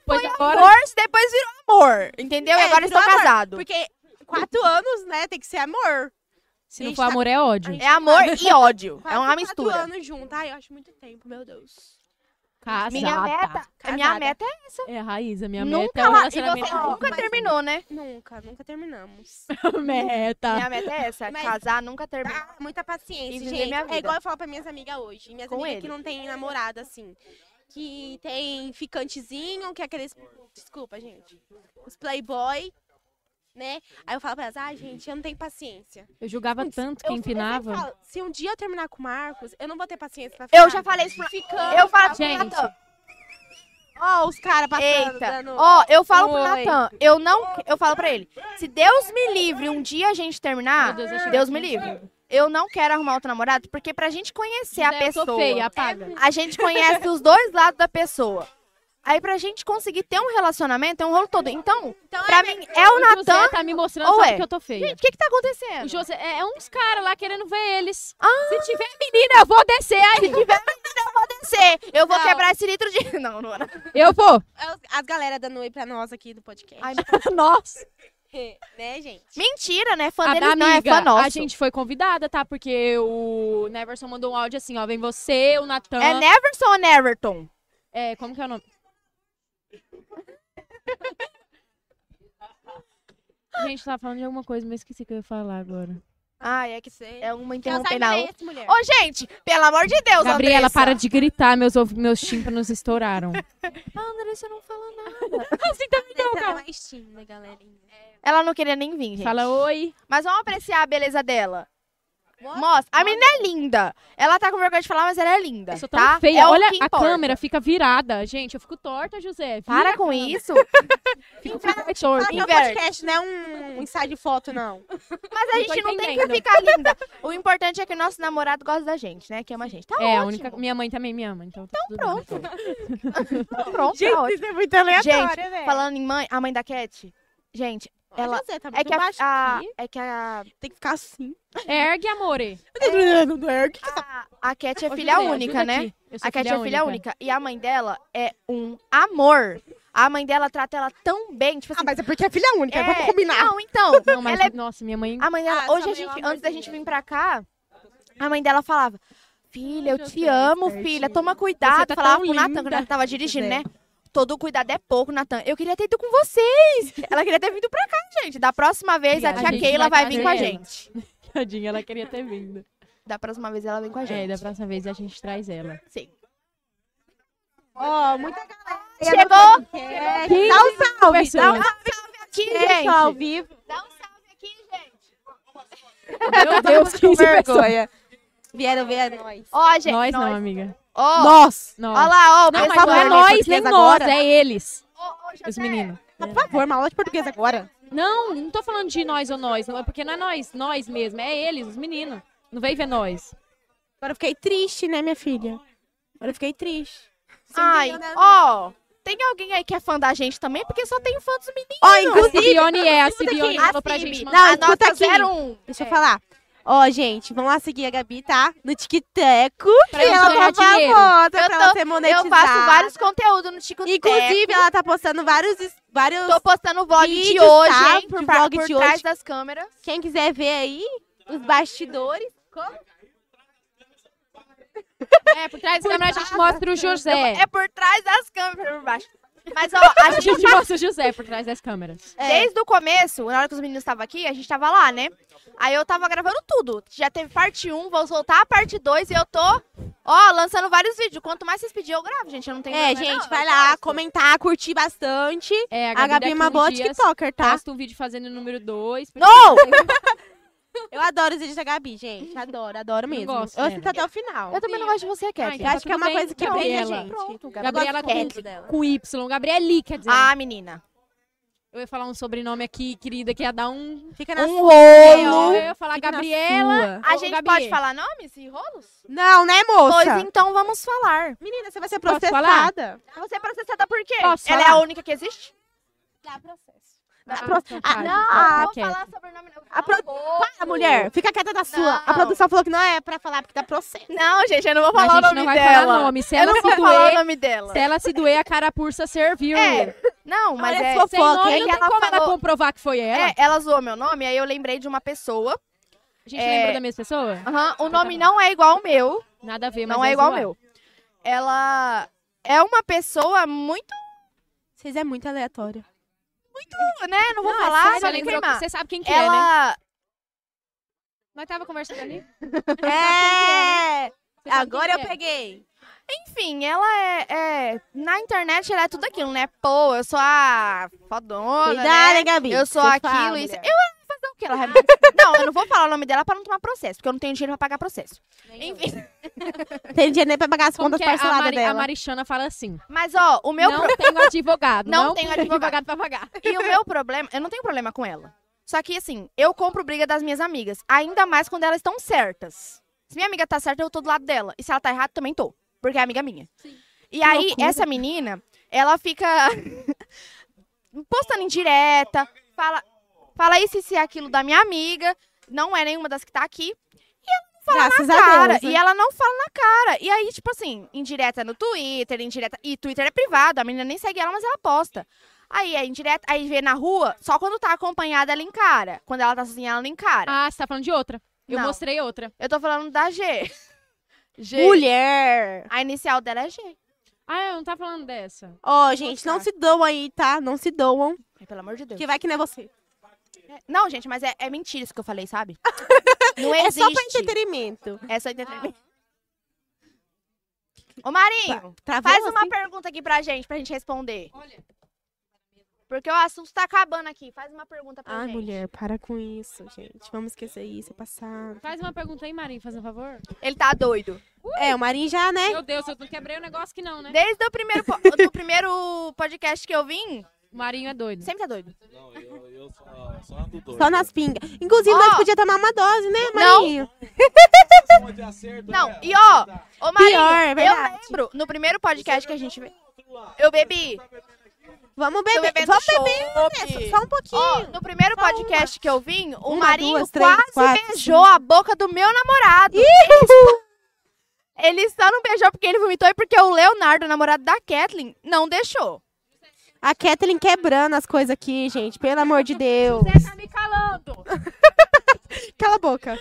[SPEAKER 28] Pois agora...
[SPEAKER 29] Force depois virou amor. Entendeu? E
[SPEAKER 13] É,
[SPEAKER 29] agora
[SPEAKER 13] virou
[SPEAKER 29] estou
[SPEAKER 13] amor,
[SPEAKER 29] casado.
[SPEAKER 13] Porque quatro anos, né, tem que ser amor. tá
[SPEAKER 28] Se não for amor, é ódio.
[SPEAKER 29] É amor e ódio. É uma
[SPEAKER 13] Quatro
[SPEAKER 29] mistura.
[SPEAKER 13] anos junto. Ai, eu acho muito tempo, meu Deus.
[SPEAKER 28] Casada.
[SPEAKER 29] Minha meta, a minha
[SPEAKER 13] Casada.
[SPEAKER 29] meta é essa.
[SPEAKER 28] É a Raiz, a minha meta
[SPEAKER 29] Nunca
[SPEAKER 28] é um
[SPEAKER 29] lá. E você
[SPEAKER 28] relacionamento...
[SPEAKER 29] nunca terminou, né?
[SPEAKER 13] Nunca, nunca terminamos.
[SPEAKER 28] meta.
[SPEAKER 29] Minha meta é essa.
[SPEAKER 13] Mas-
[SPEAKER 29] Casar, nunca terminar.
[SPEAKER 13] Dá Ah, muita paciência,
[SPEAKER 29] E viver
[SPEAKER 13] gente.
[SPEAKER 29] minha
[SPEAKER 13] É
[SPEAKER 29] vida.
[SPEAKER 13] igual eu falo pra minhas amigas hoje. Minhas
[SPEAKER 29] Com
[SPEAKER 13] amigas
[SPEAKER 29] ele.
[SPEAKER 13] que não tem namorada, assim. Que tem ficantezinho, que é aqueles... Desculpa, gente. Os playboy, né? Aí eu falo pra elas, ai, gente, eu não tenho paciência.
[SPEAKER 28] Eu julgava tanto quem empinava.
[SPEAKER 13] Eu falo, se um dia eu terminar com o Marcos, eu não vou ter paciência pra ficar.
[SPEAKER 29] Eu já falei isso pra...
[SPEAKER 13] Ficando,
[SPEAKER 29] Eu falo pro
[SPEAKER 28] Gente.
[SPEAKER 29] Natan.
[SPEAKER 13] Ó, os caras passando.
[SPEAKER 29] Eita.
[SPEAKER 13] dando-
[SPEAKER 29] Ó, eu falo pro
[SPEAKER 28] um
[SPEAKER 13] Oi.
[SPEAKER 29] Natan. Eu não... Eu falo pra ele. Se Deus me livre um dia a gente terminar,
[SPEAKER 28] Meu Deus, deixa eu
[SPEAKER 29] Deus
[SPEAKER 28] ver
[SPEAKER 29] me
[SPEAKER 28] aqui.
[SPEAKER 29] livre. Eu não quero arrumar outro namorado, porque pra gente conhecer a
[SPEAKER 28] José, eu
[SPEAKER 29] pessoa...
[SPEAKER 28] sou feia, apaga.
[SPEAKER 29] A gente conhece os dois lados da pessoa. Aí pra gente conseguir ter um relacionamento, é um rolo todo. Então, pra mim, é o
[SPEAKER 28] O José
[SPEAKER 29] Natan...
[SPEAKER 28] tá me mostrando
[SPEAKER 29] ou
[SPEAKER 28] só
[SPEAKER 29] é?
[SPEAKER 28] porque eu tô feia.
[SPEAKER 29] Gente, o que que tá acontecendo?
[SPEAKER 28] O José, é, é uns caras lá querendo ver eles.
[SPEAKER 29] Ah!
[SPEAKER 28] Se tiver menina, eu vou descer aí. Se
[SPEAKER 29] tiver menina, eu vou descer. Eu vou
[SPEAKER 13] Não.
[SPEAKER 29] quebrar esse litro de... Não, não era.
[SPEAKER 28] Eu vou.
[SPEAKER 13] É os- As galera dando oi pra nós aqui do podcast.
[SPEAKER 28] Nossa.
[SPEAKER 13] né, gente?
[SPEAKER 29] Mentira, né? Fã
[SPEAKER 28] A
[SPEAKER 29] dele
[SPEAKER 28] da
[SPEAKER 29] não é
[SPEAKER 28] amiga,
[SPEAKER 29] fã nosso.
[SPEAKER 28] a gente foi convidada, tá? Porque o Neverson mandou um áudio assim, ó. Vem você, o Natan.
[SPEAKER 29] É Neverson ou Neverton?
[SPEAKER 28] É, como que é o nome? Gente, tava falando de alguma coisa, mas eu esqueci o que eu ia falar agora.
[SPEAKER 29] Ah, é que é uma
[SPEAKER 13] saiba
[SPEAKER 29] interrompendo a
[SPEAKER 13] ler
[SPEAKER 29] outra.
[SPEAKER 13] esse, mulher.
[SPEAKER 29] Ô, gente, pelo amor de Deus,
[SPEAKER 28] Gabriela,
[SPEAKER 29] É Andressa.
[SPEAKER 28] para de gritar, meus, ouv- meus tímpanos estouraram.
[SPEAKER 29] Ah, Andressa não fala nada.
[SPEAKER 28] assim também não,
[SPEAKER 13] Ela é
[SPEAKER 28] cara.
[SPEAKER 13] mais tímida, galerinha. É.
[SPEAKER 29] Ela não queria nem vir, gente.
[SPEAKER 28] Fala oi.
[SPEAKER 29] Mas vamos apreciar a beleza dela. Mostra. A menina é linda. Ela tá com vergonha de falar, mas ela é linda.
[SPEAKER 28] Eu sou tão
[SPEAKER 29] tá?
[SPEAKER 28] feia.
[SPEAKER 29] É o
[SPEAKER 28] Olha,
[SPEAKER 29] que
[SPEAKER 28] a
[SPEAKER 29] importa.
[SPEAKER 28] câmera fica virada. Gente, eu fico torta, José. Vira
[SPEAKER 29] Para
[SPEAKER 28] a
[SPEAKER 29] com
[SPEAKER 28] câmera.
[SPEAKER 29] isso.
[SPEAKER 28] Fico super
[SPEAKER 13] Ah,
[SPEAKER 28] torta.
[SPEAKER 13] não é um podcast, não é um ensaio de foto, não.
[SPEAKER 29] Mas a
[SPEAKER 13] Não tô
[SPEAKER 29] gente não tem que
[SPEAKER 13] entendendo.
[SPEAKER 29] ficar linda. O importante é que nosso namorado gosta da gente, né? Que ama a gente. Tá
[SPEAKER 28] é, a
[SPEAKER 29] ótimo.
[SPEAKER 28] única. Minha mãe também me ama, então. Então
[SPEAKER 29] pronto. Pronto,
[SPEAKER 28] Gente,
[SPEAKER 29] tá ótimo.
[SPEAKER 28] isso é muito aleatório,
[SPEAKER 29] Gente,
[SPEAKER 28] velho.
[SPEAKER 29] Falando em mãe, a mãe da Cat, gente,
[SPEAKER 13] Olha,
[SPEAKER 29] ela
[SPEAKER 13] Zé, tá
[SPEAKER 29] é
[SPEAKER 13] muito
[SPEAKER 29] que a,
[SPEAKER 13] baixo
[SPEAKER 29] a-
[SPEAKER 13] aqui.
[SPEAKER 29] é que a
[SPEAKER 13] Tem que ficar assim.
[SPEAKER 28] Ergue, amore.
[SPEAKER 29] É.
[SPEAKER 28] é.
[SPEAKER 29] A, a Cat é
[SPEAKER 28] tá Ô,
[SPEAKER 29] filha
[SPEAKER 28] José, ajuda
[SPEAKER 29] única, né?
[SPEAKER 28] aqui. Eu sou
[SPEAKER 29] A Cat
[SPEAKER 28] filha
[SPEAKER 29] é filha
[SPEAKER 28] única.
[SPEAKER 29] única e a mãe dela é um amor. A mãe dela trata ela tão bem, tipo assim. Ah, mas é
[SPEAKER 13] porque é filha única, vamos combinar.
[SPEAKER 29] Não, então.
[SPEAKER 28] Não, mas,
[SPEAKER 29] ela é
[SPEAKER 28] nossa, minha mãe.
[SPEAKER 29] a mãe dela,
[SPEAKER 28] Ah, sua
[SPEAKER 29] hoje a
[SPEAKER 28] mãe é um
[SPEAKER 29] gente,
[SPEAKER 28] amor
[SPEAKER 29] antes da
[SPEAKER 28] de
[SPEAKER 29] gente vir pra cá, a mãe dela falava: Filha, eu te
[SPEAKER 28] José,
[SPEAKER 29] amo,
[SPEAKER 28] certinho.
[SPEAKER 29] filha, toma
[SPEAKER 28] Você
[SPEAKER 29] cuidado.
[SPEAKER 28] tá
[SPEAKER 29] falava
[SPEAKER 28] tão
[SPEAKER 29] pro Natan quando
[SPEAKER 28] linda,
[SPEAKER 29] ela tava dirigindo,
[SPEAKER 28] José.
[SPEAKER 29] né? Todo cuidado é pouco, Natan. Eu queria ter ido com vocês. Ela queria ter vindo pra cá, gente. Da próxima vez, a
[SPEAKER 28] Obrigada.
[SPEAKER 29] tia
[SPEAKER 28] A gente
[SPEAKER 29] Keila
[SPEAKER 28] vai
[SPEAKER 29] vai vir com a
[SPEAKER 28] trazer ela.
[SPEAKER 29] gente.
[SPEAKER 28] Tadinha, ela queria ter vindo.
[SPEAKER 29] Da próxima vez ela vem com a gente.
[SPEAKER 28] É, da próxima vez a gente traz ela.
[SPEAKER 29] Sim.
[SPEAKER 13] Ó, muita galera.
[SPEAKER 29] Chegou!
[SPEAKER 13] É, dá um salve, dá um salve
[SPEAKER 29] aqui,
[SPEAKER 13] gente.
[SPEAKER 29] gente.
[SPEAKER 13] Ao vivo.
[SPEAKER 29] Dá um salve aqui, gente.
[SPEAKER 13] Meu Deus, que vergonha. Vieram ver a nós.
[SPEAKER 29] Ó, gente,
[SPEAKER 28] Nós não, amiga.
[SPEAKER 29] Ó,
[SPEAKER 13] Nós.
[SPEAKER 28] Nós.
[SPEAKER 13] Olha lá, ó,
[SPEAKER 28] Não, mas
[SPEAKER 13] pessoal
[SPEAKER 28] não é
[SPEAKER 13] da
[SPEAKER 28] nós,
[SPEAKER 13] portuguesa
[SPEAKER 28] nem nós,
[SPEAKER 13] agora.
[SPEAKER 28] é eles. Os meninos.
[SPEAKER 13] Por favor, uma aula de português agora.
[SPEAKER 28] Não, não tô falando de nós ou nós, não é porque não é nós, nós mesmo, é eles, os meninos. Não vem ver nós.
[SPEAKER 13] Agora eu fiquei triste, né, minha filha? Agora eu fiquei triste.
[SPEAKER 29] Ai, ó. tem alguém aí que é fã da gente também? Porque só tem fã dos meninos.
[SPEAKER 13] Ó, um inclusive...
[SPEAKER 28] A Cibione é, a
[SPEAKER 13] Escuta
[SPEAKER 28] Cibione
[SPEAKER 13] aqui,
[SPEAKER 28] falou pra
[SPEAKER 13] a
[SPEAKER 28] gente
[SPEAKER 13] Cibi.
[SPEAKER 28] mandar.
[SPEAKER 13] Não, escuta
[SPEAKER 28] Anota
[SPEAKER 13] um aqui.
[SPEAKER 28] 01.
[SPEAKER 13] Deixa eu
[SPEAKER 28] É.
[SPEAKER 13] falar. Ó, gente, vão lá seguir a Gabi, tá? No TikTok.
[SPEAKER 29] Pra gente
[SPEAKER 13] ela
[SPEAKER 29] ganhar
[SPEAKER 13] tá
[SPEAKER 29] dinheiro.
[SPEAKER 13] famosa
[SPEAKER 29] Eu
[SPEAKER 13] pra ela
[SPEAKER 29] tô-
[SPEAKER 13] ser
[SPEAKER 29] eu
[SPEAKER 13] monetizada.
[SPEAKER 29] faço vários conteúdos no TikTok.
[SPEAKER 13] Inclusive, ela tá postando vários... es- vários
[SPEAKER 29] Tô postando o vlog de
[SPEAKER 13] vídeos,
[SPEAKER 29] hoje,
[SPEAKER 13] tá?
[SPEAKER 29] hein? Por,
[SPEAKER 13] De
[SPEAKER 29] pra-
[SPEAKER 13] vlog
[SPEAKER 29] por
[SPEAKER 13] de
[SPEAKER 29] trás
[SPEAKER 13] hoje.
[SPEAKER 29] das câmeras.
[SPEAKER 13] Quem quiser ver aí, os bastidores. Como?
[SPEAKER 28] É, por trás das câmeras a gente mostra o José.
[SPEAKER 29] É por trás das câmeras, por baixo. Mas, ó, tá
[SPEAKER 28] A gente mostra o José por trás das câmeras.
[SPEAKER 29] É.
[SPEAKER 13] É.
[SPEAKER 29] Desde o começo, na hora que os meninos estavam aqui, a gente tava lá, né? Aí eu tava gravando tudo. Já teve parte 1, vou soltar a parte 2 e eu tô, ó, lançando vários vídeos. Quanto mais vocês pedirem, eu gravo, gente. Eu não tenho
[SPEAKER 13] É,
[SPEAKER 29] vergonha,
[SPEAKER 13] gente,
[SPEAKER 29] não,
[SPEAKER 13] vai
[SPEAKER 29] eu
[SPEAKER 13] lá
[SPEAKER 29] posto.
[SPEAKER 13] comentar, curtir bastante.
[SPEAKER 28] É,
[SPEAKER 13] a Gabi é
[SPEAKER 28] daqui
[SPEAKER 13] uma
[SPEAKER 28] uns
[SPEAKER 13] boa
[SPEAKER 28] dias
[SPEAKER 13] TikToker, tá?
[SPEAKER 28] Posta um vídeo fazendo o número 2.
[SPEAKER 13] Não! Eu adoro os vídeos da Gabi, gente. Adoro, adoro mesmo. Eu,
[SPEAKER 28] gosto
[SPEAKER 13] assisto
[SPEAKER 28] dela.
[SPEAKER 13] até o final.
[SPEAKER 29] Eu também não gosto de você, Cat.
[SPEAKER 13] então acho que é uma coisa que
[SPEAKER 28] Gabriela.
[SPEAKER 13] brilha, gente.
[SPEAKER 28] Pronto,
[SPEAKER 13] Gabi-
[SPEAKER 28] Gabriela
[SPEAKER 13] Eu gosto
[SPEAKER 28] com,
[SPEAKER 13] muito dela.
[SPEAKER 28] com Y. Gabrieli, quer dizer.
[SPEAKER 29] Ah, menina.
[SPEAKER 28] Eu ia falar um sobrenome aqui, querida, que ia dar um.
[SPEAKER 13] Fica na
[SPEAKER 28] um
[SPEAKER 13] sua.
[SPEAKER 29] É,
[SPEAKER 28] rolo. Eu ia falar
[SPEAKER 13] Fica na
[SPEAKER 28] Gabriela.
[SPEAKER 13] sua.
[SPEAKER 29] A
[SPEAKER 28] ou
[SPEAKER 29] gente
[SPEAKER 28] Gabriel.
[SPEAKER 29] pode falar nomes e rolos?
[SPEAKER 13] Não, né, moça?
[SPEAKER 29] Pois então vamos falar.
[SPEAKER 13] Menina, você vai ser
[SPEAKER 28] Posso
[SPEAKER 13] processada.
[SPEAKER 29] Você é processada por quê?
[SPEAKER 13] Posso
[SPEAKER 29] Ela é
[SPEAKER 13] falar?
[SPEAKER 29] a única que existe? Dá processo.
[SPEAKER 13] Dá
[SPEAKER 29] Ah,
[SPEAKER 13] processo.
[SPEAKER 29] então
[SPEAKER 13] Ah,
[SPEAKER 29] tá,
[SPEAKER 13] não,
[SPEAKER 29] então
[SPEAKER 13] ah,
[SPEAKER 29] vou
[SPEAKER 13] quieta.
[SPEAKER 29] falar sobrenome não.
[SPEAKER 13] A pro... Para, Ah, mulher. Fica quieta da sua. A
[SPEAKER 29] Não.
[SPEAKER 13] produção falou que não é pra falar porque tá processo.
[SPEAKER 29] Não, gente, eu não vou
[SPEAKER 28] Mas a
[SPEAKER 29] falar o
[SPEAKER 28] gente
[SPEAKER 29] nome
[SPEAKER 28] não vai
[SPEAKER 29] dela.
[SPEAKER 28] falar nome. Se
[SPEAKER 29] eu
[SPEAKER 28] ela
[SPEAKER 29] não
[SPEAKER 28] se
[SPEAKER 29] vou
[SPEAKER 28] doer,
[SPEAKER 29] falar o nome dela.
[SPEAKER 28] Se ela se doer, a carapurça serviu.
[SPEAKER 29] É. Não, mas
[SPEAKER 28] Olha,
[SPEAKER 29] é...
[SPEAKER 28] fofoca,
[SPEAKER 29] sem nome
[SPEAKER 28] hein,
[SPEAKER 29] não
[SPEAKER 28] que
[SPEAKER 29] tem
[SPEAKER 28] ela
[SPEAKER 29] como
[SPEAKER 28] falou. comprovar que foi ela.
[SPEAKER 29] É, ela zoou meu nome, aí eu lembrei de uma pessoa.
[SPEAKER 28] A gente lembrou da mesma pessoa?
[SPEAKER 29] é.
[SPEAKER 28] Então tá
[SPEAKER 29] Aham, o nome não é igual ao meu.
[SPEAKER 28] Nada a ver, mas
[SPEAKER 29] Não é
[SPEAKER 28] é
[SPEAKER 29] igual ao
[SPEAKER 28] zoar.
[SPEAKER 29] meu. Ela é uma pessoa muito,
[SPEAKER 13] Vocês é muito aleatório.
[SPEAKER 29] né? Não vou
[SPEAKER 28] Não,
[SPEAKER 29] falar,
[SPEAKER 28] você
[SPEAKER 29] pra não
[SPEAKER 28] lembrou-
[SPEAKER 29] queimar.
[SPEAKER 28] você sabe quem que é,
[SPEAKER 29] ela...
[SPEAKER 28] Nós tava conversando ali.
[SPEAKER 29] né? É!
[SPEAKER 28] Você sabe
[SPEAKER 13] É!
[SPEAKER 28] quem
[SPEAKER 13] Agora eu
[SPEAKER 28] que é.
[SPEAKER 13] peguei.
[SPEAKER 29] Enfim, ela é, é- Na internet ela é tudo aquilo, né? Pô, eu sou a fodona.
[SPEAKER 13] Cuidado,
[SPEAKER 29] né?
[SPEAKER 13] hein, Gabi?
[SPEAKER 29] Eu sou
[SPEAKER 13] Você
[SPEAKER 29] aquilo.
[SPEAKER 13] fala,
[SPEAKER 29] isso.
[SPEAKER 13] mulher.
[SPEAKER 29] Eu vou fazer o quê? Ela vai me- Não, eu não vou falar o nome dela pra não tomar processo, porque eu não tenho dinheiro pra pagar processo. Enfim.
[SPEAKER 13] Tem dinheiro nem pra pagar as
[SPEAKER 28] Como
[SPEAKER 13] contas
[SPEAKER 28] que é? a,
[SPEAKER 13] parceladas
[SPEAKER 28] Mari- a
[SPEAKER 13] dela.
[SPEAKER 28] Marichana fala assim.
[SPEAKER 29] Mas, ó, o meu.
[SPEAKER 28] não
[SPEAKER 29] pro-
[SPEAKER 28] tenho advogado.
[SPEAKER 29] Não
[SPEAKER 28] Não,
[SPEAKER 29] tenho advogado
[SPEAKER 28] advogado pra pagar.
[SPEAKER 29] E o meu problema. Eu não tenho problema com ela. Só que, assim, eu compro briga das minhas amigas. Ainda mais quando elas estão certas. Se minha amiga tá certa, eu tô do lado dela. E se ela tá errada, também tô. Porque é amiga minha. E aí,
[SPEAKER 28] loucura.
[SPEAKER 29] essa menina, ela fica postando indireta, fala, fala isso e aquilo da minha amiga, não é nenhuma das que tá aqui. E ela não fala
[SPEAKER 13] Graças
[SPEAKER 29] na
[SPEAKER 13] a
[SPEAKER 29] cara.
[SPEAKER 13] Deus, né?
[SPEAKER 29] E ela não fala na cara. E aí, tipo assim, indireta no Twitter, indireta. E Twitter é privado, a menina nem segue ela, mas ela posta. Aí é indireta, aí vê na rua, só quando tá acompanhada ela encara. Quando ela tá sozinha, ela não encara.
[SPEAKER 28] Ah, você tá falando de outra. Eu
[SPEAKER 29] Não.
[SPEAKER 28] mostrei outra.
[SPEAKER 29] Eu tô falando da G. G.
[SPEAKER 13] Mulher!
[SPEAKER 29] A inicial dela é G.
[SPEAKER 28] Ah, eu não tá falando dessa.
[SPEAKER 13] Ó, gente, não se doam aí, tá? Não se doam.
[SPEAKER 29] Pelo amor de Deus.
[SPEAKER 13] Que vai que não é você.
[SPEAKER 29] É, Não, gente, mas é, é mentira isso que eu falei, sabe? Não
[SPEAKER 13] é
[SPEAKER 29] existe.
[SPEAKER 13] só pra entretenimento.
[SPEAKER 29] É só entretenimento. Ô, Marinho,
[SPEAKER 13] Tá- travou
[SPEAKER 29] faz uma
[SPEAKER 13] assim?
[SPEAKER 29] pergunta aqui pra gente, pra gente responder. Porque o assunto tá acabando aqui. Faz uma pergunta pra
[SPEAKER 13] Ai,
[SPEAKER 29] gente.
[SPEAKER 13] mulher, para com isso, gente. Vamos esquecer isso, é passado.
[SPEAKER 28] Faz uma pergunta aí, Marinho, faz um favor.
[SPEAKER 29] Ele tá doido.
[SPEAKER 13] É, o Marinho já, né?
[SPEAKER 28] Meu Deus, eu não quebrei o negócio que não, né?
[SPEAKER 29] Desde o primeiro, po- do primeiro podcast que eu vim.
[SPEAKER 28] O Marinho é doido.
[SPEAKER 29] Sempre tá doido.
[SPEAKER 13] Só nas pingas. Inclusive, nós podíamos tomar uma dose, né, Marinho?
[SPEAKER 29] Não, e ó, ô Marinho,
[SPEAKER 13] Pior, é verdade.
[SPEAKER 29] eu lembro, no primeiro podcast que a gente veio, eu bebi.
[SPEAKER 13] Vamos beber, vamos beber, né? Só um pouquinho.
[SPEAKER 29] no primeiro podcast que eu vim, o
[SPEAKER 13] Uma,
[SPEAKER 29] Marinho
[SPEAKER 13] duas, três,
[SPEAKER 29] quase
[SPEAKER 13] quatro,
[SPEAKER 29] beijou
[SPEAKER 13] cinco.
[SPEAKER 29] a boca do meu namorado. Ele, ele só não beijou porque ele vomitou e porque o Leonardo, o namorado da Kathleen, não deixou.
[SPEAKER 13] A Kathleen quebrando as coisas aqui, gente. Pelo amor de Deus.
[SPEAKER 28] Tá me calando.
[SPEAKER 13] Cala a boca.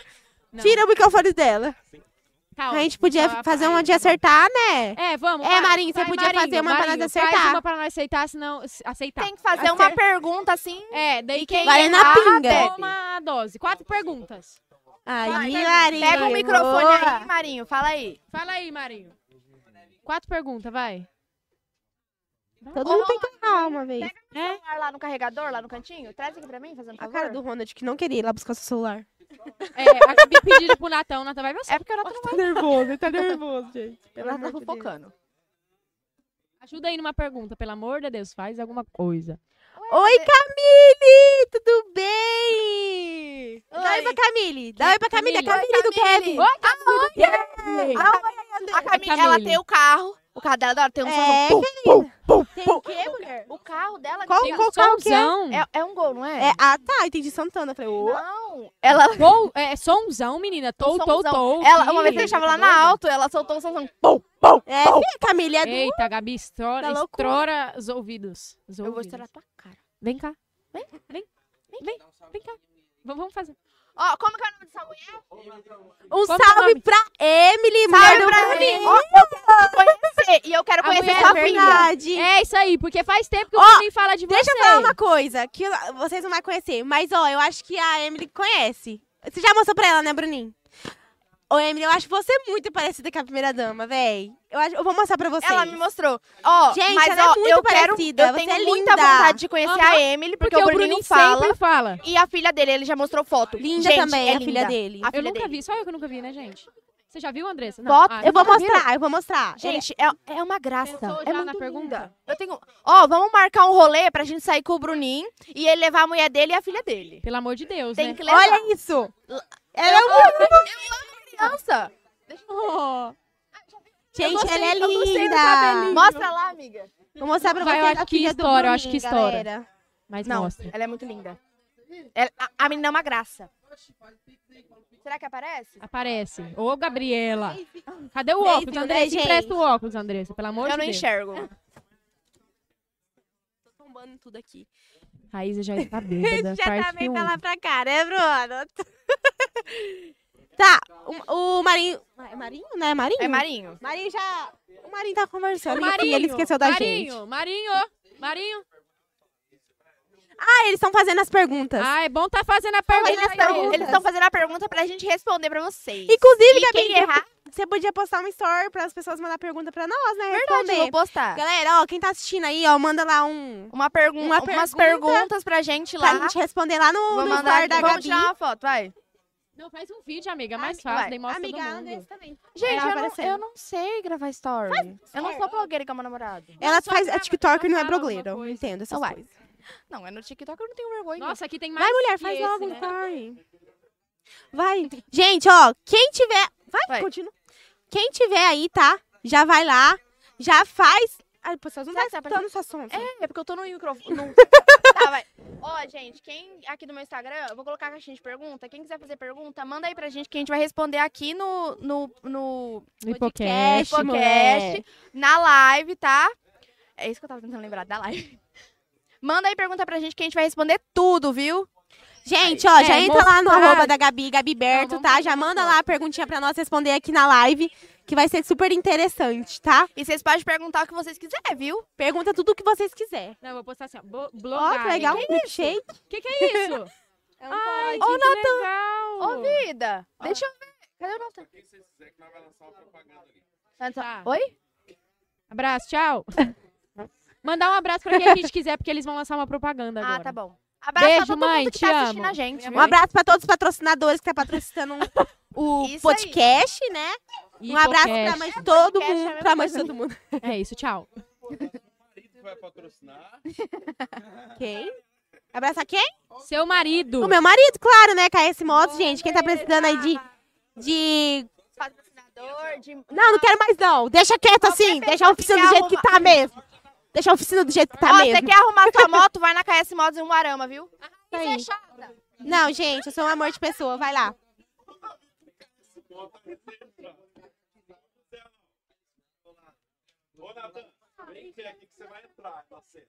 [SPEAKER 13] Tira o microfone dela.
[SPEAKER 28] Calma,
[SPEAKER 13] a gente podia
[SPEAKER 28] fala-
[SPEAKER 29] tá
[SPEAKER 13] fazer uma de acertar, né?
[SPEAKER 28] É, vamos.
[SPEAKER 13] É,
[SPEAKER 28] vai.
[SPEAKER 13] Marinho, você
[SPEAKER 28] Vai,
[SPEAKER 13] podia
[SPEAKER 28] Marinho,
[SPEAKER 13] fazer uma pra nós
[SPEAKER 28] Marinho,
[SPEAKER 13] acertar.
[SPEAKER 28] Faz uma pra nós aceitar, senão... se- Aceitar. Tem
[SPEAKER 29] que fazer uma pergunta assim.
[SPEAKER 28] É, daí quem
[SPEAKER 13] Vai na
[SPEAKER 28] errar,
[SPEAKER 13] pinga.
[SPEAKER 28] Toma a dose. Quatro Ah, perguntas.
[SPEAKER 13] Aí,
[SPEAKER 28] Quatro perguntas.
[SPEAKER 13] Marinho.
[SPEAKER 29] Pega o microfone aí, Marinho, fala aí.
[SPEAKER 28] Fala aí, Marinho. Quatro perguntas, vai.
[SPEAKER 13] Todo mundo tem que errar uma vez.
[SPEAKER 29] O celular lá no carregador, lá no cantinho, traz aqui pra mim, fazendo
[SPEAKER 13] É? A
[SPEAKER 29] favor.
[SPEAKER 13] cara do Ronald que não queria ir lá buscar seu celular.
[SPEAKER 28] É, acabei pedindo pro Natão, o Natão vai ver É
[SPEAKER 29] porque o Natão
[SPEAKER 13] Tá nervoso, ele tá nervoso, gente.
[SPEAKER 29] Pelo amor de focando.
[SPEAKER 28] Ajuda aí numa pergunta, pelo amor de Deus, faz alguma coisa.
[SPEAKER 13] Oi, Camille! Tudo bem? Dá oi pra Camille. Dá oi pra Camille. É
[SPEAKER 28] Camille?
[SPEAKER 13] Camille do Kevin.
[SPEAKER 28] Oi, tá
[SPEAKER 13] Camille.
[SPEAKER 29] A, a Camille, ela tem o carro, o carro dela adora, tem um
[SPEAKER 13] É,
[SPEAKER 29] som.
[SPEAKER 13] Tem o quê, mulher?
[SPEAKER 29] O carro dela
[SPEAKER 13] Qual,
[SPEAKER 29] tem um
[SPEAKER 13] qual carro que é?
[SPEAKER 29] É, é um gol, não é?
[SPEAKER 13] É, ah, tá. Entendi Santana. Eu Falei, ô.
[SPEAKER 29] Não. um- Ela...
[SPEAKER 28] Gol, é somzão, menina. Tou, tou,
[SPEAKER 29] somzão.
[SPEAKER 28] tou.
[SPEAKER 29] Ela, uma vez que eu estava lá
[SPEAKER 28] Tá
[SPEAKER 29] na alto, ela soltou um somzão. Pum, pum,
[SPEAKER 13] É,
[SPEAKER 29] pum.
[SPEAKER 13] filha, Camille é do...
[SPEAKER 28] Eita, Gabi, estoura,
[SPEAKER 13] Da loucura.
[SPEAKER 28] estoura os ouvidos. Os
[SPEAKER 29] Tá Eu vou
[SPEAKER 28] ouvidos.
[SPEAKER 29] estourar tua cara.
[SPEAKER 28] Vem cá. Vem, vem, vem, vem, cá. V- vamos fazer.
[SPEAKER 29] Ó, como que é o nome dessa mulher?
[SPEAKER 13] Um
[SPEAKER 28] Como
[SPEAKER 13] salve
[SPEAKER 28] nome?
[SPEAKER 13] pra Emily, mulher
[SPEAKER 28] Salve
[SPEAKER 13] do
[SPEAKER 28] pra
[SPEAKER 13] Marinho.
[SPEAKER 28] Emily.
[SPEAKER 29] Ó, eu quero conhecer, e eu quero
[SPEAKER 28] A
[SPEAKER 29] conhecer
[SPEAKER 28] mulher
[SPEAKER 29] sua
[SPEAKER 28] é
[SPEAKER 29] filha.
[SPEAKER 13] verdade.
[SPEAKER 28] É isso aí, porque faz tempo que o
[SPEAKER 13] Ó,
[SPEAKER 28] Marinho fala de
[SPEAKER 13] Deixa
[SPEAKER 28] você.
[SPEAKER 13] eu falar uma coisa que eu- vocês não vão conhecer, mas ó, eu acho que a Emily conhece. Você já mostrou pra ela, né, Bruninho? Ô, Emily, eu acho você muito parecida com a primeira dama, véi. Eu, acho- eu vou mostrar pra vocês.
[SPEAKER 29] Ela me mostrou. Ó,
[SPEAKER 13] Gente,
[SPEAKER 29] mas
[SPEAKER 13] ela é
[SPEAKER 29] ó,
[SPEAKER 13] muito
[SPEAKER 29] eu
[SPEAKER 13] parecida,
[SPEAKER 29] quero, eu
[SPEAKER 13] você
[SPEAKER 29] tenho
[SPEAKER 13] é
[SPEAKER 29] muita
[SPEAKER 13] linda.
[SPEAKER 29] vontade de conhecer
[SPEAKER 13] Aham,
[SPEAKER 29] a Emily, porque,
[SPEAKER 28] porque
[SPEAKER 29] o
[SPEAKER 28] o
[SPEAKER 29] Bruninho
[SPEAKER 28] Bruninho
[SPEAKER 29] fala.
[SPEAKER 28] sempre fala.
[SPEAKER 29] E a filha dele, ele já mostrou foto.
[SPEAKER 13] Linda
[SPEAKER 29] Gente,
[SPEAKER 13] também,
[SPEAKER 29] é
[SPEAKER 13] a filha
[SPEAKER 29] linda.
[SPEAKER 13] dele.
[SPEAKER 29] A
[SPEAKER 28] Eu
[SPEAKER 29] filha
[SPEAKER 28] nunca
[SPEAKER 29] dele.
[SPEAKER 28] vi, só eu que nunca vi, né, gente? Você já viu, Andressa? Não.
[SPEAKER 29] Foto?
[SPEAKER 28] Ah,
[SPEAKER 13] Eu vou
[SPEAKER 28] nunca viram?
[SPEAKER 13] mostrar, eu vou mostrar.
[SPEAKER 29] Gente, é, é uma graça.
[SPEAKER 28] Pensou
[SPEAKER 29] É
[SPEAKER 28] já
[SPEAKER 29] muito
[SPEAKER 28] na pergunta?
[SPEAKER 29] linda. Eu tenho. Ó, vamos marcar um rolê pra gente sair com o Bruninho e ele levar a mulher dele e a filha dele.
[SPEAKER 28] Pelo amor de Deus,
[SPEAKER 29] Tem
[SPEAKER 28] né?
[SPEAKER 29] que levar.
[SPEAKER 13] Olha isso! Ela é
[SPEAKER 29] Eu amo-
[SPEAKER 13] muito...
[SPEAKER 29] eu amo criança.
[SPEAKER 13] Gente,
[SPEAKER 28] gostei-
[SPEAKER 13] ela é
[SPEAKER 28] eu gostei do
[SPEAKER 13] linda!
[SPEAKER 28] cabelinho.
[SPEAKER 29] Mostra lá, amiga.
[SPEAKER 13] Vou mostrar pra
[SPEAKER 28] Vai, eu
[SPEAKER 13] vocês
[SPEAKER 28] acho
[SPEAKER 13] a
[SPEAKER 28] que
[SPEAKER 13] filha do
[SPEAKER 28] estoura, eu acho
[SPEAKER 13] Bruninho,
[SPEAKER 28] que estoura.
[SPEAKER 13] galera.
[SPEAKER 28] Mas
[SPEAKER 29] Não,
[SPEAKER 28] mostra.
[SPEAKER 29] ela é muito linda. Ela- a, a menina é uma graça. Será que aparece?
[SPEAKER 28] Aparece. Ô, Gabriela. Cadê o
[SPEAKER 13] Vocês,
[SPEAKER 28] óculos,
[SPEAKER 13] né,
[SPEAKER 28] Andressa?
[SPEAKER 13] gente?
[SPEAKER 28] Empresta o óculos, Andressa, pelo amor
[SPEAKER 29] Eu
[SPEAKER 28] de
[SPEAKER 29] não
[SPEAKER 28] Deus.
[SPEAKER 29] enxergo.
[SPEAKER 13] Tô tombando tudo aqui.
[SPEAKER 28] Raíssa já está bêbada.
[SPEAKER 13] Já tá
[SPEAKER 28] parte
[SPEAKER 13] meio pra
[SPEAKER 28] um.
[SPEAKER 13] lá pra cá, né, Bruno? tá, o, o Marinho. É Marinho, né? Marinho?
[SPEAKER 29] É Marinho.
[SPEAKER 13] Marinho já. O Marinho tá conversando.
[SPEAKER 28] Ô,
[SPEAKER 13] Marinho,
[SPEAKER 28] Marinho,
[SPEAKER 13] ele esqueceu da
[SPEAKER 28] Marinho,
[SPEAKER 13] gente.
[SPEAKER 28] Marinho, Marinho.
[SPEAKER 13] Ah, eles estão fazendo as perguntas.
[SPEAKER 28] Ah, é bom tá fazendo a
[SPEAKER 29] Eles
[SPEAKER 28] pergunta. aí,
[SPEAKER 29] estão,
[SPEAKER 28] Andressa.
[SPEAKER 29] eles estão fazendo a pergunta pra gente responder pra vocês.
[SPEAKER 13] Inclusive,
[SPEAKER 29] E
[SPEAKER 13] Gabi,
[SPEAKER 29] quem errar,
[SPEAKER 13] você podia postar um story para as pessoas mandar pergunta pra nós, né?
[SPEAKER 29] verdade, eu vou
[SPEAKER 13] Responder.
[SPEAKER 29] postar.
[SPEAKER 13] Galera, ó, quem tá assistindo aí, ó, manda lá um.
[SPEAKER 29] Uma pergun
[SPEAKER 13] Uma
[SPEAKER 29] umas
[SPEAKER 13] pergunta
[SPEAKER 29] perguntas pra gente lá.
[SPEAKER 13] Pra gente responder lá no,
[SPEAKER 29] Vou
[SPEAKER 13] no
[SPEAKER 29] mandar
[SPEAKER 13] story da
[SPEAKER 29] Vamos
[SPEAKER 13] Gabi.
[SPEAKER 29] tirar uma foto, vai.
[SPEAKER 28] Não, faz um vídeo, amiga, mais
[SPEAKER 29] Ami-
[SPEAKER 28] fácil.
[SPEAKER 29] vai.
[SPEAKER 28] Daí mostra
[SPEAKER 13] Amiga,
[SPEAKER 28] todo
[SPEAKER 13] a
[SPEAKER 28] mundo.
[SPEAKER 13] Andressa também.
[SPEAKER 29] Gente,
[SPEAKER 13] Ela
[SPEAKER 29] eu não,
[SPEAKER 13] aparecendo.
[SPEAKER 29] eu não sei gravar story. eu não sou blogueira com meu namorado.
[SPEAKER 13] Ela
[SPEAKER 28] só
[SPEAKER 13] faz é
[SPEAKER 28] grava-
[SPEAKER 13] TikTok e não é
[SPEAKER 28] grava alguma
[SPEAKER 13] blogueiro.
[SPEAKER 28] coisa.
[SPEAKER 13] Entendo essas
[SPEAKER 29] Então vai.
[SPEAKER 13] coisas.
[SPEAKER 29] Não, é no TikTok eu não tenho vergonha.
[SPEAKER 28] Nossa, aqui tem mais.
[SPEAKER 13] Vai, mulher,
[SPEAKER 28] que
[SPEAKER 13] faz
[SPEAKER 28] esse,
[SPEAKER 13] logo,
[SPEAKER 28] né?
[SPEAKER 13] vai. Vai. Gente, ó, quem tiver. Vai,
[SPEAKER 29] Vai.
[SPEAKER 13] continua. Quem tiver aí, tá? Já vai lá. Já faz. Ai, pessoal, não
[SPEAKER 29] Será que
[SPEAKER 13] tá
[SPEAKER 29] tá aparecendo?
[SPEAKER 13] escutando sua sonsa.
[SPEAKER 29] É, é porque eu tô no microfone. no- tá, vai. Ó, gente, quem aqui do meu Instagram, eu vou colocar a caixinha de pergunta. Quem quiser fazer pergunta, manda aí pra gente que a gente vai responder aqui no, no, no
[SPEAKER 28] No hipocast,
[SPEAKER 29] podcast,
[SPEAKER 28] mulher.
[SPEAKER 29] na live, tá? É isso que eu tava tentando lembrar, da live. Manda aí pergunta pra gente que a gente vai responder tudo, viu?
[SPEAKER 13] Gente, ó, já
[SPEAKER 28] É,
[SPEAKER 13] entra lá no
[SPEAKER 28] mostrar.
[SPEAKER 13] arroba da Gabi, Gabi Berto,
[SPEAKER 28] Não, vamos
[SPEAKER 13] tá?
[SPEAKER 28] fazer
[SPEAKER 13] Já
[SPEAKER 28] uma
[SPEAKER 13] manda
[SPEAKER 28] foto.
[SPEAKER 29] é.
[SPEAKER 13] lá a perguntinha pra nós responder aqui na live, que vai ser super interessante, tá?
[SPEAKER 29] E vocês podem perguntar o que vocês quiserem, viu?
[SPEAKER 13] Pergunta tudo o que vocês quiserem.
[SPEAKER 28] Não, eu vou postar assim, ó. bo-
[SPEAKER 13] Ó,
[SPEAKER 28] Blogar.
[SPEAKER 13] que legal, um
[SPEAKER 28] hein?
[SPEAKER 13] milkshake.
[SPEAKER 28] Que que é isso? Ai, que
[SPEAKER 29] Ô, Natan.
[SPEAKER 28] legal.
[SPEAKER 29] Ô, vida, deixa eu ver. Cadê o nosso? Antes-
[SPEAKER 28] Tá.
[SPEAKER 29] Oi?
[SPEAKER 28] Abraço, tchau. Mandar um abraço pra quem a gente quiser, porque eles vão lançar uma propaganda agora. Ah, tá
[SPEAKER 29] bom.
[SPEAKER 13] Abraço pra
[SPEAKER 28] Beijo,
[SPEAKER 13] todo
[SPEAKER 28] mãe,
[SPEAKER 13] mundo que
[SPEAKER 28] te
[SPEAKER 13] tá
[SPEAKER 28] amo. é
[SPEAKER 13] assistindo a gente. Um abraço pra todos os patrocinadores que tá patrocinando o podcast, né?
[SPEAKER 28] E
[SPEAKER 13] um abraço pra
[SPEAKER 28] podcast.
[SPEAKER 13] mãe de todo
[SPEAKER 28] Podcast é a
[SPEAKER 13] mundo,
[SPEAKER 28] mesma
[SPEAKER 13] pra mãe de
[SPEAKER 28] coisa.
[SPEAKER 13] todo mundo.
[SPEAKER 28] É isso, tchau.
[SPEAKER 9] Vai patrocinar.
[SPEAKER 13] Quem? Abraça quem?
[SPEAKER 28] Seu marido.
[SPEAKER 13] O meu marido, claro, né? KS Motos, gente. Quem tá precisando aí de. de...
[SPEAKER 29] Patrocinador de...
[SPEAKER 13] Não, não quero mais não. Deixa quieto assim. Deixa a oficina do jeito que tá mesmo. Deixa a oficina do jeito que tá
[SPEAKER 29] Ó,
[SPEAKER 13] mesmo.
[SPEAKER 29] você quer arrumar sua moto, vai na KS Motos em Umuarama, viu?
[SPEAKER 13] Isso
[SPEAKER 28] é
[SPEAKER 13] aí. Não, gente, eu sou um amor de pessoa. Vai lá.
[SPEAKER 9] tá Ô, Natan, vem ver aqui que você vai entrar na cena.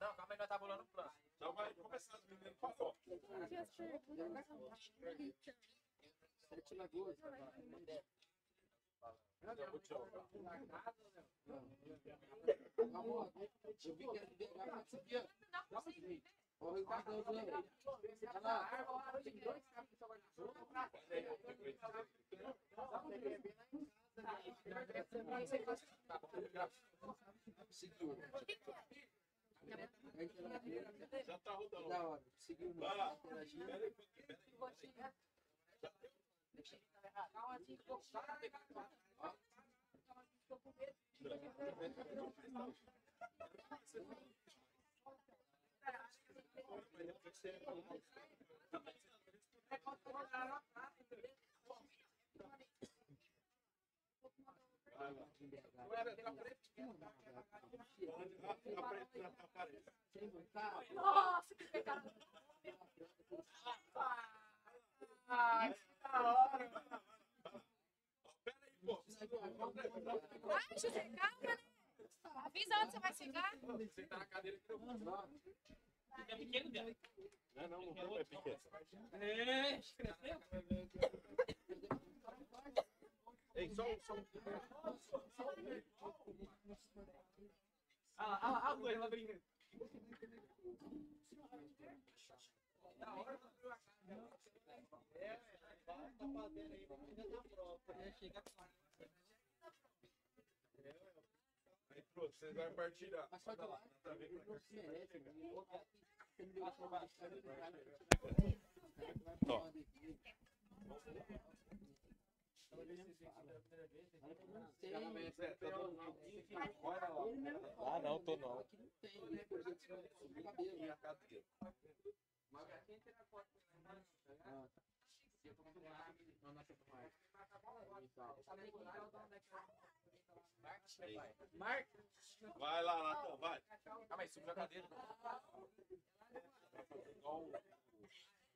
[SPEAKER 9] Não, calma aí, nós tá bolando o plano. Então vai começar as meninas, por favor. Já tá rodando. Da hora. Seguiu o
[SPEAKER 11] Nossa, que pecado. Ah, que da hora.
[SPEAKER 28] Vai, José, calma. Avisa onde você vai chegar.
[SPEAKER 9] Sentar na cadeira que eu vou. É pequeno dela. Não, não, não é pequeno. É, cresceu. Ei, só um, só um. Ah, lá, ah, lá, ah, dois, lá brincando. Da hora, Aí, pronto, vocês vão partilhar. Vai lá, tá vendo? Ó.
[SPEAKER 1] Ah, não, tô não.
[SPEAKER 3] né? um né?
[SPEAKER 9] Vai lá, Natan, vai.
[SPEAKER 3] Calma aí, subiu a cadeira.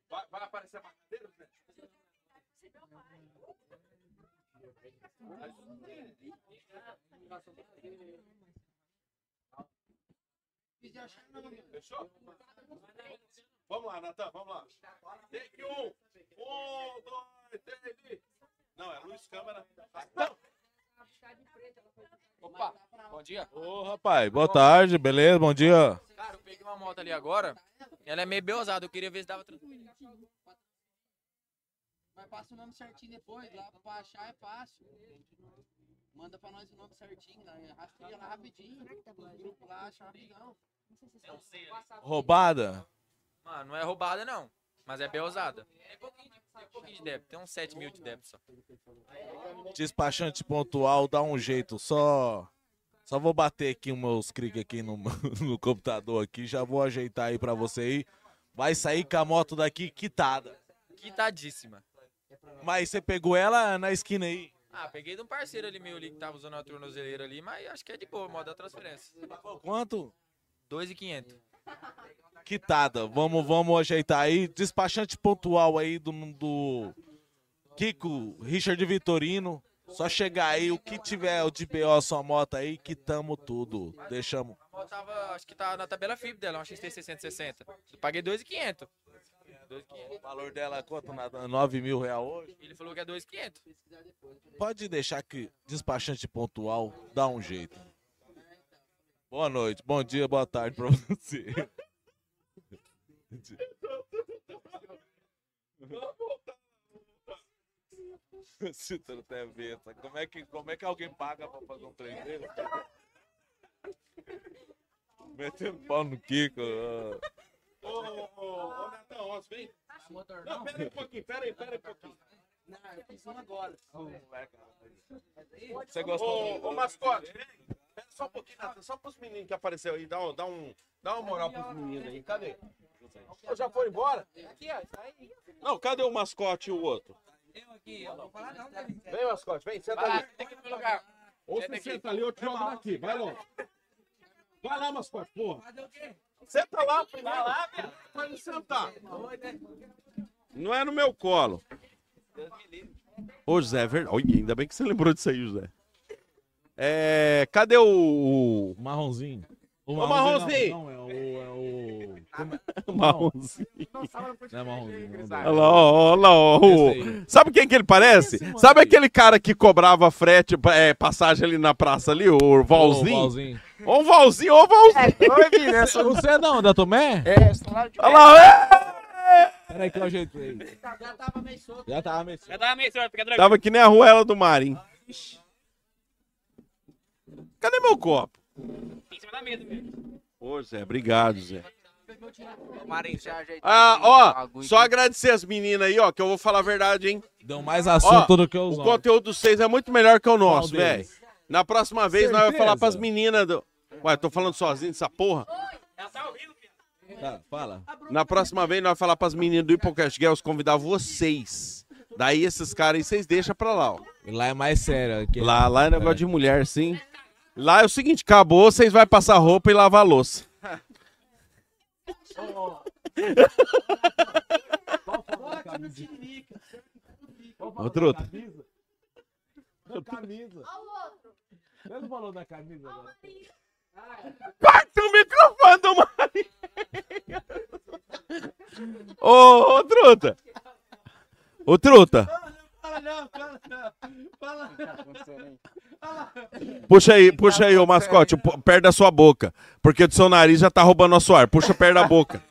[SPEAKER 9] Vai, vai aparecer a madeira, né? Fechou? Vamos lá, Natan, vamos lá. Take um. Um, dois, três e... Não, é luz, câmera. Ação.
[SPEAKER 3] Opa, bom dia.
[SPEAKER 1] Ô, rapaz, boa tarde, beleza? Bom dia.
[SPEAKER 3] Cara, eu peguei uma moto ali agora. Ela é meio beusada, eu queria ver se dava tranquilo.
[SPEAKER 6] Mas passa o nome certinho depois, lá pra achar é fácil. Manda pra nós o nome certinho, lá, rastreia lá rapidinho. Os grupos lá acham rapidão.
[SPEAKER 3] Não sei.
[SPEAKER 1] Roubada?
[SPEAKER 3] Mano, não é roubada não, mas é beusada. É pouquinho, de- é pouquinho de débito, tem uns 7 mil de débito só.
[SPEAKER 1] Despachante pontual, dá um jeito, só. Só vou bater aqui os meus cliques aqui no, no computador aqui, já vou ajeitar aí pra você aí. Vai sair com a moto daqui quitada.
[SPEAKER 3] Quitadíssima.
[SPEAKER 1] Mas você pegou ela na esquina aí.
[SPEAKER 3] Ah, peguei de um parceiro ali meu ali que tava usando a tornozeleira ali, mas acho que é de boa, modo da transferência.
[SPEAKER 1] Quanto?
[SPEAKER 3] 2,500.
[SPEAKER 1] Quitada. Vamos, vamos ajeitar aí. Despachante pontual aí do, do Kiko Richard Vitorino. Só chegar aí, o que tiver o de BO sua moto aí, quitamos tudo. Deixamos.
[SPEAKER 3] A moto tava, acho que tá na tabela FIB dela, uma XT 660. Eu paguei 2,500.
[SPEAKER 1] O valor dela é quanto? Nada, 9 mil real hoje?
[SPEAKER 3] Ele falou que é 2,500.
[SPEAKER 1] Pode deixar que despachante pontual dá um jeito. Boa noite, bom dia, boa tarde pra você. Cítaro TV, tá? como é, que, como é que alguém paga pra fazer um trem desse?
[SPEAKER 31] Metendo pau no Kiko.
[SPEAKER 1] Ah.
[SPEAKER 31] ó.
[SPEAKER 2] Ô, ô, ô, ô, Natão, ó, vem. Não, pera aí um pouquinho, pera aí, pera aí um pouquinho. Não, eu tô agora.
[SPEAKER 31] Você gostou?
[SPEAKER 2] Ô, ô mascote, vem. Pera só um pouquinho, Natão, só pros meninos que apareceu aí. Dá, um- dá, um, dá uma moral pros meninos aí. Cadê? Ô, Já foram embora?
[SPEAKER 9] Aqui, ó, isso aí.
[SPEAKER 2] Não, cadê o mascote e o outro?
[SPEAKER 9] Eu aqui, eu não vou falar não, né?
[SPEAKER 2] Vem, mascote, vem, senta
[SPEAKER 9] Vai lá,
[SPEAKER 2] ali.
[SPEAKER 9] senta aqui no meu lugar.
[SPEAKER 2] Ou
[SPEAKER 9] Senta
[SPEAKER 2] você
[SPEAKER 9] aqui.
[SPEAKER 2] senta ali, outro joga daqui. Vai logo. Vai lá, mascote, porra.
[SPEAKER 9] Fazer o quê?
[SPEAKER 2] Senta lá primeiro.
[SPEAKER 9] Vai lá,
[SPEAKER 2] velho. Pode sentar. Não é no meu colo. Ô, José, é verdade. Olha, ainda bem que você lembrou disso aí, José. É. Cadê o.
[SPEAKER 1] Marronzinho. O
[SPEAKER 2] Ô, Marronzinho!
[SPEAKER 1] Não, não, é o. É o... como é?
[SPEAKER 2] Marronzinho.
[SPEAKER 1] Não é Marronzinho. não dá.
[SPEAKER 2] Olha lá, ó, olha lá, ó.
[SPEAKER 1] Esse
[SPEAKER 2] Sabe quem que ele parece? Sabe aquele cara que cobrava frete, é, passagem ali na praça ali, o Valzinho?
[SPEAKER 1] Ô, Valzinho.
[SPEAKER 2] Ô, um Valzinho, ô, Valzinho.
[SPEAKER 1] Você- Você é não, da Tomé?
[SPEAKER 2] É, Olha lá,
[SPEAKER 1] Peraí que eu ajeitei.
[SPEAKER 9] Já tava meio solto.
[SPEAKER 1] Já tava meio solto.
[SPEAKER 9] Já tava meio solto, fica
[SPEAKER 2] é.
[SPEAKER 9] tranquilo.
[SPEAKER 2] Tava que nem a Ruela do Mar, hein? Cadê meu copo?
[SPEAKER 9] Em cima da mesa mesmo.
[SPEAKER 2] Ô, Zé, obrigado, Zé.
[SPEAKER 9] Marinho, já ajeitou.
[SPEAKER 2] Ah, ó, só agradecer as meninas aí, ó, que eu vou falar a verdade, hein?
[SPEAKER 1] Dão mais assunto do que os
[SPEAKER 2] O
[SPEAKER 1] homens.
[SPEAKER 2] conteúdo dos seis é muito melhor que o nosso, velho.
[SPEAKER 1] deles?
[SPEAKER 2] Na próxima vez nós vamos
[SPEAKER 1] Certeza?
[SPEAKER 2] falar pras meninas do... Ué, tô falando sozinho dessa porra?
[SPEAKER 9] Ela tá ouvindo, filho.
[SPEAKER 1] Tá, fala.
[SPEAKER 2] Na próxima vez nós vamos falar pras meninas do Hipocast Girls convidar vocês. Daí esses caras aí vocês deixam pra lá, ó.
[SPEAKER 1] Lá é mais sério. aqui.
[SPEAKER 2] Lá, lá é negócio de mulher, sim. Lá é o seguinte, acabou, vocês vão passar roupa e lavar a louça. Ô, truta.
[SPEAKER 1] Da camisa. Você não falou da camisa? né?
[SPEAKER 2] Corta o microfone do Marinho! Ô, ô, truta! Ô, truta!
[SPEAKER 14] Fala não, fala não. Fala não.
[SPEAKER 2] Puxa aí, puxa aí, ô mascote, pu- perto da sua boca. Porque do seu nariz já tá roubando nosso ar. Puxa perto da boca.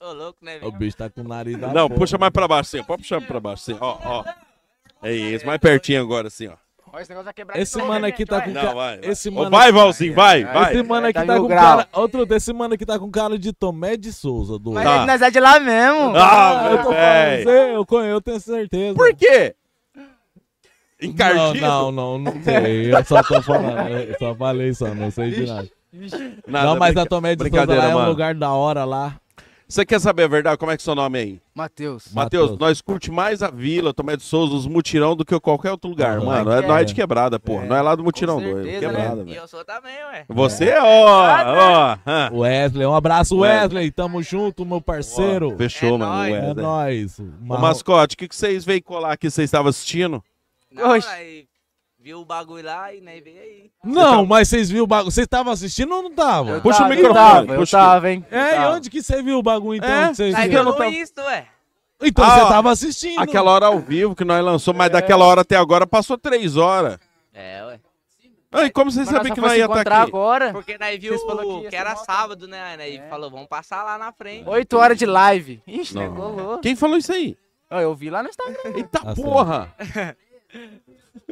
[SPEAKER 9] Ô, louco, né,
[SPEAKER 1] O bicho tá com o nariz da
[SPEAKER 2] Não,
[SPEAKER 1] porra.
[SPEAKER 2] puxa mais pra baixo, assim. Pode puxar pra baixo, assim. Ó, ó. É isso, mais pertinho agora, assim, ó.
[SPEAKER 9] Olha, esse negócio vai quebrar
[SPEAKER 1] Esse mano aqui tá com
[SPEAKER 2] Não,
[SPEAKER 1] ca-
[SPEAKER 2] vai, vai.
[SPEAKER 1] Esse
[SPEAKER 2] Ô,
[SPEAKER 1] mano...
[SPEAKER 2] vai, Valzinho, vai, vai.
[SPEAKER 1] Esse mano aqui
[SPEAKER 2] Tá
[SPEAKER 1] tá
[SPEAKER 2] mil
[SPEAKER 1] com
[SPEAKER 2] grau.
[SPEAKER 1] cara... Outro, esse mano aqui tá com cara de Tomé de Souza. Do...
[SPEAKER 2] Mas Tá. ele- nós
[SPEAKER 8] é de lá mesmo.
[SPEAKER 1] Ah,
[SPEAKER 2] Ah,
[SPEAKER 1] eu tô falando,
[SPEAKER 2] véi.
[SPEAKER 1] pra você, eu, conhe- eu tenho certeza. Por
[SPEAKER 2] quê? Encardido?
[SPEAKER 1] Não, não, não, não sei. Eu só tô falando. Eu só falei só, não sei de nada.
[SPEAKER 2] Nada,
[SPEAKER 1] não, mas
[SPEAKER 2] brinca-
[SPEAKER 1] a Tomé de Souza
[SPEAKER 2] brincadeira,
[SPEAKER 1] lá é um
[SPEAKER 2] mano.
[SPEAKER 1] lugar da hora lá.
[SPEAKER 2] Você quer saber a verdade? Como é que é seu nome aí?
[SPEAKER 8] Matheus.
[SPEAKER 2] Matheus, nós curte mais a Vila, Tomé de Souza, os mutirão do que qualquer outro lugar,
[SPEAKER 1] Uhum.
[SPEAKER 2] mano. É,
[SPEAKER 1] É.
[SPEAKER 2] nós é de quebrada, porra. Nós é lá do mutirão doido.
[SPEAKER 1] certeza,
[SPEAKER 2] Quebrada,
[SPEAKER 1] né? É.
[SPEAKER 2] velho.
[SPEAKER 9] Eu sou também, ué.
[SPEAKER 2] Você, é, ó, ó.
[SPEAKER 1] Wesley, um abraço, Wesley. Tamo junto, meu parceiro.
[SPEAKER 2] Fechou, mano.
[SPEAKER 1] É
[SPEAKER 2] Wesley.
[SPEAKER 1] nóis.
[SPEAKER 2] Ô, mascote, o que, que vocês veio colar aqui? Vocês estavam assistindo?
[SPEAKER 9] Não, aí viu o bagulho lá e nem veio aí.
[SPEAKER 1] Não, mas vocês viram o bagulho. Vocês estavam assistindo ou não estavam?
[SPEAKER 2] tá- Puxa o microfone. puxa o-
[SPEAKER 1] É, e onde que você viu o bagulho então?
[SPEAKER 2] É?
[SPEAKER 1] que vocês
[SPEAKER 2] Aí
[SPEAKER 1] viram?
[SPEAKER 2] pelo Então-
[SPEAKER 9] Isso, ué.
[SPEAKER 1] Então
[SPEAKER 2] Ah,
[SPEAKER 1] você
[SPEAKER 2] ó,
[SPEAKER 1] tava assistindo.
[SPEAKER 2] Aquela hora ao vivo que nós lançou, mas daquela hora até agora passou três horas.
[SPEAKER 9] É, ué.
[SPEAKER 2] Ah, e como vocês
[SPEAKER 9] Mas nós só
[SPEAKER 2] sabiam que
[SPEAKER 9] foi
[SPEAKER 2] nós
[SPEAKER 9] se
[SPEAKER 2] ia estar
[SPEAKER 9] encontrar
[SPEAKER 2] aqui?
[SPEAKER 8] agora.
[SPEAKER 9] Porque daí viu
[SPEAKER 8] Vocês falou que
[SPEAKER 9] que,
[SPEAKER 8] ia ser
[SPEAKER 9] era
[SPEAKER 8] uma-
[SPEAKER 9] sábado, né? Aí falou, vamos passar lá na frente.
[SPEAKER 8] 8 horas de live. Ixi,
[SPEAKER 2] Não.
[SPEAKER 9] né?
[SPEAKER 8] negou louco.
[SPEAKER 2] Quem falou isso aí?
[SPEAKER 8] Ah, Eu vi lá no Instagram.
[SPEAKER 2] Eita porra!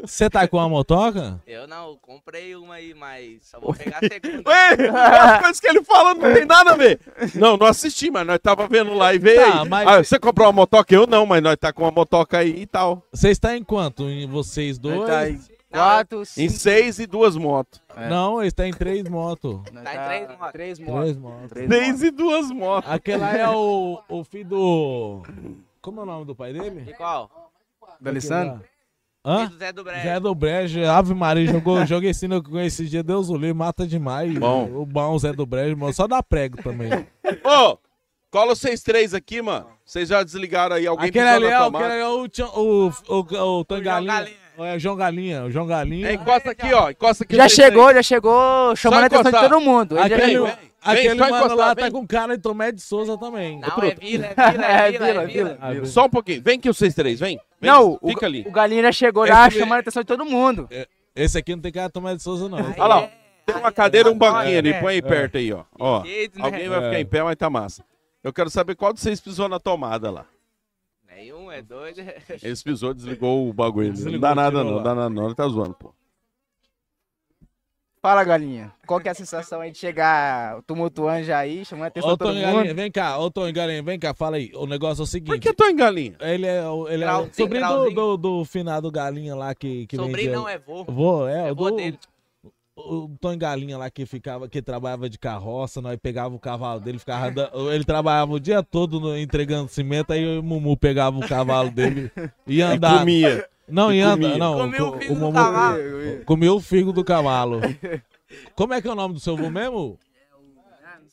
[SPEAKER 1] Você tá com a motoca?
[SPEAKER 9] Eu não, comprei uma aí, mas só vou pegar a segunda.
[SPEAKER 2] Ué, as coisas que ele fala não tem nada a ver. Não, não assisti, mas nós tava vendo lá e veio
[SPEAKER 1] Tá,
[SPEAKER 2] aí.
[SPEAKER 1] mas-
[SPEAKER 2] Ah, você comprou uma motoca? Eu não, mas nós tá com uma motoca aí e tal.
[SPEAKER 1] Vocês tá em quanto? Em vocês dois?
[SPEAKER 8] tá em quatro,
[SPEAKER 2] Em
[SPEAKER 8] cinco.
[SPEAKER 2] seis e duas motos.
[SPEAKER 1] Não, eles tá em três motos.
[SPEAKER 8] Tá em três motos. Três motos.
[SPEAKER 1] Três motos.
[SPEAKER 2] Três e duas motos.
[SPEAKER 1] Aquele lá é o, o filho do. Como é o nome do pai dele?
[SPEAKER 9] E qual?
[SPEAKER 2] é
[SPEAKER 8] Da Alessandro?
[SPEAKER 1] Hã?
[SPEAKER 9] Zé do Brejo.
[SPEAKER 1] Zé do Brejo, Ave Maria, jogou, joguei esse com esse dia, Deus o livre, mata demais.
[SPEAKER 2] Bom.
[SPEAKER 1] O bom Zé do Brejo, mano, só dá prego também.
[SPEAKER 2] Ô, cola vocês três aqui, mano. Vocês já desligaram aí alguém
[SPEAKER 1] aquele
[SPEAKER 2] pisou
[SPEAKER 1] ali
[SPEAKER 2] na
[SPEAKER 1] é o,
[SPEAKER 2] tomada.
[SPEAKER 1] aquele é o, Tchan- o, o, o Tangalinha. É, o João Galinha, o João Galinha.
[SPEAKER 2] É, encosta aqui, ó, encosta aqui.
[SPEAKER 8] Já
[SPEAKER 2] vocês
[SPEAKER 8] chegou,
[SPEAKER 2] três.
[SPEAKER 8] já chegou chamando a
[SPEAKER 2] Só
[SPEAKER 8] atenção de
[SPEAKER 2] encostar.
[SPEAKER 8] todo mundo. Ele já
[SPEAKER 1] Aquele,
[SPEAKER 8] chegou.
[SPEAKER 1] aquele
[SPEAKER 2] Vem, só
[SPEAKER 1] mano
[SPEAKER 2] encostar,
[SPEAKER 1] lá
[SPEAKER 2] vem.
[SPEAKER 1] tá com cara de Tomé de Souza também.
[SPEAKER 9] Não, é Vila, é Vila, é Vila, é Vila.
[SPEAKER 2] Só um pouquinho. Vem aqui os seis três, vem. Vem,
[SPEAKER 8] Não, o,
[SPEAKER 2] fica ali.
[SPEAKER 8] o Galinha já chegou lá
[SPEAKER 1] Esse-
[SPEAKER 8] chamando a atenção de todo mundo.
[SPEAKER 1] É, Esse aqui não tem cara de Tomé de Souza, não.
[SPEAKER 2] Olha lá, ó. tem uma cadeira e um banquinho ali. Põe aí
[SPEAKER 1] É.
[SPEAKER 2] perto aí, ó. ó.
[SPEAKER 9] jeito, né?
[SPEAKER 2] Alguém vai ficar em pé, mas tá massa. Eu quero saber qual de vocês pisou na tomada lá.
[SPEAKER 9] Nenhum, é doido.
[SPEAKER 2] Eles pisou, desligou o bagulho.
[SPEAKER 1] Desligou,
[SPEAKER 2] não dá nada
[SPEAKER 1] tirou
[SPEAKER 2] não,
[SPEAKER 1] lá.
[SPEAKER 2] dá nada não. Ele tá zoando, pô.
[SPEAKER 8] Fala, galinha. Qual que é a sensação aí de chegar tumultuando já aí, chamando a atenção
[SPEAKER 1] Ô,
[SPEAKER 8] de todo
[SPEAKER 1] Tony
[SPEAKER 8] mundo?
[SPEAKER 1] Galinha, vem cá. Ô, Tony Galinha, vem cá, fala aí. O negócio é o seguinte. Por
[SPEAKER 2] que Tony Galinha?
[SPEAKER 1] Ele é o, ele é o
[SPEAKER 2] Grauzinho,
[SPEAKER 1] sobrinho do,
[SPEAKER 2] grauzinho.
[SPEAKER 1] do, do finado Galinha lá que, que
[SPEAKER 2] Sobrinho
[SPEAKER 1] vendeu-
[SPEAKER 2] não, é vô.
[SPEAKER 1] Vô, é. o
[SPEAKER 2] vô
[SPEAKER 1] do-
[SPEAKER 2] dele.
[SPEAKER 1] O o Tony Galinha lá que ficava, que trabalhava de carroça, nós pegava o cavalo dele, ficava dan- ele trabalhava o dia todo no- entregando cimento, aí o Mumu pegava o cavalo dele e
[SPEAKER 2] E
[SPEAKER 1] andava.
[SPEAKER 2] comia.
[SPEAKER 1] Não,
[SPEAKER 2] E
[SPEAKER 1] e andava,
[SPEAKER 2] comia.
[SPEAKER 1] não.
[SPEAKER 2] Comia o
[SPEAKER 1] co-
[SPEAKER 2] figo do
[SPEAKER 1] Mumu-
[SPEAKER 2] cavalo.
[SPEAKER 1] Comia o figo do cavalo. Como é que é o nome do seu vô mesmo?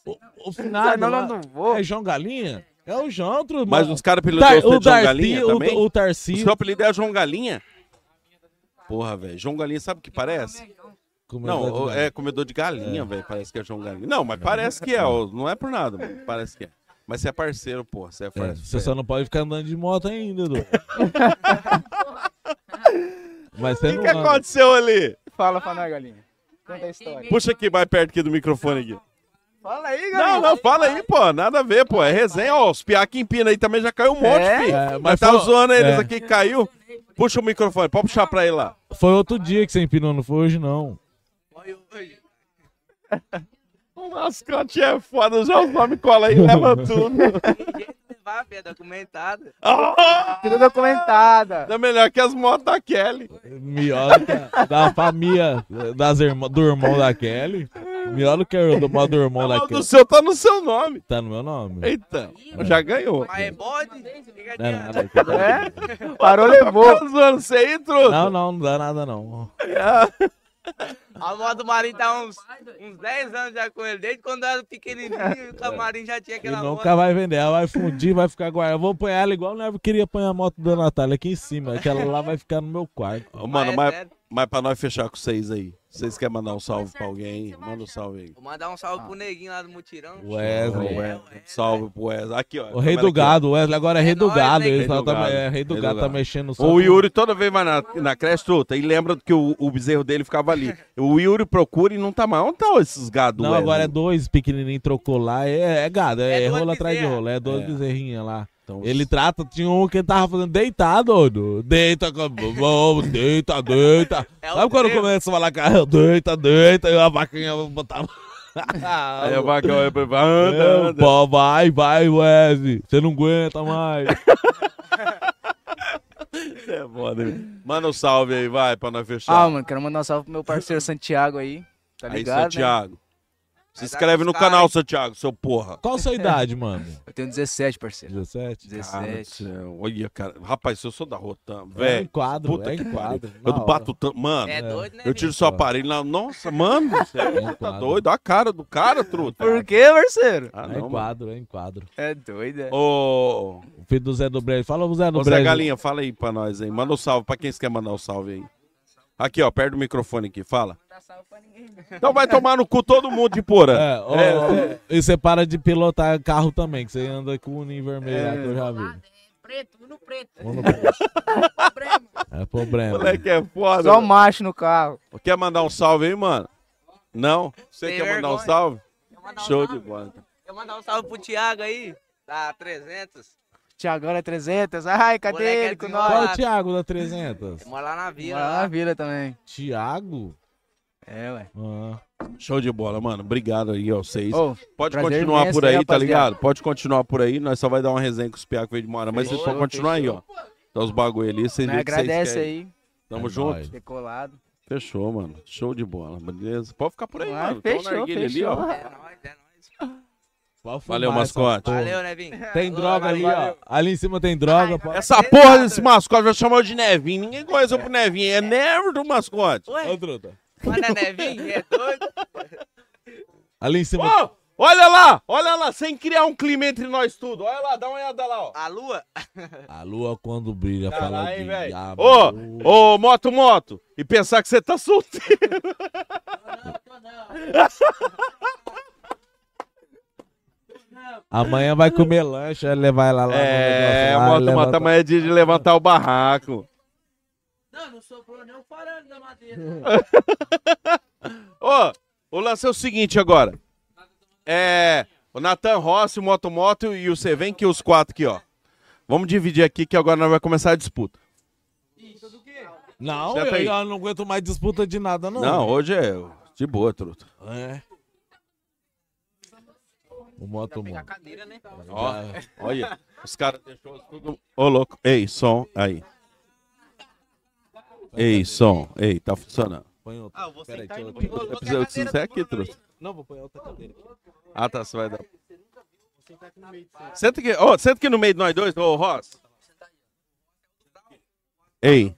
[SPEAKER 1] O, o finado.
[SPEAKER 2] Não, não,
[SPEAKER 1] lá.
[SPEAKER 2] não
[SPEAKER 1] É João Galinha? É o João, outro,
[SPEAKER 2] Mas
[SPEAKER 1] mano.
[SPEAKER 2] os caras
[SPEAKER 1] Tar-
[SPEAKER 2] apelidaram você
[SPEAKER 1] o
[SPEAKER 2] de João
[SPEAKER 1] Darcy,
[SPEAKER 2] Galinha
[SPEAKER 1] o-
[SPEAKER 2] também?
[SPEAKER 1] O Tarcísio.
[SPEAKER 2] Seu apelido é João Galinha? Porra, velho. João Galinha sabe o que parece?
[SPEAKER 1] Comedor de
[SPEAKER 2] não, o-
[SPEAKER 1] galinha.
[SPEAKER 2] é comedor de galinha, velho. Parece que é João Galinha. Não, mas parece que é. ó, Não é por nada, mano. Parece que é. Mas você é parceiro, porra. Você é
[SPEAKER 1] É,
[SPEAKER 2] parceiro.
[SPEAKER 1] você só não pode ficar andando de moto ainda, Edu. Mas você
[SPEAKER 2] O
[SPEAKER 1] não
[SPEAKER 2] que
[SPEAKER 1] anda.
[SPEAKER 2] aconteceu ali?
[SPEAKER 8] Fala pra nós, galinha. Conta a história.
[SPEAKER 2] Puxa aqui mais perto aqui do microfone aqui.
[SPEAKER 8] Fala aí, galinha.
[SPEAKER 2] Não, não, fala aí, pô. Nada a ver, pô. É resenha, ó. Os piá que empina aí também já caiu um monte,
[SPEAKER 1] É?
[SPEAKER 2] filho.
[SPEAKER 1] É,
[SPEAKER 2] mas
[SPEAKER 1] mas
[SPEAKER 2] tava
[SPEAKER 1] foi-
[SPEAKER 2] zoando
[SPEAKER 1] é.
[SPEAKER 2] eles aqui, caiu. Puxa o microfone, pode puxar pra ele lá.
[SPEAKER 1] Foi outro dia que você empinou, não foi hoje, não.
[SPEAKER 2] O mascote é foda, já o nome cola aí, leva tudo.
[SPEAKER 14] Levar, Fê, documentado.
[SPEAKER 8] Tudo documentada.
[SPEAKER 2] É Ah! melhor que as motos da Kelly.
[SPEAKER 1] Melhor do que da família das irmã, do irmão da Kelly. Melhor do que o do, do irmão da Kelly.
[SPEAKER 2] O seu tá no seu nome.
[SPEAKER 1] Tá no meu nome.
[SPEAKER 2] Eita, já ganhou.
[SPEAKER 14] Mas é bode?
[SPEAKER 1] Não é nada.
[SPEAKER 2] É? Parou, levou. Tá zoando você aí, É. trouxe?
[SPEAKER 1] Não, não, não dá nada, não.
[SPEAKER 14] A avó do Marinho tá uns, uns 10 anos já com ele. Desde quando eu era pequenininho, o camarim já tinha
[SPEAKER 1] E
[SPEAKER 14] aquela moto.
[SPEAKER 1] nunca vai vender, ela vai fundir, vai ficar guardada. Eu vou pôr ela igual eu queria pôr a moto da Natália aqui em cima. Aquela lá vai ficar no meu quarto.
[SPEAKER 2] Ô, Mano, mas, mas pra nós fechar com vocês aí, vocês querem mandar um salve pra alguém? Manda um salve aí.
[SPEAKER 14] Vou mandar um salve
[SPEAKER 8] Ah.
[SPEAKER 14] pro neguinho lá do mutirão.
[SPEAKER 1] Wesley.
[SPEAKER 2] Weslly. Salve pro Wesley. Aqui, ó.
[SPEAKER 1] O rei do gado, o Wesley agora é rei do gado.
[SPEAKER 8] né?
[SPEAKER 1] Ele só tá, é, rei do
[SPEAKER 2] Rei
[SPEAKER 1] gado, tá mexendo só
[SPEAKER 2] O
[SPEAKER 1] com-
[SPEAKER 2] Yuri toda vez vai na, na creche truta e lembra que o, o bezerro dele ficava ali. O Yuri procura e não tá mais. Onde estão esses gados?
[SPEAKER 1] Não, agora é dois pequenininhos, trocou lá. É, é gado, é, rolo atrás de rolo. É dois
[SPEAKER 2] É. Então
[SPEAKER 1] bezerrinhas lá. ele trata, tinha um que ele tava fazendo deitado, doido. Deita, com- vamos, deita, deita. Sabe quando começa a falar, cara, deita, deita, e a vaquinha botava.
[SPEAKER 8] Ah,
[SPEAKER 2] Aí a vaca olha pra "Ah, ele e fala, anda,
[SPEAKER 1] É,
[SPEAKER 2] anda.
[SPEAKER 1] pô, vai, vai, Wesley. Você não aguenta mais.
[SPEAKER 2] É foda, hein? Manda um salve aí, vai, pra nós fechar.
[SPEAKER 8] Ah, mano, quero mandar um salve pro meu parceiro Santiago aí. Tá
[SPEAKER 2] aí,
[SPEAKER 8] ligado? né?
[SPEAKER 2] Santiago. Se inscreve no canal, Santiago, seu porra.
[SPEAKER 1] Qual sua idade, mano?
[SPEAKER 8] Eu tenho 17, parceiro.
[SPEAKER 1] 17?
[SPEAKER 8] 17.
[SPEAKER 2] olha, cara. Rapaz, se eu sou da Rotam,
[SPEAKER 1] em
[SPEAKER 2] velho.
[SPEAKER 1] quadro,
[SPEAKER 2] puta
[SPEAKER 1] é em
[SPEAKER 2] que
[SPEAKER 1] quadro,
[SPEAKER 2] pariu.
[SPEAKER 1] na
[SPEAKER 2] Eu do
[SPEAKER 1] hora.
[SPEAKER 2] bato tanto. Mano,
[SPEAKER 1] É doido, né,
[SPEAKER 2] eu tiro seu aparelho lá. Nossa, mano, você
[SPEAKER 1] em
[SPEAKER 2] tá
[SPEAKER 1] É um quadro.
[SPEAKER 2] doido. Olha a cara do cara, truta.
[SPEAKER 8] Por quê, parceiro?
[SPEAKER 2] Ah,
[SPEAKER 1] É em quadro, é em quadro.
[SPEAKER 8] É doido, é?
[SPEAKER 2] Ô,
[SPEAKER 1] O filho do Zé do Brejo. Fala o Zé do
[SPEAKER 2] ô Zé
[SPEAKER 1] Brejo.
[SPEAKER 2] Galinha, fala aí pra nós aí. Manda um salve pra quem você quer mandar um salve aí. Aqui, ó, perto do microfone aqui, fala. Então vai tomar no cu todo mundo de porra.
[SPEAKER 1] É, ó,
[SPEAKER 2] É.
[SPEAKER 1] cê- E você para de pilotar carro também, que você anda com o ninho vermelho
[SPEAKER 2] É.
[SPEAKER 1] lá, é que eu já vi.
[SPEAKER 9] Preto, no preto.
[SPEAKER 1] Vamos no Breno. É problema.
[SPEAKER 2] Moleque é foda.
[SPEAKER 8] Só
[SPEAKER 2] mano.
[SPEAKER 8] macho no carro.
[SPEAKER 2] Quer mandar um salve aí, mano? Não? Você
[SPEAKER 14] Tem
[SPEAKER 2] quer mandar um
[SPEAKER 14] vergonha.
[SPEAKER 2] salve?
[SPEAKER 14] mandar um
[SPEAKER 2] Show
[SPEAKER 14] salve?
[SPEAKER 2] de bola.
[SPEAKER 14] Quer mandar um salve pro Thiago aí? Tá, Da 300.
[SPEAKER 8] Tiagão é 300. Ai, cadê
[SPEAKER 14] Moleque é
[SPEAKER 8] ele com
[SPEAKER 14] desenrolado.
[SPEAKER 1] Qual é
[SPEAKER 8] nós?
[SPEAKER 1] o Thiago da 300?
[SPEAKER 14] Mora lá na vila.
[SPEAKER 8] Mora na vila também.
[SPEAKER 1] Thiago?
[SPEAKER 8] É, ué.
[SPEAKER 2] Show de bola, mano. Obrigado aí, ó, vocês.
[SPEAKER 8] Ô,
[SPEAKER 2] Pode
[SPEAKER 8] prazer
[SPEAKER 2] continuar
[SPEAKER 8] imenso
[SPEAKER 2] por
[SPEAKER 8] aí,
[SPEAKER 2] aí, tá
[SPEAKER 8] rapaziada.
[SPEAKER 2] ligado? Pode continuar por aí. Nós só vai dar uma resenha com os piá que veio de mora. Mas vocês
[SPEAKER 8] Fechou,
[SPEAKER 2] podem continuar aí, ó. Dá os bagulho ali, vocês
[SPEAKER 8] Né,
[SPEAKER 2] veem o que vocês
[SPEAKER 8] agradece
[SPEAKER 2] querem.
[SPEAKER 8] aí.
[SPEAKER 2] Tamo
[SPEAKER 1] É
[SPEAKER 2] junto.
[SPEAKER 1] nóis.
[SPEAKER 8] Decolado.
[SPEAKER 2] Fechou, mano. Show de bola, beleza? Pode ficar por aí,
[SPEAKER 8] Vai,
[SPEAKER 2] mano. Tem um
[SPEAKER 8] fechou,
[SPEAKER 2] narguilha
[SPEAKER 8] fechou.
[SPEAKER 32] É
[SPEAKER 2] Ali, ó.
[SPEAKER 1] Pode fumar
[SPEAKER 2] Valeu,
[SPEAKER 1] essa
[SPEAKER 2] mascote.
[SPEAKER 1] porra.
[SPEAKER 2] Valeu, né?
[SPEAKER 14] Nevinho.
[SPEAKER 1] Tem
[SPEAKER 14] Alô,
[SPEAKER 1] droga ali, ó.
[SPEAKER 14] valeu.
[SPEAKER 1] Ali em cima tem droga. pô.
[SPEAKER 2] Essa porra desse mascote vai chamar de Nevinho. Ninguém conhece o Nevinho. É Never do mascote.
[SPEAKER 14] Ué?
[SPEAKER 1] Ô, truta.
[SPEAKER 14] Mas não é nevinho? É doido?
[SPEAKER 1] Ali em cima.
[SPEAKER 2] Ô, olha lá, olha lá, sem criar um clima entre nós tudo. Olha lá, dá uma olhada lá, ó.
[SPEAKER 14] A lua?
[SPEAKER 1] A lua quando brilha, fala
[SPEAKER 2] Caralho,
[SPEAKER 1] de
[SPEAKER 2] Tá velho.
[SPEAKER 1] diabo.
[SPEAKER 2] Ô, ô, moto, moto. E pensar que você tá solteiro.
[SPEAKER 1] Amanhã vai comer lanche, aí levar ela lá. no
[SPEAKER 2] É,
[SPEAKER 1] negócio lá,
[SPEAKER 2] moto,
[SPEAKER 1] levanta-
[SPEAKER 2] moto, amanhã é dia de levantar o barraco.
[SPEAKER 14] Não, não sobrou nem um farelo da madeira.
[SPEAKER 2] Ô, o lance é o seguinte agora. É, o Natan Rossi, o Moto Moto e o C vem que os quatro aqui, ó. Vamos dividir aqui que agora nós vai começar a disputa.
[SPEAKER 1] Não,
[SPEAKER 2] Senta
[SPEAKER 1] eu,
[SPEAKER 2] aí.
[SPEAKER 1] eu não aguento mais disputa de nada, não.
[SPEAKER 2] tá Não, hoje é De boa, truta.
[SPEAKER 1] É. O moto, mano.
[SPEAKER 33] Cadeira, né?
[SPEAKER 2] Ó, olha, os caras deixou tudo. Ô, louco. Ei, som. Aí. Ei, som. Ei, tá funcionando.
[SPEAKER 1] Põe outra.
[SPEAKER 33] Ah, eu vou
[SPEAKER 1] Peraí,
[SPEAKER 33] sentar
[SPEAKER 1] deixa
[SPEAKER 33] e
[SPEAKER 1] eu-
[SPEAKER 33] não
[SPEAKER 1] deixa
[SPEAKER 33] vou-
[SPEAKER 2] Eu
[SPEAKER 33] vou
[SPEAKER 2] preciso, eu preciso ser aqui, truta.
[SPEAKER 33] Não, vou pôr outra cadeira aqui.
[SPEAKER 2] Ah, tá. Você vai dar.
[SPEAKER 33] Vou sentar aqui no meio.
[SPEAKER 2] Senta aqui, ô, senta aqui no meio de nós dois, ô, Ross. Ei.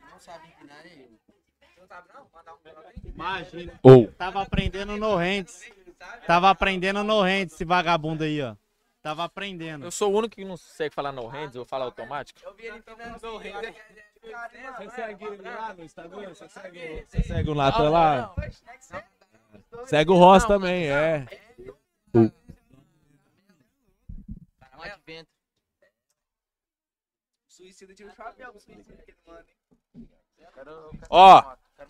[SPEAKER 9] Não sabe empinar aí.
[SPEAKER 5] Imagina.
[SPEAKER 1] Ou.
[SPEAKER 5] Tava aprendendo no hands. Tava aprendendo no hands esse vagabundo aí, ó. Tava aprendendo.
[SPEAKER 3] Eu sou o único que não consegue falar no hands ou falar automático.
[SPEAKER 32] Eu vi ele empinando o rei. Você
[SPEAKER 1] segue ele lá no Instagram? Você segue,
[SPEAKER 32] você
[SPEAKER 1] Segue o Natan lá.
[SPEAKER 9] né,
[SPEAKER 1] Segue o Ross também, é.
[SPEAKER 9] Não advento.
[SPEAKER 32] Suicida tira o chapéu pro suicida que ele manda, hein?
[SPEAKER 2] Ó,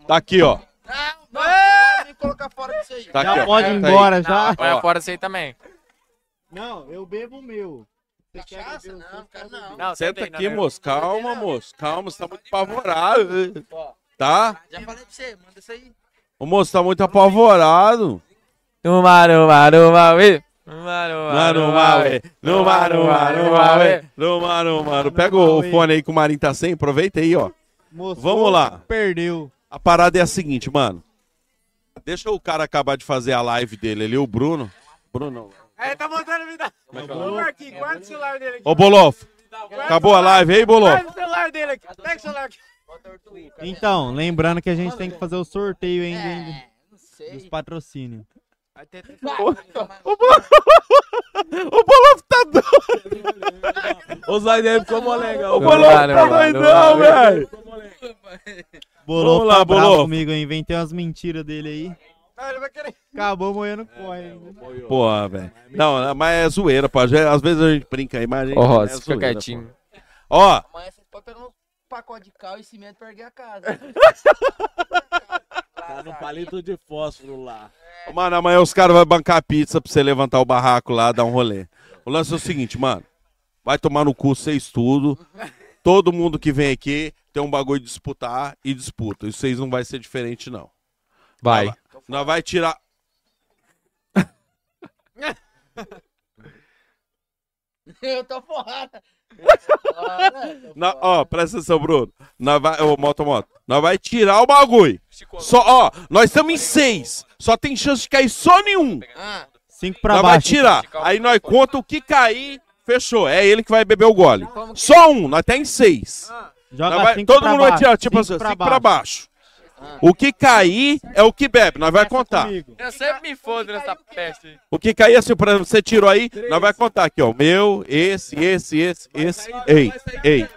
[SPEAKER 2] tá aqui, ó.
[SPEAKER 9] Não, não, pode me colocar fora disso aí.
[SPEAKER 2] Tá aqui, ó. Tá aí.
[SPEAKER 3] Não, põe fora isso aí também.
[SPEAKER 5] Não, eu bebo o meu. Você quer beber o seu,
[SPEAKER 9] cara,
[SPEAKER 5] eu bebo.
[SPEAKER 3] Não,
[SPEAKER 2] Senta
[SPEAKER 3] sentei, não,
[SPEAKER 5] né?
[SPEAKER 2] aqui,
[SPEAKER 3] não.
[SPEAKER 2] moço. Calma, moço. Calma, você tá muito apavorado. Tá?
[SPEAKER 9] Já falei pra você, manda isso aí.
[SPEAKER 2] O moço tá muito apavorado.
[SPEAKER 3] Marumauê.
[SPEAKER 2] Marumauê. No Marumauê. No Marumauê. Pega o fone aí que o Marinho tá sem. Aproveita aí, ó.
[SPEAKER 5] Moço,
[SPEAKER 2] Vamos lá.
[SPEAKER 5] Perdeu.
[SPEAKER 2] A parada é a seguinte, mano. Deixa o cara acabar de fazer a live dele ali, o Bruno. Bruno.
[SPEAKER 11] É, tá mandando me dar. Ô, Marquinhos,
[SPEAKER 32] É,
[SPEAKER 11] guarda o celular dele aqui.
[SPEAKER 2] Ô, Bolof. Acabou a live aí, Bolof.
[SPEAKER 11] Guarda o celular dele aqui. Pega o celular aqui.
[SPEAKER 5] Então, lembrando que a gente tem que fazer o sorteio ainda, ainda
[SPEAKER 9] É, Sei.
[SPEAKER 5] dos patrocínios.
[SPEAKER 1] O Bolof tá
[SPEAKER 2] tá
[SPEAKER 1] doido. O Zaidem ficou molenga.
[SPEAKER 5] O Bolof
[SPEAKER 2] né,
[SPEAKER 5] tá doidão, velho. Bolou
[SPEAKER 1] Vamos lá,
[SPEAKER 5] tá bravo
[SPEAKER 1] Bolofo.
[SPEAKER 5] comigo, hein? Inventei umas mentiras dele aí. Acabou moendo corre.
[SPEAKER 2] Porra, velho. Não, não, mas é zoeira, pô. Às vezes a gente brinca aí, mas a gente.
[SPEAKER 3] Ô, Ross,
[SPEAKER 2] é
[SPEAKER 3] fica
[SPEAKER 2] zoeira,
[SPEAKER 3] quietinho.
[SPEAKER 2] pô. Ó,
[SPEAKER 9] Amanhã você pode pegar um pacote de cal e cimento pra erguer a casa.
[SPEAKER 1] Tá no palito de fósforo lá.
[SPEAKER 2] mano, amanhã os caras vão bancar pizza pra você levantar o barraco lá, dar um rolê. O lance é o seguinte, mano. Vai tomar no cu vocês tudo. Todo mundo que vem aqui tem um bagulho de disputar e disputa. E vocês não vai ser diferente, não.
[SPEAKER 3] Vai.
[SPEAKER 2] Nós vai tirar.
[SPEAKER 9] Eu tô forrada.
[SPEAKER 2] Na- ó, presta atenção, Bruno. Nós vai, ô, moto, moto. Nós vai tirar o bagulho. Só, ó, nós estamos em seis. Só tem chance de cair só nenhum.
[SPEAKER 5] Ah. Cinco
[SPEAKER 2] nós vai tirar. Aí nós conta o que cair, fechou. É ele que vai beber o gole. Só um, nós tá em seis.
[SPEAKER 5] Joga
[SPEAKER 2] Nós vai-
[SPEAKER 5] cinco
[SPEAKER 2] todo
[SPEAKER 5] pra
[SPEAKER 2] mundo vai
[SPEAKER 5] baixo,
[SPEAKER 2] tirar, tipo
[SPEAKER 5] cinco
[SPEAKER 2] assim,
[SPEAKER 5] pra
[SPEAKER 2] cinco
[SPEAKER 5] baixo.
[SPEAKER 2] pra baixo. O que cair é o que bebe, nós vai contar.
[SPEAKER 3] Eu sempre me fodo nessa peste. aí.
[SPEAKER 2] O que cair, assim, por exemplo, você tirou aí, nós vai contar aqui, ó. Meu, esse, esse, esse, esse. Ei, ei.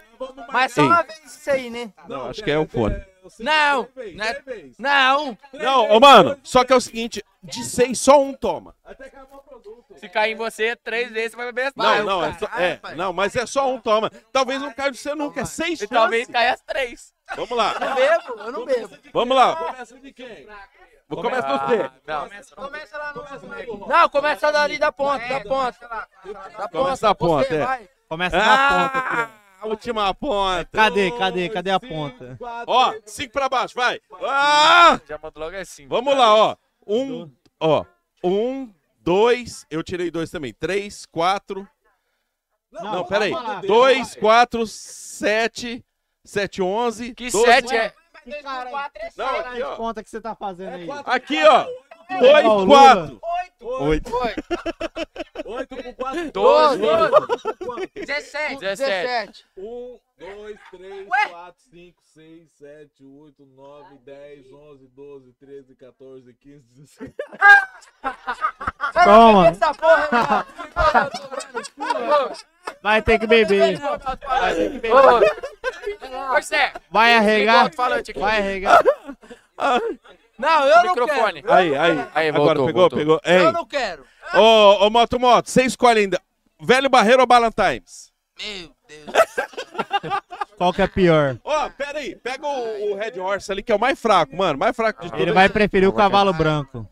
[SPEAKER 9] Mas só
[SPEAKER 2] Ei.
[SPEAKER 9] uma vez isso aí, né?
[SPEAKER 1] Tá,
[SPEAKER 2] Não, acho que é o fone.
[SPEAKER 9] Não! é- Não!
[SPEAKER 2] Não, ô, mano, só que é o seguinte, de seis, só um toma.
[SPEAKER 3] Se cair em você três vezes, você vai beber as
[SPEAKER 2] Não, não, é, só-
[SPEAKER 5] Ah,
[SPEAKER 2] é, não, mas é só um toma. Talvez não caia de você nunca, é seis
[SPEAKER 5] tá
[SPEAKER 2] chances.
[SPEAKER 3] Talvez caia as três.
[SPEAKER 2] Vamos lá.
[SPEAKER 9] Eu não bebo, eu não bebo.
[SPEAKER 2] Vamos lá.
[SPEAKER 1] Começa de quem?
[SPEAKER 2] Vou começar você.
[SPEAKER 3] Não,
[SPEAKER 9] Ah, Começa lá no Não, começa dali da ponta, da ponta. Da
[SPEAKER 2] Começa a ponta,
[SPEAKER 9] você,
[SPEAKER 2] é.
[SPEAKER 9] vai.
[SPEAKER 5] Começa na ponta.
[SPEAKER 2] A Ah, última ponta.
[SPEAKER 5] Cadê, cadê, cadê a ponta?
[SPEAKER 2] Ó, cinco pra baixo, vai. Ah!
[SPEAKER 3] Já mando logo assim.
[SPEAKER 2] Vamos lá, ó. Um, ó. Um, dois. Eu tirei dois também. Três, quatro. Não, peraí.
[SPEAKER 5] calma lá.
[SPEAKER 2] Dois, quatro, sete. Sete, onze.
[SPEAKER 3] Que
[SPEAKER 2] doze.
[SPEAKER 3] sete é?
[SPEAKER 2] Não, aqui, ó. É
[SPEAKER 5] conta que você tá fazendo aí.
[SPEAKER 2] Aqui, ó.
[SPEAKER 5] Ó, o
[SPEAKER 2] Dois,
[SPEAKER 5] Lula.
[SPEAKER 2] quatro.
[SPEAKER 1] Oito. Oito com quatro.
[SPEAKER 3] Doze.
[SPEAKER 1] Dezessete.
[SPEAKER 9] Dezessete.
[SPEAKER 1] Um, dois, três, quatro, cinco, seis, sete, oito, nove, dez, onze, doze, treze, quatorze, quinze, dezesseite.
[SPEAKER 5] Toma.
[SPEAKER 9] Essa porra, cara.
[SPEAKER 5] Vai ter que beber.
[SPEAKER 3] Ô, Ô, Zé.
[SPEAKER 5] Vai
[SPEAKER 3] Liga o
[SPEAKER 5] arregar.
[SPEAKER 3] alto-falante aqui.
[SPEAKER 5] Vai arregar.
[SPEAKER 3] Não, eu Microfone.
[SPEAKER 2] Aí, aí.
[SPEAKER 3] Aí,
[SPEAKER 2] Agora
[SPEAKER 3] voltou,
[SPEAKER 2] pegou,
[SPEAKER 3] voltou.
[SPEAKER 2] pegou. Ei.
[SPEAKER 9] Eu não quero.
[SPEAKER 2] Ô, ô, Moto Moto, você escolhe ainda. Velho Barreiro ou Ballantimes?
[SPEAKER 5] Qual que é pior?
[SPEAKER 2] Ó, pera aí. Pega o, o Red Horse ali, que é o mais fraco, mano. Mais fraco de todos.
[SPEAKER 5] Ele vai preferir o cavalo branco.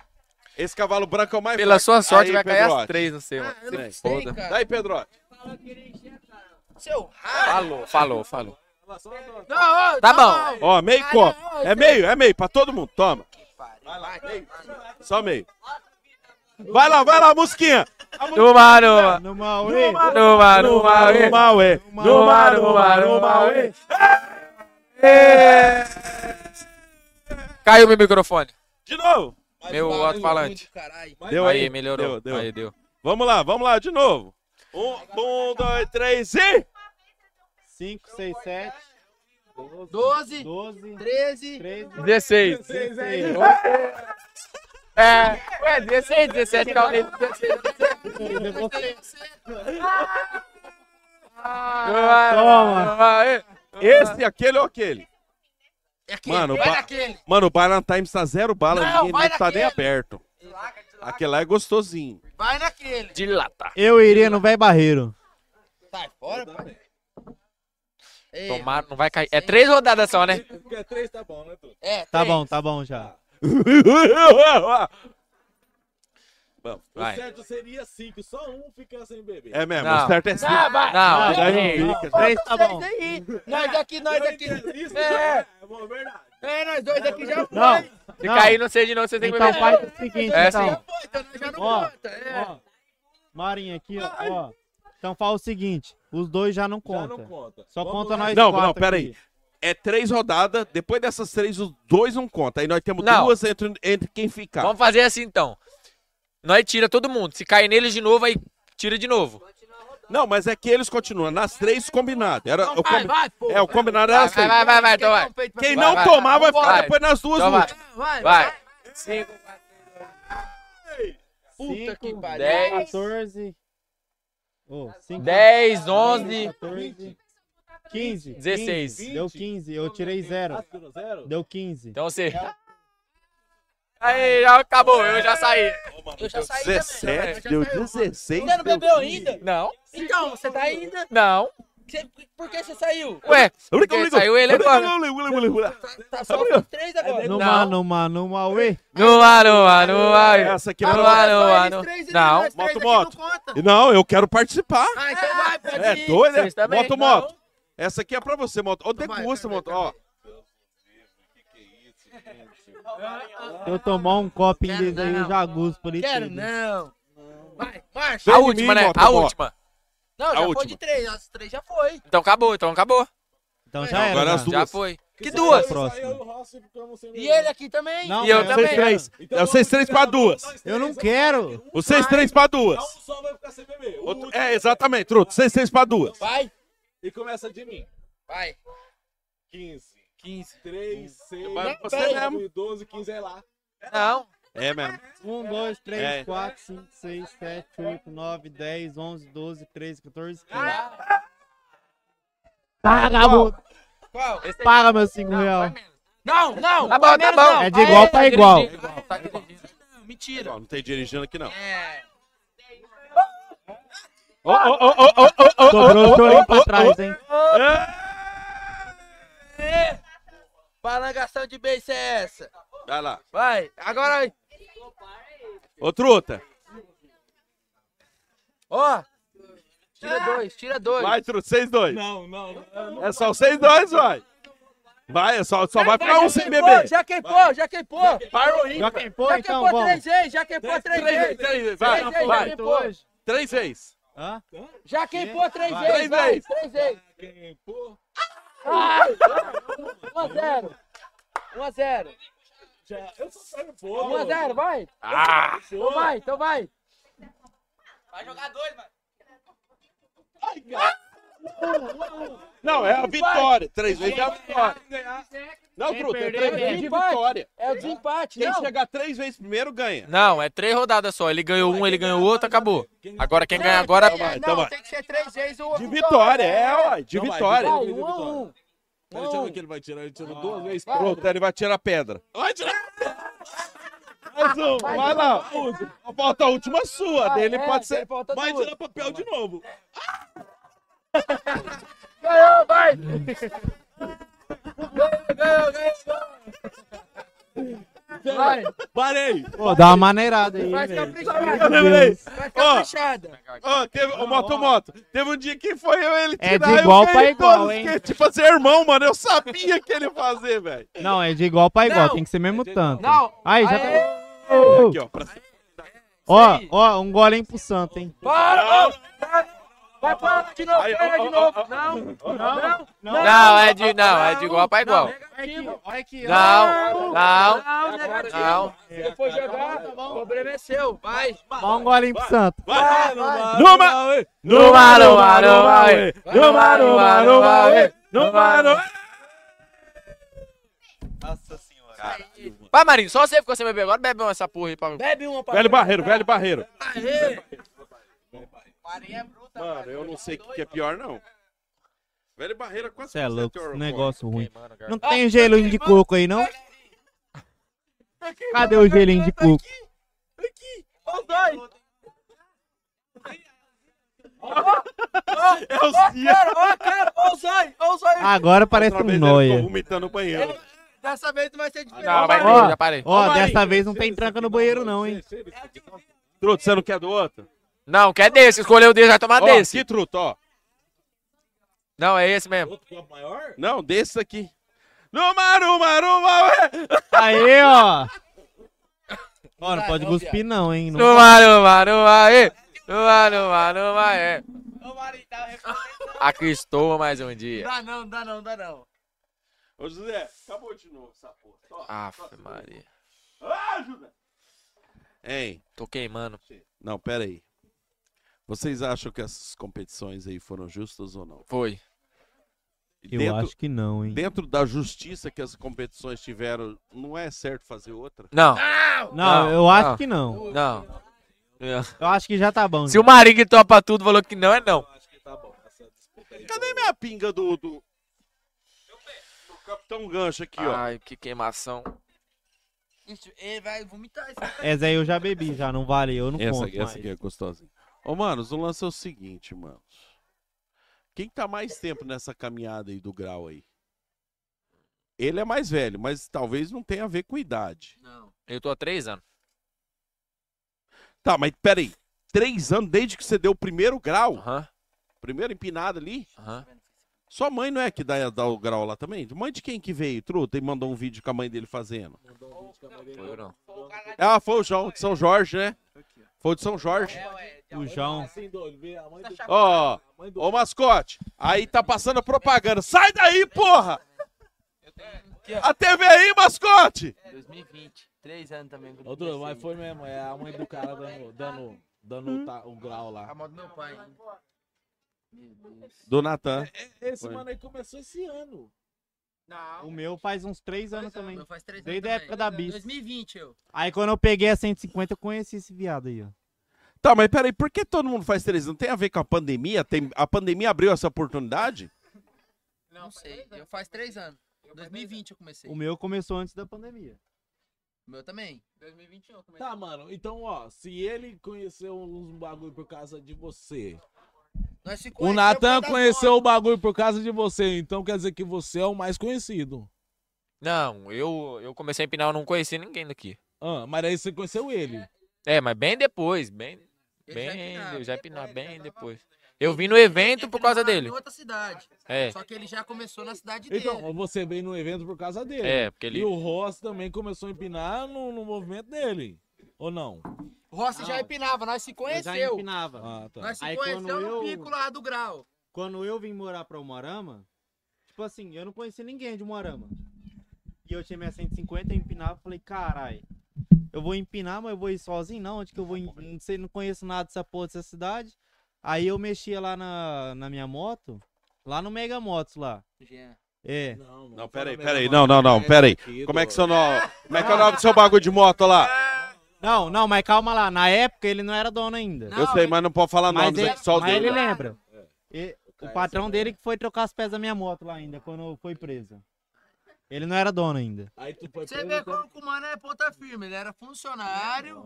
[SPEAKER 2] Esse cavalo branco é o mais
[SPEAKER 3] Pela
[SPEAKER 2] fraco.
[SPEAKER 3] sua sorte,
[SPEAKER 2] Aí,
[SPEAKER 3] vai cair
[SPEAKER 2] Pedrote.
[SPEAKER 3] as três no
[SPEAKER 2] Ah,
[SPEAKER 3] seu. mano. Se foda.
[SPEAKER 2] Daí, Pedro.
[SPEAKER 9] Seu
[SPEAKER 3] Falou, falou, falou. Tá bom.
[SPEAKER 2] Ó, meio copo. É meio, é meio, pra todo mundo. Toma. Só meio. Vai lá, vai lá, musquinha.
[SPEAKER 3] Numa, numa.
[SPEAKER 5] Numa,
[SPEAKER 3] numa. Numa, numa, ué.
[SPEAKER 2] Numa, ué.
[SPEAKER 3] Numa, numa, numa, ué. É. Caiu meu microfone.
[SPEAKER 2] De novo.
[SPEAKER 9] um
[SPEAKER 3] Meu alto-falante.
[SPEAKER 2] Deu aí,
[SPEAKER 3] Aí, melhorou.
[SPEAKER 2] deu, deu.
[SPEAKER 3] Aí, deu.
[SPEAKER 2] Vamos lá, vamos lá, de novo. Um, um dois, três e...
[SPEAKER 5] 5, 6, 7.
[SPEAKER 9] 12, 13,
[SPEAKER 3] 16. É, ué, 16, 17, calma aí. 16.
[SPEAKER 2] Toma. Esse, aquele ou aquele? Mano, o
[SPEAKER 9] É vai
[SPEAKER 2] ba-
[SPEAKER 9] naquele.
[SPEAKER 2] Mano, o Baran Times tá zero bala,
[SPEAKER 9] Não,
[SPEAKER 2] ninguém
[SPEAKER 9] vai
[SPEAKER 2] não tá nem
[SPEAKER 9] naquele.
[SPEAKER 2] aberto. Aquele lá é gostosinho.
[SPEAKER 9] Vai naquele.
[SPEAKER 3] Dilata.
[SPEAKER 5] Eu iria no velho barreiro.
[SPEAKER 9] Sai fora, pai.
[SPEAKER 3] Tomara, não vai cair. É três rodadas só, né?
[SPEAKER 9] Porque três tá bom, né, Dudu? É,
[SPEAKER 5] Tá
[SPEAKER 9] três.
[SPEAKER 5] bom, tá bom já.
[SPEAKER 2] Vamos,
[SPEAKER 1] O
[SPEAKER 5] é
[SPEAKER 1] certo seria cinco, só um ficar sem beber.
[SPEAKER 2] É mesmo,
[SPEAKER 1] Não.
[SPEAKER 2] o certo é cinco.
[SPEAKER 1] Não, vai. Não,
[SPEAKER 2] Daí
[SPEAKER 1] gente.
[SPEAKER 2] não fica.
[SPEAKER 1] Três
[SPEAKER 5] tá bom.
[SPEAKER 9] Nós aqui, nós aqui. É, é, nós dois aqui já foi.
[SPEAKER 5] Não.
[SPEAKER 3] Se
[SPEAKER 5] não.
[SPEAKER 3] cair não sei de novo, você tem que
[SPEAKER 5] Então
[SPEAKER 3] beber.
[SPEAKER 5] faz o seguinte,
[SPEAKER 3] É,
[SPEAKER 5] então.
[SPEAKER 3] sim.
[SPEAKER 5] Ó,
[SPEAKER 9] é.
[SPEAKER 5] ó, Marinha aqui, ó, ó. Então fala o seguinte, os dois já não conta. Só conta nós
[SPEAKER 2] Não,
[SPEAKER 5] quatro
[SPEAKER 2] não, pera aí.
[SPEAKER 5] aqui.
[SPEAKER 2] É três rodadas, depois dessas três, os dois não conta. Aí nós temos
[SPEAKER 3] Não.
[SPEAKER 2] duas entre, entre quem ficar.
[SPEAKER 3] Vamos fazer assim então. Nós tira todo mundo. Se cair neles de novo, aí tira de novo.
[SPEAKER 2] Não, mas é que eles continuam. Nas três, combinado. Era, o
[SPEAKER 9] vai,
[SPEAKER 2] combi-
[SPEAKER 9] vai, pô.
[SPEAKER 2] É, o combinado era
[SPEAKER 3] Vai,
[SPEAKER 2] as três.
[SPEAKER 3] vai, vai, vai, vai, então vai.
[SPEAKER 2] Quem
[SPEAKER 3] Vai,
[SPEAKER 2] não
[SPEAKER 3] vai,
[SPEAKER 2] tomar vai,
[SPEAKER 3] vai.
[SPEAKER 2] ficar
[SPEAKER 3] Vai.
[SPEAKER 2] depois nas duas
[SPEAKER 3] Então vai.
[SPEAKER 2] últimas.
[SPEAKER 9] Vai,
[SPEAKER 3] Vai.
[SPEAKER 9] Cinco. Puta que pariu.
[SPEAKER 3] dez.
[SPEAKER 5] 14. Oh, 5,
[SPEAKER 3] 10, 11,
[SPEAKER 5] 15.
[SPEAKER 3] 16.
[SPEAKER 5] 15, Deu 15, eu tirei 0. Deu 15.
[SPEAKER 3] Então você. Aí, já acabou, eu já saí.
[SPEAKER 9] Eu já saí também.
[SPEAKER 2] 17, deu 16.
[SPEAKER 9] Você não
[SPEAKER 2] deu
[SPEAKER 9] bebeu ainda?
[SPEAKER 3] Não.
[SPEAKER 9] Então, você tá ainda?
[SPEAKER 3] Não.
[SPEAKER 9] Você- por que você saiu?
[SPEAKER 3] Ué,
[SPEAKER 2] Obrigado,
[SPEAKER 3] porque
[SPEAKER 2] obrigado.
[SPEAKER 3] saiu ele
[SPEAKER 2] Obrigado,
[SPEAKER 3] agora.
[SPEAKER 2] obrigado, obrigado.
[SPEAKER 9] Tá só com três
[SPEAKER 2] É,
[SPEAKER 9] agora.
[SPEAKER 5] Numa, numa, numa, ué.
[SPEAKER 3] Numa, numa, numa.
[SPEAKER 2] Essa aqui é
[SPEAKER 3] Numa,
[SPEAKER 2] pra-
[SPEAKER 3] numa, numa. Não.
[SPEAKER 2] Moto, moto. Não, eu quero participar.
[SPEAKER 9] Ah, então vai, pode
[SPEAKER 2] É
[SPEAKER 9] ir.
[SPEAKER 2] doido, né?
[SPEAKER 9] Vocês também?
[SPEAKER 2] Moto, moto. Essa aqui é pra você, moto. Ô, degusta, moto. Ó,
[SPEAKER 5] Se eu tomar um copinho desse aí, eu já gosto por isso.
[SPEAKER 9] Quero não. Vai, marcha.
[SPEAKER 3] A última, né? A última.
[SPEAKER 9] Não, já
[SPEAKER 3] a
[SPEAKER 9] foi
[SPEAKER 3] última.
[SPEAKER 9] de três. As três já foi.
[SPEAKER 3] Então acabou, então acabou.
[SPEAKER 5] Então
[SPEAKER 3] já
[SPEAKER 5] era,
[SPEAKER 3] Agora
[SPEAKER 5] já.
[SPEAKER 3] as duas. Já foi. Que
[SPEAKER 5] Isso
[SPEAKER 3] duas?
[SPEAKER 5] aí, próximo.
[SPEAKER 1] é
[SPEAKER 9] E ele aqui também. né?
[SPEAKER 5] Não, Então,
[SPEAKER 3] E eu
[SPEAKER 5] mas-
[SPEAKER 3] também.
[SPEAKER 2] três. é vocês três pra duas.
[SPEAKER 5] Eu não quero.
[SPEAKER 2] Vocês três pra
[SPEAKER 1] Então
[SPEAKER 2] duas.
[SPEAKER 1] um
[SPEAKER 2] Outro- É, exatamente, truto. Vocês três pra duas.
[SPEAKER 9] Vai.
[SPEAKER 1] E começa de mim.
[SPEAKER 9] Vai.
[SPEAKER 1] 15.
[SPEAKER 3] 15.
[SPEAKER 1] 3, 6,
[SPEAKER 9] Vai
[SPEAKER 2] você mesmo.
[SPEAKER 1] 12, 15 é lá.
[SPEAKER 3] Não.
[SPEAKER 2] É mesmo.
[SPEAKER 5] 1, 2, 3,
[SPEAKER 2] É.
[SPEAKER 5] 4, 5, 6, 7, 8, 9, 10, 11, 12, 13, 14, 15. Paga, amor.
[SPEAKER 9] Qual?
[SPEAKER 5] Paga meu 5 real.
[SPEAKER 9] Não, não.
[SPEAKER 3] Tá bom, tá bom.
[SPEAKER 5] É de igual pra igual.
[SPEAKER 2] Mentira. Não, não tem dirigindo aqui, não.
[SPEAKER 9] É.
[SPEAKER 2] Ô, ô, ô, ô, ô, ô, ô, ô,
[SPEAKER 5] Sobrou
[SPEAKER 2] ô,
[SPEAKER 5] o chorinho
[SPEAKER 2] ô,
[SPEAKER 5] pra
[SPEAKER 2] ô,
[SPEAKER 5] trás,
[SPEAKER 2] ô.
[SPEAKER 5] hein?
[SPEAKER 9] É. Balangação de beijo é essa.
[SPEAKER 2] Vai lá.
[SPEAKER 9] Vai. Agora,
[SPEAKER 2] Ô, truta.
[SPEAKER 9] ó. Tira dois, tira dois.
[SPEAKER 2] Vai, truta. Vocês dois.
[SPEAKER 9] Ah! Não, não. não.
[SPEAKER 2] É só vocês dois, vai. Vai, é só, só vai ficar
[SPEAKER 9] já
[SPEAKER 2] um sem
[SPEAKER 9] queimou,
[SPEAKER 2] beber.
[SPEAKER 9] Já queimou, já queimou.
[SPEAKER 2] Parou aí.
[SPEAKER 5] Já queimou,
[SPEAKER 9] Já
[SPEAKER 5] então,
[SPEAKER 9] queimou
[SPEAKER 5] vamos.
[SPEAKER 9] três vezes, já queimou três vezes.
[SPEAKER 2] Três vezes,
[SPEAKER 9] Três
[SPEAKER 2] vai.
[SPEAKER 9] vezes, já
[SPEAKER 2] Vai.
[SPEAKER 9] queimou.
[SPEAKER 2] Três vezes.
[SPEAKER 5] Hã?
[SPEAKER 9] Já queimou três
[SPEAKER 2] Vai.
[SPEAKER 9] vezes,
[SPEAKER 2] Três
[SPEAKER 9] vai.
[SPEAKER 2] vezes.
[SPEAKER 9] Três vezes.
[SPEAKER 1] Queimou.
[SPEAKER 9] 1 a 0. 1 a 0.
[SPEAKER 1] Já. Eu sou sério,
[SPEAKER 9] 1 a 0, vai.
[SPEAKER 1] Ah.
[SPEAKER 9] Então vai, então vai.
[SPEAKER 34] Vai jogar dois, mano.
[SPEAKER 2] Não, é a vitória. Três vezes é a vitória. Não,
[SPEAKER 9] Quem
[SPEAKER 2] truta, é
[SPEAKER 9] perder,
[SPEAKER 2] três vezes de
[SPEAKER 9] ganha.
[SPEAKER 2] vitória.
[SPEAKER 9] É o desempate,
[SPEAKER 2] Quem
[SPEAKER 9] não.
[SPEAKER 2] chegar três vezes primeiro ganha.
[SPEAKER 3] Não, é três rodadas só. Ele ganhou um, ele ganhou outro, acabou. Agora quem ganha
[SPEAKER 9] Não,
[SPEAKER 3] agora.
[SPEAKER 9] tem- não,
[SPEAKER 2] Então
[SPEAKER 9] tem que ser três vezes o
[SPEAKER 2] De vitória, é, ó, de
[SPEAKER 1] Então vai,
[SPEAKER 2] vitória.
[SPEAKER 9] Vai, um a um.
[SPEAKER 1] Ele
[SPEAKER 9] Não.
[SPEAKER 1] sabe o que ele vai tirar? Ele tirou duas vezes.
[SPEAKER 2] Pronto, ele vai tirar a pedra. Vai tirar. um. Mais um, vai,
[SPEAKER 9] Vai,
[SPEAKER 2] lá.
[SPEAKER 9] vai.
[SPEAKER 2] Uso. Falta a última sua,
[SPEAKER 9] Vai,
[SPEAKER 2] dele
[SPEAKER 9] é,
[SPEAKER 2] pode ser.
[SPEAKER 9] falta
[SPEAKER 2] Vai
[SPEAKER 9] duas.
[SPEAKER 2] tirar papel de novo.
[SPEAKER 9] Ganhou, vai. Ganhou, ganhou, ganhou.
[SPEAKER 2] Vai. Parei.
[SPEAKER 5] Pô, dá uma maneirada aí,
[SPEAKER 2] Faz
[SPEAKER 5] velho.
[SPEAKER 2] caprichada.
[SPEAKER 5] Meu Deus.
[SPEAKER 2] Faz caprichada. Ó, teve, ô, Moto Moto, teve um dia que foi eu ele
[SPEAKER 5] É de
[SPEAKER 2] eu
[SPEAKER 5] igual
[SPEAKER 2] caí
[SPEAKER 5] pra igual,
[SPEAKER 2] todos,
[SPEAKER 5] hein?
[SPEAKER 2] que- Tipo assim, irmão, mano, eu sabia que ele ia fazer, velho.
[SPEAKER 5] Não, é de igual pra igual,
[SPEAKER 2] Não.
[SPEAKER 5] tem que ser mesmo tanto.
[SPEAKER 2] Não.
[SPEAKER 5] Aí, já
[SPEAKER 2] Aê.
[SPEAKER 5] tá.
[SPEAKER 2] Aqui, ó, pra-
[SPEAKER 5] Ó, ó, um golem pro santo, hein?
[SPEAKER 9] Para! Vai parar de novo, para de novo. Não, não,
[SPEAKER 3] Não, é de, não, é de igual pra igual.
[SPEAKER 9] Olha aqui,
[SPEAKER 3] Não, não,
[SPEAKER 9] Não, negativo.
[SPEAKER 3] não.
[SPEAKER 9] Se for jogar,
[SPEAKER 2] tá
[SPEAKER 9] o problema é seu. Vai.
[SPEAKER 5] Dá um golem pro santo.
[SPEAKER 9] Vai, Numa,
[SPEAKER 2] Numa!
[SPEAKER 5] numa, numa,
[SPEAKER 9] ué.
[SPEAKER 5] Numa, numa, numa, ué.
[SPEAKER 9] Numa, numa.
[SPEAKER 3] Vai, Marinho, só você ficou sem beber agora. Bebe uma essa porra aí pra mim.
[SPEAKER 9] Bebe uma pra
[SPEAKER 2] Velho Barreiro, velho Barreiro.
[SPEAKER 9] Marinha é bruta.
[SPEAKER 2] Mano, eu não sei o que, que é pior, não. Velho Barreiro, quase
[SPEAKER 5] Você é louco, esse negócio ruim.
[SPEAKER 2] cara.
[SPEAKER 5] Não tem
[SPEAKER 9] Ah,
[SPEAKER 5] gelinho de coco aí, não?
[SPEAKER 9] tá queimando Tá
[SPEAKER 5] Cadê o gelinho de coco?
[SPEAKER 9] Os dois.
[SPEAKER 2] É o Zia.
[SPEAKER 9] Ó, cara, ó o zóio, ó o zóio.
[SPEAKER 5] Agora parece
[SPEAKER 2] Outra
[SPEAKER 5] um
[SPEAKER 2] vez ele
[SPEAKER 5] noia.
[SPEAKER 2] ficou vomitando no banheiro.
[SPEAKER 9] Dessa vez não vai ser diferente.
[SPEAKER 2] Não, vai
[SPEAKER 5] Ó,
[SPEAKER 2] já parei. Ô,
[SPEAKER 5] ó,
[SPEAKER 2] Marinho,
[SPEAKER 5] dessa vez não tem tranca no banheiro, não, hein?
[SPEAKER 2] Truto, você não quer do outro?
[SPEAKER 3] Não, quer desse. Escolheu desse, vai tomar
[SPEAKER 2] Ó,
[SPEAKER 3] desse.
[SPEAKER 2] Que truto, ó.
[SPEAKER 3] Não, é esse mesmo.
[SPEAKER 2] Não, desse aqui. Numa, numa, numa, ué.
[SPEAKER 9] tá
[SPEAKER 5] Aí, ó. Ó, não pode cuspir, não, hein? Não
[SPEAKER 3] Numa, numa, numa, é. Numa, numa, numa, é. Aqui estou mais um dia.
[SPEAKER 9] Dá não, dá não, dá não.
[SPEAKER 2] Ô, José, acabou de novo essa porra. Ó,
[SPEAKER 3] Aff, Maria.
[SPEAKER 2] Ah, José. Hein?
[SPEAKER 3] Tô queimando.
[SPEAKER 2] Não, pera aí. Vocês acham que essas competições aí foram justas ou não?
[SPEAKER 3] Foi.
[SPEAKER 5] Eu acho que não, hein?
[SPEAKER 2] Dentro da justiça que as competições tiveram, não é certo fazer outra?
[SPEAKER 3] Não.
[SPEAKER 5] Não, eu acho que não.
[SPEAKER 3] Não. É.
[SPEAKER 5] Eu acho que já tá bom.
[SPEAKER 3] Se o Marinho que topa tudo falou que não, é não.
[SPEAKER 2] Cadê minha pinga do. do... do
[SPEAKER 1] um
[SPEAKER 2] Capitão Gancho aqui, ó.
[SPEAKER 3] Ai, que queimação.
[SPEAKER 9] Isso, ele vai vomitar isso.
[SPEAKER 5] Essa aí eu já bebi, já não vale, eu não
[SPEAKER 2] Essa,
[SPEAKER 5] conto
[SPEAKER 2] aqui, essa aqui é gostosinha. Ô, manos, o lance é o seguinte, manos. Quem tá mais tempo nessa caminhada aí do grau aí? Ele é mais velho, mas talvez não tenha a ver com idade.
[SPEAKER 3] Eu tô há três anos.
[SPEAKER 2] Tá, mas peraí. Três anos desde que você deu o primeiro grau? Primeiro empinado ali? Sua mãe não é que dá, dá o grau lá também? Mãe de quem que veio, truta, e mandou um vídeo com a mãe dele fazendo?
[SPEAKER 3] Foi eu não.
[SPEAKER 2] Ah, foi o João, de São Jorge, né? Foi o de São Jorge.
[SPEAKER 5] O João.
[SPEAKER 1] Assim,
[SPEAKER 9] Tá
[SPEAKER 2] Ó, ô mascote, aí tá passando propaganda. Sai daí, porra! A TV aí, mascote!
[SPEAKER 9] 2020, três anos também.
[SPEAKER 1] Ô, Dudu, mas foi mesmo, é a mãe do cara dando, dando, dando o ta- o grau lá.
[SPEAKER 9] A moto do meu pai.
[SPEAKER 2] Do Natan.
[SPEAKER 1] Esse
[SPEAKER 2] Foi.
[SPEAKER 1] mano aí começou esse ano.
[SPEAKER 5] O meu faz uns três anos também.
[SPEAKER 9] Faz três anos
[SPEAKER 5] Desde a
[SPEAKER 9] também.
[SPEAKER 5] época da bis.
[SPEAKER 9] 2020, eu.
[SPEAKER 5] Aí quando eu peguei a 150, eu conheci esse viado aí, ó.
[SPEAKER 2] Tá, mas peraí, por que todo mundo faz três? Não tem a ver com a pandemia? Tem, a pandemia abriu essa oportunidade?
[SPEAKER 9] Não, sei. Eu faz três anos. 2020 eu comecei.
[SPEAKER 5] O meu começou antes da pandemia.
[SPEAKER 9] O meu também. 2021 eu comecei.
[SPEAKER 1] Tá, mano, então, ó, se ele conheceu uns bagulho por causa de você.
[SPEAKER 9] Nós se
[SPEAKER 1] O
[SPEAKER 9] conheceu
[SPEAKER 1] Natan
[SPEAKER 9] por causa
[SPEAKER 1] conheceu o bagulho por causa de você, então quer dizer que você é o mais conhecido.
[SPEAKER 3] Não, eu, eu comecei a empinar, eu não conheci ninguém daqui.
[SPEAKER 1] Ah, mas aí você conheceu ele.
[SPEAKER 3] É, mas bem depois, bem.
[SPEAKER 6] é
[SPEAKER 3] Bem, eu já empinava bem depois. Eu vim no evento por causa
[SPEAKER 9] Ah, Em
[SPEAKER 3] dele.
[SPEAKER 9] outra cidade.
[SPEAKER 3] É.
[SPEAKER 9] Só que ele já começou na cidade dele.
[SPEAKER 1] Então, você veio no evento por causa dele.
[SPEAKER 3] É, porque ele-
[SPEAKER 1] E o Ross também começou a empinar no, no movimento dele. Ou não?
[SPEAKER 9] Rossi já empinava, nós se conheceu.
[SPEAKER 5] empinava.
[SPEAKER 1] Ah, tá.
[SPEAKER 9] Nós se
[SPEAKER 5] Aí
[SPEAKER 9] conheceu
[SPEAKER 5] quando
[SPEAKER 9] no
[SPEAKER 5] eu-
[SPEAKER 9] pico lá do grau.
[SPEAKER 5] Quando eu vim morar pra Umarama, tipo assim, eu não conhecia ninguém de Umarama. E eu tinha minha 150, eu empinava e falei, carai, eu vou empinar, mas eu vou ir sozinho? Não, onde que eu vou? em- Não sei, não conheço nada dessa porra dessa cidade. Aí eu mexia lá na, na minha moto, lá no Mega Motos lá. É.
[SPEAKER 1] Não,
[SPEAKER 2] Não, peraí, peraí, não, não, não, peraí. Como é que seu nome? Como é que é o nome do seu bagulho de moto
[SPEAKER 1] É.
[SPEAKER 2] lá?
[SPEAKER 5] Não, não, mas calma lá. Na época ele não era dono ainda.
[SPEAKER 2] Eu sei, mas não pode falar
[SPEAKER 5] Mas
[SPEAKER 2] nomes
[SPEAKER 5] ele-
[SPEAKER 2] aqui, só o
[SPEAKER 5] mas
[SPEAKER 2] dele.
[SPEAKER 5] ele lembra. E- o patrão dele que foi trocar os pés da minha moto lá ainda, quando foi preso. Ele não era dono ainda.
[SPEAKER 1] Aí tu foi
[SPEAKER 9] Você vê como que o mano é ponta firme. Ele era funcionário.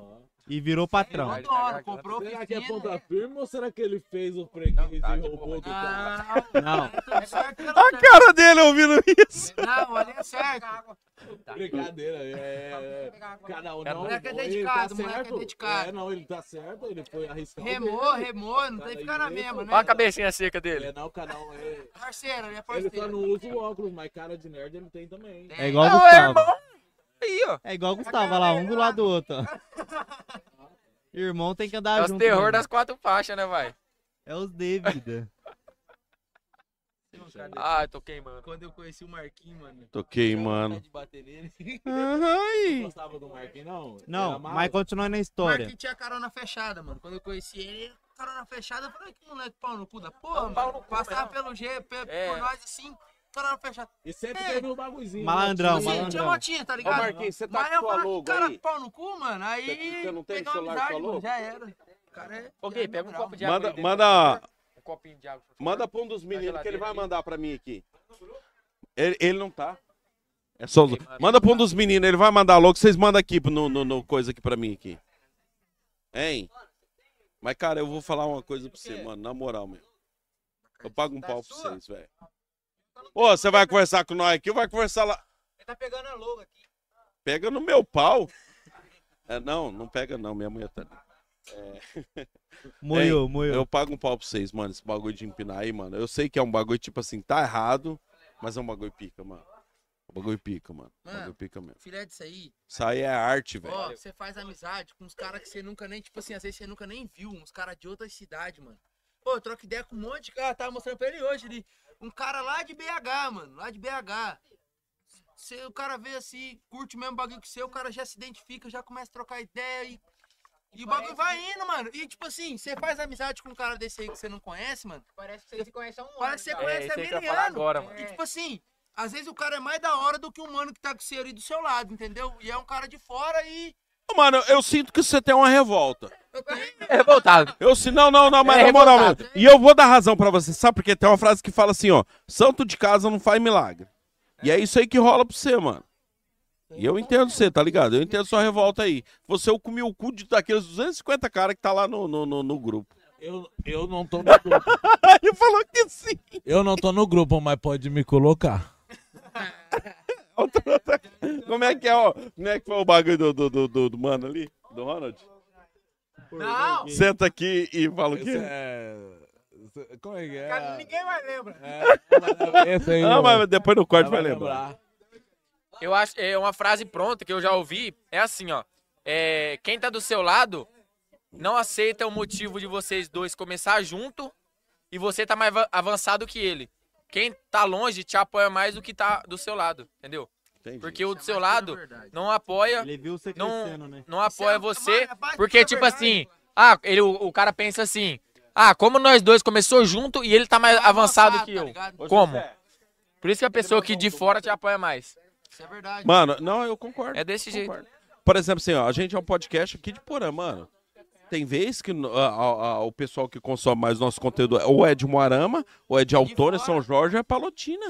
[SPEAKER 5] E virou patrão.
[SPEAKER 6] Adoro, comprou
[SPEAKER 1] Será que é ponta firme ou será que ele fez o freguês
[SPEAKER 3] tá
[SPEAKER 1] e roubou do cara?
[SPEAKER 5] Não.
[SPEAKER 1] A cara dele ouvindo isso.
[SPEAKER 6] Não, ali é certo.
[SPEAKER 3] Tá.
[SPEAKER 1] Brincadeira, é. é. Cada um
[SPEAKER 6] Cara,
[SPEAKER 1] não.
[SPEAKER 6] moleque é
[SPEAKER 1] ele tá
[SPEAKER 6] dedicado, moleque é
[SPEAKER 1] certo.
[SPEAKER 6] dedicado.
[SPEAKER 1] É, não, ele tá certo, ele foi arriscado.
[SPEAKER 6] Remou, remou, não tem que
[SPEAKER 5] Tá
[SPEAKER 6] ficar na mesma, né?
[SPEAKER 1] Olha a
[SPEAKER 3] cabecinha seca dele.
[SPEAKER 1] É, não, o canal é.
[SPEAKER 6] Parceiro, ele é
[SPEAKER 1] Ele
[SPEAKER 6] parceiro.
[SPEAKER 1] só não usa o óculos, mas cara de nerd ele tem também.
[SPEAKER 5] É igual o
[SPEAKER 1] Não, é
[SPEAKER 5] Gustavo.
[SPEAKER 1] irmão.
[SPEAKER 3] Aí, ó.
[SPEAKER 5] É igual o Gustavo, olha lá, um do lado do outro. ó. Irmão tem que
[SPEAKER 1] Tá
[SPEAKER 5] andar
[SPEAKER 3] É os
[SPEAKER 5] junto.
[SPEAKER 3] terror
[SPEAKER 5] mano.
[SPEAKER 3] das quatro faixas, né, vai?
[SPEAKER 5] É os dívida.
[SPEAKER 3] Ah, eu tô queimando.
[SPEAKER 6] Quando eu conheci o Marquinhos, mano.
[SPEAKER 2] Toquei,
[SPEAKER 1] É
[SPEAKER 2] mano.
[SPEAKER 6] De bater nele.
[SPEAKER 5] Ai. Não
[SPEAKER 1] gostava do Marquinhos, não?
[SPEAKER 5] Não, mas continua na história.
[SPEAKER 6] Marquinhos tinha carona fechada, mano. Quando eu conheci ele, carona fechada, eu falei, "Ai, que moleque pau no cu da porra, mano. Passava pelo G, pe-
[SPEAKER 1] É.
[SPEAKER 6] por nós assim, carona fechada.
[SPEAKER 1] E sempre
[SPEAKER 6] Ei,
[SPEAKER 1] teve um bagulhozinho.
[SPEAKER 5] Malandrão,
[SPEAKER 1] né?
[SPEAKER 6] Sim, tinha motinha, tá ligado?
[SPEAKER 1] Ô, Marquinhos, você tá
[SPEAKER 6] Mas
[SPEAKER 1] com
[SPEAKER 6] eu
[SPEAKER 1] sua
[SPEAKER 6] falava,
[SPEAKER 1] logo
[SPEAKER 6] cara,
[SPEAKER 1] aí?
[SPEAKER 6] pau no cu, mano. Aí.
[SPEAKER 1] Você- você não tem
[SPEAKER 6] pegar uma
[SPEAKER 1] celular com sua
[SPEAKER 6] amizade, mano,
[SPEAKER 1] logo?
[SPEAKER 6] Já era. O Cara, é-
[SPEAKER 3] Ok, pega um copo de água.
[SPEAKER 2] Manda,
[SPEAKER 3] ali dentro,
[SPEAKER 2] manda,
[SPEAKER 3] Um copinho de água.
[SPEAKER 2] manda pra um dos meninos que ele vai
[SPEAKER 3] geladeira
[SPEAKER 2] mandar pra mim aqui. Ele, ele não tá. É só... Manda pra um dos meninos, ele vai mandar logo. Vocês mandam aqui no, no, no coisa aqui pra mim aqui. Hein? Mas, cara, eu vou falar uma coisa pra você, mano. Na moral, meu. Eu pago um pau pra vocês, velho. Ô, você vai conversar com nós aqui ou vai conversar lá?
[SPEAKER 6] Ele tá pegando a logo aqui.
[SPEAKER 2] Pega no meu pau. É, não, não pega não, minha mulher tá ali. É.
[SPEAKER 5] Moiou,
[SPEAKER 2] Hein,
[SPEAKER 5] moiou.
[SPEAKER 2] Eu pago um pau pra vocês, mano, esse bagulho de empinar aí, mano. Eu sei que é um bagulho, tipo assim, tá errado, mas é um bagulho pica, mano. Um bagulho pica, mano. Um
[SPEAKER 6] Mano.
[SPEAKER 2] bagulho pica mesmo.
[SPEAKER 6] Filé disso aí.
[SPEAKER 2] Isso aí é arte, velho.
[SPEAKER 6] Ó, você faz amizade com uns caras que você nunca nem, tipo assim, às vezes você nunca nem viu, uns caras de outra cidade, mano. Pô, eu troco ideia com um monte de cara, tava mostrando pra ele hoje ali. Um cara lá de BH, mano, lá de BH. Cê- o cara vê assim, curte o mesmo bagulho que seu, o cara já se identifica, já começa a trocar ideia e. E o bagulho vai indo, mano. E tipo assim, você faz amizade com um cara desse aí que você não conhece, mano.
[SPEAKER 11] Parece que você se conhece há um
[SPEAKER 6] Parece que você
[SPEAKER 11] já.
[SPEAKER 6] conhece
[SPEAKER 11] isso aí
[SPEAKER 6] há
[SPEAKER 11] que
[SPEAKER 6] mil
[SPEAKER 11] eu ia falar
[SPEAKER 6] anos.
[SPEAKER 11] agora, mano.
[SPEAKER 6] E tipo assim, às vezes o cara é mais da hora do que o mano que tá com você ali do seu lado, entendeu? E é um cara de fora e.
[SPEAKER 2] Ô, Mano, eu sinto que você tem uma revolta.
[SPEAKER 3] É revoltado.
[SPEAKER 2] Eu sinto, não, não, não, mas
[SPEAKER 3] É
[SPEAKER 2] na moral, mano.
[SPEAKER 3] revoltado.
[SPEAKER 2] E eu vou dar razão pra você, sabe? Porque tem uma frase que fala assim, ó. Santo de casa não faz milagre. E é isso aí que rola pra você, mano. E eu entendo você, tá ligado? Eu entendo sua revolta aí. Você eu comi o cu de, daqueles 250 caras que tá lá no, no, no, no grupo.
[SPEAKER 1] Eu, eu não tô no grupo.
[SPEAKER 2] Ele falou que sim.
[SPEAKER 1] Eu não tô no grupo, mas pode me colocar.
[SPEAKER 2] Como é que é, ó? Como é que foi o bagulho do, do, do, do- do mano ali? Do Ronald?
[SPEAKER 6] Não!
[SPEAKER 2] Senta aqui e fala o quê?
[SPEAKER 1] Esse é- Como é que é?
[SPEAKER 6] Cara, ninguém mais lembra.
[SPEAKER 1] Esse É, aí,
[SPEAKER 2] não,
[SPEAKER 1] ó.
[SPEAKER 2] Ah, mas depois no corte
[SPEAKER 1] Ela
[SPEAKER 2] vai
[SPEAKER 1] vai
[SPEAKER 2] lembrar.
[SPEAKER 3] Eu acho, é uma frase pronta que eu já ouvi, é assim, ó. É, quem tá do seu lado não aceita o motivo de vocês dois começar junto e você tá mais va- avançado que ele. Quem tá longe te apoia mais do que tá do seu lado, entendeu? Porque o do seu lado não apoia, não, não apoia você, porque tipo assim, ah, ele, o, o cara pensa assim, ah, como nós dois começou junto e ele tá mais avançado que eu, como? Por isso que a pessoa que de fora te apoia mais.
[SPEAKER 6] Isso é verdade.
[SPEAKER 2] Mano, não, eu concordo.
[SPEAKER 3] É desse jeito.
[SPEAKER 2] concordo. Por exemplo, assim, ó, a gente é um podcast aqui de Porã, mano. Tem vez que no- a- a- a- o pessoal que consome mais nosso conteúdo é- ou é de Moarama, ou é de Altona, São Jorge, ou é Palotina.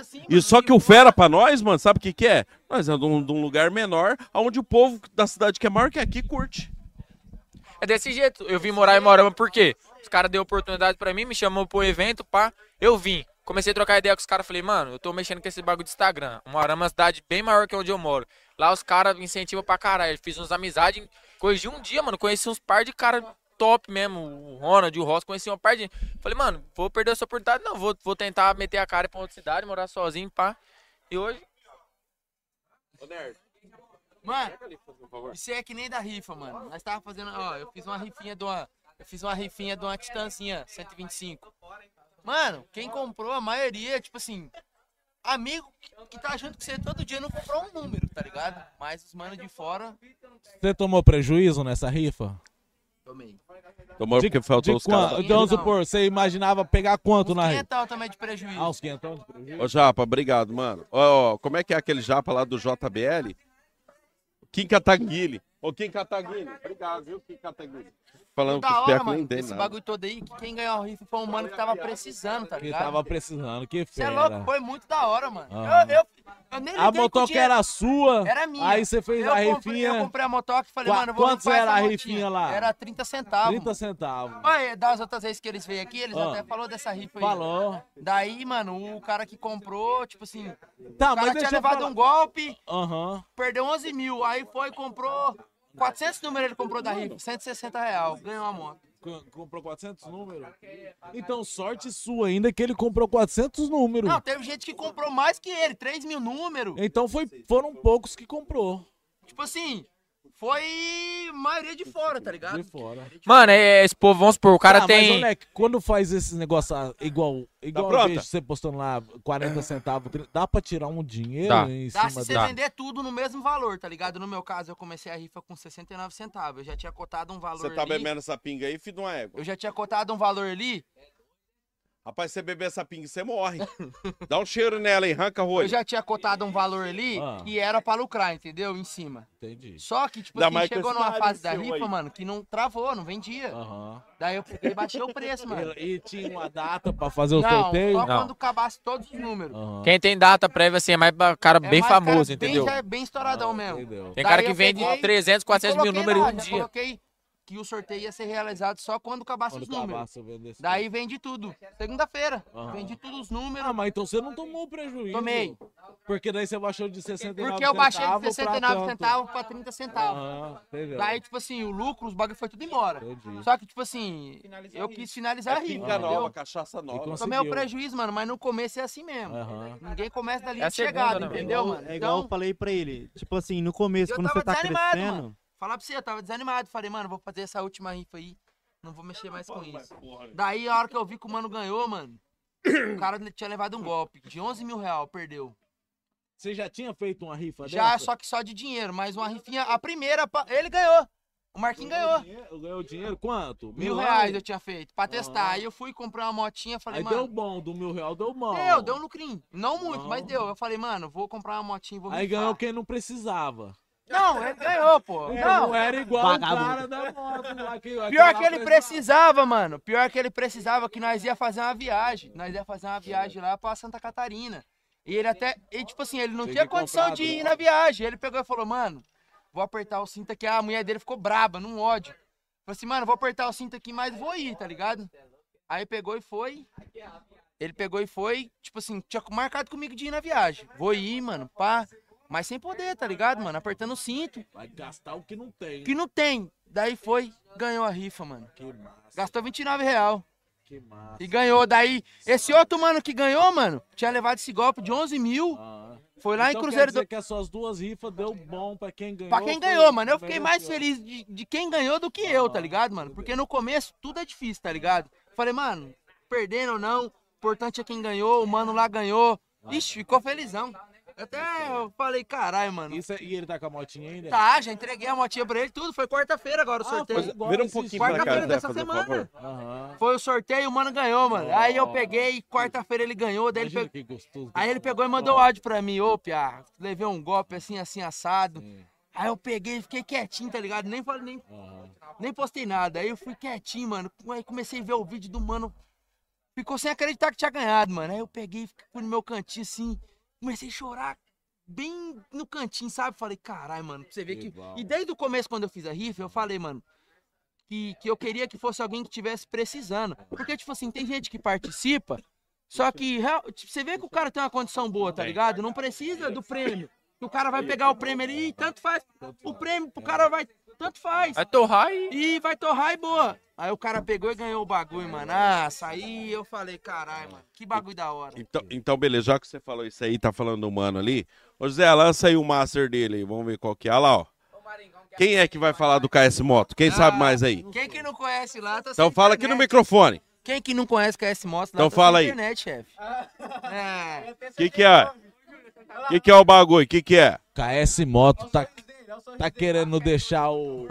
[SPEAKER 6] assim.
[SPEAKER 2] e só que o fera pra nós, mano, sabe o que que é? Nós é de um, de um lugar menor, onde o povo da cidade que é maior que aqui curte.
[SPEAKER 3] É desse jeito. Eu vim morar em Morama por quê? Os caras deu oportunidade pra mim, me chamou pro evento, pá. Eu vim. Comecei a trocar ideia com os caras. Falei, mano, eu tô mexendo com esse bagulho de Instagram. Morama é uma cidade bem maior que onde eu moro. Lá os caras incentivam pra caralho. Fiz uns amizades. em Coisa de um dia, mano. Conheci uns par de cara top mesmo. O Ronald, o Ross, conheci um par de. Falei, mano, vou perder essa oportunidade. Não, vou, vou tentar meter a cara pra outra cidade, morar sozinho, pá. E hoje.
[SPEAKER 6] Mano,
[SPEAKER 2] um
[SPEAKER 6] isso aí é que nem da rifa, mano. Nós tava fazendo, ó, eu fiz uma rifinha de uma, eu fiz uma rifinha de uma Titanzinha 125. Mano, quem comprou a maioria, tipo assim, amigo que, que tá junto com você todo dia não comprou um número, tá ligado? Mas os manos de fora,
[SPEAKER 1] Você tomou prejuízo nessa rifa?
[SPEAKER 6] tomei.
[SPEAKER 2] Tomou porque faltou
[SPEAKER 1] de
[SPEAKER 2] os caras.
[SPEAKER 1] quanto? Então, vamos supor, você imaginava pegar quanto na rifa?
[SPEAKER 6] Quinhentão é também de prejuízo.
[SPEAKER 1] Ah, os quinhentão de prejuízo?
[SPEAKER 2] Ô, Japa, obrigado, mano. Ó, ó, como é que é aquele Japa lá do JBL? Kim Kataguiri. Ô, Kim Kataguiri. Obrigado, viu, Kim Kataguiri. falando
[SPEAKER 6] da
[SPEAKER 2] com os
[SPEAKER 6] hora,
[SPEAKER 2] piacos que
[SPEAKER 6] mano.
[SPEAKER 2] nem entendem
[SPEAKER 6] esse
[SPEAKER 2] nada.
[SPEAKER 6] bagulho todo aí, que quem ganhou a rifa foi um mano que tava precisando, tá
[SPEAKER 1] Que
[SPEAKER 6] ligado?
[SPEAKER 1] tava precisando, que
[SPEAKER 6] Você é
[SPEAKER 1] fera.
[SPEAKER 6] louco, foi muito da hora, mano.
[SPEAKER 1] Aham.
[SPEAKER 6] Eu, eu, eu nem
[SPEAKER 1] Ah. A
[SPEAKER 6] liguei que o
[SPEAKER 1] motoca
[SPEAKER 6] dinheiro-
[SPEAKER 1] era sua,
[SPEAKER 6] Era minha.
[SPEAKER 1] aí você fez
[SPEAKER 6] eu
[SPEAKER 1] a
[SPEAKER 6] Comprei,
[SPEAKER 1] rifinha.
[SPEAKER 6] eu comprei a motoca e falei,
[SPEAKER 1] Qua-
[SPEAKER 6] mano, eu vou
[SPEAKER 1] quantos
[SPEAKER 6] limpar
[SPEAKER 1] era
[SPEAKER 6] essa
[SPEAKER 1] a
[SPEAKER 6] motinha.
[SPEAKER 1] rifinha lá?
[SPEAKER 6] Era 30 centavos.
[SPEAKER 1] 30 centavos.
[SPEAKER 6] Mas das outras vezes que eles veio aqui, eles
[SPEAKER 1] Ah.
[SPEAKER 6] até falaram dessa rifa aí.
[SPEAKER 1] Falou.
[SPEAKER 6] Daí, mano, o cara que comprou, tipo assim,
[SPEAKER 1] Tá,
[SPEAKER 6] o cara
[SPEAKER 1] mas
[SPEAKER 6] tinha
[SPEAKER 1] deixa eu
[SPEAKER 6] levado
[SPEAKER 1] falar.
[SPEAKER 6] um golpe,
[SPEAKER 1] Aham.
[SPEAKER 6] perdeu 11 mil, aí foi e comprou 400 números ele comprou da rifa, 160 real, ganhou a moto.
[SPEAKER 1] Comprou 400 números? Então, sorte sua ainda que ele comprou 400 números.
[SPEAKER 6] Não, teve gente que comprou mais que ele, 3 mil números.
[SPEAKER 1] Então foi, foram poucos que comprou.
[SPEAKER 6] Tipo assim, foi maioria de fora, tá ligado?
[SPEAKER 1] De fora.
[SPEAKER 3] Mano, é, esse povo, vamos supor, o cara
[SPEAKER 1] Ah,
[SPEAKER 3] tem.
[SPEAKER 1] Mas, moleque, quando faz esses negócios ah, igual, igual eu
[SPEAKER 3] pronta?
[SPEAKER 1] vejo você postando lá 40 centavos, 30, dá pra tirar um dinheiro
[SPEAKER 3] Dá.
[SPEAKER 1] em
[SPEAKER 6] Dá se
[SPEAKER 1] cima
[SPEAKER 6] você
[SPEAKER 1] dele?
[SPEAKER 6] vender tudo no mesmo valor, tá ligado? No meu caso, eu comecei a rifa com 69 centavos. Eu já tinha cotado um valor
[SPEAKER 2] Você tá
[SPEAKER 6] ali.
[SPEAKER 2] bebendo essa pinga aí, filho de uma égua?
[SPEAKER 6] Eu já tinha cotado um valor ali.
[SPEAKER 2] Rapaz, você beber essa pinga, você morre. Dá um cheiro nela, hein? Arranca o olho.
[SPEAKER 6] Eu já tinha cotado um valor ali
[SPEAKER 2] Ah.
[SPEAKER 6] e era pra lucrar, entendeu? Em cima.
[SPEAKER 1] Entendi.
[SPEAKER 6] Só que, tipo
[SPEAKER 2] Ainda
[SPEAKER 6] assim,
[SPEAKER 2] mais com
[SPEAKER 6] chegou
[SPEAKER 2] esse
[SPEAKER 6] numa
[SPEAKER 2] nariz
[SPEAKER 6] fase da
[SPEAKER 2] seu
[SPEAKER 6] rifa,
[SPEAKER 2] aí.
[SPEAKER 6] mano, que não travou, não vendia. Daí eu peguei e baixei o preço, mano.
[SPEAKER 1] E, e tinha uma data pra fazer o
[SPEAKER 6] não,
[SPEAKER 1] sorteio?
[SPEAKER 6] Só
[SPEAKER 1] Não.
[SPEAKER 6] quando acabasse todos os números.
[SPEAKER 3] Quem tem data prévia assim é mais pra cara
[SPEAKER 6] É
[SPEAKER 3] bem
[SPEAKER 6] mais cara
[SPEAKER 3] famoso,
[SPEAKER 6] bem-
[SPEAKER 3] entendeu?
[SPEAKER 6] já é bem estouradão mesmo.
[SPEAKER 3] Tem
[SPEAKER 6] Daí
[SPEAKER 3] cara que
[SPEAKER 6] eu
[SPEAKER 3] vende
[SPEAKER 6] peguei
[SPEAKER 3] 300, 400 mil
[SPEAKER 6] e coloquei
[SPEAKER 3] números
[SPEAKER 6] lá,
[SPEAKER 3] em um
[SPEAKER 6] já
[SPEAKER 3] dia.
[SPEAKER 6] coloquei que o sorteio ia ser realizado só quando acabasse
[SPEAKER 1] Quando tá
[SPEAKER 6] os números.
[SPEAKER 1] acabasse, eu vendo esse
[SPEAKER 6] Daí vendi tudo. Segunda-feira.
[SPEAKER 1] Aham.
[SPEAKER 6] Vendi todos os números.
[SPEAKER 1] Ah, mas então você não tomou prejuízo.
[SPEAKER 6] Tomei.
[SPEAKER 1] Porque daí você baixou de 69
[SPEAKER 6] Porque eu baixei de
[SPEAKER 1] centavos um pra
[SPEAKER 6] 69
[SPEAKER 1] tanto.
[SPEAKER 6] centavos pra 30 centavos.
[SPEAKER 1] Aham, entendeu.
[SPEAKER 6] Daí, tipo assim, o lucro, os bagulho foi tudo embora.
[SPEAKER 1] Entendi.
[SPEAKER 6] Só que, tipo assim, eu quis finalizar
[SPEAKER 2] É
[SPEAKER 6] a rifa.
[SPEAKER 2] pinga nova,
[SPEAKER 6] entendeu?
[SPEAKER 2] cachaça nova.
[SPEAKER 6] Tomei o prejuízo, mano, mas no começo é assim mesmo.
[SPEAKER 1] Aham.
[SPEAKER 6] Ninguém começa da
[SPEAKER 5] É
[SPEAKER 6] linha
[SPEAKER 5] a
[SPEAKER 6] de
[SPEAKER 5] segunda,
[SPEAKER 6] chegada,
[SPEAKER 5] né, mano?
[SPEAKER 6] entendeu,
[SPEAKER 5] É igual-
[SPEAKER 6] mano?
[SPEAKER 5] É igual eu
[SPEAKER 6] Então,
[SPEAKER 5] falei pra ele. Tipo assim, no começo,
[SPEAKER 6] eu
[SPEAKER 5] quando você
[SPEAKER 6] tava
[SPEAKER 5] tá
[SPEAKER 6] desanimado,
[SPEAKER 5] crescendo.
[SPEAKER 6] mano. Falar pra você, eu tava desanimado. Falei, mano, vou fazer essa última rifa aí. Não vou mexer mais com isso. Daí, a hora que eu vi que o mano ganhou, mano, o cara tinha levado um golpe de 11 mil real, perdeu.
[SPEAKER 1] Você já tinha feito uma rifa
[SPEAKER 6] Já,
[SPEAKER 1] dessa?
[SPEAKER 6] só que só de dinheiro, mas uma rifinha, a primeira, pa- ele ganhou. O Marquinhos ganhou.
[SPEAKER 1] Eu ganhei o dinheiro quanto?
[SPEAKER 6] Mil reais eu tinha feito pra testar. Aí eu fui comprar uma motinha, falei,
[SPEAKER 1] Aí
[SPEAKER 6] mano.
[SPEAKER 1] deu bom, do mil real deu bom.
[SPEAKER 6] Deu, deu um lucrinho. Não muito,
[SPEAKER 1] Bom.
[SPEAKER 6] mas deu. Eu falei, mano, vou comprar uma motinha e vou
[SPEAKER 1] Aí
[SPEAKER 6] rifar.
[SPEAKER 1] ganhou quem não precisava.
[SPEAKER 6] Não, ele ganhou, pô.
[SPEAKER 1] Então
[SPEAKER 6] Não.
[SPEAKER 1] não era igual
[SPEAKER 6] Vagabundo.
[SPEAKER 1] o cara da moto lá que
[SPEAKER 6] Pior que ele precisava, mano. Pior que ele precisava, que nós ia fazer uma viagem. Nós ia fazer uma viagem lá pra Santa Catarina. E ele até. E tipo assim, ele não
[SPEAKER 1] Tem
[SPEAKER 6] tinha
[SPEAKER 1] que
[SPEAKER 6] condição
[SPEAKER 1] comprar
[SPEAKER 6] de
[SPEAKER 1] droga.
[SPEAKER 6] ir na viagem. Ele pegou e falou, mano, vou apertar o cinto aqui. Ah, a mulher dele ficou braba, num ódio. Falei assim, mano, vou apertar o cinto aqui, mas vou ir, tá ligado? Aí pegou e foi. Ele pegou e foi, tipo assim, tinha marcado comigo de ir na viagem. Vou ir, mano, pá. Mas sem poder, tá ligado, mano? Apertando o cinto.
[SPEAKER 1] Vai gastar o que não tem. né,
[SPEAKER 6] Que não tem. Daí foi, ganhou a rifa, mano. Gastou 29 real.
[SPEAKER 1] Que massa.
[SPEAKER 6] E ganhou. Daí, esse outro mano que ganhou, mano, tinha levado esse golpe de 11 mil. Foi lá
[SPEAKER 1] Então
[SPEAKER 6] em
[SPEAKER 1] quer
[SPEAKER 6] Cruzeiro
[SPEAKER 1] dizer
[SPEAKER 6] do...
[SPEAKER 1] que as suas duas rifas deu bom pra quem ganhou.
[SPEAKER 6] Pra quem
[SPEAKER 1] foi-
[SPEAKER 6] ganhou, mano. Eu fiquei mais
[SPEAKER 1] mereceu.
[SPEAKER 6] feliz de, de quem ganhou do que eu, tá ligado, mano? Porque no começo tudo é difícil, tá ligado? Falei, mano, perdendo ou não, o importante é quem ganhou, o mano lá ganhou. Ixi, ficou felizão. Até eu falei, caralho, mano.
[SPEAKER 1] Isso é- E ele tá com a motinha ainda? Ah,
[SPEAKER 6] Tá, já entreguei a motinha pra ele, tudo. Foi quarta-feira agora o sorteio.
[SPEAKER 1] é.
[SPEAKER 2] Vira um pouquinho pra cá,
[SPEAKER 6] Quarta-feira
[SPEAKER 2] Zé,
[SPEAKER 6] dessa
[SPEAKER 2] fazer um
[SPEAKER 6] semana.
[SPEAKER 2] favor.
[SPEAKER 6] Foi o sorteio, o mano ganhou, mano. Aí eu
[SPEAKER 2] Ó.
[SPEAKER 6] peguei, quarta-feira ele ganhou, daí ele pegou.
[SPEAKER 1] Que gostoso.
[SPEAKER 6] Aí ele pegou e mandou o áudio pra mim, ô, Pia, levei um golpe assim, assim, assado. Aí eu peguei, fiquei quietinho, tá ligado? Nem falei, nem, nem postei nada. Aí eu fui quietinho, mano. Aí comecei a ver o vídeo do mano. Ficou sem acreditar que tinha ganhado, mano. Aí eu peguei, fui no meu cantinho assim, comecei a chorar bem no cantinho, sabe? Falei, caralho, mano, pra você ver que.
[SPEAKER 1] Legal.
[SPEAKER 6] E desde o começo, quando eu fiz a rifa, eu falei, mano, que, que eu queria que fosse alguém que tivesse precisando. Porque, tipo assim, tem gente que participa, só que real- tipo, você vê que o cara tem uma condição boa, tá ligado? Não precisa do prêmio. Que o cara vai pegar o prêmio ali e tanto faz. O prêmio pro cara vai. Tanto faz. Vai
[SPEAKER 3] torrar
[SPEAKER 6] e. E vai torrar e boa. Aí o cara pegou e ganhou o bagulho, mano. Nossa, aí eu falei, caralho, mano, que bagulho da hora.
[SPEAKER 2] Então, então, beleza, já que você falou isso aí, tá falando do mano ali. Ô José, lança aí o master dele aí, vamos ver qual que é. Olha lá, ó. Quem é que vai falar do KS Moto? Quem sabe mais aí?
[SPEAKER 6] Quem que Ah, não conhece lá, tá
[SPEAKER 2] Então
[SPEAKER 6] sem
[SPEAKER 2] fala aqui no
[SPEAKER 6] internet.
[SPEAKER 2] microfone.
[SPEAKER 6] Quem que não conhece KS Motos lá
[SPEAKER 2] Então
[SPEAKER 6] tá
[SPEAKER 2] fala
[SPEAKER 6] sem
[SPEAKER 2] aí.
[SPEAKER 6] internet, chefe. É.
[SPEAKER 2] O que que é? O que que é o bagulho? O que que é?
[SPEAKER 1] KS Moto tá, tá querendo deixar o.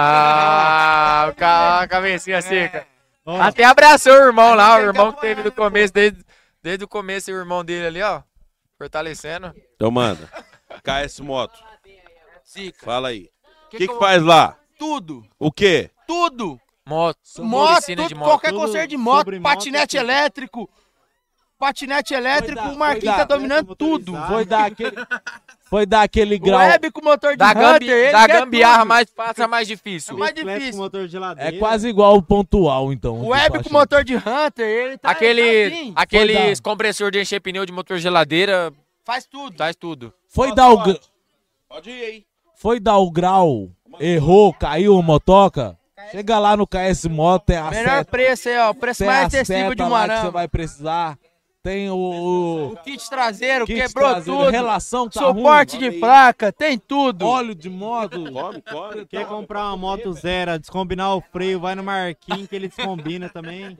[SPEAKER 3] Ah, o ca-
[SPEAKER 6] É.
[SPEAKER 3] a cabecinha seca. Até abraçou o irmão lá, o irmão que teve do começo, desde, desde o começo, e o irmão dele ali, ó. Fortalecendo.
[SPEAKER 2] Então manda. KS Moto.
[SPEAKER 6] Zica.
[SPEAKER 2] Fala aí. O
[SPEAKER 6] Que
[SPEAKER 2] que,
[SPEAKER 6] que
[SPEAKER 2] que,
[SPEAKER 6] eu-
[SPEAKER 2] faz lá?
[SPEAKER 6] tudo.
[SPEAKER 2] O quê?
[SPEAKER 6] Tudo.
[SPEAKER 3] Moto.
[SPEAKER 6] Moto,
[SPEAKER 3] Oficina de
[SPEAKER 6] tudo,
[SPEAKER 3] moto.
[SPEAKER 6] qualquer
[SPEAKER 3] Tudo
[SPEAKER 6] conselho de moto,
[SPEAKER 3] sobre moto,
[SPEAKER 6] patinete
[SPEAKER 3] tudo.
[SPEAKER 6] elétrico. Patinete elétrico,
[SPEAKER 3] dar-
[SPEAKER 6] o Marquinhos
[SPEAKER 3] foi
[SPEAKER 6] tá
[SPEAKER 3] dar-
[SPEAKER 6] dominando tudo.
[SPEAKER 3] Foi dar aquele-
[SPEAKER 1] Foi dar aquele grau.
[SPEAKER 6] Web com motor de
[SPEAKER 3] Da, gambi-
[SPEAKER 6] Hunter, ele
[SPEAKER 3] da
[SPEAKER 6] quer
[SPEAKER 3] gambiarra
[SPEAKER 6] tudo.
[SPEAKER 3] mais fácil é mais difícil.
[SPEAKER 6] É mais difícil.
[SPEAKER 1] É quase igual o pontual, então.
[SPEAKER 6] O Web com motor de Hunter, ele tá ele tá
[SPEAKER 3] Aquele,
[SPEAKER 6] assim.
[SPEAKER 3] aqueles compressor de encher pneu de motor geladeira.
[SPEAKER 6] Faz tudo.
[SPEAKER 3] Faz tudo.
[SPEAKER 1] Foi dar o, gr-
[SPEAKER 6] Pode ir aí.
[SPEAKER 1] foi dar o grau, errou, caiu o motoca. Chega lá no KS Moto, é a
[SPEAKER 6] Melhor
[SPEAKER 1] seta,
[SPEAKER 6] preço aí, ó. O preço
[SPEAKER 1] tem
[SPEAKER 6] mais
[SPEAKER 1] a
[SPEAKER 6] acessível de um
[SPEAKER 1] seta lá que você
[SPEAKER 6] Moarama.
[SPEAKER 1] vai precisar. Tem o, o
[SPEAKER 6] Kit traseiro,
[SPEAKER 1] Kit
[SPEAKER 6] quebrou
[SPEAKER 1] traseiro,
[SPEAKER 6] tudo.
[SPEAKER 1] relação tá
[SPEAKER 6] Suporte
[SPEAKER 1] ruim.
[SPEAKER 6] de placa, tem tudo.
[SPEAKER 1] Óleo de moto.
[SPEAKER 2] Come, come.
[SPEAKER 5] Quer comprar uma moto zero, descombinar o freio, vai no Marquinhos que ele descombina também.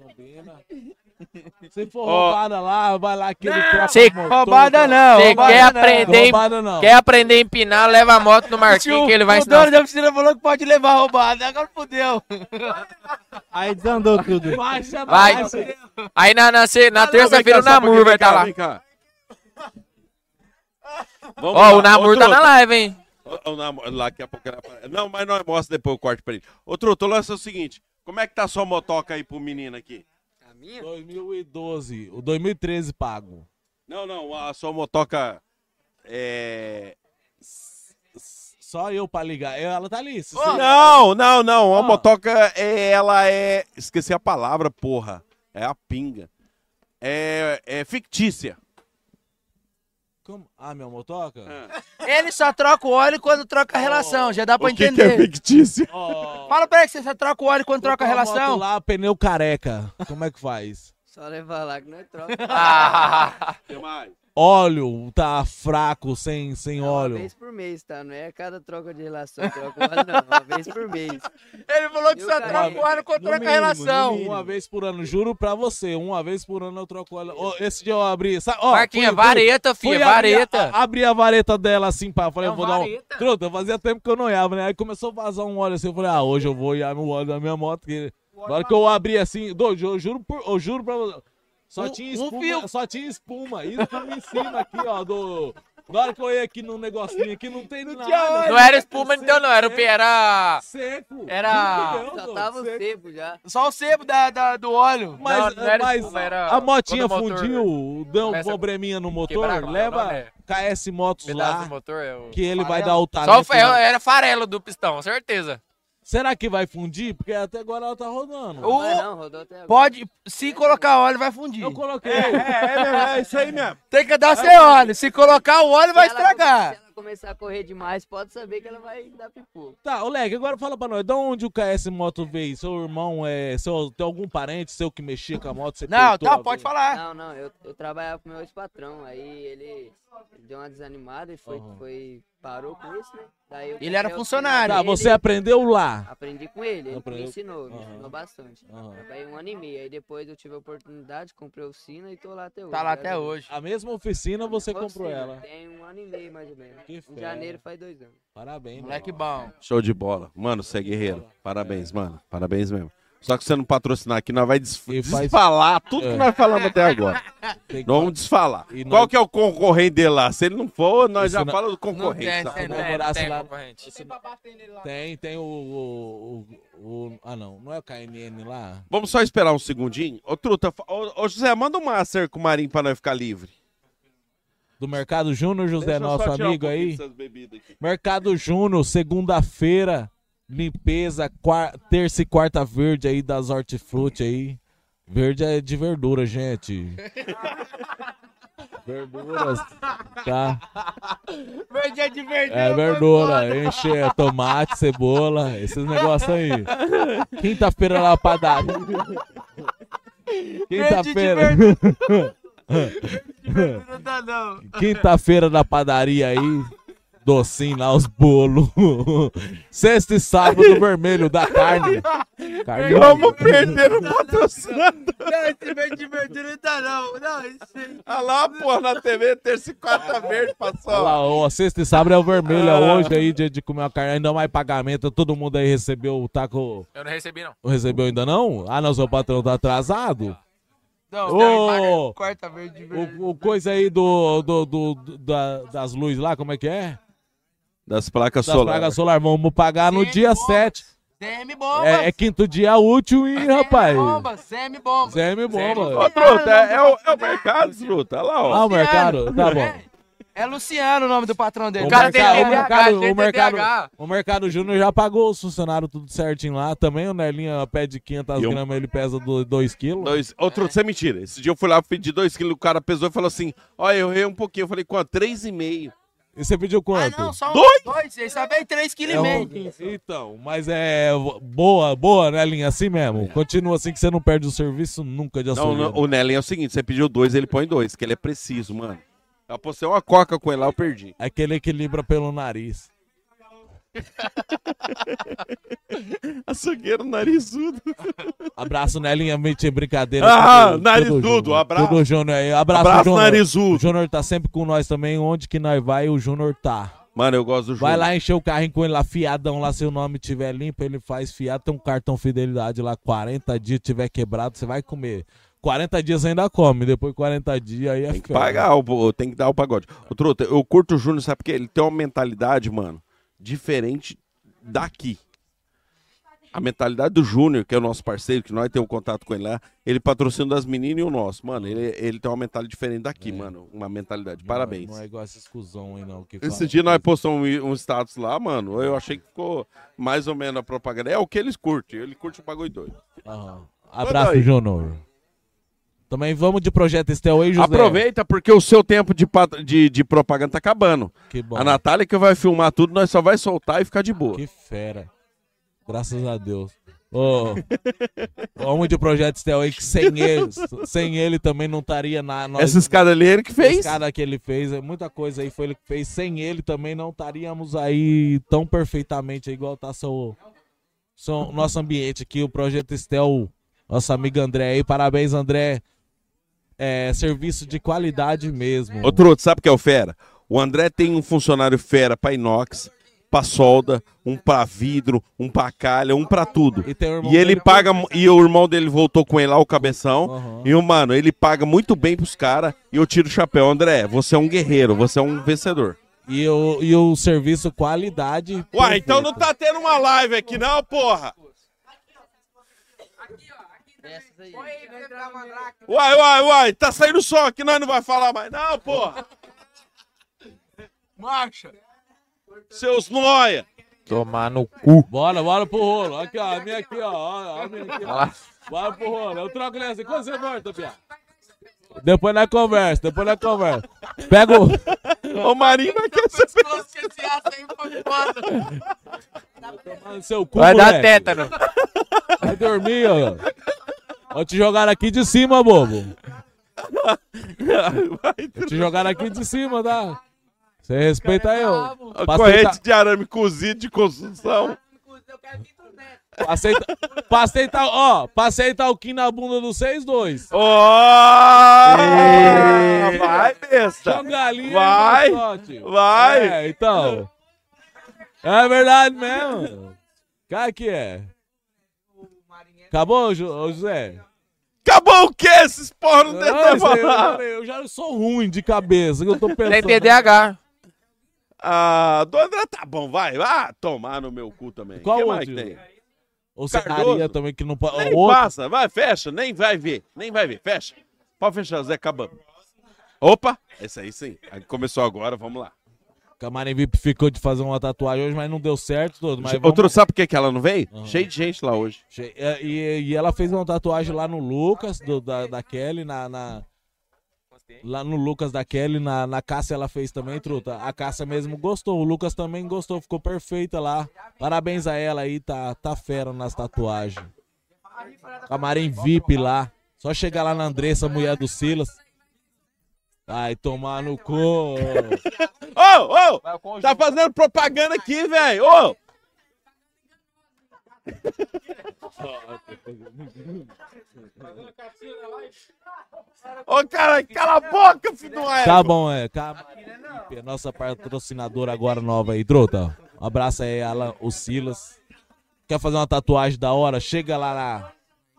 [SPEAKER 1] Se for
[SPEAKER 5] Ó.
[SPEAKER 1] roubada lá, vai lá aquele
[SPEAKER 5] Não,
[SPEAKER 1] tropa
[SPEAKER 5] cê-
[SPEAKER 1] motor,
[SPEAKER 5] roubada
[SPEAKER 1] tropa-
[SPEAKER 5] não,
[SPEAKER 3] Você
[SPEAKER 1] roubada
[SPEAKER 3] quer
[SPEAKER 1] não.
[SPEAKER 3] aprender, em-
[SPEAKER 1] Roubada não.
[SPEAKER 3] quer aprender a empinar, leva a moto no Marquinhos que ele vai
[SPEAKER 6] o
[SPEAKER 3] ensinar.
[SPEAKER 6] dono da oficina falou que pode levar roubado, agora fudeu.
[SPEAKER 5] Aí desandou tudo.
[SPEAKER 3] Vai. Aí na, na, se- na terça-feira o Namur vai estar lá.
[SPEAKER 2] Vamos
[SPEAKER 3] Ó,
[SPEAKER 2] lá.
[SPEAKER 3] o Namur
[SPEAKER 2] Ô,
[SPEAKER 3] tá na
[SPEAKER 2] Truta.
[SPEAKER 3] live, hein?
[SPEAKER 2] O, o Namur, lá, daqui a pouco ele apare- Não, mas nós mostra depois o corte pra ele. Ô, Truto, o lance é o seguinte. Como é que tá a sua motoca aí pro menino aqui?
[SPEAKER 1] 2012, o 2013 pago.
[SPEAKER 2] Não, não, a sua motoca é...
[SPEAKER 1] Só eu pra ligar. Ela tá ali. se você-
[SPEAKER 2] Não, não, não. A motoca, é, ela é... Esqueci a palavra, porra. É a pinga. É, é fictícia.
[SPEAKER 1] Como? Ah, minha motoca?
[SPEAKER 6] Ah. Ele só troca o óleo quando troca a relação, já dá pra
[SPEAKER 1] O que que é
[SPEAKER 6] entender.
[SPEAKER 2] fictício?
[SPEAKER 6] Fala pra ele que você só troca o óleo quando troca a
[SPEAKER 1] Uma moto
[SPEAKER 6] relação.
[SPEAKER 1] lá, pneu careca. Como é que faz?
[SPEAKER 9] Só levar lá que nós troca.
[SPEAKER 6] Ah.
[SPEAKER 1] Óleo tá fraco, sem, sem
[SPEAKER 9] Uma
[SPEAKER 1] óleo.
[SPEAKER 9] vez por mês, tá? Não é cada troca de relação, troca uma, não. Uma vez por mês.
[SPEAKER 6] Ele falou que só troca o óleo quando troca a relação.
[SPEAKER 1] Uma vez por ano, juro pra você. Uma vez por ano eu troco ela. Ó, esse dia eu abri. Sabe, ó,
[SPEAKER 3] Marquinha,
[SPEAKER 1] fui- fui-
[SPEAKER 3] vareta,
[SPEAKER 1] fui
[SPEAKER 3] filha,
[SPEAKER 1] abrir a-
[SPEAKER 3] vareta.
[SPEAKER 1] a- Abri a vareta dela assim, pá. Falei,
[SPEAKER 3] É
[SPEAKER 1] eu vou
[SPEAKER 3] uma
[SPEAKER 1] dar um.
[SPEAKER 3] vareta.
[SPEAKER 1] Truta, fazia tempo que eu não olhava, né? Aí começou a vazar um óleo assim. Eu falei, ah, hoje eu vou olhar o óleo da minha moto. Que... Na hora que eu abri assim, doido, eu juro, por, eu juro pra você. Só
[SPEAKER 3] Um-
[SPEAKER 1] tinha
[SPEAKER 3] um
[SPEAKER 1] espuma,
[SPEAKER 3] fio.
[SPEAKER 1] só tinha espuma. Isso em cima aqui, ó, do. Na hora que eu olhei aqui no negocinho aqui, não tem nada.
[SPEAKER 3] Não era espuma, então não. Era o pi- era.
[SPEAKER 1] Seco.
[SPEAKER 3] Era.
[SPEAKER 9] Só tava o sebo já.
[SPEAKER 6] Só o sebo da, da- do óleo.
[SPEAKER 1] Mas,
[SPEAKER 3] Não, não era
[SPEAKER 1] mas
[SPEAKER 3] espuma, era
[SPEAKER 1] a motinha
[SPEAKER 3] quando o motor
[SPEAKER 1] fundiu, deu um
[SPEAKER 3] começa a
[SPEAKER 1] probleminha no motor,
[SPEAKER 3] quebrar, não,
[SPEAKER 1] leva
[SPEAKER 3] não, né?
[SPEAKER 1] KS Motos
[SPEAKER 3] Pedaço
[SPEAKER 1] lá,
[SPEAKER 3] do motor, é o
[SPEAKER 1] que ele vai
[SPEAKER 3] farelo.
[SPEAKER 1] dar o
[SPEAKER 3] Só o
[SPEAKER 1] talento.
[SPEAKER 3] farelo, era farelo do pistão, certeza.
[SPEAKER 1] Será que vai fundir? Porque até agora ela tá rodando.
[SPEAKER 6] O- Pode, se colocar óleo, vai fundir. Eu
[SPEAKER 1] coloquei.
[SPEAKER 6] É,
[SPEAKER 2] é, mesmo, é isso aí mesmo.
[SPEAKER 6] Tem que dar sem óleo. Se colocar o óleo, vai estragar.
[SPEAKER 9] Se ela começar a correr demais, pode saber que ela vai dar pipoco.
[SPEAKER 1] Tá, Oleg, agora fala pra nós, de onde o KS Moto veio? Seu irmão, é, seu, tem algum parente seu que mexia com a moto? Você
[SPEAKER 6] então
[SPEAKER 1] peitou alguém?
[SPEAKER 9] Não, não, eu, eu trabalhava com meu ex-patrão, aí ele deu uma desanimada e foi,
[SPEAKER 1] Uhum.
[SPEAKER 9] foi parou com isso, né? Daí eu
[SPEAKER 6] Ele era
[SPEAKER 9] comprei o
[SPEAKER 6] funcionário.
[SPEAKER 9] final
[SPEAKER 1] Tá,
[SPEAKER 9] dele,
[SPEAKER 1] você aprendeu lá.
[SPEAKER 9] Aprendi com ele, ele
[SPEAKER 1] Aprendeu?
[SPEAKER 9] me ensinou, me
[SPEAKER 1] Aham.
[SPEAKER 9] ensinou bastante.
[SPEAKER 1] Aham.
[SPEAKER 9] Trabalhei um ano e meio, aí depois eu tive a oportunidade, comprei a oficina e tô lá
[SPEAKER 1] Tá
[SPEAKER 9] até hoje.
[SPEAKER 6] tá
[SPEAKER 9] graças a Deus.
[SPEAKER 1] A mesma oficina, você comprou
[SPEAKER 9] Oficina,
[SPEAKER 1] ela.
[SPEAKER 9] Tem um ano e meio, mais ou menos.
[SPEAKER 1] fera.
[SPEAKER 9] em janeiro faz dois anos.
[SPEAKER 1] Parabéns,
[SPEAKER 9] Moleque
[SPEAKER 6] bom.
[SPEAKER 2] Show de bola. Mano, você é guerreiro. Parabéns, mano. Parabéns mesmo. Só que você não patrocinar aqui, nós vai des desfalar tudo
[SPEAKER 1] É.
[SPEAKER 2] que nós falamos até agora.
[SPEAKER 1] Tem que-
[SPEAKER 2] Nós vamos desfalar.
[SPEAKER 1] E
[SPEAKER 2] Qual
[SPEAKER 1] nós-
[SPEAKER 2] que é o concorrente dele lá? Se ele não for, nós
[SPEAKER 1] Isso
[SPEAKER 2] já
[SPEAKER 1] não-
[SPEAKER 2] falamos do
[SPEAKER 1] Não
[SPEAKER 2] concorrente. tá?
[SPEAKER 1] tem, tem, não, não tem concorrente. Tem, tem o, o, o- o- Ah, não. Não é o KNN lá?
[SPEAKER 2] Vamos só esperar um segundinho. Ô, Truta, fa- ô, ô, José, manda uma acer com o Marinho pra nós ficar livre.
[SPEAKER 1] Do Mercado Júnior, José,
[SPEAKER 2] Deixa eu só
[SPEAKER 1] nosso
[SPEAKER 2] tirar um
[SPEAKER 1] amigo
[SPEAKER 2] pouquinho
[SPEAKER 1] aí.
[SPEAKER 2] dessas bebidas aqui.
[SPEAKER 1] Mercado Júnior, segunda-feira, limpeza, quar- terça e quarta verde aí das hortifruti aí. Verde é de verdura, gente. Verduras, tá?
[SPEAKER 6] Verde é de verdura.
[SPEAKER 1] É verdura, enche é tomate, cebola, esses negócios aí. Quinta-feira lá pra dar. Quinta-feira.
[SPEAKER 6] Não dá, não.
[SPEAKER 1] Quinta-feira na padaria aí. Docinho lá, os bolos. Sexta e sábado, vermelho da carne. Carne.
[SPEAKER 6] Vamos
[SPEAKER 2] perder o patrocinador.
[SPEAKER 6] Não, esse verde de verdura não dá, não. Não, isso aí.
[SPEAKER 2] Olha lá, porra, na TV, terça e quarta verde
[SPEAKER 1] Olha
[SPEAKER 2] passou.
[SPEAKER 1] lá, ó, sexta e sábado é o vermelho
[SPEAKER 2] Ah.
[SPEAKER 1] hoje aí, dia de comer uma carne. Ainda mais pagamento, todo mundo aí recebeu o taco.
[SPEAKER 3] Eu não recebi, não.
[SPEAKER 1] Não recebeu ainda não? Ah, não, seu patrão tá atrasado?
[SPEAKER 6] Não,
[SPEAKER 1] Ô,
[SPEAKER 6] Quarta verde de verdura.
[SPEAKER 1] o, o coisa aí do, do, do- do- da- das luzes lá, como é que é?
[SPEAKER 2] Das placas
[SPEAKER 1] Das
[SPEAKER 2] solares.
[SPEAKER 1] pragas solar. Vamos pagar no dia 7.
[SPEAKER 9] CM Bombas.
[SPEAKER 1] É, é quinto dia útil, hein, rapaz?
[SPEAKER 9] Bombas, CM Bombas.
[SPEAKER 1] CM Bomba.
[SPEAKER 2] Ô, truta, é, é o, é o mercado, truta. Olha lá, ó.
[SPEAKER 1] Ah, o mercado? Tá bom.
[SPEAKER 9] É Luciano o nome do patrão dele.
[SPEAKER 1] O mercado, o mercado, o mercado, o mercado Júnior já pagou os funcionários tudo certinho lá também. O Nelinha pede 500
[SPEAKER 2] Eu-
[SPEAKER 1] gramas, ele pesa 2 quilos.
[SPEAKER 2] Dois... Ô, truta, você é mentira. Esse dia eu fui lá pedir 2kg, o cara pesou e falou assim: Ó, eu errei um pouquinho. Eu falei: quanto? 3,5.
[SPEAKER 1] E você pediu quanto?
[SPEAKER 9] Não, só um,
[SPEAKER 2] Dois?
[SPEAKER 9] dois. Ele só veio três quilos e
[SPEAKER 1] É um-
[SPEAKER 9] meio.
[SPEAKER 1] Então, mas é boa, boa, Nelinha, assim mesmo. Continua assim que você não perde o serviço nunca de
[SPEAKER 2] Não,
[SPEAKER 1] açougueiro.
[SPEAKER 2] não, o Nelen é o seguinte: você pediu dois, ele põe dois, que ele é preciso, mano. Eu apostei uma coca com ele lá, eu perdi.
[SPEAKER 1] É que ele equilibra pelo nariz.
[SPEAKER 2] Açougueiro narizudo.
[SPEAKER 1] Abraço, Nelinha, mente brincadeira.
[SPEAKER 2] Ah,
[SPEAKER 1] Tudo-
[SPEAKER 2] narizudo,
[SPEAKER 1] tudo Júnior,
[SPEAKER 2] abraço.
[SPEAKER 1] Tudo Júnior aí. Abraço,
[SPEAKER 2] Abraço,
[SPEAKER 1] Júnior.
[SPEAKER 2] narizudo.
[SPEAKER 1] O Júnior tá sempre com nós também. Onde que nós vai, o Júnior tá.
[SPEAKER 2] Mano, eu gosto do jogo.
[SPEAKER 1] Vai lá encher o carrinho com ele lá, fiadão lá. Se o nome tiver limpo, ele faz fiado. Tem um cartão fidelidade lá, 40 dias, tiver quebrado, você vai comer. 40 dias você ainda come, depois 40 dias aí é Tem
[SPEAKER 2] Pagar, o, o- tem que dar o pagode. O Truta, eu curto o Júnior, sabe por quê? Ele tem uma mentalidade, mano, diferente daqui. A mentalidade do Júnior, que é o nosso parceiro, que nós temos contato com ele lá, ele patrocina das meninas e o nosso. Mano, ele, ele tem uma mentalidade
[SPEAKER 1] É.
[SPEAKER 2] diferente daqui, mano. Uma mentalidade. Parabéns.
[SPEAKER 1] Não é igual esses cuzão aí, não. Que
[SPEAKER 2] Esse
[SPEAKER 1] fala.
[SPEAKER 2] dia nós postamos um, um status lá, mano. Eu achei que ficou mais ou menos a propaganda. É o que eles curtem. Ele curte o bagulho doido.
[SPEAKER 1] Abraço, Júnior. Também vamos de projeto Estel aí, José.
[SPEAKER 2] Aproveita, porque o seu tempo de, pat- de, de propaganda tá acabando.
[SPEAKER 1] Que bom.
[SPEAKER 2] A Natália que vai filmar tudo, nós só vai soltar e ficar de boa.
[SPEAKER 1] Que fera. Graças a Deus. Ô, vamos de projeto Estel aí, que sem ele, sem ele também não estaria na. nós-
[SPEAKER 2] Essa escada ali é ele que fez?
[SPEAKER 1] Essa escada que ele fez, é muita coisa aí foi ele que fez. Sem ele também não estaríamos aí tão perfeitamente aí igual tá seu, seu- nosso ambiente aqui, o projeto Estel, nossa amiga André aí. Parabéns, André. É, serviço de qualidade mesmo.
[SPEAKER 2] Ô, Truto, sabe o que é o fera? O André tem um funcionário fera pra inox, pra solda, um pra vidro, um pra calha, um pra tudo. E,
[SPEAKER 1] tem o irmão
[SPEAKER 2] ele
[SPEAKER 1] dele-
[SPEAKER 2] paga. mu- E o irmão dele voltou com ele lá, o cabeção. E o mano, ele paga muito bem pros caras. E eu tiro o chapéu. André, você é um guerreiro, você é um vencedor.
[SPEAKER 1] E o, e o serviço qualidade.
[SPEAKER 2] Uai, então não tá tendo uma live aqui, não, porra! Uai, uai, uai, tá saindo som aqui, nós não vai falar mais, não, porra!
[SPEAKER 9] Marcha.
[SPEAKER 2] Seus noia!
[SPEAKER 25] Tomar no cu.
[SPEAKER 1] Bora, bora pro rolo. Aqui, ó. A minha aqui, ó. ó, ó a minha aqui, ó. Bora pro rolo. Eu troco nessa. Quando você volta, Pia? Depois na conversa, depois na conversa. Pega o.
[SPEAKER 2] Ô, Marinho vai querer
[SPEAKER 1] Mano, seu cu,
[SPEAKER 25] Vai dar
[SPEAKER 1] moleque.
[SPEAKER 25] tétano.
[SPEAKER 1] Vai dormir, ó. Vou te jogar aqui de cima, bobo. Vou te jogar aqui de cima, tá? Você respeita eu.
[SPEAKER 2] Corrente de arame cozido de construção.
[SPEAKER 1] Passei, passei tal, ó, passei talquinho na bunda dos seis dois.
[SPEAKER 2] Ó! Vai, besta!
[SPEAKER 1] Joga ali,
[SPEAKER 2] Vai,
[SPEAKER 1] mascote.
[SPEAKER 2] vai.
[SPEAKER 1] É, então. É verdade mesmo. Cara que é. Acabou, Ju- ô, José?
[SPEAKER 2] Acabou o quê? Esses porra não
[SPEAKER 1] Não,
[SPEAKER 2] tentam
[SPEAKER 1] isso aí,
[SPEAKER 2] falar!
[SPEAKER 1] cara, Eu já sou ruim de cabeça, que eu tô pensando.
[SPEAKER 2] Tem TDAH. Ah, do André tá bom, vai. Ah, tomar no meu cu também.
[SPEAKER 1] Qual
[SPEAKER 2] que
[SPEAKER 1] outro?
[SPEAKER 2] mais que tem?
[SPEAKER 1] Ou
[SPEAKER 2] Cardoso?
[SPEAKER 1] serraria também, que não pode.
[SPEAKER 2] Nem
[SPEAKER 1] Outro.
[SPEAKER 2] passa, vai, fecha, nem vai ver, nem vai ver, fecha. Pode fechar, Zé, acabamos. Opa, esse aí sim, Aí começou agora, vamos lá.
[SPEAKER 1] Camarim VIP ficou de fazer uma tatuagem hoje, mas não deu certo todo. Mas vamos-
[SPEAKER 2] Outro, sabe por que que ela não veio? Cheio de gente lá hoje.
[SPEAKER 1] Che- é, E, e ela fez uma tatuagem lá no Lucas, do- da, da Kelly, na, na- Lá no Lucas da Kelly, na, na Cássia ela fez também, truta. A Cássia mesmo gostou, o Lucas também gostou, ficou perfeita lá. Parabéns a ela aí, tá, tá fera nas tatuagens. Camarim VIP lá. Só chegar lá na Andressa, mulher do Silas. Vai tomar no cu.
[SPEAKER 2] Ô, ô, tá fazendo propaganda aqui, velho, ô. Ô, cara, cala a boca, filho do
[SPEAKER 1] Tá bom, é. Camarim VIP, a nossa patrocinadora agora nova aí, truta. Um abraço aí, Alan, o Silas. Quer fazer uma tatuagem da hora? Chega lá na,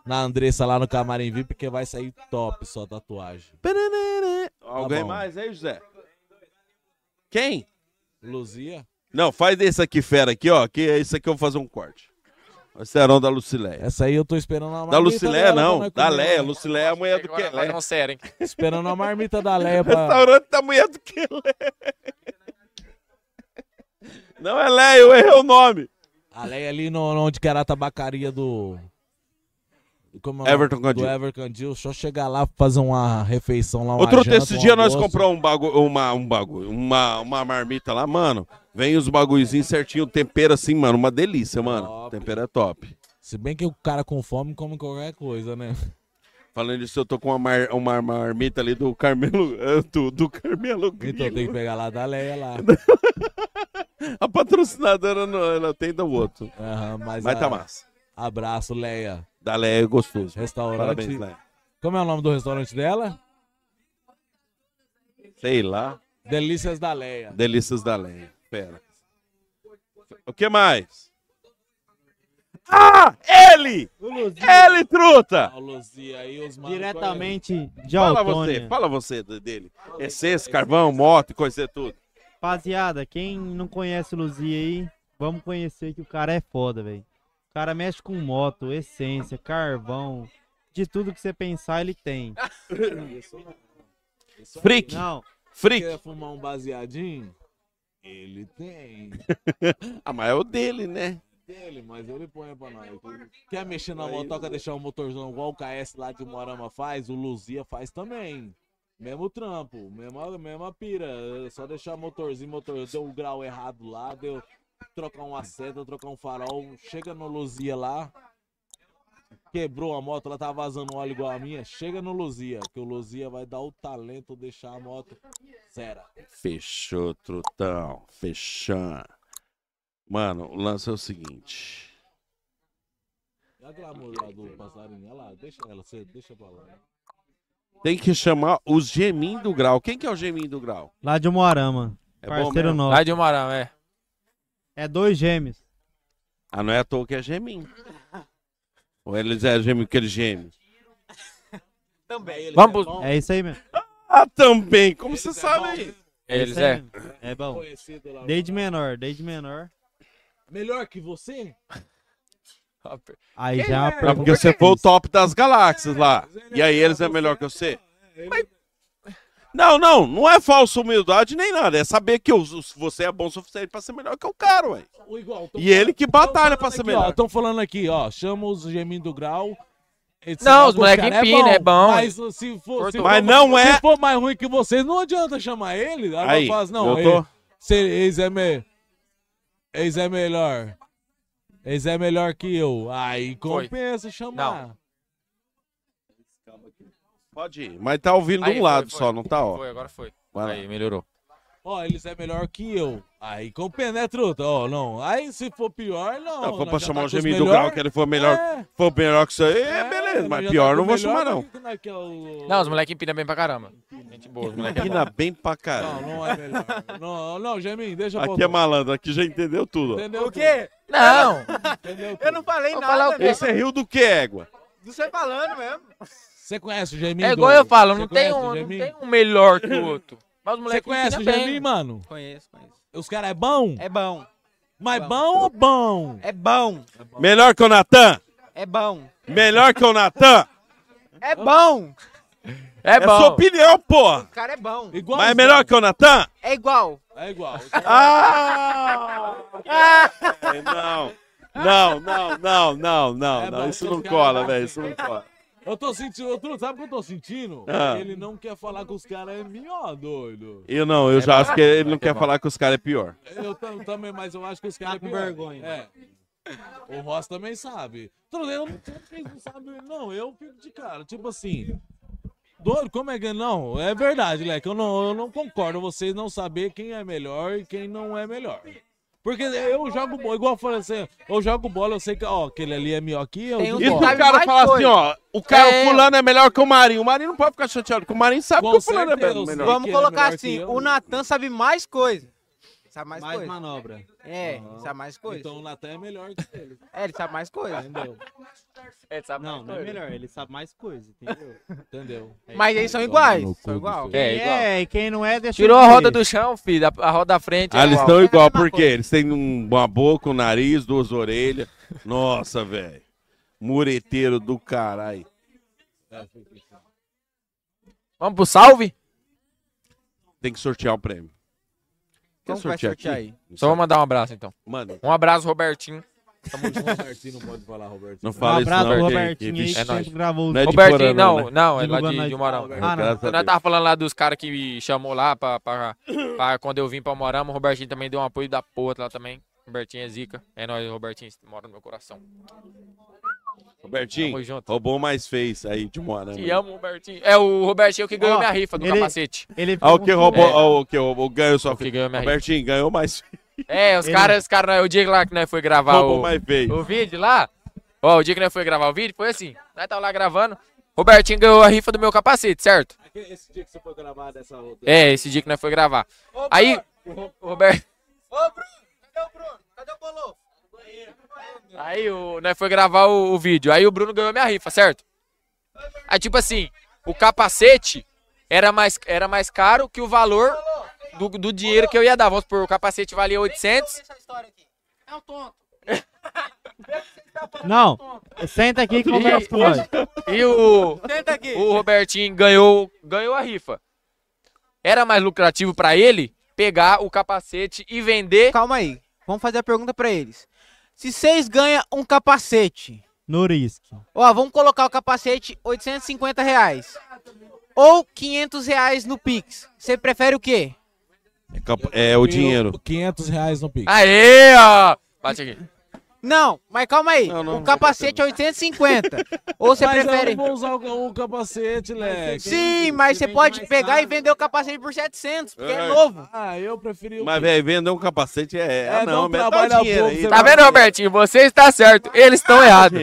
[SPEAKER 1] na Andressa, lá no Camarim VIP, porque vai sair top sua tatuagem.
[SPEAKER 2] Alguém
[SPEAKER 1] bom.
[SPEAKER 2] mais aí, José? Quem?
[SPEAKER 1] Luzia?
[SPEAKER 2] Não, faz desse aqui, fera, aqui, ó. Que é isso aqui eu vou fazer um corte. O serão da Lucileia.
[SPEAKER 1] Essa aí eu tô esperando a tá marmita.
[SPEAKER 2] Da Lucileia,
[SPEAKER 1] dela pra
[SPEAKER 2] não.
[SPEAKER 1] nós
[SPEAKER 2] Da
[SPEAKER 1] comer,
[SPEAKER 2] Leia.
[SPEAKER 1] né?
[SPEAKER 2] Lucileia é a mulher do que
[SPEAKER 3] Agora vai não sério, hein?
[SPEAKER 1] Esperando a marmita da Leia pra...
[SPEAKER 2] Restaurante da mulher do que Não é Leia, eu errei o nome.
[SPEAKER 1] A Leia ali no, no- onde que era a tabacaria do... Como é o nome?
[SPEAKER 2] Everton Candil.
[SPEAKER 1] Do Everton Candil. Só chegar lá fazer uma refeição lá, uma
[SPEAKER 2] Outro
[SPEAKER 1] janta,
[SPEAKER 2] esse
[SPEAKER 1] um
[SPEAKER 2] dia nós
[SPEAKER 1] almoço.
[SPEAKER 2] compramos um bagulho, uma, um bagulho, uma, uma marmita lá, mano. Vem os bagulhozinhos certinho, tempero assim, mano. Uma delícia, mano. Tempero é top.
[SPEAKER 1] Se bem que o cara com fome come qualquer coisa, né?
[SPEAKER 2] Falando disso, eu tô com uma, mar- uma marmita ali do Carmelo. eh, Do, do Carmelo Grilo.
[SPEAKER 1] Então tem que pegar lá da Leia lá.
[SPEAKER 2] A patrocinadora não, ela tem do outro.
[SPEAKER 1] Aham, mas
[SPEAKER 2] Mas tá
[SPEAKER 1] a-
[SPEAKER 2] massa.
[SPEAKER 1] Abraço, Leia.
[SPEAKER 2] Da Leia é gostoso.
[SPEAKER 1] Restaurante.
[SPEAKER 2] Parabéns, Leia.
[SPEAKER 1] Como é o nome do restaurante dela?
[SPEAKER 2] Sei lá.
[SPEAKER 1] Delícias da Leia.
[SPEAKER 2] Delícias da Leia. Pera. O que mais? Ah! Ele! Ele, truta!
[SPEAKER 1] é?
[SPEAKER 35] Diretamente de
[SPEAKER 2] Fala
[SPEAKER 35] Autônia.
[SPEAKER 2] você, fala você de- dele. Essência, carvão, moto, coisa e tudo.
[SPEAKER 35] Rapaziada, quem não conhece o Luzia aí, vamos conhecer que o cara é foda, velho. O cara mexe com moto, essência, carvão, de tudo que você pensar ele tem.
[SPEAKER 2] Freak.
[SPEAKER 35] Não.
[SPEAKER 2] Freak.
[SPEAKER 1] Quer fumar um baseadinho? Ele tem.
[SPEAKER 2] ah, mas é o dele, né?
[SPEAKER 1] Dele, mas ele põe pra nós. Quer mexer na motoca, deixar o motorzão igual o KS lá de Morama faz, o Luzia faz também. Mesmo trampo, mesma, mesma pira. É Só deixar motorzinho, motor, deu o grau errado lá, deu trocar um seta, trocar um farol. Chega no Luzia lá, quebrou a moto, ela tá vazando óleo igual a minha. Chega no Luzia, que o Luzia vai dar o talento deixar a moto zero.
[SPEAKER 2] Fechou, trutão. Fechando. Mano, o lance é o seguinte.
[SPEAKER 1] E a glamour lá do passarinho, olha lá, deixa ela, você deixa pra lá.
[SPEAKER 2] Tem que chamar os geminhos do grau. Quem que é o geminho do grau?
[SPEAKER 35] Lá de Moarama.
[SPEAKER 2] É bom
[SPEAKER 35] parceiro
[SPEAKER 2] mesmo?
[SPEAKER 35] nosso.
[SPEAKER 2] Lá de
[SPEAKER 25] Moarama, é.
[SPEAKER 35] É dois gêmeos.
[SPEAKER 2] Ah, não é à toa que é geminho. Ou eles é gêmeo que eles gêmeo?
[SPEAKER 1] Também,
[SPEAKER 35] Vamos. É isso aí mesmo.
[SPEAKER 2] Ah, também. Como você
[SPEAKER 1] é
[SPEAKER 2] sabe?
[SPEAKER 35] Eles é. É bom.
[SPEAKER 1] Conhecido lá.
[SPEAKER 35] Desde menor, desde menor.
[SPEAKER 1] Melhor que você? é
[SPEAKER 35] Aí já
[SPEAKER 2] Não, porque você foi o top das galáxias lá. E aí eles é melhor que você?
[SPEAKER 1] tá
[SPEAKER 2] Não, não, não é falsa humildade nem nada. É saber que os- os- você é bom o suficiente pra ser melhor que o cara, ué.
[SPEAKER 1] O igual, tô
[SPEAKER 2] E ele que batalha pra ser
[SPEAKER 1] Aqui, ó,
[SPEAKER 2] melhor.
[SPEAKER 1] estão falando aqui, ó. Chama os geminhos do grau. Esse
[SPEAKER 2] Não, os
[SPEAKER 1] cara,
[SPEAKER 2] moleque
[SPEAKER 1] cara,
[SPEAKER 2] empina, é bom.
[SPEAKER 1] Mas uh, se for, se
[SPEAKER 2] Mas
[SPEAKER 1] for-
[SPEAKER 2] não é-
[SPEAKER 1] se for mais ruim que vocês, não adianta chamar ele. Agora
[SPEAKER 2] Aí,
[SPEAKER 1] faz, assim, não.
[SPEAKER 2] voltou?
[SPEAKER 1] Ele, se, eles, é me, eles é melhor. Eles é melhor que eu. Aí
[SPEAKER 2] Foi.
[SPEAKER 1] compensa chamar.
[SPEAKER 2] Pode ir, mas tá ouvindo de
[SPEAKER 1] Aí,
[SPEAKER 2] um
[SPEAKER 1] foi,
[SPEAKER 2] lado
[SPEAKER 1] foi.
[SPEAKER 2] só, não tá, ó.
[SPEAKER 1] Foi, agora foi.
[SPEAKER 2] Vai
[SPEAKER 25] Aí, melhorou.
[SPEAKER 1] Ó, eles é melhor que eu. Aí compensa, né, truta? Ó, não. Aí se for pior, não.
[SPEAKER 2] Não, for
[SPEAKER 1] Nós
[SPEAKER 2] pra
[SPEAKER 1] já tá
[SPEAKER 2] chamar o
[SPEAKER 1] com os
[SPEAKER 2] geminho do
[SPEAKER 1] melhor. É.
[SPEAKER 2] grau, que ele for melhor, for melhor que isso aí, é, beleza. Mas
[SPEAKER 25] já
[SPEAKER 2] pior
[SPEAKER 25] tá
[SPEAKER 2] não
[SPEAKER 25] com
[SPEAKER 2] vou
[SPEAKER 25] o melhor,
[SPEAKER 2] chamar, não.
[SPEAKER 3] é-
[SPEAKER 25] Não, os moleques empinam bem pra caramba. Gente boa, os moleques.
[SPEAKER 2] Empina bem pra
[SPEAKER 1] né?
[SPEAKER 2] caramba.
[SPEAKER 1] Não, não é melhor. não, não, Geminho, deixa pra
[SPEAKER 2] Aqui é malandro, aqui já entendeu tudo. ó.
[SPEAKER 1] Entendeu?
[SPEAKER 11] O quê?
[SPEAKER 1] Não.
[SPEAKER 11] Eu não falei
[SPEAKER 14] Vou falar
[SPEAKER 11] nada,
[SPEAKER 14] o quê?
[SPEAKER 11] velho.
[SPEAKER 2] Esse é rio do que, égua?
[SPEAKER 11] Do você falando mesmo.
[SPEAKER 1] Você conhece o Geminho?
[SPEAKER 3] É igual eu falo, não tem, um,
[SPEAKER 1] um.
[SPEAKER 3] não tem um melhor que o outro. Mas os
[SPEAKER 1] Você
[SPEAKER 3] moleques
[SPEAKER 1] conhece o Geminho, mano?
[SPEAKER 11] Conheço, conheço.
[SPEAKER 1] Os caras é bom?
[SPEAKER 11] É bom.
[SPEAKER 1] Mas bom ou bom?
[SPEAKER 11] É bom.
[SPEAKER 2] Melhor que o Natan?
[SPEAKER 11] É bom.
[SPEAKER 2] Melhor que o Natan?
[SPEAKER 11] É bom.
[SPEAKER 2] É
[SPEAKER 11] bom.
[SPEAKER 2] sua opinião, porra.
[SPEAKER 11] O cara é bom.
[SPEAKER 2] Mas é melhor que o Natan?
[SPEAKER 11] É igual.
[SPEAKER 1] É igual.
[SPEAKER 2] Ah! É, não. Não, não, não, não, não,
[SPEAKER 1] É
[SPEAKER 2] não.
[SPEAKER 1] bom
[SPEAKER 2] Isso
[SPEAKER 1] que
[SPEAKER 2] não
[SPEAKER 1] os caras
[SPEAKER 2] cola,
[SPEAKER 1] não
[SPEAKER 2] velho. Isso não cola.
[SPEAKER 1] Eu tô sentindo, eu tô- sabe o que eu tô sentindo?
[SPEAKER 2] Ah.
[SPEAKER 1] Ele não quer falar com os caras é melhor, doido.
[SPEAKER 2] Eu não, eu
[SPEAKER 1] É
[SPEAKER 2] já
[SPEAKER 1] bom.
[SPEAKER 2] acho que ele não
[SPEAKER 1] É
[SPEAKER 2] quer
[SPEAKER 1] bom.
[SPEAKER 2] falar que os caras é pior.
[SPEAKER 1] Eu tam- também, mas eu acho que os caras é
[SPEAKER 11] com
[SPEAKER 1] pior.
[SPEAKER 11] vergonha.
[SPEAKER 1] É. O Ross também sabe. Tudo, Eu não, vocês não sabem, não. Eu fico de cara. Tipo assim. Doido, como é que. Não, é verdade, Leque. Eu não, eu não concordo vocês não saber quem é melhor e quem não é melhor. Porque eu jogo bola, igual eu falei assim, eu jogo bola, eu sei que, ó, aquele ali é melhor que eu.
[SPEAKER 2] E
[SPEAKER 1] jogo
[SPEAKER 2] se o
[SPEAKER 1] bola.
[SPEAKER 2] cara falar assim, ó, o cara
[SPEAKER 1] É.
[SPEAKER 2] fulano é melhor que o Marinho. O Marinho não pode ficar chateado, porque o Marinho sabe
[SPEAKER 1] Com
[SPEAKER 2] que o fulano
[SPEAKER 1] certeza,
[SPEAKER 2] é melhor.
[SPEAKER 1] eu sei
[SPEAKER 11] Vamos assim,
[SPEAKER 1] que ele é
[SPEAKER 11] colocar
[SPEAKER 1] melhor que
[SPEAKER 11] assim,
[SPEAKER 1] eu.
[SPEAKER 11] o Natan sabe mais coisa. Sabe mais,
[SPEAKER 5] Mais
[SPEAKER 11] coisa.
[SPEAKER 5] manobra.
[SPEAKER 11] É,
[SPEAKER 5] Aham.
[SPEAKER 11] sabe mais coisa.
[SPEAKER 5] Então o
[SPEAKER 11] Natan é melhor que ele. É, ele sabe mais coisa.
[SPEAKER 5] Entendeu?
[SPEAKER 3] Ele sabe
[SPEAKER 5] Não,
[SPEAKER 11] mais
[SPEAKER 5] não é
[SPEAKER 11] coisa.
[SPEAKER 5] melhor, ele sabe mais coisa, entendeu? entendeu?
[SPEAKER 11] Mas eles são iguais. São igual.
[SPEAKER 5] É,
[SPEAKER 3] igual.
[SPEAKER 5] e quem não é, deixa
[SPEAKER 3] Tirou a
[SPEAKER 5] ele
[SPEAKER 3] roda
[SPEAKER 5] ser.
[SPEAKER 3] do chão, filho. A, a roda da frente. é
[SPEAKER 2] Ah, eles
[SPEAKER 3] igual.
[SPEAKER 2] estão igual, por quê? Eles têm um- uma boca, um nariz, duas orelhas. Nossa, velho. Mureteiro do caralho.
[SPEAKER 1] É,
[SPEAKER 3] Vamos pro salve?
[SPEAKER 2] Tem que sortear o prêmio. Quer
[SPEAKER 3] Como que vai sortear
[SPEAKER 2] aqui?
[SPEAKER 3] aí? Só vou mandar um abraço, então.
[SPEAKER 2] Mano.
[SPEAKER 3] Um abraço, Robertinho. Tamo junto.
[SPEAKER 2] Robertinho não pode falar, Robertinho. Não
[SPEAKER 3] Um
[SPEAKER 2] fala isso,
[SPEAKER 3] abraço
[SPEAKER 2] não,
[SPEAKER 3] pro
[SPEAKER 2] que-
[SPEAKER 3] Robertinho
[SPEAKER 2] que-
[SPEAKER 3] aí,
[SPEAKER 2] vixe,
[SPEAKER 3] que sempre
[SPEAKER 2] não
[SPEAKER 3] gravou
[SPEAKER 2] é de
[SPEAKER 3] Robertinho,
[SPEAKER 2] Porã,
[SPEAKER 3] não, não, é lá
[SPEAKER 2] Divulgando
[SPEAKER 3] de, de
[SPEAKER 2] nós.
[SPEAKER 3] Morama.
[SPEAKER 2] Ah, não. Graças a
[SPEAKER 3] Nós
[SPEAKER 2] Deus.
[SPEAKER 3] tava falando lá dos caras que chamou lá pra, pra, pra quando eu vim pra Morama, o Robertinho também deu um apoio da porra lá também. Robertinho é zica. É nóis, Robertinho, você mora no meu coração.
[SPEAKER 2] Robertinho, roubou mais fez aí de né, Moarama.
[SPEAKER 3] Te amo, Robertinho. É o Robertinho que ganhou
[SPEAKER 5] Ó,
[SPEAKER 3] minha rifa do
[SPEAKER 5] ele-
[SPEAKER 3] capacete.
[SPEAKER 2] Ah, o que roubou,
[SPEAKER 3] É.
[SPEAKER 2] ah, o que roubou, ganhou só fez.
[SPEAKER 3] minha
[SPEAKER 2] Robertinho, ganhou mais fez.
[SPEAKER 3] É, os
[SPEAKER 2] Ele-
[SPEAKER 3] caras, os caras, o dia lá que nós foi gravar
[SPEAKER 2] Roubou
[SPEAKER 3] o,
[SPEAKER 2] mais vez.
[SPEAKER 3] o vídeo lá, ó, o dia que nós foi gravar o vídeo, foi assim, nós tava lá gravando, Robertinho ganhou a rifa do meu capacete, certo?
[SPEAKER 5] Esse dia que você foi gravar dessa roda.
[SPEAKER 3] É, esse dia que nós foi gravar. Aí, o Ro- o Roberto...
[SPEAKER 36] Ô, Bruno, cadê o Bruno? Cadê o Bolô?
[SPEAKER 3] Aí o, nós foi gravar o, o vídeo. Aí o Bruno ganhou minha rifa, certo? Aí tipo assim, o capacete era mais, era mais caro que o valor do, do dinheiro que eu ia dar. Vamos supor, o capacete valia 800.
[SPEAKER 36] É um tonto.
[SPEAKER 5] Não, senta aqui que conversa com nós.
[SPEAKER 3] E o, o Robertinho ganhou, ganhou a rifa. Era mais lucrativo pra ele pegar o capacete e vender.
[SPEAKER 11] Calma aí. Vamos fazer a pergunta pra eles. Se vocês ganham um capacete,
[SPEAKER 5] Norisco.
[SPEAKER 11] ó, vamos colocar o capacete 850 reais. Ou 500 reais no Pix. Você prefere o quê?
[SPEAKER 2] É cap- É, o dinheiro.
[SPEAKER 1] 500 reais no Pix.
[SPEAKER 3] Aê, ó! Bate aqui.
[SPEAKER 11] Não, mas calma aí. o capacete é 850. ou você
[SPEAKER 1] Mas eu
[SPEAKER 11] prefere.
[SPEAKER 1] não vou usar o, o capacete, Lex.
[SPEAKER 11] Sim, mas você pode pegar e vender o capacete por 700, porque é
[SPEAKER 2] É.
[SPEAKER 11] novo.
[SPEAKER 1] Ah, eu preferi
[SPEAKER 2] Mas, velho, vender um capacete é.
[SPEAKER 11] É,
[SPEAKER 2] ah,
[SPEAKER 11] dá
[SPEAKER 2] não,
[SPEAKER 11] um
[SPEAKER 2] mas
[SPEAKER 11] trabalho
[SPEAKER 2] dá
[SPEAKER 11] a
[SPEAKER 2] o dinheiro
[SPEAKER 11] pouco,
[SPEAKER 2] aí. Ah,
[SPEAKER 11] você
[SPEAKER 3] Tá vendo, Robertinho? Você está certo, eles estão errados.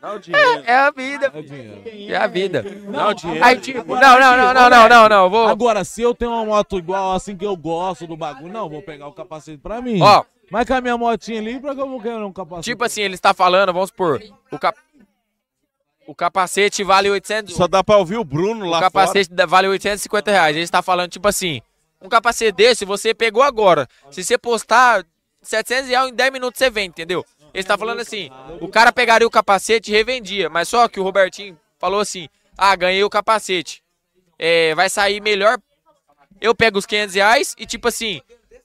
[SPEAKER 2] Dá o dinheiro.
[SPEAKER 3] É a vida.
[SPEAKER 1] É o dinheiro.
[SPEAKER 3] É a vida.
[SPEAKER 1] Não,
[SPEAKER 3] Aí, tipo, não, não, não, não, não, não, não, vou.
[SPEAKER 1] Agora, se eu tenho uma moto igual, assim, que eu gosto do bagulho, não, vou pegar o capacete pra mim.
[SPEAKER 3] Ó.
[SPEAKER 1] Mas com a minha motinha ali, pra que eu vou ganhar um capacete?
[SPEAKER 3] Tipo assim, ele está falando, vamos supor, o, cap... o capacete vale 800...
[SPEAKER 2] Só dá pra ouvir o Bruno lá
[SPEAKER 3] O capacete da- vale 850 reais. Ele está falando, tipo assim, um capacete desse você pegou agora. Se você postar 700 reais, em 10 minutos você vende, entendeu? Ele está falando assim, o cara pegaria o capacete e revendia. Mas só que o Robertinho falou assim, ah, ganhei o capacete. É, vai sair melhor... Eu pego os 500 reais e, tipo assim,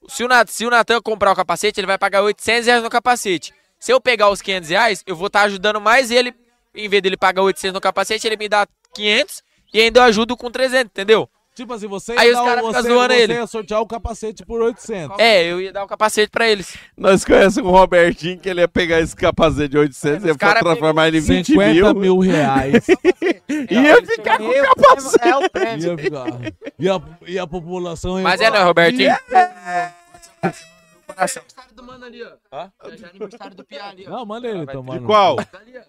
[SPEAKER 3] se o, Nat, se o Natan comprar o capacete, ele vai pagar 800 reais no capacete. Se eu pegar os 500 reais, eu vou estar ajudando mais ele. Em vez dele pagar 800 no capacete, ele me dá 500 e ainda eu ajudo com 300, entendeu?
[SPEAKER 1] Tipo assim, você
[SPEAKER 3] Aí
[SPEAKER 1] ia
[SPEAKER 3] os
[SPEAKER 1] dar o-
[SPEAKER 3] caras ficam
[SPEAKER 1] você-
[SPEAKER 3] zoando
[SPEAKER 1] você
[SPEAKER 3] ele.
[SPEAKER 1] ia sortear o capacete por 800.
[SPEAKER 3] É, eu ia dar o capacete pra eles.
[SPEAKER 2] Nós conhecemos o Robertinho que ele ia pegar esse capacete de 800 e ia
[SPEAKER 3] É, cara
[SPEAKER 2] transformar ele em 20
[SPEAKER 1] 50
[SPEAKER 2] mil.
[SPEAKER 1] mil reais.
[SPEAKER 2] ia ficar com o
[SPEAKER 3] é
[SPEAKER 2] capacete.
[SPEAKER 11] o
[SPEAKER 1] prêmio. Ia ficar. tá E a, e a população... ia
[SPEAKER 3] Mas é,
[SPEAKER 1] falar,
[SPEAKER 3] né, Robertinho?
[SPEAKER 6] Já é aniversário do Pia ali, ó.
[SPEAKER 1] Não, manda ele tomar.
[SPEAKER 2] De
[SPEAKER 1] no-
[SPEAKER 2] qual?
[SPEAKER 6] Ali, ó.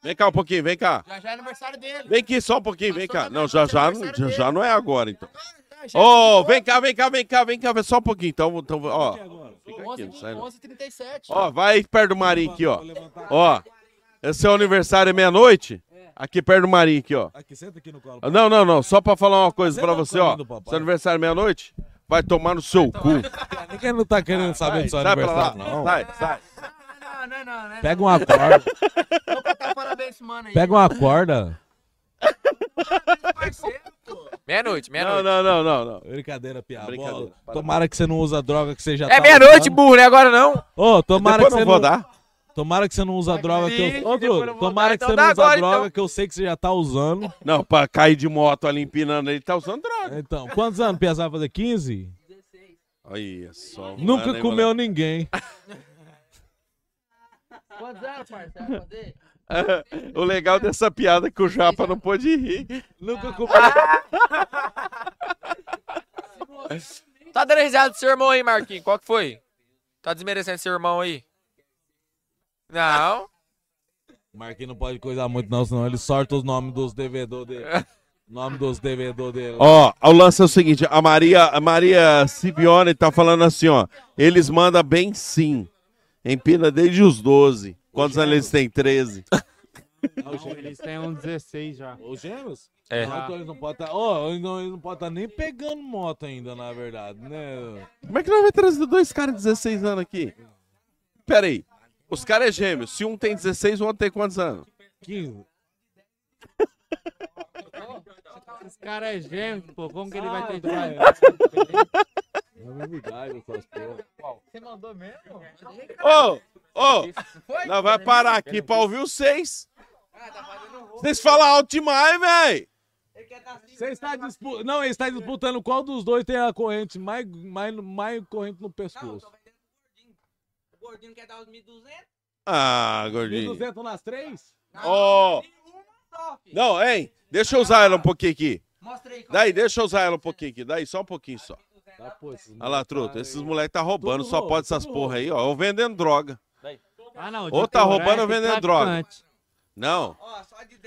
[SPEAKER 2] Vem cá um pouquinho, vem cá.
[SPEAKER 6] Já já é aniversário dele.
[SPEAKER 2] Vem aqui só um pouquinho, vem cá. Não, já já, não- já, já não é agora, então. Ô, vem cá, vem cá, vem cá, vem cá, vem só um pouquinho. Então, então ó. Fica aqui, não sai não.
[SPEAKER 6] 11h37.
[SPEAKER 2] Ó, vai perto do Marinho aqui, ó. Ó, esse é o aniversário é meia-noite. Aqui perto do Marinho aqui, ó.
[SPEAKER 1] Aqui, senta aqui no colo.
[SPEAKER 2] Não, não, não. Só pra falar uma coisa
[SPEAKER 1] Você
[SPEAKER 2] pra
[SPEAKER 1] não
[SPEAKER 2] você,
[SPEAKER 1] tá
[SPEAKER 2] ó.
[SPEAKER 1] ouvindo, papai.
[SPEAKER 2] Seu aniversário é meia-noite? Vai tomar no seu cu.
[SPEAKER 1] Ninguém não tá querendo saber do seu
[SPEAKER 2] sai pra lá.
[SPEAKER 1] aniversário, não.
[SPEAKER 2] Sai, sai.
[SPEAKER 9] Não, não, não, não.
[SPEAKER 1] Pega uma corda.
[SPEAKER 9] Vou cantar parabéns, esse mano aí.
[SPEAKER 1] Pega uma corda.
[SPEAKER 3] Meia-noite,
[SPEAKER 2] meia-noite. Não, não, não, não.
[SPEAKER 1] Brincadeira, piada.
[SPEAKER 2] Brincadeira.
[SPEAKER 1] Tomara que você não usa droga que você já
[SPEAKER 3] É
[SPEAKER 1] tá
[SPEAKER 3] meia-noite,
[SPEAKER 1] usando.
[SPEAKER 3] burro, né? Agora não.
[SPEAKER 1] Ô, tomara
[SPEAKER 3] Depois
[SPEAKER 1] que você
[SPEAKER 3] não vou
[SPEAKER 1] não...
[SPEAKER 3] dar.
[SPEAKER 1] Tomara que você não usa droga que
[SPEAKER 3] Ih,
[SPEAKER 1] eu... Ô,
[SPEAKER 3] depois
[SPEAKER 1] Bruno,
[SPEAKER 3] eu vou
[SPEAKER 1] tomara
[SPEAKER 3] dar,
[SPEAKER 1] que
[SPEAKER 3] então
[SPEAKER 1] você
[SPEAKER 3] dá
[SPEAKER 1] não usa
[SPEAKER 3] agora,
[SPEAKER 1] droga
[SPEAKER 3] então.
[SPEAKER 1] que eu sei que você já tá usando.
[SPEAKER 2] Não, pra cair de moto ali empinando, ele tá usando droga.
[SPEAKER 1] Então, quantos anos Piazá vai fazer? 15?
[SPEAKER 2] Olha só.
[SPEAKER 1] Nunca
[SPEAKER 2] mano, hein,
[SPEAKER 1] comeu
[SPEAKER 2] moleque.
[SPEAKER 1] ninguém.
[SPEAKER 9] Quantos anos, parceiro? Fazer?
[SPEAKER 2] o legal dessa piada é que o Japa não pôde rir.
[SPEAKER 9] Ah.
[SPEAKER 1] Nunca
[SPEAKER 3] Tá dando risada do seu irmão aí, Marquinhos. Qual que foi? Tá desmerecendo seu irmão aí? Não.
[SPEAKER 1] Marquinhos não pode coisar muito, não, senão ele sorta os nomes dos devedores dele. O nome dos devedores dele.
[SPEAKER 2] Ó, o lance é o seguinte, a Maria, a Maria Sibione tá falando assim, ó. Eles mandam bem sim. Empina desde os 12. Quantos anos eles têm? 13.
[SPEAKER 5] Eles têm um 16 já.
[SPEAKER 1] Os gêmeos?
[SPEAKER 2] É.
[SPEAKER 1] Não, então eles não podem estar. Ó, eles não, eles não podem estar nem pegando moto ainda, na verdade, né?
[SPEAKER 2] Como é que nós vamos trazer dois caras de 16 anos aqui? Pera aí. Os caras é gêmeos. Se um tem 16, o outro tem quantos anos?
[SPEAKER 1] 15.
[SPEAKER 5] Esse cara é gêmeo, pô. Como que ele vai ter
[SPEAKER 1] Sai,
[SPEAKER 5] dois?
[SPEAKER 37] Você mandou mesmo?
[SPEAKER 2] Ô, ô, nós vai parar aqui pra ouvir os seis. Vocês falam alto demais, véi.
[SPEAKER 1] Você está disputando. Não, ele está disputando qual dos dois tem a corrente mais, mais, mais corrente no pescoço.
[SPEAKER 9] O gordinho quer dar os 1.200?
[SPEAKER 2] Ah, gordinho.
[SPEAKER 1] 1.200 tá nas três?
[SPEAKER 2] Ó. Não, hein? Deixa eu usar ela um pouquinho aqui.
[SPEAKER 9] Mostra aí.
[SPEAKER 2] Daí, deixa eu usar ela um pouquinho aqui. Daí, só um pouquinho só.
[SPEAKER 1] Ah, pô, esses
[SPEAKER 2] Olha lá, truta. Esses moleques tá roubando,
[SPEAKER 1] Tudo
[SPEAKER 2] só
[SPEAKER 1] roubo,
[SPEAKER 2] pode essas
[SPEAKER 1] tudo
[SPEAKER 2] porra aí, ó. Ou vendendo droga.
[SPEAKER 5] Ah, não.
[SPEAKER 2] Ou tá
[SPEAKER 1] é
[SPEAKER 2] roubando ou vendendo droga. Não.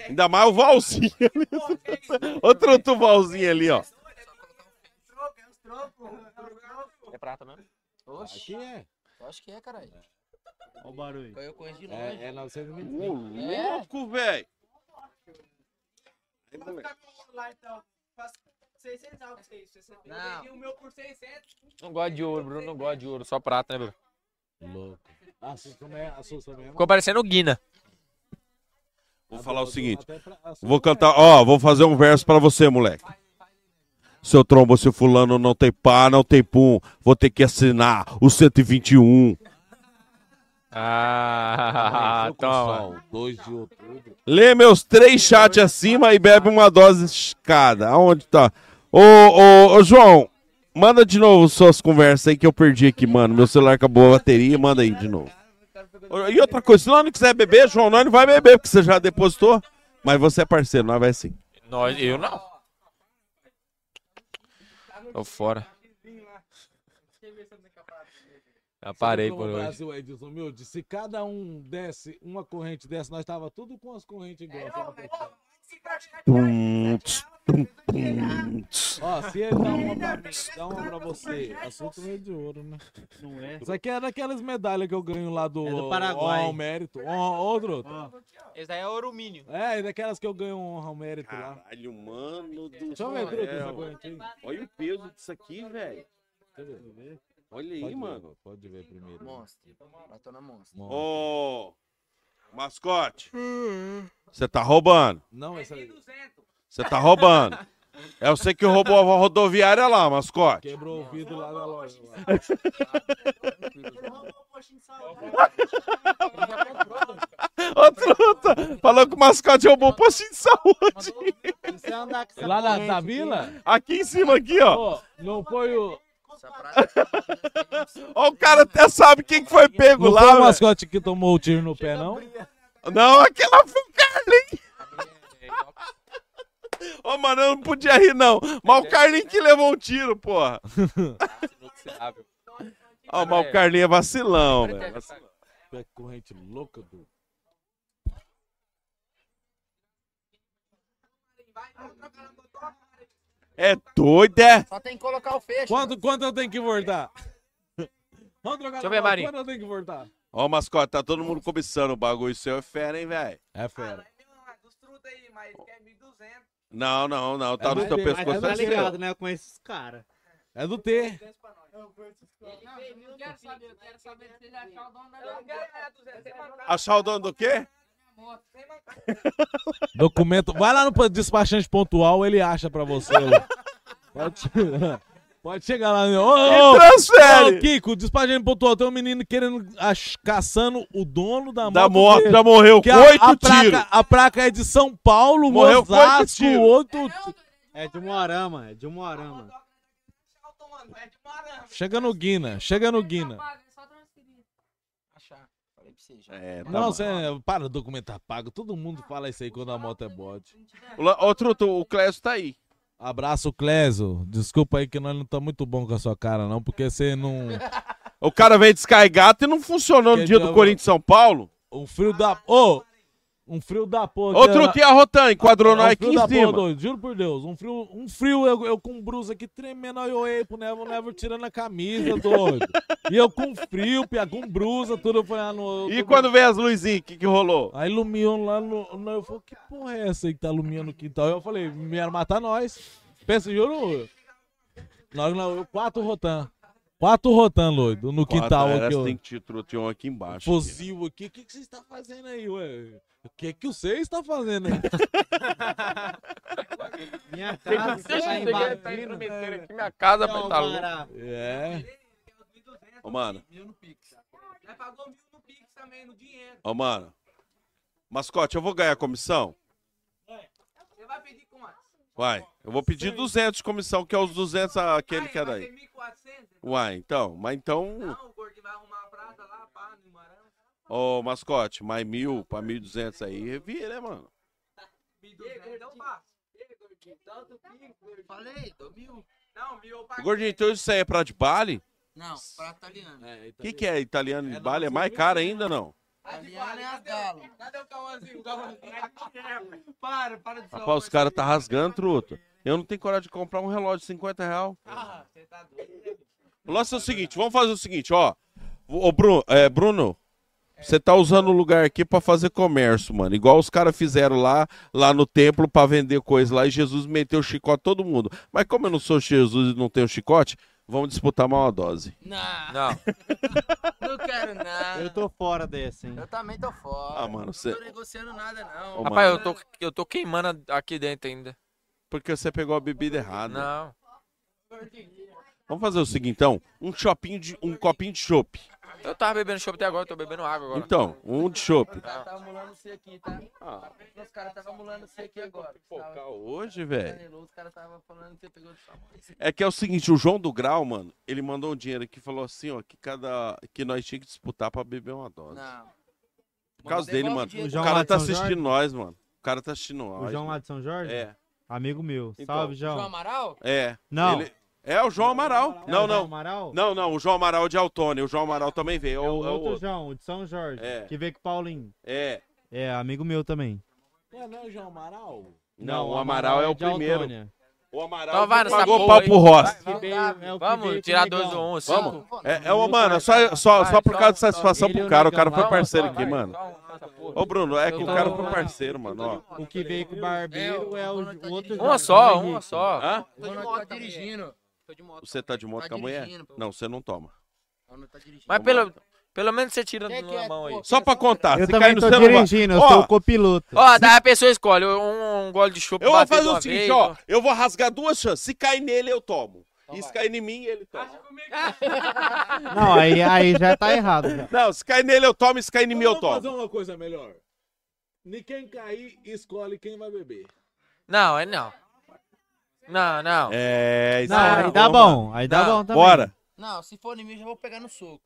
[SPEAKER 2] Ainda mais o Valzinho ali. Outro tu Valzinho ali, ó.
[SPEAKER 6] É prata mesmo?
[SPEAKER 1] Oxi. é.
[SPEAKER 6] Eu acho que é, caralho.
[SPEAKER 5] Olha o barulho.
[SPEAKER 6] Eu conheço de longe.
[SPEAKER 1] É, é 900 mil.
[SPEAKER 2] Louco, velho.
[SPEAKER 9] Vou ficar com o lá então. Faço 600 reais pra vocês. vocês sabem.
[SPEAKER 3] Não.
[SPEAKER 9] Eu vendi o meu por 600.
[SPEAKER 3] Não gosto de ouro, Bruno. Não gosto de ouro. Só prata, né, Bruno?
[SPEAKER 1] Louco. Assusta mesmo. Assusta mesmo.
[SPEAKER 3] Ficou parecendo o Guina.
[SPEAKER 2] Vou é falar o seguinte. Vou cantar, ó, vou fazer um verso pra você, moleque. Seu trombo, seu fulano, não tem pá, não tem pum. Vou ter que assinar o 121.
[SPEAKER 3] Ah, toma.
[SPEAKER 1] 2 de outubro.
[SPEAKER 2] Lê meus três chats acima e bebe uma dose cada. Aonde tá? Ô, ô, ô, João, manda de novo suas conversas aí que eu perdi aqui, mano. Meu celular acabou a bateria, manda aí de novo. Ô, E outra coisa, se nós não quiser beber, João, nós não vai beber, porque você já depositou. Mas você é parceiro, nós vai sim.
[SPEAKER 3] Nós, eu não. Tô fora.
[SPEAKER 9] um
[SPEAKER 3] Já parei por
[SPEAKER 1] o
[SPEAKER 3] hoje.
[SPEAKER 1] Brasil é desumilde. Se cada um desse uma corrente dessa, nós tava tudo com as correntes iguais. sabe?
[SPEAKER 38] Tum, tss, tum, tum, tss.
[SPEAKER 1] Ó, se ele dá uma pra mim, dá uma pra você. Assunto não é de ouro, né?
[SPEAKER 5] Não é.
[SPEAKER 1] Isso aqui é daquelas medalhas que eu ganho lá do,
[SPEAKER 5] É do Paraguai.
[SPEAKER 1] honra ao mérito. Honra, outro.
[SPEAKER 39] Esse daí é alumínio.
[SPEAKER 1] É, é daquelas que eu ganho honra ao mérito lá.
[SPEAKER 2] Caralho, mano do
[SPEAKER 1] Deixa É, eu ver, Druta,
[SPEAKER 5] Hum.
[SPEAKER 1] essa corrente aí.
[SPEAKER 2] Olha o um peso disso aqui, velho. Olha aí,
[SPEAKER 1] Pode ver,
[SPEAKER 2] mano.
[SPEAKER 1] Pode ver primeiro.
[SPEAKER 6] Monstro. Bateu na monstro.
[SPEAKER 2] Ô, mascote, você tá roubando.
[SPEAKER 1] Não, essa aí.
[SPEAKER 2] Você tá roubando. É você que roubou a rodoviária lá, mascote.
[SPEAKER 1] Quebrou o vidro lá da loja. lá.
[SPEAKER 2] Ô, truta, falou que o mascote roubou o postinho de saúde.
[SPEAKER 1] Lá na, na vila?
[SPEAKER 2] Aqui em cima, aqui, ó.
[SPEAKER 1] Pô, não foi o.
[SPEAKER 2] Ó, o cara até sabe quem que foi pego
[SPEAKER 1] Não
[SPEAKER 2] lá,
[SPEAKER 1] foi o
[SPEAKER 2] velho.
[SPEAKER 1] mascote que tomou o tiro no pé, não?
[SPEAKER 2] Não, aquela foi o Carlinhos. Ô, mano, eu não podia rir, não. Mas o Carlinhos que levou um tiro, porra. Ó, mas o Carlinhos é vacilão, velho.
[SPEAKER 1] É corrente louca do.
[SPEAKER 2] É doido, é?
[SPEAKER 6] Só tem que colocar o né? fecho.
[SPEAKER 1] Quanto, quanto eu tenho que voltar? Vamos trocar
[SPEAKER 3] Deixa eu ver,
[SPEAKER 1] de bola.
[SPEAKER 3] Marinho.
[SPEAKER 1] Quanto eu tenho que voltar?
[SPEAKER 2] Ó, mascote, tá todo mundo cobiçando o bagulho seu, é fera, hein, velho?
[SPEAKER 1] É fera.
[SPEAKER 2] Não, não, não, tá
[SPEAKER 1] É
[SPEAKER 2] no
[SPEAKER 1] mais
[SPEAKER 2] teu
[SPEAKER 1] dele,
[SPEAKER 2] pescoço.
[SPEAKER 1] mas é
[SPEAKER 2] é
[SPEAKER 1] mais
[SPEAKER 2] seu.
[SPEAKER 1] ligado,
[SPEAKER 5] né? Com esses caras.
[SPEAKER 1] É do T.
[SPEAKER 9] Eu quero saber, eu quero saber se ele achar o dono da
[SPEAKER 2] Achar o dono do quê?
[SPEAKER 1] Documento. Vai lá no despachante pontual, ele acha pra você. lá. Pode, pode chegar lá. né? Ô, ô, ô,
[SPEAKER 2] E transfere!
[SPEAKER 1] ô, Kiko, despachante pontual. Tem um menino querendo ach- caçando o dono da moto.
[SPEAKER 2] Da moto,
[SPEAKER 1] dele,
[SPEAKER 2] já morreu
[SPEAKER 1] que
[SPEAKER 2] com
[SPEAKER 1] a-
[SPEAKER 2] oito
[SPEAKER 1] a placa-
[SPEAKER 2] tiros.
[SPEAKER 1] A placa é de São Paulo,
[SPEAKER 2] Morreu com oito
[SPEAKER 1] Osasco,
[SPEAKER 2] tiros.
[SPEAKER 1] outro.
[SPEAKER 5] É de Moarama, é de Moarama.
[SPEAKER 1] Chega no Guina, chega no Guina.
[SPEAKER 6] Achar. Falei pra você já.
[SPEAKER 2] É, tá
[SPEAKER 1] Não,
[SPEAKER 2] bom.
[SPEAKER 1] você para documentar pago. Todo mundo fala isso aí quando a moto é bode.
[SPEAKER 2] O la- Ô, Truto, o Clécio tá aí.
[SPEAKER 1] Abraço, Clésio. Desculpa aí que nós não tá muito bom com a sua cara, não, porque você não.
[SPEAKER 2] O cara veio descarregado e não funcionou no
[SPEAKER 1] Que
[SPEAKER 2] dia do
[SPEAKER 1] diabo.
[SPEAKER 2] Corinthians e São Paulo.
[SPEAKER 1] Um frio da. Ô! Um frio da porra.
[SPEAKER 2] Ô,
[SPEAKER 1] que era-
[SPEAKER 2] Truque, a Rotan, enquadrou
[SPEAKER 1] É, um
[SPEAKER 2] nós aqui
[SPEAKER 1] frio
[SPEAKER 2] em
[SPEAKER 1] da porra,
[SPEAKER 2] cima.
[SPEAKER 1] doido, juro por Deus. Um frio, um frio eu, eu com brusa aqui tremendo, aí eu olhei pro Nevo, o Nevo tirando a camisa, doido. E eu com frio, pia, com brusa, tudo. Eu falei, ah, não, eu
[SPEAKER 2] E
[SPEAKER 1] tô-
[SPEAKER 2] quando veio as luzinhas, o que, que rolou?
[SPEAKER 1] Aí iluminou lá no. no- Eu falei, que porra é essa aí que tá iluminando no quintal? Eu falei, vieram matar nós. Pensa, juro. Nós, não, eu, quatro rotan. Quatro rotan, doido, no quintal
[SPEAKER 2] Quatro,
[SPEAKER 1] aqui,
[SPEAKER 2] era,
[SPEAKER 1] ó.
[SPEAKER 2] Tem que te trotear um aqui embaixo.
[SPEAKER 1] Fuzil aqui. O que, que você está fazendo aí, ué? O que, que você está fazendo aí?
[SPEAKER 40] Minha
[SPEAKER 1] casa
[SPEAKER 3] Deixa
[SPEAKER 1] tá
[SPEAKER 3] eu chegar, tá
[SPEAKER 1] invadindo.
[SPEAKER 3] intrometendo aqui minha casa,
[SPEAKER 1] Não,
[SPEAKER 3] tá
[SPEAKER 1] Mara.
[SPEAKER 3] louco.
[SPEAKER 2] É. Ô, mano.
[SPEAKER 9] Já pagou mil no Pix também, no dinheiro.
[SPEAKER 2] Ô, mano. Mascote, eu vou ganhar comissão?
[SPEAKER 5] É.
[SPEAKER 9] Você vai pedir quanto?
[SPEAKER 2] Vai. Eu vou pedir 200 de comissão, que é os 200 aquele que é daí.
[SPEAKER 9] 1.400?
[SPEAKER 2] Uai, então. Mas então...
[SPEAKER 9] Não, o gordo vai arrumar a prata lá, pá, no Marão.
[SPEAKER 2] Ô, mascote, mais mil pra 1.200 aí, revira, né, mano?
[SPEAKER 9] Então passa. Tanto Pix, Falei, tô mil. Não, mil eu
[SPEAKER 2] Ô,
[SPEAKER 9] paguei.
[SPEAKER 2] Gordinho, então isso aí é pra de Bali?
[SPEAKER 9] Não, prata italiana. É,
[SPEAKER 2] O que, que é italiano de Bali? É mais caro ainda,
[SPEAKER 9] né?
[SPEAKER 2] não?
[SPEAKER 9] Italiana é as galo. Cadê o Cauãzinho? O Cauãzinho. Para, para de falar.
[SPEAKER 2] Rapaz, os caras
[SPEAKER 9] é
[SPEAKER 2] tá rasgando, truta. Eu não tenho coragem de comprar um relógio de 50 real.
[SPEAKER 9] né? Ah, você tá doido.
[SPEAKER 2] O lance é o seguinte, vamos fazer o seguinte, ó. Ô, Bruno, é, Bruno, você tá usando o lugar aqui pra fazer comércio, mano. Igual os caras fizeram lá, lá no templo pra vender coisa lá e Jesus meteu o chicote em todo mundo. Mas como eu não sou Jesus e não tenho chicote, vamos disputar mal a dose.
[SPEAKER 9] Não.
[SPEAKER 2] Não.
[SPEAKER 9] Não quero nada.
[SPEAKER 5] Eu tô fora dessa, hein?
[SPEAKER 9] Eu também tô fora.
[SPEAKER 2] Ah, mano, você-
[SPEAKER 9] Não tô negociando nada, não.
[SPEAKER 2] Ô,
[SPEAKER 3] Rapaz, eu
[SPEAKER 2] mano.
[SPEAKER 3] tô, eu tô queimando aqui dentro ainda.
[SPEAKER 2] Porque você pegou a bebida errada.
[SPEAKER 3] Não.
[SPEAKER 2] Vamos fazer o seguinte, então. Um chopinho de. um copinho de chopp.
[SPEAKER 3] Eu tava bebendo chopp até agora, eu tô bebendo água agora.
[SPEAKER 2] Então, um de chopp.
[SPEAKER 9] Tá, tá mulando você aqui, tá?
[SPEAKER 2] Ah.
[SPEAKER 9] Os caras tava mulando você aqui agora. Tava-
[SPEAKER 2] hoje, velho.
[SPEAKER 9] Canelou, Os caras tava falando que você pegou de sua mãe.
[SPEAKER 2] É que é o seguinte, o João do Grau, mano, ele mandou um dinheiro aqui e falou assim, ó, que cada. que nós tínhamos que disputar pra beber uma dose.
[SPEAKER 9] Não.
[SPEAKER 2] Por causa dele,
[SPEAKER 9] devolve
[SPEAKER 2] mano.
[SPEAKER 9] dinheiro.
[SPEAKER 5] O
[SPEAKER 2] O,
[SPEAKER 5] João
[SPEAKER 2] cara
[SPEAKER 5] lá de
[SPEAKER 2] tá
[SPEAKER 5] São
[SPEAKER 2] assistindo
[SPEAKER 5] Jorge?
[SPEAKER 2] nós, mano. O cara tá assistindo nós.
[SPEAKER 5] O João lá
[SPEAKER 2] mano.
[SPEAKER 5] de São Jorge?
[SPEAKER 2] É.
[SPEAKER 5] Amigo meu.
[SPEAKER 2] Então,
[SPEAKER 5] Salve, João.
[SPEAKER 2] João
[SPEAKER 9] Amaral?
[SPEAKER 2] É.
[SPEAKER 5] Não.
[SPEAKER 2] Ele- É o João
[SPEAKER 5] É
[SPEAKER 2] Amaral.
[SPEAKER 5] o
[SPEAKER 2] Não,
[SPEAKER 5] João
[SPEAKER 2] não.
[SPEAKER 5] Amaral?
[SPEAKER 2] Não, não. O João Amaral de Altônia. O João Amaral também veio. É o, é o
[SPEAKER 5] Outro,
[SPEAKER 2] outro.
[SPEAKER 5] João, o de São Jorge.
[SPEAKER 2] É.
[SPEAKER 5] Que veio com o Paulinho.
[SPEAKER 2] É.
[SPEAKER 5] É, amigo meu também.
[SPEAKER 1] Ué, não é o João Amaral?
[SPEAKER 2] Não, o Amaral, é o
[SPEAKER 5] de
[SPEAKER 2] primeiro.
[SPEAKER 5] Altônia.
[SPEAKER 2] O Amaral
[SPEAKER 3] Então vai
[SPEAKER 2] que
[SPEAKER 3] nessa
[SPEAKER 2] pagou
[SPEAKER 3] porra
[SPEAKER 2] pau
[SPEAKER 3] aí.
[SPEAKER 2] pro Rossi.
[SPEAKER 3] Vai, vai,
[SPEAKER 5] veio- é o que
[SPEAKER 3] Vamos
[SPEAKER 5] veio com
[SPEAKER 3] tirar
[SPEAKER 5] o
[SPEAKER 3] dois
[SPEAKER 5] Negão.
[SPEAKER 3] ou um,
[SPEAKER 2] Vamos.
[SPEAKER 3] cinco.
[SPEAKER 2] É, é o mano, só, só, só por causa de satisfação
[SPEAKER 5] Ele e
[SPEAKER 2] pro
[SPEAKER 5] o
[SPEAKER 2] cara. O cara
[SPEAKER 5] Negão
[SPEAKER 2] foi
[SPEAKER 5] lá.
[SPEAKER 2] parceiro
[SPEAKER 5] Vamos,
[SPEAKER 2] aqui,
[SPEAKER 5] vai,
[SPEAKER 2] mano. Ô, Bruno, é que o cara foi parceiro, mano. ó.
[SPEAKER 5] O que veio com o barbeiro é, o, o outro
[SPEAKER 3] Uma
[SPEAKER 5] João,
[SPEAKER 3] só,
[SPEAKER 5] João
[SPEAKER 3] uma
[SPEAKER 5] Henrique.
[SPEAKER 3] só.
[SPEAKER 2] Hã?
[SPEAKER 9] Tô de moto, tá dirigindo. Tô de moto.
[SPEAKER 2] Você tá de moto
[SPEAKER 9] Tá
[SPEAKER 2] com a mulher?
[SPEAKER 9] dirigindo, pô.
[SPEAKER 2] Não, você não toma.
[SPEAKER 9] Não, não tá dirigindo.
[SPEAKER 3] Mas pelo, pelo menos você tira
[SPEAKER 9] Quem que
[SPEAKER 3] na
[SPEAKER 9] é,
[SPEAKER 3] mão aí.
[SPEAKER 9] pô?
[SPEAKER 2] Só pra contar,
[SPEAKER 5] Eu
[SPEAKER 2] se
[SPEAKER 5] também
[SPEAKER 2] cair no
[SPEAKER 5] tô
[SPEAKER 2] celular.
[SPEAKER 5] dirigindo, eu
[SPEAKER 2] Ó,
[SPEAKER 5] sou o copiloto.
[SPEAKER 3] Ó, daí a pessoa escolhe um, um gole de chopp
[SPEAKER 2] Eu vou
[SPEAKER 3] bater de
[SPEAKER 2] fazer
[SPEAKER 3] uma
[SPEAKER 2] o seguinte,
[SPEAKER 3] vez,
[SPEAKER 2] ó. Eu vou rasgar duas chances. Se cair nele, eu tomo. e se cair em mim, ele toma.
[SPEAKER 5] Não, aí, aí já tá errado. já.
[SPEAKER 2] Não, se cair nele, eu tomo. E se cair em mim, eu
[SPEAKER 1] Vamos fazer
[SPEAKER 2] tomo.
[SPEAKER 1] uma coisa melhor. Nem quem cair, escolhe quem vai beber.
[SPEAKER 3] Não, é não. Não, não.
[SPEAKER 2] É,
[SPEAKER 5] Não, aí dá bom. Aí dá
[SPEAKER 3] Não,
[SPEAKER 5] bom também.
[SPEAKER 2] Bora.
[SPEAKER 9] Não, se for em mim, eu já vou pegar no soco.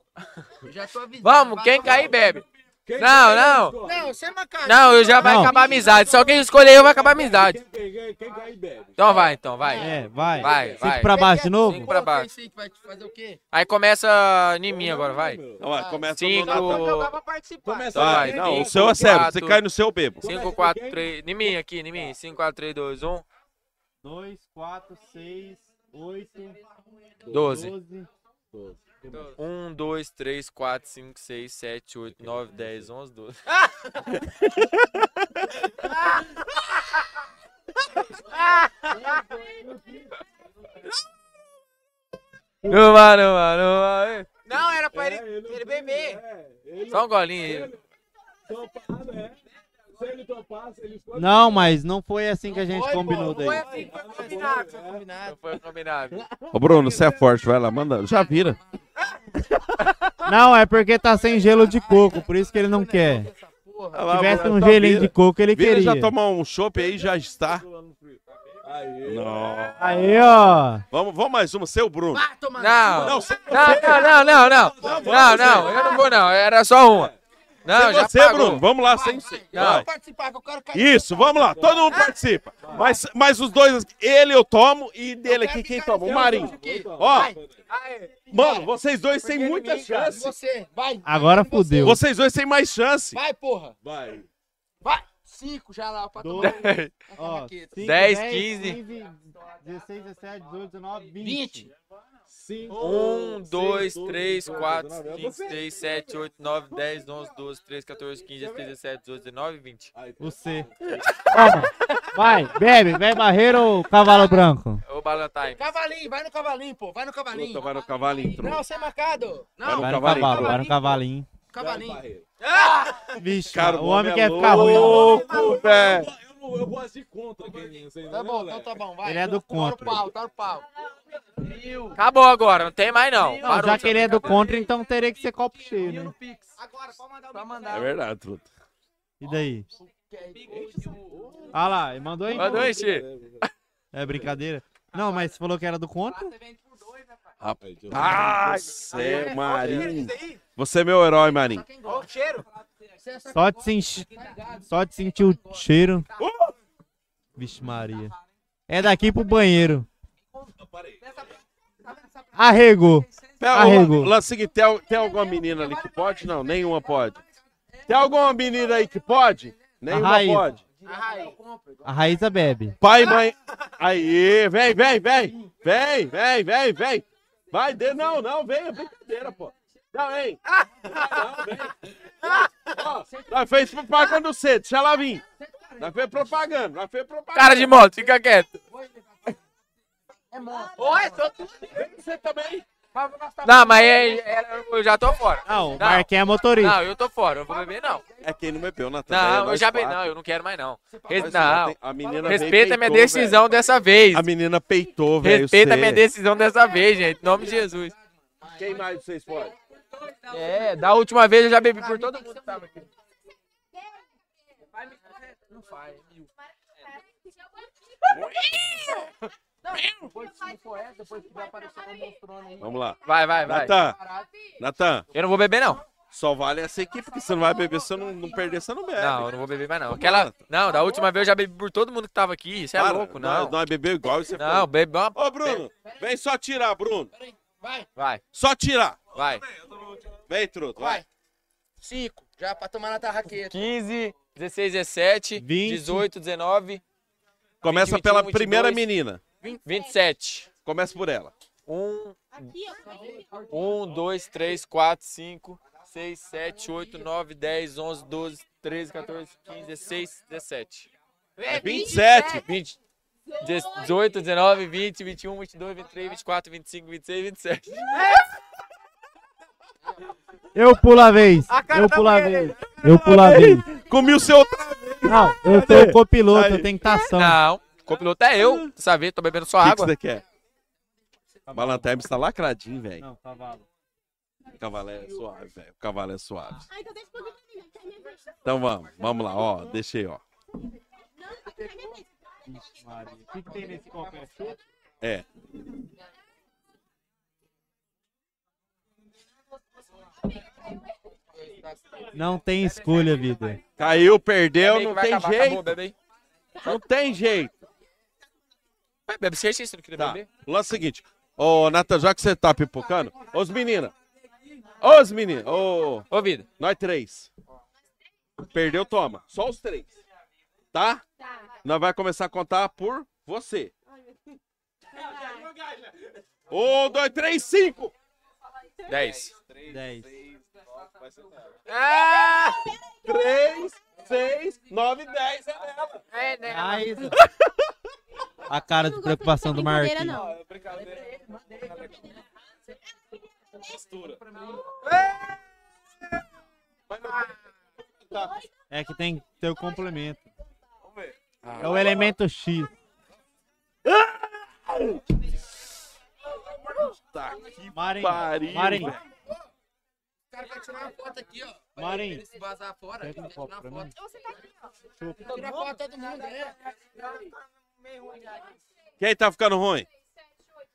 [SPEAKER 9] Eu já tô avisando.
[SPEAKER 3] Vamos,
[SPEAKER 9] vai
[SPEAKER 3] quem
[SPEAKER 9] tomar-
[SPEAKER 3] cair bebe.
[SPEAKER 1] Quem
[SPEAKER 3] Não,
[SPEAKER 1] cair,
[SPEAKER 3] não.
[SPEAKER 1] escolhe.
[SPEAKER 9] Não, você é macaco.
[SPEAKER 3] Não, eu já vai
[SPEAKER 5] Não.
[SPEAKER 3] acabar a amizade. Só quem escolher eu vai acabar a amizade.
[SPEAKER 1] Quem, quem cair, bebe.
[SPEAKER 3] Então vai, então, vai.
[SPEAKER 5] É, vai.
[SPEAKER 3] Vai,
[SPEAKER 5] Cinco
[SPEAKER 3] vai.
[SPEAKER 5] pra baixo de novo?
[SPEAKER 3] Cinco pra baixo.
[SPEAKER 9] Esse aí que vai te fazer o quê?
[SPEAKER 3] Aí começa em mim agora, vai.
[SPEAKER 2] Então, vai, começa
[SPEAKER 3] Cinco. então.
[SPEAKER 2] no Natal.
[SPEAKER 9] pra participar.
[SPEAKER 1] Começa
[SPEAKER 2] Vai,
[SPEAKER 1] aí.
[SPEAKER 2] não, o
[SPEAKER 1] Cinco,
[SPEAKER 2] seu é sério.
[SPEAKER 3] quatro.
[SPEAKER 2] Se cai no seu, eu bebo.
[SPEAKER 3] 5, 4, 3. Em mim aqui, em mim. 5, 4, 3, 2, 1.
[SPEAKER 5] 2, 4, 6, 8,
[SPEAKER 3] Doze.
[SPEAKER 5] 12.
[SPEAKER 3] 1, 2, 3, 4, 5, 6, 7, 8, 9, 10, 11, 12. Não, mano, mano, mano.
[SPEAKER 11] Não, era pra ele, ele
[SPEAKER 2] É.
[SPEAKER 11] beber.
[SPEAKER 3] Só um golinho aí.
[SPEAKER 1] Se ele topar, se ele escolhe.
[SPEAKER 5] Não, mas não foi assim que a gente combinou daí.
[SPEAKER 3] Não assim, foi combinado.
[SPEAKER 9] um
[SPEAKER 2] Ô, Bruno, você é forte. Vai lá, manda. Já vira.
[SPEAKER 5] Não, é porque tá sem gelo de coco, por isso que ele não quer. Se tivesse um gelinho de coco, ele
[SPEAKER 2] Vira já
[SPEAKER 5] queria.
[SPEAKER 2] tomar um chopp aí, já está. Não.
[SPEAKER 5] Aí, ó.
[SPEAKER 2] Vamos, vamos mais uma, seu Bruno.
[SPEAKER 3] Não,
[SPEAKER 2] Não,
[SPEAKER 3] não,
[SPEAKER 2] você-
[SPEAKER 3] não, não, não. Não, não, eu não vou não. Era só uma. Não,
[SPEAKER 2] Sem
[SPEAKER 3] já
[SPEAKER 2] você,
[SPEAKER 3] pagou.
[SPEAKER 2] Bruno. Vamos lá, sem você.
[SPEAKER 3] Não.
[SPEAKER 2] Vai. Isso, vamos lá. Todo mundo participa. Mas, mas os dois, ele eu tomo e dele aqui quem toma? O Marinho. Ó, mano, vocês dois têm muita chance.
[SPEAKER 9] Você, vai.
[SPEAKER 5] Agora fudeu.
[SPEAKER 2] Vocês dois têm mais chance.
[SPEAKER 9] Vai, porra.
[SPEAKER 1] Vai.
[SPEAKER 9] Vai.
[SPEAKER 6] Cinco já lá, pra
[SPEAKER 5] Dois,
[SPEAKER 6] tomar.
[SPEAKER 5] ó,
[SPEAKER 6] Raqueta.
[SPEAKER 5] cinco,
[SPEAKER 6] Dez,
[SPEAKER 5] dez,
[SPEAKER 6] quinze.
[SPEAKER 5] 16, 17, 18, 19, 20. 5,
[SPEAKER 3] Um, dois, três, quatro,
[SPEAKER 2] é
[SPEAKER 3] cinco, seis, sete, oito, nove, dez, onze, doze, treze, 14, quinze, 16, 17, 18, 19, 20.
[SPEAKER 2] tá.
[SPEAKER 5] O C. Vai, bebe, bebe barreiro ou cavalo branco?
[SPEAKER 3] Ô, Balantine.
[SPEAKER 9] Cavalinho, vai no cavalinho, pô. Vai no cavalinho.
[SPEAKER 11] Vai no cavalinho, truta.
[SPEAKER 9] Não, sem marcado.
[SPEAKER 11] Vai
[SPEAKER 9] Não,
[SPEAKER 11] no
[SPEAKER 5] Vai no
[SPEAKER 11] cavalinho.
[SPEAKER 5] cavalo, vai no cavalinho.
[SPEAKER 9] cavalinho.
[SPEAKER 5] Vixe,
[SPEAKER 11] Cara,
[SPEAKER 5] o
[SPEAKER 11] o
[SPEAKER 5] homem
[SPEAKER 11] homem
[SPEAKER 5] quer
[SPEAKER 11] é
[SPEAKER 5] ficar
[SPEAKER 11] louco,
[SPEAKER 5] ruim.
[SPEAKER 11] velho.
[SPEAKER 1] Eu, eu vou agir contra quem você
[SPEAKER 9] Tá bom, então tá bom, vai.
[SPEAKER 5] Ele é do
[SPEAKER 9] Tá no
[SPEAKER 5] contra.
[SPEAKER 9] pau, tá no pau.
[SPEAKER 3] Acabou agora, não tem mais não.
[SPEAKER 5] Não,
[SPEAKER 3] Parou.
[SPEAKER 5] já que ele é do contra, então teria que ser copo cheio, né?
[SPEAKER 9] Agora, pode mandar um o
[SPEAKER 6] Pra
[SPEAKER 11] É verdade, truta.
[SPEAKER 5] E daí? Ah lá, ele mandou aí.
[SPEAKER 3] Mandou encher.
[SPEAKER 5] É brincadeira. Não, mas você falou que era do contra?
[SPEAKER 11] né?
[SPEAKER 2] Ah, você, Marinho. Você é meu herói, Marinho.
[SPEAKER 9] Ó o cheiro. é
[SPEAKER 5] Só de, sen- Só de sentir o cheiro. Vixe Maria. É daqui pro banheiro. Arregou.
[SPEAKER 11] Pera, ô,
[SPEAKER 5] Arregou.
[SPEAKER 11] Lan- Lancig, tem, al- tem alguma menina ali que pode? Não, nenhuma pode. Tem alguma menina aí que pode? Nenhuma
[SPEAKER 5] Raíssa.
[SPEAKER 11] pode.
[SPEAKER 5] A Raíza bebe.
[SPEAKER 11] Pai e mãe. Aí, vem, vem, vem. Vem, vem, vem, vem. Vai, de... não, não, vem, é brincadeira, pô. Não, hein? Ó, Nós fez propaganda cedo, deixa ela vir. Nós fez propaganda, nós fez propaganda.
[SPEAKER 3] Cara de moto, fica quieto.
[SPEAKER 9] É Oi, sou tu.
[SPEAKER 11] Você também?
[SPEAKER 3] Não, mas é-
[SPEAKER 9] um
[SPEAKER 3] é- eu já tô fora.
[SPEAKER 5] Não, o Marquinhos é motorista.
[SPEAKER 3] Não, eu tô fora, eu vou beber não.
[SPEAKER 2] É quem não bebeu, é na
[SPEAKER 3] Não, eu já bebi, não, eu não quero mais não. Res-
[SPEAKER 2] Nós
[SPEAKER 3] Não,
[SPEAKER 2] quatro, a menina veio
[SPEAKER 3] respeita
[SPEAKER 2] e
[SPEAKER 3] minha
[SPEAKER 2] peitou,
[SPEAKER 3] decisão dessa vez.
[SPEAKER 2] A menina peitou, velho.
[SPEAKER 3] Respeita
[SPEAKER 2] você.
[SPEAKER 5] é.
[SPEAKER 3] minha decisão dessa vez, gente, em nome de Jesus.
[SPEAKER 2] né?
[SPEAKER 11] Quem mais vocês podem?
[SPEAKER 3] É, da última vez eu já bebi por todo mundo.
[SPEAKER 6] Não faz. viu?
[SPEAKER 9] Não,
[SPEAKER 6] Depois que não for essa, depois que vai aparecer um monstrona aí.
[SPEAKER 2] Vamos lá.
[SPEAKER 3] Vai, vai, vai.
[SPEAKER 2] Natan. Natan.
[SPEAKER 3] Eu não vou beber, não.
[SPEAKER 2] Só vale essa equipe, porque você não vai beber, se eu não, não perder, você não bebe.
[SPEAKER 3] Não, eu não vou beber mais não. Aquela, não, da última vez eu já bebi por todo mundo que tava aqui. Isso é
[SPEAKER 2] Para,
[SPEAKER 3] louco,
[SPEAKER 2] nós-
[SPEAKER 3] não.
[SPEAKER 2] Nós bebeu igual e você
[SPEAKER 3] Não, bebe uma...
[SPEAKER 2] Ô, Bruno, vem só tirar, Bruno.
[SPEAKER 9] Vai,
[SPEAKER 3] Vai,
[SPEAKER 2] Só tirar.
[SPEAKER 3] vai.
[SPEAKER 2] Vem, truto, vai.
[SPEAKER 9] vai. Cinco, já pra tomar na tarraqueta.
[SPEAKER 3] 15, 16, 17, 18, 19.
[SPEAKER 2] Começa
[SPEAKER 3] 20,
[SPEAKER 2] pela
[SPEAKER 3] 21,
[SPEAKER 2] primeira
[SPEAKER 3] 22,
[SPEAKER 2] menina.
[SPEAKER 3] 27.
[SPEAKER 2] Começa por ela.
[SPEAKER 3] 1, 1, 2, 3, 4, 5, 6, 7, 8, 9, 10, 11, 12, 13, 14, 15, 16, 17.
[SPEAKER 9] É
[SPEAKER 3] 27. 20, 18, 19, 20, 21, 22, 23, 24, 25, 26, 27. É,
[SPEAKER 5] Eu pulo a vez.
[SPEAKER 3] A cara
[SPEAKER 5] Eu
[SPEAKER 3] da
[SPEAKER 5] pulo a
[SPEAKER 3] mulher
[SPEAKER 5] vez. Eu pulo a vez.
[SPEAKER 2] Comi o seu
[SPEAKER 5] Não, eu sou o copiloto, então. eu tenho que estar ação.
[SPEAKER 3] Não, copiloto é eu, sabe? Tô bebendo só
[SPEAKER 2] Ah. O que, que
[SPEAKER 3] água.
[SPEAKER 2] você quer? Valentine está lacradinho, velho.
[SPEAKER 5] Não, cavalo.
[SPEAKER 2] Cavalo é suave, velho. O cavalo é suave.
[SPEAKER 13] Ah, então deixa eu poder comigo, que é minha vez.
[SPEAKER 2] Então vamos, vamos lá, ó. Deixei, ó.
[SPEAKER 5] Maria. O que, que tem nesse copo? É chute?
[SPEAKER 2] É.
[SPEAKER 5] Não tem escolha, vida.
[SPEAKER 2] Caiu, perdeu,
[SPEAKER 3] Bebe aí que
[SPEAKER 2] não
[SPEAKER 3] vai
[SPEAKER 2] tem
[SPEAKER 3] acabar,
[SPEAKER 2] jeito.
[SPEAKER 3] acabou, bebe aí.
[SPEAKER 2] Não tem jeito.
[SPEAKER 3] Vai, Bebe, você achei que você não queria
[SPEAKER 2] Tá.
[SPEAKER 3] beber?
[SPEAKER 2] O lance é o seguinte. Ô, Nathan, já que você tá pipocando, os meninas. Os meninas. Ô,
[SPEAKER 3] ô vida.
[SPEAKER 2] Nós três. Perdeu, toma. Só os três. Tá? Nós vai começar a contar por você. Um, dois, três, cinco.
[SPEAKER 3] 10.
[SPEAKER 5] 10.
[SPEAKER 3] Ah!
[SPEAKER 2] É! 3, 6, 9, 10 é dela.
[SPEAKER 3] É
[SPEAKER 5] dela. A cara de preocupação do
[SPEAKER 13] Brincadeira,
[SPEAKER 5] Marquinhos.
[SPEAKER 13] não.
[SPEAKER 2] Mistura.
[SPEAKER 5] É que tem que ter o complemento.
[SPEAKER 2] Ah.
[SPEAKER 5] É o elemento X.
[SPEAKER 2] Tá que
[SPEAKER 5] Marim,
[SPEAKER 2] pariu.
[SPEAKER 5] Marim.
[SPEAKER 2] velho.
[SPEAKER 9] O cara vai tirar uma foto aqui, ó.
[SPEAKER 5] Marim.
[SPEAKER 9] Ele se vazar fora, ele vai tirar uma foto. Tira
[SPEAKER 6] Todo
[SPEAKER 9] foto todo mundo, é.
[SPEAKER 2] Quem tá ficando ruim?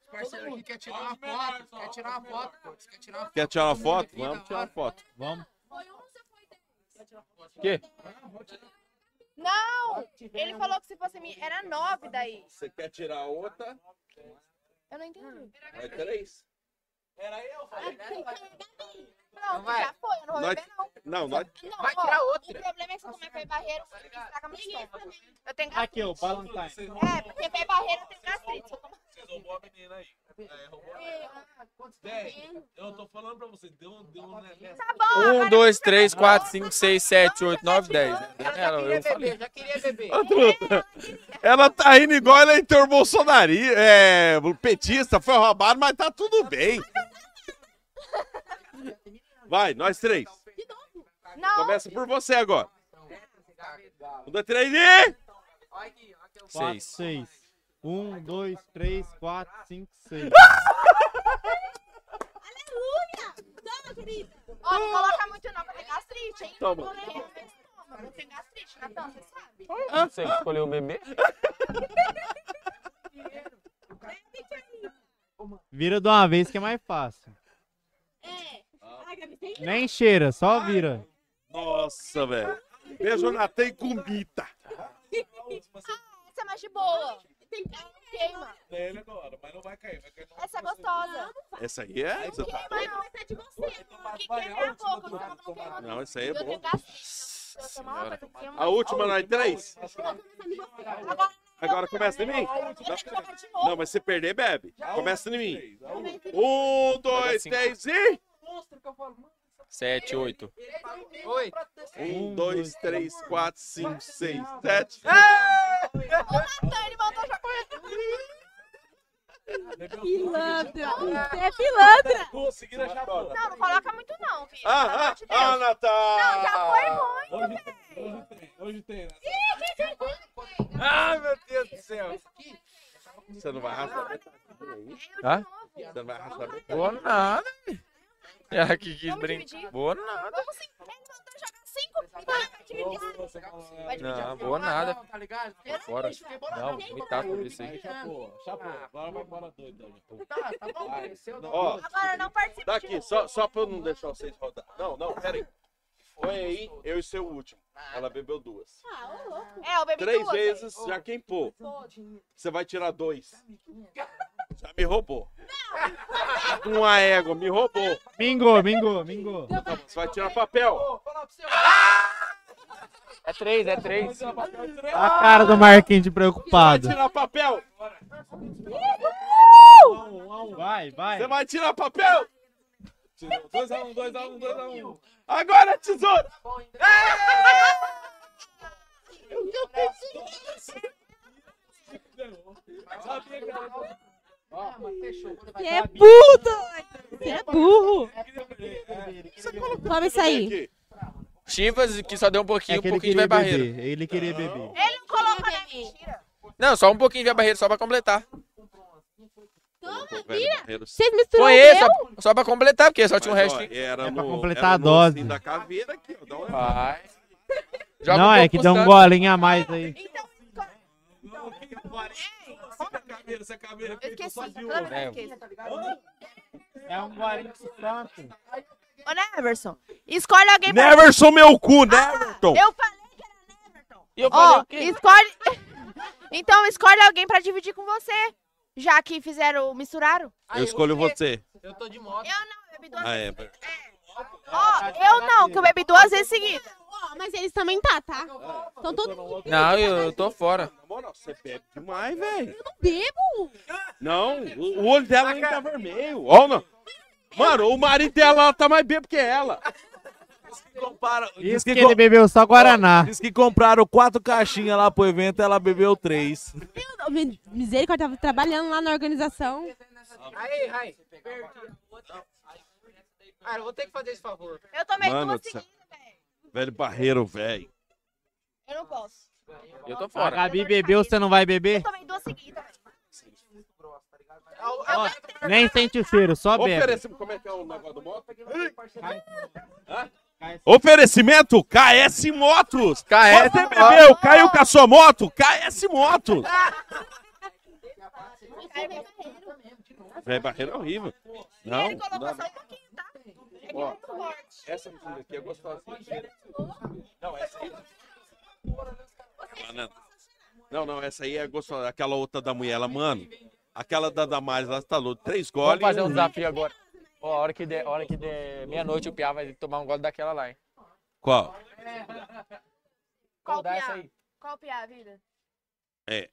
[SPEAKER 9] Os parceiros aqui quer tirar uma foto. Quer tirar uma foto, pô. Eles querem tirar uma foto.
[SPEAKER 2] Quer tirar uma foto? Vamos tirar uma foto.
[SPEAKER 5] Vamos.
[SPEAKER 2] Quê?
[SPEAKER 29] Não! Ele falou que se fosse mim, era nove daí.
[SPEAKER 2] Você quer tirar outra?
[SPEAKER 29] Eu não entendi. Ah,
[SPEAKER 2] É três.
[SPEAKER 6] Era eu, falei.
[SPEAKER 29] Pronto,
[SPEAKER 41] vai.
[SPEAKER 29] já foi, eu não vou
[SPEAKER 2] Nós-
[SPEAKER 29] beber não.
[SPEAKER 2] Não, nós...
[SPEAKER 29] Não,
[SPEAKER 2] Vai
[SPEAKER 29] ó,
[SPEAKER 2] tirar
[SPEAKER 29] O problema é que se eu comer pé barreiro, você estraga meu estômago. Eu tenho gastrite.
[SPEAKER 5] Aqui, ó, Valentine.
[SPEAKER 29] É, porque pé barreiro eu tenho gastrite. Se eu comer-
[SPEAKER 1] Vocês roubou a menina aí. É, roubou a
[SPEAKER 29] Ih,
[SPEAKER 1] menina.
[SPEAKER 29] ah, quantos
[SPEAKER 1] Véi, eu tô falando pra você, deu um... Deu um...
[SPEAKER 29] Tá bom, agora
[SPEAKER 3] 1, 2, 3, 4, 5, 6, 7, 8, 9, 10.
[SPEAKER 41] queria
[SPEAKER 3] Eu falei.
[SPEAKER 41] beber, já queria
[SPEAKER 11] Tá
[SPEAKER 41] beber.
[SPEAKER 42] Ô,
[SPEAKER 11] É.
[SPEAKER 42] truta, Ela tá rindo igual
[SPEAKER 2] é
[SPEAKER 42] ela entrou Bolsonaro, é, petista, foi roubado, mas tá tudo bem.
[SPEAKER 2] Vai, nós três.
[SPEAKER 29] Não.
[SPEAKER 2] Começa por você agora. Um, dois, três e...
[SPEAKER 5] Seis. Seis. Um, dois, três, quatro, cinco, seis.
[SPEAKER 29] Aleluia! Toma, querida! Ó, não coloca muito não, que eu tenho gastrite, hein?
[SPEAKER 3] Toma.
[SPEAKER 29] Eu tenho estômago, eu tenho gastrite, Natan, você sabe?
[SPEAKER 3] Ah. Você que escolheu o bebê?
[SPEAKER 5] Vira de uma vez que é mais fácil. Nem cheira, só vira.
[SPEAKER 2] Nossa, velho. Beijo na teia com mita.
[SPEAKER 29] Ah, essa é mais de boa. Ela não queima.
[SPEAKER 1] Ele agora, mas não vai cair, vai cair no...
[SPEAKER 29] Essa é gostosa.
[SPEAKER 2] Essa aí é? Essa tá...
[SPEAKER 29] Queima não. Essa é de você. Que queima é a boca, o estômago não queima não.
[SPEAKER 2] Não, essa aí é
[SPEAKER 29] Eu tenho
[SPEAKER 2] boa.
[SPEAKER 29] gastrite. Eu tomo uma coisa que queima.
[SPEAKER 2] A última, nós três?
[SPEAKER 29] Agora,
[SPEAKER 2] Agora começa em mim.
[SPEAKER 29] eu tenho que colocar de novo.
[SPEAKER 2] Não, mas se perder, bebe. Começa em mim. Um, dois, três e...
[SPEAKER 11] Monstro que eu falo, mano.
[SPEAKER 3] 7, 8.
[SPEAKER 11] Oi.
[SPEAKER 2] Um, dois, três, quatro, cinco, seis, sete.
[SPEAKER 29] O Natan, ele voltou já correndo.
[SPEAKER 9] Pilantra. Você é pilantra.
[SPEAKER 1] Conseguiram achar a bola.
[SPEAKER 29] Não, não coloca muito não, filho.
[SPEAKER 2] Ah,
[SPEAKER 29] Pelo amor de Deus.
[SPEAKER 2] ah, ah,
[SPEAKER 29] Não, já foi
[SPEAKER 2] Natal!
[SPEAKER 29] muito.
[SPEAKER 1] Hoje tem, hoje tem. né?
[SPEAKER 2] Ai, meu Deus do céu! Você não vai arrastar?
[SPEAKER 3] Hã?
[SPEAKER 2] Você não vai arrastar?
[SPEAKER 3] Boa nada. Já que quis
[SPEAKER 29] Vamos
[SPEAKER 3] brincar.
[SPEAKER 29] dividir?
[SPEAKER 3] Boa nada.
[SPEAKER 29] Vamos sim. É, Natan joga cinco. Vai, vai dividir. Vai dividir.
[SPEAKER 3] Não, boa nada.
[SPEAKER 11] Tá ligado?
[SPEAKER 3] Fora. Não,
[SPEAKER 11] Tá,
[SPEAKER 3] vomitar tudo isso aí.
[SPEAKER 1] Chapô, chapô.
[SPEAKER 2] Ah.
[SPEAKER 1] Agora vai bola doida.
[SPEAKER 11] tá bom. Desceu, não.
[SPEAKER 2] Ó,
[SPEAKER 29] Agora não participa de
[SPEAKER 2] daqui,
[SPEAKER 29] novo.
[SPEAKER 2] Tá só, só pra eu não deixar vocês rodar. Não, não, peraí. Foi aí, eu e seu último. Ela bebeu duas.
[SPEAKER 29] É, eu bebi
[SPEAKER 2] Três
[SPEAKER 29] duas,
[SPEAKER 2] vezes,
[SPEAKER 29] hein?
[SPEAKER 2] já queimou. Você vai tirar dois. Já me roubou. Uma égua, me roubou. Então,
[SPEAKER 5] Mingou, mingou, mingou.
[SPEAKER 2] Você vai tirar papel.
[SPEAKER 3] É 3, é 3.
[SPEAKER 5] Tá A cara do Marquinhos de preocupado.
[SPEAKER 2] Vai tirar papel.
[SPEAKER 5] Um Vai, vai.
[SPEAKER 2] Você vai tirar papel.
[SPEAKER 1] 2x1, 2x1, 2x1.
[SPEAKER 2] Agora, tesouro.
[SPEAKER 9] Você é burro, doido. Você é burro. Toma isso aí.
[SPEAKER 3] Chivas que só deu um pouquinho, um
[SPEAKER 5] É que ele
[SPEAKER 3] pouquinho de
[SPEAKER 5] queria
[SPEAKER 3] vai barreiro.
[SPEAKER 5] beber. Ele queria beber.
[SPEAKER 29] Ele não coloca na mentira.
[SPEAKER 3] Não, só um pouquinho de vai barreiro, só pra completar.
[SPEAKER 2] Barreiro.
[SPEAKER 9] Vocês misturaram
[SPEAKER 3] Foi
[SPEAKER 9] o
[SPEAKER 3] esse,
[SPEAKER 9] meu?
[SPEAKER 3] só, só pra completar, porque só tinha um
[SPEAKER 2] Mas, ó,
[SPEAKER 3] restinho.
[SPEAKER 2] Era
[SPEAKER 5] É pra
[SPEAKER 2] no-
[SPEAKER 5] completar
[SPEAKER 2] era
[SPEAKER 5] a
[SPEAKER 2] no
[SPEAKER 5] dose.
[SPEAKER 2] ossinho da caveira aqui, ó. Dá uma-
[SPEAKER 3] Vai.
[SPEAKER 5] Não, é que deu um golinho a mais aí.
[SPEAKER 3] É
[SPEAKER 1] Essa caveira
[SPEAKER 29] Eu
[SPEAKER 1] feita
[SPEAKER 29] esqueci.
[SPEAKER 1] só
[SPEAKER 29] Toda
[SPEAKER 1] de
[SPEAKER 29] vez
[SPEAKER 1] um.
[SPEAKER 29] eu
[SPEAKER 1] É,
[SPEAKER 29] esqueço.
[SPEAKER 5] É um golinho tanto.
[SPEAKER 29] Ô, Neverson, escolhe alguém pra...
[SPEAKER 42] Neverson, meu cu, Neverton!
[SPEAKER 29] Eu falei que era Neverton.
[SPEAKER 3] E eu
[SPEAKER 29] Ó,
[SPEAKER 3] falei o quê?
[SPEAKER 29] escolhe... então, escolhe alguém pra dividir com você. Já que fizeram, misturaram.
[SPEAKER 42] Eu escolho você.
[SPEAKER 11] Eu tô de moto.
[SPEAKER 29] Eu não, eu bebi duas
[SPEAKER 42] Ah,
[SPEAKER 29] vezes.
[SPEAKER 42] é.
[SPEAKER 29] Ó, eu não, que eu bebi duas vezes seguidas.
[SPEAKER 9] Ó, mas eles também tá, tá? Então todo mundo
[SPEAKER 3] Não, eu, eu tô fora.
[SPEAKER 2] Na moral, você bebe demais, velho.
[SPEAKER 9] bebo.
[SPEAKER 2] Não, o o olho dela ainda tá vermelho. Ó, não. Mano, o marido dela tá mais bêbado que ela.
[SPEAKER 1] Compara, diz
[SPEAKER 5] Isso
[SPEAKER 1] que
[SPEAKER 5] que ele
[SPEAKER 1] com-
[SPEAKER 5] bebeu só Guaraná.
[SPEAKER 1] Diz que compraram quatro caixinhas lá pro evento, ela bebeu três.
[SPEAKER 9] Eu- mi- Misericórdia, eu tava trabalhando lá na organização.
[SPEAKER 11] Aí, aí. Ah, eu vou ter que fazer esse favor.
[SPEAKER 29] Eu tomei
[SPEAKER 2] assim,
[SPEAKER 42] Mano
[SPEAKER 29] duas
[SPEAKER 42] do céu.
[SPEAKER 29] seguidas.
[SPEAKER 42] Velho barreiro, velho.
[SPEAKER 29] Eu não posso.
[SPEAKER 3] Eu tô
[SPEAKER 5] A
[SPEAKER 3] fora.
[SPEAKER 5] Gabi bebeu, você não vai beber?
[SPEAKER 29] Eu tomei duas seguidas.
[SPEAKER 5] Nem sente o cheiro, só bebe.
[SPEAKER 2] Oferece, como é que é o negócio do moto?
[SPEAKER 42] Oferecimento KS Motos.
[SPEAKER 3] KS
[SPEAKER 42] Você bebeu, caiu com a sua moto? KS Motos. Velho barreiro é horrível. Não,
[SPEAKER 29] Ele colocou só um pouquinho, tá? É que é muito forte.
[SPEAKER 2] Essa menina aqui é gostosinha. Não, é assim. essa aí.
[SPEAKER 3] é
[SPEAKER 42] Banana. Não, não, essa aí é gostosa. Aquela outra da mulher, ela, mano. Aquela da Damares, ela tá louca. Três goles.
[SPEAKER 3] Vamos fazer um desafio agora. Ó, a hora que der, a hora que der meia-noite o Piá vai tomar um gole daquela lá, hein?
[SPEAKER 2] Qual?
[SPEAKER 3] Qual dá essa aí?
[SPEAKER 29] Qual piá, vida?
[SPEAKER 2] É.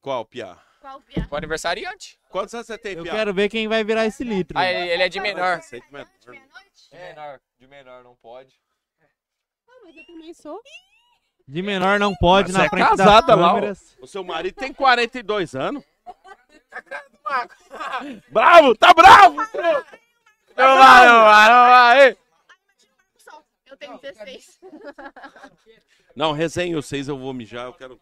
[SPEAKER 2] Qual, Pia?
[SPEAKER 29] Qual piá?
[SPEAKER 3] O aniversariante.
[SPEAKER 2] Quantos anos você tem,
[SPEAKER 5] Eu quero ver quem vai virar esse litro.
[SPEAKER 3] Ah, ele, ele é de menor.
[SPEAKER 2] De
[SPEAKER 3] menor, de menor, não pode.
[SPEAKER 13] mas eu também sou.
[SPEAKER 5] De menor não pode,
[SPEAKER 9] Mas
[SPEAKER 5] na
[SPEAKER 9] você é
[SPEAKER 5] frente
[SPEAKER 9] casada,
[SPEAKER 5] das
[SPEAKER 9] Lau.
[SPEAKER 5] câmeras.
[SPEAKER 9] O seu marido tem 42 anos.
[SPEAKER 2] Bravo, tá bravo!
[SPEAKER 5] Tá
[SPEAKER 3] Não vai, não vai, não vai.
[SPEAKER 29] Eu tenho 16.
[SPEAKER 2] Não, resenha vocês, eu vou mijar, eu quero...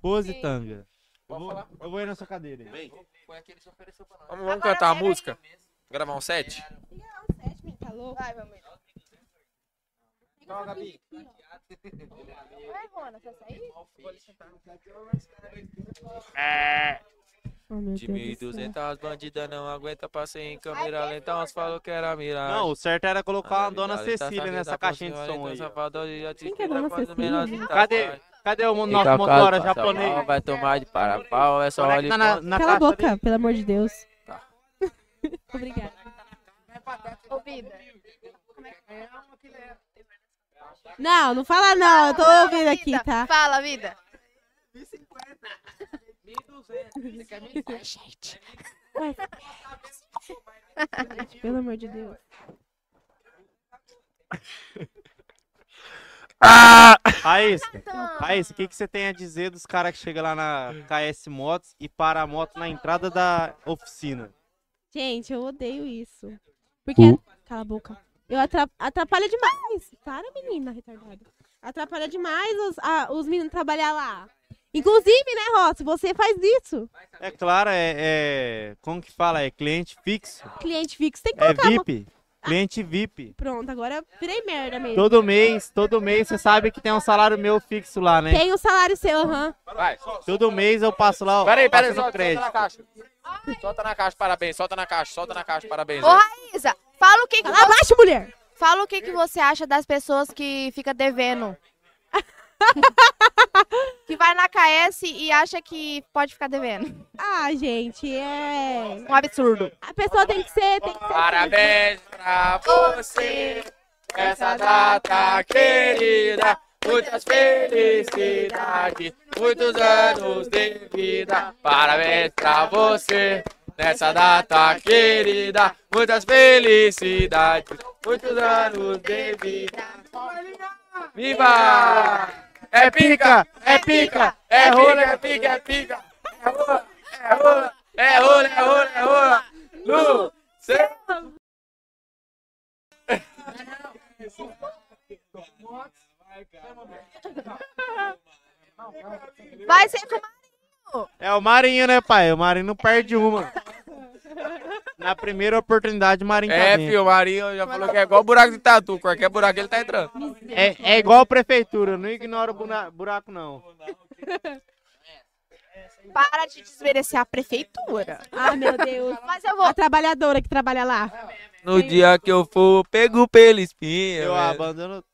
[SPEAKER 5] Pose tanga.
[SPEAKER 29] Eu
[SPEAKER 5] vou, eu vou ir na sua cadeira.
[SPEAKER 43] Foi aquele que ofereceu pra nós.
[SPEAKER 3] Vamos, vamos cantar a música? Gravar um set?
[SPEAKER 13] Tá louco?
[SPEAKER 29] Vai, mamãe.
[SPEAKER 13] Toma, Gabi.
[SPEAKER 29] Vai, Rona, quer sair?
[SPEAKER 3] De 1.200 bandidas não aguenta, passei em câmera lenta, uns falou que era miragem.
[SPEAKER 5] Não, o certo era colocar a dona
[SPEAKER 3] Ele tá
[SPEAKER 5] Cecília
[SPEAKER 3] sabendo
[SPEAKER 5] nessa
[SPEAKER 3] da
[SPEAKER 5] caixinha de
[SPEAKER 3] possibilidade,
[SPEAKER 5] som aí.
[SPEAKER 3] então, Salvador, e a
[SPEAKER 5] que é
[SPEAKER 3] disputa
[SPEAKER 5] dona
[SPEAKER 3] quando
[SPEAKER 5] Cecília?
[SPEAKER 3] menos está
[SPEAKER 5] Cadê, cadê o
[SPEAKER 3] E
[SPEAKER 5] nosso
[SPEAKER 3] calcado,
[SPEAKER 5] motora
[SPEAKER 3] passa a bola,
[SPEAKER 5] japonês?
[SPEAKER 3] Vai tomar de para pau, é só olha
[SPEAKER 5] Tá na- Tá. na
[SPEAKER 13] Cala a
[SPEAKER 5] taça
[SPEAKER 13] boca, pelo amor de Deus. Obrigada.
[SPEAKER 29] Ô, vida. é
[SPEAKER 13] Não, não fala não, eu tô ouvindo aqui, tá?
[SPEAKER 29] Fala, vida.
[SPEAKER 44] 1.200. Você quer me
[SPEAKER 13] gente. Gente, Pelo amor de Deus.
[SPEAKER 5] Ah! Raíssa, Raíssa, o que, que você tem a dizer dos caras que chegam lá na KS Motos e param a moto na entrada da oficina?
[SPEAKER 13] Gente, eu odeio isso. Porque. é- Cala a boca. Eu atra- atrapalha demais. Para, menina retardada. Atrapalha demais os, a- os meninos trabalhar lá. Inclusive, né, Rossi? Você faz isso.
[SPEAKER 5] É claro, é, é- Como que fala? É cliente fixo?
[SPEAKER 13] Cliente fixo tem que
[SPEAKER 5] É
[SPEAKER 13] colocar. a mão-
[SPEAKER 5] VIP? Cliente VIP.
[SPEAKER 13] Pronto, agora virei merda mesmo.
[SPEAKER 5] Todo mês, todo mês você sabe que tem um salário meu fixo lá, né?
[SPEAKER 13] Tem um o salário seu, aham.
[SPEAKER 3] Vai.
[SPEAKER 5] Todo mês eu passo lá, ó.
[SPEAKER 3] Peraí, peraí,
[SPEAKER 5] passo no
[SPEAKER 3] solta, solta
[SPEAKER 5] crédito.
[SPEAKER 3] na caixa. Solta na caixa, parabéns, solta na caixa, solta na caixa, parabéns.
[SPEAKER 29] Ô, Raíssa, fala o que que você...
[SPEAKER 13] Abaixa, mulher!
[SPEAKER 29] Fala o que que você acha das pessoas que fica devendo. que vai na KS e acha que pode ficar devendo.
[SPEAKER 13] Ah, gente, é.
[SPEAKER 29] Um absurdo.
[SPEAKER 13] A pessoa tem que ser. Tem que ser
[SPEAKER 3] Parabéns pra você, essa data querida. Muitas felicidades, muitos anos de vida. Parabéns pra você, nessa data querida. Muitas felicidades, muitos anos de vida. Viva! É pica, é pica, é rola, é pica, é pica. É rola, é rola, é rola, é rola, é rola. Lu, cê... é
[SPEAKER 29] Vai ser com o
[SPEAKER 5] É o Marinho, né, pai? O Marinho não perde uma. Na primeira oportunidade, o Marinho
[SPEAKER 3] É,
[SPEAKER 5] tá dentro.
[SPEAKER 3] filho, o Marinho já falou que é igual buraco de tatu, qualquer buraco ele tá entrando.
[SPEAKER 5] É, é igual a prefeitura, não ignora o buna- buraco, não.
[SPEAKER 13] É,
[SPEAKER 29] Para de desmerecer a prefeitura.
[SPEAKER 13] Ah, meu Deus.
[SPEAKER 29] Mas eu vou.
[SPEAKER 13] A trabalhadora que trabalha lá.
[SPEAKER 3] No dia que eu for, pego pela espinha.
[SPEAKER 5] Eu
[SPEAKER 3] velho.
[SPEAKER 5] abandono.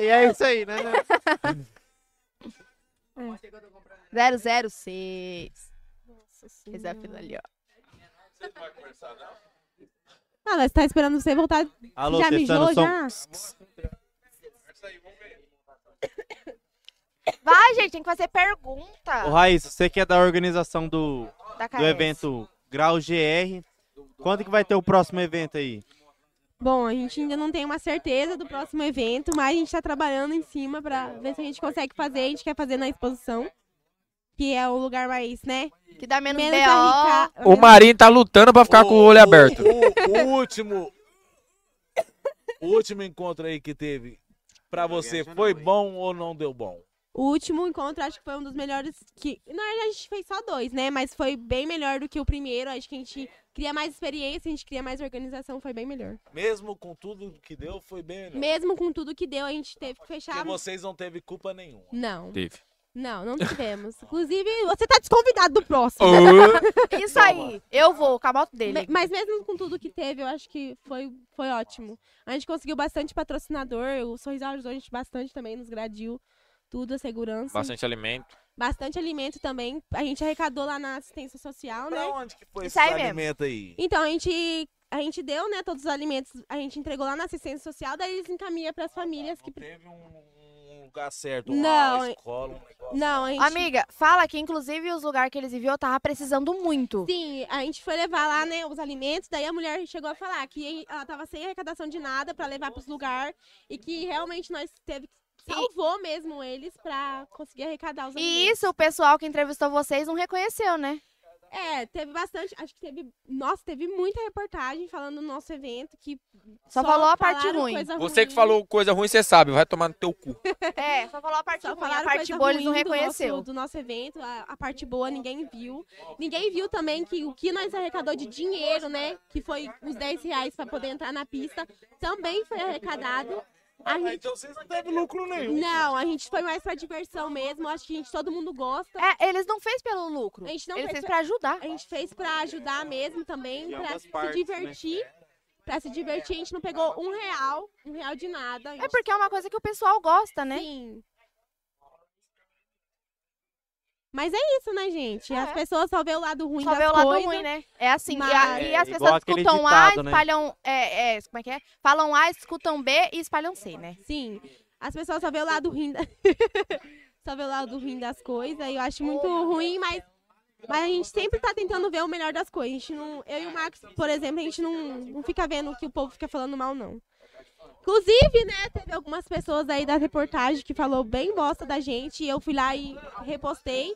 [SPEAKER 5] E é isso aí, né?
[SPEAKER 29] 006. Fez a fila ali, ó.
[SPEAKER 13] Ah, nós tá esperando você voltar.
[SPEAKER 5] Alô,
[SPEAKER 13] já
[SPEAKER 5] testando
[SPEAKER 13] mijou
[SPEAKER 5] som.
[SPEAKER 13] já?
[SPEAKER 29] Vai, gente, tem que fazer pergunta.
[SPEAKER 5] Ô, Raiz, você que é da organização do,
[SPEAKER 29] Da
[SPEAKER 5] do
[SPEAKER 29] KS.
[SPEAKER 5] evento Grau GR, quando que vai ter o próximo evento aí?
[SPEAKER 13] Bom, a gente ainda não tem uma certeza do próximo evento, mas a gente tá trabalhando em cima pra ver se a gente consegue fazer. A gente quer fazer na exposição, que é o lugar mais, né?
[SPEAKER 29] Que dá menos,
[SPEAKER 13] BO.
[SPEAKER 3] O Marinho tá lutando pra ficar com o olho aberto.
[SPEAKER 1] O, o último. O último encontro aí que teve
[SPEAKER 9] Tá
[SPEAKER 1] pra você foi bom ou não deu bom?
[SPEAKER 13] O último encontro acho que foi um dos melhores que. Na verdade, a gente fez só dois, né? Mas foi bem melhor do que o primeiro. Acho que a gente cria mais experiência, a gente cria mais organização, foi bem melhor.
[SPEAKER 1] Mesmo com tudo que deu, foi bem melhor.
[SPEAKER 13] Mesmo com tudo que deu, a gente teve que fechar.
[SPEAKER 1] Porque vocês não teve culpa nenhuma.
[SPEAKER 13] Não.
[SPEAKER 3] Teve.
[SPEAKER 13] Não, não tivemos. Inclusive, você tá desconvidado do próximo.
[SPEAKER 29] É Isso aí. Eu vou, com a moto dele.
[SPEAKER 13] Me- Mas mesmo com tudo que teve, eu acho que foi, foi ótimo. A gente conseguiu bastante patrocinador, o Sorrisal ajudou a gente bastante também, nos gradiu tudo, a segurança.
[SPEAKER 3] Bastante alimento.
[SPEAKER 13] Bastante alimento também. A gente arrecadou lá na assistência social, né?
[SPEAKER 31] onde que foi esse
[SPEAKER 13] Isso aí mesmo.
[SPEAKER 31] alimento aí?
[SPEAKER 13] Então, a gente, a gente deu, né, todos os alimentos, a gente entregou lá na assistência social, daí eles encaminham pras famílias que...
[SPEAKER 31] Teve um lugar certo,
[SPEAKER 13] Não,
[SPEAKER 31] uma escola, um negócio.
[SPEAKER 13] Não, a gente-
[SPEAKER 29] Amiga, fala que inclusive os lugares que eles enviou tava precisando muito.
[SPEAKER 13] Sim, a gente foi levar lá, né, os alimentos, daí a mulher chegou a falar que ela tava sem arrecadação de nada pra levar pros lugares e que realmente nós teve salvou mesmo eles pra conseguir arrecadar os alimentos.
[SPEAKER 29] E isso o pessoal que entrevistou vocês não reconheceu, né?
[SPEAKER 13] É, teve bastante, acho que teve, nossa, teve muita reportagem falando do nosso evento que
[SPEAKER 29] Só falou a parte
[SPEAKER 13] falaram
[SPEAKER 29] ruim.
[SPEAKER 13] coisa
[SPEAKER 25] Você que falou coisa ruim, você sabe, vai tomar no teu cu.
[SPEAKER 29] É, só falou a parte
[SPEAKER 13] Só
[SPEAKER 29] ruim, a
[SPEAKER 13] falaram
[SPEAKER 29] parte
[SPEAKER 13] coisa
[SPEAKER 29] boa eles não
[SPEAKER 13] ruim do
[SPEAKER 29] reconheceu.
[SPEAKER 13] nosso- Do nosso, evento, a, a parte boa ninguém viu. Ninguém viu também que o que nós arrecadou de dinheiro, né? Que foi os 10 reais para poder entrar na pista, também foi arrecadado. A gente-
[SPEAKER 31] Então vocês não teve lucro nenhum.
[SPEAKER 13] Não, a gente foi mais pra diversão mesmo. Acho que a gente, todo mundo gosta.
[SPEAKER 29] É, eles não fez pelo lucro.
[SPEAKER 13] A gente não
[SPEAKER 29] Eles
[SPEAKER 13] fez
[SPEAKER 29] fez pra ajudar.
[SPEAKER 13] A gente fez pra ajudar mesmo também,
[SPEAKER 29] De
[SPEAKER 13] pra
[SPEAKER 29] ambas
[SPEAKER 13] se
[SPEAKER 29] partes, né?
[SPEAKER 13] divertir. Pra se divertir, a gente não pegou um real, um real de nada.
[SPEAKER 29] É porque é uma coisa que o pessoal gosta, né?
[SPEAKER 13] Sim. Mas é isso, né, gente? As pessoas só vê o lado ruim
[SPEAKER 29] Só
[SPEAKER 13] das
[SPEAKER 29] vê o lado
[SPEAKER 13] coisas,
[SPEAKER 29] ruim, né? É assim. e a-
[SPEAKER 13] mas-
[SPEAKER 29] E, as
[SPEAKER 13] É,
[SPEAKER 29] pessoas
[SPEAKER 13] igual aquele
[SPEAKER 29] escutam A,
[SPEAKER 13] ditado, né?
[SPEAKER 29] espalham. É, é, como é que é? Falam A, escutam B e espalham C, né?
[SPEAKER 13] Sim. As pessoas só vê o lado ruim, da... só vê o lado ruim das coisas. E eu acho muito ruim, mas mas a gente sempre tá tentando ver o melhor das coisas. A gente não, eu e o Marcos, por exemplo, a gente não, não fica vendo que o povo fica falando mal não. Inclusive, né, teve algumas pessoas aí da reportagem que falou bem bosta da gente e eu fui lá e repostei.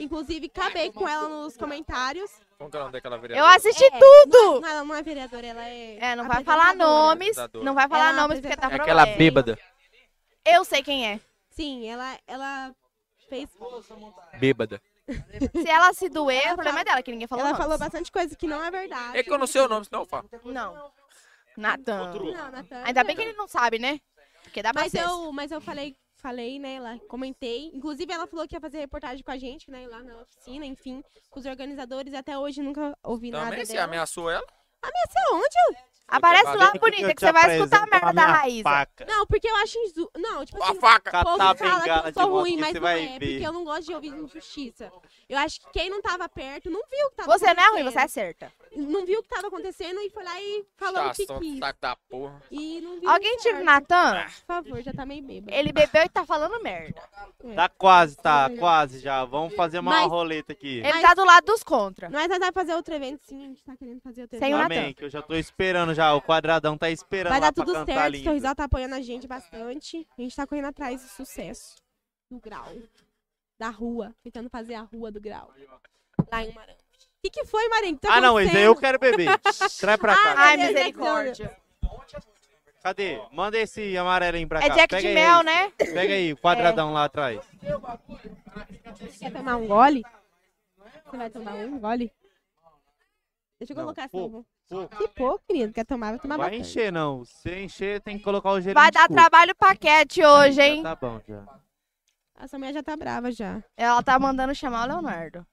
[SPEAKER 13] Inclusive, acabei com ela nos comentários.
[SPEAKER 25] Como que é o nome daquela
[SPEAKER 29] Eu
[SPEAKER 25] vereadora?
[SPEAKER 29] assisti
[SPEAKER 13] É,
[SPEAKER 29] tudo!
[SPEAKER 13] Não, ela não é vereadora, ela é.
[SPEAKER 29] É, não vai falar nomes.
[SPEAKER 25] Apresentadora.
[SPEAKER 29] Não vai falar
[SPEAKER 13] Ela é
[SPEAKER 29] nomes porque tá
[SPEAKER 25] É aquela
[SPEAKER 29] problema.
[SPEAKER 25] bêbada.
[SPEAKER 29] Eu sei quem é.
[SPEAKER 13] Sim, ela, ela fez.
[SPEAKER 25] Bêbada.
[SPEAKER 29] Se ela se doer, o problema é dela, que ninguém falou
[SPEAKER 13] Ela
[SPEAKER 29] nomes.
[SPEAKER 13] falou bastante coisa que não é verdade.
[SPEAKER 25] É que eu não sei o nome, senão eu falo.
[SPEAKER 29] Não. Natan.
[SPEAKER 13] Não, Natan. é
[SPEAKER 29] Ainda bem que ele não sabe, né? Porque dá
[SPEAKER 13] Mas
[SPEAKER 29] processo.
[SPEAKER 13] eu, mas eu falei, falei, né, ela comentei. Inclusive, ela falou que ia fazer reportagem com a gente, né, lá na oficina, enfim, com os organizadores. Até hoje nunca ouvi nada né?
[SPEAKER 25] Também se
[SPEAKER 13] dela.
[SPEAKER 25] ameaçou ela.
[SPEAKER 13] Ameaça onde?
[SPEAKER 29] Aparece lá,
[SPEAKER 25] Falei que eu
[SPEAKER 29] bonita,
[SPEAKER 25] te
[SPEAKER 29] que você vai escutar a
[SPEAKER 25] apresento a
[SPEAKER 29] merda da
[SPEAKER 25] minha
[SPEAKER 29] raiz.
[SPEAKER 25] faca.
[SPEAKER 13] Não, porque eu acho injusto. Não, tipo assim,
[SPEAKER 25] faca.
[SPEAKER 13] o povo
[SPEAKER 35] Catar a
[SPEAKER 13] fala que
[SPEAKER 35] bengala
[SPEAKER 13] eu
[SPEAKER 35] de
[SPEAKER 13] sou
[SPEAKER 35] volta
[SPEAKER 13] ruim,
[SPEAKER 35] que
[SPEAKER 13] mas
[SPEAKER 35] você
[SPEAKER 13] não
[SPEAKER 35] vai
[SPEAKER 13] é,
[SPEAKER 35] ver.
[SPEAKER 13] porque eu não gosto de ouvir injustiça. Eu acho que quem não tava perto não viu o que tava
[SPEAKER 29] Você não é ruim,
[SPEAKER 13] acontecendo.
[SPEAKER 29] você é certa.
[SPEAKER 13] Não viu o que tava acontecendo e foi lá e falou o que
[SPEAKER 25] Chação,
[SPEAKER 13] quis.
[SPEAKER 25] saco da porra.
[SPEAKER 13] E não viu
[SPEAKER 29] Alguém
[SPEAKER 13] certo.
[SPEAKER 29] tira o Natan?
[SPEAKER 13] Por favor, já tá meio bêbado.
[SPEAKER 29] Ele bebeu e tá falando merda.
[SPEAKER 5] Tá quase, tá quase já. Vamos fazer uma
[SPEAKER 13] Mas-
[SPEAKER 5] roleta aqui.
[SPEAKER 29] Ele tá do lado dos contra.
[SPEAKER 13] Mas nós vamos fazer outro evento, sim. A gente tá querendo fazer outro evento.
[SPEAKER 5] Amém, que eu já tô esperando já. O quadradão tá esperando
[SPEAKER 13] Vai
[SPEAKER 5] lá
[SPEAKER 13] dar tudo
[SPEAKER 5] pra cantar
[SPEAKER 13] certo, o
[SPEAKER 5] lindo.
[SPEAKER 13] Sorrisal tá apoiando a gente bastante. A gente tá correndo atrás do sucesso. Do grau. Da rua. Tentando fazer a rua do grau. Lá em Maranhão. O que, que foi, Maranhão? Que tá
[SPEAKER 5] Ah, não, esse aí eu
[SPEAKER 13] acontecendo? Ah,
[SPEAKER 5] quero beber. Traz pra cá.
[SPEAKER 13] Ai,
[SPEAKER 5] Cadê?
[SPEAKER 13] misericórdia.
[SPEAKER 5] Cadê? Manda esse amarelinho pra cá.
[SPEAKER 29] É Jack
[SPEAKER 5] Pega
[SPEAKER 29] de
[SPEAKER 5] aí,
[SPEAKER 29] mel,
[SPEAKER 5] esse.
[SPEAKER 29] né? É.
[SPEAKER 5] Pega aí, o quadradão lá atrás.
[SPEAKER 13] Quer tomar um gole? Você vai tomar um gole? Deixa eu colocar assim.
[SPEAKER 5] pouco,
[SPEAKER 13] vou- Que pouco, querido. Quer tomar, vai tomar
[SPEAKER 5] Vai
[SPEAKER 13] bastante.
[SPEAKER 5] encher, né? não. Se encher, tem que colocar o gelo
[SPEAKER 29] Vai dar trabalho paquete hoje, hein?
[SPEAKER 5] Tá bom, já.
[SPEAKER 13] Essa mulher já tá brava já.
[SPEAKER 29] Ela tá mandando chamar o Leonardo.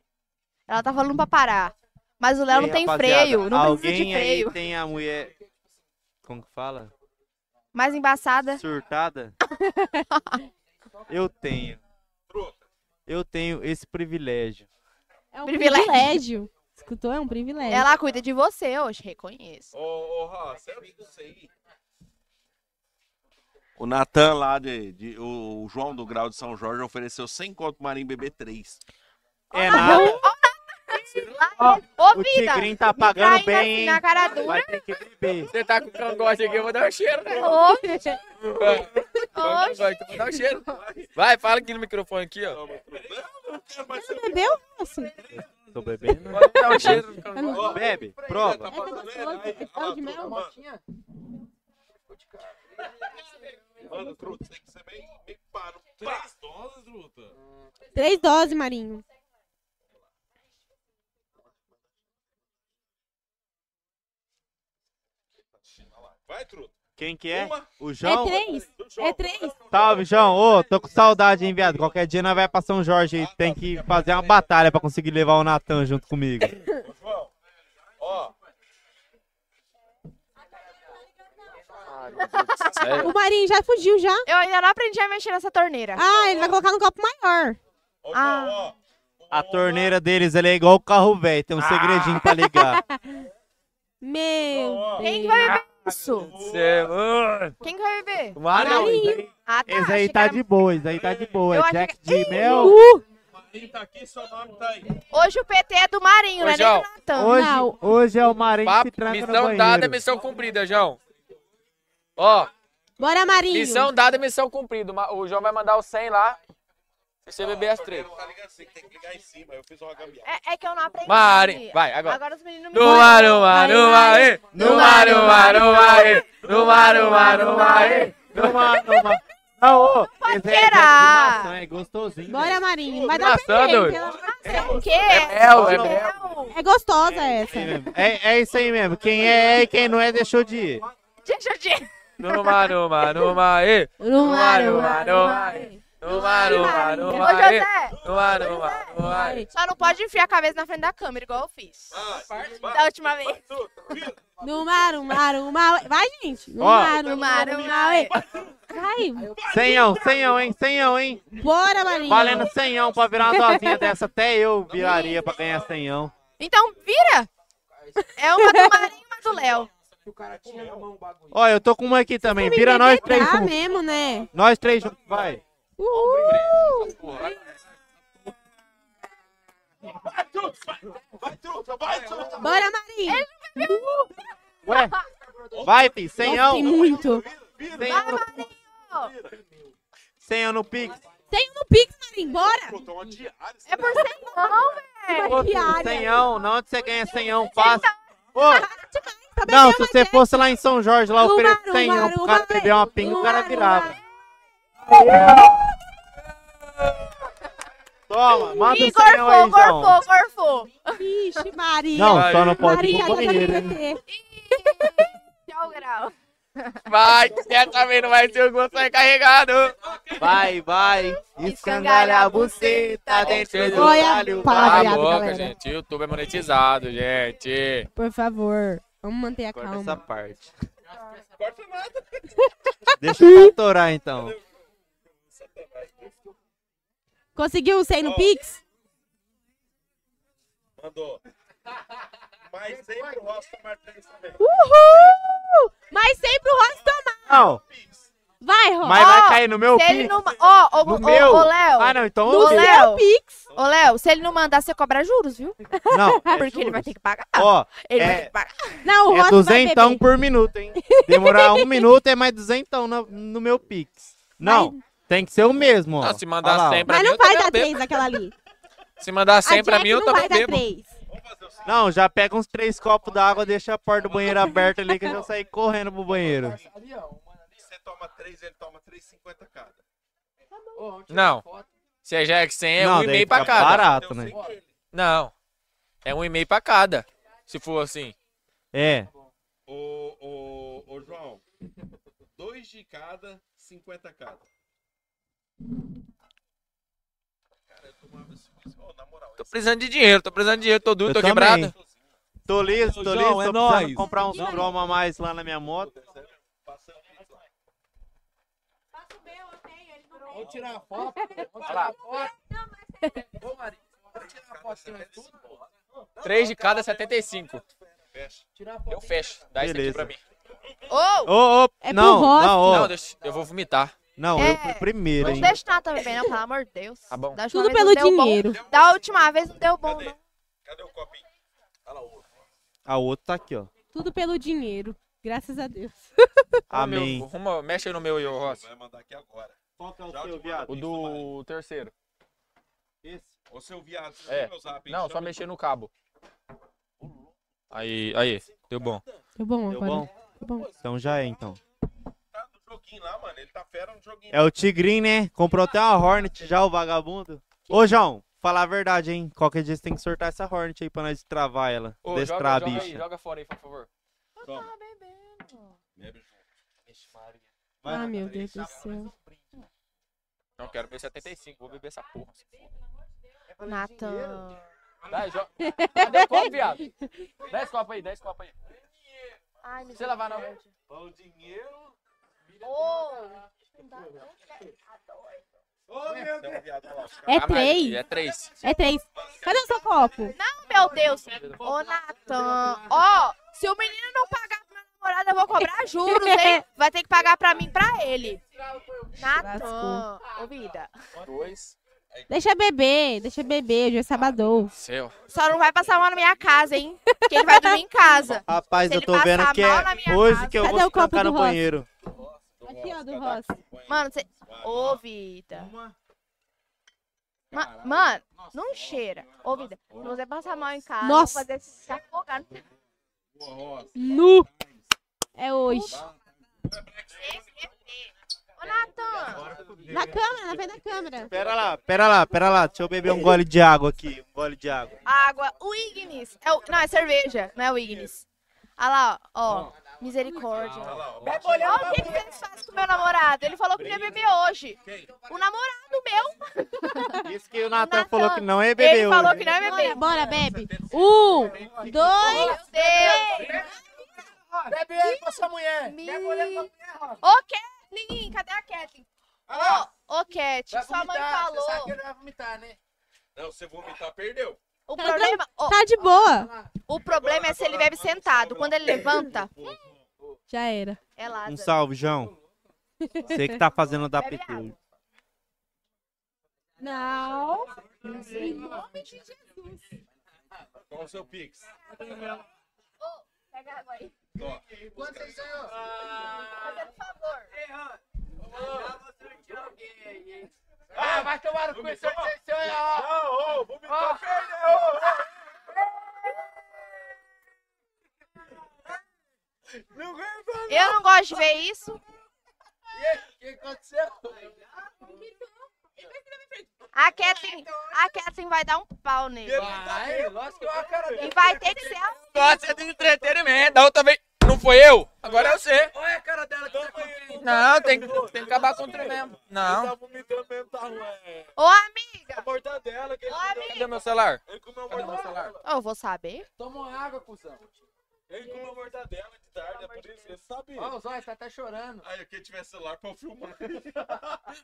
[SPEAKER 29] Ela tá falando pra parar. Mas o Léo não
[SPEAKER 5] Ei,
[SPEAKER 29] tem
[SPEAKER 5] rapaziada,
[SPEAKER 29] freio, não
[SPEAKER 5] alguém
[SPEAKER 29] precisa de freio.
[SPEAKER 5] Aí tem a mulher... Como que fala?
[SPEAKER 29] Mais embaçada.
[SPEAKER 5] Surtada? Eu tenho. Eu tenho esse privilégio.
[SPEAKER 13] É um
[SPEAKER 29] Privilégio.
[SPEAKER 13] privilégio. Escutou? É um privilégio.
[SPEAKER 29] Ela cuida de você hoje, reconheço.
[SPEAKER 31] Ô, ô, Ró, você viu isso aí?
[SPEAKER 4] O Natan lá, de, de- o o João do Grau de São Jorge, ofereceu 100 conto pro Marinho beber 3.
[SPEAKER 5] É nada.
[SPEAKER 25] é
[SPEAKER 29] Ô,
[SPEAKER 5] O
[SPEAKER 29] vida!
[SPEAKER 5] tigrinho tá pagando
[SPEAKER 29] Caindo assim
[SPEAKER 5] bem, hein?
[SPEAKER 29] na cara dura.
[SPEAKER 5] Vai ter que beber.
[SPEAKER 25] Você tá com cangote aqui, eu vou dar um cheiro, né?
[SPEAKER 29] Ô,
[SPEAKER 25] Vai, vai, vai, dá um cheiro. Vai, fala aqui no microfone aqui, ó.
[SPEAKER 13] Não bebeu? Nossa.
[SPEAKER 5] Tô bebendo.
[SPEAKER 25] Dá um cheiro.
[SPEAKER 5] Bebe, prova.
[SPEAKER 13] Essa gostosa tá é pau de mel?
[SPEAKER 4] Mano, truta, tem que ser meio, meio paro. Três doses, truta.
[SPEAKER 13] Três doses, Marinho. É
[SPEAKER 4] Vai, truta.
[SPEAKER 5] Quem que é?
[SPEAKER 4] Uma.
[SPEAKER 5] O
[SPEAKER 13] É
[SPEAKER 5] João?
[SPEAKER 13] três. É três.
[SPEAKER 5] Salve, João. Ô, tô com saudade, hein, viado. Qualquer dia nós vai pra São Jorge e tem que fazer uma batalha pra conseguir levar o Natan junto comigo.
[SPEAKER 4] Ó,
[SPEAKER 13] O Marinho já fugiu já.
[SPEAKER 29] Eu ainda não aprendi a mexer nessa torneira.
[SPEAKER 13] Ah, ele vai colocar no copo maior.
[SPEAKER 29] Ah.
[SPEAKER 5] A torneira deles ali é igual o carro velho, tem um segredinho pra ligar.
[SPEAKER 13] Meu
[SPEAKER 29] Quem que vai
[SPEAKER 5] Ah,
[SPEAKER 29] beber isso?
[SPEAKER 3] é
[SPEAKER 5] Esse
[SPEAKER 29] Quem que vai beber?
[SPEAKER 5] Ah, não, Marinho. esse
[SPEAKER 29] Ah, tá.
[SPEAKER 5] aí
[SPEAKER 29] achei
[SPEAKER 5] tá
[SPEAKER 29] que
[SPEAKER 5] de boa, esse aí tá de boa.
[SPEAKER 29] Eu
[SPEAKER 5] É
[SPEAKER 29] achei
[SPEAKER 5] Jack
[SPEAKER 29] que-
[SPEAKER 5] de mel.
[SPEAKER 29] Uh!
[SPEAKER 13] é
[SPEAKER 2] Marinho tá aqui, seu nome tá aí.
[SPEAKER 29] era- Hoje o PT é do Marinho,
[SPEAKER 3] Ô,
[SPEAKER 29] né?
[SPEAKER 3] João.
[SPEAKER 5] Hoje, hoje é o Marinho que tranca no
[SPEAKER 3] Missão
[SPEAKER 5] banheiro.
[SPEAKER 3] dada é missão cumprida, João. Ó.
[SPEAKER 13] Bora, Marinho.
[SPEAKER 3] Missão dada é missão cumprida. Ma- O João vai mandar o 100 lá. e Você beber as três.
[SPEAKER 2] Tá ligado? Você tem que ligar em cima. Eu fiz uma gambiarra.
[SPEAKER 29] É, é que eu não aprendi.
[SPEAKER 3] Mari, vai, agora.
[SPEAKER 29] Agora os meninos me
[SPEAKER 3] No ar, no ar, no ar, ê. no ar, no ar, no ar, ê. no ar, no ar, no ar, ê.
[SPEAKER 5] no ar, no ar. Não, ô, esse é Jack de
[SPEAKER 29] Será?
[SPEAKER 5] maçã, é gostosinho.
[SPEAKER 13] Bora, Marinho. Vai dar
[SPEAKER 5] Maçã,
[SPEAKER 13] pra
[SPEAKER 5] doido.
[SPEAKER 29] É o quê?
[SPEAKER 5] mel, é
[SPEAKER 13] É gostosa essa.
[SPEAKER 5] É, é isso aí mesmo. Quem é e quem não é deixou de ir.
[SPEAKER 29] Deixa eu te...
[SPEAKER 3] No ar, no ar, no ar, ê.
[SPEAKER 13] no
[SPEAKER 3] ar, no ar, no ar, ê. no ar, no ar, no
[SPEAKER 29] Ô,
[SPEAKER 3] ar, ê.
[SPEAKER 29] José.
[SPEAKER 3] no ar, no ar, no ar, ê.
[SPEAKER 29] Só não pode enfiar a cabeça na frente da câmera, igual eu fiz.
[SPEAKER 5] Ah,
[SPEAKER 29] da última vez.
[SPEAKER 13] No mar, no mar, no mar. Vai, gente. No
[SPEAKER 5] Ó.
[SPEAKER 13] mar, no mar, no mar. ué. Vai.
[SPEAKER 5] Senhão, senhão, hein? Senhão, hein?
[SPEAKER 13] Bora, Marinho.
[SPEAKER 5] Valendo senhão pra virar uma dosinha dessa. Até eu viraria pra ganhar senhão.
[SPEAKER 29] Então, vira! É uma do Marinho e uma do Léo.
[SPEAKER 5] Ó, eu tô com uma aqui também. Vira nós três juntos.
[SPEAKER 13] mesmo, né?
[SPEAKER 5] Nós três juntos, vai. um
[SPEAKER 2] Vai, truta, vai, truta.
[SPEAKER 13] Bora, Marinho.
[SPEAKER 5] Ué? Vai, fi, senhão.
[SPEAKER 13] Tem muito.
[SPEAKER 5] Senhão no Pix. Senhão no Pix.
[SPEAKER 13] Tem um no Pix, Marinho. Bora.
[SPEAKER 29] É por senhão, velho.
[SPEAKER 5] Ô, filho, Senhão, na onde você ganha é senhão, passa. Ô,
[SPEAKER 13] Tá
[SPEAKER 5] não, se você fosse lá em São Jorge, lá
[SPEAKER 13] é Uma,
[SPEAKER 5] oferecer
[SPEAKER 13] uma,
[SPEAKER 5] senhão pro
[SPEAKER 13] uma,
[SPEAKER 5] cara beber uma pinga, o cara
[SPEAKER 13] uma.
[SPEAKER 5] virava. Toma, manda o
[SPEAKER 29] Ih,
[SPEAKER 5] senhão aí,
[SPEAKER 29] gorfou,
[SPEAKER 5] João.
[SPEAKER 29] gorfou, gorfou.
[SPEAKER 13] Vixe, Maria.
[SPEAKER 5] Não, só não pode ir
[SPEAKER 13] Maria,
[SPEAKER 5] pro
[SPEAKER 13] agora tem
[SPEAKER 5] banheiro,
[SPEAKER 13] que
[SPEAKER 5] hein?
[SPEAKER 13] ter.
[SPEAKER 29] Tchau, grau.
[SPEAKER 3] Vai, dessa vez não vai ser o gosto aí carregado.
[SPEAKER 5] Vai, vai, escangalha a buceta dentro do
[SPEAKER 13] Olha,
[SPEAKER 5] galho.
[SPEAKER 13] fala,
[SPEAKER 5] vai.
[SPEAKER 13] viado,
[SPEAKER 3] Cala a boca,
[SPEAKER 13] galera.
[SPEAKER 3] gente. YouTube é monetizado, gente.
[SPEAKER 13] Por favor. Vamos manter a calma.
[SPEAKER 5] parte. Deixa eu cantorar então.
[SPEAKER 13] Conseguiu o 100 no Pix?
[SPEAKER 2] Mandou. Mas sempre o Rosco Martins também.
[SPEAKER 13] Uhul! Mais 100 pro Ross tomar.
[SPEAKER 5] Não,
[SPEAKER 13] Vai, Ross.
[SPEAKER 5] mas vai cair no meu
[SPEAKER 29] Se ele
[SPEAKER 5] Pix.
[SPEAKER 29] não. ma- Ó, ô, ô,
[SPEAKER 5] No
[SPEAKER 29] ô,
[SPEAKER 5] meu?
[SPEAKER 29] ô, Léo.
[SPEAKER 5] Ah, não, então
[SPEAKER 29] Ô,
[SPEAKER 5] o meu.
[SPEAKER 29] Léo.
[SPEAKER 13] Pix.
[SPEAKER 29] Ô, Léo, se ele não mandar, você cobra juros, viu?
[SPEAKER 5] Não, é
[SPEAKER 29] Porque ele vai ter que pagar.
[SPEAKER 5] Ó,
[SPEAKER 29] Ele vai
[SPEAKER 5] é-
[SPEAKER 29] ter que pagar.
[SPEAKER 13] Não, o
[SPEAKER 5] É
[SPEAKER 13] Ross vai beber.
[SPEAKER 5] duzentão por minuto, hein? Demorar um minuto é mais duzentão no, no meu Pix. Não, tem que ser o mesmo, ó.
[SPEAKER 3] Não, se mandar
[SPEAKER 5] Olha lá, ó.
[SPEAKER 3] cem pra
[SPEAKER 13] Mas
[SPEAKER 3] mim,
[SPEAKER 13] não
[SPEAKER 3] eu também
[SPEAKER 13] vai dar
[SPEAKER 3] bebo.
[SPEAKER 13] 3 aquela ali.
[SPEAKER 3] Se mandar 100
[SPEAKER 13] a
[SPEAKER 3] pra
[SPEAKER 13] Jack
[SPEAKER 3] mim, eu
[SPEAKER 13] não
[SPEAKER 3] também
[SPEAKER 13] vai dar
[SPEAKER 3] bebo.
[SPEAKER 13] 3.
[SPEAKER 5] Não, já pega uns três copos d'água, deixa a porta do banheiro aberta ali que eu já saí correndo pro banheiro.
[SPEAKER 2] Você toma 3, ele toma 3,50 cada.
[SPEAKER 3] Não. Se é Jack 100, é
[SPEAKER 5] Não,
[SPEAKER 3] 1,5
[SPEAKER 5] daí
[SPEAKER 3] pra
[SPEAKER 5] fica
[SPEAKER 3] cada.
[SPEAKER 5] barato, né?
[SPEAKER 3] Não. É 1,5 pra cada. Se for assim.
[SPEAKER 5] É.
[SPEAKER 2] Ô, ô, ô, João. 2 de cada, 50 cada.
[SPEAKER 3] Tô precisando de dinheiro, tô precisando de dinheiro, tô duro,
[SPEAKER 5] Eu
[SPEAKER 3] tô
[SPEAKER 5] também.
[SPEAKER 3] quebrado.
[SPEAKER 5] Tô liso, tô
[SPEAKER 31] Ô,
[SPEAKER 5] liso,
[SPEAKER 31] João,
[SPEAKER 5] tô
[SPEAKER 31] é
[SPEAKER 5] precisando
[SPEAKER 31] nóis.
[SPEAKER 5] comprar uns croma a mais lá na minha moto.
[SPEAKER 9] Vamos tirar a foto. Vamos tirar a foto. Ô, Marinho, vamos tirar a foto. Tirar tudo, pô.
[SPEAKER 3] 3 de cada, 75. Eu fecho. Dá isso aqui
[SPEAKER 5] Beleza.
[SPEAKER 3] pra mim.
[SPEAKER 5] Ô, ô,
[SPEAKER 29] é
[SPEAKER 5] não, não, ô.
[SPEAKER 3] Não, deixa, eu vou vomitar.
[SPEAKER 5] Não, eu fui primeiro,
[SPEAKER 29] Não
[SPEAKER 5] hein?
[SPEAKER 29] deixa o Natan beber, não, né? pelo amor de Deus.
[SPEAKER 3] Tá bom.
[SPEAKER 29] Da última
[SPEAKER 13] Tudo
[SPEAKER 29] vez não
[SPEAKER 13] pelo
[SPEAKER 29] deu bom.
[SPEAKER 13] dinheiro.
[SPEAKER 29] Da última vez não deu bom, não.
[SPEAKER 5] A outra tá aqui, ó.
[SPEAKER 13] Tudo pelo dinheiro. Graças a Deus.
[SPEAKER 5] Amém.
[SPEAKER 3] Meu, arruma- mexe aí no meu, eu, Rossi.
[SPEAKER 2] Vai mandar aqui agora.
[SPEAKER 5] Qual que é o
[SPEAKER 2] Já
[SPEAKER 5] seu,
[SPEAKER 2] te
[SPEAKER 5] viado?
[SPEAKER 3] O do terceiro.
[SPEAKER 2] Ô, seu viado, você
[SPEAKER 3] É.
[SPEAKER 2] viu meu zap, hein?
[SPEAKER 3] Não, só mexer no cabo. Aí, aí, deu bom.
[SPEAKER 13] Deu bom
[SPEAKER 5] Deu
[SPEAKER 13] agora.
[SPEAKER 5] bom?
[SPEAKER 13] Deu bom.
[SPEAKER 5] Então já é, então.
[SPEAKER 2] Tá Joguinho lá, mano. Ele tá fera no joguinho.
[SPEAKER 5] É o Tigrinho, né? Comprou até uma Hornet já, o vagabundo. Ô, João, falar a verdade, hein? Qualquer dia você tem que sortar essa Hornet aí pra nós destravar ela.
[SPEAKER 3] Ô,
[SPEAKER 5] Destrar a
[SPEAKER 3] joga, joga aí,
[SPEAKER 5] bicha.
[SPEAKER 3] joga fora aí, por favor.
[SPEAKER 2] Toma.
[SPEAKER 13] Ah, meu Deus do céu.
[SPEAKER 3] Não, quero ver 75, vou beber essa porra.
[SPEAKER 29] Natan.
[SPEAKER 3] Dá, joga. Cadê o copo, viado? 10 copos aí, 10 copos aí.
[SPEAKER 29] Ai, me
[SPEAKER 3] Você lavar não.
[SPEAKER 2] Ó, O dinheiro.
[SPEAKER 29] Ô,
[SPEAKER 28] É
[SPEAKER 3] Ah, mas
[SPEAKER 28] três.
[SPEAKER 3] É três.
[SPEAKER 28] É três. Cadê o seu copo?
[SPEAKER 29] Não, meu Deus. Ô, Natan. Ó, se o menino não pagar pra minha namorada, eu vou cobrar juros, hein? Vai ter que pagar pra mim e pra ele. Natan. Ô, vida.
[SPEAKER 3] Dois.
[SPEAKER 13] Deixa beber, deixa beber, hoje é sabadão.
[SPEAKER 3] Seu.
[SPEAKER 29] Só não vai passar mal na minha casa, hein? Porque ele vai dormir em casa.
[SPEAKER 5] Rapaz,
[SPEAKER 29] Se
[SPEAKER 5] eu
[SPEAKER 29] ele
[SPEAKER 5] tô vendo
[SPEAKER 29] passar
[SPEAKER 5] que
[SPEAKER 29] mal na
[SPEAKER 5] é
[SPEAKER 29] minha
[SPEAKER 5] hoje
[SPEAKER 29] casa-
[SPEAKER 5] que eu
[SPEAKER 29] Cadê
[SPEAKER 5] vou
[SPEAKER 29] o copo
[SPEAKER 5] ficar
[SPEAKER 29] do
[SPEAKER 5] no
[SPEAKER 29] Ross?
[SPEAKER 5] banheiro.
[SPEAKER 28] Aqui, ó, do Ross.
[SPEAKER 29] Mano, você. Ô, vida. Ma- Mano, não cheira. Ô, vida. Se você passar mal em casa, eu vou
[SPEAKER 28] Nossa.
[SPEAKER 29] fazer esse safogar.
[SPEAKER 28] Nu. É hoje.
[SPEAKER 29] Ô, Natan.
[SPEAKER 13] Na câmera, na frente da câmera.
[SPEAKER 5] Pera lá, pera lá, pera lá. Deixa eu beber um gole de água aqui. Um gole de água.
[SPEAKER 29] Água. O Ignis. É o... Não, é cerveja. Não é o Ignis. Olha lá, ó. ó. Misericórdia. Bebe olhando. Olha o que, que vocês fazem com o meu namorado. Ele falou que não ia beber hoje. O namorado meu.
[SPEAKER 5] Isso que o Natan falou que não é beber
[SPEAKER 29] Ele falou
[SPEAKER 5] hoje.
[SPEAKER 29] que não ia beber.
[SPEAKER 28] Bora, bebe. Um, dois,
[SPEAKER 29] três.
[SPEAKER 10] Bebe olhando pra sua mulher. Bebe olhando pra mulher, Rosa.
[SPEAKER 29] Ô, Kathleen, cadê a Kathleen? Ô, ô, Cat,
[SPEAKER 10] Vai
[SPEAKER 29] É, tipo, sua mãe
[SPEAKER 10] vomitar, Você sabe
[SPEAKER 29] falou.
[SPEAKER 10] que ele vai vomitar, né?
[SPEAKER 2] Não, você vomitar, perdeu.
[SPEAKER 29] O problema. ó,
[SPEAKER 28] Tá de boa.
[SPEAKER 29] O problema é se ele bebe sentado. Quando ele levanta,
[SPEAKER 28] Já era.
[SPEAKER 29] é lá.
[SPEAKER 5] Um salve, João. Você que tá fazendo da PT hoje.
[SPEAKER 28] Não.
[SPEAKER 13] Em nome
[SPEAKER 28] de
[SPEAKER 13] Jesus.
[SPEAKER 2] Qual é o seu pix?
[SPEAKER 29] Pega água aí.
[SPEAKER 2] Ó.
[SPEAKER 10] Quanto você ganhou?
[SPEAKER 29] Fazendo favor.
[SPEAKER 10] Ah, vai tomar no cu, seu seu aí, ó.
[SPEAKER 2] Não, ô, vomitar,
[SPEAKER 10] Não aguento,
[SPEAKER 29] Eu não gosto de ver isso.
[SPEAKER 10] E aí, o que aconteceu?
[SPEAKER 29] A Kathleen, a Kathleen vai dar um pau nele.
[SPEAKER 10] Vai, lógico que vai.
[SPEAKER 29] E vai ter que ser assim. a
[SPEAKER 25] Nossa, é de entretenimento. Da outra vez. Não foi eu? Agora é você.
[SPEAKER 10] Olha a cara dela que tá com
[SPEAKER 25] Não, tem, tem que acabar com o trem mesmo.
[SPEAKER 2] Tá
[SPEAKER 25] Não.
[SPEAKER 2] vomitando mesmo, tá ruim. é.
[SPEAKER 29] Ô, amiga!
[SPEAKER 2] A mortadela que ele comeu.
[SPEAKER 25] Cadê meu celular?
[SPEAKER 2] Ele comeu a mortadela.
[SPEAKER 29] Eu vou saber.
[SPEAKER 10] Toma água, cuzão.
[SPEAKER 2] Ele comeu a mortadela de tarde, é por isso que ele sabia.
[SPEAKER 10] Ó, o Zóia tá até chorando.
[SPEAKER 2] Aí, eu queria tiver celular pra eu filmar.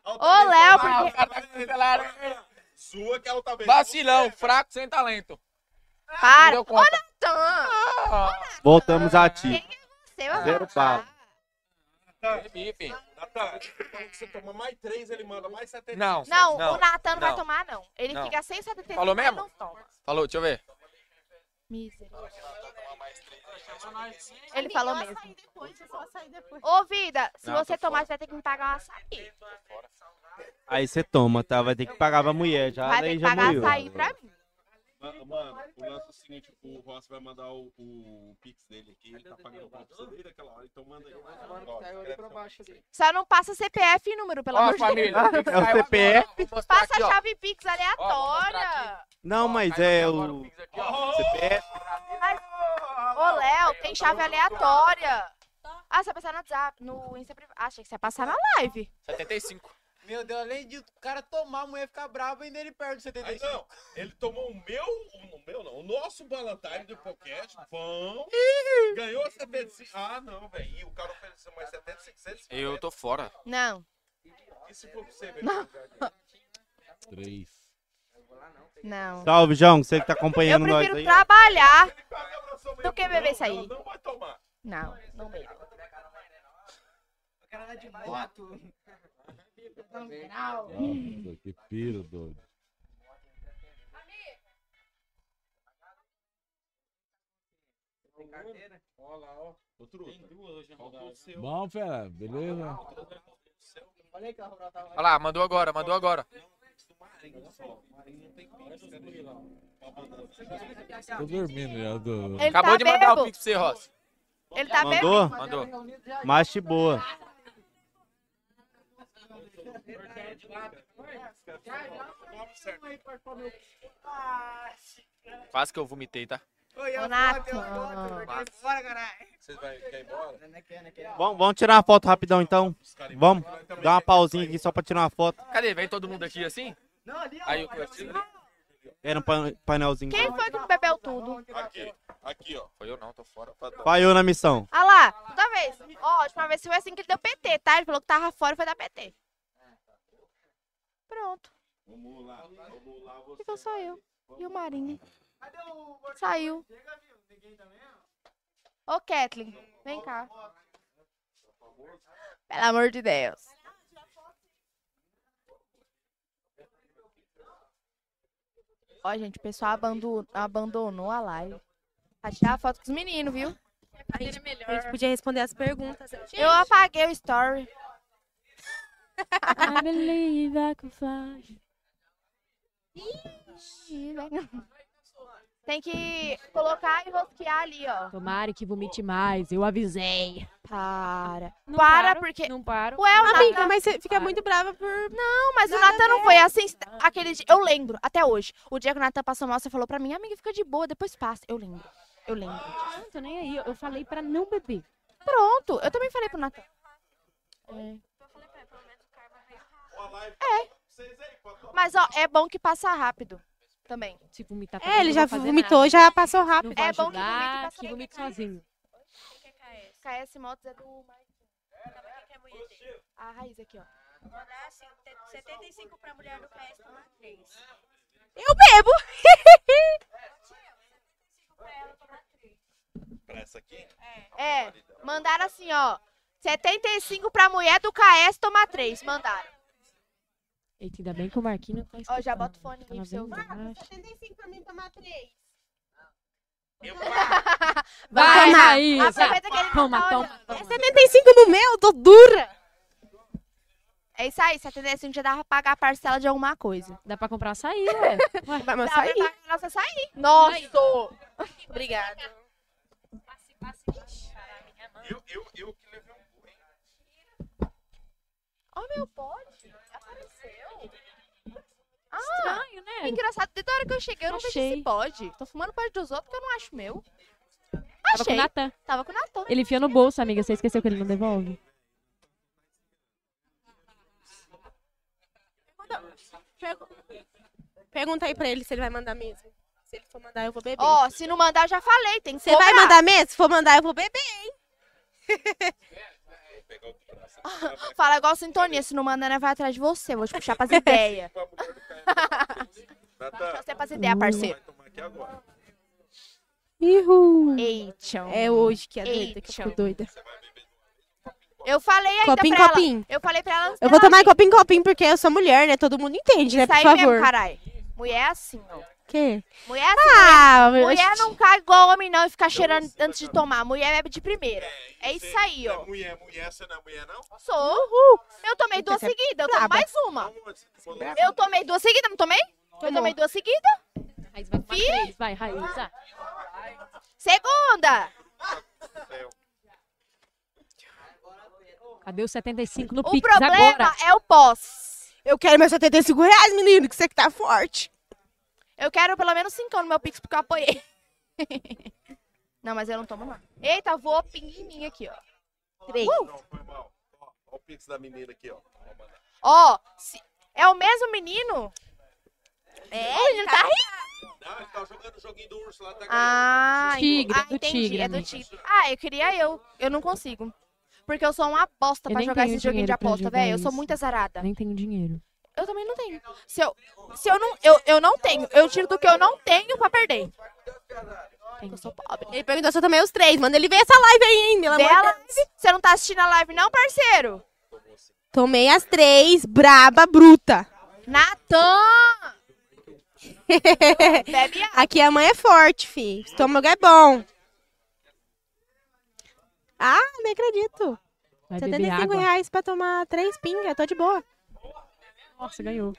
[SPEAKER 29] Ô, Léo, porque-
[SPEAKER 2] Sua que é altamente.
[SPEAKER 25] Vacilão, fraco, sem talento.
[SPEAKER 29] Para!
[SPEAKER 25] deu
[SPEAKER 29] Ô,
[SPEAKER 25] conta.
[SPEAKER 29] Natan!
[SPEAKER 5] Voltamos
[SPEAKER 29] é
[SPEAKER 5] ativo.
[SPEAKER 29] Você vai
[SPEAKER 5] Zero bala.
[SPEAKER 25] Bebi, filho.
[SPEAKER 2] Natan, ele falou que você toma mais três, ele manda mais 70.
[SPEAKER 25] Não.
[SPEAKER 29] Não, o Natan não vai
[SPEAKER 25] Não.
[SPEAKER 29] tomar, não. Ele
[SPEAKER 25] Não.
[SPEAKER 29] fica sem 75,
[SPEAKER 25] Falou
[SPEAKER 29] mas
[SPEAKER 25] mesmo?
[SPEAKER 29] não toma.
[SPEAKER 25] Falou, deixa eu ver.
[SPEAKER 29] Ele falou
[SPEAKER 13] Amiga,
[SPEAKER 29] mesmo.
[SPEAKER 13] Vai sair depois, é só sair depois.
[SPEAKER 29] Ô, vida, se
[SPEAKER 5] Não,
[SPEAKER 29] você
[SPEAKER 5] tô
[SPEAKER 29] tomar, você vai ter que me pagar um açaí.
[SPEAKER 5] Aí você toma, tá? Vai ter que pagar pra mulher. Já
[SPEAKER 29] Vai ter
[SPEAKER 5] daí
[SPEAKER 29] que
[SPEAKER 5] já
[SPEAKER 29] pagar
[SPEAKER 5] morreu.
[SPEAKER 29] açaí pra mim.
[SPEAKER 2] Ma- Mano, o lance é o seguinte: o Ross vai mandar o, o pix dele aqui. Ele tá pagando o pix dele aquela hora, então manda aí. Ó, escreve
[SPEAKER 10] Pra baixo ali.
[SPEAKER 29] Só não passa CPF e número, pelo
[SPEAKER 25] Ó,
[SPEAKER 29] amor de
[SPEAKER 25] família, o
[SPEAKER 29] Deus.
[SPEAKER 25] que que É o saiu CPF? agora, ó, vou mostrar
[SPEAKER 29] Passa
[SPEAKER 25] aqui, ó.
[SPEAKER 29] a chave Pix aleatória.
[SPEAKER 5] Não, mas é o CPF.
[SPEAKER 29] Mas, ô, Léo, tem chave aleatória. Ah, você vai passar no WhatsApp, no Insta privado. Ah, achei que você ia passar na live.
[SPEAKER 25] 75.
[SPEAKER 10] Meu Deus, além disso, o cara tomar, a mulher ficar brava, ainda ele perde o 75.
[SPEAKER 2] não, ele tomou o meu, o o meu não, o nosso Valentine do podcast, pão, um ganhou 75. Ah, não, velho, e o cara ofereceu mais 75 cento.
[SPEAKER 25] Eu tô fora.
[SPEAKER 29] Não,
[SPEAKER 2] E se for pra você, velho?
[SPEAKER 29] Não.
[SPEAKER 1] Três.
[SPEAKER 29] não.
[SPEAKER 5] Salve, João, você que tá
[SPEAKER 29] Eu
[SPEAKER 5] acompanhando nós
[SPEAKER 29] prefiro
[SPEAKER 5] aí.
[SPEAKER 29] trabalhar
[SPEAKER 2] tá
[SPEAKER 29] do que beber isso aí.
[SPEAKER 2] Não vai tomar.
[SPEAKER 29] Não, não bebo.
[SPEAKER 10] O cara lá de moto. Não, não.
[SPEAKER 1] Nossa, que piro, doido.
[SPEAKER 9] Tem carteira? Ó lá, ó. Tem duas hoje na rodada.
[SPEAKER 1] Bom, fera, beleza?
[SPEAKER 9] Olha que a rodada tava...
[SPEAKER 25] Olha lá, mandou agora, mandou agora.
[SPEAKER 1] Tô dormindo já, tô...
[SPEAKER 29] Ele
[SPEAKER 25] Acabou
[SPEAKER 29] tá
[SPEAKER 25] de mandar
[SPEAKER 29] bêbado.
[SPEAKER 25] o pix pra você, Ross.
[SPEAKER 29] Ele tá
[SPEAKER 5] Mandou?
[SPEAKER 29] bebendo.
[SPEAKER 25] Mandou.
[SPEAKER 5] Mas de boa.
[SPEAKER 25] Quase que eu vomitei, tá?
[SPEAKER 10] Ô,
[SPEAKER 29] Natan.
[SPEAKER 10] Bora, caralho.
[SPEAKER 2] Vocês vai quer ir embora?
[SPEAKER 5] Vamos, vamos tirar uma foto rapidão então. Vamos. Dá uma pausinha aqui só pra tirar uma foto.
[SPEAKER 25] Cadê? Vem todo mundo aqui assim? Aí o
[SPEAKER 5] Era um pan- painelzinho.
[SPEAKER 29] Quem foi que bebeu tudo?
[SPEAKER 2] Aqui, aqui, ó.
[SPEAKER 25] Foi eu não, tô fora.
[SPEAKER 5] Falhou na missão.
[SPEAKER 29] Ah lá, toda vez. Ó, a última vez foi assim que ele deu PT, tá? Ele falou que tava fora e foi dar PT. Pronto.
[SPEAKER 4] Vamos lá, vamos lá, você.
[SPEAKER 29] Ficou só Então eu e o Marinho. Saiu. Ô, Kathleen, vem cá. Pelo amor de Deus. Ó, gente, o pessoal abando- abandonou a live. Pra tirar foto com os meninos, viu?
[SPEAKER 13] A gente, a gente podia responder as perguntas.
[SPEAKER 29] Eu apaguei o story.
[SPEAKER 28] I believe I can fly.
[SPEAKER 29] Ih,
[SPEAKER 13] né?
[SPEAKER 29] velho. Tem que colocar e rosquear ali, ó.
[SPEAKER 28] Tomara que vomite mais, eu avisei.
[SPEAKER 29] Para.
[SPEAKER 28] para,
[SPEAKER 29] porque.
[SPEAKER 28] Não paro.
[SPEAKER 29] Ué, o
[SPEAKER 28] Amiga,
[SPEAKER 29] Nathan-
[SPEAKER 28] mas você
[SPEAKER 13] fica muito brava por.
[SPEAKER 29] Não, mas o Natan não foi assim. cê- Aquele dia. Eu lembro, até hoje. O dia que o Natan passou mal, você falou pra mim, amiga, fica de boa, depois passa. Eu lembro. Eu lembro.
[SPEAKER 28] Ah, Não tô nem aí, eu- eu falei pra não beber.
[SPEAKER 29] Pronto, eu também falei pro Natan. É. É. Mas, ó, é bom que passa rápido também.
[SPEAKER 28] Se vomitar
[SPEAKER 13] É, ele já vomitou, já passou rápido.
[SPEAKER 29] É bom que vomita
[SPEAKER 28] que vomita sozinho.
[SPEAKER 29] KS Motos é né? do é A raiz aqui, ó.
[SPEAKER 7] 75 pra mulher do PS, tomar 3.
[SPEAKER 13] Eu bebo!
[SPEAKER 4] Pra essa aqui?
[SPEAKER 29] É, mandaram assim, ó. 75 pra mulher do KS tomar 3, mandaram.
[SPEAKER 28] Eita, ainda bem que o Marquinhos não tá
[SPEAKER 29] Ó,
[SPEAKER 28] escutando.
[SPEAKER 29] já
[SPEAKER 28] Tá
[SPEAKER 29] bota o fone aí
[SPEAKER 28] Ela
[SPEAKER 29] pra você
[SPEAKER 28] vem
[SPEAKER 29] ouvir.
[SPEAKER 28] embaixo.
[SPEAKER 13] 75 pra mim tomar 3.
[SPEAKER 28] Vai,
[SPEAKER 13] Toma.
[SPEAKER 28] Raíssa.
[SPEAKER 13] Aproveita
[SPEAKER 29] que ele não
[SPEAKER 28] Toma,
[SPEAKER 29] tá
[SPEAKER 28] toma.
[SPEAKER 13] É 75 no meu, tô dura!
[SPEAKER 29] É isso aí, 75 já dá pra pagar a parcela de alguma coisa.
[SPEAKER 28] Dá pra comprar açaí, ué.
[SPEAKER 13] Vai, mas
[SPEAKER 29] dá
[SPEAKER 13] açaí.
[SPEAKER 29] pra pagar nossa açaí. Nossa!
[SPEAKER 13] Obrigada.
[SPEAKER 4] Eu, eu, eu que levei um boi.
[SPEAKER 29] Ó, meu pote. Apareceu. Ah,
[SPEAKER 28] Estranho, né?
[SPEAKER 29] Engraçado, desde a hora que eu cheguei, eu não vejo
[SPEAKER 28] Achei.
[SPEAKER 29] esse bode. Tô fumando bode dos outros que eu não acho meu.
[SPEAKER 28] Tava com o
[SPEAKER 29] Achei.
[SPEAKER 28] Natan.
[SPEAKER 29] Tava com o Natan.
[SPEAKER 28] Ele enfia no bolso, amiga. Você esqueceu que ele não devolve?
[SPEAKER 13] Pergunta aí pra ele se ele vai mandar mesmo. Se ele for mandar, tá? eu vou beber.
[SPEAKER 29] Ó, se não mandar, eu já falei, tem que
[SPEAKER 13] Você vai
[SPEAKER 29] cobrar.
[SPEAKER 13] mandar mesmo? Se for mandar, eu vou beber, hein?
[SPEAKER 29] Fala igual sintonia, se não mandar, né, vai atrás de você. Vou te puxar pras ideias.
[SPEAKER 4] Natan,
[SPEAKER 29] Você pras ideias, parceiro.
[SPEAKER 4] toma aqui agora.
[SPEAKER 28] Ihu.
[SPEAKER 29] Ei, tchau.
[SPEAKER 13] É hoje que é doida, que
[SPEAKER 29] Eita.
[SPEAKER 13] eu fico doida.
[SPEAKER 29] Eu falei ainda
[SPEAKER 13] Copinho,
[SPEAKER 29] pra
[SPEAKER 13] copinho.
[SPEAKER 29] ela. Eu falei pra ela antes
[SPEAKER 13] Eu vou
[SPEAKER 29] dela
[SPEAKER 13] tomar
[SPEAKER 29] vir.
[SPEAKER 13] copinho, copinho, porque eu sou mulher, né? Todo mundo entende, né? Por
[SPEAKER 29] Isso aí mesmo,
[SPEAKER 13] favor.
[SPEAKER 29] carai. Mulher é assim, ó.
[SPEAKER 13] Que?
[SPEAKER 29] Mulher é assim,
[SPEAKER 13] Ah,
[SPEAKER 29] mulher,
[SPEAKER 13] eu
[SPEAKER 29] mulher
[SPEAKER 13] acho-
[SPEAKER 29] não cai igual homem não e fica cheirando antes de tomar. Mulher bebe de primeira. É isso aí, ó.
[SPEAKER 4] Mulher, mulher, você não é mulher, não?
[SPEAKER 29] Sou. Eu tomei duas
[SPEAKER 4] você é
[SPEAKER 29] seguidas, eu tomo
[SPEAKER 4] braba.
[SPEAKER 29] mais uma.
[SPEAKER 4] braba.
[SPEAKER 29] Eu tomei duas seguidas, não tomei? Eu tomei duas seguidas.
[SPEAKER 28] Raiz vai tomar
[SPEAKER 29] Fih.
[SPEAKER 28] três, vai, Raíssa.
[SPEAKER 29] Segunda!
[SPEAKER 28] Cadê os 75 no
[SPEAKER 29] O
[SPEAKER 28] Pix
[SPEAKER 29] problema
[SPEAKER 28] agora?
[SPEAKER 29] é o pós.
[SPEAKER 13] Eu quero meus 75 reais, menino, que você que tá forte.
[SPEAKER 29] Eu quero pelo menos cinco no meu Pix porque eu apoiei. não, mas eu não tomo não. Eita, voou pingue em mim aqui, ó. Três.
[SPEAKER 4] Não,
[SPEAKER 28] Uh!
[SPEAKER 4] foi mal. Ó, ó o pix da menina aqui, ó. Vou mandar.
[SPEAKER 29] Ó, se- é o mesmo menino? É, o menino tá rindo.
[SPEAKER 4] Não, ele tá jogando o joguinho do urso lá, tá
[SPEAKER 29] Ah,
[SPEAKER 28] Tigre,
[SPEAKER 29] ah,
[SPEAKER 28] do
[SPEAKER 29] entendi.
[SPEAKER 28] tigre,
[SPEAKER 29] É do
[SPEAKER 28] amiga.
[SPEAKER 29] tigre. Ah, eu queria eu. Eu não consigo. Porque eu sou uma aposta
[SPEAKER 28] Eu
[SPEAKER 29] pra
[SPEAKER 28] nem
[SPEAKER 29] jogar
[SPEAKER 28] tenho
[SPEAKER 29] esse joguinho de
[SPEAKER 28] dinheiro pra
[SPEAKER 29] aposta,
[SPEAKER 28] jogar
[SPEAKER 29] velho. Eu sou
[SPEAKER 28] isso.
[SPEAKER 29] muito azarada.
[SPEAKER 28] Nem tenho dinheiro.
[SPEAKER 29] Eu também não tenho. Se eu, se eu não. Eu, eu não tenho. Eu tiro do que eu não tenho pra perder. Eu sou pobre.
[SPEAKER 13] Ele perguntou se eu tomei os três. Manda ele ver essa live aí, hein, pelo amor de
[SPEAKER 29] Bela,
[SPEAKER 13] Deus.
[SPEAKER 29] você não tá assistindo a live, não, parceiro?
[SPEAKER 13] Tomei as três, braba, bruta.
[SPEAKER 29] Natan!
[SPEAKER 13] Aqui a mãe é forte, fi. Estômago é bom. Ah, nem acredito.
[SPEAKER 28] Vai beber
[SPEAKER 13] 75
[SPEAKER 28] água.
[SPEAKER 13] reais pra tomar três pingas, tô de boa.
[SPEAKER 28] Nossa, ganhou.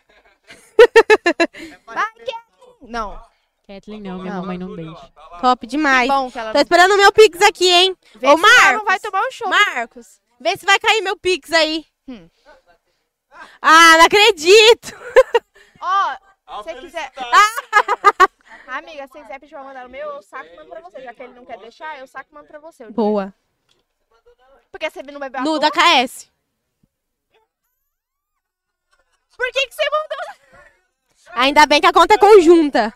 [SPEAKER 29] Vai, Kathleen! Não.
[SPEAKER 28] Kathleen não, minha mamãe não deixa.
[SPEAKER 13] Top demais.
[SPEAKER 29] Que Tá bom que ela
[SPEAKER 13] Tô
[SPEAKER 29] não-
[SPEAKER 13] esperando o meu Pix aqui, hein?
[SPEAKER 29] Vê
[SPEAKER 13] Ô,
[SPEAKER 29] se ela
[SPEAKER 13] Marcos.
[SPEAKER 29] não vai tomar um chope.
[SPEAKER 13] Marcos, vê se vai cair meu Pix aí.
[SPEAKER 29] Hum.
[SPEAKER 13] Ah, não acredito.
[SPEAKER 29] Ó,
[SPEAKER 13] A
[SPEAKER 29] se quiser. Ah! Amiga, se quiser pedir pra mandar o meu, eu saco e mando pra você. Já que ele não quer deixar, eu saco e mando pra você.
[SPEAKER 13] Boa.
[SPEAKER 29] Porque você não bebeu a
[SPEAKER 13] No
[SPEAKER 29] tua?
[SPEAKER 13] da KS.
[SPEAKER 29] Por que, que você mandou?
[SPEAKER 13] Ainda bem que a conta é conjunta.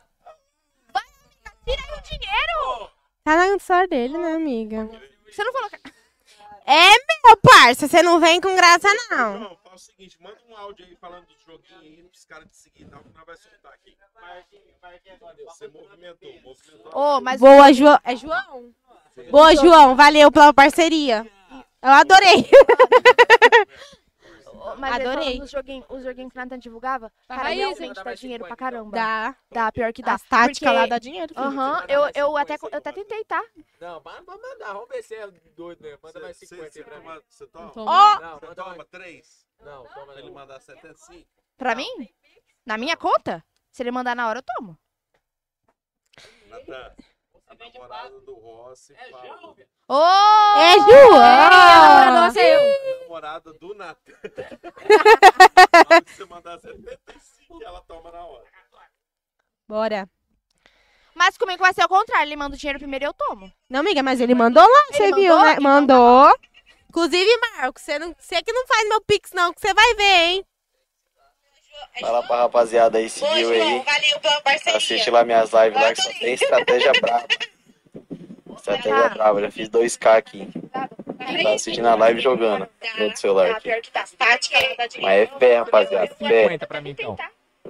[SPEAKER 29] Tira aí o dinheiro!
[SPEAKER 13] Tá na história dele, né, amiga?
[SPEAKER 29] Você não falou que.
[SPEAKER 13] É meu, parça. Você não vem com graça, não.
[SPEAKER 2] o seguinte, manda um áudio aí falando do joguinho aí pros caras te seguir, não, que nós vai soltar aqui. Você movimentou, movimentou.
[SPEAKER 13] Oh, mas Boa, João. É João? Boa, João. Valeu pela parceria. Eu adorei.
[SPEAKER 29] Ô, Mas
[SPEAKER 13] Adorei.
[SPEAKER 29] Adorei. Os joguinhos joguinho que o Nathan divulgava, cara,
[SPEAKER 13] Raíssa.
[SPEAKER 29] realmente dá dinheiro pra caramba.
[SPEAKER 13] Dá.
[SPEAKER 29] Dá, pior que dá.
[SPEAKER 13] As táticas
[SPEAKER 29] Porque-
[SPEAKER 13] lá dá dinheiro, filho.
[SPEAKER 29] Aham,
[SPEAKER 13] Você manda
[SPEAKER 29] eu,
[SPEAKER 13] mais
[SPEAKER 29] eu, até, eu até tentei, tá?
[SPEAKER 9] Não, mas vamos mandar, vamos ver se é doido mesmo. Manda mais 50 aí pra mim.
[SPEAKER 2] Você toma?
[SPEAKER 29] Ó!
[SPEAKER 2] Não, você toma 3?
[SPEAKER 9] Não, toma
[SPEAKER 2] Pra ele mandar 75?
[SPEAKER 29] Pra mim? Na minha conta? Se ele mandar na hora, eu tomo.
[SPEAKER 2] Natan, a namorada tá- do Rossi fala...
[SPEAKER 29] Ô!
[SPEAKER 13] É João!
[SPEAKER 29] É, namorado, você eu.
[SPEAKER 2] A namorada do Natan. Fala que você mandar 75 e ela toma na hora.
[SPEAKER 13] Bora.
[SPEAKER 29] Mas comigo vai ser o contrário. Ele manda o dinheiro primeiro e eu tomo.
[SPEAKER 13] Não, amiga, mas ele mandou lá,
[SPEAKER 29] Ele
[SPEAKER 13] você viu,
[SPEAKER 29] mandou?
[SPEAKER 13] né?
[SPEAKER 29] Então tá
[SPEAKER 13] Mandou. Inclusive, Marcos, você, não, você que não faz meu pix, não, que você vai ver, hein?
[SPEAKER 5] Fala pra rapaziada aí, seguiu aí.
[SPEAKER 13] Valeu pela parceria.
[SPEAKER 5] Assiste lá minhas lives lá que só tem estratégia brava. Estratégia brava, já fiz 2K aqui. Tá assistindo a live e jogando no celular aqui.
[SPEAKER 13] Pior que tá. Tática lá dá
[SPEAKER 5] Mas é fé, rapaziada, é fé.
[SPEAKER 3] pra mim, então.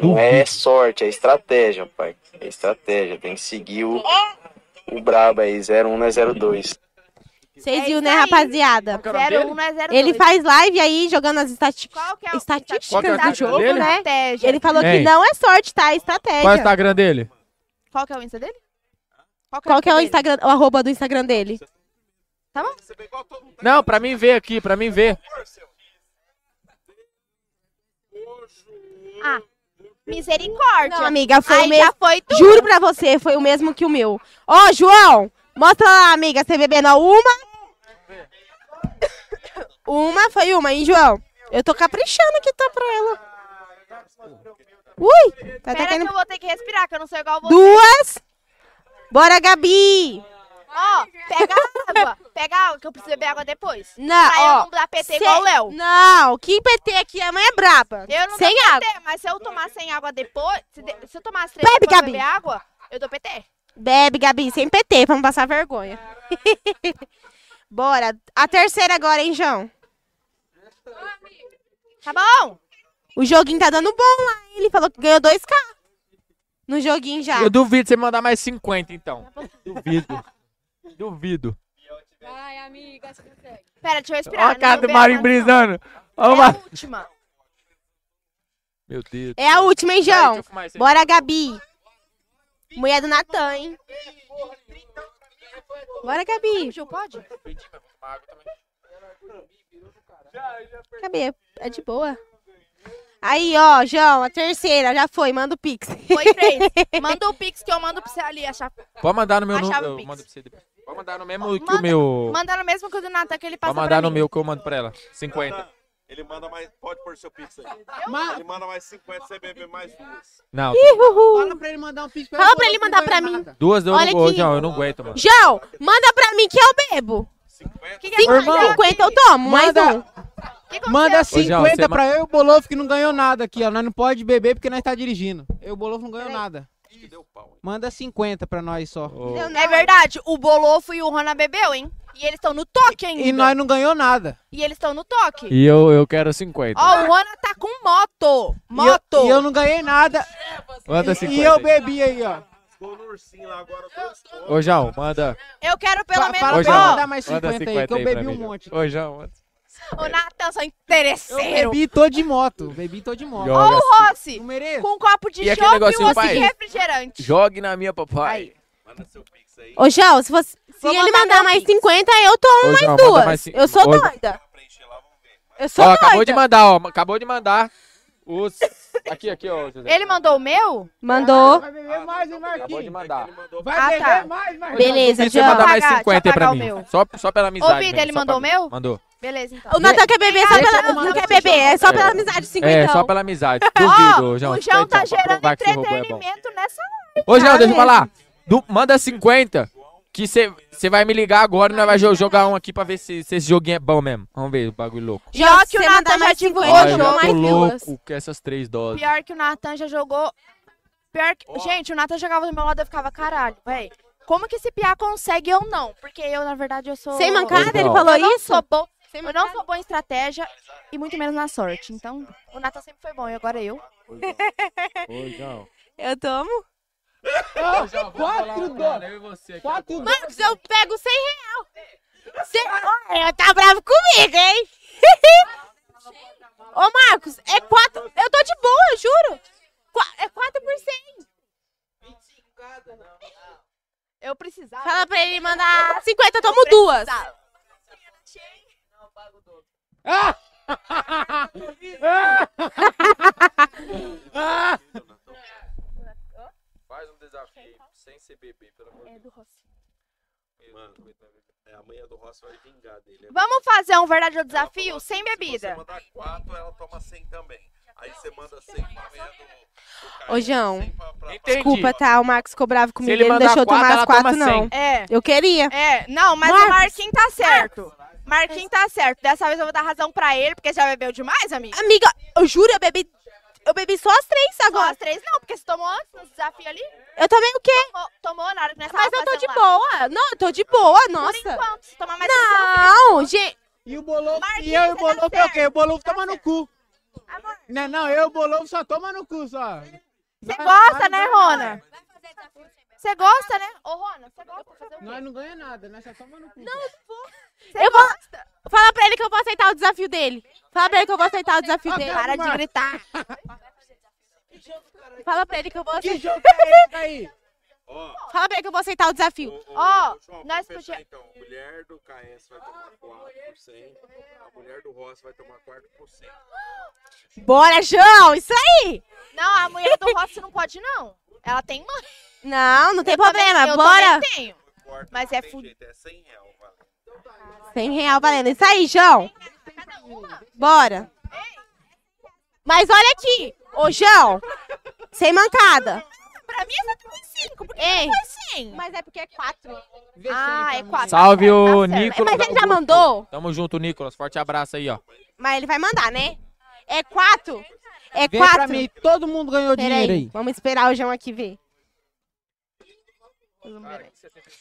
[SPEAKER 5] Não é sorte, é estratégia, pai. É estratégia, tem que seguir o, o brabo aí, 01 não é 02.
[SPEAKER 13] Vocês viram, né, rapaziada?
[SPEAKER 29] é o nome Zero um dele? não é zero
[SPEAKER 13] Ele
[SPEAKER 29] dois.
[SPEAKER 13] faz live aí jogando as estati- estatísticas
[SPEAKER 3] Qual que é o
[SPEAKER 13] do
[SPEAKER 3] Instagram
[SPEAKER 13] jogo,
[SPEAKER 3] dele?
[SPEAKER 13] né? Ele falou que
[SPEAKER 3] Hein?
[SPEAKER 13] não é sorte, tá? É estratégia.
[SPEAKER 3] Qual é o Instagram dele?
[SPEAKER 29] Qual que é o Insta dele?
[SPEAKER 13] Qual que é o Instagram, o arroba do Instagram dele?
[SPEAKER 29] Tá bom?
[SPEAKER 3] Não, pra mim ver aqui, pra mim ver.
[SPEAKER 29] Ah, misericórdia.
[SPEAKER 13] Não, amiga, foi o
[SPEAKER 29] Aí
[SPEAKER 13] mesmo.
[SPEAKER 29] já foi tudo.
[SPEAKER 13] Juro pra você, foi o mesmo que o meu. Ô, João, mostra lá, amiga, você bebendo uma. Uma foi uma, hein, João? Eu tô caprichando aqui, tá, pra ela. Ui, tá,
[SPEAKER 29] Pera
[SPEAKER 13] tá
[SPEAKER 29] que
[SPEAKER 13] caindo.
[SPEAKER 29] eu vou ter que respirar, que eu não sou igual você.
[SPEAKER 13] Duas. Bora, Gabi.
[SPEAKER 29] Ó, pega a água. Pega a água, que eu preciso beber água depois.
[SPEAKER 13] Não,
[SPEAKER 29] pra
[SPEAKER 13] ó,
[SPEAKER 29] eu não dar PT igual o
[SPEAKER 13] cê-
[SPEAKER 29] Léo.
[SPEAKER 13] Não, que PT aqui? A mãe é braba.
[SPEAKER 29] Eu não
[SPEAKER 13] Sem
[SPEAKER 29] dou
[SPEAKER 13] água.
[SPEAKER 29] PT, mas se eu tomar sem água depois... Se, de- se eu tomar as três
[SPEAKER 13] Bebe,
[SPEAKER 29] depois
[SPEAKER 13] Gabi.
[SPEAKER 29] beber água, eu dou PT.
[SPEAKER 13] Bebe, Gabi, sem PT, pra não passar vergonha. Bora. A terceira agora, hein, João?
[SPEAKER 29] Tá bom?
[SPEAKER 13] O joguinho tá dando bom lá. hein? Ele falou que ganhou 2K. No joguinho
[SPEAKER 29] Tá.
[SPEAKER 13] já.
[SPEAKER 3] Eu duvido você mandar mais 50, então. Duvido. Duvido.
[SPEAKER 29] Vai, amiga, você consegue. Pera, deixa eu
[SPEAKER 13] Ah,
[SPEAKER 29] respirar.
[SPEAKER 3] Ó a cara do Marinho brisando. Ó, o
[SPEAKER 29] Ó,
[SPEAKER 3] Mar-
[SPEAKER 29] última.
[SPEAKER 3] Meu Deus.
[SPEAKER 13] É a É última, hein,
[SPEAKER 3] Vai, deixa
[SPEAKER 13] João?
[SPEAKER 3] eu fumar isso aí.
[SPEAKER 13] Bora, Gabi. Mulher do Natan, hein? Bora, Gabi.
[SPEAKER 29] Ju, pode?
[SPEAKER 13] Gabi, é de boa. Aí, ó, João, a terceira já foi. Manda o Pix.
[SPEAKER 29] Foi três. Manda o Pix que eu mando pra você ali, achar.
[SPEAKER 3] Pode mandar no meu
[SPEAKER 29] Achava
[SPEAKER 3] número.
[SPEAKER 29] o
[SPEAKER 3] Eu
[SPEAKER 29] Pix.
[SPEAKER 3] mando pra você depois. Pode mandar no mesmo que o meu.
[SPEAKER 29] Manda no mesmo que o do Natan que ele passa
[SPEAKER 3] Pode mandar no meu que eu mando pra ela. 50.
[SPEAKER 2] Ele manda mais. Pode pôr seu pix aí. Ele manda mais 50, você bebe mais duas.
[SPEAKER 3] Não.
[SPEAKER 11] Fala pra ele mandar um pix
[SPEAKER 13] Fala pra ele mandar pra mim.
[SPEAKER 3] Duas eu
[SPEAKER 13] Olha
[SPEAKER 3] não, ô,
[SPEAKER 13] aqui.
[SPEAKER 3] João, eu não aguento, mano.
[SPEAKER 13] João, manda pra mim que eu bebo. 50,
[SPEAKER 11] Irmão.
[SPEAKER 13] 50 eu tomo, mais
[SPEAKER 11] Manda-
[SPEAKER 13] um.
[SPEAKER 29] é
[SPEAKER 11] Manda
[SPEAKER 29] assim.
[SPEAKER 3] Ô, João,
[SPEAKER 11] 50
[SPEAKER 3] você
[SPEAKER 11] pra
[SPEAKER 3] ma-
[SPEAKER 11] eu e o Bolofo que não ganhou nada aqui, ó. Nós não pode beber porque nós tá dirigindo. Eu e o Bolofo não ganhou nada. Manda 50 pra nós só.
[SPEAKER 29] É verdade, o Bolofo e o Rona bebeu, hein? E eles estão no toque ainda.
[SPEAKER 11] E nós não ganhou nada.
[SPEAKER 29] E eles estão no toque.
[SPEAKER 3] E eu, eu quero 50.
[SPEAKER 29] Ó, o Rona tá com moto. Moto.
[SPEAKER 11] E eu, e eu não ganhei nada.
[SPEAKER 3] Manda
[SPEAKER 11] E,
[SPEAKER 3] 50.
[SPEAKER 11] e eu bebi aí, ó.
[SPEAKER 3] Ô, João, manda.
[SPEAKER 29] Eu quero pelo
[SPEAKER 11] Fa-
[SPEAKER 29] menos. um.
[SPEAKER 11] fala
[SPEAKER 3] Ô,
[SPEAKER 11] pra ele
[SPEAKER 3] João,
[SPEAKER 11] mandar mais
[SPEAKER 3] manda
[SPEAKER 11] 50 aí, que
[SPEAKER 3] 50
[SPEAKER 11] eu
[SPEAKER 3] pra
[SPEAKER 11] bebi
[SPEAKER 3] mim,
[SPEAKER 11] um
[SPEAKER 3] João.
[SPEAKER 11] monte.
[SPEAKER 3] Ô, João, manda.
[SPEAKER 29] O Natan só
[SPEAKER 11] Eu
[SPEAKER 29] interesseiro.
[SPEAKER 11] bebi tô de moto. Bebi tô de moto.
[SPEAKER 29] Ó, o Rossi.
[SPEAKER 11] mereço.
[SPEAKER 29] Com um copo de
[SPEAKER 3] assim. E aquele
[SPEAKER 29] chopp e um
[SPEAKER 3] negocinho,
[SPEAKER 29] outro
[SPEAKER 3] pai?
[SPEAKER 29] de refrigerante.
[SPEAKER 3] Jogue na minha, papai.
[SPEAKER 13] Ô, João, se, você, se
[SPEAKER 29] Vou
[SPEAKER 13] ele
[SPEAKER 29] mandar
[SPEAKER 13] mandar
[SPEAKER 29] meu
[SPEAKER 13] mais
[SPEAKER 29] Pix.
[SPEAKER 13] 50, eu tomo
[SPEAKER 3] Ô,
[SPEAKER 13] mais
[SPEAKER 3] João, manda
[SPEAKER 13] duas.
[SPEAKER 3] mais cin-
[SPEAKER 13] Eu sou
[SPEAKER 3] Ô,
[SPEAKER 13] doida. Eu sou
[SPEAKER 3] Ó,
[SPEAKER 13] doida.
[SPEAKER 3] acabou de mandar, ó. Acabou de mandar. Os... Aqui, aqui, ó, José.
[SPEAKER 29] Ele mandou o meu?
[SPEAKER 13] Mandou.
[SPEAKER 11] Vai beber é mais, hein,
[SPEAKER 3] Acabou de
[SPEAKER 11] Marquinhos?
[SPEAKER 3] mandar.
[SPEAKER 11] Vai
[SPEAKER 29] Ah,
[SPEAKER 11] beber
[SPEAKER 29] tá.
[SPEAKER 11] mais, Marquinhos?
[SPEAKER 13] Beleza,
[SPEAKER 3] Você
[SPEAKER 13] João.
[SPEAKER 3] mandar mais
[SPEAKER 29] Deixa eu
[SPEAKER 3] 50 aí pra
[SPEAKER 29] apagar
[SPEAKER 3] mim.
[SPEAKER 29] o meu.
[SPEAKER 3] Só, só pela amizade.
[SPEAKER 29] Ô, Vida,
[SPEAKER 3] mesmo,
[SPEAKER 29] ele
[SPEAKER 3] só
[SPEAKER 29] mandou
[SPEAKER 3] pra mim.
[SPEAKER 29] o meu?
[SPEAKER 3] Mandou.
[SPEAKER 29] Beleza, então.
[SPEAKER 13] O Natan quer beber, só pela, não quer beber, é só pela amizade, 50.
[SPEAKER 3] É, só pela amizade. Duvido, João.
[SPEAKER 29] o João tá
[SPEAKER 3] Então, pra
[SPEAKER 29] gerando
[SPEAKER 3] provar que você roubou é bom.
[SPEAKER 29] entretenimento nessa
[SPEAKER 3] Ô, João, deixa eu falar. Du- manda 50. Que você vai me ligar agora e nós vai jo- jogar um aqui pra ver se, se esse joguinho é bom mesmo. Vamos ver o bagulho louco.
[SPEAKER 29] Pior
[SPEAKER 13] se
[SPEAKER 29] que o
[SPEAKER 13] você mandar
[SPEAKER 29] Natan já
[SPEAKER 13] mais
[SPEAKER 29] divulgou
[SPEAKER 13] 50,
[SPEAKER 3] Ai,
[SPEAKER 29] o
[SPEAKER 3] eu
[SPEAKER 29] jogo.
[SPEAKER 3] tô
[SPEAKER 13] duas.
[SPEAKER 3] louco com essas três doses.
[SPEAKER 29] Pior que o Natan já jogou. Pior que. Gente, o Natan jogava do meu lado e eu ficava, caralho, véi. Como que esse piá consegue ou não? Porque eu, na verdade, eu sou.
[SPEAKER 13] Sem mancada,
[SPEAKER 3] Ô, ele João.
[SPEAKER 13] falou
[SPEAKER 29] Eu não
[SPEAKER 13] isso?
[SPEAKER 29] sou boa. Eu não sou boa em estratégia e muito menos na sorte. Então, o Nathan sempre foi bom e agora é eu.
[SPEAKER 13] Oi, Eu tomo.
[SPEAKER 9] Ô, João, vamos falar um plano, eu e você aqui agora.
[SPEAKER 13] Marcos, eu pego 100 real. Cê... Ó, Ela tá brava comigo, hein? Ô, Marcos, é 4... Eu tô de boa, eu juro. Qua- É 4 por 100.
[SPEAKER 29] Eu precisava.
[SPEAKER 13] Fala pra ele mandar 50, eu tomo duas.
[SPEAKER 29] tá
[SPEAKER 9] Ah!
[SPEAKER 14] Faz um desafio sem ser bebê, pelo amor de
[SPEAKER 29] Deus.
[SPEAKER 2] Mano, é, a manhã do Rossi vai vingar dele. né?
[SPEAKER 29] Vamos fazer um verdadeiro
[SPEAKER 2] Ela falou
[SPEAKER 29] desafio
[SPEAKER 2] assim,
[SPEAKER 29] sem
[SPEAKER 2] Se você
[SPEAKER 29] bebida.
[SPEAKER 2] mandar 4, ela toma 100 também. Aí você manda 100 pra manhã do, do cara.
[SPEAKER 13] Ô, João.
[SPEAKER 2] Entendi.
[SPEAKER 13] Desculpa, tá? O Marcos ficou bravo comigo.
[SPEAKER 29] ele
[SPEAKER 13] Ele, não
[SPEAKER 29] mandar
[SPEAKER 13] deixou eu
[SPEAKER 29] quatro,
[SPEAKER 13] tomar
[SPEAKER 29] ela
[SPEAKER 13] as
[SPEAKER 29] toma
[SPEAKER 13] quatro, Ah, não.
[SPEAKER 29] 100. É.
[SPEAKER 13] Eu queria.
[SPEAKER 29] É, não, mas o
[SPEAKER 13] Marcos.
[SPEAKER 29] Marquinhos tá certo. Marquinhos tá certo. Dessa vez eu vou dar razão pra ele, porque já bebeu demais, amiga.
[SPEAKER 13] Amiga, eu juro, eu bebi. Eu bebi só as três agora.
[SPEAKER 29] Só as três não, porque você tomou antes no desafio ali.
[SPEAKER 13] Eu tomei o quê?
[SPEAKER 29] Tomou, tomou na hora que nessa
[SPEAKER 13] Mas eu tô de boa. Não, eu tô de boa, nossa.
[SPEAKER 29] Por enquanto, se tomar mais
[SPEAKER 13] Não, gente. tá
[SPEAKER 12] E o bolão. E eu e o Bolovo é o quê? O Bolovo toma no cu. Não, não, eu e o Bolovo só toma no cu, só.
[SPEAKER 29] Você gosta, né, Rona? Você gosta, né? Ô, Rona, você gosta de fazer o quê?
[SPEAKER 12] Nós não ganha nada, nós só toma no cu.
[SPEAKER 13] Não, eu vou. eu vou. Fala pra ele que eu vou aceitar o desafio dele. Fala pra ele que eu vou aceitar o desafio dele.
[SPEAKER 12] Para de
[SPEAKER 13] gritar. Fala pra ele que eu vou
[SPEAKER 12] Que
[SPEAKER 13] aceitar.
[SPEAKER 12] jogo é esse daí?
[SPEAKER 13] Fala pra ele que eu vou aceitar o desafio.
[SPEAKER 29] Ó,
[SPEAKER 2] Nós
[SPEAKER 29] nós
[SPEAKER 2] fechar,
[SPEAKER 29] podia-
[SPEAKER 2] então. A mulher do KS vai tomar 4%. A mulher do Rossi vai tomar 4%.
[SPEAKER 13] Bora, João! Isso aí!
[SPEAKER 29] Não, a mulher do Rossi não pode, não. Ela tem mãe.
[SPEAKER 13] Não, não tem
[SPEAKER 29] Eu também-
[SPEAKER 13] problema.
[SPEAKER 29] eu
[SPEAKER 13] Bora!
[SPEAKER 29] também tenho. Mas é fudido.
[SPEAKER 2] É 100 real, valeu.
[SPEAKER 13] 100 real valendo. Isso aí, João! Bora! Mas olha aqui! Ô, João! Sem mancada!
[SPEAKER 29] Pra mim é 75, porque
[SPEAKER 13] Ei.
[SPEAKER 29] não foi 100.
[SPEAKER 13] Mas é porque é 4.
[SPEAKER 29] Ah, é 4.
[SPEAKER 25] Salve o
[SPEAKER 13] Tá certo.
[SPEAKER 25] Nicolas.
[SPEAKER 13] Mas ele já
[SPEAKER 25] Augusto.
[SPEAKER 13] mandou?
[SPEAKER 25] Tamo junto, Nicolas. Forte abraço aí, ó.
[SPEAKER 13] Mas ele vai mandar, né? É 4? É
[SPEAKER 25] Vem pra
[SPEAKER 13] 4?
[SPEAKER 25] mim,
[SPEAKER 12] todo mundo ganhou
[SPEAKER 25] dinheiro aí.
[SPEAKER 13] Vamos esperar o João aqui ver.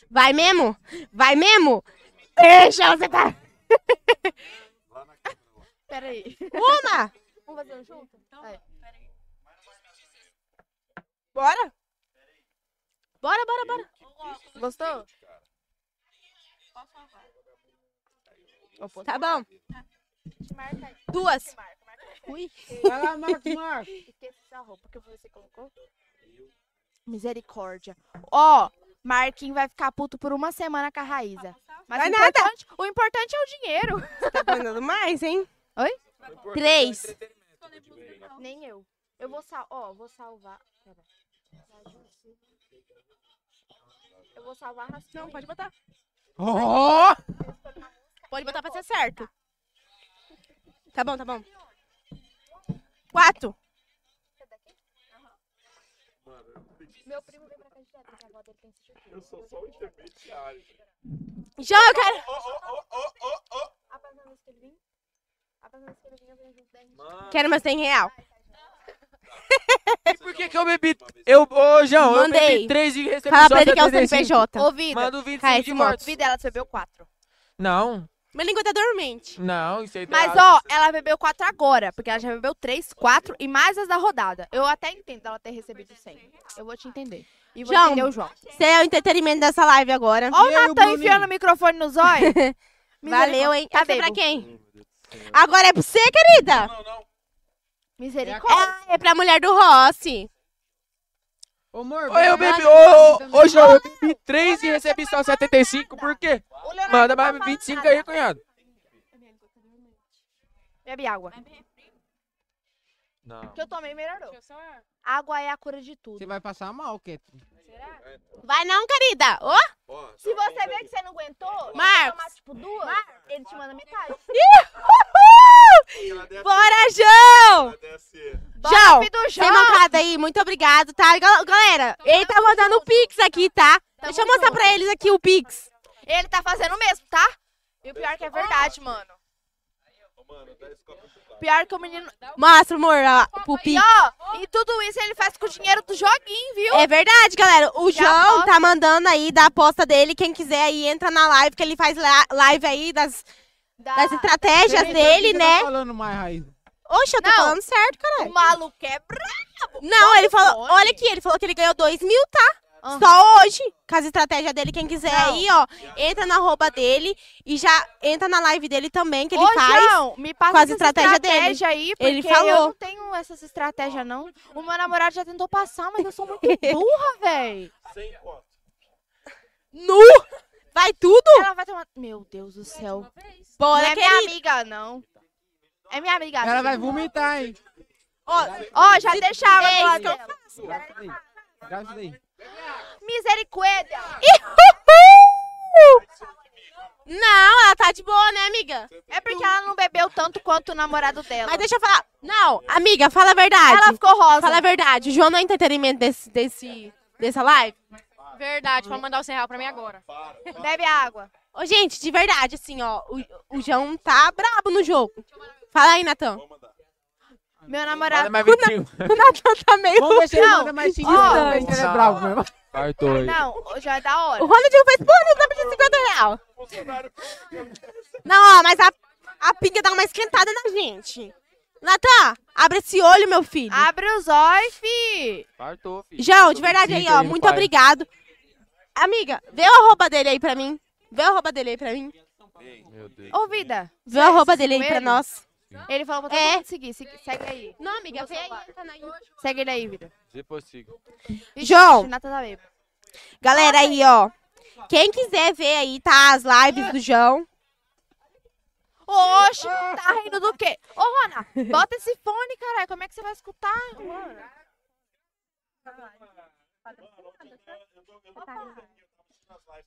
[SPEAKER 13] Vai mesmo? Vai mesmo? Deixa você tá.
[SPEAKER 29] Peraí.
[SPEAKER 13] Uma!
[SPEAKER 29] Vamos fazer um junto? Vai.
[SPEAKER 13] Bora? Bora, bora, bora.
[SPEAKER 29] Gostou?
[SPEAKER 13] Tá bom. Duas. Ui.
[SPEAKER 12] Vai lá, Marcos, Marcos.
[SPEAKER 29] Esqueci essa roupa que você colocou. Misericórdia. Ó, Marquinhos vai ficar puto por uma semana com a Raíza. Mas
[SPEAKER 13] Vai
[SPEAKER 29] o
[SPEAKER 13] nada.
[SPEAKER 29] importante, o importante é o dinheiro.
[SPEAKER 13] Tá mandando mais, hein?
[SPEAKER 29] Oi?
[SPEAKER 13] Três.
[SPEAKER 29] Nem eu. Eu vou salvar. Ó, vou salvar. Pera. Eu vou salvar a
[SPEAKER 13] Não, pode botar.
[SPEAKER 12] Ó!
[SPEAKER 13] Pode botar pra ser certo. Tá bom, tá bom. Quatro.
[SPEAKER 29] Meu primo veio pra cá de teatro, que a avó dele tem esse chute.
[SPEAKER 2] Eu sou só o intermediário.
[SPEAKER 13] João, eu quero.
[SPEAKER 29] A próxima vez que ele vir, a próxima vez que ele vir, eu venho junto da gente.
[SPEAKER 13] Quero meu 100 real.
[SPEAKER 25] E por que que eu bebi... Eu, ô, João, eu
[SPEAKER 13] Mandei.
[SPEAKER 25] bebi três e recebi
[SPEAKER 13] Fala
[SPEAKER 25] só
[SPEAKER 13] pra ele que é o
[SPEAKER 25] 75.
[SPEAKER 13] CNPJ.
[SPEAKER 29] Ô, vida.
[SPEAKER 25] Manda o vídeo
[SPEAKER 13] Cai,
[SPEAKER 25] de
[SPEAKER 13] esse
[SPEAKER 25] mortos.
[SPEAKER 29] Vida, ela bebeu quatro.
[SPEAKER 25] Não,
[SPEAKER 13] Minha língua tá dormente.
[SPEAKER 25] não, isso aí tá
[SPEAKER 29] Mas,
[SPEAKER 25] errado.
[SPEAKER 29] ó, ela bebeu quatro agora, porque ela já bebeu três, quatro e mais as da rodada. Eu até entendo ela ter recebido 100. Eu vou te entender. E vou entender o João.
[SPEAKER 13] Você é o entretenimento dessa live agora.
[SPEAKER 29] Ó o Natan enfiando o microfone nos olhos.
[SPEAKER 13] Valeu, hein?
[SPEAKER 29] Tá
[SPEAKER 13] Essa é pra
[SPEAKER 29] bebo.
[SPEAKER 13] quem? Agora é pra você, querida.
[SPEAKER 29] Misericórdia.
[SPEAKER 13] É, é pra mulher do Rossi.
[SPEAKER 12] Ô, amor.
[SPEAKER 25] Ô, eu
[SPEAKER 13] tá
[SPEAKER 25] bebi... Ô, ô, João, eu bebi três e recebi só 75. Por quê? Manda
[SPEAKER 13] tá
[SPEAKER 25] mais 25 aí, cunhado.
[SPEAKER 29] Bebe água.
[SPEAKER 25] Não.
[SPEAKER 29] Que eu tomei melhorou. Água é a cura de tudo.
[SPEAKER 12] Você vai passar mal, Ketri.
[SPEAKER 13] Vai não, querida. Ô!
[SPEAKER 29] Se você vê que você não aguentou,
[SPEAKER 13] Marcos.
[SPEAKER 29] Marcos. tomar tipo duas, ele te manda metade.
[SPEAKER 13] Bora, João! João,
[SPEAKER 29] filho do
[SPEAKER 13] sem
[SPEAKER 29] João!
[SPEAKER 13] mancada aí, muito obrigado, tá? Gal- Galera, ele tá mandando o Pix aqui, tá? Deixa eu mostrar pra eles aqui o Pix.
[SPEAKER 29] Ele tá fazendo o mesmo, tá? E o pior é que é verdade, mano. Pior que o menino.
[SPEAKER 13] Mostra, amor, ó, pro
[SPEAKER 29] E
[SPEAKER 13] Pix.
[SPEAKER 29] ó, e tudo isso ele faz com o dinheiro do joguinho, viu?
[SPEAKER 13] um É verdade, galera. O
[SPEAKER 29] Já
[SPEAKER 13] João
[SPEAKER 29] aposta.
[SPEAKER 13] tá mandando aí da aposta dele. Quem quiser aí, entra na live, que ele faz la- live aí das das estratégias dele, né?
[SPEAKER 12] Tá falando mais, Raíssa.
[SPEAKER 13] Oxe, eu tô falando certo, caralho.
[SPEAKER 29] O maluco é brabo.
[SPEAKER 13] Não, ele falou. Olha aqui, ele falou que ele ganhou 2 mil, tá?
[SPEAKER 29] Ah.
[SPEAKER 13] Só hoje. Com as estratégias dele, quem quiser aí, ó, entra na roupa dele e já entra na live dele também, que ele
[SPEAKER 29] Ô,
[SPEAKER 13] faz.
[SPEAKER 29] João, me passa
[SPEAKER 13] com as
[SPEAKER 29] essas
[SPEAKER 13] estratégias
[SPEAKER 29] estratégias
[SPEAKER 13] dele.
[SPEAKER 29] aí, porque
[SPEAKER 13] ele
[SPEAKER 29] eu
[SPEAKER 13] falou.
[SPEAKER 29] não tenho essas estratégias, não. O meu namorado já tentou passar, mas eu sou muito burra, véi.
[SPEAKER 13] Nu! Vai tudo?
[SPEAKER 29] Ela vai tomar... Meu Deus do céu.
[SPEAKER 13] Bora,
[SPEAKER 29] não é minha
[SPEAKER 13] querida.
[SPEAKER 29] amiga, não. É minha amiga.
[SPEAKER 12] Ela
[SPEAKER 29] sim.
[SPEAKER 12] vai vomitar, hein?
[SPEAKER 29] Ó, ó, já deixava do lado dela.
[SPEAKER 12] Grava isso daí.
[SPEAKER 29] Misericórdia.
[SPEAKER 13] Não, ela tá de boa, né, amiga?
[SPEAKER 29] É porque ela não bebeu tanto quanto o namorado dela.
[SPEAKER 13] Mas deixa eu falar. Não, amiga, fala a verdade.
[SPEAKER 29] Ela ficou rosa.
[SPEAKER 13] Fala a verdade. O João não é entretenimento desse, desse, dessa live?
[SPEAKER 28] Verdade, pode mandar o 100 real pra mim agora.
[SPEAKER 29] Bebe água.
[SPEAKER 13] Ô, gente, de verdade, assim, ó. O, o João tá brabo no jogo. Fala aí, Natan.
[SPEAKER 29] Meu namorado.
[SPEAKER 25] mais
[SPEAKER 13] O Na-
[SPEAKER 25] 25.
[SPEAKER 13] o Natan tá meio.
[SPEAKER 12] Vamos ver se ele
[SPEAKER 13] Não,
[SPEAKER 12] manda mais 50
[SPEAKER 13] ó,
[SPEAKER 12] reais, se ele é bravo mesmo.
[SPEAKER 25] Partou aí.
[SPEAKER 29] Não, já é da hora.
[SPEAKER 13] O Ronald não fez porra nenhuma de 50 real. Não, ó, mas a, a pinga dá uma esquentada na gente. Natan, abre esse olho, meu filho.
[SPEAKER 29] Abre os olhos, fi.
[SPEAKER 25] Partou, filho.
[SPEAKER 13] João, de verdade aí, ó. Muito obrigado. Amiga, vê a roupa dele aí pra mim. Vê a roupa dele aí pra mim.
[SPEAKER 25] Meu Deus.
[SPEAKER 29] Ô, vida.
[SPEAKER 13] Vê a roupa
[SPEAKER 29] você
[SPEAKER 13] dele aí
[SPEAKER 29] seguiu
[SPEAKER 13] pra
[SPEAKER 29] ele?
[SPEAKER 13] nós.
[SPEAKER 29] Ele falou pra todo
[SPEAKER 13] É.
[SPEAKER 29] mundo seguir. se- Segue aí.
[SPEAKER 13] Não, amiga, vem aí.
[SPEAKER 29] Segue ele aí, vida.
[SPEAKER 25] Depois sigo.
[SPEAKER 13] João.
[SPEAKER 29] Vixe, Nata tá bêbada.
[SPEAKER 13] Galera aí, ó. Quem quiser ver aí, tá? As lives do João.
[SPEAKER 29] Oxe,
[SPEAKER 13] Ah.
[SPEAKER 29] tá rindo do quê? Ô, Rona, bota esse fone, caralho. Como é que você vai escutar?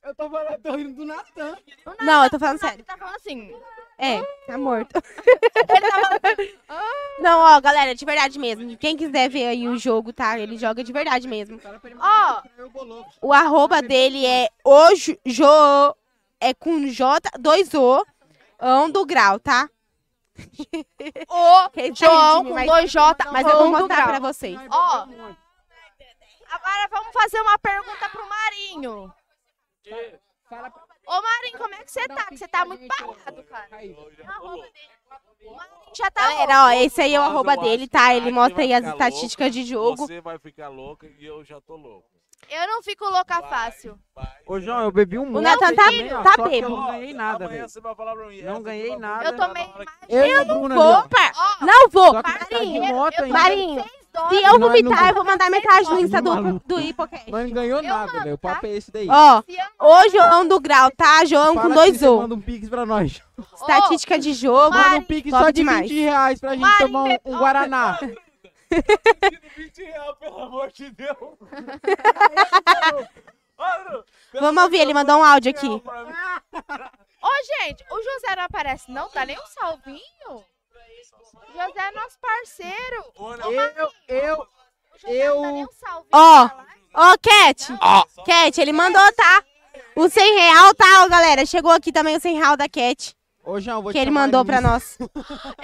[SPEAKER 12] Eu tô falando, tô rindo do Natan.
[SPEAKER 13] Não, eu tô falando sério.
[SPEAKER 29] Tá falando assim.
[SPEAKER 13] É, tá morto. tá Não, ó, galera, de verdade mesmo. Quem quiser ver aí o jogo, tá? Ele joga de verdade mesmo.
[SPEAKER 29] Ó,
[SPEAKER 13] O arroba dele é hoje jo é com J 2 O ão do grau, tá?
[SPEAKER 29] o João com dois J,
[SPEAKER 13] mas eu
[SPEAKER 29] ão
[SPEAKER 13] vou
[SPEAKER 29] do grau.
[SPEAKER 13] mostrar pra vocês.
[SPEAKER 29] Ó, agora vamos fazer uma pergunta pro Marinho. Ô, Marinho, como é que você tá? Que você tá muito parado, cara. O Marinho já tá
[SPEAKER 13] Galera, ó,
[SPEAKER 29] louco.
[SPEAKER 13] esse aí é o arroba dele, tá? Ele mostra aí as
[SPEAKER 31] Ficar louca,
[SPEAKER 13] estatísticas de jogo.
[SPEAKER 31] Você vai ficar louca e eu já tô louco.
[SPEAKER 29] Eu não fico louca fácil.
[SPEAKER 35] Ô, João, eu bebi um monte.
[SPEAKER 13] Natan tá-
[SPEAKER 35] também, ó,
[SPEAKER 13] tá
[SPEAKER 35] só que Eu
[SPEAKER 13] bêbado.
[SPEAKER 35] não ganhei nada, velho. Não ganhei nada.
[SPEAKER 29] Eu tomei
[SPEAKER 35] Eu e a Bruna ali, ó.
[SPEAKER 13] Vou, par... Não vou.
[SPEAKER 35] Só que tá de
[SPEAKER 13] Marinho,
[SPEAKER 35] moto ainda.
[SPEAKER 13] Marinho,
[SPEAKER 29] dólares.
[SPEAKER 13] se eu
[SPEAKER 35] Nós não-
[SPEAKER 13] vomitar, eu vou mandar metade no Insta do,
[SPEAKER 35] Maluco.
[SPEAKER 13] do Hipocast.
[SPEAKER 35] Mas não ganhou nada, velho. O papo é esse daí.
[SPEAKER 13] Ó, ô João do Grau, tá? João
[SPEAKER 35] Fala
[SPEAKER 13] com
[SPEAKER 35] que
[SPEAKER 13] dois
[SPEAKER 35] você
[SPEAKER 13] O.
[SPEAKER 35] Manda um pix pra nós.
[SPEAKER 13] Estatística de jogo.
[SPEAKER 35] Manda um pix só
[SPEAKER 13] top
[SPEAKER 35] de 20 reais pra gente tomar um, um Guaraná.
[SPEAKER 9] é
[SPEAKER 31] 20 reais, pelo amor de Deus.
[SPEAKER 13] Vamos ouvir, ele mandou um áudio aqui.
[SPEAKER 29] Ô, gente, o José não aparece, não? Dá nem um salvinho? José é nosso parceiro.
[SPEAKER 12] Eu, eu,
[SPEAKER 29] um
[SPEAKER 13] Eu. Ó, ó, Cat.
[SPEAKER 35] Ah,
[SPEAKER 13] Cat, ele mandou, tá? O 100 real, tá, ó, galera? Chegou aqui também o 100 real da Cat.
[SPEAKER 35] Ô, João, vou
[SPEAKER 13] Que
[SPEAKER 35] te
[SPEAKER 13] ele
[SPEAKER 35] chamar
[SPEAKER 13] mandou
[SPEAKER 35] no
[SPEAKER 13] pra
[SPEAKER 35] Insta.
[SPEAKER 13] nós.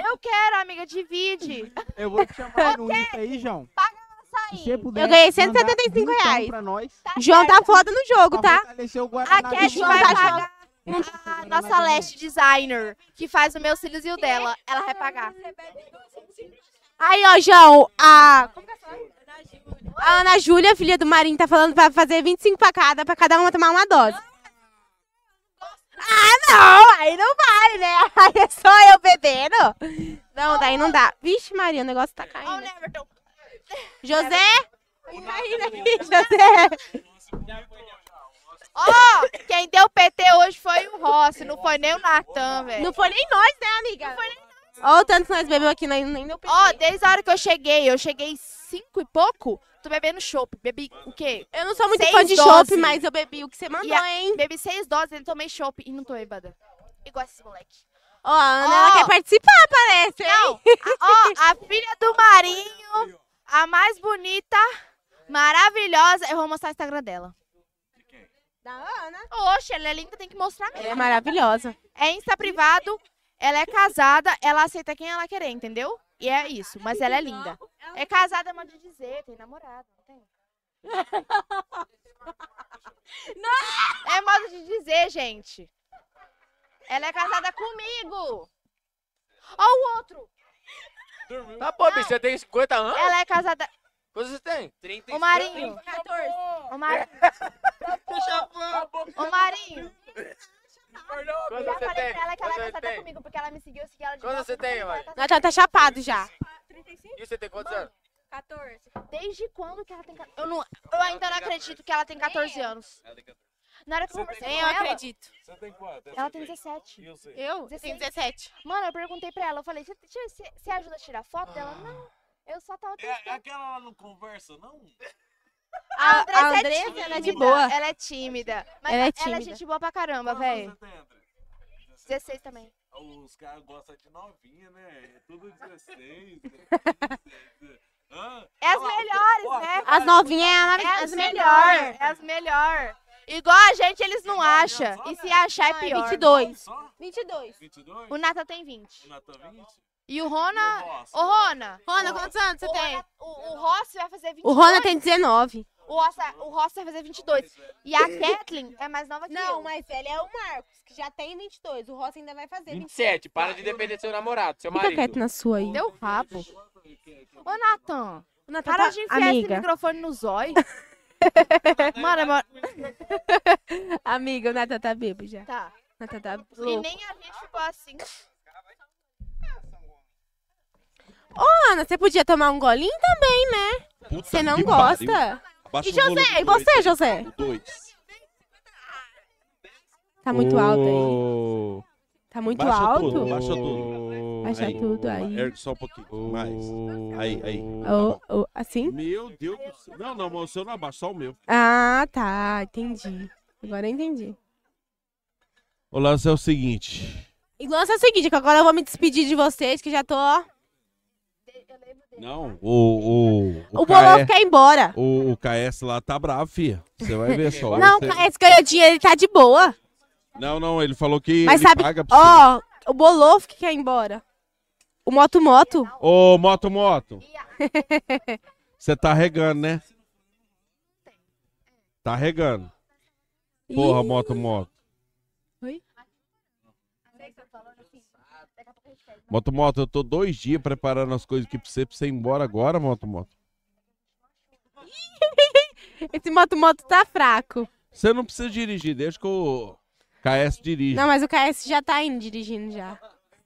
[SPEAKER 29] Eu quero, amiga, divide.
[SPEAKER 35] Eu vou te chamar no Insta aí, João.
[SPEAKER 13] Eu ganhei 175 reais. João tá foda no jogo, tá?
[SPEAKER 35] A
[SPEAKER 29] Cat vai pagar a nossa Leste Designer, que faz os meus cílios e o dela. Ela vai pagar.
[SPEAKER 13] Aí, ó, João, a. A Ana Júlia, filha do Marinho, tá falando pra fazer 25 pra cada, pra cada uma tomar uma dose. Ah, não! Aí não vale, né? Aí é só eu bebendo. Não, daí não dá. Vixe, Maria, o negócio tá caindo. José? Caindo
[SPEAKER 29] né?
[SPEAKER 13] aqui, José.
[SPEAKER 29] Ó, quem deu PT hoje foi o Rossi, não foi nem o Natan, velho.
[SPEAKER 13] Não foi nem nós, né, amiga? Ó, o tanto que nós bebemos aqui, nós nem deu
[SPEAKER 29] Ó, desde a hora que eu cheguei, eu cheguei cinco e pouco, tô bebendo chopp. Bebi o quê?
[SPEAKER 13] Eu não sou muito
[SPEAKER 29] Seis
[SPEAKER 13] fã de
[SPEAKER 29] doses.
[SPEAKER 13] chopp, mas eu bebi o que você mandou,
[SPEAKER 29] E a-
[SPEAKER 13] hein?
[SPEAKER 29] Bebi seis doses, eu tomei chopp e não tô bêbada. Igual esses moleque.
[SPEAKER 13] Ó, a Ana, ela
[SPEAKER 29] Ó.
[SPEAKER 13] quer participar, parece, hein?
[SPEAKER 29] Não, a- ó, a filha do Marinho, a mais bonita, maravilhosa. Eu vou mostrar o Instagram dela.
[SPEAKER 13] Da Ana?
[SPEAKER 29] Oxe, ela é linda, tem que mostrar mesmo.
[SPEAKER 13] Ela é maravilhosa.
[SPEAKER 29] É Insta privado, ela é casada, ela aceita quem ela querer, entendeu? E é isso, mas ela é linda.
[SPEAKER 13] um
[SPEAKER 29] É casada, mas de dizer, tem namorado, não tem? É modo de dizer, gente. Ela é casada comigo. Ó o outro.
[SPEAKER 3] Tá, pô, bicho, você tem 50 anos?
[SPEAKER 29] Ela é casada...
[SPEAKER 3] Quantos você tem? 30
[SPEAKER 29] Ô, Marinho. 14. Ô, Marinho. Ô, Marinho. Eu
[SPEAKER 3] Quantos
[SPEAKER 29] já
[SPEAKER 3] você
[SPEAKER 29] falei
[SPEAKER 3] tem?
[SPEAKER 29] pra ela que ela
[SPEAKER 3] Quantos
[SPEAKER 29] é
[SPEAKER 3] você
[SPEAKER 29] casada
[SPEAKER 3] tem?
[SPEAKER 29] comigo, porque ela me seguiu, eu segui ela de
[SPEAKER 3] Quantos
[SPEAKER 29] volta,
[SPEAKER 3] você tem,
[SPEAKER 29] ela é
[SPEAKER 3] mãe?
[SPEAKER 29] casada
[SPEAKER 13] Natan tá chapado já.
[SPEAKER 3] E você tem quantos anos?
[SPEAKER 29] 14. Desde quando que ela tem 14? Eu, não, eu ainda não acredito que ela tem 14 anos. Na hora que eu conversei Nem com eu ela, acredito.
[SPEAKER 1] Você tem quanto?
[SPEAKER 29] Ela tem 17.
[SPEAKER 1] Eu sei.
[SPEAKER 29] Eu? Tenho 17. Mano, eu perguntei pra ela, eu falei, você ajuda a tirar foto dela?
[SPEAKER 3] Ah.
[SPEAKER 29] Não, eu só tava
[SPEAKER 1] É, é aquela lá não conversa, não?
[SPEAKER 29] A Andressa,
[SPEAKER 1] a
[SPEAKER 29] é
[SPEAKER 1] Andressa,
[SPEAKER 29] tímida,
[SPEAKER 1] ela é de boa.
[SPEAKER 29] Ela é tímida. Mas
[SPEAKER 1] Ela
[SPEAKER 29] ela,
[SPEAKER 1] é
[SPEAKER 29] é
[SPEAKER 1] tímida.
[SPEAKER 29] gente boa pra caramba, velho.
[SPEAKER 1] Você tem, André?
[SPEAKER 29] 16 também.
[SPEAKER 1] Os caras gostam de novinha, né? É tudo 16. Hã?
[SPEAKER 29] É as melhores, né? As novinhas é a- é as as melhor. melhores. É as melhores. Igual a gente, eles não acham. E se achar é Não, é pior. 22.
[SPEAKER 1] Só?
[SPEAKER 29] 22.
[SPEAKER 1] 22?
[SPEAKER 29] O Nathan tem 20.
[SPEAKER 1] O Natan 20?
[SPEAKER 29] E o Rona...
[SPEAKER 1] Nossa.
[SPEAKER 29] Ô, Rona.
[SPEAKER 13] Rona, quantos anos você
[SPEAKER 29] o
[SPEAKER 13] tem?
[SPEAKER 29] Rona- O, o Rossi vai fazer 22.
[SPEAKER 13] O Rona tem 19.
[SPEAKER 29] O Rossi, o Rossi vai fazer 22. E a Kathleen é mais nova que eu.
[SPEAKER 13] Não, mas ele é o Marcos, que já tem 22. O Rossi ainda vai fazer
[SPEAKER 3] 27. Para de depender do seu namorado, seu
[SPEAKER 13] Fica
[SPEAKER 3] marido.
[SPEAKER 13] quieto na sua aí.
[SPEAKER 29] Deu rabo. Ô, Nathan.
[SPEAKER 13] Nathan
[SPEAKER 29] para
[SPEAKER 13] tá-
[SPEAKER 29] de enfiar esse
[SPEAKER 13] amiga.
[SPEAKER 29] microfone no zóio. Mano, é mó-
[SPEAKER 13] Amiga, o Nathan tá bêbado já.
[SPEAKER 29] Tá.
[SPEAKER 13] Nathan tá
[SPEAKER 29] E
[SPEAKER 13] louco.
[SPEAKER 29] nem a gente ficou assim.
[SPEAKER 13] Ô, Ana, você podia tomar um golinho também, né? Você não
[SPEAKER 2] que
[SPEAKER 13] gosta.
[SPEAKER 2] pariu. Abaixa
[SPEAKER 13] E
[SPEAKER 2] o volume
[SPEAKER 13] José, e
[SPEAKER 2] dois
[SPEAKER 13] você,
[SPEAKER 2] aí.
[SPEAKER 13] José?
[SPEAKER 2] Dois.
[SPEAKER 13] Tá muito alto aí.
[SPEAKER 2] aí.
[SPEAKER 13] Tá muito
[SPEAKER 2] baixa
[SPEAKER 13] alto.
[SPEAKER 2] Tudo, baixa tudo.
[SPEAKER 13] Baixa tudo aí.
[SPEAKER 2] Ergue só um pouquinho. Mais. Aí, aí.
[SPEAKER 13] Ô, ô, assim?
[SPEAKER 45] Meu Deus do céu. Não, não, mas o seu não abaixa, só o meu.
[SPEAKER 13] Ah, tá. Entendi. Agora eu entendi.
[SPEAKER 2] O lance é o seguinte.
[SPEAKER 13] E lança o seguinte, que agora eu vou me despedir de vocês, que já tô... ó.
[SPEAKER 2] Não, o. O,
[SPEAKER 13] O Bolão
[SPEAKER 2] KS
[SPEAKER 13] quer ir embora.
[SPEAKER 2] O, o KS lá tá bravo, filha. Você vai ver só.
[SPEAKER 13] Não,
[SPEAKER 2] Você-
[SPEAKER 13] esse ganhadinho, ele tá de boa.
[SPEAKER 2] Não, não, ele falou que
[SPEAKER 13] Mas
[SPEAKER 2] ele
[SPEAKER 13] sabe,
[SPEAKER 2] paga pra você.
[SPEAKER 13] ó, o Bolofo que quer ir embora. O Moto Moto.
[SPEAKER 2] Ô, Moto Moto, você tá regando, né? Tá regando. Porra,
[SPEAKER 13] Ih.
[SPEAKER 2] Moto Moto.
[SPEAKER 13] Oi?
[SPEAKER 2] Moto Moto, eu tô dois dias preparando as coisas aqui pra você, pra você ir embora agora, Moto Moto.
[SPEAKER 13] Esse Moto Moto tá fraco.
[SPEAKER 2] Você não precisa dirigir, deixa que o KS dirige.
[SPEAKER 13] Não, mas o KS já tá indo dirigindo já.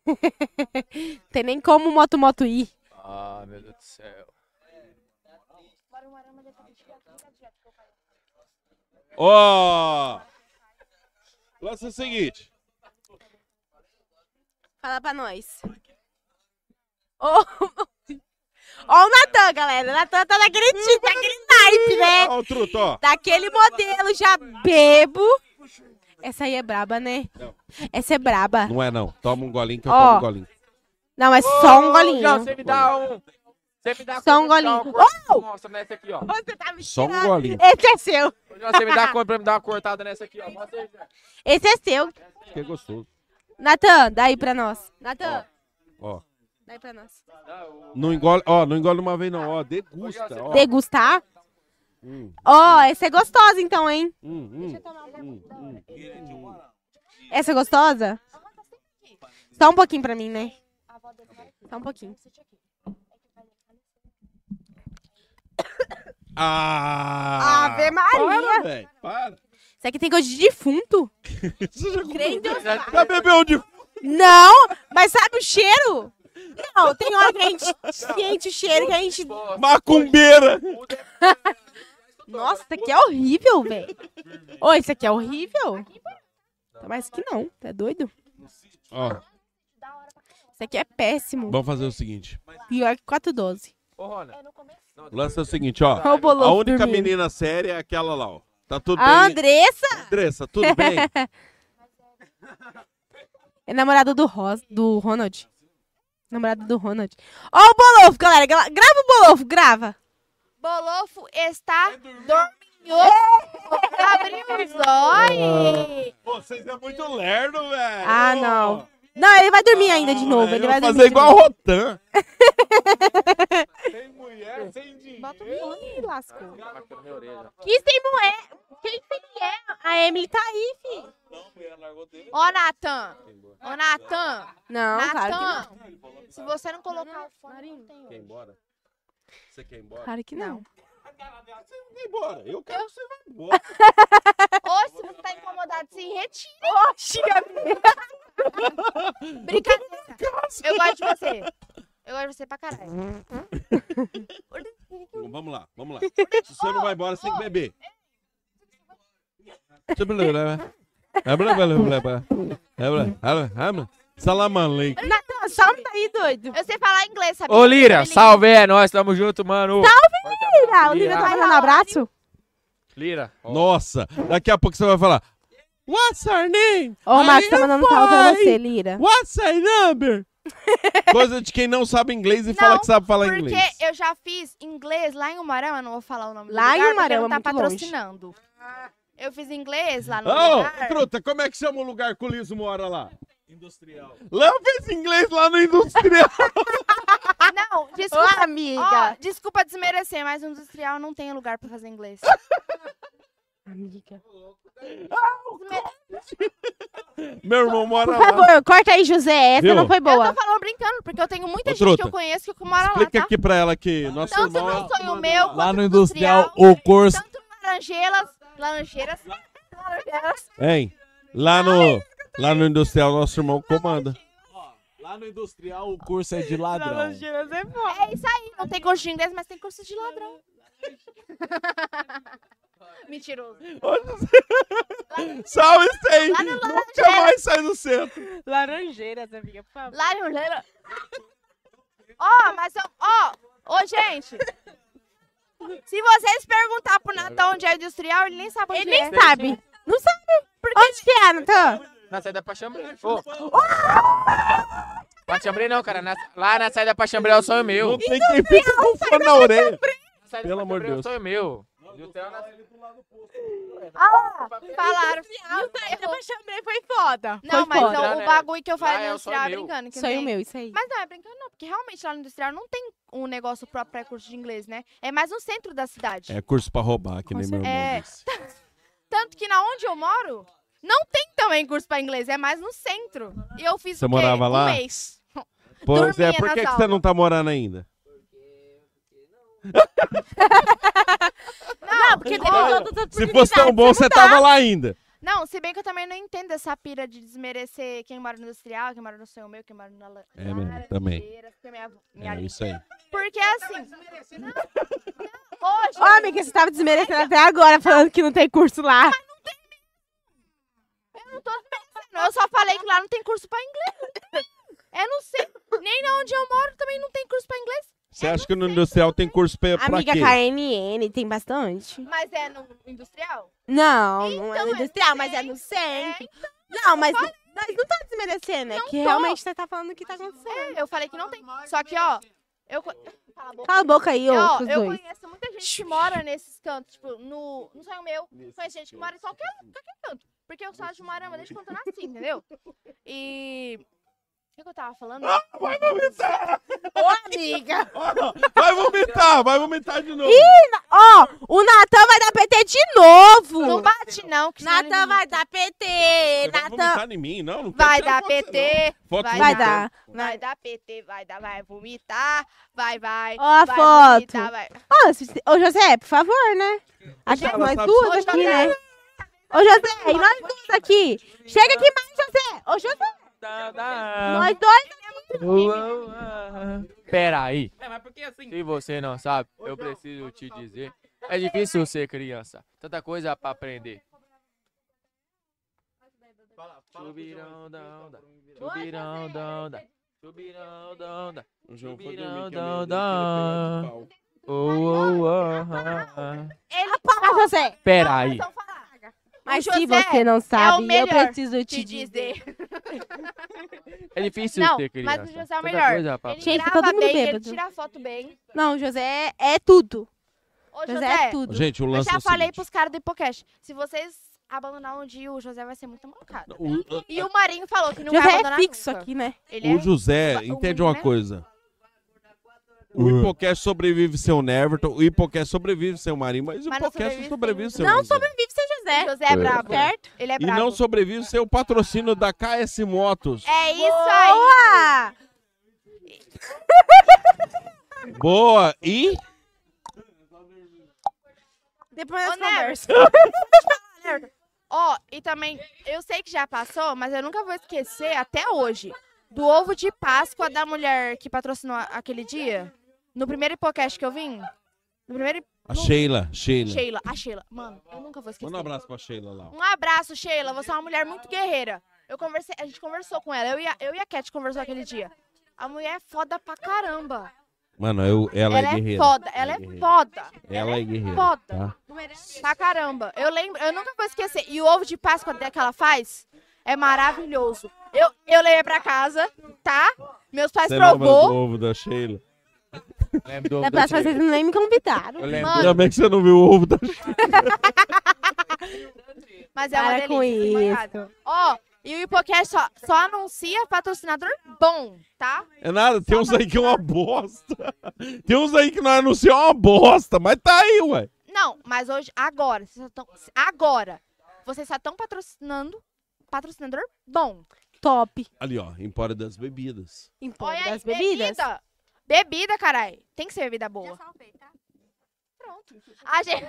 [SPEAKER 13] Tem nem como o Moto Moto ir.
[SPEAKER 3] Ah, meu Deus do céu.
[SPEAKER 2] Ó! O lance é o seguinte.
[SPEAKER 13] Fala pra nós. Ô, ó o Natan, galera. O Natan tá daquele, ti- daquele naipe, né?
[SPEAKER 2] Ó, o truto, ó.
[SPEAKER 13] Daquele modelo já bebo. Essa aí é braba, né? Essa é braba.
[SPEAKER 2] Não é não. Toma um golinho que eu
[SPEAKER 13] Ó.
[SPEAKER 2] tomo um golinho.
[SPEAKER 13] Não, é só um golinho.
[SPEAKER 3] Não, você me dá um. Você me dá
[SPEAKER 13] Só um
[SPEAKER 3] quanto pra dar
[SPEAKER 13] golinho.
[SPEAKER 3] uma cortada? Mostra nessa aqui, ó.
[SPEAKER 13] Você tá me
[SPEAKER 2] Só um golinho.
[SPEAKER 13] Esse é seu.
[SPEAKER 3] Ô, João, Você me dá quanto pra me dar uma cortada nessa aqui, ó. Mostra aí, João.
[SPEAKER 13] Esse é seu.
[SPEAKER 2] Acho que é gostoso.
[SPEAKER 13] Natan, dá aí pra nós. Natan,
[SPEAKER 2] Ó.
[SPEAKER 13] dá aí pra nós.
[SPEAKER 2] Não engole, ó, não engole uma vez não, ó. Degusta, ó.
[SPEAKER 13] Degustar?
[SPEAKER 2] Hum,
[SPEAKER 13] Ó, essa é gostosa então, hein?
[SPEAKER 2] hum, hum.
[SPEAKER 1] hum.
[SPEAKER 13] Essa é gostosa? Só um pouquinho pra mim, né? Só um pouquinho.
[SPEAKER 2] Ah!
[SPEAKER 13] Ave Maria!
[SPEAKER 2] Para, velho, para.
[SPEAKER 13] Isso aqui tem gosto de defunto? Crê em Deus.
[SPEAKER 2] Já bebeu um de...
[SPEAKER 13] Não, mas sabe o cheiro? Não, tem hora que a gente sente o cheiro que a gente.
[SPEAKER 2] Macumbeira!
[SPEAKER 13] Nossa, isso aqui é horrível, velho. Ô, isso aqui é horrível. Mas isso aqui não, tá doido?
[SPEAKER 2] Ó,
[SPEAKER 13] Isso aqui é péssimo.
[SPEAKER 2] vamos fazer o seguinte.
[SPEAKER 13] Pior que 412.
[SPEAKER 3] Ô, Rona.
[SPEAKER 2] O lance é o seguinte, ó.
[SPEAKER 13] Olha o bolovo
[SPEAKER 2] A única
[SPEAKER 13] dormindo.
[SPEAKER 2] menina séria é aquela lá, ó. Tá tudo
[SPEAKER 13] A
[SPEAKER 2] bem?
[SPEAKER 13] Andressa!
[SPEAKER 2] Andressa, Tá tudo bem?
[SPEAKER 13] É namorado do, Ros, do Ronald. Namorado do Ronald. Ó o Bolofo, galera. gra- Grava o Bolofo, grava.
[SPEAKER 29] Bolofo está dorminhoso. Abriu os olhos.
[SPEAKER 2] Vocês é muito lerdo, velho.
[SPEAKER 13] Ah, não. Não, ele vai dormir ainda de novo. Ele vai
[SPEAKER 2] Fazer
[SPEAKER 13] dormir de
[SPEAKER 2] igual o
[SPEAKER 13] novo.
[SPEAKER 2] Rotan.
[SPEAKER 13] Bota o fone, lascou.
[SPEAKER 3] Tá na minha orelha.
[SPEAKER 29] é.
[SPEAKER 13] Que tem mulher? Quem tem mulher? A Emily tá aí, fi.
[SPEAKER 9] largou dele.
[SPEAKER 29] Ó, Natan. Ó, Natan.
[SPEAKER 13] Não, claro que
[SPEAKER 29] Natan, Se você não colocar o fone, não tem
[SPEAKER 9] Quer ir embora? Você quer ir embora?
[SPEAKER 13] Claro que não.
[SPEAKER 9] Você não quer ir embora. Eu quero que você vá embora.
[SPEAKER 29] Ou se você tá incomodado, se retire.
[SPEAKER 13] Oxi,
[SPEAKER 29] Gabi. Brincadeira. Eu gosto de você. Eu gosto de você pra caralho.
[SPEAKER 2] Então,
[SPEAKER 9] Bom, Vamos lá, vamos lá. Se você não vai embora, você tem que beber.
[SPEAKER 3] É
[SPEAKER 2] Salamalei.
[SPEAKER 13] Natan, salta aí, doido.
[SPEAKER 29] Eu sei falar inglês, sabe?
[SPEAKER 3] Ô, Lira, salve, é nóis, tamo junto, mano.
[SPEAKER 13] Salve, Lira. O Lira tá
[SPEAKER 3] Lira.
[SPEAKER 13] mandando abraço?
[SPEAKER 3] Lira.
[SPEAKER 2] Nossa, daqui a pouco você vai falar.
[SPEAKER 46] What's her name?
[SPEAKER 13] Ô, Max, tá
[SPEAKER 2] Aí,
[SPEAKER 13] mandando salve pra
[SPEAKER 2] vai.
[SPEAKER 13] você,
[SPEAKER 3] É.
[SPEAKER 13] Lira.
[SPEAKER 2] What's her number? Coisa de quem não sabe inglês e fala que sabe falar
[SPEAKER 29] Porque
[SPEAKER 2] inglês.
[SPEAKER 29] eu já fiz inglês lá em Umarama, não vou falar o nome
[SPEAKER 13] Lá
[SPEAKER 29] do
[SPEAKER 13] em
[SPEAKER 29] lugar,
[SPEAKER 13] Umarama,
[SPEAKER 29] porque não tá
[SPEAKER 13] muito longe.
[SPEAKER 29] patrocinando. Eu fiz inglês lá no
[SPEAKER 2] Ô,
[SPEAKER 29] lugar.
[SPEAKER 2] truta, como é que chama o lugar que o Liso mora lá?
[SPEAKER 9] Industrial.
[SPEAKER 2] Lá eu fiz inglês lá no industrial.
[SPEAKER 29] Não, desculpa.
[SPEAKER 13] Ô, amiga.
[SPEAKER 29] Ó, desculpa desmerecer, mas no industrial não tem lugar pra fazer inglês.
[SPEAKER 13] Amiga.
[SPEAKER 2] Meu irmão mora
[SPEAKER 13] Por
[SPEAKER 2] lá.
[SPEAKER 13] favor, corta aí, José. Essa
[SPEAKER 2] Viu?
[SPEAKER 13] não foi É boa.
[SPEAKER 29] Eu tô falando brincando, porque eu tenho muita
[SPEAKER 2] Ô,
[SPEAKER 29] gente que
[SPEAKER 2] truta,
[SPEAKER 29] eu conheço que mora lá,
[SPEAKER 2] Explica
[SPEAKER 29] tá?
[SPEAKER 2] aqui pra ela que nosso
[SPEAKER 29] Tanto
[SPEAKER 2] irmão é...
[SPEAKER 29] no sonho meu,
[SPEAKER 1] Lá
[SPEAKER 29] quanto
[SPEAKER 1] no industrial, o curso.
[SPEAKER 29] laranjeiras, laranjeiras, laranjeiras.
[SPEAKER 2] Hein? Lá no, lá no industrial, nosso irmão comanda.
[SPEAKER 1] Lá no industrial, o curso é de ladrão.
[SPEAKER 29] é foda. É isso aí, não tem curso de inglês, mas tem curso de ladrão. Mentiroso.
[SPEAKER 2] Salve, Stay!
[SPEAKER 29] Lá no
[SPEAKER 2] Nunca mais sai do centro.
[SPEAKER 13] Laranjeiras, amiga, por favor.
[SPEAKER 29] Laranjeira. Ó, mas eu- ó, ô gente. Se vocês perguntar pro Natan onde é o industrial, ele nem sabe onde
[SPEAKER 13] Ele
[SPEAKER 29] é.
[SPEAKER 13] nem sabe. Não sabe. Onde que é, Natan?
[SPEAKER 47] Na saída da Pachambré. Ô.
[SPEAKER 13] Ah!
[SPEAKER 47] Pachambré não, cara. na- lá na saída da Pachambré é o sonho meu.
[SPEAKER 2] Não tem quem fica com fone na orelha. Pelo amor
[SPEAKER 47] Pachambré
[SPEAKER 2] de
[SPEAKER 47] é o
[SPEAKER 2] Deus.
[SPEAKER 47] sonho meu.
[SPEAKER 29] Ah, falaram.
[SPEAKER 13] Eu chamei, foi foda.
[SPEAKER 29] Não, mas
[SPEAKER 13] Foi foda.
[SPEAKER 29] o- o bagulho que eu falei
[SPEAKER 13] Lá é
[SPEAKER 29] no
[SPEAKER 13] o sonho
[SPEAKER 29] industrial é
[SPEAKER 13] meu.
[SPEAKER 29] brincando. Que
[SPEAKER 13] Sonho
[SPEAKER 29] tem-
[SPEAKER 13] meu, isso aí.
[SPEAKER 29] Mas não, é brincando não, porque realmente lá no industrial não tem um negócio próprio pra curso de inglês, né? É mais no centro da cidade.
[SPEAKER 2] É curso pra roubar, que nem meu irmão.
[SPEAKER 29] É. Tanto que na onde eu moro, não tem também curso pra inglês, é mais no centro. E eu fiz
[SPEAKER 2] Você
[SPEAKER 29] o quê?
[SPEAKER 2] morava lá?
[SPEAKER 29] Um mês.
[SPEAKER 2] Pois é,
[SPEAKER 29] Dormia
[SPEAKER 2] por
[SPEAKER 29] nas
[SPEAKER 2] que, que você
[SPEAKER 29] aulas.
[SPEAKER 2] não tá morando ainda?
[SPEAKER 29] Não,
[SPEAKER 13] porque tem
[SPEAKER 29] ó,
[SPEAKER 13] todas as
[SPEAKER 2] Se fosse tão bom,
[SPEAKER 29] tá?
[SPEAKER 2] você tava lá ainda.
[SPEAKER 29] Não, se bem que eu também não entendo essa pira de desmerecer quem mora no industrial, quem mora no sonho meu, quem mora na la-
[SPEAKER 2] É mesmo, também.
[SPEAKER 29] laranjeira, porque minha, minha
[SPEAKER 2] É isso aí.
[SPEAKER 29] Porque assim. Não, não,
[SPEAKER 13] Ô, amiga, você tava desmerecendo até agora, falando que não tem curso lá.
[SPEAKER 29] eu não tô pensando. Eu só falei que lá não tem curso pra inglês. Eu não sei. Nem na onde eu moro também não tem curso pra inglês.
[SPEAKER 2] Você acha que no industrial tem curso pra, pra
[SPEAKER 13] Amiga,
[SPEAKER 2] quê?
[SPEAKER 13] KNN, tem bastante.
[SPEAKER 29] Mas é no industrial?
[SPEAKER 13] Não, não é no industrial, mas é no centro. Não, mas não- nós não tá desmerecendo, é
[SPEAKER 29] Não
[SPEAKER 13] que
[SPEAKER 29] tô.
[SPEAKER 13] realmente você tá falando o que tá acontecendo.
[SPEAKER 29] É, eu falei que não tem. Só que, ó, eu. co- Cala a boca.
[SPEAKER 13] Cala a boca aí, ô,
[SPEAKER 29] Ó,
[SPEAKER 13] os
[SPEAKER 29] eu
[SPEAKER 13] dois.
[SPEAKER 29] conheço muita gente que mora nesses cantos, tipo, no, não só o meu, conheço gente que mora em qualquer, qualquer canto. Porque eu sou de Marama desde quando eu nasci, entendeu? E... O que, que eu tava falando?
[SPEAKER 2] Ah, Vai vomitar!
[SPEAKER 13] Ô, amiga!
[SPEAKER 2] Vai vomitar, vai vomitar de novo.
[SPEAKER 13] Ih, na- ó, o Natan vai dar PT de novo.
[SPEAKER 29] Não bate não, que senão
[SPEAKER 13] Natan
[SPEAKER 29] ele-
[SPEAKER 13] vai dar PT,
[SPEAKER 2] Vai
[SPEAKER 13] Natan.
[SPEAKER 2] vomitar em mim, não? não
[SPEAKER 29] Vai
[SPEAKER 2] quero tirar
[SPEAKER 29] dar
[SPEAKER 2] foto, não.
[SPEAKER 29] PT,
[SPEAKER 2] Foto
[SPEAKER 29] vai,
[SPEAKER 13] Vai
[SPEAKER 29] dar,
[SPEAKER 13] dar.
[SPEAKER 29] vai dar PT, vai dar, vai vomitar, vai, vai,
[SPEAKER 13] Ó a
[SPEAKER 29] vai
[SPEAKER 13] foto.
[SPEAKER 29] vomitar, vai...
[SPEAKER 13] Ó, se- ô, José, por favor, né? Aqui
[SPEAKER 2] Ela
[SPEAKER 13] nós
[SPEAKER 2] sabe-
[SPEAKER 13] duas aqui, né? Ô, José, e nós duas aqui. Chega aqui mais, José. Ô, José, nós dois
[SPEAKER 3] Pera aí.
[SPEAKER 48] É, mas porque assim.
[SPEAKER 3] Se você não sabe, eu preciso te dizer. É difícil ser criança. Tanta coisa pra aprender. Subirão da onda. Subirão da onda. Subirão da onda.
[SPEAKER 2] O João foi dormir, que a
[SPEAKER 9] é
[SPEAKER 3] Subirão da
[SPEAKER 2] mãe dele
[SPEAKER 3] onda.
[SPEAKER 2] queria pegar de pau.
[SPEAKER 3] Oh, oh, oh, ah, ah.
[SPEAKER 13] Ele para, José.
[SPEAKER 3] Pera aí.
[SPEAKER 13] Mas
[SPEAKER 29] O
[SPEAKER 13] se
[SPEAKER 29] José
[SPEAKER 13] você não sabe, eu
[SPEAKER 29] melhor,
[SPEAKER 13] preciso te dizer.
[SPEAKER 3] É difícil
[SPEAKER 29] Não,
[SPEAKER 3] ser criança.
[SPEAKER 29] mas o José é o
[SPEAKER 3] Tanta
[SPEAKER 29] melhor.
[SPEAKER 3] coisa pra
[SPEAKER 29] Ele
[SPEAKER 13] Gente, tá
[SPEAKER 29] grava
[SPEAKER 13] todo mundo
[SPEAKER 29] bem, ele
[SPEAKER 13] bêbado.
[SPEAKER 29] tira foto bem.
[SPEAKER 13] Não, José é tudo.
[SPEAKER 29] Ô,
[SPEAKER 13] José
[SPEAKER 29] José,
[SPEAKER 13] é tudo.
[SPEAKER 2] Gente, o
[SPEAKER 29] eu
[SPEAKER 2] lance é
[SPEAKER 29] já
[SPEAKER 2] o
[SPEAKER 29] falei
[SPEAKER 2] seguinte.
[SPEAKER 29] pros caras do Hipocast. Se vocês abandonar um dia, o José vai ser muito mancado. né?
[SPEAKER 2] O- uh,
[SPEAKER 29] E o Marinho falou que não
[SPEAKER 13] José
[SPEAKER 29] vai
[SPEAKER 13] é
[SPEAKER 29] abandonar
[SPEAKER 13] fixo
[SPEAKER 29] nunca.
[SPEAKER 13] aqui, né?
[SPEAKER 29] Ele
[SPEAKER 2] O
[SPEAKER 29] é...
[SPEAKER 2] José, entende uma
[SPEAKER 29] né?
[SPEAKER 2] coisa. O Hipocast sobrevive sem o Neverton, o Hipocast sobrevive sem o Marinho, mas o
[SPEAKER 29] Mas não
[SPEAKER 2] Hipocast não
[SPEAKER 29] sobrevive
[SPEAKER 2] sobrevive sem o
[SPEAKER 13] Não
[SPEAKER 2] José.
[SPEAKER 13] sobrevive sem quiser.
[SPEAKER 29] José é
[SPEAKER 2] É.
[SPEAKER 29] brabo.
[SPEAKER 13] Certo?
[SPEAKER 29] Ele é
[SPEAKER 2] E
[SPEAKER 29] brabo.
[SPEAKER 2] não sobrevive sem o patrocínio da KS Motos.
[SPEAKER 29] É isso
[SPEAKER 13] aí.
[SPEAKER 2] Boa. E
[SPEAKER 13] Depois nós
[SPEAKER 29] Ô, Nero.
[SPEAKER 13] conversa.
[SPEAKER 29] Ó, e também, eu sei que já passou, mas eu nunca vou esquecer até hoje do ovo de Páscoa da mulher que patrocinou a- aquele dia. No primeiro podcast que eu vim. No primeiro.
[SPEAKER 2] a Sheila, Sheila.
[SPEAKER 29] Sheila, a Sheila. Mano, eu nunca vou esquecer.
[SPEAKER 2] Manda um abraço pra Sheila lá.
[SPEAKER 29] Um abraço, Sheila. Você é uma mulher muito guerreira. Eu conversei, a gente conversou com ela. Eu e a, eu e a Cat conversou aquele dia. A mulher é foda pra caramba.
[SPEAKER 2] Mano, eu, ela, é guerreira.
[SPEAKER 29] foda, ela é
[SPEAKER 2] guerreira.
[SPEAKER 29] foda.
[SPEAKER 2] Ela é guerreira.
[SPEAKER 29] foda.
[SPEAKER 2] tá?
[SPEAKER 29] Pra caramba. Eu lembro, eu nunca vou esquecer. E o ovo de Páscoa que ela faz é maravilhoso. Eu, eu levei pra casa, tá? Meus pais
[SPEAKER 2] Você lembra do
[SPEAKER 29] provou.
[SPEAKER 2] ovo da Sheila?
[SPEAKER 13] Da próxima vocês nem me convidaram.
[SPEAKER 2] Ainda bem que você não viu o ovo da Sheila.
[SPEAKER 29] Mas é uma delícia.
[SPEAKER 13] Para com
[SPEAKER 29] sem mancada.
[SPEAKER 13] isso.
[SPEAKER 29] Ó, e o Hipocast só, só anuncia patrocinador bom, tá?
[SPEAKER 2] É nada, tem uns aí que é uma bosta. Tem uns aí que nós anunciamos uma bosta, mas tá aí, ué.
[SPEAKER 29] Não, mas hoje, agora, vocês só tão, agora, vocês só estão patrocinando patrocinador bom.
[SPEAKER 13] Top.
[SPEAKER 2] Ali, ó, Empório das Bebidas.
[SPEAKER 13] Empório
[SPEAKER 29] Olha aí,
[SPEAKER 13] das bebidas.
[SPEAKER 29] Bebida, bebida caralho. Tem que ser bebida boa. Pronto. A gente...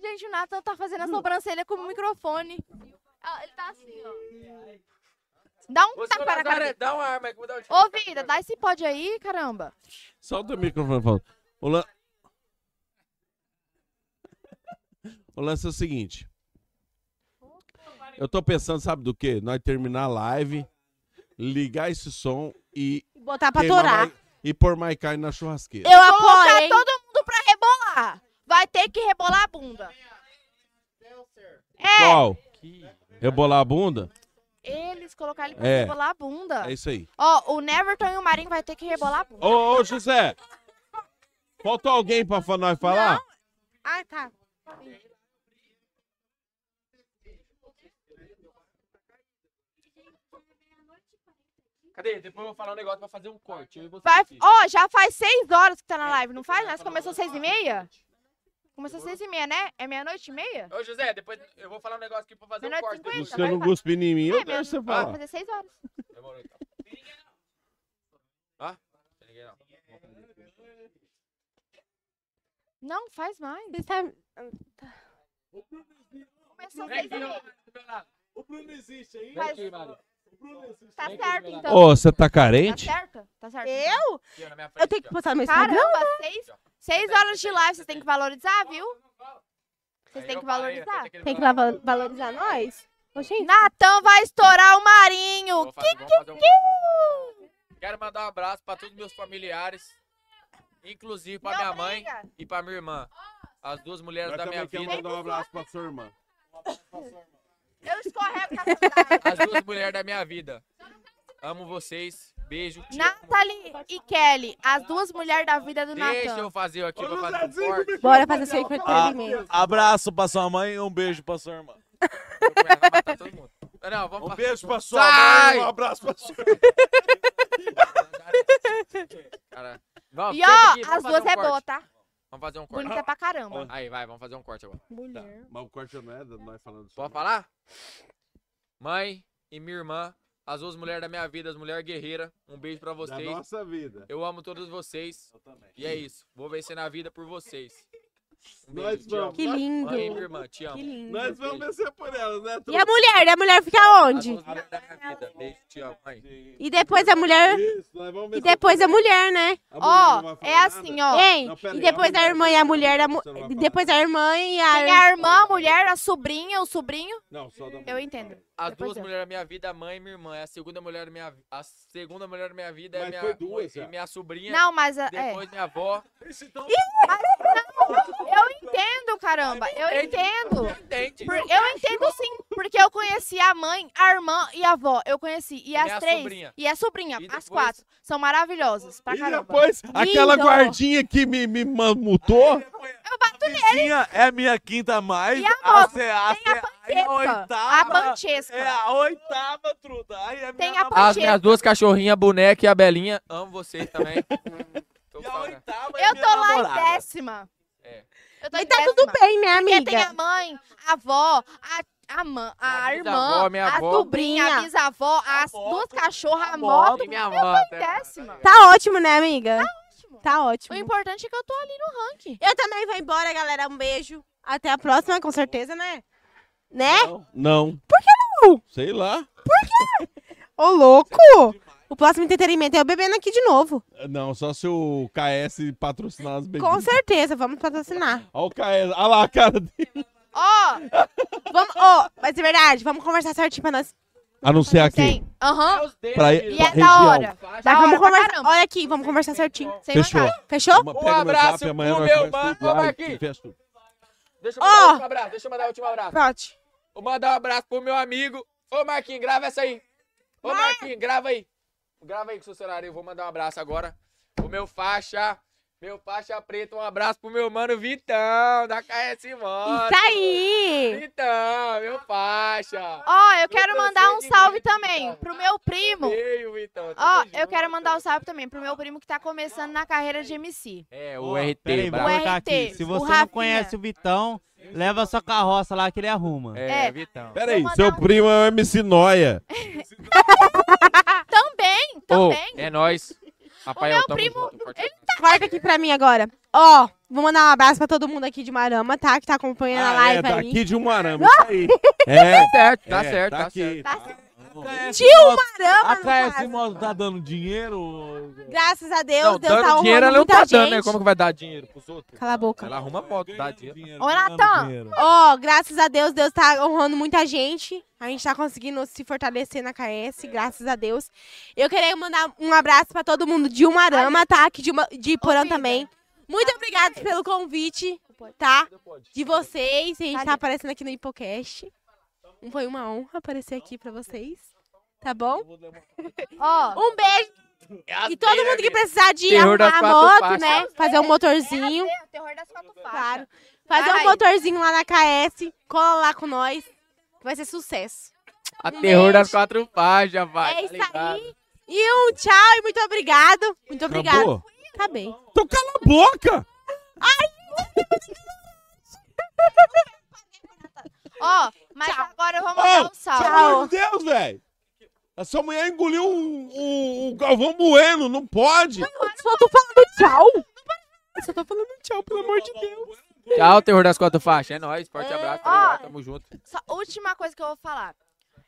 [SPEAKER 29] Gente, o Nathan tá fazendo a sobrancelha com o microfone. Ah, Ele tá assim, ó. Dá um tapa na cara dele.
[SPEAKER 3] Dá uma arma aí, que eu vou dar um tiro.
[SPEAKER 29] Ô, vida, dá esse pod aí, caramba.
[SPEAKER 2] Solta o microfone, Paulo. O, lan... o lance é o seguinte. Eu tô pensando, sabe do quê? Nós terminar a live, ligar esse som e.
[SPEAKER 13] Botar pra
[SPEAKER 2] queimar
[SPEAKER 13] torar.
[SPEAKER 2] mais- E pôr mais carne na churrasqueira.
[SPEAKER 29] Colocar todo mundo pra rebolar. Vai ter que rebolar a bunda. É,
[SPEAKER 2] Qual? Rebolar a bunda?
[SPEAKER 29] eles colocaram ele pra
[SPEAKER 2] É.
[SPEAKER 29] rebolar a
[SPEAKER 13] Tá.
[SPEAKER 29] bunda.
[SPEAKER 2] É isso aí.
[SPEAKER 29] Ó, o Neverton e o Marinho vai ter que rebolar a bunda.
[SPEAKER 2] Ô, ô, José! Faltou alguém pra fa- nós falar?
[SPEAKER 13] Ah, tá.
[SPEAKER 3] Cadê? Depois eu vou falar um negócio pra fazer um corte. Eu e você
[SPEAKER 29] Vai,
[SPEAKER 3] aqui.
[SPEAKER 29] ó, já faz seis horas que tá
[SPEAKER 3] É,
[SPEAKER 29] na live, não faz? Nós começou seis e meia? Começou seis e meia, né? É meia-noite e meia?
[SPEAKER 3] Ô, José, depois eu vou falar um negócio aqui pra fazer um corte.
[SPEAKER 2] Se
[SPEAKER 3] depois.
[SPEAKER 2] você não cuspir em mim, eu deixo você
[SPEAKER 29] É, Vai
[SPEAKER 2] falar.
[SPEAKER 29] fazer seis horas.
[SPEAKER 3] Demorou, então. Tem ninguém não. Hã? Tem ninguém não.
[SPEAKER 29] Não, faz mais.
[SPEAKER 13] tá,
[SPEAKER 29] Começou
[SPEAKER 3] é
[SPEAKER 29] seis e meia.
[SPEAKER 1] O Bruno existe aí?
[SPEAKER 29] Mas-
[SPEAKER 3] é
[SPEAKER 29] Tá certo, então.
[SPEAKER 2] Ô, você tá carente?
[SPEAKER 29] Tá certo? Tá certo.
[SPEAKER 13] Eu?
[SPEAKER 29] Eu
[SPEAKER 13] tenho que postar no Instagram? né?
[SPEAKER 29] Caramba, seis, seis
[SPEAKER 3] tá-
[SPEAKER 29] horas de live, vocês têm que valorizar, viu? Vocês têm que valorizar.
[SPEAKER 13] Tem que lá val- valorizar nós? Oxi.
[SPEAKER 29] Natan vai estourar o Marinho.
[SPEAKER 3] fazer-
[SPEAKER 29] Que,
[SPEAKER 3] vamos
[SPEAKER 29] que,
[SPEAKER 3] fazer um-
[SPEAKER 29] que?
[SPEAKER 3] Quero mandar um abraço pra todos meus familiares, inclusive pra minha mãe e pra minha irmã. As duas mulheres
[SPEAKER 9] Nós
[SPEAKER 3] da minha
[SPEAKER 9] também queremos
[SPEAKER 3] vida.
[SPEAKER 9] mandar um abraço pra sua irmã.
[SPEAKER 29] Eu escorrego na
[SPEAKER 3] As duas mulheres da minha vida. Amo vocês. Beijo. te amo.
[SPEAKER 29] Nathalie e Kelly, as duas mulheres da vida do
[SPEAKER 3] Deixa
[SPEAKER 29] Natan.
[SPEAKER 3] eu fazer aqui. eu Vou fazer um
[SPEAKER 9] é
[SPEAKER 3] corte.
[SPEAKER 13] Bora fazer 50
[SPEAKER 1] Ah,
[SPEAKER 13] e-mails.
[SPEAKER 1] abraço pra sua mãe e um beijo pra sua irmã.
[SPEAKER 3] Não, vamos
[SPEAKER 1] Um
[SPEAKER 3] fa-
[SPEAKER 1] beijo pra sua mãe e um abraço pra sua
[SPEAKER 3] Cara, vamos,
[SPEAKER 29] E
[SPEAKER 3] senta
[SPEAKER 29] ó,
[SPEAKER 3] aqui, vamos
[SPEAKER 29] as
[SPEAKER 3] fazer
[SPEAKER 29] duas
[SPEAKER 3] um
[SPEAKER 29] é
[SPEAKER 3] corte.
[SPEAKER 29] boa, tá?
[SPEAKER 3] Vamos fazer um corte.
[SPEAKER 29] Bonita pra caramba.
[SPEAKER 3] Aí, vai, vamos fazer um corte agora.
[SPEAKER 9] Tá, Mas o corte não é da- nós falando sobre
[SPEAKER 3] Pode falar? Mãe e minha irmã, as duas mulheres da minha vida, as mulheres guerreiras. Um beijo pra
[SPEAKER 9] da
[SPEAKER 3] vocês.
[SPEAKER 9] nossa vida.
[SPEAKER 3] Eu amo todas vocês. E é isso. Vou vencer na vida por vocês. Um
[SPEAKER 9] Nós
[SPEAKER 3] beijo, te
[SPEAKER 9] vamos.
[SPEAKER 3] amo.
[SPEAKER 9] Que lindo.
[SPEAKER 3] Mãe e minha irmã, te amo.
[SPEAKER 9] Que lindo. Nós vamos vencer por elas, né?
[SPEAKER 13] E a mulher? E a mulher fica
[SPEAKER 3] As
[SPEAKER 13] onde?
[SPEAKER 3] duas mulheres da minha vida. é Beijo, te amo, mãe.
[SPEAKER 13] E depois a mulher. E depois a mulher, né?
[SPEAKER 29] Ó, é assim, ó.
[SPEAKER 13] Hein? E depois a irmã e a mulher. da mu- e Depois a irmã e a.
[SPEAKER 29] Tem a irmã, a mulher, a sobrinha, o sobrinho.
[SPEAKER 9] Não, só da
[SPEAKER 29] Eu entendo.
[SPEAKER 3] As
[SPEAKER 29] Depois
[SPEAKER 3] duas
[SPEAKER 29] eu.
[SPEAKER 3] mulheres da minha vida, a mãe e minha irmã. É a segunda mulher da minha vida. A segunda mulher da minha vida é
[SPEAKER 9] Mas
[SPEAKER 3] minha,
[SPEAKER 9] foi duas,
[SPEAKER 3] e
[SPEAKER 9] já.
[SPEAKER 3] minha sobrinha.
[SPEAKER 29] Não, mas a- é.
[SPEAKER 3] Depois minha avó.
[SPEAKER 1] é
[SPEAKER 29] Eu entendo, caramba. Eu entendo.
[SPEAKER 1] é
[SPEAKER 3] Entende.
[SPEAKER 29] Por-
[SPEAKER 1] um
[SPEAKER 29] eu entendo sim, porque eu conheci a mãe, a irmã e a avó. Eu conheci.
[SPEAKER 1] é
[SPEAKER 29] E as
[SPEAKER 3] a
[SPEAKER 29] três.
[SPEAKER 3] sobrinha.
[SPEAKER 29] E a sobrinha, as quatro. São maravilhosas. Pra
[SPEAKER 2] E
[SPEAKER 29] caramba.
[SPEAKER 2] depois, aquela
[SPEAKER 29] Lindo.
[SPEAKER 2] guardinha que me, me mamutou.
[SPEAKER 1] Minha é a minha quinta mais.
[SPEAKER 29] E a
[SPEAKER 1] a
[SPEAKER 29] moto?
[SPEAKER 1] ce- Ah, é a ce- aí a oitava.
[SPEAKER 29] A Panchesca.
[SPEAKER 1] É a oitava, truta. Aí é
[SPEAKER 29] Tem a
[SPEAKER 3] As
[SPEAKER 29] Panchesca.
[SPEAKER 3] minhas duas cachorrinhas, a boneca e a Belinha. Amo vocês também. Tô E a oitava
[SPEAKER 29] Eu tô lá em décima. Eu tô em tá tudo
[SPEAKER 13] bem, né,
[SPEAKER 29] Porque tem
[SPEAKER 13] amiga?
[SPEAKER 29] a mãe, a avó, a, a, mã, a irmã,
[SPEAKER 13] bisavó, minha
[SPEAKER 29] a
[SPEAKER 13] avó.
[SPEAKER 29] sobrinha, a bisavó, as duas cachorras, a moto.
[SPEAKER 13] moto. E minha
[SPEAKER 29] eu tô
[SPEAKER 13] avó,
[SPEAKER 29] em
[SPEAKER 13] tá?
[SPEAKER 29] décima.
[SPEAKER 13] Tá ótimo, né, amiga? Tá ótimo. Tá ótimo.
[SPEAKER 29] O importante é que eu tô ali no ranking.
[SPEAKER 13] Eu também vou embora, galera. Um beijo. Até a próxima, com certeza, né? Né?
[SPEAKER 2] Não.
[SPEAKER 13] Por que não?
[SPEAKER 2] Sei lá.
[SPEAKER 13] Ô, louco! O próximo entretenimento é eu bebendo aqui de novo.
[SPEAKER 2] Não, só se o KS patrocinar as bebidas.
[SPEAKER 13] Com certeza, vamos patrocinar.
[SPEAKER 2] Olha o KS. Olha lá a cara dele.
[SPEAKER 13] Ó! vamos, ó, mas é verdade, vamos conversar certinho pra nós.
[SPEAKER 2] Anunciar aqui.
[SPEAKER 29] Aham.
[SPEAKER 2] Pra-
[SPEAKER 29] E
[SPEAKER 2] pra
[SPEAKER 29] é
[SPEAKER 2] região.
[SPEAKER 29] da hora.
[SPEAKER 13] Tá,
[SPEAKER 29] Da
[SPEAKER 13] vamos
[SPEAKER 29] hora pra
[SPEAKER 13] conversar.
[SPEAKER 29] caramba.
[SPEAKER 13] Olha aqui, vamos conversar certinho. Um
[SPEAKER 2] Fechou.
[SPEAKER 13] Fechou?
[SPEAKER 2] Uma- pega Um meu zap, amanhã nós conversa tudo lá e fecha tudo.
[SPEAKER 3] Deixa eu mandar
[SPEAKER 13] Ó.
[SPEAKER 3] o último abraço, deixa eu mandar o último abraço.
[SPEAKER 13] Pode.
[SPEAKER 3] Vou mandar um abraço pro meu amigo. Ô, Marquinhos, grava essa aí. Ô, Marquinhos, grava aí. Grava aí com o seu celular, eu vou mandar um abraço agora. O meu faixa, meu faixa preta, um abraço pro meu mano Vitão, da KS Moto.
[SPEAKER 29] Isso aí.
[SPEAKER 3] Vitão, Então, meu faixa.
[SPEAKER 29] Ó, eu quero mandar um salve também pro meu primo.
[SPEAKER 3] Veio, Vitão.
[SPEAKER 29] Ó, eu quero mandar um salve também pro meu primo que tá começando na carreira de MC.
[SPEAKER 3] É,
[SPEAKER 5] Ó,
[SPEAKER 3] o RT,
[SPEAKER 5] peraí, vou
[SPEAKER 3] bravo.
[SPEAKER 5] cortar aqui.
[SPEAKER 29] RT,
[SPEAKER 5] Se
[SPEAKER 29] o
[SPEAKER 5] você
[SPEAKER 29] Rafinha.
[SPEAKER 5] não conhece o Vitão, leva sua carroça lá que ele arruma.
[SPEAKER 29] É, É.
[SPEAKER 3] Vitão.
[SPEAKER 2] Peraí, seu primo é o MC Noia.
[SPEAKER 29] Também, Então, também.
[SPEAKER 3] é nóis. Rapaz,
[SPEAKER 13] meu primo, Corta tá- aqui pra mim agora. Ó, vou mandar um abraço pra todo mundo aqui de Marama, tá? Que tá acompanhando a
[SPEAKER 2] É,
[SPEAKER 13] live aí.
[SPEAKER 2] daqui de um
[SPEAKER 29] Uh!
[SPEAKER 2] arame. Isso aí. É.
[SPEAKER 3] Tá certo, tá
[SPEAKER 2] É,
[SPEAKER 3] certo,
[SPEAKER 2] Tá
[SPEAKER 3] tá
[SPEAKER 2] aqui.
[SPEAKER 13] Tio Marama,
[SPEAKER 1] A
[SPEAKER 13] no
[SPEAKER 1] KS Moto tá dando dinheiro?
[SPEAKER 13] Graças a Deus,
[SPEAKER 9] Não,
[SPEAKER 13] Deus tá
[SPEAKER 9] dando
[SPEAKER 13] honrando
[SPEAKER 9] dinheiro ela não
[SPEAKER 13] muita
[SPEAKER 9] tá
[SPEAKER 13] gente.
[SPEAKER 9] dando, né? Como que vai dar dinheiro pros outros?
[SPEAKER 13] Cala a boca.
[SPEAKER 9] Ela arruma moto, dá dinheiro.
[SPEAKER 13] Ô, Natan, ó, graças a Deus, Deus tá honrando muita gente. A gente tá conseguindo se fortalecer na KS, graças a Deus. Eu queria mandar um abraço pra todo mundo de Umarama, tá? Aqui de, Uma- de Porã também. Muito obrigada pelo convite, tá? De vocês. A gente tá aparecendo aqui no Hipocast. Foi uma honra aparecer aqui pra vocês. Tá bom?
[SPEAKER 29] Ó.
[SPEAKER 13] Um beijo.
[SPEAKER 29] É
[SPEAKER 13] E todo mundo que precisar de
[SPEAKER 29] Terror das
[SPEAKER 13] arrumar a
[SPEAKER 29] quatro faixas.
[SPEAKER 13] moto, né? Fazer um motorzinho.
[SPEAKER 29] Terror das quatro faixas.
[SPEAKER 13] Claro. Fazer
[SPEAKER 29] Vai.
[SPEAKER 13] um motorzinho lá na KS. Cola lá com nós. que Vai ser sucesso.
[SPEAKER 3] A terror das quatro faixas,
[SPEAKER 29] tá
[SPEAKER 3] vai. tá
[SPEAKER 13] É isso aí. E um tchau e muito obrigado. Muito obrigado. Tá
[SPEAKER 2] Acabou?
[SPEAKER 13] Acabei.
[SPEAKER 2] Então cala a boca!
[SPEAKER 29] Ó, mas agora eu vou mandar
[SPEAKER 2] Ô,
[SPEAKER 29] um
[SPEAKER 2] pelo amor
[SPEAKER 29] salve.
[SPEAKER 2] de Deus, velho! A sua mulher engoliu um, um, um Galvão Bueno, não pode!
[SPEAKER 13] Só tô falando tchau! Só tô falando tchau, pelo amor de Deus!
[SPEAKER 9] Tchau, terror das quatro faixas. É nóis, forte abraço, tá ligado? Tamo junto.
[SPEAKER 29] Só, última coisa que eu vou falar.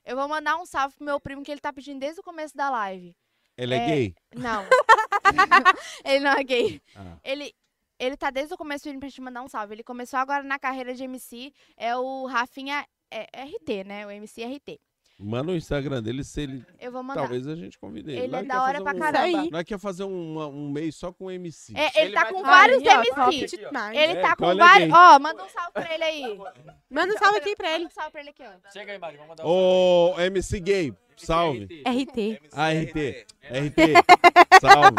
[SPEAKER 29] Eu vou mandar um salve pro meu primo que ele tá pedindo desde o começo da live.
[SPEAKER 2] Ele é gay?
[SPEAKER 29] Não. ele não é gay.
[SPEAKER 2] Ah.
[SPEAKER 29] Ele, ele tá desde o começo pedindo pra gente mandar um salve. Ele começou agora na carreira de MC. É o Rafinha é, RT, né? O MC RT.
[SPEAKER 2] Manda o Instagram dele se ele.
[SPEAKER 29] Eu vou mandar.
[SPEAKER 2] Talvez a gente convide ele.
[SPEAKER 29] Ele
[SPEAKER 2] Nós
[SPEAKER 29] é
[SPEAKER 2] quer
[SPEAKER 29] da hora
[SPEAKER 2] fazer
[SPEAKER 29] pra
[SPEAKER 2] um-
[SPEAKER 29] caramba.
[SPEAKER 2] Nós quer fazer um, um mês só com MC.
[SPEAKER 29] É, ele, tá com vários
[SPEAKER 13] Aí, ó, top
[SPEAKER 29] MC.
[SPEAKER 13] demais.
[SPEAKER 29] Ele
[SPEAKER 2] É,
[SPEAKER 29] tá
[SPEAKER 2] então
[SPEAKER 29] com
[SPEAKER 2] ele é
[SPEAKER 29] vários.
[SPEAKER 2] gay.
[SPEAKER 29] Ó, manda um salve pra ele aí.
[SPEAKER 13] Manda um salve aqui pra ele.
[SPEAKER 29] Manda um salve pra ele aqui, ó.
[SPEAKER 3] Chega aí, Mari,
[SPEAKER 29] um
[SPEAKER 3] vamos mandar
[SPEAKER 2] um Ô, MC Gay, salve.
[SPEAKER 13] RT.
[SPEAKER 2] Ah, RT. RT, salve.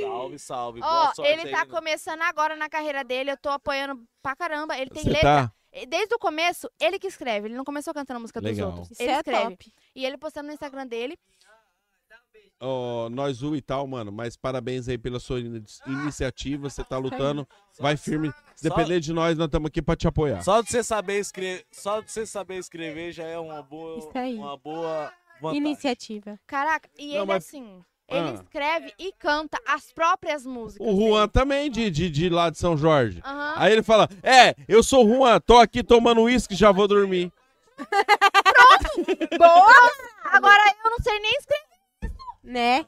[SPEAKER 1] Salve, salve.
[SPEAKER 29] Ó,
[SPEAKER 1] Boa sorte
[SPEAKER 29] ele tá
[SPEAKER 1] aí, né?
[SPEAKER 29] começando agora na carreira dele, eu tô apoiando pra caramba. Ele tem
[SPEAKER 2] Cê
[SPEAKER 29] letra.
[SPEAKER 2] tá?
[SPEAKER 29] E Desde o começo, ele que escreve. Ele não começou cantando música dos
[SPEAKER 2] Legal.
[SPEAKER 29] outros.
[SPEAKER 13] Isso
[SPEAKER 29] ele
[SPEAKER 13] é
[SPEAKER 29] escreve. E ele postando no Instagram dele.
[SPEAKER 2] Ó, nós o e tal, mano. Mas parabéns aí pela sua in- iniciativa. Você tá lutando. Vai firme. Se depender de nós, nós estamos aqui pra te apoiar.
[SPEAKER 1] Só de você saber escrever, só de você saber escrever já é uma boa,
[SPEAKER 13] Isso aí.
[SPEAKER 1] uma boa vantagem.
[SPEAKER 13] Iniciativa.
[SPEAKER 29] Caraca, e
[SPEAKER 2] Não,
[SPEAKER 29] ele
[SPEAKER 2] mas-
[SPEAKER 29] assim. Ele
[SPEAKER 2] Ah.
[SPEAKER 29] escreve e canta as próprias músicas.
[SPEAKER 2] O Juan também, de, de, de lá de São Jorge.
[SPEAKER 29] Aham.
[SPEAKER 2] Aí ele fala: É, eu sou o Juan, tô aqui tomando uísque, já vou dormir.
[SPEAKER 13] Boa!
[SPEAKER 29] Agora eu não sei nem escrever.
[SPEAKER 13] Né?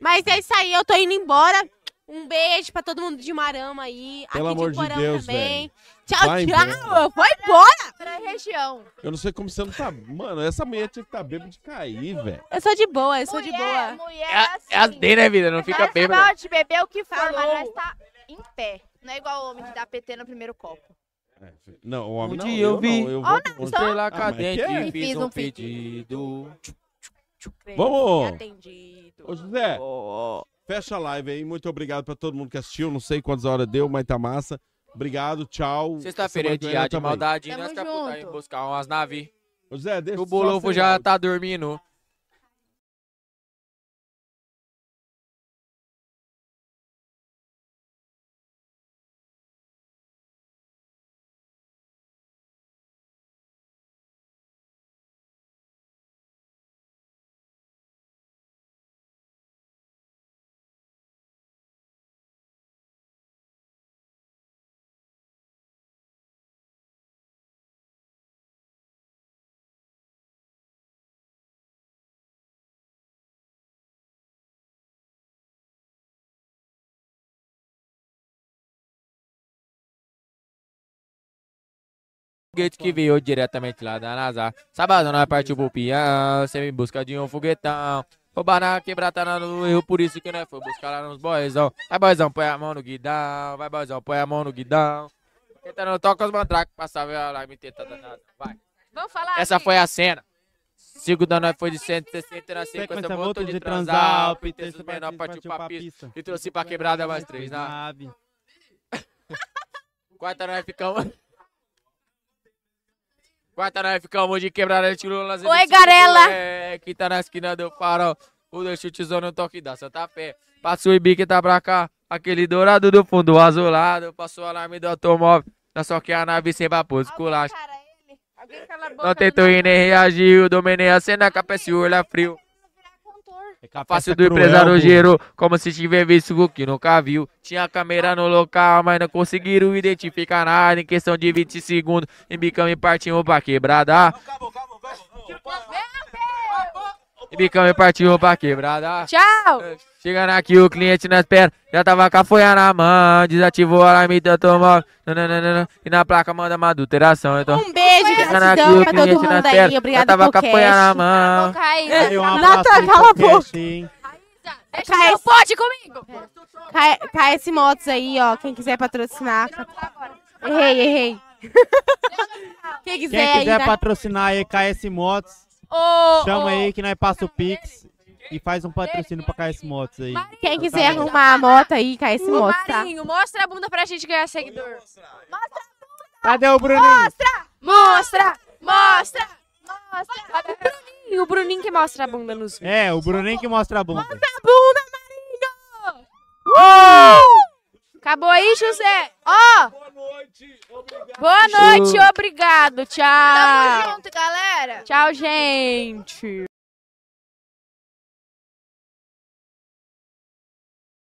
[SPEAKER 13] Mas é isso aí, eu tô indo embora. Um beijo pra todo mundo de Marama aí.
[SPEAKER 2] Pelo
[SPEAKER 13] aqui
[SPEAKER 2] amor de
[SPEAKER 13] de Porão
[SPEAKER 2] Deus,
[SPEAKER 13] também.
[SPEAKER 2] Vai
[SPEAKER 13] Tchau, tchau!
[SPEAKER 2] embora.
[SPEAKER 13] Eu vou embora!
[SPEAKER 29] Pra região.
[SPEAKER 2] Eu não sei como você não tá. Mano, essa mulher tinha que tá bêbada de cair, velho.
[SPEAKER 13] Eu sou de boa, eu sou de boa.
[SPEAKER 29] Mulher, assim.
[SPEAKER 3] É as dele, né, vida? Não fica
[SPEAKER 29] nós
[SPEAKER 3] bêbada.
[SPEAKER 29] pode beber o que for, mas
[SPEAKER 13] Falou.
[SPEAKER 29] nós tá em pé. Não é igual o homem que dá PT no primeiro copo.
[SPEAKER 2] Não, o homem
[SPEAKER 9] Um
[SPEAKER 2] não,
[SPEAKER 9] dia
[SPEAKER 2] eu,
[SPEAKER 9] eu vi.
[SPEAKER 2] não, eu
[SPEAKER 9] Ó,
[SPEAKER 2] vou
[SPEAKER 9] Oh, não, só- Estrela
[SPEAKER 2] Ah, mas
[SPEAKER 9] cadente,
[SPEAKER 2] que é?
[SPEAKER 9] fiz Fiz um um pedido. um
[SPEAKER 2] Vamos! Ô José, fecha a live aí. Muito obrigado pra todo mundo que assistiu. Não sei quantas horas deu, mas tá massa. Obrigado, tchau.
[SPEAKER 3] Sexta-feira é
[SPEAKER 2] Semana que vem
[SPEAKER 3] dia
[SPEAKER 2] nós
[SPEAKER 3] de
[SPEAKER 2] tamo aí.
[SPEAKER 3] maldade,
[SPEAKER 9] né?
[SPEAKER 29] Tamo
[SPEAKER 3] nós tá por aí
[SPEAKER 29] junto.
[SPEAKER 3] buscar umas naves.
[SPEAKER 2] Ô, Zé, deixa
[SPEAKER 3] O
[SPEAKER 2] só
[SPEAKER 3] Bolofo
[SPEAKER 2] sem
[SPEAKER 3] já
[SPEAKER 2] áudio.
[SPEAKER 3] tá dormindo. foguete que veio diretamente lá da NASA. Sabadão nós partiu pro peão, sem em busca de um foguetão. Roubar na quebrada na no erro, por isso que nós foi buscar lá nos boizão. Vai boizão, põe a mão no guidão, vai boizão, põe a mão no guidão. Tentando toca os mandracos, passava lá me tenta danada. Vai.
[SPEAKER 28] Vamos falar.
[SPEAKER 3] Essa foi a cena. Segunda nós foi de 160 na 50
[SPEAKER 35] Sequência
[SPEAKER 3] voltou
[SPEAKER 35] volta
[SPEAKER 3] de
[SPEAKER 35] de
[SPEAKER 3] transar,
[SPEAKER 35] Transalp,
[SPEAKER 3] o terço
[SPEAKER 35] terço
[SPEAKER 3] menor
[SPEAKER 35] partiu-
[SPEAKER 3] partiu
[SPEAKER 35] partiu
[SPEAKER 3] pra
[SPEAKER 35] pra
[SPEAKER 3] pista
[SPEAKER 35] pista.
[SPEAKER 3] e trouxe pra quebrada mais três na
[SPEAKER 35] Nave.
[SPEAKER 3] quarta nós ficamos quarta nós ficamos de quebrada de tirou nas
[SPEAKER 26] Oi, Garela.
[SPEAKER 3] é, quinta na esquina deu farol o dois chutizou no toque da Santa Fé passou o bique tá pra cá aquele dourado do fundo azulado passou o alarme do automóvel na só que a nave sem vapor esculacha não tentou ir nem reagiu dominei a cena com a PSU é olha frio
[SPEAKER 9] É
[SPEAKER 3] Face do empresário gerou, como se tiver visto o que nunca viu. Tinha câmera no local, mas não conseguiram identificar nada. Em questão de 20 segundos, Embicão e partiu pra quebrada. Embicão e partiu pra quebrada.
[SPEAKER 28] Tchau!
[SPEAKER 3] Chegando aqui, o cliente na espera, já tava com a folha na mão. Desativou o alarme da tomou. E na placa manda uma adulteração. Então,
[SPEAKER 13] Um beijo,
[SPEAKER 3] Chegando aqui,
[SPEAKER 13] gratidão
[SPEAKER 3] o
[SPEAKER 13] pra todo
[SPEAKER 3] cliente na
[SPEAKER 13] mundo
[SPEAKER 3] espera,
[SPEAKER 13] aí.
[SPEAKER 3] já
[SPEAKER 13] Obrigado
[SPEAKER 3] tava
[SPEAKER 13] pelo
[SPEAKER 3] com a folha na
[SPEAKER 13] cast.
[SPEAKER 3] mão.
[SPEAKER 13] Aí, um abraço aí
[SPEAKER 28] cala a
[SPEAKER 13] pro
[SPEAKER 28] boca.
[SPEAKER 13] cast, hein?
[SPEAKER 28] Deixa eu pote comigo.
[SPEAKER 13] É. KS Motos aí, ó. Quem quiser patrocinar. Errei, errei.
[SPEAKER 35] Quem
[SPEAKER 13] Quem quiser,
[SPEAKER 35] quiser
[SPEAKER 13] aí, dá-
[SPEAKER 35] patrocinar a EKS Motos,
[SPEAKER 13] né? Ô,
[SPEAKER 35] chama
[SPEAKER 13] ô.
[SPEAKER 35] aí que nós passa o Pix e faz um patrocínio pra KS Motos aí.
[SPEAKER 13] Quem quiser arrumar a moto aí, KS
[SPEAKER 28] O
[SPEAKER 13] Motos, tá?
[SPEAKER 28] Marinho, mostra a bunda pra gente ganhar seguidor.
[SPEAKER 35] Cadê o Bruninho?
[SPEAKER 28] Mostra! Mostra! Mostra! O Bruninho, o Bruninho que mostra a bunda nos vídeos.
[SPEAKER 35] É, o Bruninho que mostra a bunda.
[SPEAKER 28] A bunda, Marinho! Acabou aí, José? Ó! Boa noite, obrigado. Tchau.
[SPEAKER 29] Tamo junto, galera.
[SPEAKER 28] Tchau, gente.